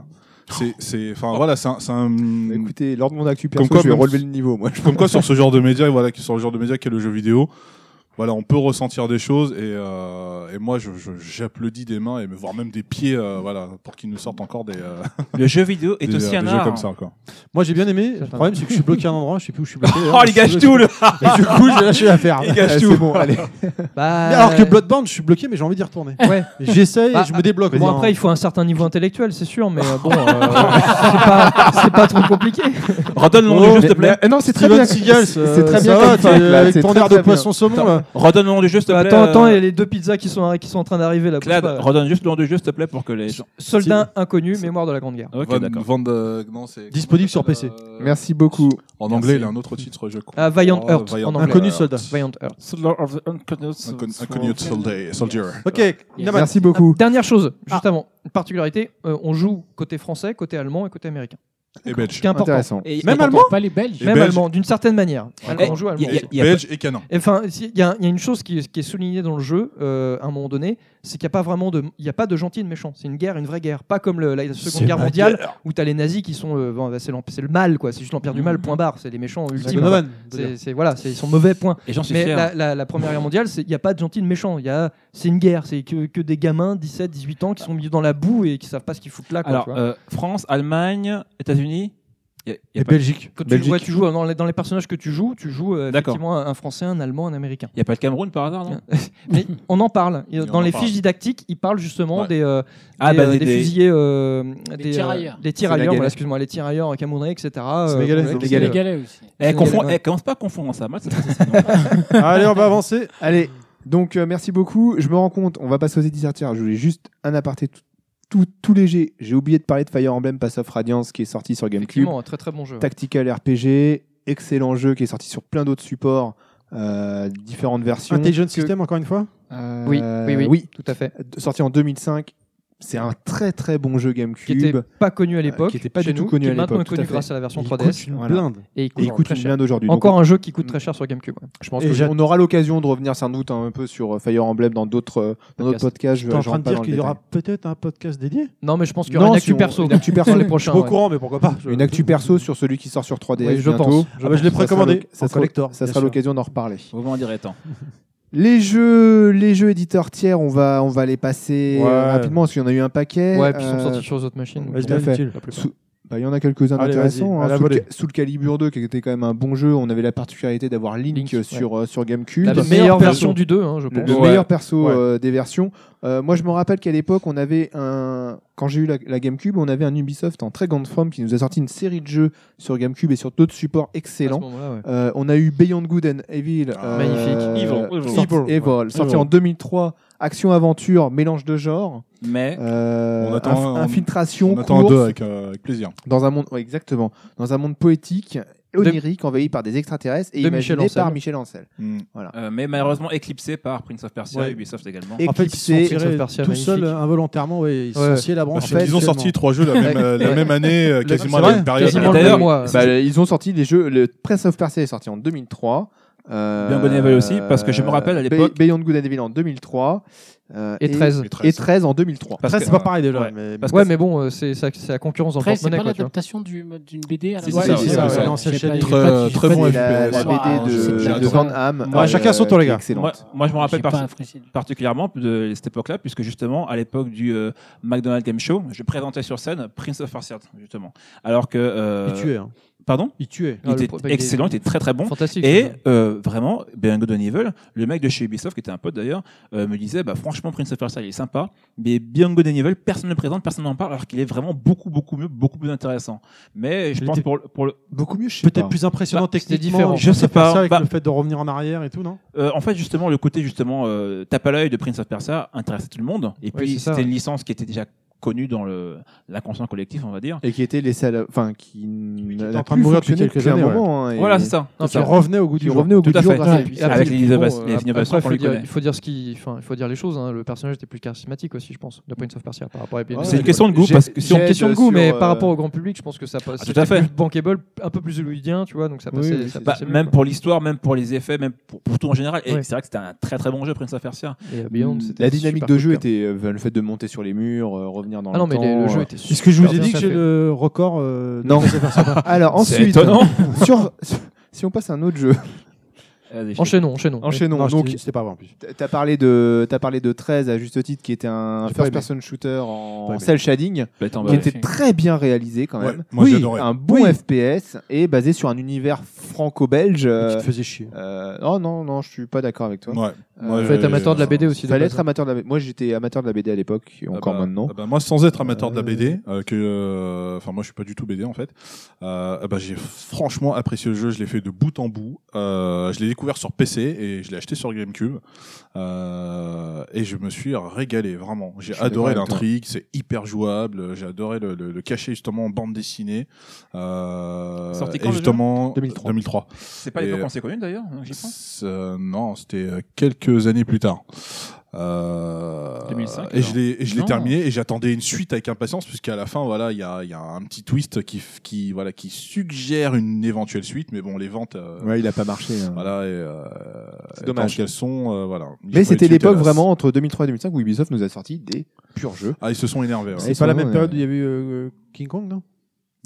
Speaker 6: C'est, c'est, enfin voilà, c'est un, c'est un-
Speaker 5: Écoutez, lors de mon actu perso, je vais
Speaker 6: même-
Speaker 5: relever le niveau, moi.
Speaker 6: Comme quoi, sur ce genre de média, voilà, sur le genre de média qu'est le jeu vidéo, voilà, on peut ressentir des choses et, euh, et moi, je, je- j'applaudis des mains et me- voire même des pieds, euh, voilà, pour qu'ils nous sortent encore des. euh,
Speaker 7: Le jeu vidéo est
Speaker 6: des,
Speaker 7: aussi
Speaker 6: euh,
Speaker 7: un
Speaker 6: des
Speaker 7: art.
Speaker 6: jeux comme ça, quoi.
Speaker 3: Moi j'ai bien aimé. Le problème c'est que je suis bloqué à un endroit, je sais plus où je suis bloqué.
Speaker 7: Oh, il
Speaker 4: Ah,
Speaker 7: gâche tout, le-
Speaker 3: Et du coup j'ai lâché l'affaire.
Speaker 7: Il gâche
Speaker 3: Ouais,
Speaker 7: tout.
Speaker 3: C'est bon, allez.
Speaker 4: Bah,
Speaker 3: Mais Alors que Bloodborne, je suis bloqué, mais j'ai envie d'y retourner.
Speaker 4: Ouais.
Speaker 3: J'essaye,
Speaker 4: Bah,
Speaker 3: et je me débloque.
Speaker 4: Bon,
Speaker 3: Moi,
Speaker 4: après, il faut un certain niveau intellectuel, c'est sûr, mais euh, bon, euh, c'est pas, c'est pas trop compliqué.
Speaker 7: Redonne-moi
Speaker 4: Oh,
Speaker 7: le jeu, s'il te plaît.
Speaker 5: Euh,
Speaker 3: Steven Seagal, c'est très bien.
Speaker 4: comme
Speaker 3: comme
Speaker 4: fac, là,
Speaker 3: avec
Speaker 4: c'est
Speaker 3: ton
Speaker 4: très,
Speaker 3: air de
Speaker 4: très bien.
Speaker 3: poisson saumon
Speaker 4: Attends,
Speaker 3: là.
Speaker 7: Redonne le nom du jeu, s'il te plaît.
Speaker 4: Bah, Attends, attends,
Speaker 7: euh,
Speaker 4: il y a les deux pizzas qui sont, qui sont en train d'arriver là. bouge
Speaker 7: Clad,
Speaker 4: pas.
Speaker 7: redonne juste le nom du jeu, s'il te plaît, pour que les.
Speaker 4: Soldat inconnu, mémoire de la Grande Guerre.
Speaker 7: Ok,
Speaker 6: Van-
Speaker 7: d'accord.
Speaker 6: Van de- non, c'est- Euh,
Speaker 3: Disponible sur PC.
Speaker 5: Merci beaucoup.
Speaker 6: En
Speaker 5: Merci.
Speaker 6: anglais, il a un autre titre, je crois.
Speaker 4: Ah, Valiant
Speaker 6: Oh,
Speaker 4: Earth,
Speaker 6: Valiant
Speaker 4: en anglais.
Speaker 6: Earth.
Speaker 4: Valiant Earth.
Speaker 8: Ah,
Speaker 6: Incon- Inconnu Soldier. Soldier.
Speaker 3: Ok,
Speaker 5: Naman.
Speaker 3: Ah,
Speaker 5: Merci beaucoup.
Speaker 4: Dernière chose, juste avant, une particularité, euh, on joue côté français, côté allemand et côté américain.
Speaker 6: Et belge.
Speaker 4: Qui est important.
Speaker 5: Intéressant.
Speaker 4: Et-
Speaker 10: Même
Speaker 4: et-
Speaker 10: allemand Pas les Belges.
Speaker 4: Même
Speaker 6: Et
Speaker 4: allemand, d'une certaine manière. Alors,
Speaker 7: Et-
Speaker 4: on joue allemand.
Speaker 7: Eh, y a- y a-
Speaker 4: aussi.
Speaker 7: y a-
Speaker 6: Belge et canin.
Speaker 4: Enfin, si- il y, a un- il y a une chose qui, est- qui est soulignée dans le jeu euh, à un moment donné, c'est qu'il n'y a pas vraiment de, il y a pas de gentil et de méchant. C'est une guerre, une vraie guerre, pas comme le- la
Speaker 3: C'est
Speaker 4: Seconde Guerre
Speaker 3: la
Speaker 4: mondiale
Speaker 3: guerre.
Speaker 4: où t'as les nazis qui sont, euh, bon, bah, c'est l'emp- c'est le mal quoi, c'est juste l'empire du mal. Point barre, c'est les méchants ultimes.
Speaker 3: Donovan,
Speaker 4: quoi.
Speaker 3: de dire.
Speaker 4: C'est c'est- voilà, c'est- ils sont mauvais point.
Speaker 7: Et j'en suis
Speaker 4: Mais
Speaker 7: fier. hein.
Speaker 4: la, la- la Première Guerre mondiale, c'est- il n'y a pas de gentil et de méchant. Il y a, c'est une guerre, c'est que, que des gamins, 17, 18 ans qui sont mis dans la boue et qui savent pas ce qu'ils foutent là. Quoi,
Speaker 7: Alors,
Speaker 4: tu vois.
Speaker 7: euh, France, Allemagne, États-Unis. y a- y a
Speaker 3: Et
Speaker 7: pas-
Speaker 3: Belgique.
Speaker 4: Quand tu,
Speaker 5: Belgique.
Speaker 4: ouais, tu joues euh, dans les, dans les personnages que tu joues, tu joues euh,
Speaker 7: D'accord.
Speaker 4: effectivement un un Français, un Allemand, un Américain.
Speaker 7: Il n'y a pas le Cameroun par hasard, non
Speaker 4: Mais on en parle. Il-
Speaker 6: Et on
Speaker 4: Dans
Speaker 6: en
Speaker 4: les
Speaker 6: parle.
Speaker 4: fiches didactiques, il parle justement
Speaker 6: Ouais.
Speaker 4: des, euh,
Speaker 7: Ah,
Speaker 4: des,
Speaker 7: bah,
Speaker 4: euh,
Speaker 7: des-
Speaker 4: des
Speaker 7: des-
Speaker 4: fusillés, euh, des, euh,
Speaker 10: tirailleurs.
Speaker 4: des
Speaker 5: C'est la
Speaker 4: tirailleurs,
Speaker 5: galère.
Speaker 4: voilà, excuse-moi, les tirailleurs camerounais, etc. euh,
Speaker 3: Sénégalais,
Speaker 4: voilà,
Speaker 3: c'est
Speaker 4: qui,
Speaker 5: les galères.
Speaker 4: euh,
Speaker 10: Sénégalais aussi.
Speaker 7: Eh, confond-
Speaker 4: Sénégalais, ouais.
Speaker 7: eh, commence pas à confondre ça. Moi, c'est pas ça, sinon.
Speaker 3: Allez, on va avancer.
Speaker 5: Allez, donc euh, merci beaucoup. Je me rends compte, on va passer aux éditeurs. Je voulais juste un aparté tout, tout, tout léger. J'ai oublié de parler de Fire Emblem Pass of Radiance qui est sorti sur GameCube.
Speaker 4: Effectivement, un très très bon jeu.
Speaker 5: Tactical RPG, excellent jeu qui est sorti sur plein d'autres supports, euh, différentes versions.
Speaker 3: Intelligent
Speaker 5: Que-
Speaker 3: System, encore une fois.
Speaker 5: Euh,
Speaker 4: Oui, oui, oui,
Speaker 5: oui.
Speaker 4: tout à fait.
Speaker 5: Sorti en 2005. C'est un très très bon jeu
Speaker 4: Qui
Speaker 5: GameCube.
Speaker 4: n'était pas connu à l'époque,
Speaker 5: qui était pas
Speaker 4: chez
Speaker 5: du tout
Speaker 4: nous,
Speaker 5: connu
Speaker 4: qui
Speaker 5: à
Speaker 4: est maintenant
Speaker 5: l'époque, tout
Speaker 4: connu
Speaker 5: à fait.
Speaker 4: grâce à la version
Speaker 3: Il
Speaker 4: 3DS.
Speaker 3: coûte une
Speaker 5: Voilà.
Speaker 3: blinde.
Speaker 4: Et il
Speaker 5: Et il
Speaker 4: coûte
Speaker 5: coûte
Speaker 4: très
Speaker 5: une
Speaker 4: cher.
Speaker 5: blinde aujourd'hui. Donc,
Speaker 4: Encore un jeu qui coûte très cher sur GameCube. ouais.
Speaker 5: Je pense
Speaker 3: Et
Speaker 5: que
Speaker 3: j'att-
Speaker 5: on aura l'occasion de revenir sans doute un peu sur euh, Fire Emblem dans d'autres euh, dans d'autres podcasts.
Speaker 3: T'es en train de dire qu'il y aura peut-être un podcast dédié
Speaker 4: Non, mais je pense qu'il y aura
Speaker 5: Non,
Speaker 4: une
Speaker 5: si
Speaker 4: actu
Speaker 5: on-
Speaker 4: perso.
Speaker 5: une actu perso.
Speaker 4: dans les
Speaker 5: Je
Speaker 4: prochains.
Speaker 3: Pas au
Speaker 4: ouais.
Speaker 3: courant, mais pourquoi pas je-
Speaker 5: une actu perso sur celui qui sort sur 3DS
Speaker 4: Oui, je
Speaker 5: bientôt.
Speaker 4: pense.
Speaker 3: Ah bah, je l'ai
Speaker 5: Ça sera
Speaker 3: précommandé.
Speaker 5: l'oc- Ça sera,
Speaker 3: En
Speaker 5: l'oc-
Speaker 3: collector,
Speaker 5: ça
Speaker 3: bien
Speaker 5: sera
Speaker 3: sûr.
Speaker 5: l'occasion d'en reparler.
Speaker 7: Au moment en direct. hein.
Speaker 5: Les jeux, les jeux éditeurs tiers, on va, on va les passer euh,
Speaker 3: Ouais.
Speaker 5: rapidement parce qu'il y en a eu un paquet.
Speaker 4: Ouais, puis ils sont
Speaker 5: Euh,
Speaker 4: sortis sur les autres machines.
Speaker 5: tout
Speaker 4: donc,
Speaker 5: à
Speaker 3: Vas-y, bien
Speaker 5: fait.
Speaker 3: utile, la plupart.
Speaker 5: Sous- bah, il y en a quelques-uns
Speaker 3: Allez,
Speaker 5: intéressants.
Speaker 3: vas-y, à la
Speaker 5: Soul,
Speaker 3: volée.
Speaker 5: Ca- Soul Calibur 2, qui était quand même un bon jeu. On avait la particularité d'avoir Link,
Speaker 4: Link,
Speaker 5: euh, sur, euh, sur GameCube.
Speaker 4: La
Speaker 3: Le
Speaker 4: meilleure,
Speaker 3: meilleur
Speaker 4: version
Speaker 3: perso.
Speaker 4: du 2, hein, je
Speaker 5: le,
Speaker 4: pense.
Speaker 5: le
Speaker 6: Ouais.
Speaker 5: meilleur perso
Speaker 6: Ouais.
Speaker 5: euh, des versions. Euh, moi, je me rappelle qu'à l'époque, on avait un. Quand j'ai eu la, la GameCube, on avait un Ubisoft en très grande forme qui nous a sorti une série de jeux sur GameCube et sur d'autres supports
Speaker 4: À ce
Speaker 5: excellents.
Speaker 4: moment-là, ouais.
Speaker 5: Euh, on a eu Beyond Good and Evil.
Speaker 6: Ah,
Speaker 5: euh,
Speaker 4: magnifique.
Speaker 5: euh,
Speaker 6: Evil,
Speaker 5: sorti-
Speaker 3: Evil.
Speaker 5: Evil, sorti
Speaker 6: Evil.
Speaker 5: en 2003. Action-aventure, mélange de genres.
Speaker 7: Mais.
Speaker 5: euh,
Speaker 6: On attend
Speaker 5: inf-
Speaker 6: un-
Speaker 5: infiltration,
Speaker 6: On attend un
Speaker 5: course,
Speaker 6: 2 avec, euh, avec plaisir.
Speaker 5: dans un monde, ouais, exactement, dans un monde poétique, onirique, envahi par des extraterrestres et
Speaker 4: de
Speaker 5: imaginé
Speaker 4: Michel Ancel.
Speaker 5: par Michel Ancel.
Speaker 6: Hmm.
Speaker 7: euh, mais malheureusement éclipsé par Prince of Persia
Speaker 3: Ouais.
Speaker 7: et Ubisoft également.
Speaker 5: Et
Speaker 3: En fait, ils se sont tirés
Speaker 4: Persia,
Speaker 3: tout
Speaker 4: magnifique.
Speaker 3: seuls euh, involontairement. Ouais, ils se
Speaker 4: Ouais.
Speaker 3: sont sciés la branche.
Speaker 6: Parce qu'ils ont sorti trois jeux la même, euh, la
Speaker 4: Ouais.
Speaker 6: même année, euh, quasiment à la
Speaker 3: vrai,
Speaker 6: même période.
Speaker 4: Quasiment le
Speaker 7: D'ailleurs,
Speaker 4: même mois.
Speaker 5: Bah, ils ont sorti les jeux. Le Prince of Persia est sorti en 2003. Euh,
Speaker 7: Bien Bon Evil aussi, parce que je me rappelle à l'époque-
Speaker 5: Bay- Beyond Good and Evil en 2003. euh,
Speaker 4: Et 13.
Speaker 6: Et 13.
Speaker 5: Et 13 en 2003.
Speaker 7: Parce
Speaker 3: Après,
Speaker 7: que-
Speaker 3: c'est pas pareil déjà.
Speaker 7: Ouais.
Speaker 3: mais-
Speaker 7: Parce que
Speaker 4: Ouais, mais bon, euh, c'est ça- c'est la concurrence dans le
Speaker 10: Après, c'est
Speaker 4: porte-monnaie.
Speaker 10: pas
Speaker 4: quoi, tu vois.
Speaker 10: l'adaptation du- d'une BD à la
Speaker 7: C'est
Speaker 10: base.
Speaker 7: ça, Ouais, c'est c'est
Speaker 5: euh,
Speaker 7: ça, ça,
Speaker 3: ouais. ouais. L'ancien
Speaker 10: J'ai pas- j'ai
Speaker 3: Shadow.
Speaker 6: Très-
Speaker 10: pas- j'ai
Speaker 6: très
Speaker 10: pas
Speaker 6: bon
Speaker 5: C'est
Speaker 10: fait
Speaker 6: FPS.
Speaker 5: la, la
Speaker 10: Ouais, je
Speaker 5: BD
Speaker 10: sais
Speaker 5: de,
Speaker 10: plus,
Speaker 5: de
Speaker 10: j'adore.
Speaker 5: Van euh, Hamme.
Speaker 7: Moi,
Speaker 3: chacun son tour, les gars.
Speaker 7: Moi,
Speaker 5: Excellente.
Speaker 7: moi, je me rappelle
Speaker 10: J'ai pas
Speaker 7: par-
Speaker 10: apprécié.
Speaker 7: particulièrement de cette époque-là, puisque justement, à l'époque du euh, McDonald's Game Show, je présentais sur scène Prince of Persia, justement. Alors que. euh,
Speaker 3: Ils tuaient. hein.
Speaker 7: Pardon
Speaker 3: Ils tuaient.
Speaker 4: Ah,
Speaker 7: Il
Speaker 4: le
Speaker 7: était
Speaker 4: pro- il est-
Speaker 7: excellent, il était très très bon.
Speaker 4: Fantastique.
Speaker 7: Et
Speaker 4: celui-là.
Speaker 7: euh, vraiment, Beyond Good and Evil, le mec de chez Ubisoft, qui était un pote d'ailleurs, euh, me disait bah, franchement, Prince of Persia, il est sympa, mais Beyond Good and Evil, personne ne le présente, personne n'en parle, alors qu'il est vraiment beaucoup, beaucoup mieux, beaucoup plus intéressant. Mais je
Speaker 3: Il
Speaker 7: pense
Speaker 3: était-
Speaker 7: pour le. Pour le
Speaker 5: Beaucoup mieux, je sais
Speaker 3: Peut-être
Speaker 5: pas.
Speaker 3: plus impressionnant
Speaker 4: Bah, c'était
Speaker 3: techniquement.
Speaker 4: différent.
Speaker 7: Je sais
Speaker 3: ça fait
Speaker 7: pas,
Speaker 3: Ça avec
Speaker 7: bah-
Speaker 3: le fait de revenir en arrière et tout, non
Speaker 7: euh, en fait, justement, le côté justement euh, tape à l'œil de Prince of Persia intéressait tout le monde, et puis
Speaker 4: c'est ça,
Speaker 7: c'était
Speaker 4: ouais.
Speaker 7: une licence qui était déjà connu dans le l'inconscient collectif, on va dire.
Speaker 5: Et qui était laissé à la. Enfin, qui n'allait
Speaker 7: en train
Speaker 5: plus
Speaker 7: de mourir
Speaker 5: fonctionner
Speaker 7: depuis quelques
Speaker 5: depuis un
Speaker 7: années, ouais.
Speaker 5: moment, hein, et-
Speaker 7: Voilà, c'est ça. Non,
Speaker 5: Et
Speaker 7: ça-
Speaker 5: qui revenait au goût
Speaker 7: Qui
Speaker 5: du jour.
Speaker 7: revenait au
Speaker 5: Tout
Speaker 7: goût du
Speaker 5: à
Speaker 7: jour
Speaker 5: fait.
Speaker 7: grâce à-
Speaker 5: Et puis
Speaker 7: avec
Speaker 5: après,
Speaker 7: les
Speaker 5: ils
Speaker 7: innovations,
Speaker 5: diront,
Speaker 7: les
Speaker 5: euh,
Speaker 7: innovations
Speaker 4: Après,
Speaker 7: qu'on
Speaker 4: faut
Speaker 7: lui
Speaker 4: dire-
Speaker 7: connaît.
Speaker 4: il faut dire ce qui, enfin, il faut dire les choses. hein. Le personnage était plus charismatique aussi, je pense, de Prince of Persia par rapport à Epilogue.
Speaker 7: C'est une question de goût,
Speaker 4: J'ai-
Speaker 7: parce que-
Speaker 4: c'est une question de goût,
Speaker 7: sur,
Speaker 4: mais
Speaker 7: euh,
Speaker 4: par rapport au grand public, je pense que ça passe.
Speaker 7: Ah, tout à fait.
Speaker 4: Plus bankable, un peu plus hollywoodien, tu vois, donc ça passait. ça
Speaker 7: Bah,
Speaker 4: passait mieux,
Speaker 7: même
Speaker 4: quoi.
Speaker 7: pour l'histoire, même pour les effets, même pour, pour tout en général. Et
Speaker 4: Ouais.
Speaker 7: c'est vrai que c'était un très très bon jeu, Prince of Persia.
Speaker 4: Et, euh, Beyond, c'était
Speaker 5: La dynamique
Speaker 4: super
Speaker 5: de
Speaker 4: coup
Speaker 5: jeu
Speaker 4: cœur.
Speaker 5: était euh, le fait de monter sur les murs, euh, revenir dans
Speaker 4: Ah
Speaker 5: le
Speaker 4: non, mais
Speaker 5: temps.
Speaker 4: les- le jeu
Speaker 5: euh,
Speaker 4: était
Speaker 3: Est-ce que je vous ai
Speaker 5: bien
Speaker 3: dit que
Speaker 5: fait.
Speaker 3: j'ai le record euh, de
Speaker 5: Non.
Speaker 3: Prince of Persia
Speaker 5: Alors
Speaker 3: C'est
Speaker 5: ensuite,
Speaker 3: étonnant.
Speaker 5: sur- si on passe à un autre jeu.
Speaker 7: Ah,
Speaker 4: Enchaînons, enchaînons.
Speaker 5: Enchaînons.
Speaker 3: Non, je
Speaker 5: Donc,
Speaker 3: t'ai dit, c'était pas vrai en plus.
Speaker 5: T'as- T'as parlé de t'as parlé de 13 à juste titre qui était un
Speaker 3: J'ai pas aimé.
Speaker 5: first person shooter en
Speaker 3: Pas aimé.
Speaker 5: cel shading
Speaker 7: Bah, attends,
Speaker 5: qui
Speaker 7: bah,
Speaker 5: était
Speaker 7: ouais.
Speaker 5: très bien réalisé quand même.
Speaker 6: Ouais, moi,
Speaker 5: oui,
Speaker 6: j'adorais.
Speaker 5: un bon FPS et basé sur un univers franco-belge. euh,
Speaker 3: Tu te faisais chier.
Speaker 5: euh, oh non non, je suis pas d'accord avec toi.
Speaker 6: Ouais.
Speaker 5: Euh,
Speaker 6: Ouais,
Speaker 4: Faut être
Speaker 6: euh,
Speaker 4: amateur de la BD aussi. de
Speaker 5: Fallait
Speaker 4: base,
Speaker 5: être amateur de la BD. Moi j'étais amateur de la BD à l'époque et
Speaker 6: Ah
Speaker 5: encore
Speaker 6: bah-
Speaker 5: maintenant.
Speaker 6: ah bah moi, sans être amateur de la BD, euh, que, euh, enfin moi je suis pas du tout BD en fait. euh, ah bah, j'ai franchement apprécié le jeu. Je l'ai fait de bout en bout. Euh, je l'ai découvert sur PC et je l'ai acheté sur GameCube. Euh, et je me suis régalé vraiment. J'ai
Speaker 5: Je suis
Speaker 6: adoré
Speaker 5: d'accord avec toi.
Speaker 6: l'intrigue. C'est hyper jouable. J'ai adoré le, le, le cachet justement en bande dessinée. Euh,
Speaker 7: Sorti quand,
Speaker 6: et
Speaker 7: le jeu
Speaker 6: justement
Speaker 3: 2003.
Speaker 6: 2003.
Speaker 7: C'est pas
Speaker 6: Et-
Speaker 7: l'époque où on s'est connus d'ailleurs, hein, j'y pense.
Speaker 6: C'est- euh, non, c'était euh, quelques années plus tard. Euh,
Speaker 7: 2005,
Speaker 6: et je
Speaker 7: alors.
Speaker 6: l'ai et je l'ai
Speaker 7: Non.
Speaker 6: terminé et j'attendais une suite avec impatience puisqu'à la fin voilà il y a, il y a un petit twist qui f- qui voilà qui suggère une éventuelle suite mais bon les ventes euh,
Speaker 5: Ouais, il a pas marché. hein.
Speaker 6: voilà et, euh,
Speaker 5: C'est dommage.
Speaker 6: tant qu'elles sont euh, voilà Ils font
Speaker 5: Mais
Speaker 6: les
Speaker 5: c'était
Speaker 6: suites,
Speaker 5: l'époque
Speaker 6: hélas.
Speaker 5: vraiment entre 2003 et 2005 où Ubisoft nous a sorti des purs jeux.
Speaker 6: ah ils se sont énervés ouais.
Speaker 5: Ils
Speaker 3: C'est pas la
Speaker 5: sont,
Speaker 3: même
Speaker 5: euh,
Speaker 3: période où il y avait eu euh, King Kong, non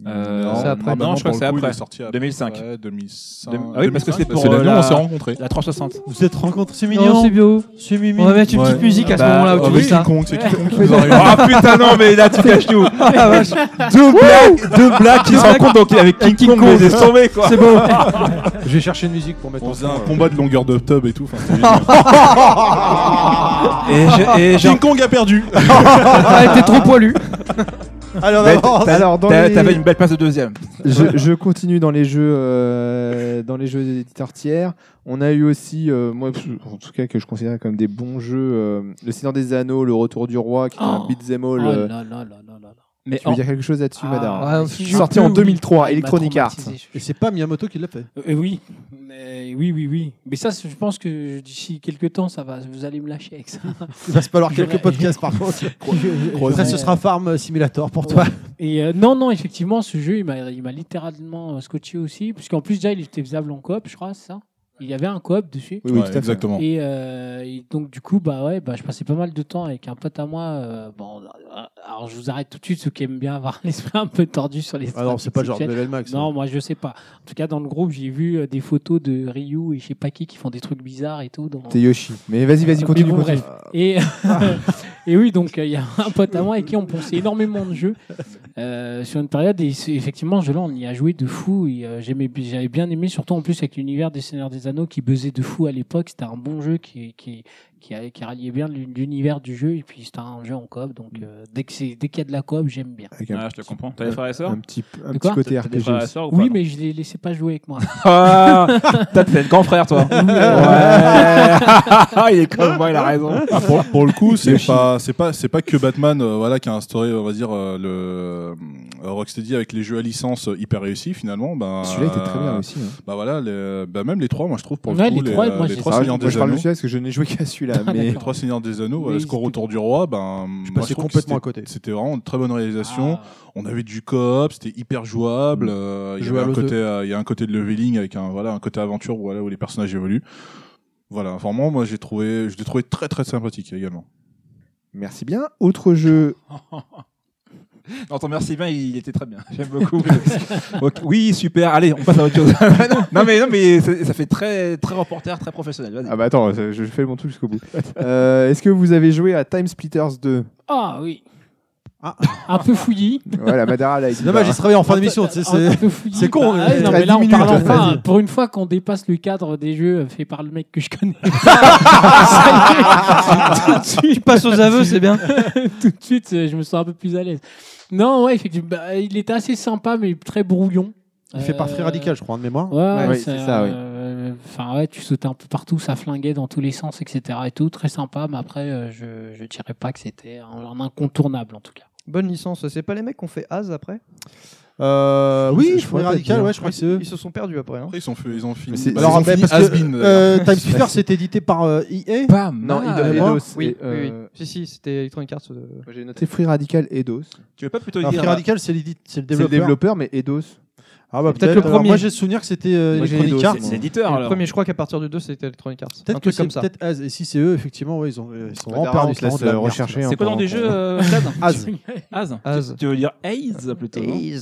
Speaker 7: Euh,
Speaker 6: Non,
Speaker 4: c'est après.
Speaker 6: normalement,
Speaker 7: Non, je crois
Speaker 6: pour
Speaker 7: que c'est
Speaker 6: le coup, il
Speaker 7: après.
Speaker 6: est sorti après.
Speaker 7: 2005.
Speaker 6: Ouais, 2005
Speaker 7: Ah oui, parce que c'est
Speaker 6: 2005,
Speaker 7: pour,
Speaker 6: c'est l'année où
Speaker 7: euh,
Speaker 6: on
Speaker 7: la-
Speaker 6: s'est rencontrés
Speaker 7: La 360.
Speaker 3: Vous êtes rencontrés, c'est
Speaker 4: Non, c'est bio.
Speaker 3: c'est mimi.
Speaker 4: On va mettre une petite musique à ce
Speaker 7: Bah,
Speaker 4: moment-là
Speaker 6: Ah
Speaker 4: où tu
Speaker 6: oui,
Speaker 4: dis ça.
Speaker 6: King Kong, c'est King Kong qui nous a réunis.
Speaker 7: Ah putain, non, mais là tu caches tout.
Speaker 5: Deux blagues
Speaker 7: Deux blagues qui se rencontrent donc avec King Kong, mais les sauvé quoi.
Speaker 4: C'est bon.
Speaker 3: Je vais chercher une musique pour mettre
Speaker 6: on
Speaker 3: en
Speaker 6: faisait un
Speaker 3: fond, euh.
Speaker 6: Ah, combat de longueur de tub et tout enfin, c'était génial.
Speaker 7: Et je- et j'en-
Speaker 6: King Kong a perdu
Speaker 4: Ah, t'es trop poilu.
Speaker 3: Alors,
Speaker 7: Mais
Speaker 3: d'abord,
Speaker 7: bah, t'as-
Speaker 5: Alors, dans
Speaker 7: t'as-
Speaker 5: les-
Speaker 7: T'avais une belle place de deuxième.
Speaker 5: je, je continue dans les jeux euh, dans les jeux des éditeurs tiers. On a eu aussi euh, moi pff, en tout cas que je considère comme des bons jeux euh, Le Seigneur des Anneaux, Le Retour du Roi qui est un
Speaker 8: Oh.
Speaker 5: beat'em
Speaker 8: Oh
Speaker 5: all.
Speaker 8: là
Speaker 5: euh,
Speaker 8: là là là là là.
Speaker 7: Mais
Speaker 5: tu veux dire quelque chose là-dessus,
Speaker 8: Ah,
Speaker 5: madame
Speaker 4: Ouais,
Speaker 8: si,
Speaker 4: je-
Speaker 5: Sorti en
Speaker 8: oui.
Speaker 5: 2003,
Speaker 8: Il m'a
Speaker 5: Electronic Arts.
Speaker 8: traumatisé.
Speaker 3: Et c'est pas Miyamoto qui l'a fait.
Speaker 8: Euh, oui, mais oui, oui, oui. Mais ça, c'est- je pense que d'ici quelques temps, ça va. Vous allez me lâcher avec ça.
Speaker 3: Il va se falloir
Speaker 8: J'aurais-
Speaker 3: quelques podcasts par contre. Après, ce
Speaker 8: Ouais.
Speaker 3: sera Farm Simulator pour toi.
Speaker 8: Et euh, non, non, effectivement, ce jeu, il m'a, il m'a littéralement euh, scotché aussi, puisqu'en plus déjà, il était faisable en coop, je crois, c'est ça. Il y avait un coop dessus.
Speaker 5: Oui, oui,
Speaker 6: Ouais,
Speaker 5: tout à fait.
Speaker 6: exactement
Speaker 8: Et, euh, et donc du coup, bah ouais, bah, je passais pas mal de temps avec un pote à moi. euh, bon, euh, alors je vous arrête tout de suite, ceux qui aiment bien avoir l'esprit un peu tordu sur les.
Speaker 3: Ah non, c'est pas le genre de level max. hein.
Speaker 8: Non, moi je sais pas. En tout cas, dans le groupe, j'ai vu euh, des photos de Ryu et je sais pas qui qui font des trucs bizarres et tout. dans-
Speaker 5: T'es Yoshi. Mais vas-y, vas-y,
Speaker 8: Euh, Mais
Speaker 5: continue.
Speaker 8: bon,
Speaker 5: continue.
Speaker 8: Et, et oui, donc euh, il y a un pote à moi avec qui on pensait énormément de jeux euh, sur une période. Et c'est- effectivement, ce jeu-là, on y a joué de fou. Et euh, j'aimais bi- j'avais bien aimé, surtout en plus avec l'univers des Seigneurs des Anneaux qui buzzait de fou à l'époque. C'était un bon jeu qui, qui, qui, a- qui ralliait bien l'un- l'univers du jeu. Et puis c'était un jeu en coop. Donc euh, dès que c'est- dès qu'il y a de la coop, j'aime bien.
Speaker 5: Avec
Speaker 7: Ah,
Speaker 5: un,
Speaker 7: je te comprends. T'as des frères et sœurs
Speaker 5: un petit, un
Speaker 8: De
Speaker 5: petit
Speaker 8: quoi
Speaker 5: côté
Speaker 7: T'as des
Speaker 5: RPG.
Speaker 7: frères et
Speaker 5: aussi.
Speaker 7: sœurs ou
Speaker 8: Oui,
Speaker 7: pas,
Speaker 8: mais je les laissais pas jouer avec moi.
Speaker 7: Ah T'as fait le grand frère, toi.
Speaker 5: Ah,
Speaker 7: Ouais. il est comme moi, il a raison.
Speaker 6: Ah, pour, pour le coup, c'est pas, c'est pas, c'est pas que Batman, euh, voilà, qui a instauré, on va dire, euh, le euh, Rocksteady avec les jeux à licence euh, hyper réussis finalement. Ben,
Speaker 5: Celui-là était très bien
Speaker 6: euh,
Speaker 5: aussi. hein.
Speaker 6: Bah voilà, les- bah, même les trois, moi je trouve pour
Speaker 8: Ouais,
Speaker 6: le coup,
Speaker 8: les trois,
Speaker 6: euh,
Speaker 8: moi,
Speaker 6: les
Speaker 8: j'ai-
Speaker 6: trois
Speaker 5: Ah,
Speaker 6: Seigneurs
Speaker 5: moi,
Speaker 6: des
Speaker 5: je parle de
Speaker 6: Anneaux,
Speaker 5: celui-là parce que je n'ai joué qu'à celui-là.
Speaker 8: Ah,
Speaker 5: mais
Speaker 6: les trois Seigneurs des Anneaux,
Speaker 8: Mais
Speaker 6: euh, score
Speaker 8: ils étaient-
Speaker 6: autour du roi, ben, moi,
Speaker 3: passais
Speaker 6: je trouve que
Speaker 3: complètement
Speaker 6: c'était-
Speaker 3: à côté.
Speaker 6: C'était vraiment une très bonne réalisation.
Speaker 8: Ah.
Speaker 6: On avait du coop, c'était hyper jouable. euh, Il y
Speaker 3: Jouer à
Speaker 6: avait un
Speaker 3: l'os
Speaker 6: côté, euh, il y a un côté de leveling avec un voilà, un côté aventure où, voilà, où les personnages évoluent. Voilà, vraiment, moi j'ai trouvé, je l'ai trouvé très très sympathique également.
Speaker 5: Merci bien. Autre jeu.
Speaker 7: Non, ton merci bien, il était très bien. J'aime beaucoup. Ok, Oui, super. Allez, on passe à autre chose. non, mais, non, mais ça, ça fait très, très reporter, très professionnel. Vas-y.
Speaker 5: Ah bah attends, je je fais mon truc jusqu'au bout. Euh, Est-ce que vous avez joué à Time Splitters 2
Speaker 8: Ah oui.
Speaker 3: Ah.
Speaker 8: Un peu fouillis.
Speaker 5: Voilà, Madara là. il
Speaker 3: C'est
Speaker 5: dit
Speaker 3: dommage,
Speaker 5: pas.
Speaker 3: il Ah, se travaille en fin
Speaker 8: Un
Speaker 3: d'émission. tu
Speaker 8: peu-
Speaker 3: sais,
Speaker 8: un
Speaker 3: c'est-
Speaker 8: peu fouillis.
Speaker 3: c'est con,
Speaker 8: Bah,
Speaker 3: euh,
Speaker 8: ouais, non,
Speaker 5: t'as
Speaker 8: mais là,
Speaker 5: 10
Speaker 8: on parle
Speaker 5: minutes,
Speaker 8: enfin.
Speaker 5: vas-y.
Speaker 8: Pour une fois qu'on dépasse le cadre des jeux euh, fait par le mec que je connais.
Speaker 4: Je passe aux aveux, c'est bien.
Speaker 8: tout de suite, euh, je me sens un peu plus à l'aise. Non, ouais, effectivement, bah, il était assez sympa, mais très brouillon.
Speaker 3: Il fait par
Speaker 8: Euh,
Speaker 3: Free Radical, je crois, de mémoire.
Speaker 8: Ouais, ouais,
Speaker 5: oui,
Speaker 8: c'est
Speaker 5: c'est ça, oui.
Speaker 8: euh, Enfin, ouais, tu sautais un peu partout, ça flinguait dans tous les sens, etc. Et tout, très sympa, mais après, euh, je, je dirais pas que c'était un, un incontournable en tout cas.
Speaker 4: Bonne licence. C'est pas les mecs qui ont fait Az après
Speaker 3: Euh, oui, je crois radical, ouais, je crois que c'est eux.
Speaker 4: Ils se sont perdus après. hein.
Speaker 6: Après, ils, sont fait- ils ont fini.
Speaker 5: Mais c'est-
Speaker 6: bah,
Speaker 5: alors,
Speaker 6: ils ont
Speaker 5: mais
Speaker 6: fini
Speaker 5: parce que,
Speaker 6: Asbin,
Speaker 3: Euh,
Speaker 6: d'ailleurs.
Speaker 3: Time Splitter, c'était édité par euh, EA
Speaker 5: Pas
Speaker 4: Non,
Speaker 5: mal.
Speaker 4: Eidos.
Speaker 5: Eidos,
Speaker 4: Oui,
Speaker 5: et, euh,
Speaker 4: oui, oui. Si, si, c'était Electronic Arts. euh,
Speaker 5: j'ai noté Free Radical Eidos.
Speaker 7: Tu veux pas plutôt
Speaker 3: Alors,
Speaker 7: dire.
Speaker 3: Free Radical, c'est l'édite- c'est le
Speaker 5: C'est le
Speaker 3: développeur.
Speaker 5: développeur, mais Eidos.
Speaker 3: Ah bah
Speaker 4: C'est peut-être le
Speaker 3: alors,
Speaker 4: premier.
Speaker 3: Moi j'ai le souvenir que c'était euh,
Speaker 5: Moi, j'ai
Speaker 3: Electronic
Speaker 5: Eidos,
Speaker 3: Arts.
Speaker 5: moi.
Speaker 7: C'est l'éditeur
Speaker 4: le
Speaker 7: alors.
Speaker 4: premier, je crois qu'à partir de 2, c'était Electronic Arts. Un
Speaker 3: Ah, Peut-être que
Speaker 4: truc
Speaker 3: c'est
Speaker 4: comme ça.
Speaker 3: peut-être Az. Et si c'est eux, effectivement, ouais, ils ont ils sont vraiment
Speaker 5: Darren,
Speaker 3: perdus.
Speaker 5: on se laisse, euh, rechercher.
Speaker 7: C'est quoi dans des jeux, euh, Chad
Speaker 3: Az.
Speaker 7: Az.
Speaker 4: Az.
Speaker 7: Tu veux dire Aze plutôt
Speaker 3: Allez,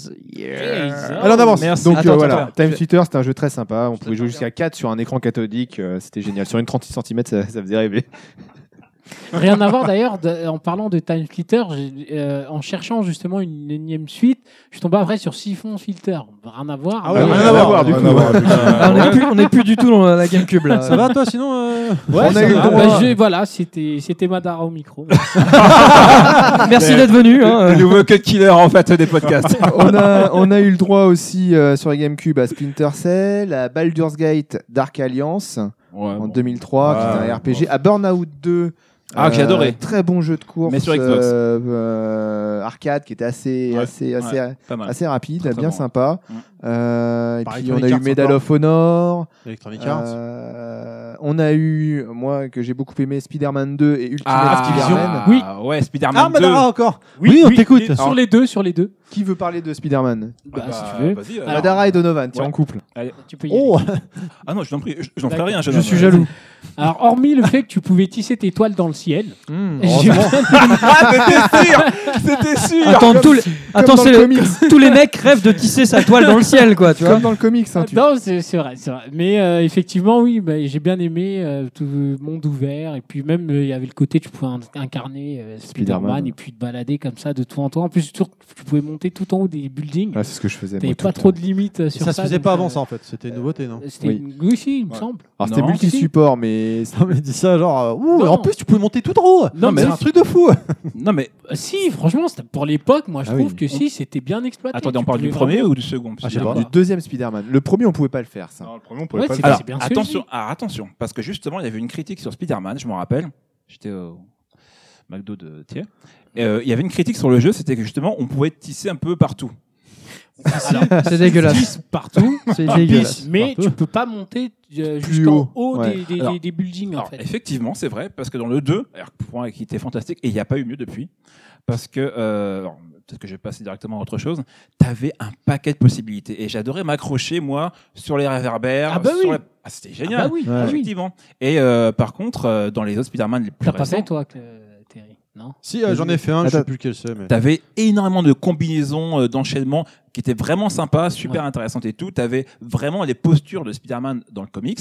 Speaker 3: on avance.
Speaker 7: Merci.
Speaker 5: Donc
Speaker 7: Attends,
Speaker 5: euh,
Speaker 7: attends,
Speaker 5: voilà,
Speaker 7: attends.
Speaker 5: Time Splitter, c'était un jeu très sympa. On pouvait jouer jusqu'à 4 sur un écran cathodique. euh, c'était génial. Sur une 36 cm, ça, ça faisait rêver.
Speaker 8: Rien à voir d'ailleurs, de- en parlant de Time Splitter, j'ai- euh, en cherchant justement une énième suite, je suis tombé après sur Siphon Filter. Rien à voir. Euh,
Speaker 3: Ah ouais,
Speaker 5: Ah oui,
Speaker 3: rien
Speaker 5: rien
Speaker 3: à
Speaker 5: à
Speaker 3: voir.
Speaker 5: du
Speaker 6: Ah,
Speaker 5: coup.
Speaker 6: non,
Speaker 7: Euh,
Speaker 6: non,
Speaker 4: Ah, on est plus- on n'est plus, du tout dans la GameCube là.
Speaker 3: euh, Ça va toi sinon euh,
Speaker 5: on a eu le
Speaker 8: Ah bah,
Speaker 5: droit.
Speaker 8: je- voilà, c'était c'était Madara au micro.
Speaker 4: Merci d'être venu. hein.
Speaker 7: nouveau cut killer en fait des podcasts.
Speaker 5: on, a, on a eu le droit aussi euh, sur la GameCube à Splinter Cell, à Baldur's Gate Dark Alliance en 2003, qui
Speaker 6: Ouais,
Speaker 5: était un RPG, à Burnout 2.
Speaker 7: Ah, que j'ai adoré.
Speaker 5: Très bon jeu de course.
Speaker 7: Mais sur Xbox.
Speaker 5: euh, euh, arcade qui était assez,
Speaker 6: Ouais,
Speaker 5: assez, assez,
Speaker 7: Pas mal.
Speaker 5: assez rapide,
Speaker 7: Très, très
Speaker 5: bien
Speaker 7: bon.
Speaker 5: sympa.
Speaker 7: Mm.
Speaker 5: Euh, et
Speaker 3: Par
Speaker 5: puis on a
Speaker 3: Electronic
Speaker 5: eu
Speaker 3: Arts
Speaker 5: Medal
Speaker 3: encore.
Speaker 5: of Honor.
Speaker 3: Electronic
Speaker 5: Euh, on a eu, moi que j'ai beaucoup aimé, Spider-Man 2 et Ultimate Ah, Spider-Man.
Speaker 7: oui. Ah, Ouais, Spider-Man.
Speaker 3: Ah
Speaker 7: 2.
Speaker 3: Madara encore. Oui, on t'écoute.
Speaker 8: Sur les deux, sur les deux.
Speaker 5: Qui veut parler de Spider-man
Speaker 8: Bah,
Speaker 7: Ah,
Speaker 8: si
Speaker 7: bah,
Speaker 8: tu veux.
Speaker 7: vas-y, alors.
Speaker 5: Madara et Donovan, tiens,
Speaker 7: Ouais.
Speaker 5: en couple.
Speaker 8: Tu peux y aller.
Speaker 3: Oh,
Speaker 7: Ah non, je t'en prie, je- j'en ferai
Speaker 8: D'accord.
Speaker 7: rien.
Speaker 3: je suis jaloux.
Speaker 8: Alors, hormis le fait que tu pouvais tisser tes toiles dans le ciel,
Speaker 4: Hmm.
Speaker 8: j'ai-
Speaker 7: Ah, C'était sûr.
Speaker 4: Attends, tous les- Attends,
Speaker 5: dans
Speaker 4: c'est
Speaker 5: le
Speaker 4: le- tous les mecs rêvent de tisser sa toile dans le ciel, quoi, tu vois.
Speaker 5: Comme dans le comics, hein, tu-
Speaker 8: Ah, Non, c'est c'est vrai, c'est vrai. Mais euh, effectivement, oui, bah, j'ai bien aimé euh, tout le monde ouvert. Et puis même, euh, il y avait le côté, tu pouvais in- incarner euh, Spider-Man
Speaker 5: Spider-Man.
Speaker 8: et puis te balader comme ça de tout en tout. En plus, tu, tu pouvais monter tout en haut des buildings.
Speaker 5: Ah, c'est ce que je faisais.
Speaker 8: T'avais
Speaker 5: moi, tout
Speaker 8: pas
Speaker 5: le
Speaker 8: trop
Speaker 5: temps.
Speaker 8: de limites euh, sur ça.
Speaker 3: ça se faisait
Speaker 8: donc,
Speaker 3: pas
Speaker 8: euh,
Speaker 3: avant ça hein. en fait. C'était une nouveauté non
Speaker 8: C'était
Speaker 5: Oui.
Speaker 8: une oui, si, il me
Speaker 6: Ouais.
Speaker 8: semble.
Speaker 5: Alors c'était
Speaker 7: Non,
Speaker 5: multi-support, mais
Speaker 3: Non mais dis ça genre euh, ouh,
Speaker 8: Non.
Speaker 3: en plus tu pouvais monter tout en haut.
Speaker 8: Non, mais-
Speaker 3: c'est un truc de fou.
Speaker 7: Non mais
Speaker 8: Euh, Si, franchement, c'était- pour l'époque, moi, je
Speaker 5: Ah
Speaker 8: trouve
Speaker 5: oui.
Speaker 8: que si, c'était bien exploité.
Speaker 7: attendez, on
Speaker 8: Tu
Speaker 7: parle du
Speaker 8: pouvais
Speaker 7: premier
Speaker 8: vraiment-
Speaker 7: ou du second parce
Speaker 3: Ah,
Speaker 7: que-
Speaker 3: je sais pas.
Speaker 5: du deuxième Spider-Man. Le premier, on pouvait pas le faire, ça.
Speaker 6: Non, le premier, on pouvait
Speaker 8: Ouais,
Speaker 6: pas le
Speaker 8: c'est-
Speaker 6: faire.
Speaker 7: Alors
Speaker 8: c'est bien
Speaker 7: attention,
Speaker 8: celui-ci.
Speaker 7: ah, attention, parce que justement, il y avait une critique sur Spider-Man. Je m'en rappelle. J'étais au McDo de Thiers. Et, euh, Il y avait une critique sur le jeu, c'était que justement, on pouvait tisser un peu partout.
Speaker 4: C'est dégueulasse.
Speaker 8: Pisse partout,
Speaker 4: C'est dégueulasse.
Speaker 8: mais tu peux pas monter euh, jusqu'en
Speaker 5: haut.
Speaker 8: haut, des-
Speaker 5: Ouais.
Speaker 8: des, des-
Speaker 7: Alors-
Speaker 8: des buildings en
Speaker 7: Alors,
Speaker 8: fait.
Speaker 7: effectivement, c'est vrai, parce que dans le 2, alors, point qui était fantastique, et il n'y a pas eu mieux depuis, parce que, euh, alors, peut-être que je vais passer directement à autre chose, t'avais un paquet de possibilités, et j'adorais m'accrocher, moi, sur les réverbères,
Speaker 8: Ah bah
Speaker 7: sur
Speaker 8: oui.
Speaker 7: la- Ah, c'était génial,
Speaker 8: Ah bah oui, ah oui.
Speaker 7: effectivement. Et euh, par contre, euh, dans les autres Spider-Man les
Speaker 3: Ah,
Speaker 7: plus
Speaker 8: T'as pas fait
Speaker 7: récents,
Speaker 8: toi, que- Terry Non.
Speaker 3: Si euh, j'en ai fait un, je sais
Speaker 5: Attends.
Speaker 3: plus lequel c'est mais.
Speaker 7: t'avais énormément de combinaisons, euh, d'enchaînements, qui étaient vraiment sympas, super
Speaker 8: Ouais.
Speaker 7: intéressantes et tout, t'avais vraiment les postures de Spider-Man dans le comics,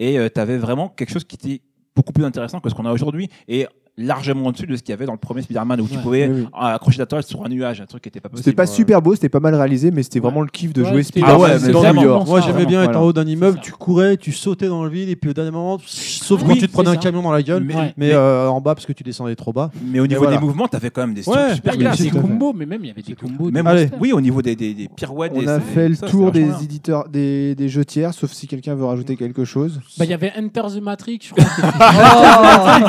Speaker 7: et euh, t'avais vraiment quelque chose qui était beaucoup plus intéressant que ce qu'on a aujourd'hui, et largement au-dessus de ce qu'il y avait dans le premier Spider-Man, où tu
Speaker 8: Ouais.
Speaker 7: pouvais
Speaker 5: Oui, oui.
Speaker 7: accrocher ta toile sur un nuage, un truc qui n'était pas
Speaker 5: C'était
Speaker 7: possible.
Speaker 5: pas super beau, c'était pas mal réalisé, mais c'était vraiment le kiff de
Speaker 8: Ouais,
Speaker 5: jouer
Speaker 8: c'était-
Speaker 5: Spider-Man
Speaker 7: Ah ouais, mais
Speaker 5: dans
Speaker 7: vraiment.
Speaker 5: New York.
Speaker 3: Moi
Speaker 8: ça,
Speaker 3: j'aimais bien
Speaker 5: vraiment,
Speaker 3: être en haut d'un immeuble,
Speaker 8: ça.
Speaker 3: tu courais, tu sautais dans le vide et puis au dernier moment, sauf
Speaker 8: Oui,
Speaker 3: quand tu te
Speaker 8: c'est
Speaker 3: prenais un
Speaker 8: ça.
Speaker 3: camion dans la gueule, mais,
Speaker 8: Ouais.
Speaker 3: euh, en bas parce que tu descendais trop bas.
Speaker 7: euh, Mais au niveau
Speaker 3: voilà.
Speaker 7: des mouvements, t'avais quand même des
Speaker 3: Ouais,
Speaker 7: super
Speaker 8: Ah, Il y avait
Speaker 7: classes.
Speaker 8: des
Speaker 5: tout à fait.
Speaker 8: combos, mais même il y avait des combos.
Speaker 7: Même-
Speaker 8: des
Speaker 3: Allez.
Speaker 8: monsters.
Speaker 7: Oui, au niveau des, des, des pirouettes.
Speaker 5: On
Speaker 7: des-
Speaker 5: a
Speaker 7: ça,
Speaker 5: fait le
Speaker 7: ça,
Speaker 5: tour
Speaker 7: c'est
Speaker 5: des
Speaker 7: vachement bien.
Speaker 5: éditeurs, des, des jeux tiers, sauf si quelqu'un veut rajouter quelque chose.
Speaker 8: Bah, il y avait Enter the Matrix, je crois. que c'était-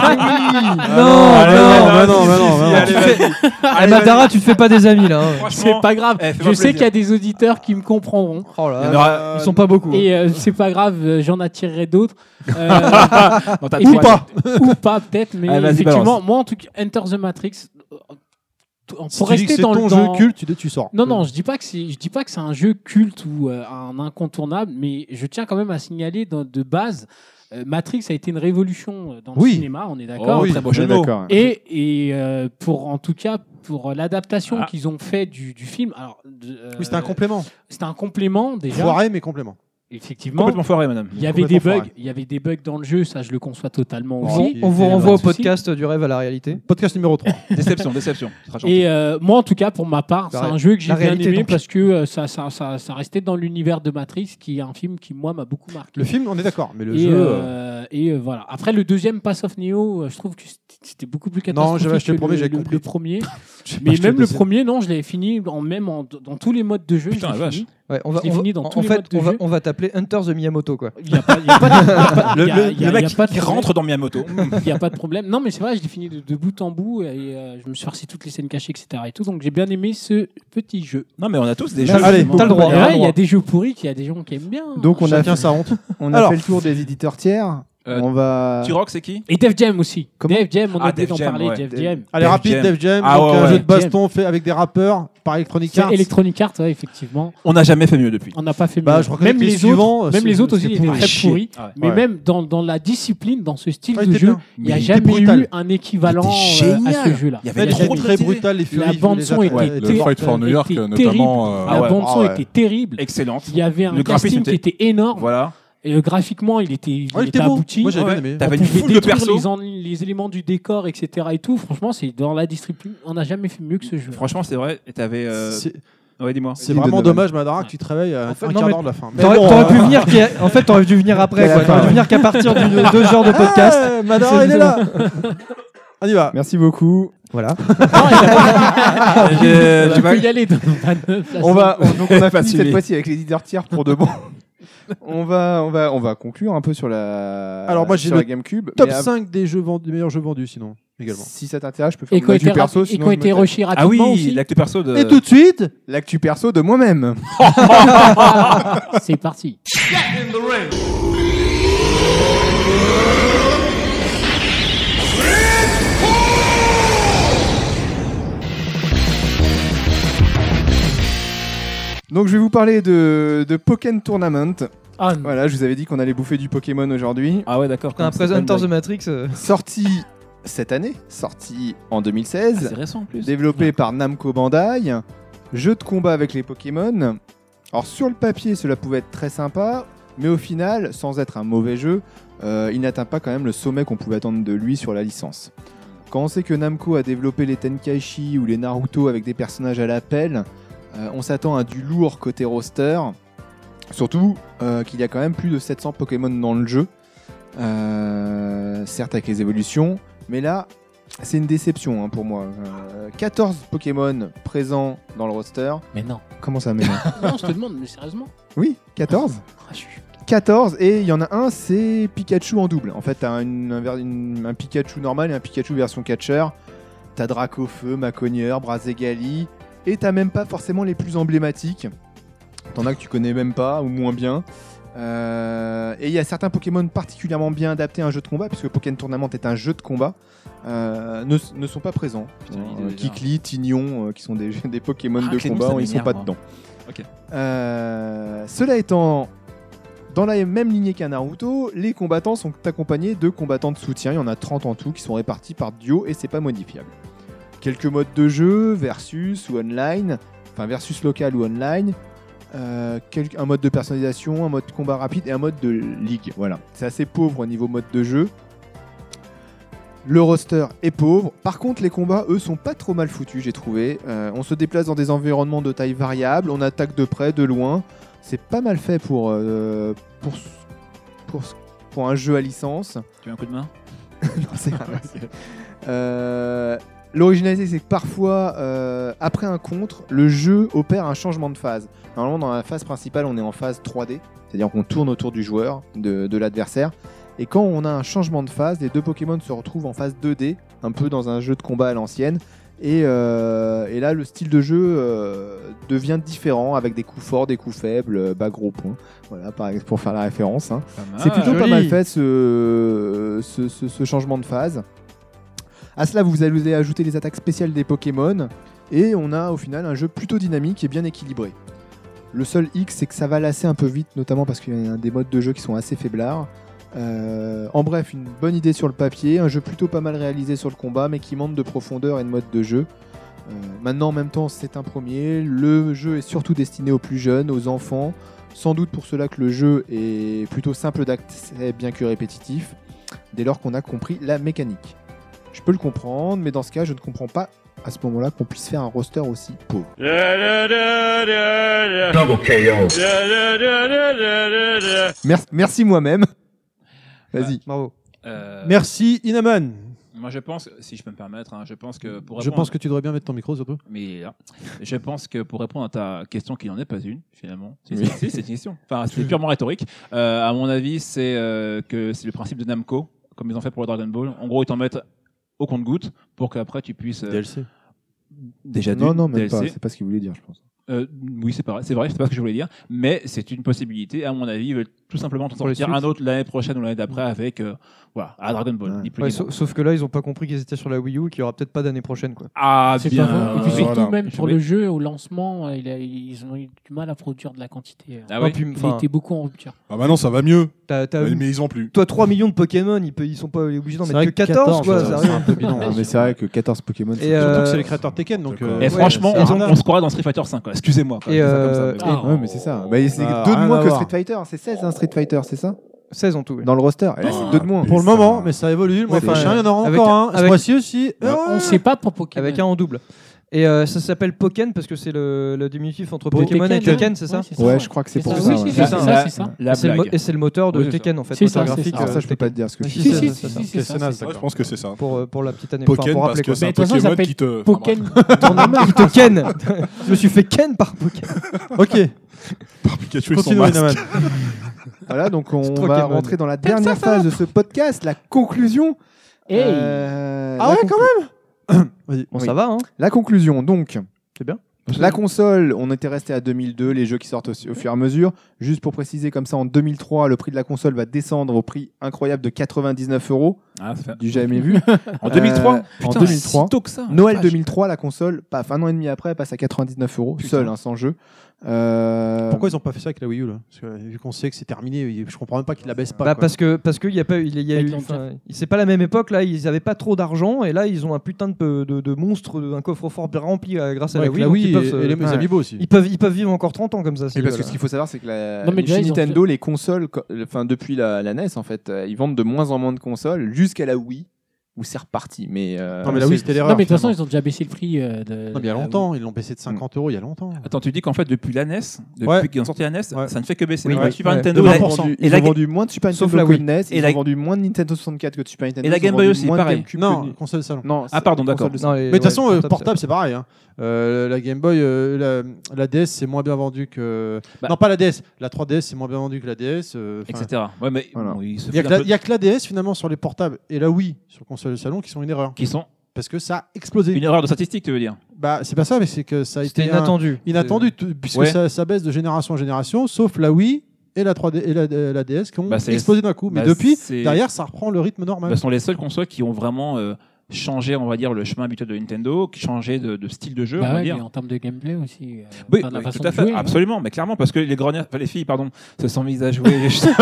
Speaker 3: Ah non, bah
Speaker 7: allez,
Speaker 3: non,
Speaker 7: si,
Speaker 3: bah
Speaker 7: si,
Speaker 3: non.
Speaker 7: allez, vas-y.
Speaker 4: Ah, Madara, tu te fais pas des amis là. hein.
Speaker 7: Franchement,
Speaker 8: c'est pas grave.
Speaker 7: eh, fais-moi
Speaker 8: je sais
Speaker 7: plaisir.
Speaker 8: qu'il y a des auditeurs qui me comprendront.
Speaker 4: Oh là
Speaker 7: Il y en
Speaker 4: là.
Speaker 7: aura-
Speaker 4: Ils sont pas beaucoup. hein.
Speaker 8: Et euh, c'est pas grave, euh, j'en attirerai d'autres. Euh,
Speaker 7: dans ta
Speaker 8: et
Speaker 7: toile.
Speaker 8: peut- Ou pas, peut-être, mais
Speaker 7: Allez, vas-y,
Speaker 8: effectivement,
Speaker 7: balance.
Speaker 8: moi en tout cas, Enter the Matrix, euh, pour
Speaker 3: Si tu dis que
Speaker 8: rester
Speaker 3: c'est
Speaker 8: dans
Speaker 3: ton
Speaker 8: le
Speaker 3: jeu
Speaker 8: dans-
Speaker 3: culte, tu, tu sors.
Speaker 8: Non, non, je dis pas que c'est, je dis pas que c'est un jeu culte ou euh, un incontournable, mais je tiens quand même à signaler dans- de base, euh, Matrix a été une révolution euh, dans le
Speaker 3: Oui.
Speaker 8: cinéma, on est d'accord.
Speaker 7: Oh oui, très beau
Speaker 5: Ouais,
Speaker 7: jeu de mots.
Speaker 5: Ah, D'accord.
Speaker 8: Et, et, euh, pour en tout cas pour l'adaptation
Speaker 7: Ah.
Speaker 8: qu'ils ont fait du, du film, alors de- euh,
Speaker 3: Oui, c'était un complément.
Speaker 8: c'était un complément déjà,
Speaker 3: Foiré mais complément.
Speaker 8: effectivement.
Speaker 7: Complètement foiré, madame.
Speaker 8: Il y avait des
Speaker 3: complètement
Speaker 8: bugs,
Speaker 3: foiré.
Speaker 8: il y avait des bugs dans le jeu, ça je le conçois totalement
Speaker 3: Bon,
Speaker 8: aussi.
Speaker 4: On vous renvoie au
Speaker 8: Pas de souci.
Speaker 4: podcast du rêve à la réalité.
Speaker 3: Podcast numéro 3.
Speaker 7: Déception, déception. Ce sera gentil.
Speaker 8: Et euh, moi, en tout cas, pour ma part, c'est
Speaker 4: La ré-
Speaker 8: un jeu que j'ai
Speaker 4: la
Speaker 8: bien
Speaker 4: réalité,
Speaker 8: aimé
Speaker 4: donc.
Speaker 8: parce que euh, ça, ça, ça, ça restait dans l'univers de Matrix, qui est un film qui, moi, m'a beaucoup marqué.
Speaker 3: Le film, on est d'accord, mais le
Speaker 8: et,
Speaker 3: jeu. euh,
Speaker 8: euh, et euh, voilà. Après, le deuxième Pass of Neo, euh, je trouve que c'était- c'était beaucoup plus catastrophique.
Speaker 3: j'avais acheté
Speaker 8: que
Speaker 3: le premier, j'avais
Speaker 8: le,
Speaker 3: compris.
Speaker 8: premier.
Speaker 3: j'ai pas
Speaker 8: Mais
Speaker 3: acheté
Speaker 8: même le
Speaker 3: deuxième.
Speaker 8: premier, non, je l'avais fini en, même en- dans tous les modes de jeu.
Speaker 7: Putain,
Speaker 8: je l'ai
Speaker 7: la
Speaker 8: fini.
Speaker 4: Ouais, on va,
Speaker 10: Je l'ai
Speaker 4: on va-
Speaker 10: fini dans
Speaker 4: en-
Speaker 10: tous
Speaker 4: en
Speaker 10: les
Speaker 4: fait,
Speaker 10: modes de
Speaker 4: on va,
Speaker 10: jeu.
Speaker 4: on va t'appeler Hunter the Miyamoto quoi.
Speaker 10: Il y a pas- il y a pas de- il y a pas-
Speaker 4: Le-
Speaker 10: il y a-
Speaker 4: le-
Speaker 10: il y a-
Speaker 4: le mec
Speaker 10: il y a pas de
Speaker 4: qui
Speaker 10: problème.
Speaker 4: rentre dans
Speaker 7: Miyamoto.
Speaker 10: Il n'y a pas de problème. Non, mais c'est vrai, je l'ai fini de, de bout en bout et euh, je me suis farci toutes les scènes cachées, etc. Et tout, donc j'ai bien aimé ce petit jeu.
Speaker 7: Non, mais on a tous des
Speaker 10: Merci
Speaker 7: jeux.
Speaker 10: Allez,
Speaker 7: justement.
Speaker 10: t'as le droit. Ouais, il y a des jeux pourris qu'il y a des gens qui aiment bien.
Speaker 5: Donc on a
Speaker 10: Chacun
Speaker 5: fait
Speaker 10: sa honte.
Speaker 5: On a
Speaker 10: Alors.
Speaker 5: fait le tour des éditeurs tiers.
Speaker 7: Euh,
Speaker 5: on va.
Speaker 7: Turok, c'est qui
Speaker 10: Et Def Jam aussi. Def Jam, on a
Speaker 7: Ah,
Speaker 10: oublié
Speaker 7: Def
Speaker 10: d'en
Speaker 7: Jam,
Speaker 10: parler.
Speaker 7: ouais.
Speaker 10: Def
Speaker 7: Def-
Speaker 10: Jam.
Speaker 3: Allez,
Speaker 7: Def
Speaker 3: rapide,
Speaker 7: Jam.
Speaker 3: Def Jam,
Speaker 7: Ah
Speaker 3: donc
Speaker 7: ouais,
Speaker 3: un
Speaker 7: ouais.
Speaker 3: jeu de baston fait avec des rappeurs par Electronic Arts.
Speaker 10: C'est Electronic Arts, ouais, effectivement.
Speaker 7: On n'a jamais fait mieux depuis.
Speaker 10: On n'a pas fait mieux.
Speaker 3: Bah, je reconnais
Speaker 10: même
Speaker 3: que les
Speaker 10: les,
Speaker 3: suivants,
Speaker 10: autres,
Speaker 3: c'est-
Speaker 10: même les autres aussi,
Speaker 3: c'était
Speaker 10: ils étaient
Speaker 3: pourri.
Speaker 10: très
Speaker 3: chier.
Speaker 10: pourris.
Speaker 7: Ah ouais.
Speaker 10: Mais
Speaker 3: Ouais.
Speaker 10: même dans, dans la discipline, dans ce style
Speaker 3: Ouais, Ah, il
Speaker 10: de
Speaker 3: était
Speaker 10: jeu,
Speaker 3: bien.
Speaker 10: il n'y a
Speaker 3: Mais il
Speaker 10: jamais
Speaker 3: était brutal.
Speaker 10: eu un équivalent
Speaker 7: Il était
Speaker 10: euh, à ce
Speaker 7: génial.
Speaker 10: jeu-là.
Speaker 7: Il y avait
Speaker 10: Il y a
Speaker 7: trop
Speaker 10: jamais
Speaker 7: de
Speaker 10: eu.
Speaker 3: Très
Speaker 7: motivé.
Speaker 3: brutal, les Furies.
Speaker 10: La
Speaker 3: je
Speaker 10: bande
Speaker 3: les
Speaker 10: son
Speaker 3: attrape.
Speaker 10: était
Speaker 6: Ouais, le Fight for New York,
Speaker 10: était
Speaker 6: notamment,
Speaker 10: terrible.
Speaker 6: euh,
Speaker 10: La
Speaker 7: ah ouais.
Speaker 10: bande son
Speaker 3: Ah ouais.
Speaker 10: était terrible.
Speaker 7: Excellente.
Speaker 10: Il y avait un
Speaker 7: Le graphisme
Speaker 10: casting qui était énorme.
Speaker 7: Voilà.
Speaker 10: Et euh, graphiquement, il était, il
Speaker 3: Ouais, il
Speaker 10: était
Speaker 3: était beau.
Speaker 10: abouti.
Speaker 3: Moi, j'avais
Speaker 7: Ouais.
Speaker 3: bien aimé.
Speaker 10: On
Speaker 7: T'avais une
Speaker 10: pouvait
Speaker 7: foule de
Speaker 10: détruire
Speaker 7: persos.
Speaker 10: les, en- les éléments du décor, etc. Et tout. Franchement, c'est dans la discipline. On n'a jamais fait mieux que ce jeu.
Speaker 7: Franchement, c'est vrai. Et t'avais. euh,
Speaker 3: C'est-
Speaker 7: Ouais, dis-moi.
Speaker 3: C'est
Speaker 5: Vas-y,
Speaker 3: vraiment
Speaker 5: Donovan.
Speaker 3: dommage, Madara, que tu travailles à
Speaker 4: En fait,
Speaker 3: un
Speaker 4: non,
Speaker 3: quart
Speaker 4: mais-
Speaker 3: d'heure de la fin. Mais
Speaker 4: T'aurais
Speaker 3: bon,
Speaker 4: t'aurais
Speaker 3: euh,
Speaker 4: pu venir. qu'il y a- En fait, t'aurais dû venir après.
Speaker 5: Quelle
Speaker 4: quoi. T'aurais
Speaker 5: affaire.
Speaker 4: dû venir qu'à partir d'une deux heures de podcast.
Speaker 3: Eh, Madara, il est là On y va
Speaker 5: Merci beaucoup.
Speaker 4: Voilà.
Speaker 7: Je-
Speaker 10: tu
Speaker 7: tu vois-
Speaker 10: peux y aller. Donovan.
Speaker 5: On va. on- donc on a
Speaker 7: Pas
Speaker 5: fini cette
Speaker 7: suivi.
Speaker 5: fois-ci avec les éditeurs tiers pour de bon. on va, on va, on va conclure un peu sur la.
Speaker 3: Alors, moi, j'ai
Speaker 5: sur
Speaker 3: le
Speaker 5: la GameCube.
Speaker 3: Top
Speaker 5: Mais
Speaker 4: euh,
Speaker 5: av-
Speaker 3: 5 des, jeux vendus, des meilleurs jeux vendus, sinon, également.
Speaker 5: Si ça t'intéresse, je peux faire
Speaker 10: Et
Speaker 5: mon actu perso.
Speaker 10: qui ont
Speaker 5: sinon je me
Speaker 10: été
Speaker 5: tais.
Speaker 10: rushés
Speaker 7: Ah
Speaker 10: rapidement
Speaker 7: oui,
Speaker 10: aussi.
Speaker 7: l'actu perso
Speaker 4: Euh,
Speaker 7: de.
Speaker 3: Et tout de suite,
Speaker 5: L'actu perso de moi-même.
Speaker 10: C'est parti.
Speaker 5: Donc je vais vous parler de, de Pokémon Tournament.
Speaker 10: Ah, non.
Speaker 5: Voilà, je vous avais dit qu'on allait bouffer du Pokémon aujourd'hui.
Speaker 7: Ah ouais, d'accord.
Speaker 4: Un Presenter the Matrix. euh,
Speaker 5: Sorti cette année, sorti en
Speaker 7: Ah,
Speaker 5: 2016,
Speaker 7: C'est récent en plus.
Speaker 5: développé par Namco Bandai, jeu de combat avec les Pokémon. Alors sur le papier, cela pouvait être très sympa, mais au final, sans être un mauvais jeu, euh, il n'atteint pas quand même le sommet qu'on pouvait attendre de lui sur la licence. Quand on sait que Namco a développé les Tenkaichi ou les Naruto avec des personnages à l'appel, euh, on s'attend à du lourd côté roster. Surtout euh, qu'il y a quand même plus de 700 Pokémon dans le jeu. Euh, certes avec les évolutions, mais là, c'est une déception hein, pour moi. Euh, 14 Pokémon présents dans le roster.
Speaker 10: Mais non.
Speaker 5: Comment ça, mais non
Speaker 10: Non, je te demande, mais sérieusement.
Speaker 5: Oui, 14
Speaker 10: Ah, je suis-
Speaker 5: 14 et il y en a un, c'est Pikachu en double. En fait, t'as une- un, ver- une- un Pikachu normal et un Pikachu version catcher. T'as Dracofeu, Maconieur, Brazegali et t'as même pas forcément les plus emblématiques. T'en as que tu connais même pas ou moins bien. Euh, et il y a certains Pokémon particulièrement bien adaptés à un jeu de combat, puisque Pokémon Tournament est un jeu de combat, euh, ne, ne sont pas présents.
Speaker 7: Putain, il est
Speaker 5: Euh,
Speaker 7: déjà-
Speaker 5: Kikli, Tignon, euh, qui sont des, des Pokémon
Speaker 7: Ah,
Speaker 5: de
Speaker 7: Clément,
Speaker 5: combat, hein,
Speaker 7: ça
Speaker 5: ils sont pas
Speaker 7: m'énerve,
Speaker 5: dedans.
Speaker 7: moi. Ok.
Speaker 5: Euh, cela étant, dans la même lignée qu'un Naruto, les combattants sont accompagnés de combattants de soutien. Il y en a 30 en tout qui sont répartis par duo et c'est pas modifiable. Quelques modes de jeu, versus ou online, enfin versus local ou online, euh, quel- un mode de personnalisation, un mode combat rapide et un mode de ligue. Voilà, c'est assez pauvre au niveau mode de jeu. Le roster est pauvre. Par contre, les combats, eux, sont pas trop mal foutus, j'ai trouvé. Euh, on se déplace dans des environnements de taille variable, on attaque de près, de loin. C'est pas mal fait pour, euh, pour, s- pour, s- pour un jeu à licence.
Speaker 7: Tu veux un coup de main
Speaker 5: Non, c'est pas vrai. Euh, L'originalité, c'est que parfois, euh, après un contre, le jeu opère un changement de phase. Normalement, dans la phase principale, on est en phase 3D, c'est-à-dire qu'on tourne autour du joueur, de, de l'adversaire. Et quand on a un changement de phase, les deux Pokémon se retrouvent en phase 2D, un peu dans un jeu de combat à l'ancienne. Et, euh, et là, le style de jeu euh, devient différent avec des coups forts, des coups faibles, euh, bas gros points. Voilà, par exemple, pour faire la référence. hein.
Speaker 7: Pas mal.
Speaker 5: C'est plutôt pas
Speaker 4: joli.
Speaker 5: mal fait ce, ce, ce- ce changement de phase. À cela, vous allez ajouter les attaques spéciales des Pokémon et on a au final un jeu plutôt dynamique et bien équilibré. Le seul hic, c'est que ça va lasser un peu vite, notamment parce qu'il y a des modes de jeu qui sont assez faiblards. Euh, en bref, une bonne idée sur le papier, un jeu plutôt pas mal réalisé sur le combat, mais qui manque de profondeur et de mode de jeu. Euh, maintenant, en même temps, c'est un premier. Le jeu est surtout destiné aux plus jeunes, aux enfants. Sans doute pour cela que le jeu est plutôt simple d'accès, bien que répétitif, dès lors qu'on a compris la mécanique. Je peux le comprendre, mais dans ce cas, je ne comprends pas à ce moment-là qu'on puisse faire un roster aussi pauvre.
Speaker 9: Double KO.
Speaker 5: Mer- merci moi-même. Vas-y.
Speaker 4: Bravo.
Speaker 7: Euh,
Speaker 3: Merci Inaman.
Speaker 7: Moi, je pense, si je peux me permettre, hein, je pense que pour
Speaker 3: Je
Speaker 7: répondre-
Speaker 3: pense que tu devrais bien mettre ton micro surtout.
Speaker 7: Mais il est là. Je pense que pour répondre à ta question, qui n'en est pas une, finalement. Si,
Speaker 3: Oui.
Speaker 7: si, si, c'est une question. Enfin, c'est purement rhétorique. Euh, à mon avis, c'est euh, que c'est le principe de Namco, comme ils ont fait pour le Dragon Ball. En gros, ils t'en mettent au compte-goutte pour qu'après tu puisses. euh,
Speaker 3: DLC.
Speaker 7: Déjà
Speaker 5: Non,
Speaker 7: d'une
Speaker 5: non, même
Speaker 7: DLC.
Speaker 5: pas. C'est pas ce qu'il voulait dire, je pense.
Speaker 7: Euh, oui, c'est pareil, c'est vrai, c'est pas ce que je voulais dire, mais c'est une possibilité. À mon avis, ils veulent tout simplement t'en
Speaker 4: Pour les
Speaker 7: sortir
Speaker 4: suites.
Speaker 7: un autre l'année prochaine ou l'année d'après avec, euh, voilà, à Dragon Ball. ni plus
Speaker 4: Ouais,
Speaker 7: ni moins.
Speaker 4: sauf, sauf que là, ils ont pas compris qu'ils étaient sur la Wii U, et qu'il y aura peut-être pas d'année prochaine. Quoi.
Speaker 7: Ah,
Speaker 4: C'est
Speaker 7: bien.
Speaker 4: pas vrai.
Speaker 10: Et puis surtout,
Speaker 7: voilà.
Speaker 10: même
Speaker 7: Je
Speaker 10: pour
Speaker 7: vais-
Speaker 10: le jeu, au lancement, euh, il a- ils ont eu du mal à produire de la quantité. euh.
Speaker 7: Ah ouais
Speaker 10: puis, il
Speaker 4: Oh, enfin-
Speaker 10: était beaucoup en rupture.
Speaker 6: Ah bah non, ça va mieux.
Speaker 4: T'as- t'as-
Speaker 6: Mais, mais ils ont plus.
Speaker 4: Toi, 3 millions de Pokémon, ils, pe- ils sont pas obligés d'en
Speaker 3: C'est
Speaker 4: mettre que
Speaker 3: vrai que
Speaker 4: 14,
Speaker 3: 14,
Speaker 4: quoi.
Speaker 3: euh,
Speaker 4: sérieux.
Speaker 3: c'est un peu bidon.
Speaker 5: Non, mais c'est vrai que 14 Pokémon,
Speaker 4: Et,
Speaker 5: c'est
Speaker 4: euh, hein.
Speaker 3: Surtout que c'est les créateurs Tekken donc.
Speaker 6: D'accord.
Speaker 7: Et
Speaker 3: euh,
Speaker 7: franchement,
Speaker 3: c'est
Speaker 7: on,
Speaker 3: énorme.
Speaker 7: on se croirait dans Street Fighter 5, quoi. Excusez-moi. quoi.
Speaker 4: Et,
Speaker 7: Je dis ça
Speaker 4: euh,
Speaker 7: comme ça, mais-
Speaker 4: et-
Speaker 5: Ouais, mais c'est ça. Bah, c'est
Speaker 3: Ah,
Speaker 5: deux de
Speaker 3: rien à
Speaker 5: moins que
Speaker 3: voir.
Speaker 5: Street Fighter. C'est 16, hein, Street Fighter, c'est ça
Speaker 4: 16 en tout. ouais.
Speaker 5: Dans le roster. Et là, c'est deux de moins.
Speaker 3: Pour le
Speaker 6: Et ça-
Speaker 3: moment, mais ça évolue. Le mois
Speaker 4: Ouais, c'est-
Speaker 3: prochain, il y en aura
Speaker 4: avec-
Speaker 3: encore un. Ce
Speaker 4: avec-
Speaker 3: mois-ci aussi.
Speaker 6: Ouais.
Speaker 3: Ah,
Speaker 10: On sait pas pour Pokémon.
Speaker 4: Avec un en double. Et euh, ça s'appelle Pokken parce que c'est le, le diminutif entre Pokémon et Tekken, c'est ça
Speaker 5: Ouais, je crois que c'est pour
Speaker 10: ça.
Speaker 5: ça.
Speaker 10: Oui,
Speaker 5: ouais.
Speaker 10: c'est ça,
Speaker 7: La-
Speaker 10: c'est ça, c'est ça.
Speaker 7: La
Speaker 4: Et c'est le mo-
Speaker 7: blague.
Speaker 4: Et c'est le moteur de
Speaker 7: Oui, c'est ça.
Speaker 4: Tekken en fait,
Speaker 10: C'est ça,
Speaker 4: moteur
Speaker 10: c'est
Speaker 4: graphique.
Speaker 10: ça.
Speaker 5: Alors
Speaker 4: euh,
Speaker 5: ça, je peux pas te dire ce que
Speaker 4: Ah,
Speaker 5: je
Speaker 4: si,
Speaker 5: sais.
Speaker 10: Si,
Speaker 4: c'est
Speaker 10: si, si,
Speaker 4: ça, ça.
Speaker 10: si,
Speaker 6: Ouais,
Speaker 10: c'est ça, c'est
Speaker 6: Ouais,
Speaker 10: ça.
Speaker 6: je pense que c'est ça.
Speaker 4: Pour, euh, pour la petite année.
Speaker 6: Pokémon
Speaker 4: pour
Speaker 6: parce que c'est un
Speaker 10: Mais de toute façon, ça
Speaker 6: Pokémon
Speaker 10: s'appelle
Speaker 6: qui te.
Speaker 10: Pokémon.
Speaker 4: Il te ken Je me suis fait ken par Pokémon.
Speaker 3: Ok.
Speaker 6: Par Pikachu et son
Speaker 3: Continue,
Speaker 6: masque.
Speaker 3: Inaman.
Speaker 5: Voilà, donc on
Speaker 4: Pokémon.
Speaker 5: va rentrer dans la dernière phase de ce podcast, la conclusion.
Speaker 10: Hey.
Speaker 5: Euh,
Speaker 3: Ah
Speaker 5: la
Speaker 3: ouais,
Speaker 5: conclu-
Speaker 3: quand Vas-y.
Speaker 4: Bon,
Speaker 5: Oui.
Speaker 4: ça va, hein
Speaker 5: La conclusion, donc.
Speaker 4: C'est bien.
Speaker 5: La console, on était resté à 2002, les jeux qui sortent au, au fur et à mesure. Juste pour préciser, comme ça, en 2003, le prix de la console va descendre au prix incroyable de 99 euros,
Speaker 7: Ah, ça fait-
Speaker 5: du jamais vu.
Speaker 7: En 2003
Speaker 5: Euh, en
Speaker 7: Putain,
Speaker 5: 2003.
Speaker 7: si tôt que ça.
Speaker 5: Noël
Speaker 7: Vache.
Speaker 5: 2003, la console, paf, un an et demi après, passe à 99 euros, seul, hein, sans jeu. Euh,
Speaker 3: Pourquoi ils ont pas fait ça avec la Wii U là Parce que, euh, Vu qu'on sait que c'est terminé, ils- je comprends même pas qu'ils la baissent pas.
Speaker 4: Bah,
Speaker 3: quoi.
Speaker 4: parce que parce qu'il y a pas il y a
Speaker 10: Avec
Speaker 4: eu
Speaker 10: l'enquête.
Speaker 4: enfin, c'est pas la même époque là ils avaient pas trop d'argent et là ils ont un putain de peu- de, de monstre de- un coffre fort rempli euh, grâce à
Speaker 3: Ouais,
Speaker 4: la
Speaker 3: avec
Speaker 4: Wii,
Speaker 3: la
Speaker 4: donc
Speaker 3: Wii
Speaker 4: ils
Speaker 3: et,
Speaker 4: peuvent se-
Speaker 3: et les
Speaker 4: euh, ouais.
Speaker 3: amiibo aussi.
Speaker 4: ils peuvent ils peuvent vivre encore 30 ans comme ça
Speaker 5: Et
Speaker 4: si,
Speaker 5: parce que
Speaker 4: voilà.
Speaker 5: ce qu'il faut savoir, c'est que la,
Speaker 10: Non, mais déjà,
Speaker 5: chez
Speaker 10: ils ont
Speaker 5: Nintendo, les consoles, co- euh, enfin depuis la, la NES en fait, euh, ils vendent de moins en moins de consoles jusqu'à la Wii où c'est reparti. Mais, euh,
Speaker 3: Non mais
Speaker 4: Ah,
Speaker 3: la Wii c'était l'erreur.
Speaker 10: Non, mais de toute façon,
Speaker 3: finalement.
Speaker 10: ils ont déjà baissé le prix euh, de.
Speaker 3: Non, Ah, mais il y a longtemps, ils l'ont baissé
Speaker 7: hmm.
Speaker 3: de 50 euros il y a longtemps.
Speaker 7: Attends, tu dis qu'en fait, depuis la NES, depuis
Speaker 3: Ouais.
Speaker 7: qu'ils ont sorti la NES,
Speaker 3: Ouais.
Speaker 7: ça ne fait que baisser.
Speaker 4: Oui,
Speaker 7: Donc,
Speaker 4: ouais.
Speaker 7: la Super
Speaker 4: Ouais.
Speaker 7: Nintendo,
Speaker 5: ils,
Speaker 7: la-
Speaker 5: ont
Speaker 4: Et
Speaker 5: vendu,
Speaker 7: et
Speaker 5: ils
Speaker 7: la-
Speaker 5: ont vendu moins de Super
Speaker 4: Sauf
Speaker 5: Nintendo
Speaker 4: la
Speaker 5: que
Speaker 4: Wii.
Speaker 5: de NES,
Speaker 7: Et
Speaker 5: ils
Speaker 7: la-
Speaker 5: ont vendu moins de Nintendo 64 que de Super Nintendo.
Speaker 7: la
Speaker 5: ils ont
Speaker 7: Game Boy
Speaker 5: vendu
Speaker 7: aussi,
Speaker 5: moins de
Speaker 7: pareil.
Speaker 5: GameCube que
Speaker 3: Non,
Speaker 5: de-
Speaker 3: console salon.
Speaker 5: non,
Speaker 7: Ah, pardon,
Speaker 5: c'est-
Speaker 7: d'accord.
Speaker 5: console de-
Speaker 4: Non, les-
Speaker 3: Mais de toute
Speaker 4: ouais,
Speaker 3: façon,
Speaker 4: les
Speaker 3: euh,
Speaker 4: portables,
Speaker 3: portable, c'est pareil. hein. Euh, la Game Boy, euh, la, la DS, c'est moins bien vendu que.
Speaker 7: Bah.
Speaker 3: Non, pas la DS. La 3DS, c'est moins bien vendu que la DS. euh, enfin,
Speaker 7: etc. Ouais, mais
Speaker 5: Voilà.
Speaker 7: bon, ils se
Speaker 3: Il n'y a,
Speaker 7: foutent
Speaker 3: que la-
Speaker 7: un peu
Speaker 3: il y a que la DS finalement sur les portables et la Wii sur console de salon qui sont une erreur.
Speaker 7: de- qui sont
Speaker 3: Parce que ça a explosé.
Speaker 7: une erreur de statistique, tu veux dire
Speaker 3: Bah, c'est pas ça, mais c'est que ça a été.
Speaker 4: c'était
Speaker 3: un-
Speaker 4: inattendu
Speaker 3: Inattendu, tout- puisque
Speaker 7: Ouais.
Speaker 3: ça, ça baisse de génération en génération, sauf la Wii et la 3D et la, la DS qui ont
Speaker 7: Bah, c'est-
Speaker 3: explosé d'un coup. Mais
Speaker 7: bah,
Speaker 3: depuis,
Speaker 7: c'est-
Speaker 3: derrière, ça reprend le rythme normal.
Speaker 7: Bah, Ce sont les seules consoles qui ont vraiment euh, changé, on va dire, le chemin habituel de Nintendo, qui changé de, de style de jeu,
Speaker 10: Bah
Speaker 7: on va
Speaker 10: ouais,
Speaker 7: dire.
Speaker 10: mais en termes de gameplay aussi. euh,
Speaker 7: Oui,
Speaker 10: enfin, de la
Speaker 7: oui,
Speaker 10: façon
Speaker 7: tout à
Speaker 10: de
Speaker 7: fait,
Speaker 10: jouer, hein.
Speaker 7: absolument, mais clairement, parce que les greniers, enfin, les filles, pardon, se sont mises à jouer. justement.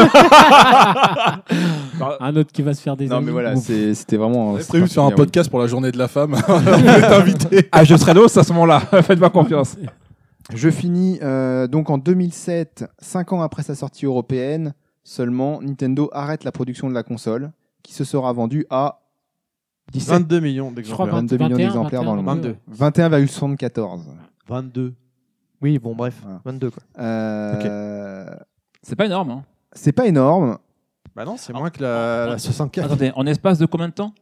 Speaker 7: Bah,
Speaker 10: Un autre qui va se faire des.
Speaker 5: Non, mais
Speaker 10: amis.
Speaker 5: voilà,
Speaker 10: Ouf.
Speaker 5: c'est- c'était vraiment.
Speaker 6: J'avais prévu de faire un
Speaker 5: podcast
Speaker 6: podcast pour la journée de la femme. Vous êtes invité.
Speaker 7: ah, je serai l'os à ce moment-là, faites-moi confiance.
Speaker 5: Je finis euh, donc en 2007, 5 ans après sa sortie européenne, seulement Nintendo arrête la production de la console qui se sera vendue à 17
Speaker 3: 22 millions
Speaker 10: Je crois
Speaker 3: d'exemplaires.
Speaker 5: 22 millions
Speaker 10: 21,
Speaker 5: d'exemplaires dans le monde.
Speaker 10: 22.
Speaker 5: 21,74.
Speaker 3: 22.
Speaker 4: oui bon bref
Speaker 5: Voilà.
Speaker 4: 22 quoi
Speaker 5: Euh,
Speaker 7: C'est pas énorme. hein.
Speaker 5: C'est pas énorme.
Speaker 3: Bah non, c'est moins que la, la 64.
Speaker 7: Attendez, en espace de combien de temps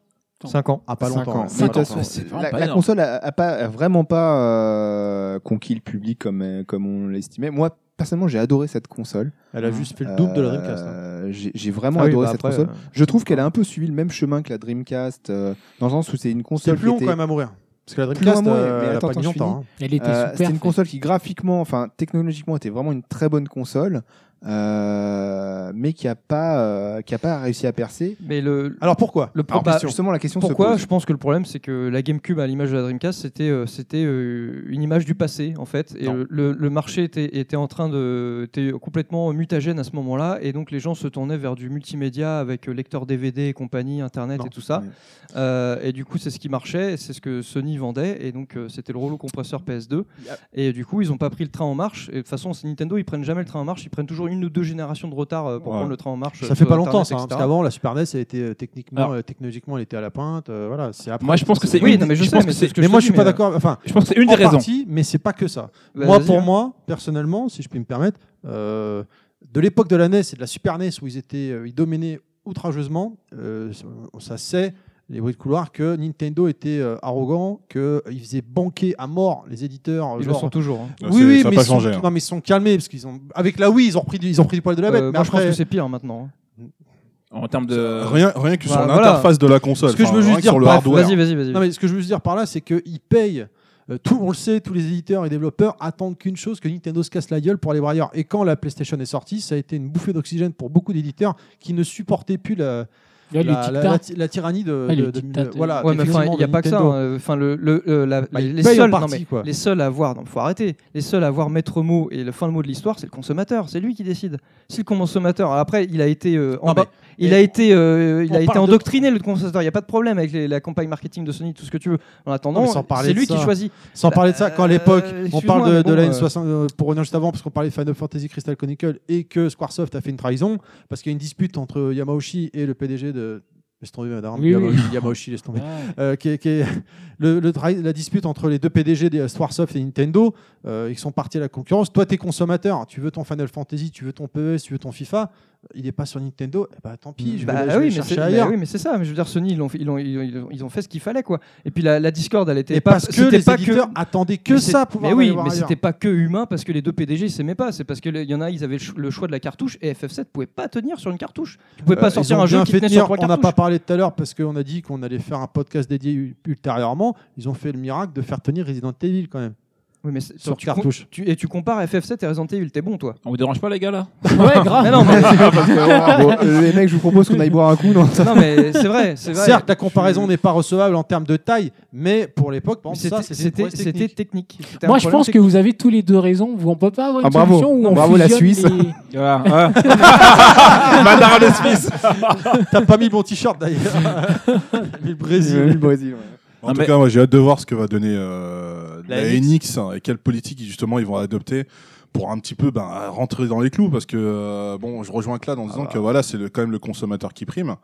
Speaker 4: 5 ans
Speaker 3: Ah, pas
Speaker 5: Cinq
Speaker 3: longtemps.
Speaker 5: ans.
Speaker 3: ouais.
Speaker 5: Mais de toute
Speaker 7: ans,
Speaker 5: façon,
Speaker 7: c'est vraiment
Speaker 5: la,
Speaker 7: pas
Speaker 5: la
Speaker 7: énorme.
Speaker 5: console a, a pas, a vraiment pas euh, conquis le public comme, euh, comme on l'estimait. Moi, personnellement, j'ai adoré cette console.
Speaker 3: Elle a juste fait le double de la Dreamcast. hein.
Speaker 5: Euh, j'ai j'ai vraiment
Speaker 4: Ah oui,
Speaker 5: adoré
Speaker 4: bah
Speaker 5: cette
Speaker 4: après,
Speaker 5: console.
Speaker 4: euh,
Speaker 5: Je trouve qu'elle a un peu suivi le même chemin que la Dreamcast, euh, dans le sens où c'est une
Speaker 3: C'est
Speaker 5: console
Speaker 3: plus long
Speaker 5: qui était-
Speaker 3: quand même à mourir. Parce que la
Speaker 5: Plus long à
Speaker 3: Dreamcast,
Speaker 5: mourir,
Speaker 3: euh,
Speaker 5: mais
Speaker 3: elle a
Speaker 5: attends,
Speaker 3: pas mis
Speaker 5: attends, je
Speaker 3: longtemps. hein.
Speaker 10: Elle était
Speaker 5: Euh,
Speaker 10: super.
Speaker 5: C'était une
Speaker 10: faite.
Speaker 5: console qui graphiquement, enfin technologiquement, était vraiment une très bonne console, euh, mais qui a pas, euh, qui a pas réussi à percer.
Speaker 4: mais le
Speaker 3: Alors pourquoi
Speaker 4: le pro-
Speaker 5: Alors,
Speaker 4: bah,
Speaker 5: justement, la question
Speaker 4: Pourquoi
Speaker 5: se
Speaker 4: Je pense que le problème, c'est que la GameCube, à l'image de la Dreamcast, c'était euh, c'était euh, une image du passé, en fait. Et
Speaker 5: Non.
Speaker 4: euh, le, le marché était, était en train de. était complètement mutagène à ce moment-là. Et donc, les gens se tournaient vers du multimédia avec euh, lecteur DVD et compagnie, Internet
Speaker 5: Non.
Speaker 4: et tout ça.
Speaker 5: Oui.
Speaker 4: Euh, et du coup, c'est ce qui marchait, c'est ce que Sony vendait. Et donc, euh, c'était le rouleau compresseur PS2.
Speaker 5: Yep.
Speaker 4: Et du coup, ils n'ont pas pris le train en marche. Et de toute façon, c'est Nintendo, ils prennent jamais le train en marche. Ils prennent toujours une ou deux générations de retard euh, pour
Speaker 6: Ouais.
Speaker 4: prendre le train en marche.
Speaker 3: Ça
Speaker 4: euh,
Speaker 3: fait
Speaker 4: sur
Speaker 3: pas longtemps
Speaker 4: Internet,
Speaker 3: ça, hein,
Speaker 4: etc.
Speaker 3: parce qu'avant la Super NES, elle était euh, techniquement,
Speaker 7: Alors-
Speaker 3: euh, technologiquement, elle était à la pointe. euh, voilà, c'est après.
Speaker 7: Moi, je pense que c'est
Speaker 4: Oui,
Speaker 7: une-
Speaker 4: non, mais je, sais,
Speaker 7: pense
Speaker 4: mais
Speaker 7: que
Speaker 4: c'est
Speaker 7: c'est
Speaker 4: ce que
Speaker 3: Mais
Speaker 4: te
Speaker 3: moi, je
Speaker 4: dis,
Speaker 3: suis pas
Speaker 4: mais, euh,
Speaker 3: d'accord. Enfin,
Speaker 7: je pense que c'est une
Speaker 3: en
Speaker 7: des raisons.
Speaker 3: partie, mais c'est pas que ça.
Speaker 4: bah,
Speaker 3: moi,
Speaker 4: vas-y,
Speaker 3: pour
Speaker 4: hein.
Speaker 3: moi, personnellement, si je puis me permettre, euh, de l'époque de la NES et de la Super NES où ils étaient, euh, ils dominaient outrageeusement, euh, ça s'est les bruits de couloir que Nintendo était euh, arrogant, qu'ils faisaient banquer à mort les éditeurs. euh,
Speaker 4: Ils le
Speaker 3: genre-
Speaker 4: sont toujours, hein.
Speaker 3: Oui,
Speaker 4: C'est-
Speaker 3: oui,
Speaker 4: ça a
Speaker 3: mais,
Speaker 4: pas
Speaker 3: ils sont,
Speaker 4: changé, hein.
Speaker 3: non, mais ils sont calmés parce qu'ils ont avec la Wii ils ont repris du, ils ont repris du poil de la bête.
Speaker 4: Euh,
Speaker 3: mais
Speaker 4: moi, je pense
Speaker 3: après-
Speaker 4: que c'est pire maintenant. hein.
Speaker 7: En termes de.
Speaker 6: Rien- rien que sur
Speaker 3: Voilà,
Speaker 6: l'interface
Speaker 3: voilà.
Speaker 6: de la console,
Speaker 3: Ce que je
Speaker 6: enfin,
Speaker 3: veux
Speaker 6: rien
Speaker 3: juste
Speaker 6: que
Speaker 3: dire,
Speaker 6: sur le
Speaker 3: bref,
Speaker 6: hardware.
Speaker 4: vas-y, vas-y, vas-y.
Speaker 3: Non, mais ce que je veux juste dire par là, c'est qu'ils payent. euh, tout, on le sait, tous les éditeurs et développeurs attendent qu'une chose, que Nintendo se casse la gueule pour aller voir ailleurs. Et quand la PlayStation est sortie, ça a été une bouffée d'oxygène pour beaucoup d'éditeurs qui ne supportaient plus la,
Speaker 10: Ouais, le
Speaker 3: la, la-
Speaker 10: diktat.
Speaker 3: la ti- la tyrannie de.
Speaker 10: Ouais,
Speaker 3: de-
Speaker 10: le
Speaker 3: de-
Speaker 10: diktat,
Speaker 3: de- voilà,
Speaker 4: Ouais, mais enfin,
Speaker 3: effectivement,
Speaker 4: il n'y a
Speaker 3: de
Speaker 4: pas que ça.
Speaker 3: Nintendo.
Speaker 4: hein. Enfin, le, le- euh, la-
Speaker 3: Bah,
Speaker 4: les,
Speaker 3: ils
Speaker 4: les
Speaker 3: payent en
Speaker 4: seuls, non,
Speaker 3: partie,
Speaker 4: mais
Speaker 3: quoi.
Speaker 4: les seuls à avoir, non, faut arrêter. Les seuls à avoir maître mot et le fin de mot de l'histoire, c'est le consommateur. C'est lui qui décide. Si le consommateur, alors après, il a été, euh, en-
Speaker 3: bah,
Speaker 4: il
Speaker 3: et-
Speaker 4: a été, euh, il
Speaker 3: on
Speaker 4: a été
Speaker 3: parle de-
Speaker 4: endoctriné le consommateur. Il n'y a pas de problème avec les- la campagne marketing de Sony, tout ce que tu veux. En attendant,
Speaker 3: Non, mais sans parler
Speaker 4: c'est
Speaker 3: de
Speaker 4: lui
Speaker 3: ça.
Speaker 4: qui choisit.
Speaker 3: Sans
Speaker 4: Bah,
Speaker 3: parler de ça, quand à l'époque,
Speaker 4: euh,
Speaker 3: on
Speaker 4: excuse-moi,
Speaker 3: parle de,
Speaker 4: mais
Speaker 3: de
Speaker 4: bon,
Speaker 3: la
Speaker 4: euh,
Speaker 3: N60, euh, pour revenir juste avant, parce qu'on parlait de Final Fantasy Crystal Chronicle et que Squaresoft a fait une trahison, parce qu'il y a une dispute entre Yamauchi et le PDG de. Laisse tomber, madame,
Speaker 10: Oui, oui.
Speaker 3: Yamauchi, Yamauchi, laisse tomber. Euh, qui est- qui est- le- le trahi- la dispute entre les deux PDG de Squaresoft euh, et Nintendo, euh, ils sont partis à la concurrence. Toi, t'es consommateur, tu veux ton Final Fantasy, tu veux ton PES, tu veux ton FIFA, il n'est pas sur Nintendo, eh bah, tant pis, je vais,
Speaker 4: Bah
Speaker 3: aller- je
Speaker 4: oui,
Speaker 3: vais
Speaker 4: mais
Speaker 3: le
Speaker 4: c'est-
Speaker 3: chercher
Speaker 4: bah
Speaker 3: ailleurs.
Speaker 4: oui, mais c'est ça. Mais je veux dire, Sony, ils ont, ils ont, ils ont- ils ont- ils ont fait ce qu'il fallait, quoi. Et puis la, la Discord, elle était
Speaker 3: Et
Speaker 4: pas
Speaker 3: parce que
Speaker 4: c'était
Speaker 3: les
Speaker 4: pas
Speaker 3: éditeurs attendaient que
Speaker 4: Mais c'est-
Speaker 3: ça pour
Speaker 4: Mais
Speaker 3: pouvoir aller
Speaker 4: oui,
Speaker 3: voir
Speaker 4: mais
Speaker 3: ailleurs.
Speaker 4: c'était pas que humain parce que les deux PDG ils s'aimaient pas. C'est parce que le- il y en a, ils avaient le cho- le choix de la cartouche et FF7 pouvait pas tenir sur une cartouche. Tu pouvais
Speaker 3: Euh,
Speaker 4: pas
Speaker 3: ils
Speaker 4: sortir
Speaker 3: ont
Speaker 4: un jeu
Speaker 3: bien
Speaker 4: qui
Speaker 3: fait
Speaker 4: tenait
Speaker 3: tenir.
Speaker 4: sur trois
Speaker 3: On n'a
Speaker 4: cartouches.
Speaker 3: pas parlé tout à l'heure parce qu'on a dit qu'on allait faire un podcast dédié u- ultérieurement. Ils ont fait le miracle de faire tenir Resident Evil quand même.
Speaker 4: Oui, mais c'est-
Speaker 3: Sur
Speaker 4: tu-
Speaker 3: cartouche.
Speaker 4: tu- et tu compares FF7 et Resident Evil, t'es bon toi.
Speaker 7: On vous dérange pas les gars là
Speaker 10: Ouais, grave.
Speaker 4: Mais non, mais-
Speaker 5: Bon, euh, les mecs, je vous propose qu'on aille boire un coup. Non,
Speaker 4: non, mais c'est vrai, c'est vrai.
Speaker 3: Certes, la comparaison n'est pas recevable en termes de taille, mais pour l'époque, par
Speaker 4: Mais
Speaker 3: exemple,
Speaker 4: c'était-
Speaker 3: ça c'était une
Speaker 4: C'était
Speaker 3: prouesse
Speaker 4: c'était
Speaker 3: technique.
Speaker 4: technique. C'était un
Speaker 10: Moi, je
Speaker 4: problème
Speaker 10: pense que vous avez tous les deux raison. Vous, on peut pas avoir une
Speaker 5: Ah, bravo.
Speaker 10: solution où
Speaker 5: Non,
Speaker 10: on
Speaker 5: bravo, la
Speaker 10: fusionne
Speaker 5: Suisse.
Speaker 10: les-
Speaker 7: Voilà, ouais.
Speaker 6: Bandara de Smith
Speaker 3: T'as pas mis mon t-shirt d'ailleurs. mis le Brésil.
Speaker 5: le Brésil.
Speaker 6: En
Speaker 4: Ah,
Speaker 7: Non,
Speaker 6: tout
Speaker 7: mais-
Speaker 6: cas, moi, j'ai hâte de voir ce que va donner euh, la,
Speaker 3: La
Speaker 6: NX hein, et quelle politique justement ils vont adopter pour un petit peu ben, rentrer dans les clous. Parce que euh, bon, je rejoins Clad en
Speaker 4: Ah bah.
Speaker 6: disant que voilà, c'est le- quand même le consommateur qui prime.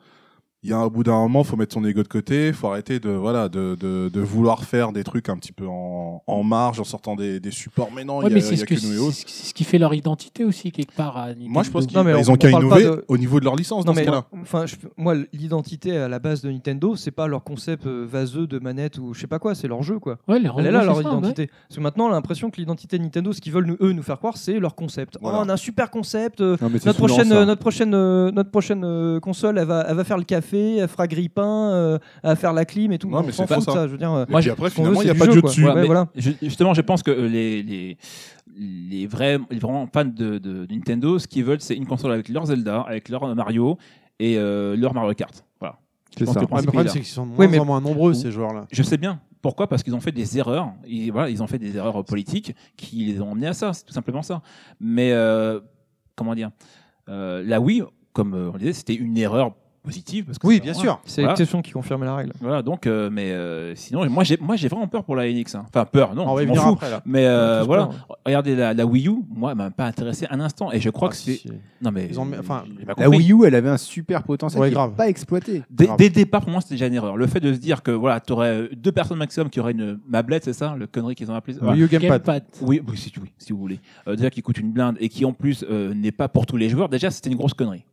Speaker 6: Il y a un au bout d'un moment, faut mettre son ego de côté, faut arrêter de voilà de, de, de vouloir faire des trucs un petit peu en, en marge en sortant des, des supports. Mais non, il
Speaker 10: Ouais,
Speaker 6: y a,
Speaker 10: mais
Speaker 6: il
Speaker 10: c'est
Speaker 6: y
Speaker 10: ce,
Speaker 6: a
Speaker 10: que-
Speaker 6: que nous et autres.
Speaker 10: c'est ce qui fait leur identité aussi, quelque part. à Nintendo.
Speaker 6: Moi, je pense qu'ils
Speaker 4: mais
Speaker 6: bah,
Speaker 4: on-
Speaker 6: ils ont
Speaker 4: on
Speaker 6: qu'à
Speaker 4: parle pas
Speaker 6: innover
Speaker 4: de-
Speaker 6: au niveau de leur licence
Speaker 4: Non
Speaker 6: dans ce
Speaker 4: mais
Speaker 6: cas-là.
Speaker 4: enfin, je- moi l'identité à la base de Nintendo, c'est pas leur concept euh, vaseux de manette ou je sais pas quoi, c'est leur jeu quoi.
Speaker 10: Ouais, les
Speaker 4: Elle est
Speaker 10: robots,
Speaker 4: là leur
Speaker 10: c'est ça, ouais.
Speaker 4: identité. Parce que maintenant, on a l'impression que l'identité de Nintendo, ce qu'ils veulent nous, eux nous faire croire, c'est leur concept. Oh,
Speaker 6: Voilà.
Speaker 4: on a un super concept. euh,
Speaker 5: Non, mais c'est
Speaker 4: notre,
Speaker 5: saoulant,
Speaker 4: prochaine,
Speaker 5: ça.
Speaker 4: euh, notre prochaine, euh, notre prochaine euh, console, elle va, elle va faire le café, elle fera grille-pain, euh, elle va faire la clim et tout.
Speaker 6: Non,
Speaker 4: on
Speaker 6: mais c'est
Speaker 4: s'en
Speaker 6: pas
Speaker 4: fout de
Speaker 6: ça.
Speaker 4: Je veux dire, euh,
Speaker 6: Et
Speaker 7: Moi,
Speaker 6: puis
Speaker 7: je-
Speaker 6: après,
Speaker 4: ce qu'on veut,
Speaker 6: finalement,
Speaker 4: c'est
Speaker 6: il n'y a
Speaker 4: du
Speaker 6: pas de
Speaker 4: jeu,
Speaker 6: jeu
Speaker 4: quoi.
Speaker 6: dessus.
Speaker 4: Ouais,
Speaker 7: mais
Speaker 4: voilà.
Speaker 7: je- justement, je pense que euh, les, les, les vrais, les vraiment fans de, de Nintendo, ce qu'ils veulent, c'est une console avec leur Zelda, avec leur Mario et euh, leur Mario Kart. Voilà.
Speaker 5: C'est
Speaker 7: pense
Speaker 5: ça.
Speaker 7: que-
Speaker 3: Ouais, mais le problème, c'est qu'ils sont de moins
Speaker 4: mais-
Speaker 3: en moins nombreux ces joueurs-là.
Speaker 7: Je sais bien. Pourquoi Parce qu'ils ont fait des erreurs. Et voilà, ils ont fait des erreurs politiques qui les ont emmenés à ça. C'est tout simplement ça. Mais euh, comment dire euh, La Wii, comme euh, on le disait, c'était une erreur positive. Parce que
Speaker 3: Oui,
Speaker 7: c'est-
Speaker 3: bien
Speaker 7: voilà.
Speaker 3: sûr.
Speaker 4: C'est
Speaker 7: Voilà.
Speaker 4: l'exception qui confirme la règle.
Speaker 7: Voilà, donc, euh, mais euh, sinon, moi, j'ai, moi, j'ai vraiment peur pour la NX. hein. Enfin, peur, non,
Speaker 3: On va y
Speaker 7: je m'en
Speaker 3: Ah venir
Speaker 7: fous.
Speaker 3: après là.
Speaker 7: Mais euh,
Speaker 4: Tous
Speaker 7: voilà,
Speaker 4: peur.
Speaker 7: regardez la, la Wii U, moi, elle m'a pas intéressé un instant. Et je crois
Speaker 3: Ah,
Speaker 7: que c'est.
Speaker 3: si, si.
Speaker 7: Non, mais.
Speaker 3: Ils ont mis- enfin,
Speaker 7: j'ai pas
Speaker 5: La
Speaker 7: compris.
Speaker 5: Wii U, elle avait un super potentiel
Speaker 3: Ouais,
Speaker 5: qui
Speaker 3: grave.
Speaker 5: n'est pas exploité.
Speaker 7: Dès,
Speaker 3: Grave.
Speaker 7: dès le départ, pour moi, c'était déjà une erreur. Le fait de se dire que voilà, tu aurais deux personnes maximum qui auraient une mablette, c'est ça, le connerie qu'ils ont appelé ça
Speaker 3: Wii U Gamepad.
Speaker 10: Gamepad.
Speaker 7: Oui, oui, si, oui, si vous voulez. Euh, déjà qui coûte une blinde et qui en plus euh, n'est pas pour tous les joueurs, déjà c'était une grosse connerie,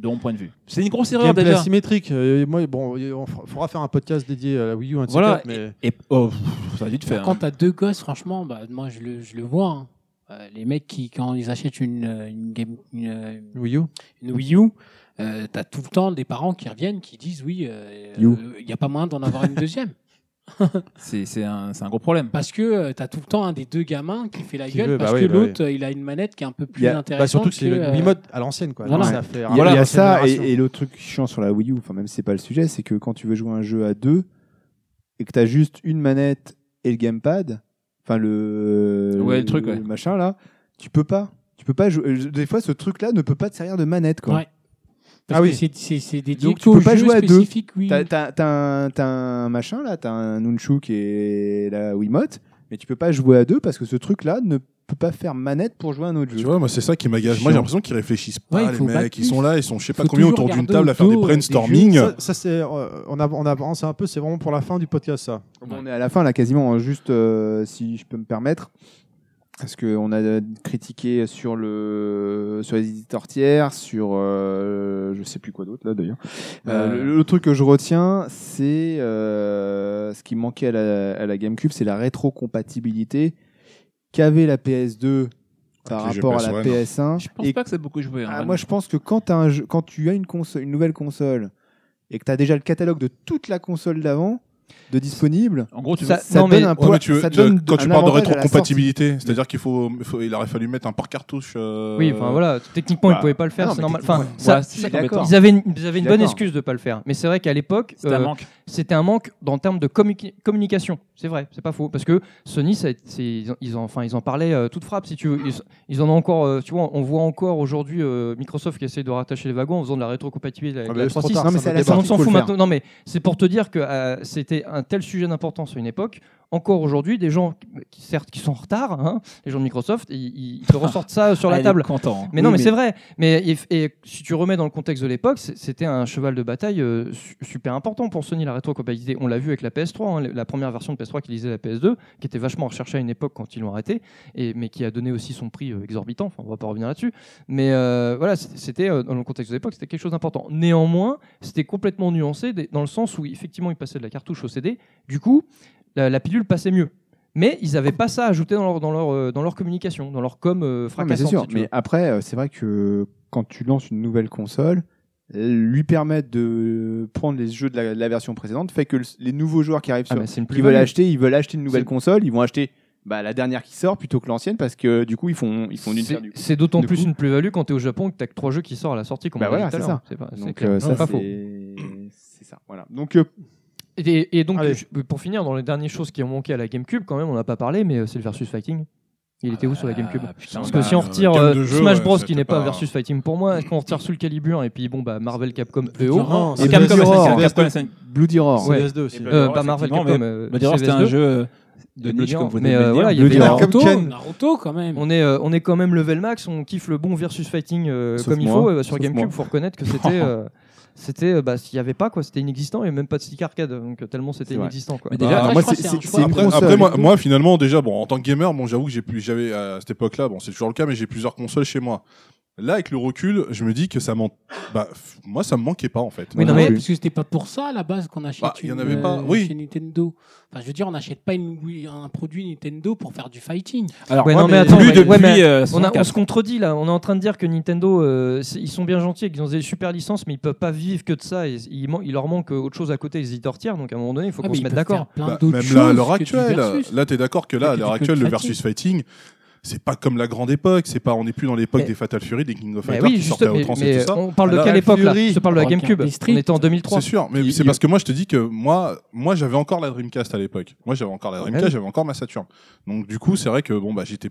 Speaker 7: de mon point de vue. C'est une grosse erreur
Speaker 3: Gameplay
Speaker 7: déjà.
Speaker 3: asymétrique. Euh, moi, bon, on fera- faudra faire un podcast dédié à la Wii U. un de ces
Speaker 7: Voilà.
Speaker 3: quatre, mais-
Speaker 7: Et oh, pff, ça a dû te faire.
Speaker 10: Quand t'as deux gosses, franchement, bah, moi, je le, je le vois. hein. Euh, les mecs qui, quand ils achètent une, euh, une, game, une, euh,
Speaker 3: Wii U.
Speaker 10: une Wii U, euh, t'as tout le temps des parents qui reviennent qui disent oui, il
Speaker 5: You.
Speaker 10: n'y a pas moyen d'en avoir une deuxième.
Speaker 7: C'est c'est un, c'est un gros problème.
Speaker 10: Parce que euh, t'as tout le temps un des deux gamins qui fait la
Speaker 3: Qui
Speaker 10: gueule
Speaker 3: veut,
Speaker 10: parce
Speaker 3: bah
Speaker 10: que
Speaker 3: oui, bah
Speaker 10: l'autre, euh, il a une manette qui est un peu plus
Speaker 5: Il y a- bah,
Speaker 10: intéressante.
Speaker 3: Bah, surtout que c'est
Speaker 10: euh,
Speaker 3: le mode à l'ancienne. quoi.
Speaker 10: voilà.
Speaker 3: Ça fait
Speaker 5: Il y a, il y a
Speaker 3: rappeler
Speaker 5: ça,
Speaker 3: la
Speaker 5: et,
Speaker 3: génération.
Speaker 5: et le truc chiant sur la Wii U, enfin, même si c'est pas le sujet, c'est que quand tu veux jouer à un jeu à deux et que tu as juste une manette et le gamepad, enfin le,
Speaker 7: Ouais, le truc, ouais.
Speaker 5: machin là, tu peux pas. Tu peux pas jouer. Des fois, ce truc-là ne peut pas te servir de manette. Quoi.
Speaker 10: Ouais. Parce
Speaker 5: Ah
Speaker 10: que
Speaker 5: oui.
Speaker 10: c'est- c'est c'est dédié
Speaker 5: Donc, tu peux
Speaker 10: qu'aux
Speaker 5: pas
Speaker 10: jeux
Speaker 5: jouer à deux.
Speaker 10: spécifiques, oui.
Speaker 5: T'as, t'as- t'as un, t'as un machin là, t'as un Nunchuk qui est la Wiimote, mais tu peux pas jouer à deux parce que ce truc-là ne peut pas faire manette pour jouer à un autre
Speaker 6: Tu
Speaker 5: jeu.
Speaker 6: vois, moi, c'est ça qui m'agace. Moi,
Speaker 5: Chiant.
Speaker 6: j'ai l'impression qu'ils réfléchissent pas,
Speaker 10: Ouais, il
Speaker 6: les
Speaker 10: faut pas
Speaker 6: mecs. Ils
Speaker 10: plus.
Speaker 6: sont là, ils sont, je sais pas
Speaker 10: Faut
Speaker 6: combien
Speaker 10: toujours
Speaker 6: autour d'une
Speaker 10: regarder
Speaker 6: table à faire des
Speaker 10: autour, des jeux.
Speaker 6: brainstorming.
Speaker 3: Ça, ça, c'est, euh, on, av- on avance un peu, c'est vraiment pour la fin du podcast ça.
Speaker 5: On est à la fin là, quasiment, hein, juste euh, si je peux me permettre. parce qu'on a critiqué sur, le, sur les éditeurs tiers, sur euh, je sais plus quoi d'autre là d'ailleurs. Euh,
Speaker 13: Euh,
Speaker 5: le, le truc que je retiens, c'est euh, ce qui manquait à la, à la GameCube, c'est la rétrocompatibilité qu'avait la PS2 par
Speaker 7: Avec les
Speaker 5: rapport à la
Speaker 7: jeux PS1.
Speaker 5: PS1.
Speaker 7: Je pense pas que ça a beaucoup joué, hein,
Speaker 5: Ah,
Speaker 7: vraiment.
Speaker 5: moi, je pense que quand, t'as un jeu- quand tu as une, console, une nouvelle console et que tu as déjà le catalogue de toute la console d'avant de disponible,
Speaker 7: en gros,
Speaker 6: tu
Speaker 5: ça,
Speaker 6: veux-
Speaker 5: ça
Speaker 6: Non, mais-
Speaker 5: donne un
Speaker 6: Ouais,
Speaker 5: poids.
Speaker 6: mais tu veux-
Speaker 5: ça
Speaker 6: tu-
Speaker 5: donne
Speaker 6: quand tu
Speaker 5: un
Speaker 6: parles
Speaker 5: avantage
Speaker 6: de
Speaker 5: à la sortie.
Speaker 6: rétrocompatibilité, c'est-à-dire qu'il faut, faut- il aurait fallu mettre un par cartouche. euh,
Speaker 4: Oui, enfin voilà, techniquement ils
Speaker 6: bah,
Speaker 4: pouvaient pas le
Speaker 6: ah
Speaker 4: faire,
Speaker 6: non,
Speaker 4: c'est
Speaker 6: mais
Speaker 4: normal. Enfin,
Speaker 6: techniquement, ouais.
Speaker 4: ça-
Speaker 6: Ouais,
Speaker 4: ça-
Speaker 6: c'est embêtant.
Speaker 4: ils avaient une, ils avaient une
Speaker 6: Je suis
Speaker 4: bonne
Speaker 6: d'accord.
Speaker 4: excuse de pas le faire, mais c'est vrai qu'à l'époque,
Speaker 6: C'était un
Speaker 4: euh,
Speaker 6: manque.
Speaker 4: c'était un manque en termes de communi- communication. C'est vrai, c'est pas faux, parce que Sony, ça a été- c'est- ils, en- ils en, enfin, ils en parlaient euh, toute frappe, si tu veux. Ils, ils en ont encore, euh, tu vois, on voit encore aujourd'hui euh, Microsoft qui essaie de rattacher les wagons en faisant de la rétrocompatibilité avec
Speaker 5: Ah, mais
Speaker 4: la
Speaker 5: c'est trop
Speaker 4: 3.6.
Speaker 5: tard, Non, mais c'est à la
Speaker 4: on
Speaker 5: sortie
Speaker 4: s'en
Speaker 5: qu'il faut
Speaker 4: fout
Speaker 5: le faire.
Speaker 4: maintenant. Non, mais c'est pour te dire que euh, c'était un tel sujet d'importance à une époque. Encore aujourd'hui, des gens qui, certes qui sont en retard, hein, les gens de Microsoft, ils, ils te ressortent ça sur la
Speaker 7: Elle est
Speaker 4: table.
Speaker 7: content.
Speaker 4: Mais non,
Speaker 7: Oui,
Speaker 4: mais,
Speaker 7: mais-
Speaker 4: c'est vrai. Mais if- et si tu remets dans le contexte de l'époque, c'est- c'était un cheval de bataille euh, su- super important pour Sony la rétrocompatibilité. On l'a vu avec la PS3, hein, la première version de PS3 qui lisait la PS2, qui était vachement recherchée à une époque quand ils l'ont arrêtée, et mais qui a donné aussi son prix euh, exorbitant. Enfin, on va pas revenir là-dessus. Mais euh, voilà, c- c'était euh, dans le contexte de l'époque, c'était quelque chose d'important. Néanmoins, c'était complètement nuancé des- dans le sens où effectivement ils passaient de la cartouche au CD. Du coup, la, la pilule passait mieux. Mais ils n'avaient pas ça ajouté dans leur, dans, leur, euh, dans leur communication, dans leur com euh,
Speaker 5: Non, mais c'est
Speaker 4: fracassante.
Speaker 5: sûr.
Speaker 4: si tu veux.
Speaker 5: mais après, euh, c'est vrai que quand tu lances une nouvelle console, euh, lui permettre de prendre les jeux de la, de la version précédente fait que le- les nouveaux joueurs qui arrivent
Speaker 4: Ah,
Speaker 5: sur,
Speaker 4: mais c'est une
Speaker 5: qui veulent
Speaker 4: plus-value.
Speaker 5: acheter, ils veulent acheter une nouvelle
Speaker 4: C'est-
Speaker 5: console, ils vont acheter bah, la dernière qui sort plutôt que l'ancienne parce que du coup ils font ils font d'une
Speaker 4: C'est-
Speaker 5: pierre deux coups.
Speaker 4: C'est d'autant
Speaker 5: Du
Speaker 4: plus
Speaker 5: coup,
Speaker 4: une plus-value quand tu es au Japon et que tu que trois jeux qui sortent à la sortie. Comme
Speaker 5: bah
Speaker 4: on l'a
Speaker 5: voilà,
Speaker 4: dit
Speaker 5: c'est
Speaker 4: tout à
Speaker 5: ça.
Speaker 4: l'heure. C'est pas, c'est
Speaker 5: Donc
Speaker 4: clair.
Speaker 5: euh,
Speaker 4: Non,
Speaker 5: ça
Speaker 4: c'est pas faux.
Speaker 5: c'est c'est ça. Voilà. Donc euh,
Speaker 4: Et, et donc, je- pour finir, dans les dernières choses qui ont manqué à la GameCube, quand même, on n'a pas parlé, mais euh, c'est le versus fighting. Il était où sur la GameCube
Speaker 7: putain,
Speaker 4: Parce que
Speaker 7: bah,
Speaker 4: si on
Speaker 7: euh,
Speaker 4: retire
Speaker 7: gamme
Speaker 4: euh,
Speaker 7: de jeux,
Speaker 4: Smash
Speaker 7: ouais,
Speaker 4: Bros
Speaker 7: c'était
Speaker 4: qui n'est pas
Speaker 7: pas-
Speaker 4: versus fighting pour moi, qu'on retire Soul Calibur et puis bon bah Marvel Capcom plus haut.
Speaker 7: Non,
Speaker 4: Et
Speaker 7: c'est
Speaker 4: Capcom,
Speaker 7: Bloody
Speaker 4: c'est-
Speaker 7: Roar.
Speaker 4: c'est-
Speaker 7: Capcom,
Speaker 4: c'est-
Speaker 7: c'est-
Speaker 5: Bloody Roar.
Speaker 4: Ouais.
Speaker 5: CVS2 aussi.
Speaker 4: Et
Speaker 7: Bloody
Speaker 4: euh,
Speaker 7: Roar,
Speaker 4: pas Marvel
Speaker 7: effectivement,
Speaker 4: Capcom.
Speaker 7: mais
Speaker 4: euh,
Speaker 7: Bloody Roar, c'était
Speaker 4: CVS2.
Speaker 7: un jeu de
Speaker 4: Et
Speaker 7: niche,
Speaker 4: Bloody
Speaker 7: comme
Speaker 4: Roar.
Speaker 7: vous venez
Speaker 4: Mais
Speaker 7: de le
Speaker 4: euh,
Speaker 7: dire.
Speaker 4: voilà, il y
Speaker 7: Bloody
Speaker 4: avait
Speaker 7: Roar. Comme Ken.
Speaker 10: Naruto quand même.
Speaker 4: On est, euh, on est quand même level max, on kiffe le bon versus fighting euh,
Speaker 10: Sauf
Speaker 4: comme il
Speaker 10: moi.
Speaker 4: faut euh, sur
Speaker 10: Sauf
Speaker 4: GameCube.
Speaker 10: moi.
Speaker 4: Faut reconnaître que c'était, euh, c'était, euh, bah s'il y avait pas quoi, c'était inexistant et même pas de stick arcade, donc euh, tellement c'était
Speaker 5: C'est vrai.
Speaker 4: inexistant quoi.
Speaker 5: Mais déjà, Bah, après, moi, je crois c'est- que c'est un c'est- choix. c'est une
Speaker 6: Après,
Speaker 5: console.
Speaker 6: après, moi, moi, finalement déjà bon en tant que gamer bon j'avoue que j'ai plus j'avais à cette époque là bon c'est toujours le cas mais j'ai plusieurs consoles chez moi. Là avec le recul je me dis que ça m'en bah f- moi ça me manquait pas en fait.
Speaker 10: Oui, non, mais parce que c'était pas pour ça à la base qu'on achète
Speaker 6: Bah, il y en
Speaker 10: une,
Speaker 6: avait pas,
Speaker 10: euh,
Speaker 6: oui.
Speaker 10: chez Nintendo. Enfin, je veux dire, on n'achète pas une Wii- un produit Nintendo pour faire du fighting.
Speaker 7: Alors,
Speaker 4: Ouais, non, mais
Speaker 7: mais
Speaker 4: attends,
Speaker 7: plus
Speaker 4: ouais,
Speaker 7: depuis,
Speaker 4: ouais, mais
Speaker 7: euh,
Speaker 4: on, a- on
Speaker 7: 64.
Speaker 4: se contredit là. On est en train de dire que Nintendo, euh, c'est- ils sont bien gentils, et qu'ils ont des super licences, mais ils peuvent pas vivre que de ça. Et il, man- il leur manque euh, autre chose à côté, les éditeurs tiers. Donc à un moment donné, il faut
Speaker 10: Ah,
Speaker 4: qu'on
Speaker 10: mais
Speaker 4: se
Speaker 10: ils
Speaker 4: mette
Speaker 10: peuvent
Speaker 4: d'accord.
Speaker 10: faire plein
Speaker 6: Bah,
Speaker 10: d'autres
Speaker 6: même là à
Speaker 10: choses
Speaker 6: l'heure
Speaker 10: que du
Speaker 6: actuelle euh,
Speaker 10: versus.
Speaker 6: là t'es d'accord que là à l'heure
Speaker 10: que du
Speaker 6: actuelle le
Speaker 10: fighting.
Speaker 6: versus fighting c'est pas comme la grande époque c'est pas on n'est plus dans l'époque
Speaker 4: Mais-
Speaker 6: des Fatal Fury des King of
Speaker 4: Mais
Speaker 6: Fighters
Speaker 4: oui,
Speaker 6: qui
Speaker 4: juste-
Speaker 6: sortaient à
Speaker 4: mais-
Speaker 6: outrance
Speaker 4: mais
Speaker 6: et tout ça.
Speaker 4: on parle de quelle époque, là Je te parle de la GameCube. On était en 2003.
Speaker 6: C'est sûr, Euh, mais
Speaker 4: Il-
Speaker 6: c'est
Speaker 4: il-
Speaker 6: parce que moi je te dis que moi, moi j'avais encore la Dreamcast à l'époque. Moi j'avais encore la Dreamcast,
Speaker 4: Ah
Speaker 3: oui.
Speaker 6: j'avais encore ma Saturn. Donc du coup c'est vrai que bon bah j'étais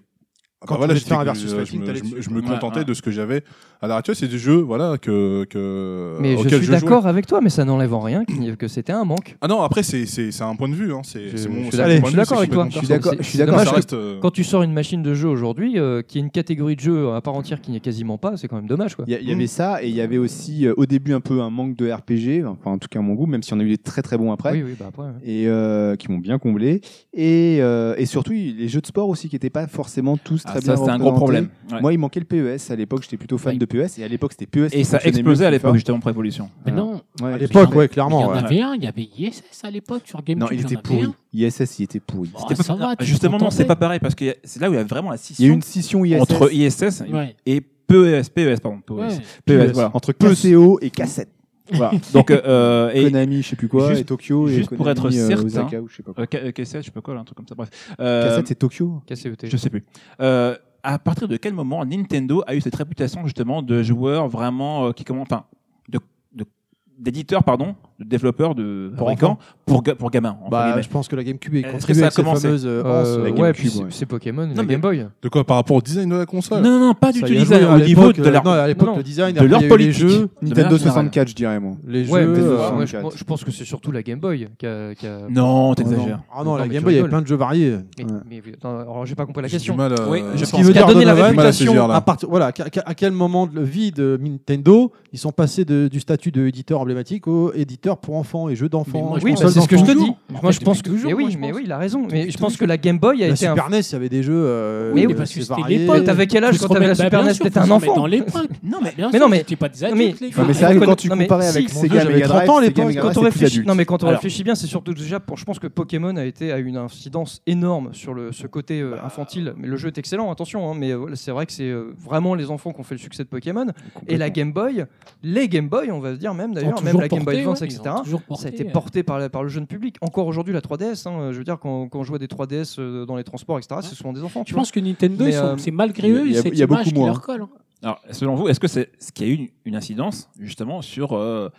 Speaker 3: Quand
Speaker 6: bah,
Speaker 3: tu voulais
Speaker 6: j'étais-
Speaker 3: faire un versus
Speaker 6: je,
Speaker 3: fighting,
Speaker 6: me,
Speaker 3: t'allais
Speaker 6: je me-
Speaker 3: dessus.
Speaker 6: je me
Speaker 3: Ouais,
Speaker 6: contentais
Speaker 3: ouais.
Speaker 6: de ce que j'avais. À l'heure actuelle, c'est des jeux voilà que que
Speaker 4: Mais
Speaker 6: auxquels
Speaker 4: je suis
Speaker 6: jouais.
Speaker 4: d'accord avec toi, mais ça n'enlève en rien qu'il n'y ait- que c'était un manque.
Speaker 6: Ah non, après c'est c'est c'est un point de vue hein, c'est c'est mon
Speaker 4: je suis
Speaker 6: c'est
Speaker 4: d'accord-
Speaker 6: mon
Speaker 4: je suis
Speaker 6: point de vue,
Speaker 4: d'accord
Speaker 6: c'est
Speaker 4: avec toi.
Speaker 6: complètement-
Speaker 4: C'est- c'est dommage
Speaker 6: Ça
Speaker 4: que
Speaker 6: reste, euh,
Speaker 4: Quand tu sors une machine de jeu aujourd'hui, euh, qui est une catégorie de jeu à part entière qui n'y est quasiment pas, c'est quand même dommage. quoi. Mm.
Speaker 5: Il y, a- il y avait ça, et il y avait aussi euh, au début un peu un manque de RPG, enfin en tout cas à mon goût, même si on a eu des très très bons après,
Speaker 4: Oui, oui, bah après, ouais.
Speaker 5: et euh, qui m'ont bien comblé. Et, euh, et surtout il- les jeux de sport aussi qui n'étaient pas forcément tous
Speaker 7: Ah,
Speaker 5: très
Speaker 7: ça,
Speaker 5: bien
Speaker 7: c'était un gros
Speaker 5: représentés.
Speaker 7: problème. Ouais.
Speaker 5: Moi il manquait le PES, à l'époque j'étais plutôt fan de PES, et à l'époque c'était E PES.
Speaker 7: Et ça explosait à l'époque, justement, pour Evolution.
Speaker 10: Mais non.
Speaker 5: À
Speaker 10: l'époque, ouais, clairement, Il y en ouais. avait un, il y avait ISS à l'époque sur GameCube.
Speaker 5: Non, il
Speaker 10: il y en
Speaker 5: était
Speaker 10: avait
Speaker 5: pourri.
Speaker 10: un.
Speaker 5: ISS il était pourri.
Speaker 7: C'était pas-
Speaker 10: ça va,
Speaker 7: Ah,
Speaker 10: tu
Speaker 7: justement,
Speaker 10: t'en
Speaker 7: non, c'est
Speaker 10: tentais.
Speaker 7: pas pareil parce que y a- c'est là où il y a vraiment la scission.
Speaker 5: Il y a une scission ISS.
Speaker 7: entre ISS
Speaker 5: Ouais.
Speaker 7: et PES, PES, pardon, PES,
Speaker 5: Ouais.
Speaker 7: PES,
Speaker 5: PES,
Speaker 7: voilà.
Speaker 5: E entre KCO et cassette. Voilà.
Speaker 7: Donc, euh, et-
Speaker 5: Konami, je sais plus quoi,
Speaker 7: juste-
Speaker 5: et Tokyo, et
Speaker 7: juste pour
Speaker 5: Konami,
Speaker 7: être
Speaker 5: euh,
Speaker 7: certain,
Speaker 5: Osaka, ou je sais pas quoi.
Speaker 7: euh, K- euh, KCS, je sais pas quoi, là, un truc comme ça, bref.
Speaker 5: Cassette, c'est Tokyo
Speaker 4: KCET.
Speaker 7: Je sais plus. Euh, à partir de quel moment Nintendo a eu cette réputation justement de joueurs vraiment euh, qui comment, enfin, de de- d'éditeurs pardon, de développeurs, de
Speaker 3: Pour
Speaker 7: fabricants,
Speaker 3: enfants.
Speaker 7: pour ga- pour gamins. entre
Speaker 3: Bah,
Speaker 7: guillemets.
Speaker 3: je pense que la GameCube est
Speaker 7: Est-ce que
Speaker 3: contribuée
Speaker 7: ça a
Speaker 3: avec cette
Speaker 7: commencé
Speaker 3: fameuse, euh,
Speaker 7: Euh,
Speaker 3: anse, la
Speaker 7: ouais,
Speaker 3: GameCube,
Speaker 7: puis c'est-
Speaker 3: ouais.
Speaker 4: C'est Pokémon,
Speaker 7: Non,
Speaker 4: la
Speaker 7: mais-
Speaker 4: Game Boy.
Speaker 6: De quoi par rapport au design de la console
Speaker 7: Non, non, pas du
Speaker 3: Ça
Speaker 7: tout
Speaker 3: y a
Speaker 7: design,
Speaker 3: joué à
Speaker 7: au niveau
Speaker 3: l'époque,
Speaker 7: de leur-
Speaker 3: euh, non, à l'époque,
Speaker 7: non,
Speaker 3: le design,
Speaker 7: de
Speaker 3: après,
Speaker 7: leur
Speaker 3: il y a eu les
Speaker 7: politique.
Speaker 3: jeux.
Speaker 7: De manière
Speaker 5: Nintendo
Speaker 7: générale.
Speaker 5: 64, je dirais, moi.
Speaker 3: Les
Speaker 4: Ouais,
Speaker 3: jeux,
Speaker 4: mais,
Speaker 3: euh,
Speaker 4: ouais,
Speaker 3: en
Speaker 4: je, pense- je pense que c'est surtout la Game Boy qui a. qui
Speaker 7: Mm.
Speaker 4: a-
Speaker 7: Non, t'exagères.
Speaker 3: Ah non, la
Speaker 4: mais
Speaker 3: Game
Speaker 4: tu
Speaker 3: Boy, il y avait
Speaker 4: rigoles.
Speaker 3: plein de jeux variés.
Speaker 4: Mais, mais- attends, alors j'ai pas compris la
Speaker 6: J'ai du
Speaker 4: question.
Speaker 6: mal à- Oui, je
Speaker 4: Ce
Speaker 6: pense.
Speaker 4: qui veut dire donner la
Speaker 6: Donovan, du mal à
Speaker 4: réputation.
Speaker 6: saisir, là.
Speaker 3: à partir voilà qu'à- qu'à- à, quel moment de la vie de Nintendo ils sont passés de- du statut de éditeur emblématique au édite- éditeurs pour enfants et jeux d'enfants.
Speaker 4: oui, bah,
Speaker 3: consoles
Speaker 4: c'est ce que je te
Speaker 3: d'enfants.
Speaker 4: dis. Moi, je pense que. mais oui, mais oui, il a raison. Mais je pense que la Game Boy a
Speaker 3: La
Speaker 4: été. un-
Speaker 3: Super NES, il y avait des jeux. euh,
Speaker 4: Mais oui,
Speaker 3: euh,
Speaker 4: parce que
Speaker 3: c'est
Speaker 4: c'était
Speaker 3: varié.
Speaker 4: l'époque. T'avais quel âge
Speaker 3: Faut se
Speaker 4: quand t'avais la
Speaker 3: remettre-
Speaker 4: Super
Speaker 3: bah, bien
Speaker 4: NES
Speaker 3: sûr,
Speaker 4: T'étais
Speaker 3: faut
Speaker 4: un
Speaker 3: se remettre
Speaker 4: enfant.
Speaker 3: dans
Speaker 10: l'époque. Non, mais bien
Speaker 4: mais
Speaker 10: sûr,
Speaker 4: non, mais
Speaker 10: c'était pas des
Speaker 4: non,
Speaker 10: adultes,
Speaker 4: mais-
Speaker 10: les
Speaker 8: Ah,
Speaker 10: gars.
Speaker 4: mais
Speaker 10: c'est vrai que quand tu
Speaker 4: non, mais
Speaker 10: comparais
Speaker 4: si,
Speaker 10: avec
Speaker 4: si,
Speaker 10: mon
Speaker 4: si,
Speaker 10: Sega
Speaker 4: j'avais
Speaker 10: Mega
Speaker 4: 30
Speaker 10: Drive,
Speaker 4: ans à
Speaker 10: Sega
Speaker 4: l'époque,
Speaker 10: Mega
Speaker 4: quand
Speaker 10: Drive,
Speaker 4: on
Speaker 10: c'est plus
Speaker 4: réfléchit,
Speaker 10: adulte.
Speaker 4: non mais quand on
Speaker 10: Alors-
Speaker 4: réfléchit bien, c'est surtout déjà pour. Je pense que Pokémon a été a eu une incidence énorme sur le ce côté euh,
Speaker 10: Bah.
Speaker 4: infantile. Mais le jeu est excellent, attention. hein, mais euh, voilà, c'est vrai que c'est euh, vraiment les enfants qui ont fait le succès de Pokémon et la Game Boy, les Game Boy, on va se dire même d'ailleurs, même
Speaker 10: toujours
Speaker 4: la Game Boy
Speaker 10: porté,
Speaker 4: Advance,
Speaker 10: ouais, ils
Speaker 4: etc.
Speaker 10: ont toujours
Speaker 4: ça a
Speaker 10: porté,
Speaker 4: été
Speaker 10: euh.
Speaker 4: porté par, la- par le jeune public. Encore aujourd'hui, la 3DS. hein, je veux dire, quand, quand on jouait des 3DS euh, dans les transports, etc. C'est souvent des enfants.
Speaker 10: Je pense que Nintendo, ils sont- c'est malgré eux,
Speaker 4: il
Speaker 10: cette image qui leur colle. hein.
Speaker 7: Alors, selon vous, est-ce que c'est ce qui a eu une, une incidence justement sur euh,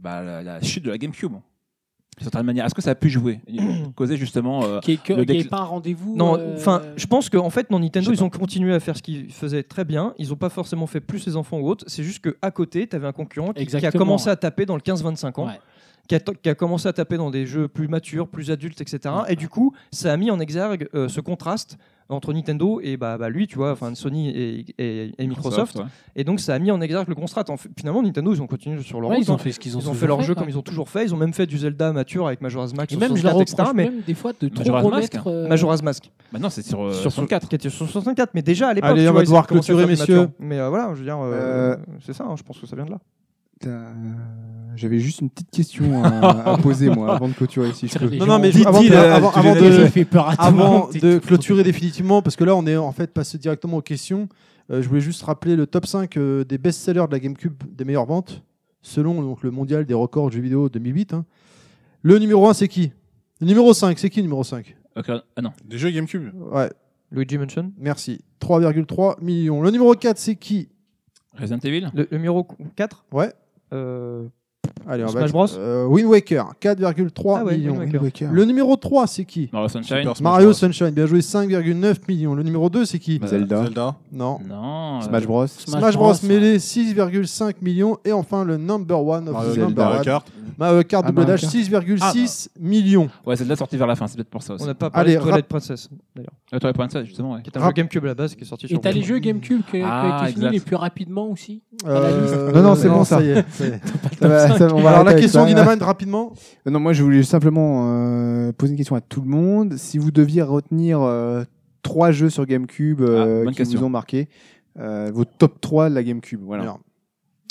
Speaker 7: bah, la, la chute de la GameCube D'une certaine manière, est-ce que ça a pu jouer Causer justement. euh,
Speaker 10: Qui est que-
Speaker 7: le
Speaker 10: qui est
Speaker 7: décl-
Speaker 10: pas un rendez-vous,
Speaker 4: Non,
Speaker 10: euh,
Speaker 4: enfin, je pense qu'en fait, non, Nintendo, ils ont continué à faire ce qu'ils faisaient très bien. Ils n'ont pas forcément fait plus les enfants ou autres. C'est juste qu'à côté, tu avais un concurrent qui, qui a
Speaker 10: Exactement,
Speaker 4: commencé
Speaker 10: ouais.
Speaker 4: à taper dans le 15-25 ans.
Speaker 10: Ouais.
Speaker 4: Qui a, to- qui a commencé à taper dans des jeux plus matures, plus adultes, etc. Et du coup, ça a mis en exergue euh, ce contraste entre Nintendo et bah, bah, lui, tu vois, enfin Sony et, et- et Microsoft.
Speaker 7: Microsoft, ouais.
Speaker 4: Et donc, ça a mis en exergue le contraste. En fait, finalement, Nintendo, ils ont continué sur leur
Speaker 10: Ouais,
Speaker 4: route,
Speaker 10: ils ont
Speaker 4: hein.
Speaker 10: fait ce qu'ils ont
Speaker 4: Ils ont fait
Speaker 10: toujours
Speaker 4: leur
Speaker 10: fait,
Speaker 4: jeu
Speaker 10: quoi.
Speaker 4: comme ils ont toujours fait. Ils ont même fait du Zelda mature avec Majora's Mask.
Speaker 10: Et
Speaker 4: sur
Speaker 10: même, je
Speaker 4: 64,
Speaker 10: leur
Speaker 4: etc.,
Speaker 10: reproche
Speaker 4: mais-
Speaker 10: même des fois de trop
Speaker 4: Majora's
Speaker 10: remettre,
Speaker 4: Mask. hein.
Speaker 10: euh,
Speaker 4: Majora's Mask.
Speaker 7: Maintenant, c'est sur, euh,
Speaker 4: 64. Qui était sur 64, mais déjà à l'époque.
Speaker 3: Allez,
Speaker 4: tu
Speaker 3: on
Speaker 4: vois,
Speaker 3: va
Speaker 4: ils
Speaker 3: devoir
Speaker 4: avaient commencé à
Speaker 3: clôturer,
Speaker 4: faire du mature.
Speaker 3: messieurs.
Speaker 4: Mais euh, voilà, je veux dire, euh,
Speaker 5: Euh,
Speaker 4: c'est ça, hein, je pense que ça vient de là.
Speaker 5: T'as- euh, J'avais juste une petite question hein, à, à poser, moi, avant de clôturer, si je peux.
Speaker 3: Non, non, mais avant, de, avant- avant de- avant de clôturer définitivement, parce que là, on est en fait passé directement aux questions. euh, je voulais juste rappeler le top 5 euh, des best-sellers de la GameCube des meilleures ventes, selon donc, le mondial des records de jeux vidéo 2008. hein. Le numéro 1, c'est qui Le numéro 5, c'est qui le numéro 5
Speaker 7: Ok, Ah non.
Speaker 6: Des jeux GameCube.
Speaker 3: Ouais.
Speaker 4: Luigi Mansion
Speaker 3: Merci. 3,3 millions. Le numéro 4, c'est qui
Speaker 7: Resident Evil
Speaker 4: Le, le numéro Euh, 4
Speaker 3: Ouais. Allez, on va-
Speaker 4: Smash Bros
Speaker 3: Euh, Wind Waker, 4,3
Speaker 4: Ah ouais,
Speaker 3: millions.
Speaker 4: Wind Waker.
Speaker 3: Le numéro 3, c'est qui
Speaker 7: Mario Sunshine
Speaker 6: Super Smash
Speaker 3: Mario
Speaker 6: Bros.
Speaker 3: Sunshine, bien joué, 5,9 millions. Le numéro 2, c'est qui
Speaker 5: Zelda.
Speaker 6: Zelda.
Speaker 3: Non.
Speaker 7: Non. euh,
Speaker 5: Smash Bros. hein.
Speaker 3: Smash, Bros, Melee, 6,5 millions. Et enfin, le number one of
Speaker 5: Mario
Speaker 3: the
Speaker 5: Zelda.
Speaker 3: number
Speaker 6: Mario
Speaker 3: one.
Speaker 6: Kart.
Speaker 3: Mario Kart
Speaker 5: Ah,
Speaker 3: Double
Speaker 5: Mario
Speaker 3: Dash,
Speaker 5: Kart. Ah,
Speaker 3: 6,6 millions.
Speaker 7: Ouais, Zelda sorti vers la fin, c'est peut-être pour ça aussi.
Speaker 4: On n'a pas parlé
Speaker 3: Allez,
Speaker 4: de Twilight
Speaker 3: rap-
Speaker 4: Princess, d'ailleurs.
Speaker 7: Euh, toi, point de ça, justement, ouais.
Speaker 4: Qui est un
Speaker 3: Rap-
Speaker 4: jeu GameCube à la base qui est sorti
Speaker 10: Et
Speaker 4: sur.
Speaker 10: t'as les
Speaker 4: Wii.
Speaker 10: jeux GameCube qui qui ont
Speaker 7: Ah,
Speaker 10: été finis
Speaker 7: exact.
Speaker 10: les plus rapidement aussi
Speaker 3: Euh,
Speaker 5: Non, non, c'est bon, ça.
Speaker 3: y est, ça y est.
Speaker 5: Ça va- ça va- on va
Speaker 3: Alors,
Speaker 5: arrêter
Speaker 3: la
Speaker 5: avec
Speaker 3: question
Speaker 5: ça.
Speaker 3: Dynaman, rapidement.
Speaker 5: Euh, Non, moi je voulais simplement euh, poser une question à tout le monde. Si vous deviez retenir euh, trois jeux sur GameCube euh,
Speaker 7: Ah, bonne
Speaker 5: qui
Speaker 7: question.
Speaker 5: vous ont marqué, euh, vos top 3 de la GameCube. Voilà.
Speaker 3: Alors,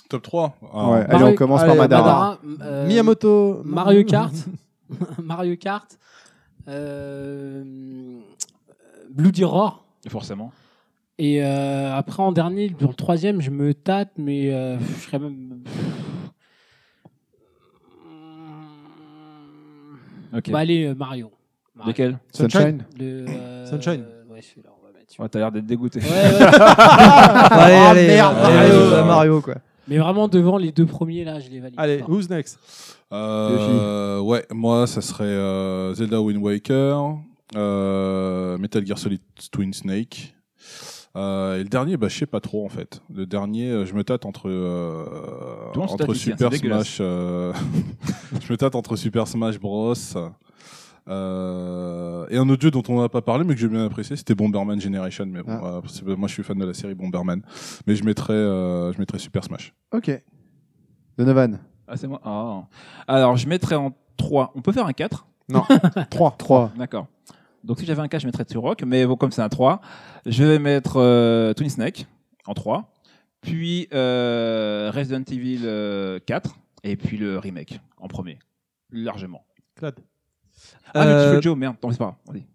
Speaker 6: Top 3. Ah,
Speaker 5: Ouais, allez, on commence
Speaker 3: allez,
Speaker 5: par Madara.
Speaker 10: Madara, euh,
Speaker 3: Miyamoto.
Speaker 10: Mario Kart, Mario Kart, euh, Bloody Roar.
Speaker 7: Forcément.
Speaker 10: Et euh, après, en dernier, dans le troisième, je me tâte, mais euh, je serais même.
Speaker 7: Ok. Ah.
Speaker 10: Bah, allez, euh, Mario. Mario.
Speaker 7: Lesquels
Speaker 5: Sunshine.
Speaker 10: Le, euh,
Speaker 3: Sunshine.
Speaker 10: Ouais, celui-là, on va mettre celui-là.
Speaker 7: Ouais, T'as l'air d'être dégoûté.
Speaker 4: Allez,
Speaker 3: Ah,
Speaker 4: allez,
Speaker 3: merde,
Speaker 4: allez,
Speaker 3: Mario.
Speaker 4: euh, Mario, quoi.
Speaker 10: Mais vraiment, devant les deux premiers, là, je les valide.
Speaker 3: Allez,
Speaker 10: pas.
Speaker 3: who's next
Speaker 6: Euh, ouais, moi, ça serait euh, Zelda Wind Waker, euh, Metal Gear Solid Twin Snake. Euh, et le dernier, bah, je sais pas trop en fait. Le dernier, euh, je me tâte entre euh,
Speaker 7: Tout le monde se
Speaker 6: entre
Speaker 7: tâte ici, hein,
Speaker 6: Super
Speaker 7: c'est dégueulasse.
Speaker 6: Smash. euh, je me tâte entre Super Smash Bros. Euh, et un autre jeu dont on n'a pas parlé mais que j'ai bien apprécié, c'était Bomberman Generation. Mais bon, euh, c'est- moi, je suis fan de la série Bomberman. Mais je mettrais, euh, je mettrais Super Smash.
Speaker 5: Ok. Donovan.
Speaker 7: Ah, c'est moi. Ah. Alors, je mettrais en 3. On peut faire un 4
Speaker 5: 3. 3.
Speaker 7: D'accord. Donc, si j'avais un 4, je mettrais Turok. Mais bon, comme c'est un 3, je vais mettre euh, Twin Snake en 3. Puis euh, Resident Evil euh, 4. Et puis le remake en premier. Largement.
Speaker 3: Claude.
Speaker 7: Ah, mais tu
Speaker 4: Euh,
Speaker 7: fais Joe, merde. Non, c'est pas grave. Vas-y.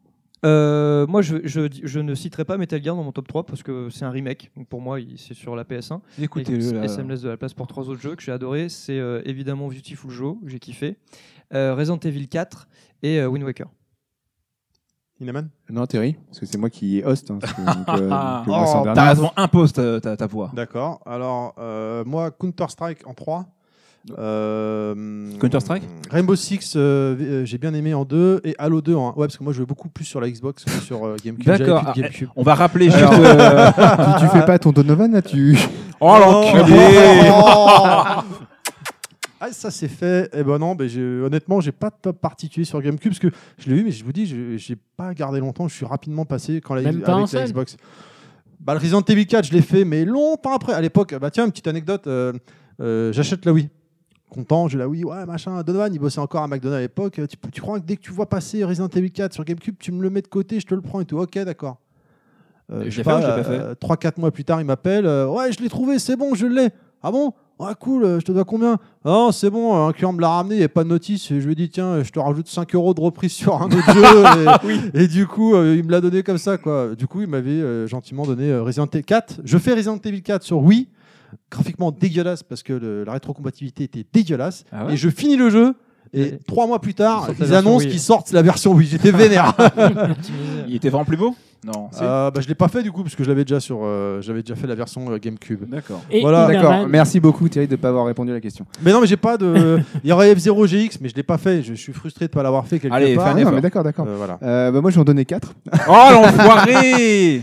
Speaker 4: Euh, moi, je, je, je ne citerai pas Metal Gear dans mon top 3 parce que c'est un remake. Donc, pour moi, il- c'est sur la PS1.
Speaker 7: Écoutez-le,
Speaker 4: Et-
Speaker 7: euh, là.
Speaker 4: Et ça me laisse de la place pour trois autres jeux que j'ai adoré. C'est euh, évidemment Beautiful Joe, que j'ai kiffé. euh, Resident Evil 4 et euh, Wind Waker.
Speaker 3: Dynaman
Speaker 5: Non, Terry, parce que c'est moi qui host. Hein, parce que- donc, euh, donc, moi, c'est en
Speaker 7: Oh,
Speaker 5: dernier.
Speaker 7: T'as raison, impose ta, ta, ta voix.
Speaker 3: D'accord. Alors, euh, moi, Counter-Strike en 3. Euh,
Speaker 7: Counter-Strike
Speaker 3: Rainbow Six, euh, v- euh, j'ai bien aimé en 2 et Halo 2 en 1. Ouais, parce que moi je jouais beaucoup plus sur la Xbox que sur euh, GameCube. J'avais
Speaker 7: D'accord.
Speaker 5: Ah,
Speaker 3: plus de GameCube.
Speaker 7: On va rappeler juste.
Speaker 5: Alors,
Speaker 7: euh,
Speaker 5: tu, tu fais pas ton Donovan là tu...
Speaker 7: Oh l'enculé
Speaker 3: Oh Ah, ça c'est fait. Eh ben non, ben, j'ai- honnêtement, j'ai pas de top particulier sur GameCube parce que je l'ai eu, mais je vous dis, je- j'ai pas gardé longtemps. Je suis rapidement passé quand la,
Speaker 10: Même pas un
Speaker 3: avec la
Speaker 10: seul
Speaker 3: Xbox. Bah, le Resident Evil 4, je l'ai fait, mais longtemps après. À l'époque, bah tiens, une petite anecdote. euh, euh, J'achète la Wii. content. Je là, oui, ouais, machin. Donovan, il bossait encore à McDonald's à l'époque. Tu, tu crois que dès que tu vois passer Resident Evil 4 sur GameCube, tu me le mets de côté, je te le prends et tout. Ok, d'accord.
Speaker 7: Je l'ai
Speaker 3: sais
Speaker 7: fait ou je l'ai pas
Speaker 3: euh, 3-4 mois plus tard, il m'appelle. euh, ouais, je l'ai trouvé, c'est bon, je l'ai. Ah bon Ah cool, euh, je te dois combien Ah non, c'est bon, un client me l'a ramené, il n'y a pas de notice. Et je lui ai dit, tiens, je te rajoute 5 euros de reprise sur un autre jeu. Et, et du coup, euh, il me l'a donné comme ça, quoi. Du coup, il m'avait euh, gentiment donné euh, Resident Evil 4. Je fais Resident Evil 4 sur Wii, graphiquement dégueulasse parce que le- la rétrocompatibilité était dégueulasse.
Speaker 7: Ah
Speaker 4: ouais
Speaker 3: et je finis le jeu. Et trois mois plus tard,
Speaker 4: Ils sortent la
Speaker 3: ils
Speaker 4: version
Speaker 3: annoncent
Speaker 4: Wii.
Speaker 3: qu'ils sortent la version Wii. J'étais vénère.
Speaker 7: Ah, Il était vraiment plus beau Non. si.
Speaker 3: Euh, bah, je l'ai pas fait du coup parce que je l'avais déjà sur, euh, j'avais déjà fait la version euh, GameCube.
Speaker 7: D'accord.
Speaker 10: Et
Speaker 3: Voilà.
Speaker 10: Ivan-
Speaker 5: D'accord, merci beaucoup Thierry de ne pas avoir répondu à la question.
Speaker 3: Mais non, mais j'ai pas de. Il y aurait F0 GX, mais je l'ai pas fait. Je, je suis frustré de pas l'avoir fait quelque
Speaker 7: Allez,
Speaker 3: part.
Speaker 7: fais un
Speaker 5: Ah non,
Speaker 7: effort.
Speaker 5: mais d'accord, d'accord.
Speaker 3: Euh, voilà.
Speaker 5: Euh, bah, moi, je vais en donner 4.
Speaker 7: Oh
Speaker 5: Eh,
Speaker 7: l'enfoiré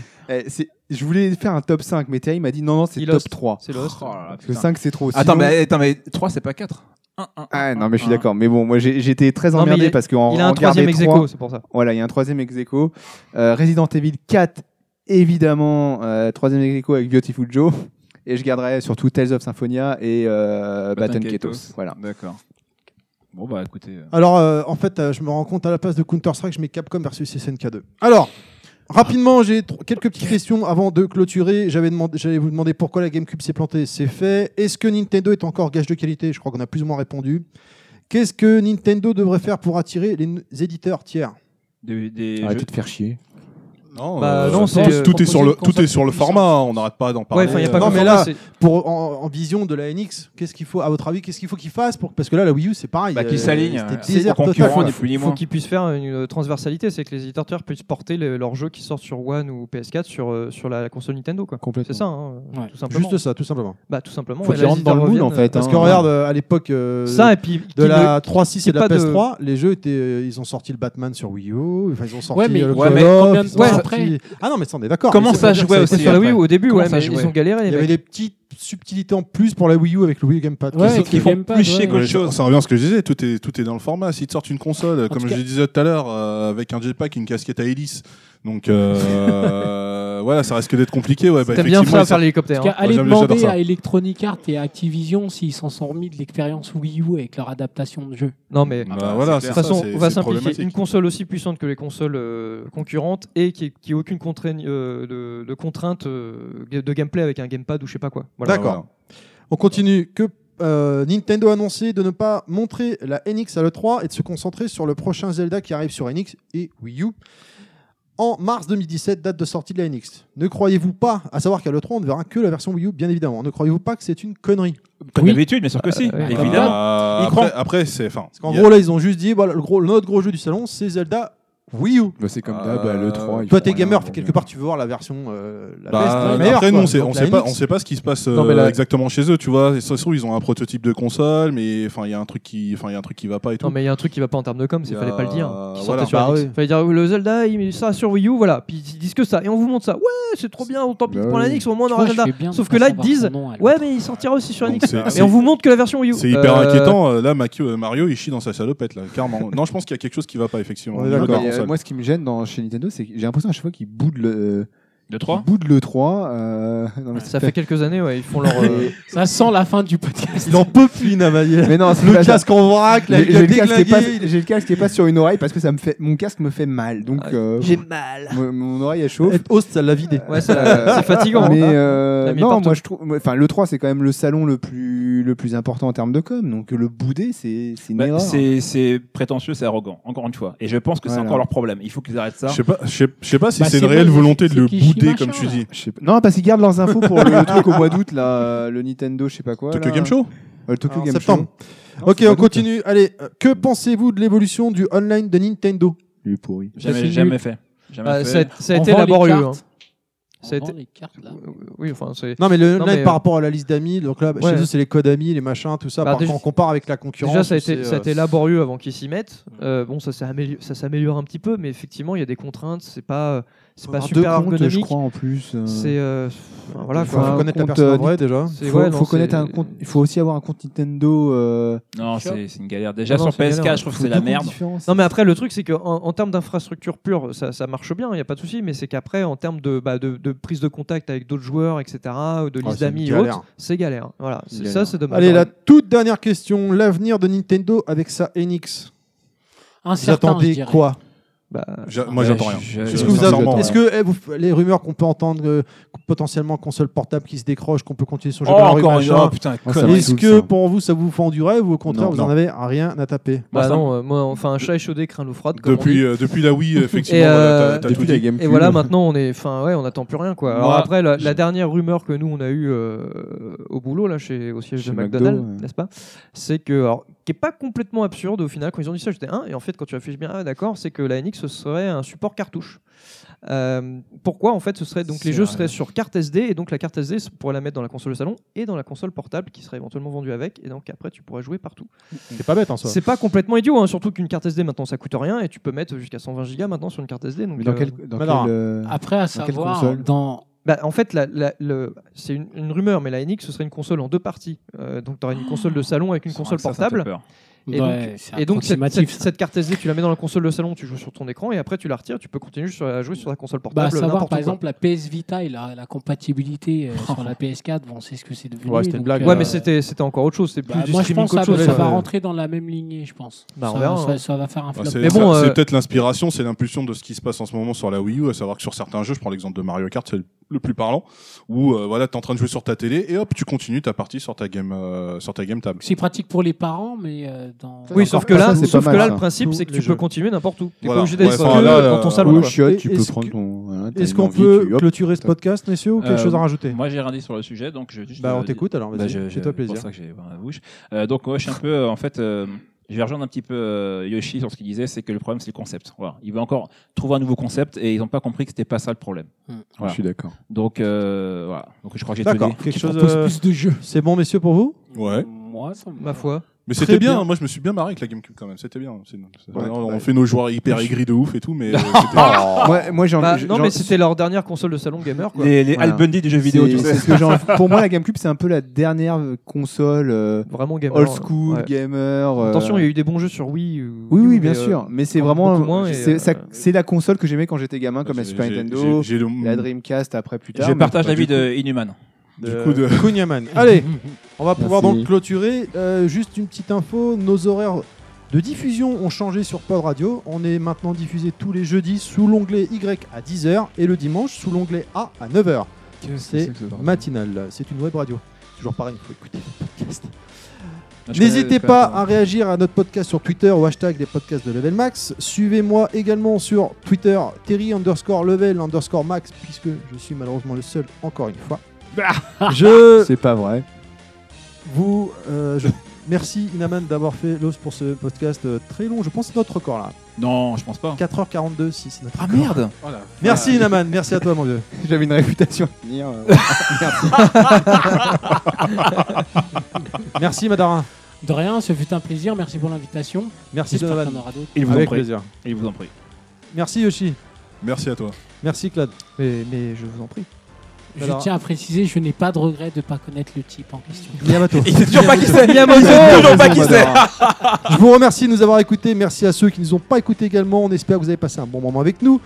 Speaker 5: je voulais faire un top 5, mais Thierry m'a dit non, non, c'est
Speaker 4: Il
Speaker 5: top
Speaker 4: hoste.
Speaker 5: 3.
Speaker 4: C'est Lost.
Speaker 7: Oh là là,
Speaker 5: Parce que
Speaker 7: putain.
Speaker 5: 5, c'est trop.
Speaker 7: Attends,
Speaker 5: Sinon-
Speaker 7: mais, attends, mais 3, c'est pas 4.
Speaker 5: eh, Ah, non, mais je suis d'accord. Mais bon, moi, j'ai- j'étais très
Speaker 4: Non, mais
Speaker 5: emmerdé
Speaker 4: il a-
Speaker 5: parce qu'en
Speaker 4: Il a un
Speaker 5: en
Speaker 4: troisième
Speaker 5: garder
Speaker 4: ex
Speaker 5: trois-
Speaker 4: aequo, c'est pour ça.
Speaker 5: Voilà, il y a un troisième ex aequo. Euh, Resident Evil 4, évidemment, euh, troisième ex aequo avec Beautiful Joe. Et je garderai surtout Tales of Symphonia et euh, Baton Ketos. Voilà.
Speaker 7: Bah, D'accord. Bon, bah écoutez. euh,
Speaker 3: Alors, euh, en fait, euh, je me rends compte à la place de Counter Strike, je mets Capcom versus SNK2. Alors. Rapidement, j'ai tro- quelques petites questions avant de clôturer. J'avais demandé, j'allais vous demander pourquoi la GameCube s'est plantée. C'est fait. Est-ce que Nintendo est encore gage de qualité Je crois qu'on a plus ou moins répondu. Qu'est-ce que Nintendo devrait faire pour attirer les n- éditeurs tiers
Speaker 7: Des, des jeux-
Speaker 5: Arrêtez de faire chier.
Speaker 6: Non,
Speaker 4: Bah,
Speaker 6: euh,
Speaker 4: non, c'est,
Speaker 6: tout,
Speaker 4: euh,
Speaker 6: tout est sur le,
Speaker 4: proposer de
Speaker 6: tout est sur le
Speaker 4: concept
Speaker 6: format. On n'arrête pas d'en
Speaker 4: Ouais,
Speaker 6: parler.
Speaker 4: enfin, il y a pas
Speaker 3: non,
Speaker 4: que
Speaker 3: mais
Speaker 4: ça,
Speaker 3: là-
Speaker 4: c'est-
Speaker 3: pour en, en vision de la NX, qu'est-ce qu'il faut à votre avis Qu'est-ce qu'il faut qu'ils fassent pour parce que là la Wii U c'est pareil.
Speaker 7: Bah, qu'ils s'alignent, euh,
Speaker 3: C'était
Speaker 7: c'est
Speaker 3: désert
Speaker 7: concurrent,
Speaker 3: total.
Speaker 7: ni
Speaker 3: quoi.
Speaker 7: plus ni
Speaker 4: Il faut
Speaker 7: moins.
Speaker 4: qu'ils puissent faire une euh, transversalité, c'est que les éditeurs puissent porter le- leurs jeux qui sortent sur One ou PS4 sur, euh, sur la console Nintendo. Quoi.
Speaker 5: Complètement.
Speaker 4: C'est ça, hein, euh,
Speaker 10: Ouais.
Speaker 4: tout simplement.
Speaker 3: Juste ça, tout simplement.
Speaker 4: Bah, tout simplement.
Speaker 5: Faut
Speaker 4: et
Speaker 5: qu'ils
Speaker 4: les
Speaker 5: rentrent dans le
Speaker 4: éditeurs
Speaker 5: mood, en
Speaker 4: reviennent,
Speaker 5: fait,
Speaker 4: euh,
Speaker 3: Parce
Speaker 5: hein.
Speaker 3: que regarde euh, à l'époque euh,
Speaker 4: Ça, et puis.
Speaker 3: de
Speaker 4: qu'ils
Speaker 3: la 3.6
Speaker 4: qu'il
Speaker 3: et de la
Speaker 4: pas de-
Speaker 3: PS3, les jeux étaient euh, ils ont sorti le Batman sur Wii U, enfin, ils ont sorti
Speaker 10: Ouais, mais-
Speaker 3: le
Speaker 10: ouais,
Speaker 3: Call
Speaker 10: mais
Speaker 3: of,
Speaker 10: combien de
Speaker 3: ils ont
Speaker 10: temps
Speaker 3: sorti-
Speaker 10: après
Speaker 3: Ah non, mais ça on est d'accord.
Speaker 7: Comment
Speaker 3: Mais
Speaker 7: ça
Speaker 3: veut dire que
Speaker 7: jouait
Speaker 3: ça a été
Speaker 4: le-
Speaker 7: aussi,
Speaker 10: hein
Speaker 3: fait
Speaker 4: sur la
Speaker 7: après
Speaker 4: Wii U, au début,
Speaker 7: Comment
Speaker 4: ouais,
Speaker 7: ça
Speaker 4: mais
Speaker 7: jouait
Speaker 4: ils ont galéré.
Speaker 3: Il y
Speaker 4: les
Speaker 3: avait
Speaker 4: mecs.
Speaker 3: des petites subtilités en plus pour la Wii U avec le Wii Gamepad.
Speaker 10: Ouais,
Speaker 3: Qui-
Speaker 10: avec
Speaker 7: qui
Speaker 10: le
Speaker 7: font
Speaker 10: gamepad,
Speaker 7: plus chier
Speaker 10: ouais.
Speaker 7: qu'autre
Speaker 6: Ouais,
Speaker 7: chose.
Speaker 6: Ça, ça revient à ce que je disais, tout est, tout est dans le format. S'ils te sortent une console, euh,
Speaker 10: tout
Speaker 6: comme
Speaker 10: cas-
Speaker 6: je disais tout à l'heure, euh, avec un jetpack et une casquette à hélice. Donc euh, voilà, ça risque d'être compliqué. Ouais, bah,
Speaker 4: T'aimes bien ça,
Speaker 6: effectivement, ils
Speaker 4: faire
Speaker 6: sortent-
Speaker 4: l'hélicoptère.
Speaker 10: Parce
Speaker 4: hein.
Speaker 10: qu'à- allez
Speaker 6: j'aime- j'adore
Speaker 10: demander
Speaker 6: ça.
Speaker 10: à Electronic Arts et à Activision s'ils s'en sont remis de l'expérience Wii U avec leur adaptation de jeu.
Speaker 4: Non, mais.
Speaker 6: Bah,
Speaker 7: Ah bah,
Speaker 6: voilà,
Speaker 7: c'est
Speaker 4: De toute
Speaker 6: c'est ça,
Speaker 4: façon,
Speaker 6: c'est-
Speaker 4: on va
Speaker 6: c'est
Speaker 4: simplifier.
Speaker 6: problématique.
Speaker 4: Une console aussi puissante que les consoles euh, concurrentes et qui qui ait aucune contrainte, euh, de, de contrainte euh, de gameplay avec un gamepad ou je sais pas quoi. Voilà.
Speaker 3: D'accord. On continue. Que euh, Nintendo a annoncé de ne pas montrer la NX à l'E3 et de se concentrer sur le prochain Zelda qui arrive sur NX et Wii U en mars 2017, date de sortie de la NX. Ne croyez-vous pas, à savoir qu'à l'E3, on ne verra que la version Wii U, bien évidemment. Ne croyez-vous pas que c'est une connerie
Speaker 7: Comme
Speaker 10: Oui.
Speaker 7: d'habitude, bien sûr que si.
Speaker 4: euh,
Speaker 7: évidemment.
Speaker 6: Euh,
Speaker 7: Il
Speaker 6: après,
Speaker 7: prend.
Speaker 6: après, c'est. Enfin,
Speaker 3: Parce qu'en
Speaker 6: il y a-
Speaker 3: gros, là, ils ont juste dit voilà, le gros, notre gros jeu du salon, c'est Zelda Wii U.
Speaker 5: c'est
Speaker 6: comme d'hab, euh, le 3, ils
Speaker 3: Toi, t'es gamer, quelque part, tu veux voir la version euh, la
Speaker 6: Bah,
Speaker 3: best, la
Speaker 6: après,
Speaker 3: meilleure,
Speaker 6: nous,
Speaker 3: quoi.
Speaker 6: on sait,
Speaker 3: Donc,
Speaker 6: on,
Speaker 3: la
Speaker 6: sait pas,
Speaker 3: NX,
Speaker 6: on sait pas ce qui se passe euh,
Speaker 5: Non, mais là-
Speaker 6: exactement chez eux, tu vois. Et ça se trouve, ils ont un prototype de console, mais enfin, il y a un truc qui, enfin, il y a un truc qui va pas et tout.
Speaker 4: Non, mais il y a un truc qui va pas en termes de com, c'est
Speaker 6: Il y
Speaker 4: fallait pas le dire.
Speaker 6: a-
Speaker 4: Qui
Speaker 6: voilà.
Speaker 4: sortait sur
Speaker 3: Bah
Speaker 4: Alex.
Speaker 3: oui.
Speaker 4: Fallait dire le Zelda, il met ça sur Wii U, voilà. Puis ils disent que ça. Et on vous montre ça. Ouais, c'est trop bien, tant pis
Speaker 5: Bah
Speaker 4: pour la
Speaker 5: oui.
Speaker 4: NX, au moins on
Speaker 10: Tu
Speaker 4: aura
Speaker 10: vois, je
Speaker 4: Zelda.
Speaker 10: fais bien de
Speaker 4: Sauf
Speaker 10: pas
Speaker 4: que là, ils
Speaker 10: savoir
Speaker 4: disent
Speaker 10: son nom, alors.
Speaker 4: Ouais, mais il sortira aussi sur
Speaker 6: Donc,
Speaker 4: NX.
Speaker 6: c'est-
Speaker 4: Mais
Speaker 6: c'est-
Speaker 4: on vous montre que la version Wii U.
Speaker 6: C'est hyper
Speaker 4: Euh,
Speaker 6: inquiétant. Euh, Là, Maki- euh, Mario, il chie dans sa salopette, là, carrément. non, je pense qu'il y a quelque chose qui va pas, effectivement.
Speaker 3: On est
Speaker 6: au niveau de la
Speaker 5: D'accord. Et, euh,
Speaker 6: console.
Speaker 5: moi, ce qui me gêne dans, chez Nintendo, c'est que j'ai l'impression à chaque fois qu'ils boudent le, euh,
Speaker 7: De 3
Speaker 5: qu'ils boudent le 3. euh, non, mais
Speaker 4: Ça
Speaker 5: c'est-
Speaker 4: fait quelques années, ouais, ils font leur. euh,
Speaker 10: Ça sent la fin du podcast.
Speaker 3: Il en peut plus, Navalier.
Speaker 5: Mais non, c'est pas
Speaker 3: Le
Speaker 5: ça.
Speaker 3: casque en vrac, la
Speaker 5: J'ai j'ai
Speaker 3: gueule
Speaker 5: le, casque qui est pas-
Speaker 3: déglinguée, il est-
Speaker 5: j'ai le casque qui est pas sur une oreille parce que ça me fait, mon casque me fait mal. Donc, euh,
Speaker 4: J'ai mal.
Speaker 5: mon, mon oreille elle chauffe.
Speaker 3: Être host, ça l'a vidé.
Speaker 4: Ouais, ça- c'est fatigant.
Speaker 5: Mais
Speaker 4: hein.
Speaker 5: euh,
Speaker 4: T'as mis
Speaker 5: non,
Speaker 4: partout.
Speaker 5: moi je trouve, enfin le 3 c'est quand même le salon le plus le plus important en termes de com. Donc le bouder c'est c'est une
Speaker 7: Bah,
Speaker 5: erreur.
Speaker 7: c'est c'est prétentieux, c'est arrogant, encore une fois. Et je pense que c'est
Speaker 5: Voilà.
Speaker 7: encore leur problème. Il faut qu'ils arrêtent ça.
Speaker 6: Je sais pas, je sais- je sais pas si
Speaker 10: Bah,
Speaker 6: c'est une
Speaker 10: c'est
Speaker 6: réelle
Speaker 10: moi,
Speaker 6: volonté de
Speaker 10: c'est
Speaker 6: le
Speaker 10: qui chie
Speaker 6: bouder,
Speaker 10: machin,
Speaker 6: comme tu
Speaker 10: là.
Speaker 6: dis.
Speaker 5: Je sais pas- Non, parce qu'ils gardent leurs infos pour le truc au mois d'août là, euh, le Nintendo, je sais pas quoi.
Speaker 6: Tokyo
Speaker 5: là.
Speaker 6: Game Show
Speaker 5: Euh, le Tokyo
Speaker 3: En
Speaker 5: Game
Speaker 3: septembre.
Speaker 5: Show.
Speaker 6: Ah,
Speaker 5: Non,
Speaker 3: Ok,
Speaker 5: c'est
Speaker 3: on
Speaker 5: pas d'août, hein.
Speaker 3: continue. Allez, euh, que pensez-vous de l'évolution du online de Nintendo
Speaker 5: Il est pourri.
Speaker 10: c'est
Speaker 7: Jamais,
Speaker 10: nul.
Speaker 7: jamais fait. Jamais
Speaker 4: Ah, ça
Speaker 7: fait.
Speaker 4: a- ça a
Speaker 10: On
Speaker 4: été
Speaker 10: vend les
Speaker 4: laborieux. hein.
Speaker 10: cartes. On
Speaker 4: Ça a
Speaker 10: vend
Speaker 4: été-
Speaker 10: les cartes, là.
Speaker 4: Oui, enfin, c'est.
Speaker 3: Non, mais le
Speaker 4: Non,
Speaker 3: online
Speaker 4: mais, euh,
Speaker 3: par rapport à la liste d'amis, donc là,
Speaker 4: ouais.
Speaker 3: chez eux, c'est les codes amis, les machins, tout ça.
Speaker 4: Bah,
Speaker 3: par
Speaker 4: déjà-
Speaker 3: contre, on compare avec la concurrence.
Speaker 4: Déjà, ça a,
Speaker 3: c'est,
Speaker 4: été, ça a
Speaker 3: euh,
Speaker 4: été laborieux avant qu'ils s'y mettent. Euh, bon, ça s'est amélioré- ça s'améliore un petit peu, mais effectivement, il y a des contraintes. C'est pas, euh, c'est
Speaker 5: Faut
Speaker 4: pas
Speaker 5: avoir
Speaker 4: super
Speaker 5: deux comptes, je
Speaker 4: ergonomique.
Speaker 5: crois en plus. euh,
Speaker 4: C'est euh, enfin, voilà.
Speaker 3: faut,
Speaker 4: quoi.
Speaker 3: faut connaître la
Speaker 5: compte,
Speaker 3: personne
Speaker 5: euh,
Speaker 3: en vrai déjà.
Speaker 4: C'est-
Speaker 5: Faut,
Speaker 4: ouais,
Speaker 5: faut
Speaker 4: non,
Speaker 5: connaître
Speaker 4: c'est-
Speaker 5: un compte. Il faut aussi avoir un compte Nintendo. euh,
Speaker 7: Non,
Speaker 10: Shop.
Speaker 7: c'est c'est une galère. Déjà
Speaker 4: Non, non,
Speaker 7: sur
Speaker 4: c'est une
Speaker 7: PS4,
Speaker 4: galère.
Speaker 7: je trouve que
Speaker 5: faut
Speaker 7: c'est
Speaker 5: deux
Speaker 7: la
Speaker 5: comptes
Speaker 7: merde.
Speaker 5: différents, c'est-
Speaker 4: Non, mais après, le truc, c'est qu'en en, en termes d'infrastructure pure, ça, ça marche bien, il n'y a pas de souci, mais c'est qu'après, en termes de, bah, de, de prise de contact avec d'autres joueurs, etc., ou de
Speaker 3: Ah,
Speaker 4: liste
Speaker 3: c'est une
Speaker 4: d'amis et
Speaker 3: galère.
Speaker 4: autres, c'est galère. Voilà, c'est-
Speaker 3: Galère.
Speaker 4: ça c'est dommage.
Speaker 3: Allez, la toute dernière question. L'avenir de Nintendo avec sa NX. vous
Speaker 4: Incertain, je
Speaker 3: attendez
Speaker 4: dirais.
Speaker 3: quoi
Speaker 4: Bah,
Speaker 6: J'a- moi, j'attends rien.
Speaker 3: Est-ce que, vous avez- est-ce que, eh, vous- les rumeurs qu'on peut entendre, euh, potentiellement console portable qui se décroche, qu'on peut continuer son jeu
Speaker 6: Oh,
Speaker 3: dans la rue,
Speaker 6: encore
Speaker 3: machin,
Speaker 6: une- oh, putain,
Speaker 3: est-ce
Speaker 6: connerie.
Speaker 3: que
Speaker 6: Ça me saoule, ça.
Speaker 3: pour vous ça vous fend du rêve ou au contraire
Speaker 6: Non,
Speaker 3: vous
Speaker 6: non.
Speaker 3: en avez rien à taper
Speaker 4: Bah non, euh, moi, enfin, un chat échaudé craint l'eau froide. comme on
Speaker 6: Depuis,
Speaker 4: dit.
Speaker 6: euh, depuis la Wii,
Speaker 4: Et,
Speaker 6: effectivement, voilà, t'as- t'as Depuis tout la dit. GameCube.
Speaker 4: Et voilà, maintenant, on est, enfin, ouais, on n'attend plus rien, quoi. Alors
Speaker 6: Moi,
Speaker 4: après, la, la dernière rumeur que nous on a eue euh, au boulot, là, chez au siège
Speaker 5: Chez
Speaker 4: de
Speaker 5: McDo,
Speaker 4: McDonald's,
Speaker 5: ouais.
Speaker 4: n'est-ce pas C'est que, alors, qui est pas complètement absurde au final quand ils ont dit ça, j'étais un. Et en fait, quand tu réfléchis bien, ah, d'accord, c'est que la NX ce serait un support cartouche. Euh, pourquoi en fait ce serait donc les
Speaker 5: C'est
Speaker 4: jeux
Speaker 5: vrai.
Speaker 4: seraient sur carte SD et donc la carte SD on pourrait la mettre dans la console de salon et dans la console portable qui serait éventuellement vendue avec et donc après tu pourrais jouer partout.
Speaker 3: C'est pas bête, en soi.
Speaker 4: C'est pas complètement idiot hein, surtout qu'une carte SD maintenant ça coûte rien et tu peux mettre jusqu'à 120 gigas maintenant sur une carte SD donc
Speaker 5: Mais dans
Speaker 4: euh,
Speaker 5: quel- dans Mais alors, quel, euh,
Speaker 8: ah,
Speaker 5: Après, à dans quelle savoir, console
Speaker 4: dans bah, en fait, la- la- le- c'est une, une rumeur, mais la NX, ce serait une console en deux parties. Euh, donc, tu aurais une console de salon avec une
Speaker 7: Ah, Ça,
Speaker 4: console
Speaker 7: ça me fait
Speaker 4: portable.
Speaker 7: peur.
Speaker 4: Et
Speaker 7: Ouais,
Speaker 4: donc,
Speaker 7: c'est
Speaker 4: et donc, cette,
Speaker 7: approximatif,
Speaker 4: cette-
Speaker 7: ça.
Speaker 4: cette carte SD, tu la mets dans la console de salon, tu joues sur ton écran, et après, tu la retires, tu peux continuer sur- à jouer sur la console
Speaker 10: Bah, à
Speaker 4: portable.
Speaker 10: savoir
Speaker 4: n'importe
Speaker 10: par
Speaker 4: où, quoi.
Speaker 10: exemple la PS Vita et la, la compatibilité euh, sur la PS4, bon, c'est ce que c'est devenu. donc, euh,
Speaker 4: Ouais, mais c'était c'était encore autre chose. C'était plus
Speaker 10: bah,
Speaker 4: du
Speaker 10: moi, je
Speaker 4: streaming
Speaker 10: pense que
Speaker 4: qu'autre
Speaker 10: ça,
Speaker 4: chose.
Speaker 10: ça va
Speaker 4: euh,
Speaker 10: rentrer dans la même lignée, je pense.
Speaker 4: Bah, on
Speaker 10: ça,
Speaker 4: verra,
Speaker 10: ça-
Speaker 4: hein.
Speaker 10: ça va faire un flop.
Speaker 6: Ah, c'est
Speaker 4: Mais bon,
Speaker 6: ça-
Speaker 4: euh,
Speaker 6: c'est peut-être l'inspiration, c'est l'impulsion de ce qui se passe en ce moment sur la Wii U, à savoir que sur certains jeux, je prends l'exemple de Mario Kart, c'est le- le plus parlant, où euh, voilà, t'es en train de jouer sur ta télé et hop, tu continues ta partie sur ta game, euh, sur ta game table.
Speaker 10: C'est pratique pour les parents, mais euh, dans.
Speaker 4: Oui, sauf que là, sauf que là
Speaker 5: hein.
Speaker 4: le principe, c'est que tu peux continuer n'importe où. T'es
Speaker 6: Voilà.
Speaker 4: pas obligé d'aller
Speaker 6: Ouais,
Speaker 4: sur
Speaker 6: enfin,
Speaker 4: le-
Speaker 6: là,
Speaker 4: dans ton
Speaker 6: euh,
Speaker 4: salon.
Speaker 6: au
Speaker 4: quoi.
Speaker 5: chiotte,
Speaker 4: Et-
Speaker 5: tu
Speaker 4: et
Speaker 5: peux
Speaker 4: ce
Speaker 5: prendre
Speaker 4: que-
Speaker 5: ton- voilà, t'as
Speaker 3: Est-ce
Speaker 5: une
Speaker 3: qu'on
Speaker 5: envie,
Speaker 3: peut
Speaker 5: tu- hop,
Speaker 3: clôturer ce podcast, messieurs, ou quelque
Speaker 7: Euh,
Speaker 3: chose à rajouter
Speaker 7: Moi, j'ai rien dit sur le sujet, donc je vais juste.
Speaker 3: Bah, on
Speaker 7: euh,
Speaker 3: t'écoute, alors, vas-y,
Speaker 7: Bah, je- je-
Speaker 3: fais-toi plaisir.
Speaker 7: C'est pour ça que j'ai ouvert la bouche. Euh, donc, moi, je suis un peu, euh, en fait. euh, je vais rejoindre un petit peu euh, Yoshi sur ce qu'il disait, c'est que le problème c'est le concept. Voilà. Ils veulent encore trouver un nouveau concept et ils n'ont pas compris que c'était pas ça le problème.
Speaker 10: Hmm.
Speaker 7: Voilà.
Speaker 5: Je suis d'accord.
Speaker 7: Donc euh, voilà. Donc je crois que j'ai tout
Speaker 3: D'accord,
Speaker 7: dit.
Speaker 3: quelque
Speaker 7: Qui
Speaker 3: chose.
Speaker 7: propose
Speaker 3: euh,
Speaker 7: plus de jeux.
Speaker 3: C'est bon, messieurs, pour vous
Speaker 6: Ouais.
Speaker 10: Moi, ça me-
Speaker 4: Ma foi.
Speaker 6: Mais
Speaker 3: Très
Speaker 6: c'était bien.
Speaker 3: bien.
Speaker 6: moi je me suis bien marré avec la GameCube quand même, c'était bien. C'est- c'est-
Speaker 5: Ouais.
Speaker 6: on fait nos joueurs hyper aigris de ouf et tout, mais. euh, c'était-
Speaker 5: Moi- moi, j'ai envie-
Speaker 4: Bah,
Speaker 5: j'ai-
Speaker 4: non,
Speaker 5: j'ai-
Speaker 4: mais c'était leur dernière console de salon gamer. Quoi.
Speaker 7: Les- les Al Bundy du jeu vidéo,
Speaker 5: C'est-
Speaker 7: tu sais.
Speaker 5: c'est ce que j'ai envie- Pour moi, la GameCube, c'est un peu la dernière console euh,
Speaker 4: Vraiment gamer,
Speaker 5: old school,
Speaker 4: ouais.
Speaker 5: gamer. euh,
Speaker 4: Attention, il y a eu des bons jeux sur Wii. ou-
Speaker 5: Oui, oui,
Speaker 4: mais,
Speaker 5: bien
Speaker 4: euh,
Speaker 5: sûr. Mais c'est
Speaker 4: beaucoup
Speaker 5: vraiment.
Speaker 4: moins, et,
Speaker 5: c'est- ça-
Speaker 4: euh, Ah,
Speaker 5: C'est la console que j'aimais quand j'étais gamin, comme la
Speaker 6: j'ai-
Speaker 5: Super
Speaker 6: j'ai-
Speaker 5: Nintendo,
Speaker 6: j'ai- j'ai le-
Speaker 5: la Dreamcast après plus tard.
Speaker 7: je
Speaker 5: mais-
Speaker 7: partage
Speaker 5: Bah,
Speaker 7: l'avis
Speaker 5: du coup-
Speaker 7: de Inhuman.
Speaker 6: Du coup, de-
Speaker 3: Kunyaman. Allez, on va pouvoir
Speaker 5: Merci.
Speaker 3: donc clôturer. Euh, juste une petite info nos horaires de diffusion ont changé sur Pod Radio. On est maintenant diffusé tous les jeudis sous l'onglet Y à 10h et le dimanche sous l'onglet A à 9h. C'est matinal. C'est une web radio. Toujours pareil, il faut écouter le podcast. N'hésitez pas à réagir à notre podcast sur Twitter au hashtag des podcasts de Level Max. Suivez-moi également sur Twitter Terry underscore level underscore max puisque je suis malheureusement le seul encore une fois. Je
Speaker 5: C'est pas vrai.
Speaker 3: vous euh, je- merci Inaman d'avoir fait l'os pour ce podcast euh, très long. Je pense que c'est notre record là.
Speaker 7: Non, je pense pas.
Speaker 3: 4h42 si c'est notre
Speaker 7: Ah
Speaker 3: record.
Speaker 7: merde
Speaker 3: Merci Inaman, merci à toi mon vieux.
Speaker 5: J'avais une réputation à tenir. euh, Merci.
Speaker 3: Merci Madara.
Speaker 10: De rien, ce fut un plaisir. Merci pour l'invitation.
Speaker 3: Merci
Speaker 10: J'espère
Speaker 3: Donovan.
Speaker 10: qu'on aura d'autres.
Speaker 7: Il vous en
Speaker 3: Avec
Speaker 7: prie.
Speaker 3: plaisir.
Speaker 7: Il vous en prie.
Speaker 3: Merci Yoshi.
Speaker 6: Merci à toi.
Speaker 3: Merci Claude.
Speaker 4: Mais, mais je vous en prie.
Speaker 10: Je
Speaker 3: Alors-
Speaker 10: tiens à préciser, je n'ai pas de regret de ne pas connaître le type en question.
Speaker 3: Miyamoto.
Speaker 7: Il sait toujours pas qui c'est.
Speaker 5: Ah bah,
Speaker 4: Miyamoto.
Speaker 7: Il sait toujours pas qui c'est.
Speaker 3: Je vous remercie de nous avoir écoutés. Merci à ceux qui ne nous ont pas écoutés également. On espère que vous avez passé un bon moment avec nous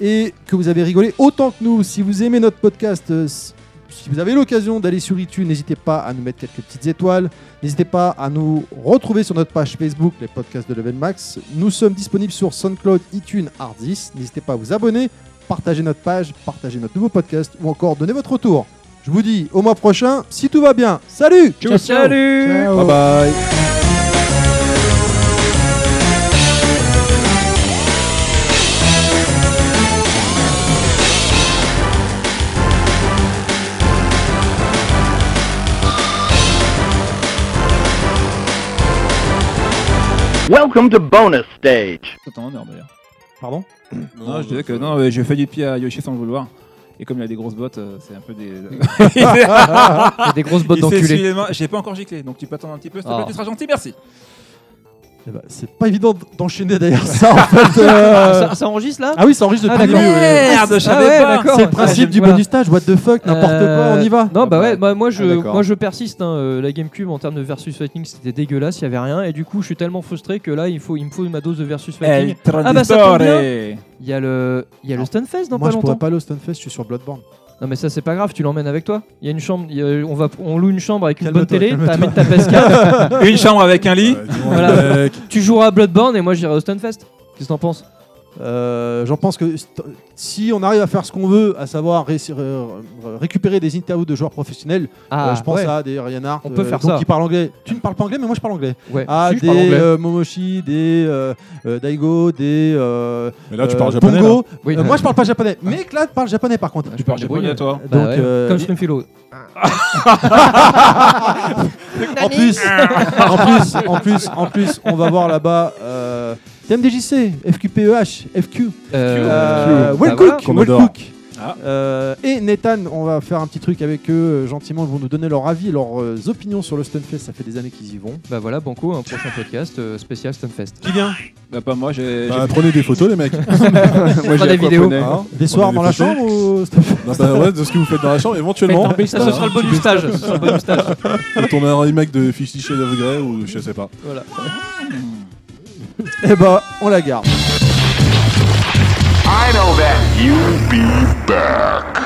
Speaker 3: et que vous avez rigolé autant que nous. Si vous aimez notre podcast, euh, s- si vous avez l'occasion d'aller sur iTunes, n'hésitez pas à nous mettre quelques petites étoiles. N'hésitez pas à nous retrouver sur notre page Facebook, les podcasts de Level Max. Nous sommes disponibles sur SoundCloud, iTunes, Hardis. N'hésitez pas à vous abonner, partager notre page, partager notre nouveau podcast ou encore donner votre retour. Je vous dis au mois prochain, si tout va bien. Salut
Speaker 10: Ciao, ciao.
Speaker 4: Salut
Speaker 5: Bye bye.
Speaker 9: Welcome to bonus stage.
Speaker 7: Tout en honneur d'ailleurs.
Speaker 3: Pardon
Speaker 7: Non, je disais que non, mais je fais du pied à Yoshi sans le vouloir. Et comme il a des grosses bottes, euh, c'est un peu des.
Speaker 4: Il y a des grosses bottes
Speaker 7: Il s'est essuyé
Speaker 4: d'enculé.
Speaker 7: les mains. J'ai pas encore giclé, donc tu peux attendre un petit peu. S'il te
Speaker 4: Ah.
Speaker 7: plaît, tu seras gentil, merci.
Speaker 3: Eh ben, c'est pas évident d'enchaîner d'ailleurs ça en fait. euh,
Speaker 4: Ça, ça enregistre là
Speaker 3: Ah oui, ça enregistre
Speaker 4: Ah,
Speaker 3: depuis le
Speaker 4: d'accord.
Speaker 3: début. ouais.
Speaker 7: Merde, je savais
Speaker 4: ouais,
Speaker 7: pas.
Speaker 4: d'accord.
Speaker 3: C'est le principe
Speaker 4: Ah,
Speaker 3: du
Speaker 4: voilà.
Speaker 3: bonus stage, what the fuck, n'importe quoi, on y va.
Speaker 4: Non, bah
Speaker 5: Ah
Speaker 4: ouais,
Speaker 5: bah.
Speaker 4: bah, moi, je,
Speaker 5: Ah, d'accord.
Speaker 4: moi je persiste. hein, euh, la Gamecube en termes de versus fighting, c'était dégueulasse, il y avait rien. Et du coup, je suis tellement frustré que là, il, faut, il me faut ma dose de versus
Speaker 3: Eh,
Speaker 4: fighting.
Speaker 7: El
Speaker 4: Ah bah, ça tombe
Speaker 7: Traditore.
Speaker 4: Il y a le, il y a le Stunfest dans
Speaker 3: Moi
Speaker 4: pas
Speaker 3: je pourrais
Speaker 4: longtemps.
Speaker 3: pas aller au Stunfest, je suis sur Bloodborne.
Speaker 4: Non mais ça c'est pas grave, tu l'emmènes avec toi. Il y a une chambre, il y a- on va, on loue une chambre avec une bonne
Speaker 7: Calme-toi,
Speaker 4: télé,
Speaker 7: calme-toi.
Speaker 4: t'amènes ta PS4,
Speaker 7: Une chambre avec un lit. Ouais, tu vois,
Speaker 4: Voilà.
Speaker 7: avec-
Speaker 4: Tu joueras à Bloodborne et moi j'irai au Stunfest. Qu'est-ce que t'en penses
Speaker 3: Euh, J'en pense que st- si on arrive à faire ce qu'on veut, à savoir ré- euh, récupérer des interviews de joueurs professionnels,
Speaker 4: Ah,
Speaker 3: euh, je pense
Speaker 4: ouais.
Speaker 3: à des Ryan Hart
Speaker 4: On peut faire
Speaker 3: donc
Speaker 4: ça.
Speaker 3: qui parlent anglais. Tu ne parles pas anglais, mais moi je parle anglais.
Speaker 4: Ouais.
Speaker 3: À
Speaker 4: Si, je
Speaker 3: des
Speaker 4: parle anglais.
Speaker 3: euh, Momoshi, des euh, euh, Daigo, des. euh,
Speaker 6: Mais là, tu
Speaker 3: euh,
Speaker 6: parles japonais,
Speaker 3: Pongo.
Speaker 6: là. Oui.
Speaker 3: Euh, moi je parle pas japonais, mais que là tu parles japonais par contre. Tu
Speaker 7: parles japonais, toi.
Speaker 3: Donc,
Speaker 4: Bah ouais,
Speaker 3: euh,
Speaker 4: comme Springfield.
Speaker 3: en plus, en plus, en plus, en plus, on va voir là-bas. Euh, TMDJC, FQPEH, FQ,
Speaker 4: Euh,
Speaker 3: Well
Speaker 4: bah
Speaker 3: Cook,
Speaker 4: voilà.
Speaker 3: Well
Speaker 4: Commodore.
Speaker 3: Cook. Euh, et Nathan, on va faire un petit truc avec eux euh, gentiment. Ils vont nous donner leur avis, leurs euh, opinions sur le Stunfest. Ça fait des années qu'ils y vont.
Speaker 4: Bah voilà, Banco, un prochain podcast euh, spécial Stunfest.
Speaker 3: Qui vient
Speaker 7: Bah pas moi, j'ai.
Speaker 6: Bah, prenez des photos, les mecs.
Speaker 4: On fera des vidéos.
Speaker 3: Des soirs dans la chambre euh, ou
Speaker 6: Non, bah ouais, de ce que vous faites dans la chambre, éventuellement.
Speaker 4: Faites un Ça, ce sera le bonus
Speaker 6: Petit
Speaker 4: stage, ce sera le bonus stage.
Speaker 6: Quand on a un remake de Fifty Shades of Grey ou je sais pas.
Speaker 4: Voilà.
Speaker 3: Eh bah, on la garde.
Speaker 2: I know that. You be back.